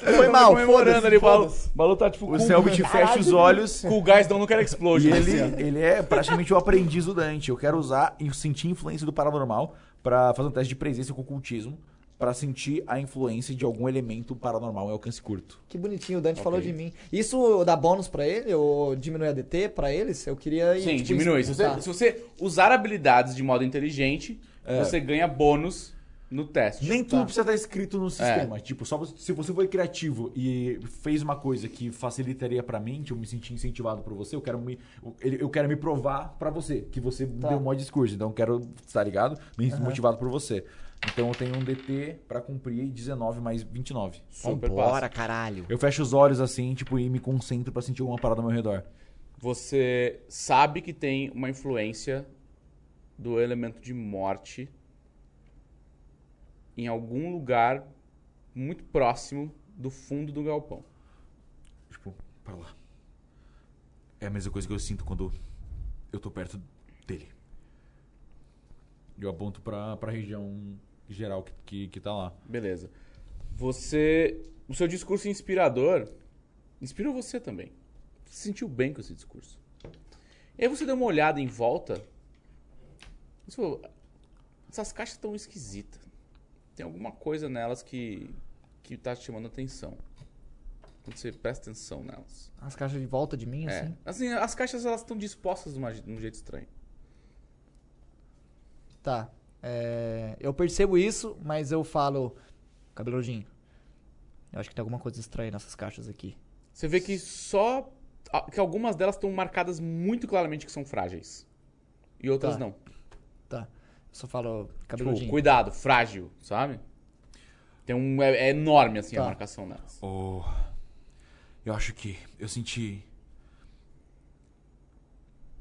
Speaker 2: foi mal,
Speaker 8: comemorando
Speaker 2: foda-se.
Speaker 8: ali, o Balu. Balu tá tipo
Speaker 3: O
Speaker 8: com, né?
Speaker 3: Selbit fecha os olhos
Speaker 8: com o gás não quero assim, explodir.
Speaker 3: e ele, ele é praticamente o aprendiz do Dante. Eu quero usar e sentir a influência do paranormal pra fazer um teste de presença com ocultismo pra sentir a influência de algum elemento paranormal em alcance curto.
Speaker 1: Que bonitinho, o Dante falou de mim. Isso dá bônus pra ele ou diminui a DT pra eles? Eu queria... ir,
Speaker 8: Sim,
Speaker 1: tipo,
Speaker 8: diminui. Se
Speaker 1: isso-
Speaker 8: você,
Speaker 1: Tá.
Speaker 8: se você usar habilidades de modo inteligente, você ganha bônus no teste.
Speaker 3: Nem tudo precisa estar escrito no sistema. Tipo, só você- se você foi criativo e fez uma coisa que facilitaria pra mim, tipo, eu me senti incentivado por você, eu quero me, ele- eu quero me provar pra você que você deu um maior discurso. Então eu quero, tá ligado? Me motivado por você. Então eu tenho um DT pra cumprir 19 mais 29.
Speaker 8: Super
Speaker 2: Bora,
Speaker 8: fácil.
Speaker 2: caralho.
Speaker 3: Eu fecho os olhos assim, tipo, e me concentro pra sentir alguma parada ao meu redor.
Speaker 8: Você sabe que tem uma influência do elemento de morte em algum lugar muito próximo do fundo do galpão.
Speaker 3: Tipo, pra lá. É a mesma coisa que eu sinto quando eu tô perto dele. Eu aponto pra, pra região geral que, que, que tá lá.
Speaker 8: Beleza. Você. O seu discurso inspirador inspirou você também. Você se sentiu bem com esse discurso. E aí você deu uma olhada em volta. e Você falou, essas caixas estão esquisitas. Tem alguma coisa nelas que. que tá te chamando atenção. Quando você presta atenção nelas.
Speaker 1: As caixas de volta de mim,
Speaker 8: É.
Speaker 1: assim.
Speaker 8: Assim, as caixas elas estão dispostas de, uma- de um jeito estranho.
Speaker 1: Tá. É, eu percebo isso, mas eu falo. Cabeludinho, eu acho que tem alguma coisa estranha nessas caixas aqui.
Speaker 8: Você vê que só. a- que algumas delas estão marcadas muito claramente que são frágeis. E outras
Speaker 1: Tá.
Speaker 8: não.
Speaker 1: Tá. Eu só falo.
Speaker 8: Tipo,
Speaker 1: Cabeludinho.
Speaker 8: cuidado, frágil, sabe? Tem um, é, é enorme, assim, a
Speaker 1: Tá.
Speaker 8: marcação delas.
Speaker 3: Oh, eu acho que eu senti.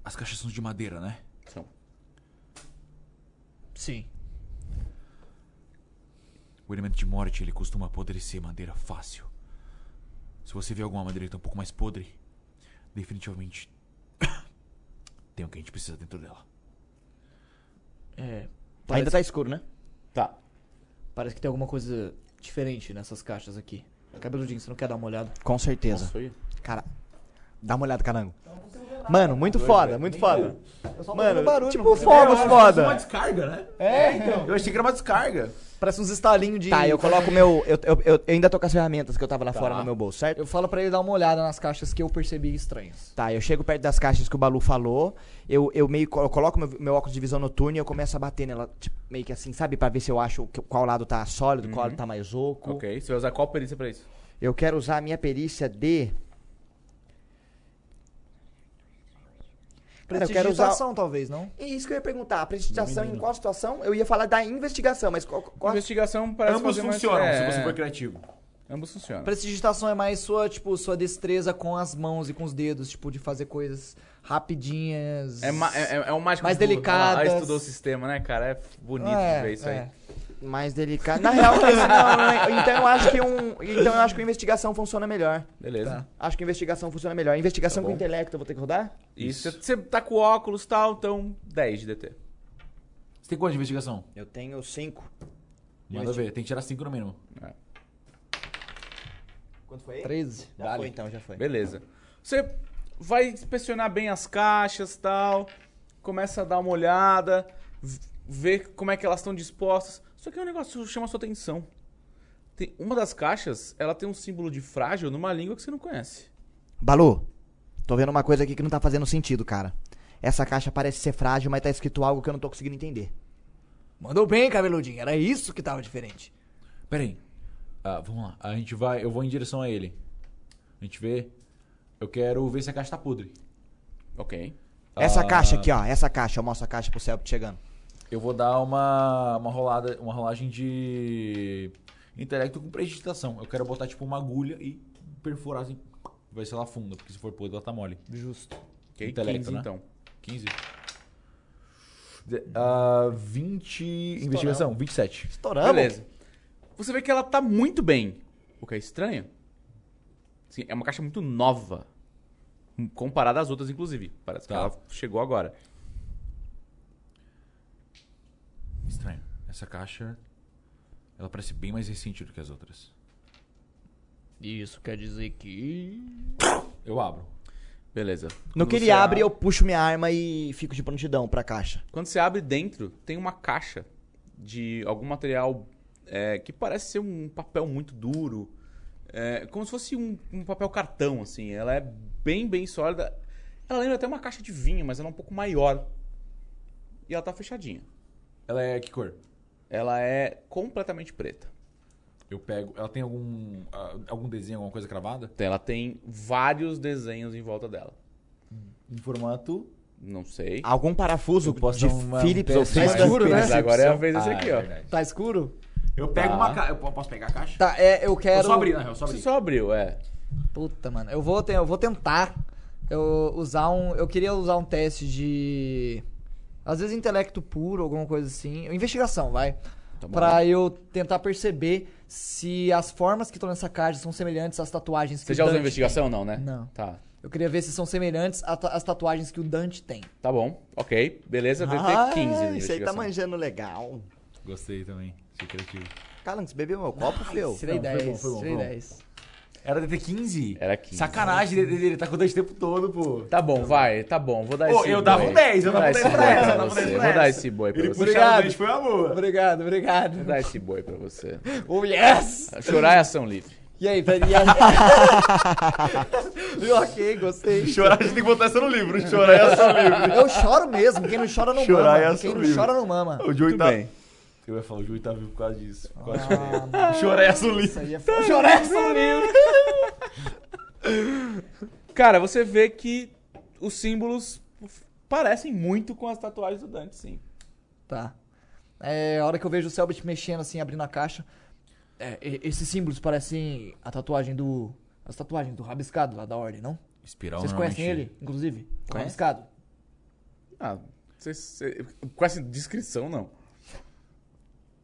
Speaker 3: As caixas são de madeira, né?
Speaker 8: Então,
Speaker 1: Sim.
Speaker 3: O elemento de morte ele costuma apodrecer madeira fácil. Se você vê alguma madeira que tá um pouco mais podre, definitivamente [COUGHS] tem o que a gente precisa dentro dela.
Speaker 1: É,
Speaker 2: Ainda tá escuro, né?
Speaker 8: tá.
Speaker 1: parece que tem alguma coisa diferente nessas caixas aqui. Cabeludinho, você não quer dar uma olhada?
Speaker 2: Com certeza.
Speaker 8: Posso ir?
Speaker 2: Cara, dá uma olhada, carango. Mano, muito foda, muito foda. Mano,
Speaker 1: barulho,
Speaker 2: tipo,
Speaker 1: não fica
Speaker 2: fogos
Speaker 3: Uma
Speaker 2: foda.
Speaker 3: descarga, né?
Speaker 2: É, então.
Speaker 15: Eu achei que era uma descarga.
Speaker 1: Parece uns estalinhos de.
Speaker 2: Tá, eu coloco meu. Eu, eu, eu- eu ainda tô com as ferramentas que eu tava
Speaker 3: Tá.
Speaker 2: lá fora no meu bolso, certo?
Speaker 1: Eu falo pra ele dar uma olhada nas caixas que eu percebi estranhas.
Speaker 2: Tá, eu chego perto das caixas que o Balu falou, eu, eu meio co- eu coloco meu, meu óculos de visão noturna e eu começo a bater nela, tipo, meio que assim, sabe? Pra ver se eu acho que- qual lado tá sólido,
Speaker 3: Uhum.
Speaker 2: qual lado tá mais oco.
Speaker 8: Ok, você vai usar qual perícia pra isso?
Speaker 2: Eu quero usar a minha perícia de. Cara, eu quero usar.
Speaker 1: Prestigitação, talvez, não?
Speaker 2: É Isso que eu ia perguntar, a prestigitação em qual situação? Eu ia falar da investigação, mas qual. qual-
Speaker 8: Investigação parece
Speaker 15: Ambos
Speaker 8: fazer mais-
Speaker 15: funcionam,
Speaker 8: é,
Speaker 15: se você for criativo.
Speaker 8: Ambos funcionam.
Speaker 1: Prestigitação é mais sua, tipo, sua destreza com as mãos e com os dedos, tipo, de fazer coisas rapidinhas.
Speaker 8: É, ma- é, é- é um mágico
Speaker 1: Mais
Speaker 8: que estuda-
Speaker 1: delicadas.
Speaker 8: Ah, estudou o sistema, né, cara? É bonito de ver isso
Speaker 1: é.
Speaker 8: aí.
Speaker 2: Mais delicado. Na real, [LAUGHS] esse não, não, então eu acho que um. Então eu acho que a investigação funciona melhor.
Speaker 8: Beleza.
Speaker 2: Acho que a investigação funciona melhor. A investigação com intelecto eu vou ter que rodar?
Speaker 8: Isso. Você tá com óculos e tal, então 10 de DT.
Speaker 3: Você tem quanto de investigação?
Speaker 2: Eu tenho cinco.
Speaker 3: Manda ver, tem que tirar cinco no mínimo.
Speaker 2: Quanto foi?
Speaker 1: 13.
Speaker 2: Já foi então, já foi.
Speaker 8: Beleza. Você vai inspecionar bem as caixas tal, começa a dar uma olhada, v- ver como é que elas estão dispostas. Só que é um negócio que chama a sua atenção. Tem, uma das caixas, ela tem um símbolo de frágil numa língua que você não conhece.
Speaker 2: Balu, tô vendo uma coisa aqui que não tá fazendo sentido, cara. Essa caixa parece ser frágil, mas tá escrito algo que eu não tô conseguindo entender.
Speaker 1: Mandou bem, cabeludinho. Era isso que tava diferente.
Speaker 3: Pera aí. Ah, vamos lá. A gente vai. Eu vou em direção a ele. A gente vê. Eu quero ver se a caixa tá podre.
Speaker 8: Ok.
Speaker 2: Essa
Speaker 3: Ah.
Speaker 2: caixa aqui, ó. Essa caixa. Eu mostro a caixa pro Celpit chegando.
Speaker 3: Eu vou dar uma, uma rolada, uma rolagem de intelecto com prestigitação. Eu quero botar tipo uma agulha e perfurar assim, ver se ela afunda, porque se for podre ela tá mole.
Speaker 1: Justo.
Speaker 8: Ok,
Speaker 3: Intelecto,
Speaker 8: 15
Speaker 3: né?
Speaker 8: então.
Speaker 3: 15. De, ah, 20. Investigação, 27.
Speaker 2: Estouramos.
Speaker 8: Beleza. Você vê que ela tá muito bem. O que é estranho. Assim, é uma caixa muito nova. hum, Comparada às outras, inclusive. Parece
Speaker 3: Tá.
Speaker 8: que ela chegou agora.
Speaker 3: Estranho. Essa caixa. Ela parece bem mais recente do que as outras.
Speaker 8: Isso quer dizer que.
Speaker 3: Eu abro.
Speaker 8: Beleza.
Speaker 2: No
Speaker 8: Quando
Speaker 2: que ele
Speaker 8: você
Speaker 2: abre, eu puxo minha arma e fico de prontidão pra caixa.
Speaker 8: Quando você abre dentro, tem uma caixa de algum material é, que parece ser um papel muito duro. É, como se fosse um, um papel cartão, assim. Ela é bem, bem sólida. Ela lembra até uma caixa de vinho, mas ela é um pouco maior. E ela tá fechadinha.
Speaker 3: Ela é que cor?
Speaker 8: Ela é completamente preta.
Speaker 3: Eu pego. Ela tem algum. ah, algum desenho, alguma coisa cravada?
Speaker 8: Então, ela tem vários desenhos em volta dela.
Speaker 3: Em formato.
Speaker 8: Não sei.
Speaker 2: Algum parafuso
Speaker 3: Eu posso
Speaker 2: de
Speaker 3: dar uma- um
Speaker 2: Philips ou
Speaker 3: teste
Speaker 2: Philips.
Speaker 3: mais-
Speaker 1: escuro, né?
Speaker 8: Ah, Mas agora é a vez desse
Speaker 3: Esse
Speaker 8: aqui, ó.
Speaker 1: Tá escuro?
Speaker 3: Eu pego
Speaker 8: Tá.
Speaker 3: uma caixa. Eu po- posso pegar a caixa?
Speaker 1: Tá, é, eu quero.
Speaker 3: Eu só abri, na real, eu só
Speaker 8: Você
Speaker 3: abri.
Speaker 8: só abriu, é.
Speaker 1: Puta, mano. Eu vou, te- eu vou tentar eu usar um. Eu queria usar um teste de. Às vezes intelecto puro, alguma coisa assim. Investigação, vai.
Speaker 8: Tá bom.
Speaker 1: pra eu tentar perceber se as formas que estão nessa caixa são semelhantes às tatuagens que
Speaker 8: Você já usou
Speaker 1: Dante
Speaker 8: investigação ou não, né?
Speaker 1: Não.
Speaker 8: Tá.
Speaker 1: tem. Eu queria ver se são semelhantes à ta- às tatuagens que o Dante tem.
Speaker 8: Tá bom. Ok. Beleza. DT 15 de
Speaker 2: Ah, isso aí tá
Speaker 8: investigação.
Speaker 2: manjando legal.
Speaker 3: Gostei também. Achei criativo.
Speaker 2: Calanx, bebeu meu copo, fio?
Speaker 1: Tirei
Speaker 3: Não, foi
Speaker 1: 10.
Speaker 3: bom, foi bom,
Speaker 1: tirei
Speaker 3: foi bom.
Speaker 1: 10.
Speaker 3: Era DT15?
Speaker 8: Era 15.
Speaker 3: Sacanagem, ele, ele tá com o dente o tempo todo, pô.
Speaker 8: Tá bom, vai. Tá bom. Vou dar
Speaker 3: Ô,
Speaker 8: esse
Speaker 3: eu dava
Speaker 8: boi.
Speaker 3: um 10, eu
Speaker 8: Vou
Speaker 3: dava
Speaker 8: dar
Speaker 3: um 10
Speaker 8: esse
Speaker 3: pra
Speaker 8: boi
Speaker 3: ela, eu dava um
Speaker 8: você.
Speaker 3: 10 pra
Speaker 8: Vou dar
Speaker 3: ela.
Speaker 8: esse boi pra você.
Speaker 3: Puxar o dente foi uma boa.
Speaker 1: Obrigado, obrigado.
Speaker 8: Vou dar esse boi pra você.
Speaker 1: Oh, yes!
Speaker 8: Chorar é
Speaker 3: [LAUGHS]
Speaker 8: ação livre.
Speaker 1: E aí, velho? [LAUGHS] E aí? ok, gostei.
Speaker 15: Chorar, a gente tem que botar isso no
Speaker 3: [LAUGHS]
Speaker 15: livro. Chorar é ação livre.
Speaker 1: Eu choro mesmo. Quem não chora não
Speaker 15: Chorar é
Speaker 1: mama.
Speaker 15: ação
Speaker 1: Quem não
Speaker 15: livre.
Speaker 1: chora não mama.
Speaker 15: O Joey tá...
Speaker 8: bem.
Speaker 3: Eu ia falar, o Júlio tá vivo por causa disso. Por causa
Speaker 15: Chorar é ação livre.
Speaker 1: Isso aí é foda. Chorar é ação livre.
Speaker 8: [LAUGHS] Cara, você vê que os símbolos f- parecem muito com as tatuagens do Dante, sim.
Speaker 1: Tá. É, a hora que eu vejo o Selbit mexendo assim, abrindo a caixa. é, e- esses símbolos parecem a tatuagem do. As tatuagens do rabiscado lá da ordem, não?
Speaker 3: Espiral é
Speaker 1: Vocês
Speaker 3: normalmente-
Speaker 1: conhecem ele, inclusive? O
Speaker 8: Conhece?
Speaker 1: Rabiscado.
Speaker 8: Ah, você, você, com essa descrição, não.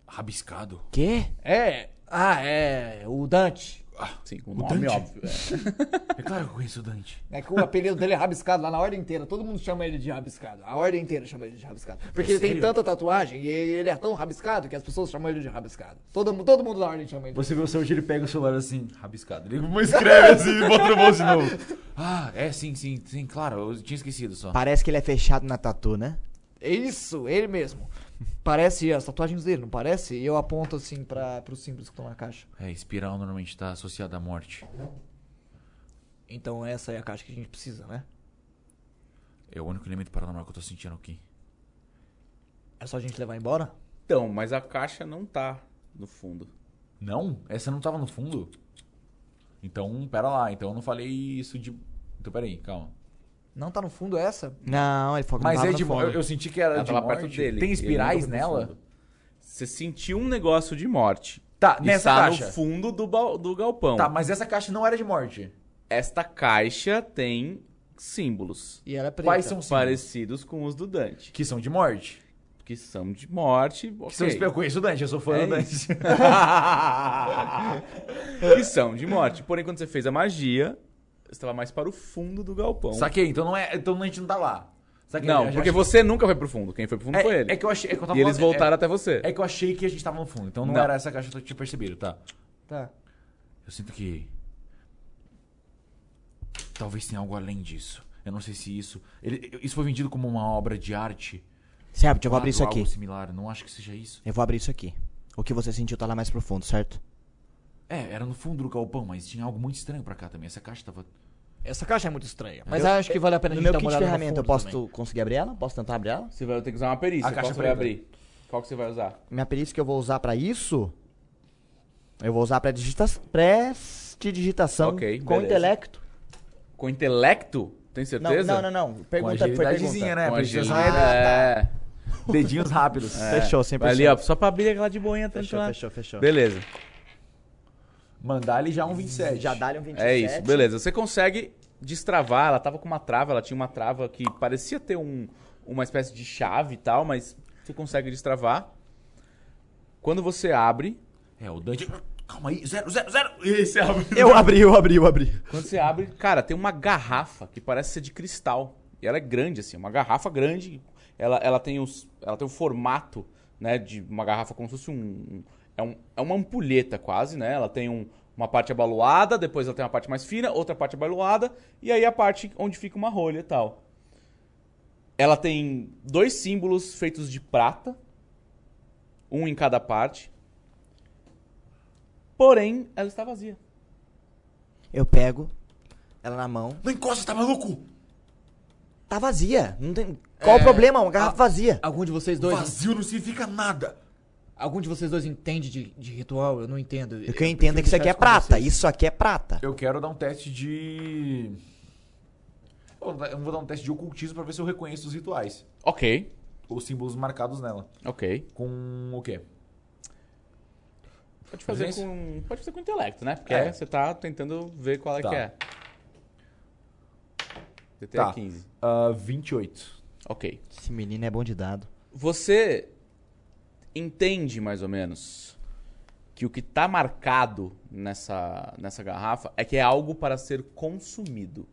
Speaker 3: Rabiscado.
Speaker 1: Quê?
Speaker 8: É,
Speaker 1: Ah, é. O Dante.
Speaker 8: Sim, com o nome, óbvio. É.
Speaker 3: É claro que eu conheço o Dante.
Speaker 1: É que o apelido dele é Rabiscado lá na ordem inteira. Todo mundo chama ele de Rabiscado. A ordem inteira chama ele de Rabiscado. Porque ele tem tanta tatuagem e ele é tão rabiscado que as pessoas chamam ele de Rabiscado. Todo, mu- todo mundo na ordem chama ele.
Speaker 3: Você vê o seu hoje, ele pega o celular assim, rabiscado. Ele escreve assim e bota no bolso de [LAUGHS] novo. Ah, é, sim, sim, sim, claro. Eu tinha esquecido só.
Speaker 2: Parece que ele é fechado na tatu, né?
Speaker 1: É Isso, ele mesmo. Parece as tatuagens dele, não parece? E eu aponto assim para os símbolos que estão na caixa.
Speaker 3: É, espiral normalmente está associada à morte.
Speaker 1: Então essa é a caixa que a gente precisa, né?
Speaker 3: É o único elemento paranormal que eu tô sentindo aqui.
Speaker 1: É só a gente levar embora?
Speaker 8: Então, mas a caixa não tá no fundo.
Speaker 3: Não? Essa não tava no fundo? Então, pera lá. Então eu não falei isso de... Então, peraí, calma.
Speaker 1: Não tá no fundo essa?
Speaker 2: Não, ele falou que
Speaker 3: Mas
Speaker 2: não
Speaker 3: é
Speaker 2: tava
Speaker 3: de...
Speaker 2: no
Speaker 3: mo-
Speaker 2: fundo.
Speaker 3: Eu, eu senti que era
Speaker 8: Ela
Speaker 3: de
Speaker 8: tava perto
Speaker 3: morte.
Speaker 8: dele.
Speaker 3: Tem
Speaker 8: Ele
Speaker 3: espirais
Speaker 8: nunca foi pro
Speaker 3: nela?
Speaker 8: fundo. Você sentiu um negócio de morte.
Speaker 3: Tá,
Speaker 8: E
Speaker 3: nessa
Speaker 8: está
Speaker 3: caixa.
Speaker 8: no fundo do, bal- do galpão.
Speaker 3: Tá, mas essa caixa não era de morte.
Speaker 8: Esta caixa tem símbolos
Speaker 1: E ela é preta.
Speaker 3: Quais são os símbolos?
Speaker 8: parecidos com os do Dante,
Speaker 3: Que são de morte.
Speaker 8: que são de morte,
Speaker 3: Que são
Speaker 8: ok.
Speaker 3: espi- Eu conheço o Dante, eu sou fã
Speaker 8: É
Speaker 3: do Dante.
Speaker 8: que são de morte. Porém, quando você fez a magia, você estava mais para o fundo do galpão.
Speaker 3: Saquei, então não é. Então a gente não tá lá. Saquei, eu
Speaker 8: Não,
Speaker 3: já
Speaker 8: porque
Speaker 3: achei-
Speaker 8: você nunca foi pro fundo. Quem foi pro fundo
Speaker 3: É,
Speaker 8: foi ele.
Speaker 3: é que eu achei. É que eu tava
Speaker 8: e eles
Speaker 3: falando-
Speaker 8: voltaram
Speaker 3: é-
Speaker 8: até você.
Speaker 3: É que eu achei que a gente tava no fundo, então não,
Speaker 8: Não.
Speaker 3: era essa caixa que eu tinha percebido, tá?
Speaker 1: Tá.
Speaker 3: Eu sinto que. Talvez tenha algo além disso. Eu não sei se isso. ele- isso foi vendido como uma obra de arte.
Speaker 2: Certo, eu vou abrir isso
Speaker 3: quadro,
Speaker 2: aqui.
Speaker 3: Algo similar. eu Não acho que seja isso.
Speaker 2: Eu vou abrir isso aqui. O que você sentiu tá lá mais profundo, certo?
Speaker 3: É, era no fundo do galpão, mas tinha algo muito estranho pra cá também. Essa caixa tava.
Speaker 1: Essa caixa é muito estranha. Mas
Speaker 2: Eu-
Speaker 1: acho que vale a pena a
Speaker 2: No
Speaker 1: gente
Speaker 2: meu
Speaker 1: dar
Speaker 2: kit
Speaker 1: uma
Speaker 2: de
Speaker 1: olhada no
Speaker 2: ferramenta, eu
Speaker 1: fundo
Speaker 2: posso
Speaker 1: também.
Speaker 2: conseguir abrir ela? Posso tentar abrir ela?
Speaker 8: Você vai ter que usar uma perícia.
Speaker 3: A
Speaker 8: Qual
Speaker 3: caixa
Speaker 8: você vai
Speaker 3: preta.
Speaker 8: abrir? Qual que você vai usar?
Speaker 2: Minha perícia é que eu vou usar pra isso, eu vou usar pra digita prestidigitação
Speaker 8: Ok,
Speaker 2: com
Speaker 8: beleza.
Speaker 2: intelecto.
Speaker 8: Com intelecto? Tem
Speaker 2: Não,
Speaker 8: certeza?
Speaker 2: não, não, não. Pergunta, foi pergunta.
Speaker 3: agilidadezinha, né?
Speaker 8: Com
Speaker 3: Precisa-
Speaker 8: agilidade. é.
Speaker 3: Dedinhos rápidos.
Speaker 1: É.
Speaker 2: É. Fechou,
Speaker 3: é
Speaker 2: 100%.
Speaker 8: Ali, ó, só pra abrir aquela de boinha tanto
Speaker 2: Fechou,
Speaker 8: lá.
Speaker 2: fechou, fechou.
Speaker 8: né? Beleza.
Speaker 3: Mandar ele já um 27.
Speaker 2: Já dá-lhe um 27.
Speaker 8: É isso, beleza. Você consegue destravar, ela tava com uma trava, ela tinha uma trava que parecia ter um, uma espécie de chave e tal, mas você consegue destravar. Quando você abre,
Speaker 3: É, o Dante. Calma aí, zero, zero, zero. é E aí você abre.
Speaker 2: Eu abri, eu abri, eu abri.
Speaker 8: quando você abre, cara, tem uma garrafa que parece ser de cristal. E ela é grande, assim, uma garrafa grande. Ela, ela, tem, os, ela tem o formato, né, de uma garrafa como se fosse um... um- é, um é uma ampulheta quase, né? Ela tem um- uma parte abaloada, depois ela tem uma parte mais fina, outra parte abaloada, e aí a parte onde fica uma rolha e tal. Ela tem dois símbolos feitos de prata, um em cada parte. Porém, ela está vazia.
Speaker 2: Eu pego ela na mão.
Speaker 3: Não encosta, tá maluco?
Speaker 2: Tá vazia. Não tem... Qual o problema? Uma garrafa vazia.
Speaker 1: Algum de vocês dois.
Speaker 3: Vazio não significa nada.
Speaker 1: Algum de vocês dois entende de, de ritual? Eu não entendo.
Speaker 2: O que eu entendo é que isso aqui é prata. Isso aqui é prata.
Speaker 3: Eu quero dar um teste de. Eu vou dar um teste de ocultismo pra ver se eu reconheço os rituais.
Speaker 8: Ok,
Speaker 3: Os símbolos marcados nela.
Speaker 8: ok.
Speaker 3: Com o quê?
Speaker 8: Pode fazer
Speaker 3: Presença?
Speaker 8: com. Pode fazer com intelecto, né? Porque
Speaker 3: É.
Speaker 8: você tá tentando ver qual é
Speaker 3: Tá.
Speaker 8: que é. DT
Speaker 3: Tá.
Speaker 8: é 15.
Speaker 3: Ah, 28.
Speaker 8: Ok.
Speaker 2: Esse menino é bom de dado.
Speaker 8: Você entende mais ou menos que o que tá marcado nessa, nessa garrafa é que é algo para ser consumido.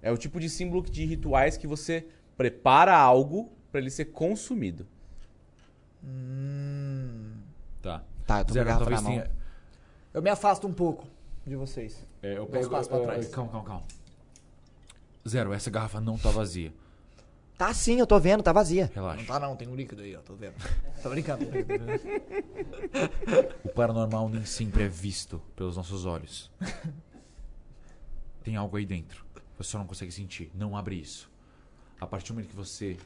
Speaker 8: É o tipo de símbolo de rituais que você prepara algo para ele ser consumido.
Speaker 3: Tá.
Speaker 2: Tá, eu tô com a
Speaker 3: Zero,
Speaker 2: garrafa na
Speaker 3: talvez
Speaker 2: mão.
Speaker 3: tenha.
Speaker 1: Hum. Eu me afasto um pouco de vocês.
Speaker 3: É, eu
Speaker 1: Dá uns
Speaker 3: pego.
Speaker 1: passos pra
Speaker 3: ah,
Speaker 1: trás.
Speaker 3: Calma, calma, calma. Zero, essa garrafa não tá vazia.
Speaker 2: Tá sim, eu tô vendo, tá vazia.
Speaker 3: Relaxa.
Speaker 1: Não tá não, tem um líquido aí, ó, tô vendo. Tô brincando.
Speaker 3: O paranormal nem sempre é visto pelos nossos olhos. Tem algo aí dentro. Você só não consegue sentir. Não abre isso. A partir do momento que você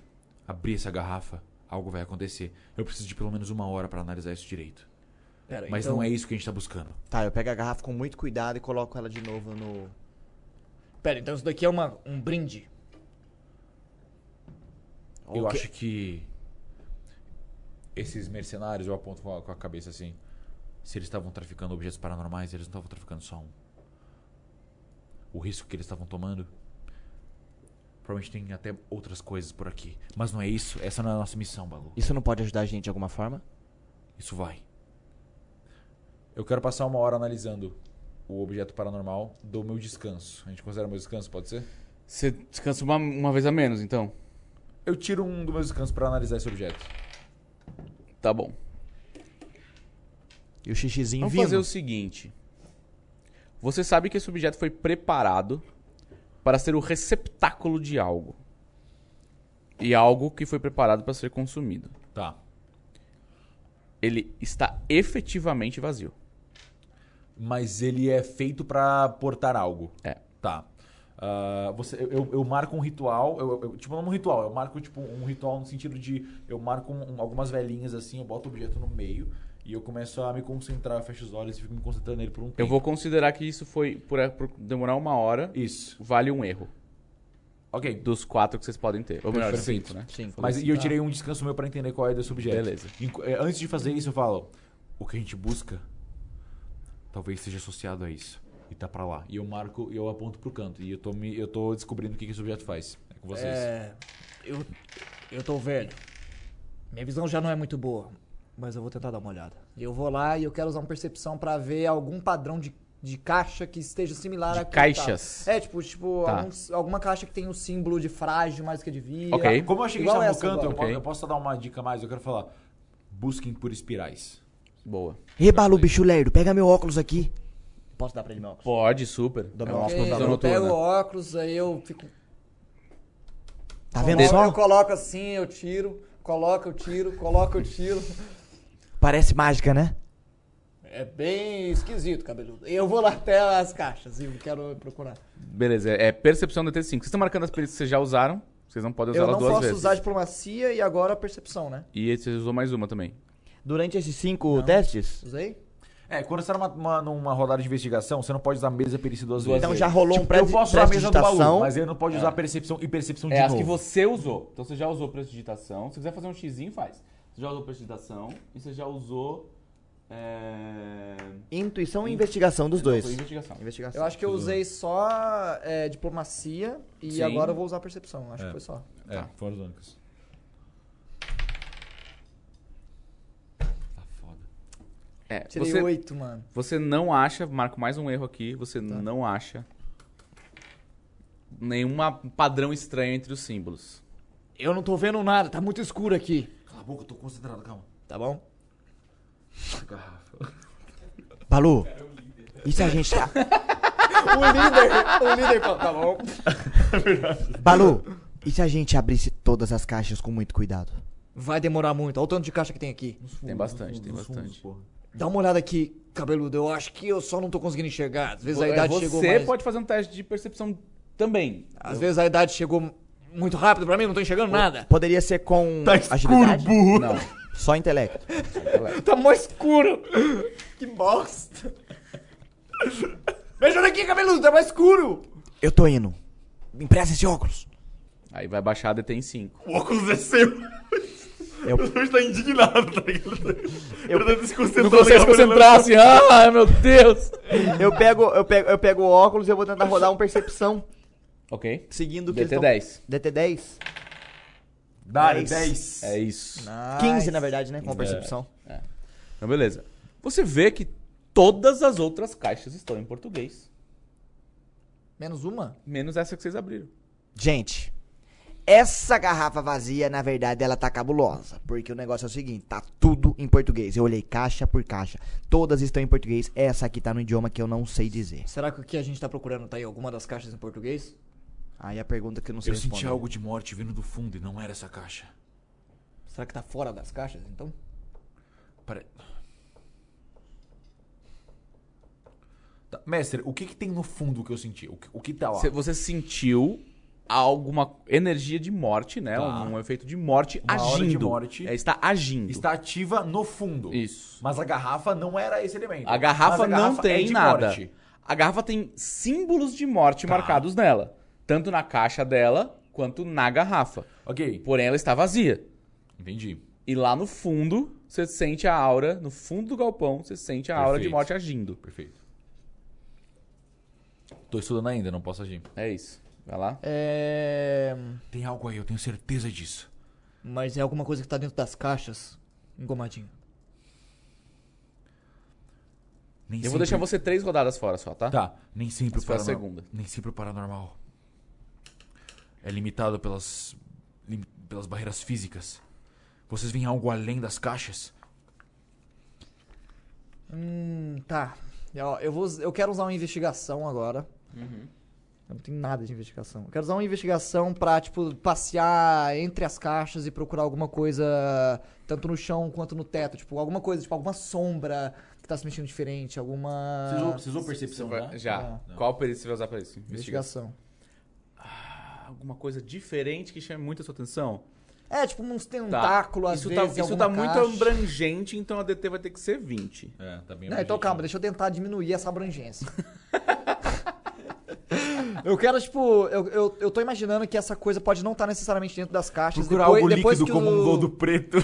Speaker 3: abrir essa garrafa, algo vai acontecer. Eu preciso de pelo menos uma hora pra analisar isso direito.
Speaker 1: Pera,
Speaker 3: Mas
Speaker 1: então-
Speaker 3: não é isso que a gente tá buscando.
Speaker 2: Tá, eu pego a garrafa com muito cuidado e coloco ela de novo no...
Speaker 1: Pera, então isso daqui é uma, um brinde.
Speaker 3: Eu
Speaker 2: Ok.
Speaker 3: acho que esses mercenários, eu aponto com a, com a cabeça assim. Se eles estavam traficando objetos paranormais, eles não estavam traficando só um. O risco que eles estavam tomando. Provavelmente tem até outras coisas por aqui. Mas não é isso. Essa não é a nossa missão, Balu.
Speaker 2: Isso não pode ajudar a gente de alguma forma?
Speaker 3: Isso vai. Eu quero passar uma hora analisando o objeto paranormal do meu descanso. A gente considera meu descanso, pode ser?
Speaker 8: Você descansa uma, uma vez a menos, então.
Speaker 3: Eu tiro um do meu descanso pra analisar esse objeto.
Speaker 8: Tá bom.
Speaker 2: E o xixizinho
Speaker 8: Vamos
Speaker 2: vindo.
Speaker 8: fazer o seguinte. Você sabe que esse objeto foi preparado para ser o receptáculo de algo. E algo que foi preparado para ser consumido.
Speaker 3: Tá.
Speaker 8: Ele está efetivamente vazio.
Speaker 3: Mas ele é feito pra portar algo.
Speaker 8: É.
Speaker 3: Tá. Ah, você, eu- eu, eu marco um ritual, eu, eu- tipo, não um ritual, eu marco tipo um ritual no sentido de eu marco um- algumas velhinhas assim, eu boto o objeto no meio e eu começo a me concentrar, eu fecho os olhos e fico me concentrando nele por um tempo.
Speaker 8: Eu vou considerar que isso foi, por, eh, por demorar uma hora,
Speaker 3: Isso.
Speaker 8: vale um erro.
Speaker 3: Ok.
Speaker 8: Dos quatro que vocês podem ter. Ou melhor,
Speaker 3: Perfeito.
Speaker 8: cinco, né?
Speaker 16: Sim.
Speaker 3: Mas e eu tirei um descanso meu pra entender qual é desse objeto.
Speaker 8: Beleza.
Speaker 3: Enqu- eh, Antes de fazer isso, eu falo: o que a gente busca talvez seja associado a isso. E tá pra lá. E eu marco e eu aponto pro canto. E eu tô, me, eu tô descobrindo o que, que esse objeto faz. É com vocês.
Speaker 16: É. Eu, eu tô velho. Minha visão já não é muito boa, mas eu vou tentar dar uma olhada.
Speaker 1: Eu vou lá e eu quero usar uma percepção pra ver algum padrão de, de caixa que esteja similar
Speaker 8: De
Speaker 1: a
Speaker 8: caixas?
Speaker 1: É, tipo, tipo
Speaker 8: Tá.
Speaker 1: alguns- alguma caixa que tem um símbolo de frágil mais do que devia.
Speaker 8: Ok.
Speaker 3: Como eu achei que
Speaker 1: Igual
Speaker 3: estava no
Speaker 1: essa
Speaker 3: canto, eu,
Speaker 1: agora.
Speaker 3: posso,
Speaker 8: Ok.
Speaker 3: eu posso só dar uma dica mais. Eu quero falar: busquem por espirais.
Speaker 8: Boa.
Speaker 2: Rebalo, bicho lerdo, pega meu óculos aqui. Posso dar pra ele meu óculos?
Speaker 8: Pode, super.
Speaker 2: Dou meu
Speaker 1: Ok,
Speaker 2: óculos pra
Speaker 8: visão
Speaker 1: eu pego
Speaker 8: noturna.
Speaker 1: o óculos, aí eu fico.
Speaker 2: Tá vendo
Speaker 1: coloco- Eu
Speaker 2: só?
Speaker 1: coloco assim, eu tiro, coloco, eu tiro, coloco, eu tiro.
Speaker 2: Parece mágica, né?
Speaker 1: É bem esquisito, cabeludo. Eu vou lá até as caixas e eu quero procurar.
Speaker 8: Beleza, é é percepção DT5. Vocês estão marcando as perícias que vocês já usaram. Vocês não podem
Speaker 1: Eu
Speaker 8: usá-las
Speaker 1: não
Speaker 8: duas
Speaker 1: posso
Speaker 8: vezes.
Speaker 1: usar diplomacia e agora a percepção, né?
Speaker 8: E você usou mais uma também.
Speaker 2: Durante esses cinco testes,
Speaker 1: Usei?
Speaker 3: É, quando você tá numa, numa, numa rodada de investigação, você não pode usar mesa perícia duas vezes. É.
Speaker 2: então já rolou um
Speaker 3: Tipo,
Speaker 2: pré
Speaker 3: eu posso usar a mesa do baú,
Speaker 2: digitação.
Speaker 3: mas ele não pode usar percepção e percepção de
Speaker 8: É as
Speaker 3: novo.
Speaker 8: que você usou. Então você já usou prestidigitação. Se quiser fazer um xizinho, faz. Você já usou prestidigitação e você já usou. É...
Speaker 2: Intuição e investigação dos
Speaker 8: não,
Speaker 2: dois.
Speaker 8: foi Investigação.
Speaker 2: Investigação.
Speaker 1: Eu acho que eu usei só é, diplomacia e
Speaker 8: Sim.
Speaker 1: agora eu vou usar percepção. Acho que foi só.
Speaker 3: É, foram as únicas. Tá foda.
Speaker 8: É,
Speaker 1: Tirei
Speaker 8: você,
Speaker 1: oito, mano.
Speaker 8: você não acha, marco mais um erro aqui, você não acha nenhum padrão estranho entre os símbolos.
Speaker 16: Eu não tô vendo nada, tá muito escuro aqui.
Speaker 3: Cala a boca, eu tô concentrado, calma.
Speaker 16: Tá bom?
Speaker 8: Tá,
Speaker 2: Balu, e se a gente tá...
Speaker 1: O líder, o líder fala, tá bom.
Speaker 2: [LAUGHS] Balu, e se a gente abrisse todas as caixas com muito cuidado?
Speaker 16: Vai demorar muito. Olha o tanto de caixa que tem aqui.
Speaker 8: Tem bastante, tem bastante.
Speaker 16: Dá uma olhada aqui, cabeludo. Eu acho que eu só não tô conseguindo enxergar. Às vezes a
Speaker 8: É,
Speaker 16: idade
Speaker 8: você
Speaker 16: chegou mais...
Speaker 8: pode fazer um teste de percepção também.
Speaker 16: Às vezes a idade chegou muito rápido pra mim, não tô enxergando nada.
Speaker 2: Poderia ser com agilidade?
Speaker 8: Não.
Speaker 2: Só intelecto.
Speaker 16: Tá mó escuro.
Speaker 1: Que bosta.
Speaker 16: Me ajuda aqui, cabeludo, tá mais escuro.
Speaker 2: Eu tô indo. Me empresta esse óculos.
Speaker 8: Aí vai baixar a DT em 5.
Speaker 17: O óculos é seu.
Speaker 2: Eu-
Speaker 17: O Luiz tá indignado, tá ligado? tá Eu tô desconcentrado.
Speaker 8: Não consegue se concentrar assim. Ah, meu Deus.
Speaker 2: Eu pego, eu pego, eu pego o óculos e eu vou tentar rodar um percepção.
Speaker 8: Ok.
Speaker 2: Seguindo o que eles tão-
Speaker 8: DT10.
Speaker 2: DT10?
Speaker 3: Dá,
Speaker 2: Dez.
Speaker 3: 10.
Speaker 8: É isso.
Speaker 2: 15, na verdade, né? Com a percepção.
Speaker 8: Então, beleza. Você vê que todas as outras caixas estão em português.
Speaker 1: Menos uma?
Speaker 8: Menos essa que vocês abriram.
Speaker 2: Gente, essa garrafa vazia, na verdade, ela tá cabulosa. Porque o negócio é o seguinte, tá tudo em português. Eu olhei caixa por caixa. Todas estão em português. Essa aqui tá no idioma que eu não sei dizer.
Speaker 16: Será que o que a gente tá procurando tá em alguma das caixas em português?
Speaker 2: Aí a pergunta que eu não sei
Speaker 3: Eu senti
Speaker 2: responder.
Speaker 3: algo de morte vindo do fundo e não era essa caixa.
Speaker 16: Será que tá fora das caixas, então?
Speaker 3: Pare- Tá, Mestre, o que, que tem no fundo que eu senti? O que, o que tá lá?
Speaker 8: Você, você sentiu alguma energia de morte, né?
Speaker 3: Tá.
Speaker 8: Um, um efeito de morte
Speaker 3: Uma aura
Speaker 8: agindo.
Speaker 3: de morte.
Speaker 8: É, está agindo.
Speaker 3: Está ativa no fundo.
Speaker 8: Isso.
Speaker 3: Mas a garrafa não era esse elemento.
Speaker 8: A garrafa,
Speaker 3: Mas
Speaker 8: não
Speaker 3: garrafa é
Speaker 8: tem
Speaker 3: de
Speaker 8: nada.
Speaker 3: morte.
Speaker 8: A garrafa tem símbolos de morte
Speaker 1: Tá.
Speaker 8: marcados nela. Tanto na caixa dela, quanto na garrafa.
Speaker 3: Ok,
Speaker 8: Porém, ela está vazia.
Speaker 3: entendi.
Speaker 8: E lá no fundo, você sente a aura, no fundo do galpão, você sente a aura de
Speaker 3: Perfeito.
Speaker 8: morte agindo.
Speaker 3: Perfeito. Tô estudando ainda, não posso agir.
Speaker 8: É isso. Vai lá.
Speaker 16: É.
Speaker 3: Tem algo aí, eu tenho certeza disso.
Speaker 16: Mas é alguma coisa que tá dentro das caixas, engomadinho.
Speaker 3: Nem
Speaker 8: Eu vou deixar você três rodadas fora só, tá?
Speaker 3: Tá, nem sempre o
Speaker 8: Essa foi a
Speaker 3: paranormal.
Speaker 8: segunda.
Speaker 3: Nem sempre o paranormal. É limitado pelas, lim- pelas barreiras físicas. Vocês veem algo além das caixas?
Speaker 1: Hum, tá. Ó, Eu, vou, us- eu quero usar uma investigação agora.
Speaker 8: Uhum.
Speaker 1: Eu não tenho nada de investigação. Eu quero usar uma investigação pra, tipo, passear entre as caixas e procurar alguma coisa, tanto no chão quanto no teto. Tipo, alguma coisa, tipo, alguma sombra que tá se mexendo diferente, alguma.
Speaker 18: Vocês
Speaker 3: Ah,
Speaker 18: usam- vocês usam percepção,
Speaker 8: Vai-
Speaker 18: né?
Speaker 8: Já. Qual perícia você vai usar pra isso? Investigação.
Speaker 1: Investigação.
Speaker 8: Alguma coisa diferente que chame muito a sua atenção?
Speaker 1: É, tipo, uns tentáculos, às
Speaker 8: isso
Speaker 1: vezes.
Speaker 8: tá,
Speaker 1: em
Speaker 8: isso
Speaker 1: alguma
Speaker 8: tá muito
Speaker 1: caixa.
Speaker 8: abrangente, então a DT vai ter que ser 20.
Speaker 3: É, tá bem
Speaker 1: Não, então calma,
Speaker 18: né?
Speaker 1: deixa eu tentar diminuir essa
Speaker 18: [LAUGHS]
Speaker 1: abrangência. eu quero, tipo, eu, eu, eu tô imaginando que essa coisa pode não estar necessariamente dentro das caixas.
Speaker 18: Procurar
Speaker 1: depois,
Speaker 18: algo
Speaker 1: depois
Speaker 18: líquido
Speaker 1: que
Speaker 18: como
Speaker 1: o,
Speaker 18: um lodo preto.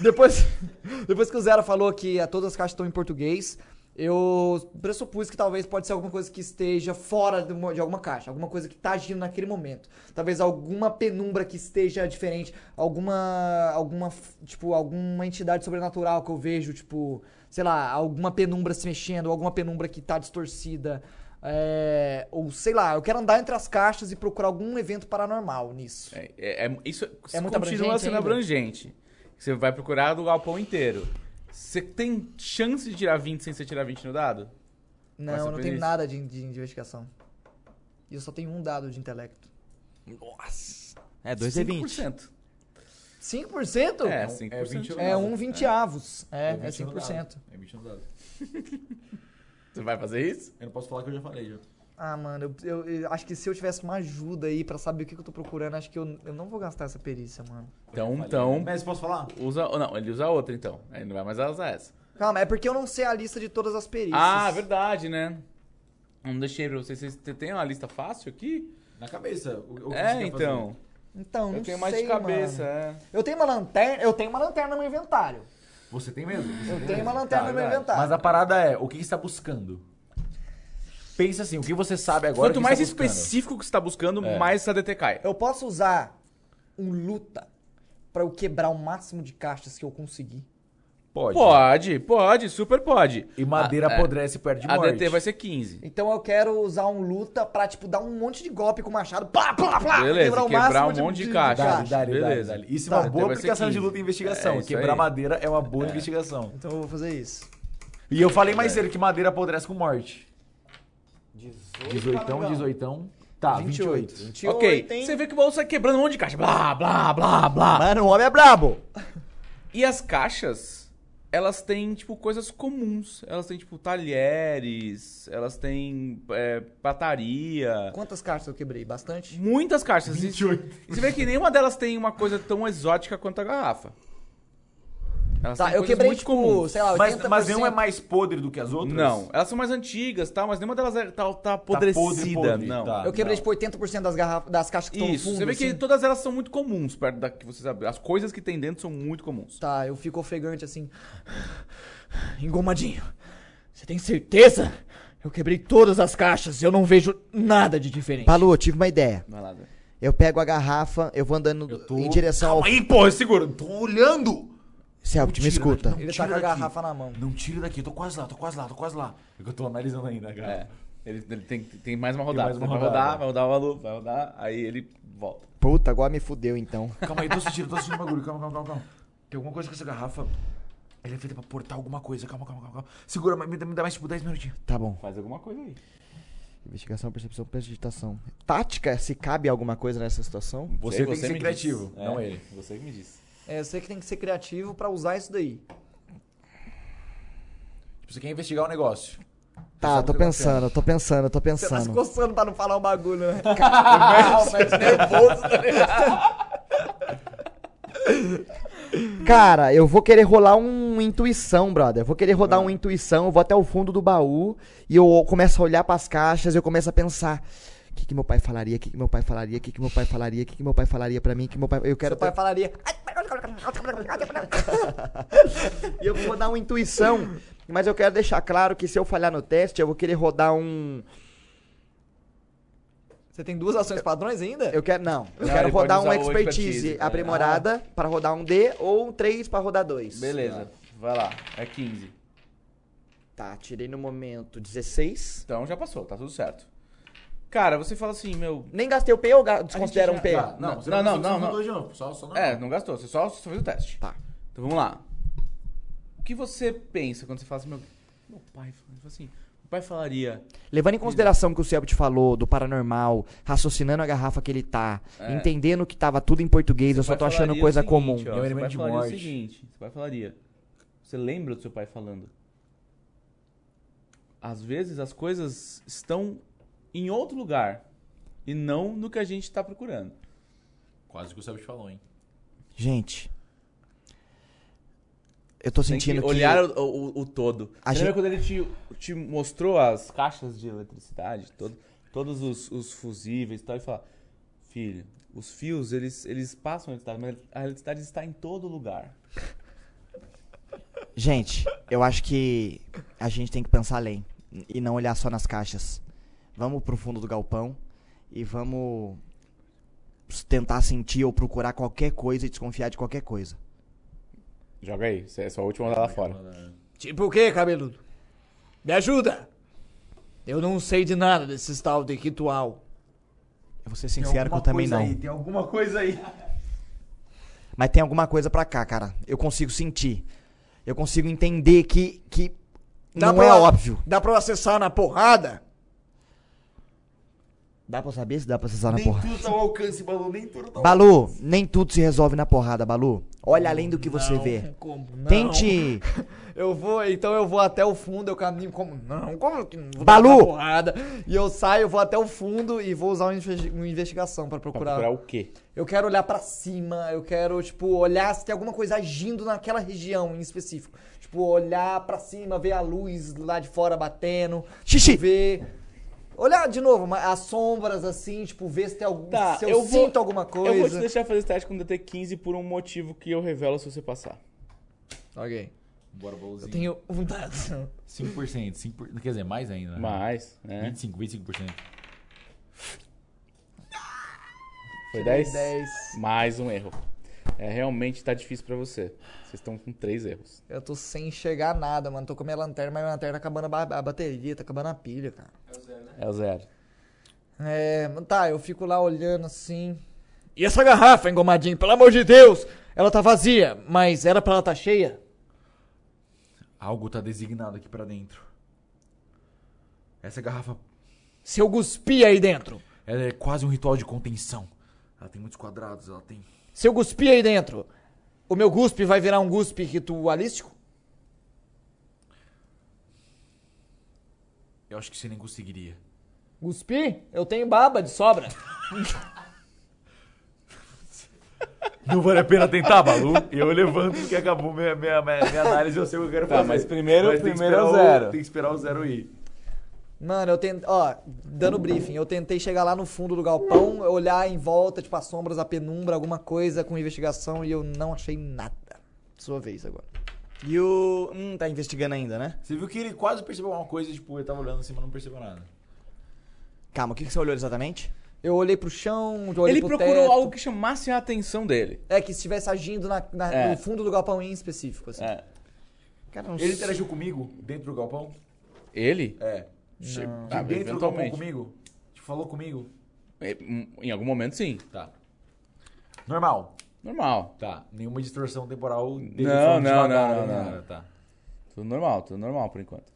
Speaker 1: Depois, [LAUGHS] depois que o Zero falou que ah, todas as caixas estão em português, eu pressupus que talvez pode ser alguma coisa que esteja fora de, uma- de alguma caixa, alguma coisa que tá agindo naquele momento. Talvez alguma penumbra que esteja diferente, alguma alguma f- tipo alguma entidade sobrenatural que eu vejo, tipo, sei lá, alguma penumbra se mexendo, alguma penumbra que tá distorcida. é, ou sei lá, eu quero andar entre as caixas e procurar algum evento paranormal nisso.
Speaker 8: É, é- é- isso
Speaker 1: É muito
Speaker 8: continua
Speaker 1: abrangente
Speaker 8: sendo
Speaker 1: ainda?
Speaker 8: abrangente. Você vai procurar do galpão inteiro. Você tem chance de tirar 20 sem você tirar 20 no dado?
Speaker 1: não,
Speaker 8: essa
Speaker 1: eu não tenho
Speaker 8: perícia.
Speaker 1: nada de, de investigação. E eu só tenho um dado de intelecto.
Speaker 2: É, 2 e 20.
Speaker 8: 5%.
Speaker 1: 5%?
Speaker 8: É, 5%.
Speaker 3: é 20
Speaker 1: É, um 20 avos. É,
Speaker 8: um
Speaker 1: é
Speaker 3: 20 no
Speaker 1: 5%.
Speaker 3: É 20 no dado.
Speaker 8: Você vai fazer isso?
Speaker 3: Eu não posso falar que eu já falei, já.
Speaker 1: Ah, mano, eu, eu- eu acho que se eu tivesse uma ajuda aí pra saber o que, que eu tô procurando, acho que eu, eu não vou gastar essa perícia, mano.
Speaker 8: Então, então,
Speaker 3: Mas posso falar?
Speaker 8: usa... ou Não, ele usa outra então. Ele não vai mais usar essa.
Speaker 1: Calma, é porque eu não sei a lista de todas as perícias.
Speaker 8: Ah, verdade, né? Não deixei pra vocês. Vocês têm uma lista fácil aqui?
Speaker 3: Na cabeça. O, o que você
Speaker 8: é,
Speaker 3: quer
Speaker 8: então.
Speaker 3: fazer.
Speaker 1: Então, não
Speaker 8: Eu tenho mais
Speaker 1: sei,
Speaker 8: de cabeça,
Speaker 1: mano.
Speaker 8: é.
Speaker 1: Eu tenho uma lanterna, eu tenho uma lanterna no meu inventário.
Speaker 3: Você tem mesmo?
Speaker 1: Eu tenho
Speaker 8: Tá,
Speaker 1: uma lanterna no meu inventário.
Speaker 3: Mas a parada é, o que você tá buscando? Pensa assim, o que você sabe agora
Speaker 8: Quanto
Speaker 3: que
Speaker 8: mais
Speaker 3: você tá buscando?
Speaker 8: específico que você tá buscando,
Speaker 3: É.
Speaker 8: mais essa DT cai.
Speaker 1: Eu posso usar um luta pra eu quebrar o máximo de caixas que eu conseguir.
Speaker 3: Pode.
Speaker 8: Pode, pode, super pode.
Speaker 3: E madeira
Speaker 8: A- é,
Speaker 3: apodrece perto de
Speaker 8: A
Speaker 3: morte.
Speaker 8: DT vai ser 15.
Speaker 1: Então eu quero usar um luta pra, tipo, dar um monte de golpe com o machado. Pá, pá, pá,
Speaker 8: Beleza, quebrar um monte de caixa.
Speaker 3: Dale, dale,
Speaker 8: Beleza.
Speaker 3: dale, dale. Isso
Speaker 8: Tá.
Speaker 3: é uma boa
Speaker 8: Então vai ser
Speaker 3: aplicação de
Speaker 8: 15.
Speaker 3: luta e investigação.
Speaker 8: É, isso
Speaker 3: Quebrar
Speaker 8: aí.
Speaker 3: madeira é uma boa investigação.
Speaker 1: Então eu vou fazer isso.
Speaker 3: E eu falei
Speaker 8: É.
Speaker 3: mais cedo que madeira apodrece com morte. 18, 18. Tá, 28.
Speaker 2: 28,
Speaker 8: Ok,
Speaker 2: hein?
Speaker 8: você vê que o baú sai quebrando um monte de caixa. Blá, blá, blá, blá.
Speaker 2: Mano, o homem é brabo.
Speaker 8: E as caixas, elas têm, tipo, coisas comuns. Elas têm, tipo, talheres, elas têm é, pataria.
Speaker 1: Quantas caixas eu quebrei? Bastante?
Speaker 8: Muitas caixas. 28. E você vê que nenhuma delas tem uma coisa tão exótica quanto a garrafa. Elas
Speaker 1: Tá,
Speaker 8: têm
Speaker 1: eu
Speaker 8: coisas
Speaker 1: quebrei,
Speaker 8: muito
Speaker 1: tipo,
Speaker 8: comuns.
Speaker 1: sei lá, 80%.
Speaker 3: Mas, mas
Speaker 8: Assim.
Speaker 3: nenhum é mais podre do que as outras?
Speaker 8: Não, elas são mais antigas, tá? Mas nenhuma delas é, tá, tá
Speaker 3: podre,
Speaker 8: apodrecida.
Speaker 3: podre,
Speaker 8: não.
Speaker 3: tá.
Speaker 1: Eu quebrei,
Speaker 3: Não.
Speaker 1: tipo, 80% das, garrafas, das caixas que estão no
Speaker 8: Isso,
Speaker 1: fundo.
Speaker 8: você vê que
Speaker 1: assim.
Speaker 8: todas elas são muito comuns perto da que você sabe. As coisas que tem dentro são muito comuns.
Speaker 1: Tá, eu fico ofegante, assim. [SIGHS] Engomadinho. Você tem certeza? Eu quebrei todas as caixas. Eu não vejo nada de diferente.
Speaker 2: Palu, eu tive uma ideia.
Speaker 8: Vai lá, Zé.
Speaker 2: Eu pego a garrafa, eu vou andando em direção ao.
Speaker 3: Aí, porra, segura. Tô olhando.
Speaker 2: Celpit, me
Speaker 3: Mentira, né?
Speaker 2: escuta.
Speaker 3: não.
Speaker 1: Ele tá
Speaker 3: Tira
Speaker 1: com a
Speaker 3: daqui.
Speaker 1: garrafa na mão.
Speaker 3: Não tira daqui, eu tô quase lá, tô quase lá, tô quase lá. É que eu tô analisando ainda, cara.
Speaker 8: É. Ele, ele tem, tem mais uma rodada.
Speaker 3: mais uma
Speaker 8: vai
Speaker 3: rodada.
Speaker 8: rodar, vai rodar o Alu, vai rodar, aí ele volta.
Speaker 2: Puta, agora me fudeu então. [LAUGHS]
Speaker 3: Calma aí, tô sentindo, tô sentindo bagulho. Calma, calma, calma, calma. Tem alguma coisa com essa garrafa. Ela é feita pra portar alguma coisa. Calma, calma, calma. calma. Segura, mas me dá, me dá mais tipo 10 minutinhos.
Speaker 2: Tá bom.
Speaker 8: Faz alguma coisa aí.
Speaker 2: Investigação, percepção, prestidigitação. Tática, se cabe alguma coisa nessa situação?
Speaker 3: Você
Speaker 8: Sei,
Speaker 3: tem que ser
Speaker 8: me
Speaker 3: criativo,
Speaker 8: diz.
Speaker 3: não
Speaker 8: É,
Speaker 3: ele.
Speaker 8: Você que me disse.
Speaker 1: É, você que tem que ser criativo pra usar isso daí.
Speaker 3: Tipo, você quer investigar o negócio.
Speaker 2: Tá, tô pensando, tô pensando, tô
Speaker 1: Você tá se
Speaker 2: pensando.
Speaker 1: coçando pra não falar o bagulho,
Speaker 2: [LAUGHS]
Speaker 1: né? é
Speaker 2: Cara, eu vou querer rolar um intuição, brother. Eu vou querer rodar
Speaker 8: Ah.
Speaker 2: um intuição, eu vou até o fundo do baú e eu começo a olhar pras caixas, eu começo a pensar. O que, que meu pai falaria? O que, que meu pai falaria? O que, que meu pai falaria? O que, que meu pai falaria pra mim? Que meu pai... Eu quero
Speaker 1: Seu pai falaria.
Speaker 2: E eu vou dar uma intuição, mas eu quero deixar claro que se eu falhar no teste, eu vou querer rodar um.
Speaker 1: Você tem duas ações padrões ainda?
Speaker 2: Eu quero. Não, eu
Speaker 8: Não,
Speaker 2: quero
Speaker 8: ele pode
Speaker 2: rodar um
Speaker 8: usar o
Speaker 2: expertise,
Speaker 8: expertise, tá?
Speaker 2: aprimorada pra
Speaker 8: né?
Speaker 2: rodar um D ou um 3 pra rodar 2.
Speaker 8: Beleza, vai lá. É 15.
Speaker 2: Tá, tirei no momento 16.
Speaker 8: Então já passou, tá tudo certo. Cara, você fala assim, meu.
Speaker 2: Nem gastei o P ou ga- desconsidera um P?
Speaker 3: Tá,
Speaker 8: Não,
Speaker 3: não, você
Speaker 8: não, não,
Speaker 3: conseguiu, você
Speaker 8: não,
Speaker 3: mandou
Speaker 8: não.
Speaker 3: de novo, Só, só normal.
Speaker 8: É, não gastou, você só, só fez o teste.
Speaker 2: Tá.
Speaker 8: Então vamos lá. O que você pensa quando você fala assim, meu. Meu pai, fala assim, meu pai falaria.
Speaker 2: Levando em consideração o que o Selbit falou do paranormal, raciocinando a garrafa que ele tá,
Speaker 8: É.
Speaker 2: entendendo que tava tudo em português, eu só
Speaker 8: Pai
Speaker 2: tô achando
Speaker 8: falaria o
Speaker 2: coisa
Speaker 8: seguinte,
Speaker 2: comum.
Speaker 8: ó,
Speaker 3: É um
Speaker 8: seu
Speaker 3: elemento
Speaker 8: pai
Speaker 3: de
Speaker 8: falaria o
Speaker 3: morte.
Speaker 8: seguinte, seu pai falaria. Você lembra do seu pai falando? Às vezes as coisas estão em outro lugar e não no que a gente tá procurando.
Speaker 3: Quase que o Selbit falou, hein?
Speaker 2: Gente. Eu tô
Speaker 8: Tem que
Speaker 2: sentindo que.
Speaker 8: olhar o, o- o todo.
Speaker 2: A
Speaker 8: Você
Speaker 2: gente-
Speaker 8: lembra quando ele te, te mostrou as caixas de eletricidade, todo- todos os, os fusíveis e tal, e fala, filho, os fios, eles, eles passam a eletricidade, mas a eletricidade está em todo lugar.
Speaker 2: Gente, eu acho que a gente tem que pensar além e não olhar só nas caixas. Vamos pro fundo do galpão e vamos tentar sentir ou procurar qualquer coisa e desconfiar de qualquer coisa.
Speaker 8: Joga aí, é sua última lá fora.
Speaker 1: Tipo o quê, cabeludo? Me ajuda! Eu não sei de nada desse tal de ritual.
Speaker 2: Eu vou ser sincero que eu também não.
Speaker 19: tem alguma coisa aí.
Speaker 2: Mas tem alguma coisa pra cá, cara. Eu consigo sentir. Eu consigo entender que, que
Speaker 1: Dá
Speaker 2: não
Speaker 1: pra-
Speaker 2: é óbvio.
Speaker 1: Dá pra eu acessar na porrada?
Speaker 2: Dá pra saber se dá pra acessar na
Speaker 19: Nem
Speaker 2: porrada?
Speaker 19: tudo tá ao alcance, Balu, nem tudo tá ao
Speaker 2: Balu, nem tudo se resolve na porrada, Balu. Olha além do que você
Speaker 1: Não,
Speaker 2: vê.
Speaker 1: Como? Não.
Speaker 2: Tente.
Speaker 1: Eu vou, então eu vou até o fundo, eu caminho como? Não, como que não vou
Speaker 2: Balu!
Speaker 1: dar uma porrada? E eu saio, eu vou até o fundo e vou usar uma inve- uma investigação pra
Speaker 8: Pra
Speaker 1: procurar.
Speaker 8: procurar o quê?
Speaker 1: Eu quero olhar pra cima, eu quero, tipo, olhar se tem alguma coisa agindo naquela região em específico. Tipo, olhar pra cima, ver a luz lá de fora batendo, tipo,
Speaker 2: Xixi!
Speaker 1: ver. Olhar de novo, ma- as sombras assim, tipo, ver se tem algum.
Speaker 8: Tá,
Speaker 1: se eu,
Speaker 8: eu vou-
Speaker 1: sinto alguma coisa.
Speaker 8: Eu vou te deixar fazer esse teste com DT15 por um motivo que eu revelo se você passar.
Speaker 1: Ok.
Speaker 3: Bora, Baluzinho.
Speaker 1: Eu tenho um dado.
Speaker 3: 5%, 5%, quer dizer, mais ainda. né?
Speaker 8: Mas, né?
Speaker 3: 25, 25%.
Speaker 8: Foi 10?
Speaker 1: 10.
Speaker 8: Mais um erro. É, realmente tá difícil pra você. Vocês estão com três erros.
Speaker 1: Eu tô sem enxergar nada, mano. Tô com a minha lanterna, mas a lanterna tá acabando a, ba- a bateria, tá acabando a pilha, cara.
Speaker 8: É o zero.
Speaker 1: É, tá, eu fico lá olhando assim. E essa garrafa, engomadinho, pelo amor de Deus! Ela tá vazia, mas era pra ela tá cheia?
Speaker 3: Algo tá designado aqui pra dentro. Essa garrafa
Speaker 1: Se eu cuspir aí dentro,
Speaker 3: ela é quase um ritual de contenção. Ela tem muitos quadrados, ela tem.
Speaker 1: se eu cuspir aí dentro, o meu guspe vai virar um guspe ritualístico?
Speaker 3: Eu acho que você nem conseguiria.
Speaker 1: Guspir? Eu tenho baba de sobra.
Speaker 19: Não vale a pena tentar, Balu. Eu levanto que acabou minha, minha, minha, minha análise, eu sei o que eu quero
Speaker 8: Tá,
Speaker 19: fazer.
Speaker 8: mas primeiro-
Speaker 19: tem que
Speaker 8: primeiro é o
Speaker 19: esperar
Speaker 8: zero.
Speaker 19: Tem que esperar o zero ir.
Speaker 1: Mano, eu tentei. Ó, dando briefing, eu tentei chegar lá no fundo do galpão, olhar em volta, tipo, as sombras, a penumbra, alguma coisa com investigação e eu não achei nada. Sua vez agora.
Speaker 2: E o. Hum, tá investigando ainda, né?
Speaker 3: Você viu que ele quase percebeu alguma coisa, tipo, ele tava olhando assim, mas não percebeu nada.
Speaker 2: Calma, o que, que você olhou exatamente?
Speaker 1: Eu olhei pro chão, eu olhei
Speaker 8: Ele
Speaker 1: pro
Speaker 8: procurou
Speaker 1: teto.
Speaker 8: algo que chamasse a atenção dele.
Speaker 1: É, que estivesse agindo na- na-
Speaker 8: É.
Speaker 1: no fundo do galpão em específico, assim.
Speaker 8: É.
Speaker 1: Cara, não
Speaker 3: Ele interagiu comigo dentro do galpão?
Speaker 8: Ele?
Speaker 3: É.
Speaker 8: Ah,
Speaker 3: dentro do galpão
Speaker 8: eventualmente.
Speaker 3: comigo? Tipo, falou comigo?
Speaker 8: É, hum, Em algum momento, sim.
Speaker 3: Tá. Normal.
Speaker 8: Normal.
Speaker 3: Tá. Nenhuma distorção temporal dele
Speaker 8: Não,
Speaker 3: falando
Speaker 8: não,
Speaker 3: devagar,
Speaker 8: não, não,
Speaker 3: nem
Speaker 8: não.
Speaker 3: nada, Tá.
Speaker 8: Tudo normal, tudo normal por enquanto.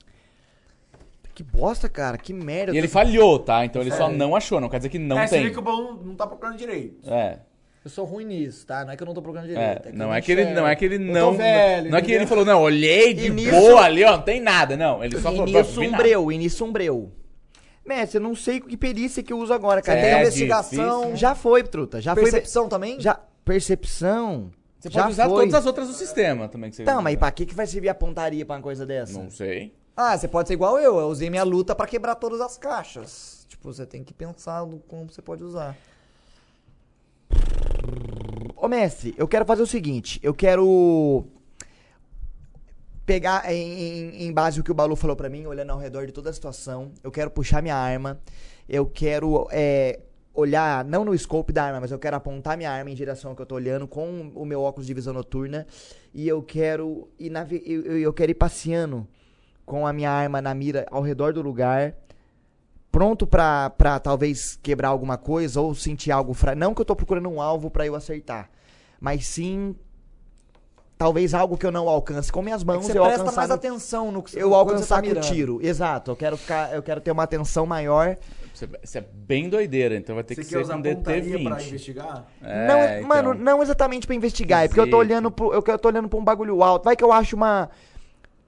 Speaker 2: Que bosta, cara. Que merda.
Speaker 8: E ele falhou, tá? Então ele só não achou, não quer dizer que não
Speaker 3: é, você
Speaker 8: tem.
Speaker 3: vê que o baú não tá procurando direito.
Speaker 8: É,
Speaker 1: Eu sou ruim nisso, tá? Não é que eu não tô procurando direito.
Speaker 8: é. Não é que ele não é que ele
Speaker 1: tô
Speaker 8: não.
Speaker 1: velho,
Speaker 8: Não é que ele
Speaker 1: entendeu?
Speaker 8: falou, não, olhei de
Speaker 2: E nisso-
Speaker 8: boa ali, ó, não tem nada. Não, ele só falou,
Speaker 2: Início
Speaker 8: "Não vi nada."
Speaker 2: sombreu, início sombreu. Mestre, eu não sei que perícia que eu uso agora, cara.
Speaker 8: É
Speaker 2: Tem
Speaker 8: investigação,
Speaker 2: investigação. Já foi, truta. Já
Speaker 1: Percepção também?
Speaker 2: foi. Já. Percepção.
Speaker 8: Você
Speaker 2: já
Speaker 8: pode usar
Speaker 2: foi.
Speaker 8: todas as outras do sistema também que você
Speaker 2: Tá, mas e pra que, que vai servir a pontaria pra uma coisa dessa?
Speaker 8: Não sei.
Speaker 1: Ah, você pode ser igual eu. Eu usei minha luta pra quebrar todas as caixas. Tipo, você tem que pensar no como você pode usar.
Speaker 2: Ô, mestre, eu quero fazer o seguinte. Eu quero. Pegar em, em- em base o que o Balu falou pra mim, olhando ao redor de toda a situação. Eu quero puxar minha arma. Eu quero é, olhar, não no scope da arma, mas eu quero apontar minha arma em direção ao que eu tô olhando com o meu óculos de visão noturna. E eu quero ir, nave- eu, eu- eu quero ir passeando com a minha arma na mira ao redor do lugar, pronto pra, pra talvez quebrar alguma coisa ou sentir algo fraco. Não que eu tô procurando um alvo pra eu acertar, mas sim talvez algo que eu não alcance com minhas mãos
Speaker 1: É Você
Speaker 2: eu
Speaker 1: presta
Speaker 2: alcançar
Speaker 1: mais
Speaker 2: no-
Speaker 1: atenção no que
Speaker 2: eu
Speaker 1: no quando
Speaker 2: alcançar
Speaker 1: você
Speaker 2: com o
Speaker 1: tá mirando.
Speaker 2: tiro. Exato, eu quero ficar, eu quero ter uma atenção maior.
Speaker 8: Isso é- Isso é bem doideira, então vai ter que ser com DT20.
Speaker 3: investigar?
Speaker 8: É,
Speaker 2: não, é-
Speaker 8: então.
Speaker 2: mano, não exatamente pra investigar, é porque eu tô
Speaker 8: Esquisito.
Speaker 2: olhando pro, eu, que- eu tô olhando pra um bagulho alto. Vai que eu acho uma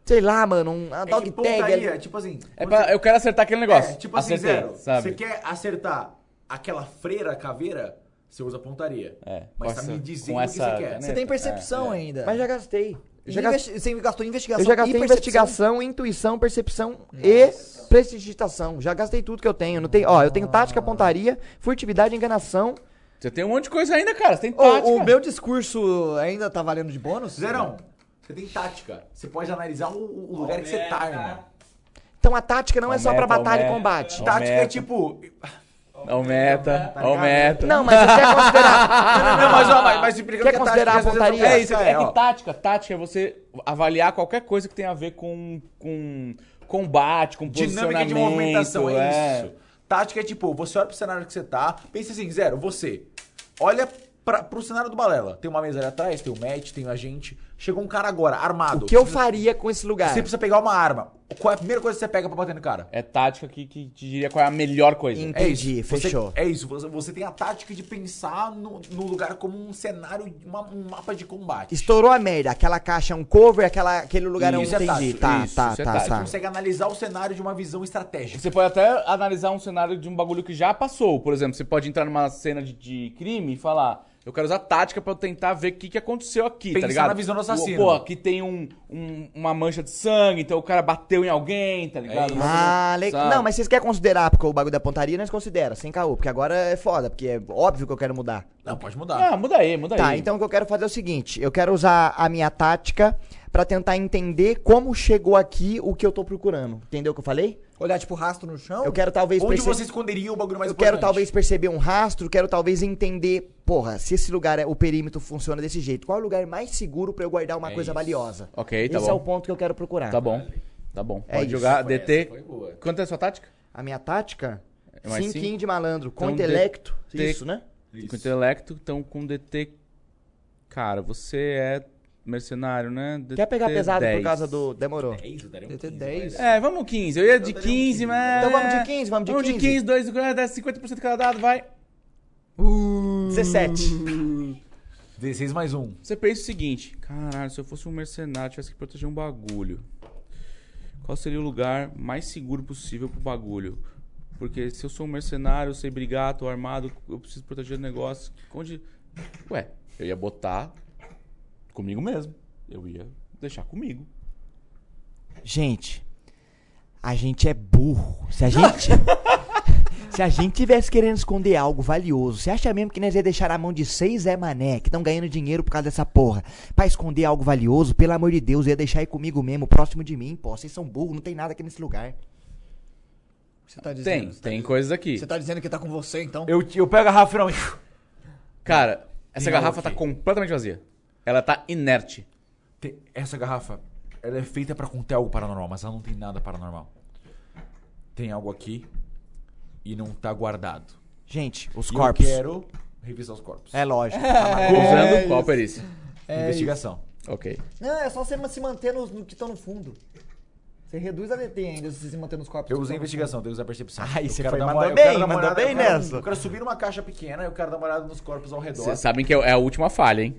Speaker 2: sei lá, mano, um- uma dog tag ali.
Speaker 3: É pontaria, tipo assim.
Speaker 8: É pra- eu quero acertar aquele negócio.
Speaker 3: É, tipo assim,
Speaker 8: Acertei,
Speaker 3: zero. Você
Speaker 8: sabe?
Speaker 3: quer acertar aquela freira caveira, você usa pontaria.
Speaker 8: É,
Speaker 3: Mas
Speaker 8: com
Speaker 3: tá
Speaker 8: essa-
Speaker 3: me
Speaker 8: com
Speaker 3: dizendo o que
Speaker 8: essa
Speaker 3: você quer.
Speaker 8: caneta. É.
Speaker 1: Você tem percepção ainda.
Speaker 2: É, Mas já gastei. Eu
Speaker 1: E
Speaker 2: já, gas-
Speaker 1: investi- Você gastou investigação
Speaker 2: eu já gastei
Speaker 1: e percepção.
Speaker 2: investigação, intuição, percepção e prestigitação. Já gastei tudo que eu tenho. Não tem, ó, eu tenho tática, pontaria, furtividade, enganação.
Speaker 8: Você tem um monte de coisa ainda, cara. Você tem
Speaker 1: Ô,
Speaker 8: tática.
Speaker 1: o meu discurso ainda tá valendo de bônus?
Speaker 3: Zerão, você tem tática. Você pode analisar o, o lugar que você tá, irmão.
Speaker 2: Então a tática não é só pra
Speaker 8: Aumenta,
Speaker 2: batalha e
Speaker 8: aumenta.
Speaker 2: combate.
Speaker 8: Aumenta.
Speaker 3: Tática é tipo. Tá
Speaker 8: Aumenta, aumenta.
Speaker 2: Não, mas você quer considerar.
Speaker 8: Ah,
Speaker 3: Não, não, mas, ó, mas, mas explicando
Speaker 2: Quer
Speaker 3: que a
Speaker 2: considerar
Speaker 3: tática, às
Speaker 2: a
Speaker 3: vezes, não-
Speaker 2: pontaria?
Speaker 8: É isso, é,
Speaker 3: ó.
Speaker 8: que tática, tática é você avaliar qualquer coisa que tem a ver com, com combate, com
Speaker 3: Dinâmica
Speaker 8: posicionamento.
Speaker 3: de movimentação, é
Speaker 8: é.
Speaker 3: isso. Tática é tipo, você olha pro cenário que você tá, pensa assim, zero, você. Olha pra, pro cenário do Balela. Tem uma mesa ali atrás, tem o Matt, tem a gente. Chegou um cara agora, armado.
Speaker 2: O que eu faria com esse lugar?
Speaker 3: Você precisa pegar uma arma. Qual é a primeira coisa que você pega pra bater no cara?
Speaker 8: É tática que, que te diria qual é a melhor coisa.
Speaker 2: Em-
Speaker 3: É
Speaker 2: Entendi,
Speaker 3: isso. Você-
Speaker 2: fechou.
Speaker 3: é isso, você, você tem a tática de pensar no, no lugar como um cenário, uma- um mapa de combate.
Speaker 2: Estourou a merda. Aquela caixa é um cover, aquela, aquele lugar
Speaker 3: Isso
Speaker 2: é
Speaker 3: é
Speaker 2: um. Entendi.
Speaker 3: tático,
Speaker 2: tá,
Speaker 8: isso,
Speaker 2: tá,
Speaker 8: isso é
Speaker 2: tá,
Speaker 8: tático.
Speaker 2: tá.
Speaker 3: Consegue analisar o cenário de uma visão estratégica.
Speaker 8: Você pode até analisar um cenário de um bagulho que já passou. Por exemplo, você pode entrar numa cena de, de crime e falar. Eu quero usar tática pra eu tentar ver o que, que aconteceu aqui, tá
Speaker 3: Pensar
Speaker 8: ligado?
Speaker 3: na visão do assassino.
Speaker 8: Pô, aqui tem um, um- uma mancha de sangue, então o cara bateu em alguém, tá ligado?
Speaker 2: Ah,
Speaker 8: Sabe?
Speaker 2: legal. Não, mas vocês querem considerar, porque o bagulho da pontaria nós considera, sem caô, porque agora é foda, porque é óbvio que eu quero mudar.
Speaker 3: Não, pode mudar.
Speaker 8: Ah, muda aí, muda
Speaker 2: Tá,
Speaker 8: aí.
Speaker 2: então o que eu quero fazer é o seguinte: eu quero usar a minha tática pra tentar entender como chegou aqui o que eu tô procurando. Entendeu o que eu falei?
Speaker 1: Olhar tipo rastro no chão?
Speaker 2: Eu quero talvez
Speaker 3: Onde
Speaker 2: perce-
Speaker 3: você esconderia o bagulho mais
Speaker 2: Eu quero
Speaker 3: importante?
Speaker 2: talvez perceber um rastro, quero talvez entender, porra, se esse lugar é o perímetro funciona desse jeito, qual é o lugar mais seguro pra eu guardar uma coisa valiosa?
Speaker 8: Ok, É tá
Speaker 2: Esse
Speaker 8: bom.
Speaker 2: é o ponto que eu quero procurar.
Speaker 8: Tá bom. Tá bom.
Speaker 2: É
Speaker 8: Pode
Speaker 2: isso.
Speaker 8: jogar
Speaker 20: Foi
Speaker 8: DT.
Speaker 20: essa, foi boa.
Speaker 8: Quanto é a sua tática?
Speaker 2: A minha tática?
Speaker 8: É mais
Speaker 2: Cinquinho
Speaker 8: cinco?
Speaker 2: de malandro, com
Speaker 8: Então,
Speaker 2: intelecto.
Speaker 8: de-
Speaker 2: Isso, né?
Speaker 8: Com intelecto, então com DT. Cara, você é mercenário, né?
Speaker 2: Quer pegar
Speaker 8: DT
Speaker 2: pesado
Speaker 8: 10.
Speaker 2: por causa do. Demorou.
Speaker 20: É isso, daria um
Speaker 1: Deve ter
Speaker 20: 15,
Speaker 1: 10.
Speaker 20: vai.
Speaker 8: É, vamos 15. Eu ia de 15, mas.
Speaker 2: Então vamos de 15, vamos de
Speaker 8: Vamos de
Speaker 2: 15.
Speaker 8: 15, 2, 50% cada dado, vai.
Speaker 2: 17.
Speaker 3: 16 mais um.
Speaker 8: Você pensa o seguinte: caralho, se eu fosse um mercenário, tivesse que proteger um bagulho. Qual seria o lugar mais seguro possível pro bagulho? Porque se eu sou um mercenário, eu sei brigar, tô armado, eu preciso proteger o negócio. Onde. Ué, eu ia botar comigo mesmo. Eu ia deixar comigo.
Speaker 2: Gente, a gente é burro. Se a [LAUGHS] gente. Se a gente tivesse querendo esconder algo valioso, você acha mesmo que nós ia deixar na mão de seis Zé Mané, que estão ganhando dinheiro por causa dessa porra, pra esconder algo valioso? Pelo amor de Deus, eu ia deixar aí comigo mesmo, próximo de mim, pô. Vocês são burros, não tem nada aqui nesse lugar.
Speaker 1: Você tá dizendo.
Speaker 8: Tem, tem coisas aqui.
Speaker 1: Você tá dizendo que tá com você, então?
Speaker 3: Eu, eu pego a garrafa e não-
Speaker 8: Cara, essa
Speaker 3: Tem
Speaker 8: garrafa
Speaker 3: algo
Speaker 8: tá
Speaker 3: aqui.
Speaker 8: completamente vazia. Ela tá inerte.
Speaker 20: Tem- Essa garrafa, ela é feita pra conter algo paranormal, mas ela não tem nada paranormal. Tem algo aqui e não tá guardado.
Speaker 2: Gente, os
Speaker 20: E
Speaker 2: corpos.
Speaker 20: Eu quero revistar os corpos.
Speaker 2: É lógico. [LAUGHS]
Speaker 8: Usando qual perícia?
Speaker 2: É
Speaker 20: Investigação.
Speaker 8: Ok.
Speaker 1: Não, é só você ma- se manter nos no que estão no fundo. Você reduz a DT ainda se você se manter nos corpos.
Speaker 20: Eu
Speaker 1: que
Speaker 20: usei
Speaker 1: tão no
Speaker 20: investigação, tenho que usar percepção.
Speaker 2: Ai,
Speaker 20: Eu
Speaker 2: você
Speaker 20: quero
Speaker 2: foi-
Speaker 20: dar uma-
Speaker 2: mandou
Speaker 20: eu quero
Speaker 2: bem,
Speaker 20: dar uma
Speaker 2: mandou
Speaker 20: olhada-
Speaker 2: bem
Speaker 20: eu quero-
Speaker 2: nessa.
Speaker 20: Eu quero subir numa caixa pequena, eu quero dar uma olhada nos corpos ao redor.
Speaker 8: Vocês sabem que é a última falha, hein?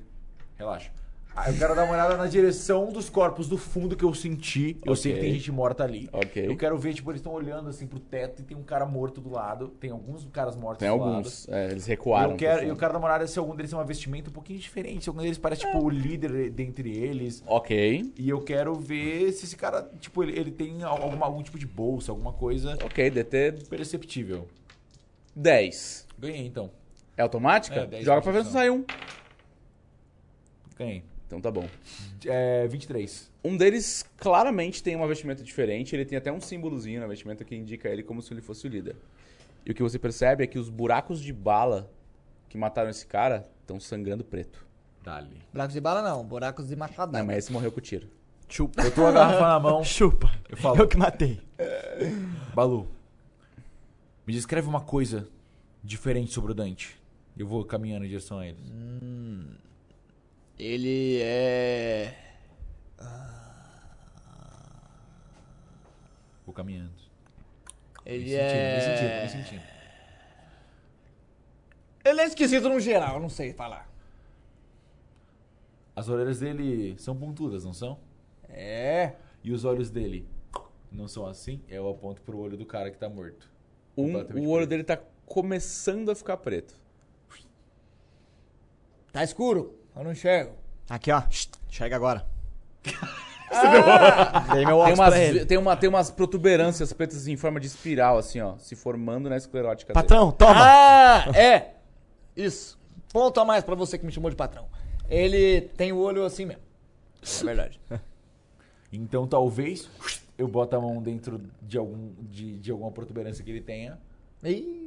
Speaker 20: Relaxa. Ah, eu quero dar uma olhada na direção dos corpos do fundo que eu senti. Eu sei que tem gente morta ali.
Speaker 8: Ok.
Speaker 20: Eu quero ver, tipo, eles estão olhando assim pro teto e tem um cara morto do lado. Tem alguns caras mortos
Speaker 8: Tem
Speaker 20: do
Speaker 8: alguns. É, eles
Speaker 20: lado.
Speaker 8: recuaram.
Speaker 20: Eu quero,
Speaker 8: pro
Speaker 20: eu
Speaker 8: fundo.
Speaker 20: quero dar uma olhada se algum deles tem uma vestimenta um pouquinho diferente. Se algum deles parece, tipo, o líder dentre eles.
Speaker 8: Ok.
Speaker 20: E eu quero ver se esse cara, tipo, ele, ele tem alguma, algum tipo de bolsa, alguma coisa
Speaker 8: Ok, DT
Speaker 20: perceptível.
Speaker 8: 10.
Speaker 20: Ganhei, então.
Speaker 8: É automática?
Speaker 20: É, 10
Speaker 8: Joga pra ver se
Speaker 20: automática.
Speaker 8: sai um.
Speaker 20: Ganhei.
Speaker 8: Então tá bom.
Speaker 20: É, 23.
Speaker 8: Um deles claramente tem uma vestimenta diferente, ele tem até um símbolozinho na vestimenta que indica ele como se ele fosse o líder. E o que você percebe é que os buracos de bala que mataram esse cara estão sangrando preto.
Speaker 20: Dali.
Speaker 1: fundo. Buracos de bala não, buracos de
Speaker 8: Não,
Speaker 1: machadada.
Speaker 8: mas esse morreu com o tiro.
Speaker 2: Chupa.
Speaker 3: Eu tô com a garrafa na mão.
Speaker 2: Chupa.
Speaker 3: Eu falo,
Speaker 2: Eu que matei.
Speaker 3: Balu, me descreve uma coisa diferente sobre o Dante. Eu vou caminhando em direção a eles.
Speaker 1: Ele é.
Speaker 3: Vou caminhando.
Speaker 1: Ele
Speaker 3: Me sentindo,
Speaker 1: é.
Speaker 3: me sentindo, me sentindo.
Speaker 1: Ele é esquisito no geral, eu não sei falar.
Speaker 3: As orelhas dele são pontudas, não são?
Speaker 1: É.
Speaker 3: E os olhos dele não são assim? Eu aponto pro olho do cara que tá morto.
Speaker 8: Um,
Speaker 3: Completamente
Speaker 8: o olho
Speaker 3: preto.
Speaker 8: dele tá começando a ficar preto.
Speaker 1: Tá escuro, eu não enxergo.
Speaker 2: Aqui, ó. Enxerga [LAUGHS] agora. Ah. Dei meu
Speaker 8: Tem
Speaker 2: óculos
Speaker 8: umas,
Speaker 2: pra ele.
Speaker 8: tem, uma, tem umas protuberâncias pretas em forma de espiral, assim, ó. Se formando na esclerótica dele.
Speaker 2: Patrão, toma.
Speaker 1: Ah, é. Isso. Ponto a mais pra você que me chamou de patrão. Ele tem o olho assim mesmo. É verdade.
Speaker 3: Então talvez eu boto a mão dentro de, algum, de, de alguma protuberância que ele tenha.
Speaker 1: Ih,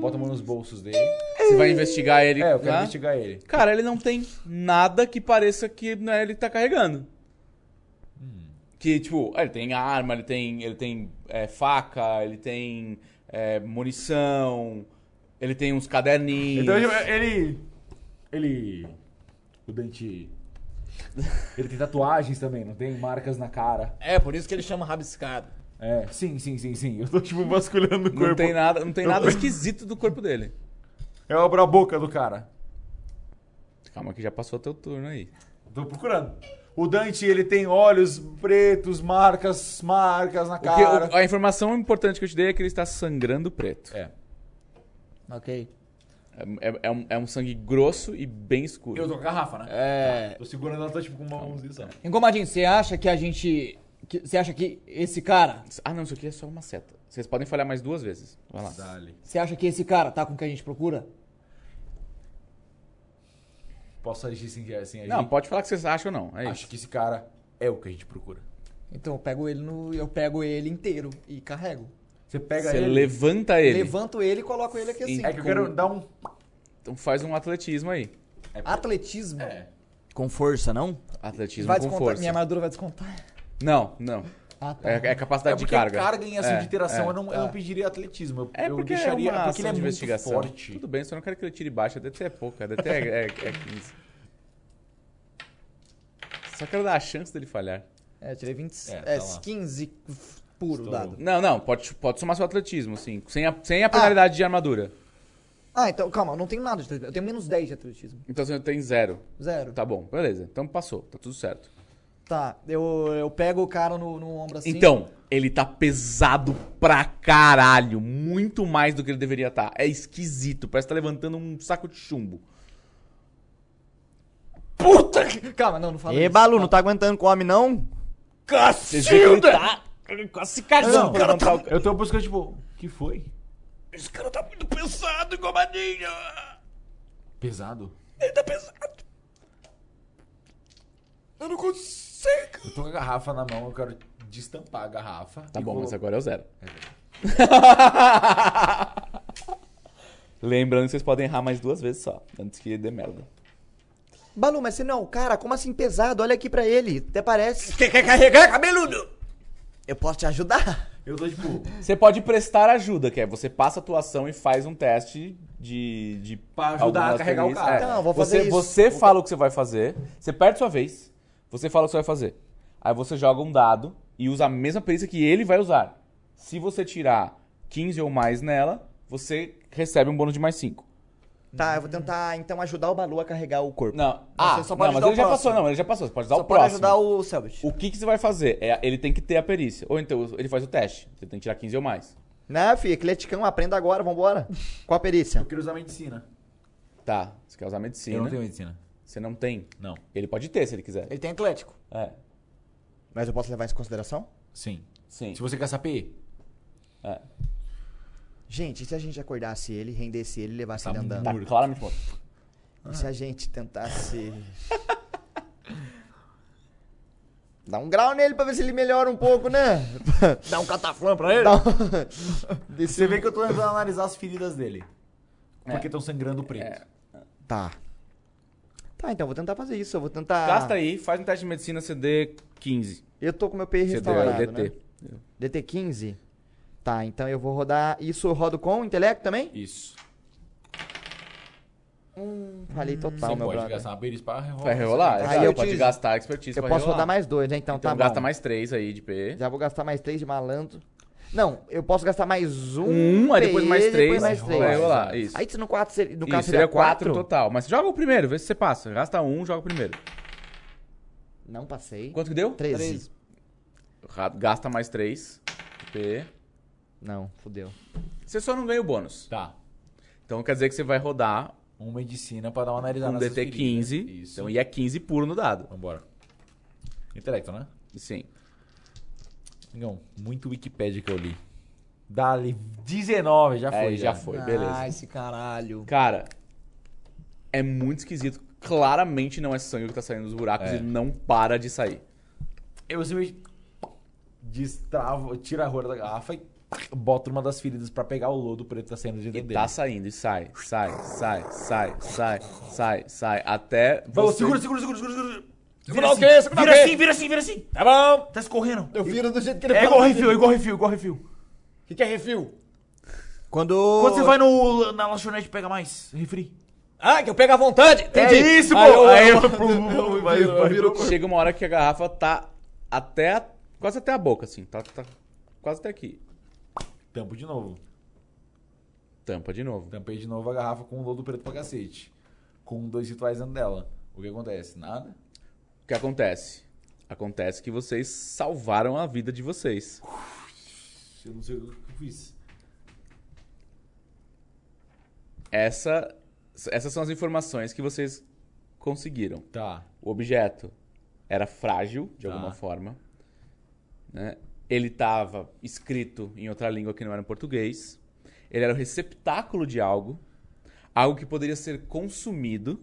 Speaker 3: Boto a mão nos bolsos dele.
Speaker 8: Você vai investigar ele.
Speaker 3: É, eu quero
Speaker 8: né?
Speaker 3: investigar ele.
Speaker 8: Cara, ele não tem nada que pareça que não é ele que tá carregando. Que, tipo, ele tem arma, ele tem, ele tem é, faca, ele tem é, munição, ele tem uns caderninhos.
Speaker 3: Então ele- ele. Ele. O Dante. Ele tem tatuagens também, não tem marcas na cara.
Speaker 1: É, por isso que ele chama rabiscado.
Speaker 3: É. Sim, sim, sim, sim. Eu tô tipo vasculhando o corpo.
Speaker 8: não tem nada, não tem nada esquisito do corpo dele.
Speaker 3: Eu abro a boca do cara.
Speaker 8: Calma que já passou teu turno aí.
Speaker 3: Tô procurando. O Dante, ele tem olhos pretos, marcas, marcas na
Speaker 8: O que-
Speaker 3: cara.
Speaker 8: o- a informação importante que eu te dei é que ele está sangrando preto.
Speaker 3: É.
Speaker 1: Ok.
Speaker 8: É, é- é um, é um sangue grosso e bem escuro.
Speaker 3: Eu tô com a garrafa, né?
Speaker 1: É.
Speaker 3: Tô segurando ela, tá tipo com uma mãozinha só.
Speaker 1: Engomadinho, você acha que a gente. que- Você acha que esse cara.
Speaker 8: Ah, não, isso aqui é só uma seta. Vocês podem falhar mais duas vezes. Vai lá.
Speaker 3: Dale.
Speaker 1: Você acha que esse cara tá com o que a gente procura?
Speaker 3: Posso agir sem, sem agir?
Speaker 8: Não, pode falar o que vocês acham ou não. É isso.
Speaker 3: Acho que esse cara é o que a gente procura.
Speaker 1: Então eu pego ele no. Eu pego ele inteiro e carrego.
Speaker 3: Você pega
Speaker 8: Você
Speaker 3: ele.
Speaker 8: levanta ele.
Speaker 1: Levanto ele e coloco ele aqui assim.
Speaker 3: É que eu quero dar um.
Speaker 8: Então faz um atletismo aí.
Speaker 1: Atletismo.
Speaker 2: Com força, não?
Speaker 8: Atletismo
Speaker 1: Vai
Speaker 8: É, com
Speaker 1: descontar.
Speaker 8: força.
Speaker 1: Minha armadura vai descontar.
Speaker 8: Não, não.
Speaker 1: Ah, tá.
Speaker 8: É, é
Speaker 3: É
Speaker 8: capacidade
Speaker 3: porque
Speaker 8: de carga.
Speaker 3: carga em ação
Speaker 8: É,
Speaker 3: de interação,
Speaker 8: é.
Speaker 3: eu, não, eu não pediria atletismo. Eu,
Speaker 8: É
Speaker 3: eu
Speaker 8: porque
Speaker 3: deixaria.
Speaker 8: é uma
Speaker 3: porque ele é
Speaker 8: ação
Speaker 3: muito
Speaker 8: de investigação.
Speaker 3: forte.
Speaker 8: Tudo bem, só não quero que ele tire baixo. A DT é pouca. A DT é, é, é 15. Só quero dar a chance dele falhar.
Speaker 1: É, tirei 20.
Speaker 3: É,
Speaker 1: É,
Speaker 3: tá lá.
Speaker 1: 15 f- puro dado.
Speaker 8: Não, não. Pode, pode somar seu atletismo, sim. Sem a,
Speaker 3: Ah.
Speaker 8: sem a penalidade de armadura.
Speaker 1: Ah, então, calma, eu não tenho nada de atletismo. Eu tenho menos 10 de atletismo.
Speaker 8: Então você tem zero.
Speaker 1: Zero. Tá,
Speaker 8: Tá bom, beleza. Então passou. Tá tudo certo.
Speaker 1: eu, eu pego o cara no, no ombro assim.
Speaker 8: Então, ele tá pesado pra caralho. Muito mais do que ele deveria estar. É esquisito. Parece que tá levantando um saco de chumbo.
Speaker 1: Puta que. Calma, não, não fala
Speaker 2: Ê,
Speaker 1: isso.
Speaker 2: Balu, não tá aguentando com o homem, não?
Speaker 8: Vocês veem que ele tá quase se cagando pra levantar o...
Speaker 3: Eu tô buscando, tipo, o que foi?
Speaker 21: Esse cara tá muito pesado, engomadinho.
Speaker 3: Pesado?
Speaker 21: Ele tá pesado. Eu não consigo.
Speaker 3: Eu tô com a garrafa na mão, eu quero destampar a garrafa.
Speaker 8: Tá
Speaker 3: e
Speaker 8: bom,
Speaker 3: vou-
Speaker 8: mas agora é o zero. [LAUGHS] Lembrando que vocês podem errar mais duas vezes só, antes que dê merda.
Speaker 2: Balu, mas você não é o cara? Como assim pesado? Olha aqui pra ele. Até parece.
Speaker 21: Quem quer carregar, cabeludo?
Speaker 2: Eu posso te ajudar?
Speaker 3: Eu tô, tipo,
Speaker 8: Você pode prestar ajuda, que é você passa a atuação e faz um teste de. de
Speaker 3: Pra ajudar
Speaker 8: algumas
Speaker 3: a carregar o
Speaker 8: perícias.
Speaker 3: cara.
Speaker 2: Não, vou fazer
Speaker 8: você,
Speaker 2: isso.
Speaker 8: Você fala o que você vai fazer, você perde sua vez, você fala o que você vai fazer. Aí você joga um dado e usa a mesma perícia que ele vai usar. Se você tirar 15 ou mais nela, você recebe um bônus de mais 5.
Speaker 2: Tá, eu vou tentar então ajudar o Balu a carregar o corpo.
Speaker 8: Não. Ah,
Speaker 2: Você só
Speaker 8: não,
Speaker 2: pode
Speaker 8: mas
Speaker 2: ajudar
Speaker 8: ele
Speaker 2: o
Speaker 8: já
Speaker 2: próximo.
Speaker 8: passou, não, ele já passou. Você pode usar
Speaker 2: Só
Speaker 8: o
Speaker 2: pode
Speaker 8: próximo.
Speaker 2: ajudar o Selbit.
Speaker 8: O que, que você vai fazer? É, ele tem que ter a perícia. Ou então ele faz o teste. Você tem que tirar 15 ou mais.
Speaker 2: Né, filho? Atleticão, aprenda agora, [LAUGHS] vambora. Qual a perícia?
Speaker 3: eu quero usar medicina.
Speaker 8: Tá. Você quer usar medicina.
Speaker 3: Eu não tenho medicina.
Speaker 8: Você não tem.
Speaker 3: Não.
Speaker 8: Ele pode ter, se ele quiser.
Speaker 1: Ele tem atlético.
Speaker 8: É.
Speaker 2: Mas eu posso levar isso em consideração?
Speaker 3: Sim.
Speaker 8: Sim.
Speaker 3: Se você quer saber,
Speaker 8: É.
Speaker 2: Gente, e se a gente acordasse ele, rendesse ele e levasse
Speaker 3: Tá
Speaker 2: ele andando?
Speaker 8: Tá claramente morto.
Speaker 2: E se a gente tentasse. [LAUGHS] Dá um grau nele pra ver se ele melhora um pouco, né?
Speaker 1: Dá um cataflã pra ele?
Speaker 2: Dá um-
Speaker 3: Você vê que eu tô tentando
Speaker 8: É,
Speaker 3: analisar as feridas dele. Porque estão sangrando preto.
Speaker 2: Tá. Tá, então eu vou tentar fazer isso. Eu vou tentar.
Speaker 8: Gasta aí, faz um teste de medicina CD15.
Speaker 2: Eu tô com meu PI
Speaker 8: CD,
Speaker 2: restaurado.
Speaker 8: DT.
Speaker 2: né? DT 15? Tá, então eu vou rodar. Isso eu rodo com intelecto também?
Speaker 22: Isso.
Speaker 2: Falei total,
Speaker 3: Você
Speaker 2: meu
Speaker 3: pode
Speaker 2: brother.
Speaker 3: gastar uma beris para
Speaker 8: Vai rolar?
Speaker 2: Aí
Speaker 8: exato,
Speaker 2: eu
Speaker 8: pode
Speaker 2: te-
Speaker 8: gastar a expertise
Speaker 2: Eu
Speaker 8: pra
Speaker 2: posso
Speaker 8: rerolar.
Speaker 2: rodar mais dois, né? Então,
Speaker 8: Então
Speaker 2: tá
Speaker 8: gasta
Speaker 2: bom.
Speaker 8: mais três aí de P.
Speaker 2: Já vou gastar mais três de malandro. Não, eu posso gastar mais um.
Speaker 8: Um, aí depois
Speaker 2: PE,
Speaker 8: mais três.
Speaker 2: Depois mais três.
Speaker 8: Vai rolar, isso.
Speaker 2: Aí se no quatro seria- no
Speaker 8: Isso,
Speaker 2: caso
Speaker 8: seria quatro
Speaker 2: quatro?
Speaker 8: total. Mas joga o primeiro, vê se você passa. Gasta um, joga o primeiro.
Speaker 2: Não passei.
Speaker 8: Quanto que deu?
Speaker 2: 13.
Speaker 8: Ra- Gasta mais três. de P.
Speaker 2: Não, fudeu.
Speaker 8: Você só não ganha o bônus.
Speaker 3: Tá.
Speaker 8: Então quer dizer que você vai rodar
Speaker 3: Uma medicina pra dar uma analisada
Speaker 8: um
Speaker 3: nessas feridas, né?
Speaker 8: DT15.
Speaker 3: Isso.
Speaker 8: Então, e é 15 puro no dado.
Speaker 3: Vambora. Intelecto, né?
Speaker 8: Sim.
Speaker 3: Não, muito Wikipédia que eu li. Dali 19, já foi.
Speaker 8: É, já foi, beleza.
Speaker 23: Ah, esse caralho.
Speaker 8: Cara, é muito esquisito. Claramente não é sangue que tá saindo dos buracos e não para de sair. Tá
Speaker 3: Eu simplesmente destravo, tiro a roda da garrafa e tac, boto numa das feridas pra pegar o lodo preto que tá saindo de
Speaker 8: E
Speaker 3: dentro
Speaker 8: tá
Speaker 3: dele.
Speaker 8: saindo, e sai, sai, sai, sai, sai, sai, sai. Até.
Speaker 3: Vamos,
Speaker 8: você-
Speaker 3: segura, segura, segura, segura, segura.
Speaker 24: Segura alguém, segura
Speaker 3: vira
Speaker 24: alguém.
Speaker 3: assim, vira assim, vira assim. Tá bom. Tá escorrendo.
Speaker 2: Eu viro do jeito que
Speaker 3: É igual refil, é igual refil, igual refil.
Speaker 24: O que, que é refil?
Speaker 23: Quando.
Speaker 3: Quando você vai no, na lanchonete pega mais refri.
Speaker 24: Ah, que eu pego à vontade.
Speaker 3: É isso, pô. Aí [LAUGHS] eu- vai- vai-
Speaker 8: Chega uma hora que a garrafa tá até. a- quase até a boca, assim. Tá, tá quase até aqui.
Speaker 3: Tampo de novo.
Speaker 8: Tampa de novo.
Speaker 3: Tampei de novo a garrafa com o lodo preto pra cacete. Com dois rituais dentro dela. O que acontece? Nada.
Speaker 8: O que acontece? Acontece que vocês salvaram a vida de vocês.
Speaker 3: Eu não sei o que eu fiz.
Speaker 8: Essa, essas são as informações que vocês conseguiram.
Speaker 3: Tá.
Speaker 8: O objeto era frágil, de
Speaker 3: Tá.
Speaker 8: alguma forma. né? Ele estava escrito em outra língua que não era em português. Ele era o receptáculo de algo. Algo que poderia ser consumido.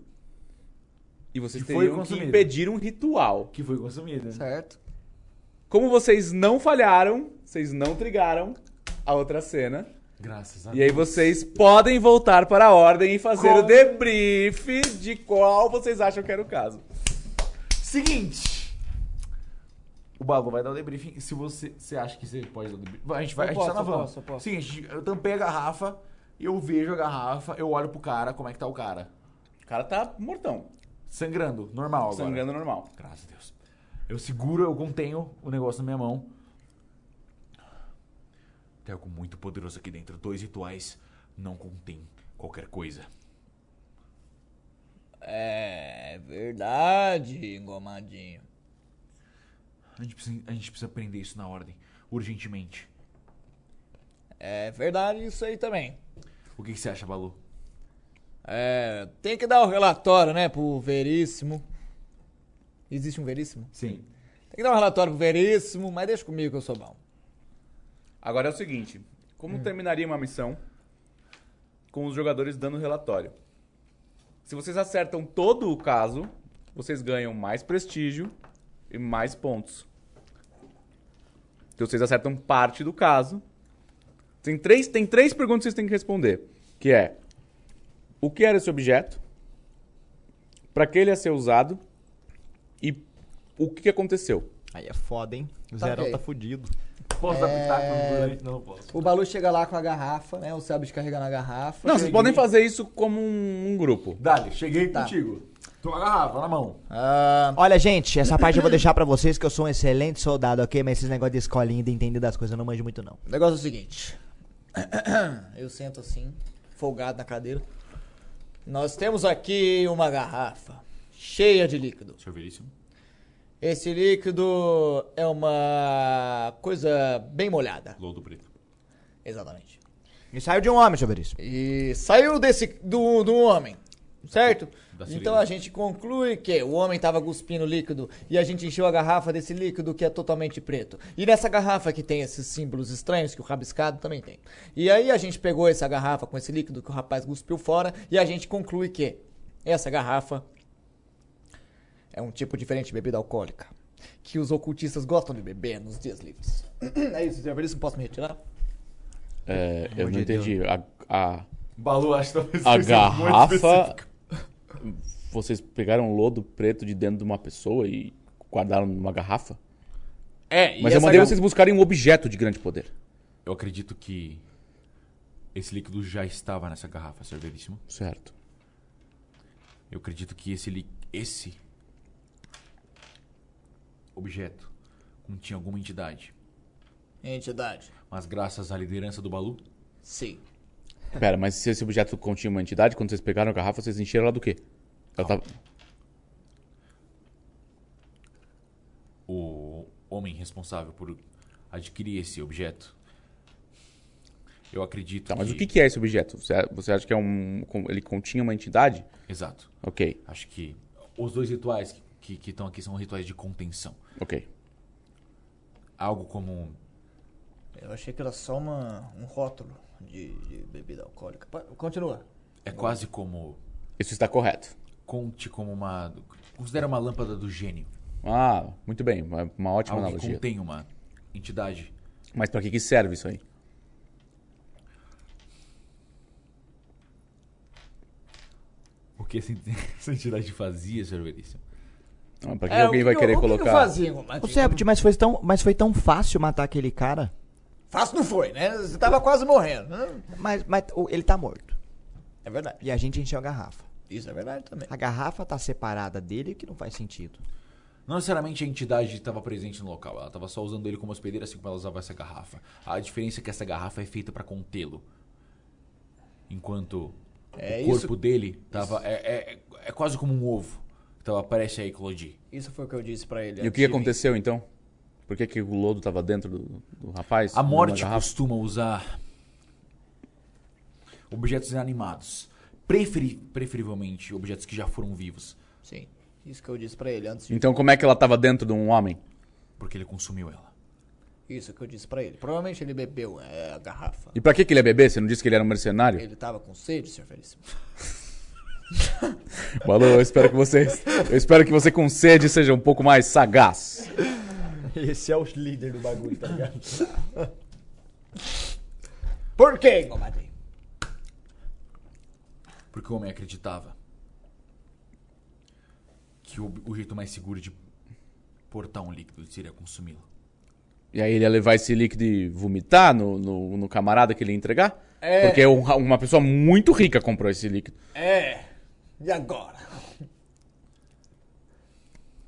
Speaker 8: E vocês
Speaker 3: E foi
Speaker 8: teriam que
Speaker 3: consumido.
Speaker 8: impedir um ritual.
Speaker 3: Que foi né? consumido.
Speaker 23: Certo.
Speaker 8: Como vocês não falharam, vocês não trigaram a outra cena.
Speaker 3: Graças a
Speaker 8: E aí vocês podem voltar para a ordem e fazer o debrief de qual vocês acham que era o caso.
Speaker 3: Seguinte. O Balu vai dar o debriefing. Se você, você acha que você pode dar o debriefing. A gente vai. a gente tá na van. Seguinte, eu tampei a garrafa, eu vejo a garrafa, eu olho pro cara, como é que tá o cara?
Speaker 8: O cara tá mortão,
Speaker 3: Sangrando, normal agora.
Speaker 8: sangrando normal.
Speaker 3: Graças a Deus. Eu seguro, eu contenho o negócio na minha mão. Tem algo muito poderoso aqui dentro. Dois rituais não contém qualquer coisa.
Speaker 1: É verdade, engomadinho.
Speaker 3: A gente precisa, a gente precisa prender isso na ordem, urgentemente.
Speaker 1: É verdade isso aí também.
Speaker 3: O que, que você acha, Balu?
Speaker 1: É, tem que dar o relatório, né, pro Veríssimo. Existe um Veríssimo?
Speaker 3: Sim.
Speaker 1: Tem que dar um relatório pro Veríssimo, mas deixa comigo que eu sou bom.
Speaker 8: Agora é o seguinte, como terminaria uma missão com os jogadores dando relatório? Se vocês acertam todo o caso, vocês ganham mais prestígio e mais pontos. Se vocês acertam parte do caso, tem três, tem três perguntas que vocês têm que responder, que é o que era esse objeto, para que ele ia ser usado e o que que aconteceu.
Speaker 2: Aí é foda, hein? O
Speaker 23: Tá
Speaker 2: Zerão
Speaker 23: ok.
Speaker 2: tá fudido.
Speaker 3: Posso dar pitaco no durante? Não, posso.
Speaker 23: O Balu chega lá com a garrafa, né? O Selbit carregando a garrafa.
Speaker 8: Não, vocês podem fazer isso como um um grupo.
Speaker 3: Dali, cheguei contigo. Tô a garrafa na mão.
Speaker 1: Ah,
Speaker 2: Olha, gente, essa parte eu vou deixar pra vocês que eu sou um excelente soldado, ok? Mas esses negócios de escolinha e de entender das coisas eu não manjo muito, não.
Speaker 1: O negócio é o seguinte. [CLEARS THROAT] Eu sento assim, folgado na cadeira. Nós temos aqui uma garrafa cheia de líquido.
Speaker 3: Senhor Veríssimo.
Speaker 1: Esse líquido é uma coisa bem molhada.
Speaker 3: Lodo preto.
Speaker 1: Exatamente.
Speaker 2: E saiu de um homem, sobre isso.
Speaker 1: E saiu desse do, do homem, certo?
Speaker 3: Da seringa.
Speaker 1: Então a gente conclui que o homem estava cuspindo líquido e a gente encheu a garrafa desse líquido que é totalmente preto. E nessa garrafa que tem esses símbolos estranhos que o rabiscado também tem. E aí a gente pegou essa garrafa com esse líquido que o rapaz cuspiu fora e a gente conclui que essa garrafa é um tipo diferente de bebida alcoólica que os ocultistas gostam de beber nos dias livres. [CLEARS THROAT] é isso, senhor Veríssimo, posso me retirar?
Speaker 8: É, eu não entendi. A, a,
Speaker 3: Balu, acho que talvez
Speaker 8: a
Speaker 3: seja muito específico.
Speaker 8: garrafa vocês pegaram lodo preto de dentro de uma pessoa e guardaram numa garrafa?
Speaker 3: É,
Speaker 8: Mas eu mandei vocês buscarem um objeto de grande poder.
Speaker 3: Eu acredito que esse líquido já estava nessa garrafa, senhor Veríssimo.
Speaker 8: Certo.
Speaker 3: Eu acredito que esse li- esse objeto continha alguma entidade.
Speaker 1: Entidade.
Speaker 3: Mas graças à liderança do Balu,
Speaker 1: Sim.
Speaker 8: Pera, mas se esse objeto continha uma entidade, quando vocês pegaram a garrafa, vocês encheram ela do quê? Ela tá, tava...
Speaker 3: o homem responsável por adquirir esse objeto, eu acredito
Speaker 8: Tá, mas
Speaker 3: que...
Speaker 8: o que que é esse objeto? Você você acha que é um... ele continha uma entidade?
Speaker 3: Exato.
Speaker 8: Ok,
Speaker 3: Acho que os dois rituais que- que que estão aqui são rituais de contenção.
Speaker 8: ok.
Speaker 3: Algo como
Speaker 1: Eu achei que era só uma, um rótulo de, de bebida alcoólica. Pa- Continua.
Speaker 3: é quase como
Speaker 8: Isso está correto.
Speaker 3: conte como uma considera uma lâmpada do gênio.
Speaker 8: Ah, muito bem. Uma uma ótima
Speaker 3: Algo que
Speaker 8: analogia.
Speaker 3: contém uma entidade
Speaker 8: Mas pra que que serve isso aí?
Speaker 3: O que essa [LAUGHS] ent- essa entidade fazia, Senhor Veríssimo?
Speaker 8: Não, pra que, que alguém vai querer
Speaker 1: É, Que eu
Speaker 8: colocar?
Speaker 1: fazia, mas...
Speaker 2: Ô, Sept, mas foi, tão, mas foi tão fácil matar aquele cara.
Speaker 1: Fácil não foi, né? Você tava quase morrendo. né?
Speaker 2: Mas, mas o- ele tá morto.
Speaker 1: É verdade.
Speaker 2: E a gente encheu a garrafa.
Speaker 1: Isso é verdade também.
Speaker 2: A garrafa tá separada dele, que não faz sentido.
Speaker 3: Não necessariamente a entidade estava presente no local, ela estava só usando ele como hospedeira, assim como ela usava essa garrafa. A diferença é que essa garrafa é feita para contê-lo. Enquanto
Speaker 1: É
Speaker 3: o corpo dele tava, é, é- é- é quase como um ovo que tava prestes a eclodir.
Speaker 1: Isso foi o que eu disse pra ele.
Speaker 8: E o que aconteceu então? Por que, que o lodo tava dentro do, do rapaz?
Speaker 3: A
Speaker 8: numa
Speaker 3: morte
Speaker 8: garrafa?
Speaker 3: costuma usar objetos inanimados, preferi- preferivelmente objetos que já foram vivos,
Speaker 1: Sim. Isso que eu disse pra ele antes de...
Speaker 8: Então como é que ela tava dentro de um homem?
Speaker 3: porque ele consumiu ela.
Speaker 1: Isso que eu disse pra ele. Provavelmente ele bebeu é, a garrafa.
Speaker 8: E pra que, que ele é bebê? Você não disse que ele era um mercenário?
Speaker 1: Ele tava com sede, senhor Felício.
Speaker 8: Balu, eu espero que você. Eu espero que você com sede seja um pouco mais sagaz.
Speaker 2: Esse é o líder do bagulho, tá ligado?
Speaker 1: Por quê, Engobadinho?
Speaker 3: Porque o homem acreditava que o, o jeito mais seguro de portar um líquido seria consumi-lo.
Speaker 8: E aí ele ia levar esse líquido e vomitar no, no, no camarada que ele ia entregar?
Speaker 1: É.
Speaker 8: Porque um ra- uma pessoa muito rica comprou esse líquido.
Speaker 1: É. E agora?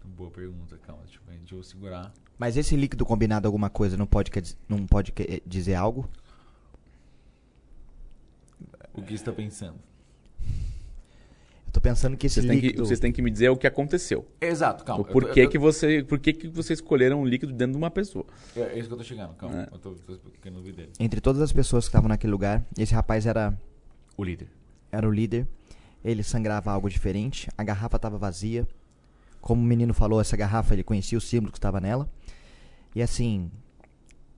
Speaker 3: Boa pergunta, calma, deixa eu, deixa eu segurar.
Speaker 2: Mas esse líquido combinado a alguma coisa não pode, quer diz- não pode quer eh, dizer algo?
Speaker 3: O que está pensando?
Speaker 2: Eu tô pensando que esse
Speaker 8: Vocês têm que,
Speaker 2: líquido...
Speaker 8: vocês têm que me dizer o que aconteceu.
Speaker 3: É, Exato, calma.
Speaker 8: O porquê
Speaker 3: eu, tô-
Speaker 8: que você. Por que, que vocês escolheram um líquido dentro de uma pessoa?
Speaker 3: eu- É isso que eu tô chegando, calma. Eu tô, tô explicando o vídeo dele.
Speaker 2: Entre todas as pessoas que estavam naquele lugar, esse rapaz era,
Speaker 3: O líder.
Speaker 2: era o líder. Ele sangrava algo diferente. A garrafa tava vazia. Como o menino falou, essa garrafa ele conhecia o símbolo que estava nela. E assim,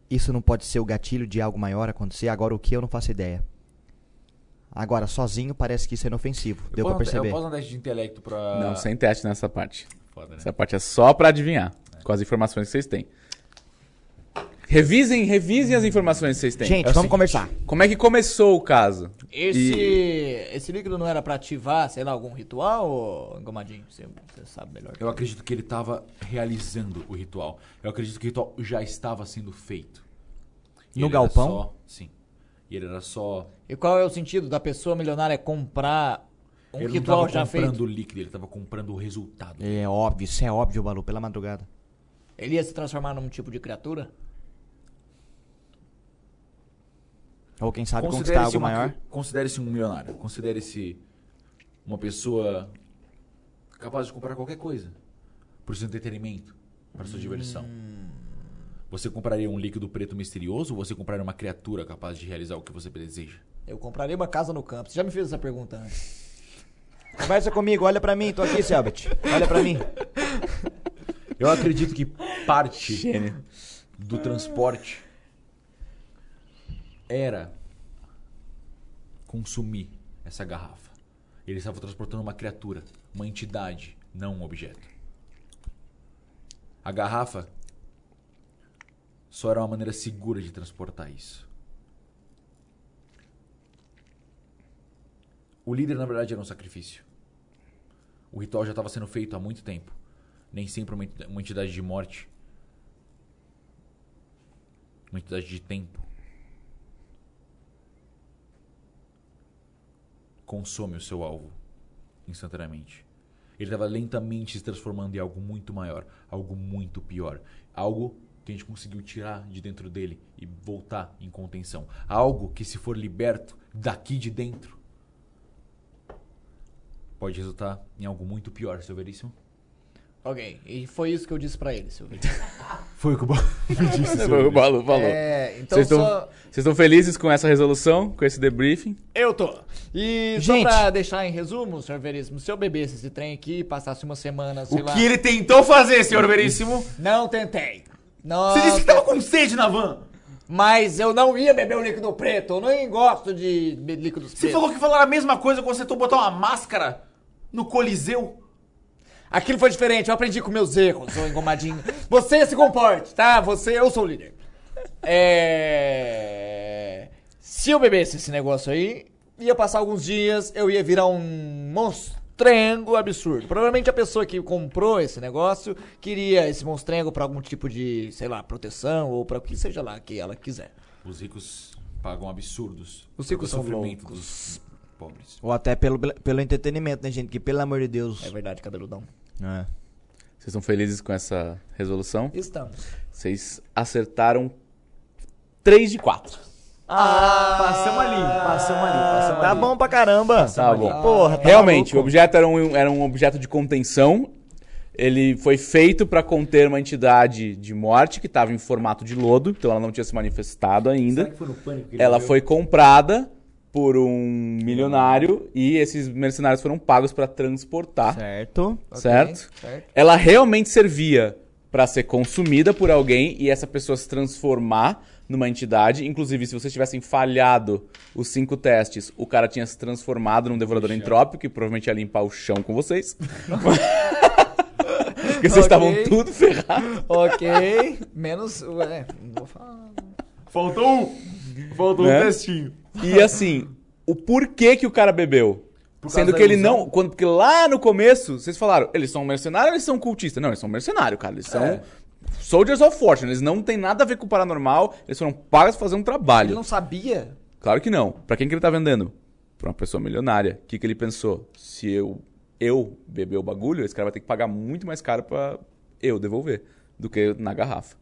Speaker 2: isso não pode ser o gatilho de algo maior acontecer. Agora o que eu não faço ideia. Agora, sozinho parece que isso é inofensivo. Deu pra
Speaker 3: eu posso,
Speaker 2: perceber.
Speaker 3: Eu posso dar um teste de intelecto pra.
Speaker 8: Não, sem teste nessa parte.
Speaker 3: Foda, né? É.
Speaker 8: Essa parte é só pra adivinhar, com as informações que vocês têm. Revisem, revisem as informações que vocês têm. É
Speaker 2: Gente, vamos conversar.
Speaker 8: Como é que começou o caso?
Speaker 1: Esse,
Speaker 3: [LAUGHS]
Speaker 8: [LAUGHS] E-
Speaker 1: esse líquido não era pra ativar, sei lá, algum ritual, ô, Engomadinho? Você, você sabe melhor.
Speaker 3: Eu acredito que ele estava realizando o ritual. Eu acredito que o ritual já estava sendo feito. E
Speaker 2: No
Speaker 3: ele era
Speaker 2: galpão?
Speaker 3: só- sim. E ele era só.
Speaker 1: E qual é o sentido da pessoa milionária comprar um
Speaker 3: ele não
Speaker 1: ritual
Speaker 3: tava
Speaker 1: já
Speaker 3: comprando
Speaker 1: feito?
Speaker 3: o líquido, ele estava comprando o resultado.
Speaker 2: É óbvio, isso é óbvio, Balu, pela madrugada.
Speaker 1: Ele ia se transformar num tipo de criatura?
Speaker 2: Ou quem sabe conquistar
Speaker 3: Considere-se
Speaker 2: algo
Speaker 3: uma-
Speaker 2: maior.
Speaker 3: Considere-se um milionário. Considere-se uma pessoa capaz de comprar qualquer coisa. Para o seu entretenimento, para sua diversão.
Speaker 2: Hum.
Speaker 3: Você compraria um líquido preto misterioso ou você compraria uma criatura capaz de realizar o que você deseja?
Speaker 1: Eu compraria uma casa no campo. Você já me fez essa pergunta antes.
Speaker 2: Conversa comigo, olha pra mim, tô aqui, Selbit. Olha pra mim.
Speaker 3: Eu acredito que parte do transporte era consumir essa garrafa. Ele estava transportando uma criatura, uma entidade, não um objeto. A garrafa só era uma maneira segura de transportar isso. O líder, na verdade, era um sacrifício.
Speaker 25: O ritual já estava sendo feito há muito tempo. Nem sempre uma enti- uma entidade de morte. Uma entidade de tempo. Consome o seu alvo instantaneamente. Ele estava lentamente se transformando em algo muito maior, algo muito pior, algo que a gente conseguiu tirar de dentro dele e voltar em contenção, algo que se for liberto daqui de dentro pode resultar em algo muito pior, seu veríssimo.
Speaker 1: Ok, e foi isso que eu disse pra ele, Silvio.
Speaker 25: Foi o que o Balu me disse. seu
Speaker 8: O Balu falou.
Speaker 1: É, então
Speaker 8: Vocês
Speaker 1: só...
Speaker 8: estão felizes com essa resolução, com esse debriefing?
Speaker 1: Eu tô. E
Speaker 26: Gente.
Speaker 1: só pra deixar em resumo, senhor Veríssimo, se eu bebesse esse trem aqui e passasse uma semana, sei
Speaker 3: O
Speaker 1: lá...
Speaker 3: que ele tentou fazer, senhor Veríssimo?
Speaker 1: Não tentei. Não...
Speaker 3: Você disse que tava com sede na van.
Speaker 1: Mas eu não ia beber o líquido preto, eu nem gosto de be- líquidos
Speaker 3: Você
Speaker 1: pretos.
Speaker 3: falou que falaram a mesma coisa quando você tentou botar uma máscara no Coliseu.
Speaker 1: Aquilo foi diferente, eu aprendi com meus erros, ô engomadinho. Você se comporte, tá? Você, eu sou o líder. É... Se eu bebesse esse negócio aí, ia passar alguns dias, eu ia virar um monstrengo absurdo. Provavelmente a pessoa que comprou esse negócio queria esse monstrengo pra algum tipo de, sei lá, proteção ou pra o que seja lá que ela quiser.
Speaker 25: Os ricos pagam absurdos.
Speaker 1: Os ricos
Speaker 25: pelo
Speaker 1: são
Speaker 25: sofrimento
Speaker 1: loucos.
Speaker 25: dos pobres.
Speaker 2: Ou até pelo, pelo entretenimento, né, gente? Que pelo amor de Deus.
Speaker 1: É verdade, cabeludão.
Speaker 2: É.
Speaker 8: Vocês estão felizes com essa resolução?
Speaker 1: Estamos.
Speaker 8: Vocês acertaram 3 de 4.
Speaker 3: Passamos ali, passamos ali, passamos
Speaker 2: Tá
Speaker 3: ali.
Speaker 2: bom pra caramba.
Speaker 8: Tá bom.
Speaker 2: Porra, tá
Speaker 8: Realmente, o
Speaker 2: maluco.
Speaker 8: objeto era um, era um objeto de contenção. Ele foi feito para conter uma entidade de morte que estava em formato de lodo, então ela não tinha se manifestado ainda.
Speaker 3: Foi no pânico que ele
Speaker 8: Ela
Speaker 3: morreu?
Speaker 8: foi comprada por um milionário e esses mercenários foram pagos para transportar, certo?
Speaker 2: Certo.
Speaker 1: certo.
Speaker 8: Ela realmente servia para ser consumida por alguém e essa pessoa se transformar numa entidade. Inclusive, se vocês tivessem falhado os cinco testes, o cara tinha se transformado num devorador entrópico que provavelmente ia limpar o chão com vocês. Porque vocês estavam tudo ferrados.
Speaker 1: Ok, menos... É, não vou falar.
Speaker 3: Faltou um. Faltou
Speaker 8: Né?
Speaker 3: um testinho.
Speaker 8: E assim, o porquê que o cara bebeu?
Speaker 3: Por causa
Speaker 8: Sendo
Speaker 3: da
Speaker 8: que ele
Speaker 3: ilusão.
Speaker 8: não. Quando, porque lá no começo, vocês falaram, eles são mercenários ou eles são cultistas? Não, eles são mercenários, cara. Eles são
Speaker 3: É.
Speaker 8: soldiers of fortune. Eles não têm nada a ver com o paranormal. Eles foram pagos pra fazer um trabalho.
Speaker 1: Ele não sabia?
Speaker 8: Claro que não. Pra quem que ele tá vendendo? Pra uma pessoa milionária. O que, que ele pensou? Se eu, eu beber o bagulho, esse cara vai ter que pagar muito mais caro pra eu devolver do que na garrafa.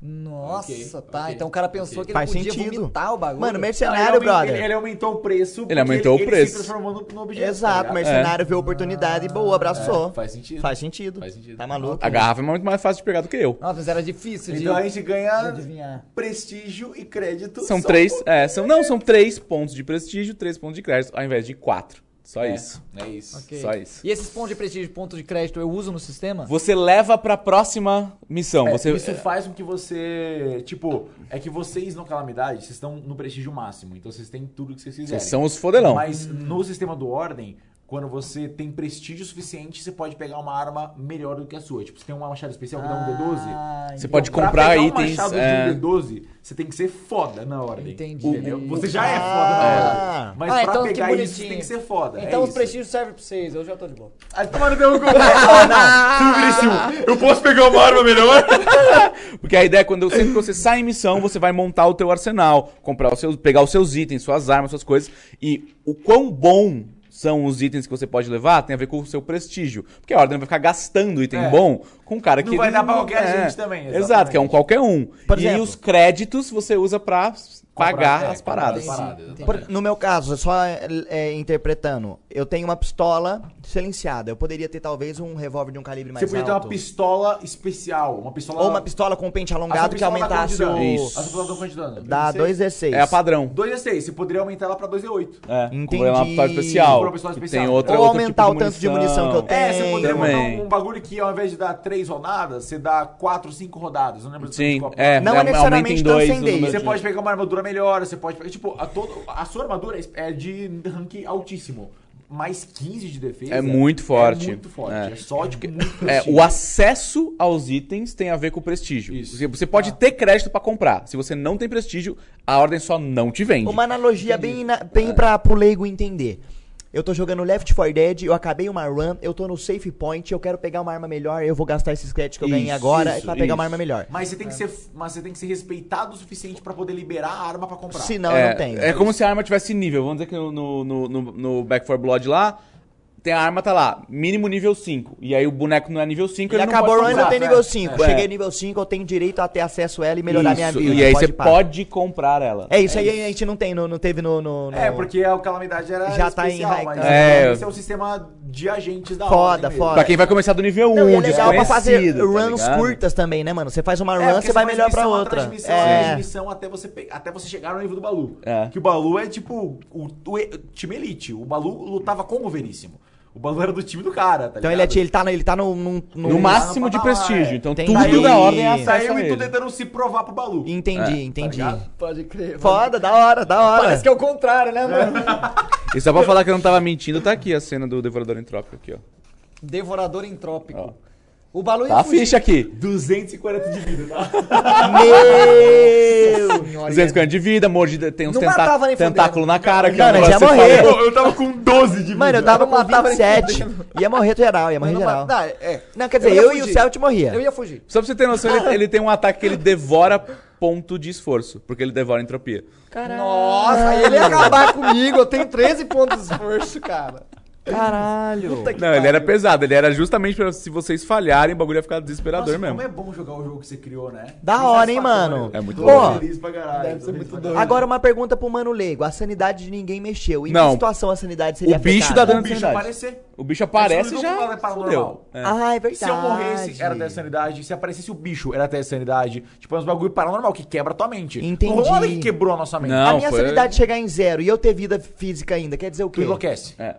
Speaker 1: Nossa,
Speaker 3: Ok,
Speaker 1: tá.
Speaker 3: ok,
Speaker 1: Então o cara pensou que ele
Speaker 2: Faz
Speaker 1: podia
Speaker 2: sentido.
Speaker 1: vomitar o bagulho.
Speaker 2: Mano,
Speaker 3: ele,
Speaker 2: mercenário,
Speaker 3: aumen-
Speaker 2: Então, brother.
Speaker 3: ele- é um ele aumentou o preço. porque
Speaker 8: aumentou
Speaker 3: ele-
Speaker 8: o preço.
Speaker 3: Ele se transformou no, no objeto.
Speaker 2: Exato,
Speaker 3: tá ligado?
Speaker 2: mercenário vê oportunidade e boa, abraçou.
Speaker 25: É,
Speaker 3: É,
Speaker 25: Faz sentido.
Speaker 2: Faz sentido.
Speaker 25: Faz sentido.
Speaker 2: Tá maluco?
Speaker 8: A garrafa é muito mais fácil de pegar do que eu.
Speaker 1: Nossa, mas era difícil de,
Speaker 3: Então a gente ganha
Speaker 1: adivinhar.
Speaker 3: prestígio e crédito.
Speaker 8: São
Speaker 3: só
Speaker 8: três. É, são, não, são três pontos de prestígio, três pontos de crédito, ao invés de quatro. Só isso.
Speaker 25: É isso.
Speaker 1: Ok.
Speaker 8: Só isso.
Speaker 1: E esses pontos de prestígio, pontos de crédito, eu uso no sistema?
Speaker 8: Você leva pra próxima missão.
Speaker 3: É,
Speaker 8: você,
Speaker 3: Isso faz com que você. Tipo, é que vocês no Calamidade, vocês estão no prestígio máximo. Então vocês têm tudo que vocês quiserem.
Speaker 8: vocês são os fodelão.
Speaker 3: Mas no sistema do Ordem, quando você tem prestígio suficiente, você pode pegar uma arma melhor do que a sua. Tipo, você tem uma machado especial que dá um D12.
Speaker 1: Ah,
Speaker 8: Você pode
Speaker 3: Pra
Speaker 8: comprar
Speaker 3: pegar um
Speaker 8: itens.
Speaker 3: machado
Speaker 8: é,
Speaker 3: de um D12, você tem que ser foda na Ordem.
Speaker 1: entendi.
Speaker 3: Entendeu? Você já é foda na
Speaker 2: Ah.
Speaker 3: Ordem. Mas
Speaker 1: Ah,
Speaker 3: pra
Speaker 1: então que
Speaker 3: pegar isso, você
Speaker 1: bonitinho.
Speaker 3: tem que ser foda.
Speaker 1: Então
Speaker 3: é
Speaker 1: os
Speaker 3: isso.
Speaker 1: prestígios servem pra vocês, eu já tô de boa.
Speaker 3: Ah, tomar no
Speaker 8: [LAUGHS]
Speaker 3: teu cu. Ah, não. Eu posso pegar uma arma melhor?
Speaker 8: Porque a ideia é quando sempre que você sai em missão, você vai montar o teu arsenal, comprar os seus, pegar os seus itens, suas armas, suas coisas. E o quão bom são os itens que você pode levar tem a ver com o seu prestígio. Porque a ordem vai ficar gastando item
Speaker 3: É.
Speaker 8: bom com um cara
Speaker 3: Não
Speaker 8: que.
Speaker 3: vai dar pra qualquer gente também,
Speaker 8: Exato, que é um qualquer um. e
Speaker 2: exemplo.
Speaker 8: os créditos você usa pra pagar
Speaker 3: é,
Speaker 8: as
Speaker 3: comprar
Speaker 8: paradas.
Speaker 3: as paradas.
Speaker 2: Por- no meu caso, só é, interpretando, eu tenho uma pistola silenciada. Eu poderia ter talvez um revólver de um calibre mais
Speaker 3: Você podia ter Tipo, uma
Speaker 2: alto.
Speaker 3: pistola especial, uma pistola...
Speaker 2: Ou uma pistola com um pente
Speaker 3: A sua
Speaker 2: alongado que
Speaker 3: Assim, pistola um dá quanto de
Speaker 2: aumentasse
Speaker 3: dano?
Speaker 2: o.
Speaker 3: A sua pistola dá quanto de dano?
Speaker 2: Dá 2D6.
Speaker 8: É a padrão.
Speaker 3: 2 e 6, você poderia aumentar ela pra 2 e oito.
Speaker 8: É,
Speaker 2: Entendi.
Speaker 8: Comprar uma pistola especial.
Speaker 3: Comprar uma pistola
Speaker 8: que
Speaker 3: especial.
Speaker 8: Tem outra,
Speaker 2: Ou
Speaker 8: outro
Speaker 2: aumentar
Speaker 8: tipo
Speaker 2: o tanto de munição que eu tenho.
Speaker 3: É, você poderia
Speaker 8: também.
Speaker 3: montar um, um bagulho que ao invés de dar 3 rodadas, você dá 4, 5 rodadas. Não tipo lembro
Speaker 8: Sim,
Speaker 3: qual
Speaker 8: é,
Speaker 2: Não é
Speaker 8: é, aumenta
Speaker 2: necessariamente
Speaker 8: em dois. o
Speaker 2: transcendente.
Speaker 8: número
Speaker 3: Você
Speaker 8: de-
Speaker 3: pode pegar uma armadura melhor, você pode pegar... Tipo, a, todo, a sua armadura é de rank altíssimo. Mais 15 de defesa.
Speaker 8: É muito forte.
Speaker 3: É muito forte.
Speaker 8: É.
Speaker 3: É, só, tipo, muito
Speaker 8: É,
Speaker 3: prestígio.
Speaker 8: o acesso aos itens tem a ver com o prestígio.
Speaker 3: Isso. Tá.
Speaker 8: Você- Você pode ter crédito pra comprar. Se você não tem prestígio, a ordem só não te vende. É.
Speaker 2: Uma analogia bem, na, bem pra, pro leigo entender. Eu tô jogando Left 4 Dead, eu acabei uma run, eu tô no safe point, eu quero pegar uma arma melhor, eu vou gastar esses créditos que eu ganhei
Speaker 3: Isso,
Speaker 2: agora
Speaker 3: isso,
Speaker 2: pra pegar uma
Speaker 3: isso.
Speaker 2: arma melhor.
Speaker 3: Mas você tem que ser, mas você tem que ser respeitado o suficiente pra poder liberar a arma pra comprar.
Speaker 2: Se não, eu
Speaker 8: é,
Speaker 2: não tenho.
Speaker 8: é como se a arma tivesse nível. Vamos dizer que no, no, no, no- no Back 4 Blood lá, tem a arma tá lá, mínimo nível 5. E aí o boneco não é nível 5,
Speaker 2: E
Speaker 8: ele
Speaker 2: acabou a
Speaker 8: não
Speaker 2: run,
Speaker 8: pode
Speaker 2: ainda
Speaker 8: comprar.
Speaker 2: tem nível 5.
Speaker 8: É.
Speaker 2: Cheguei nível 5, eu tenho direito a ter acesso a ela e melhorar minha
Speaker 8: Isso,
Speaker 2: vida.
Speaker 8: E aí você
Speaker 2: pá.
Speaker 8: pode comprar ela.
Speaker 2: É isso aí, a gente não tem, não, não teve no, no- no-
Speaker 3: É, porque a calamidade era
Speaker 2: Já tá em
Speaker 3: especial,
Speaker 2: high
Speaker 3: mas
Speaker 2: class.
Speaker 8: É.
Speaker 3: esse é o sistema de agentes da
Speaker 2: Foda,
Speaker 3: ordem mesmo.
Speaker 2: foda.
Speaker 8: Pra quem vai começar do nível 1,
Speaker 2: Não, e é legal pra
Speaker 8: desconhecido.
Speaker 2: fazer
Speaker 8: tá
Speaker 2: runs
Speaker 8: ligado?
Speaker 2: curtas também, né, mano? Você faz uma
Speaker 3: É,
Speaker 2: run,
Speaker 3: porque
Speaker 2: você vai
Speaker 3: faz
Speaker 2: melhor pra
Speaker 3: missão
Speaker 2: outra.
Speaker 3: atrás de missão atrás de
Speaker 2: É.
Speaker 3: missão até você, pe- até você chegar no nível do Balu.
Speaker 8: É.
Speaker 3: Que o Balu é tipo o, o e- time elite. O Balu lutava com o Veríssimo. O Balu era do time do cara, tá
Speaker 2: Então ele,
Speaker 3: ligado?
Speaker 2: é- ele tá, no- ele tá no, num- num-
Speaker 8: No máximo de
Speaker 3: patamar,
Speaker 8: prestígio. Então
Speaker 2: Ah, Tem
Speaker 8: tudo
Speaker 2: daí-
Speaker 8: da ordem é acesso
Speaker 3: Saiu
Speaker 8: a
Speaker 3: e tu
Speaker 8: ele.
Speaker 3: tentando se provar pro Balu.
Speaker 2: Entendi, entendi.
Speaker 3: ligado?
Speaker 7: Pode crer.
Speaker 2: Foda, da hora, da hora.
Speaker 7: Parece que é o contrário, né, mano?
Speaker 8: E só pra falar que eu não tava mentindo, tá aqui a cena do Devorador Entrópico aqui, ó.
Speaker 7: Devorador entrópico.
Speaker 8: Ó.
Speaker 7: O Balu ia
Speaker 1: é
Speaker 8: Tá a
Speaker 7: fugir.
Speaker 8: ficha aqui.
Speaker 3: 240
Speaker 2: [LAUGHS]
Speaker 3: de vida, tá?
Speaker 2: Meu!
Speaker 1: é-
Speaker 8: 250 de vida, mordida, tem uns
Speaker 7: Não
Speaker 8: tentá-
Speaker 7: matava nem fudendo.
Speaker 8: tentáculo na cara. Que
Speaker 2: Não,
Speaker 8: é um
Speaker 2: mas
Speaker 8: negócio
Speaker 2: ia
Speaker 8: que você
Speaker 2: morrer.
Speaker 8: fala,
Speaker 3: Eu, eu tava com 12 de vida.
Speaker 2: Mano, eu tava com
Speaker 7: matava nem
Speaker 2: 27. Ia morrer geral, ia morrer
Speaker 7: Eu não
Speaker 2: geral.
Speaker 7: ma-
Speaker 1: Ah,
Speaker 7: Não, é.
Speaker 2: Não, quer dizer,
Speaker 7: ia
Speaker 2: eu, e o
Speaker 7: fugir.
Speaker 2: Celt morria.
Speaker 7: Eu ia fugir.
Speaker 8: Só pra você ter noção, ele, ele tem um ataque que ele devora ponto de esforço, porque ele devora entropia.
Speaker 7: Nossa, aí ele ia acabar comigo. Eu tenho 13 pontos de esforço, cara.
Speaker 2: Caralho.
Speaker 8: Não, ele era pesado, ele era justamente pra se vocês falharem, o bagulho ia ficar desesperador
Speaker 3: Nossa,
Speaker 8: mesmo.
Speaker 3: Como é bom jogar o jogo que você criou, né?
Speaker 2: Da
Speaker 3: Que
Speaker 2: hora, hein,
Speaker 3: satisfatório.
Speaker 2: mano?
Speaker 8: É muito
Speaker 3: Tô
Speaker 2: bom.
Speaker 3: feliz pra caralho.
Speaker 7: Deve ser
Speaker 3: tô feliz
Speaker 7: muito
Speaker 3: pra
Speaker 7: doido.
Speaker 3: caralho.
Speaker 2: Agora uma pergunta pro mano leigo. A sanidade de ninguém mexeu. Em
Speaker 8: Não.
Speaker 2: que situação a sanidade seria
Speaker 8: O bicho é dá
Speaker 2: afetada?
Speaker 8: dano
Speaker 3: O bicho
Speaker 8: Verdade.
Speaker 3: aparecer.
Speaker 8: O bicho aparece
Speaker 3: Isso
Speaker 8: e
Speaker 3: não
Speaker 8: já
Speaker 3: é paranormal.
Speaker 8: fudeu. É.
Speaker 2: Ah, é verdade.
Speaker 3: Se eu morresse, era até sanidade. Se aparecesse o bicho, era até sanidade. Tipo, é uns bagulho paranormal que quebra tua mente.
Speaker 2: Entendi.
Speaker 3: Não olha que quebrou a nossa mente.
Speaker 8: Não.
Speaker 2: a minha
Speaker 8: foi-
Speaker 2: sanidade chegar em zero e eu ter vida física ainda, quer dizer o
Speaker 3: Tu
Speaker 2: quê?
Speaker 3: enlouquece.
Speaker 8: É.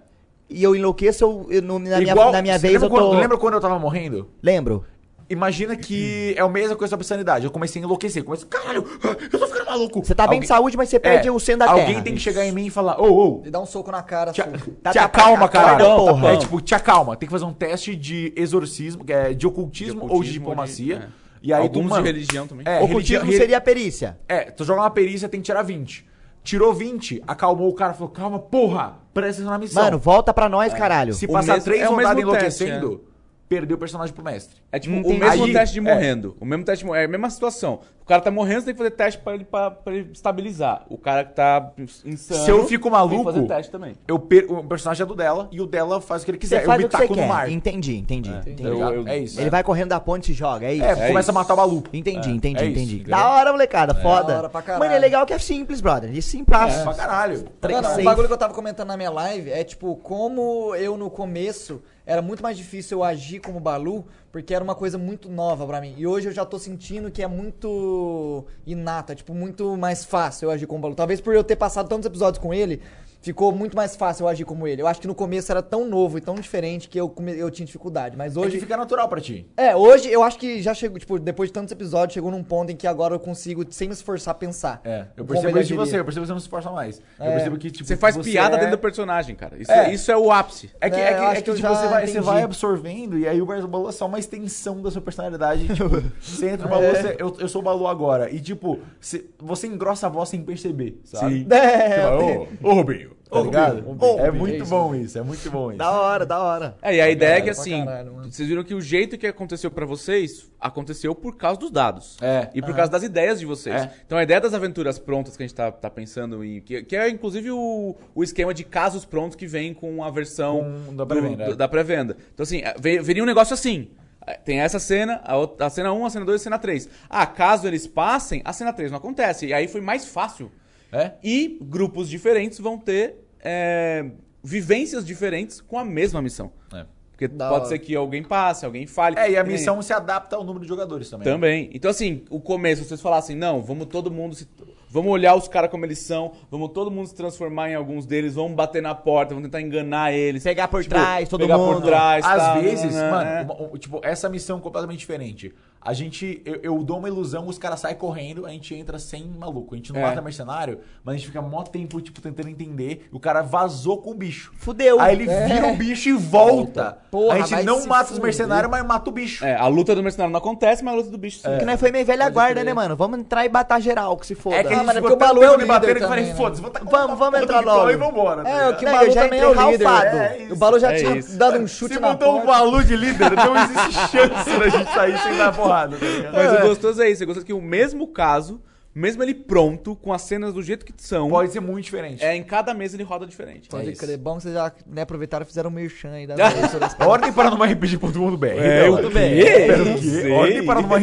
Speaker 2: E eu enlouqueço, eu, eu não- na, minha, na minha
Speaker 3: Você
Speaker 2: vez
Speaker 3: lembra
Speaker 2: eu tô...
Speaker 3: Quando, lembra quando eu tava morrendo?
Speaker 2: Lembro.
Speaker 3: Imagina que é a mesma coisa sobre sanidade. Eu comecei a enlouquecer. Comecei, caralho, eu tô ficando maluco. É,
Speaker 2: Você tá bem de saúde, mas você perde o centro da
Speaker 3: Alguém
Speaker 2: terra.
Speaker 3: tem que chegar em mim e falar, ô, ô,
Speaker 7: Ele dá um soco na cara,
Speaker 3: Te,
Speaker 7: sua.
Speaker 2: Tá
Speaker 3: te acalma, caralho.
Speaker 2: Não, porra.
Speaker 3: É tipo, te acalma. Tem que fazer um teste de exorcismo, que é de ocultismo,
Speaker 8: De
Speaker 3: ou de
Speaker 8: ocultismo
Speaker 3: diplomacia.
Speaker 8: ou de- é.
Speaker 3: E aí tu,
Speaker 8: Alguns
Speaker 3: mano,
Speaker 8: de religião também.
Speaker 3: É,
Speaker 2: Ocultismo
Speaker 3: religi-
Speaker 2: seria a perícia.
Speaker 3: É, tu joga uma perícia, tem que tirar 20. Tirou 20, acalmou o cara, falou, calma, porra, presta atenção na missão.
Speaker 2: Mano, volta pra nós, caralho.
Speaker 3: Se
Speaker 8: o
Speaker 3: passar
Speaker 8: mesmo-
Speaker 3: três
Speaker 8: é o mesmo
Speaker 3: rodadas
Speaker 8: teste,
Speaker 3: enlouquecendo, perdeu o personagem pro mestre.
Speaker 8: É tipo
Speaker 2: Entendi.
Speaker 8: o mesmo
Speaker 3: Aí-
Speaker 8: teste de
Speaker 3: é.
Speaker 8: morrendo. O mesmo teste de morrendo. É a mesma situação. O cara tá morrendo, você tem que fazer teste pra ele, pra, pra ele estabilizar. O cara que tá insano.
Speaker 3: Se eu fico
Speaker 8: Tem que
Speaker 3: maluco,
Speaker 8: fazer teste também.
Speaker 3: eu per... o personagem é do dela e o dela faz o que ele quiser.
Speaker 2: Você faz
Speaker 3: É,
Speaker 2: o
Speaker 3: eu me
Speaker 2: que você
Speaker 3: taco no
Speaker 2: quer.
Speaker 3: mar.
Speaker 2: Entendi, entendi. entendi.
Speaker 3: Tá ligado?
Speaker 8: Então, Eu- eu-
Speaker 3: é isso.
Speaker 2: Ele vai correndo da ponte e se joga, é isso?
Speaker 3: É, começa a matar o maluco.
Speaker 2: um- Entendi, entendi,
Speaker 3: é isso,
Speaker 2: entendi.
Speaker 3: entendeu?
Speaker 2: da hora, molecada, foda.
Speaker 7: Da hora pra caralho.
Speaker 2: Mano, é legal que é simples, brother. E simples.
Speaker 3: Pra caralho.
Speaker 7: Mano,
Speaker 2: safe.
Speaker 7: Tá o bagulho que eu tava comentando na minha live é tipo, como eu no começo era muito mais difícil eu agir como Balu, porque era uma coisa muito nova pra mim. E hoje eu já tô sentindo que é muito inata, tipo, muito mais fácil eu agir como Balu. Talvez por eu ter passado tantos episódios com ele, ficou muito mais fácil eu agir como ele. Eu acho que no começo era tão novo e tão diferente que eu, come- eu tinha dificuldade, mas
Speaker 3: Hoje
Speaker 7: hoje
Speaker 3: fica natural pra ti.
Speaker 7: é, hoje eu acho que já chegou, tipo, depois de tantos episódios, chegou num ponto em que agora eu consigo, sem me esforçar, pensar.
Speaker 3: É, eu
Speaker 7: como
Speaker 3: percebo
Speaker 7: ele
Speaker 3: isso de
Speaker 7: agiria.
Speaker 3: você, eu percebo que você não se esforça mais. Eu percebo que, tipo,
Speaker 8: Você faz piada
Speaker 3: é-
Speaker 8: dentro do personagem, cara. Isso
Speaker 3: É.
Speaker 8: é, isso é o ápice.
Speaker 3: É que,
Speaker 7: É,
Speaker 3: é,
Speaker 7: eu
Speaker 3: que,
Speaker 7: acho
Speaker 3: é
Speaker 7: que
Speaker 3: que,
Speaker 7: eu
Speaker 3: tipo,
Speaker 7: já
Speaker 3: você, vai, você
Speaker 7: entendi.
Speaker 3: vai absorvendo e aí o Balu é só uma extensão da sua personalidade. Tipo, você entra no Balu, você- eu, eu sou o Balu agora. E, tipo, você, você engrossa a voz sem perceber, sabe? Sim.
Speaker 7: [LAUGHS] É,
Speaker 3: Ô, ô, Rubinho. Tá ligado? é muito bom isso, é muito bom isso.
Speaker 2: Da hora, da hora.
Speaker 8: É,
Speaker 3: Tá
Speaker 8: e a ideia é
Speaker 7: pra
Speaker 8: que assim,
Speaker 7: caralho, mano.
Speaker 8: vocês viram que o jeito que aconteceu pra vocês aconteceu por causa dos dados.
Speaker 3: É.
Speaker 8: E por causa das ideias de vocês.
Speaker 3: É.
Speaker 8: Então a ideia das aventuras prontas que a gente tá, tá pensando em. Que, que é inclusive o, o esquema de casos prontos que vem com a versão
Speaker 3: Com- da pré-venda, é.
Speaker 8: da pré-venda. Então, assim, eh, ve- viria um negócio assim. Eh, Tem essa cena, a, outra- a cena 1, a cena 2 e a cena 3. Ah, caso eles passem, a cena 3 não acontece. E aí foi mais fácil.
Speaker 3: É?
Speaker 8: E grupos diferentes vão ter eh, vivências diferentes com a mesma missão.
Speaker 20: É.
Speaker 8: Porque
Speaker 7: Da
Speaker 8: pode
Speaker 7: hora.
Speaker 8: ser que alguém passe, alguém fale.
Speaker 3: É, e a
Speaker 8: Que nem-
Speaker 3: missão se adapta ao número de jogadores também. né?
Speaker 8: Também. Então, assim, o começo, vocês falassem, não, vamos todo mundo se. Vamos olhar os caras como eles são, vamos todo mundo se transformar em alguns deles, vamos bater na porta, vamos tentar enganar eles.
Speaker 2: Pegar por
Speaker 8: Tipo,
Speaker 2: trás, todo
Speaker 8: pegar
Speaker 2: mundo.
Speaker 8: por trás.
Speaker 3: Às
Speaker 8: tá,
Speaker 3: vezes,
Speaker 8: né,
Speaker 3: mano,
Speaker 8: né.
Speaker 3: uma- um- tipo, essa missão é completamente diferente. A gente, eu, eu dou uma ilusão, os caras saem correndo, a gente entra sem maluco. A gente não
Speaker 8: É.
Speaker 3: mata mercenário, mas a gente fica mó tempo, tipo, tentando entender. O cara vazou com o bicho.
Speaker 2: Fudeu.
Speaker 3: Aí ele
Speaker 2: É.
Speaker 3: vira o bicho e volta.
Speaker 2: Porra,
Speaker 3: a gente
Speaker 2: vai
Speaker 3: não
Speaker 2: se
Speaker 3: mata os
Speaker 2: fuder.
Speaker 3: mercenários, mas mata o bicho.
Speaker 8: É, a luta do mercenário não acontece, mas a luta do bicho sim.
Speaker 2: Que nós foi meio velha
Speaker 8: É. Pode
Speaker 2: guarda,
Speaker 8: crer.
Speaker 2: né, mano? Vamos entrar e matar geral, que se foda.
Speaker 3: É que a gente
Speaker 2: Ah,
Speaker 3: ficou
Speaker 27: porque o
Speaker 3: tanto
Speaker 27: Balu é o
Speaker 3: tempo debatendo
Speaker 27: líder
Speaker 3: que eu falei,
Speaker 27: também, né?
Speaker 3: foguinho, vamos,
Speaker 2: Vamos- vamos entrar logo.
Speaker 3: E vambora, tá
Speaker 27: É, o
Speaker 3: ligado?
Speaker 27: que o
Speaker 2: Não, eu
Speaker 27: Balu
Speaker 2: já
Speaker 27: também é
Speaker 2: entrei
Speaker 27: o líder.
Speaker 2: ralfado.
Speaker 27: é. o Balu já
Speaker 8: É
Speaker 27: tinha
Speaker 8: isso.
Speaker 27: dado um chute
Speaker 3: Se
Speaker 27: na
Speaker 3: botou o
Speaker 27: porta.
Speaker 3: Balu de líder, não existe chance da gente sair sem dar porrada, tá ligado?
Speaker 8: [LAUGHS] Mas o gostoso é isso, o gostoso é que o mesmo caso, mesmo ele pronto, com as cenas do jeito que são,
Speaker 3: Pode ser muito diferente.
Speaker 8: é, em cada mesa ele roda diferente.
Speaker 1: Pode
Speaker 8: É isso.
Speaker 1: crer, bom que vocês já né, aproveitaram e fizeram um merchan aí da sobre esse-
Speaker 3: Ordem para numa RPG.com.br.
Speaker 8: É, o quê? Eu
Speaker 3: Ordem para
Speaker 8: não sei.
Speaker 3: numa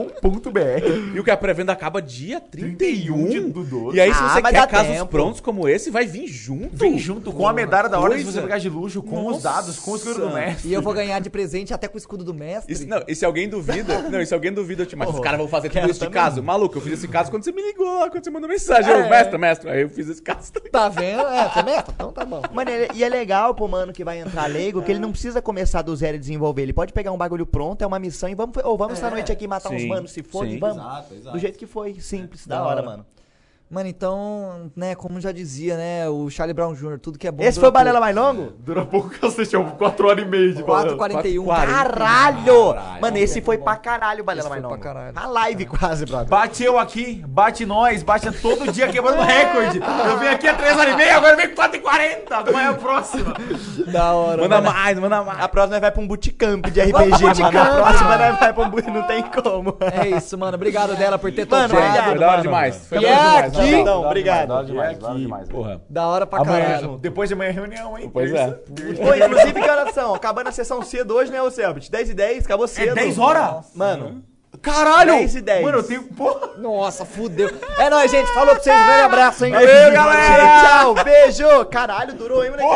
Speaker 3: RPG.com.br.
Speaker 8: E o que a pré-venda acaba dia 31.
Speaker 3: 31 do 12.
Speaker 8: E aí, se você
Speaker 2: Ah, mas
Speaker 8: quer
Speaker 2: dá
Speaker 8: casos
Speaker 2: tempo.
Speaker 8: prontos como esse, vai vir junto.
Speaker 3: Vem junto com a medalha da ordem se
Speaker 8: coisa.
Speaker 3: você pegar de luxo, com os
Speaker 8: Nossa.
Speaker 3: dados, com o escudo do mestre.
Speaker 1: E eu vou ganhar de presente até com o escudo do mestre.
Speaker 8: E se- não, e se alguém
Speaker 2: [LAUGHS]
Speaker 8: duvida, não, e se alguém duvida, eu te mas os caras vão fazer tudo isso de caso. Maluco, eu fiz esse caso quando você me ligou lá, quando você mandou mensagem.
Speaker 2: É.
Speaker 8: Eu, mestre, mestre, aí eu fiz esse caso também.
Speaker 1: Tá vendo? É, você meta? Então tá bom.
Speaker 2: Mano, ele- e é legal pro mano que vai entrar leigo, que ele não precisa começar do zero e desenvolver. Ele pode pegar um bagulho pronto, é uma missão e vamos, ou vamos essa noite aqui matar uns
Speaker 8: Sim,
Speaker 2: manos, se for,
Speaker 8: sim.
Speaker 2: vamos.
Speaker 3: Exato, exato.
Speaker 2: Do jeito que foi, simples, da,
Speaker 1: Da
Speaker 2: hora,
Speaker 1: hora.
Speaker 2: mano.
Speaker 1: Mano, então, né, como já dizia, né, o Charlie Brown Jr., tudo que é bom.
Speaker 2: Esse foi o balela mais longo?
Speaker 3: Dura pouco cacete, é 4 horas e meia de balão.
Speaker 1: 4h41.
Speaker 2: Caralho! Mano, esse um. foi pra caralho o balela
Speaker 1: Esse
Speaker 2: mais
Speaker 1: foi
Speaker 2: longo.
Speaker 1: pra caralho.
Speaker 2: A live quase, brother.
Speaker 3: Bateu aqui, bate nós, bate todo dia quebrando recorde. Eu vim aqui há 3 horas e meia, agora vem 4 e 40. Qual é a próxima?
Speaker 1: Da hora.
Speaker 8: Manda mais, manda mais.
Speaker 2: A próxima nós vai pra um bootcamp de RPG, mano. A próxima nós vai pra um boot... Não tem como.
Speaker 1: É isso, mano. Obrigado dela por ter
Speaker 2: Mano,
Speaker 1: topado.
Speaker 2: obrigado.
Speaker 8: Foi da hora demais. Foi
Speaker 1: E
Speaker 8: da hora
Speaker 1: é
Speaker 8: demais.
Speaker 1: aqui.
Speaker 2: Não, obrigado.
Speaker 3: Demais, demais. Porra.
Speaker 1: Da hora pra
Speaker 3: Amanhã,
Speaker 1: caralho.
Speaker 3: depois de amanhã, reunião, hein?
Speaker 8: Pois é.
Speaker 2: Ô, inclusive, que horas são? Acabando a sessão cedo hoje, né, ô Selbit? 10 e 10, acabou cedo.
Speaker 3: É 10 horas?
Speaker 2: Mano,
Speaker 3: Caralho!
Speaker 2: 10 e 10.
Speaker 3: Mano, eu tenho. Porra!
Speaker 1: Nossa, fudeu. É nóis, gente. Falou pra vocês. Grande abraço, hein?
Speaker 3: Valeu, galera!
Speaker 2: Tchau, beijo! Caralho, durou, hein, moleque?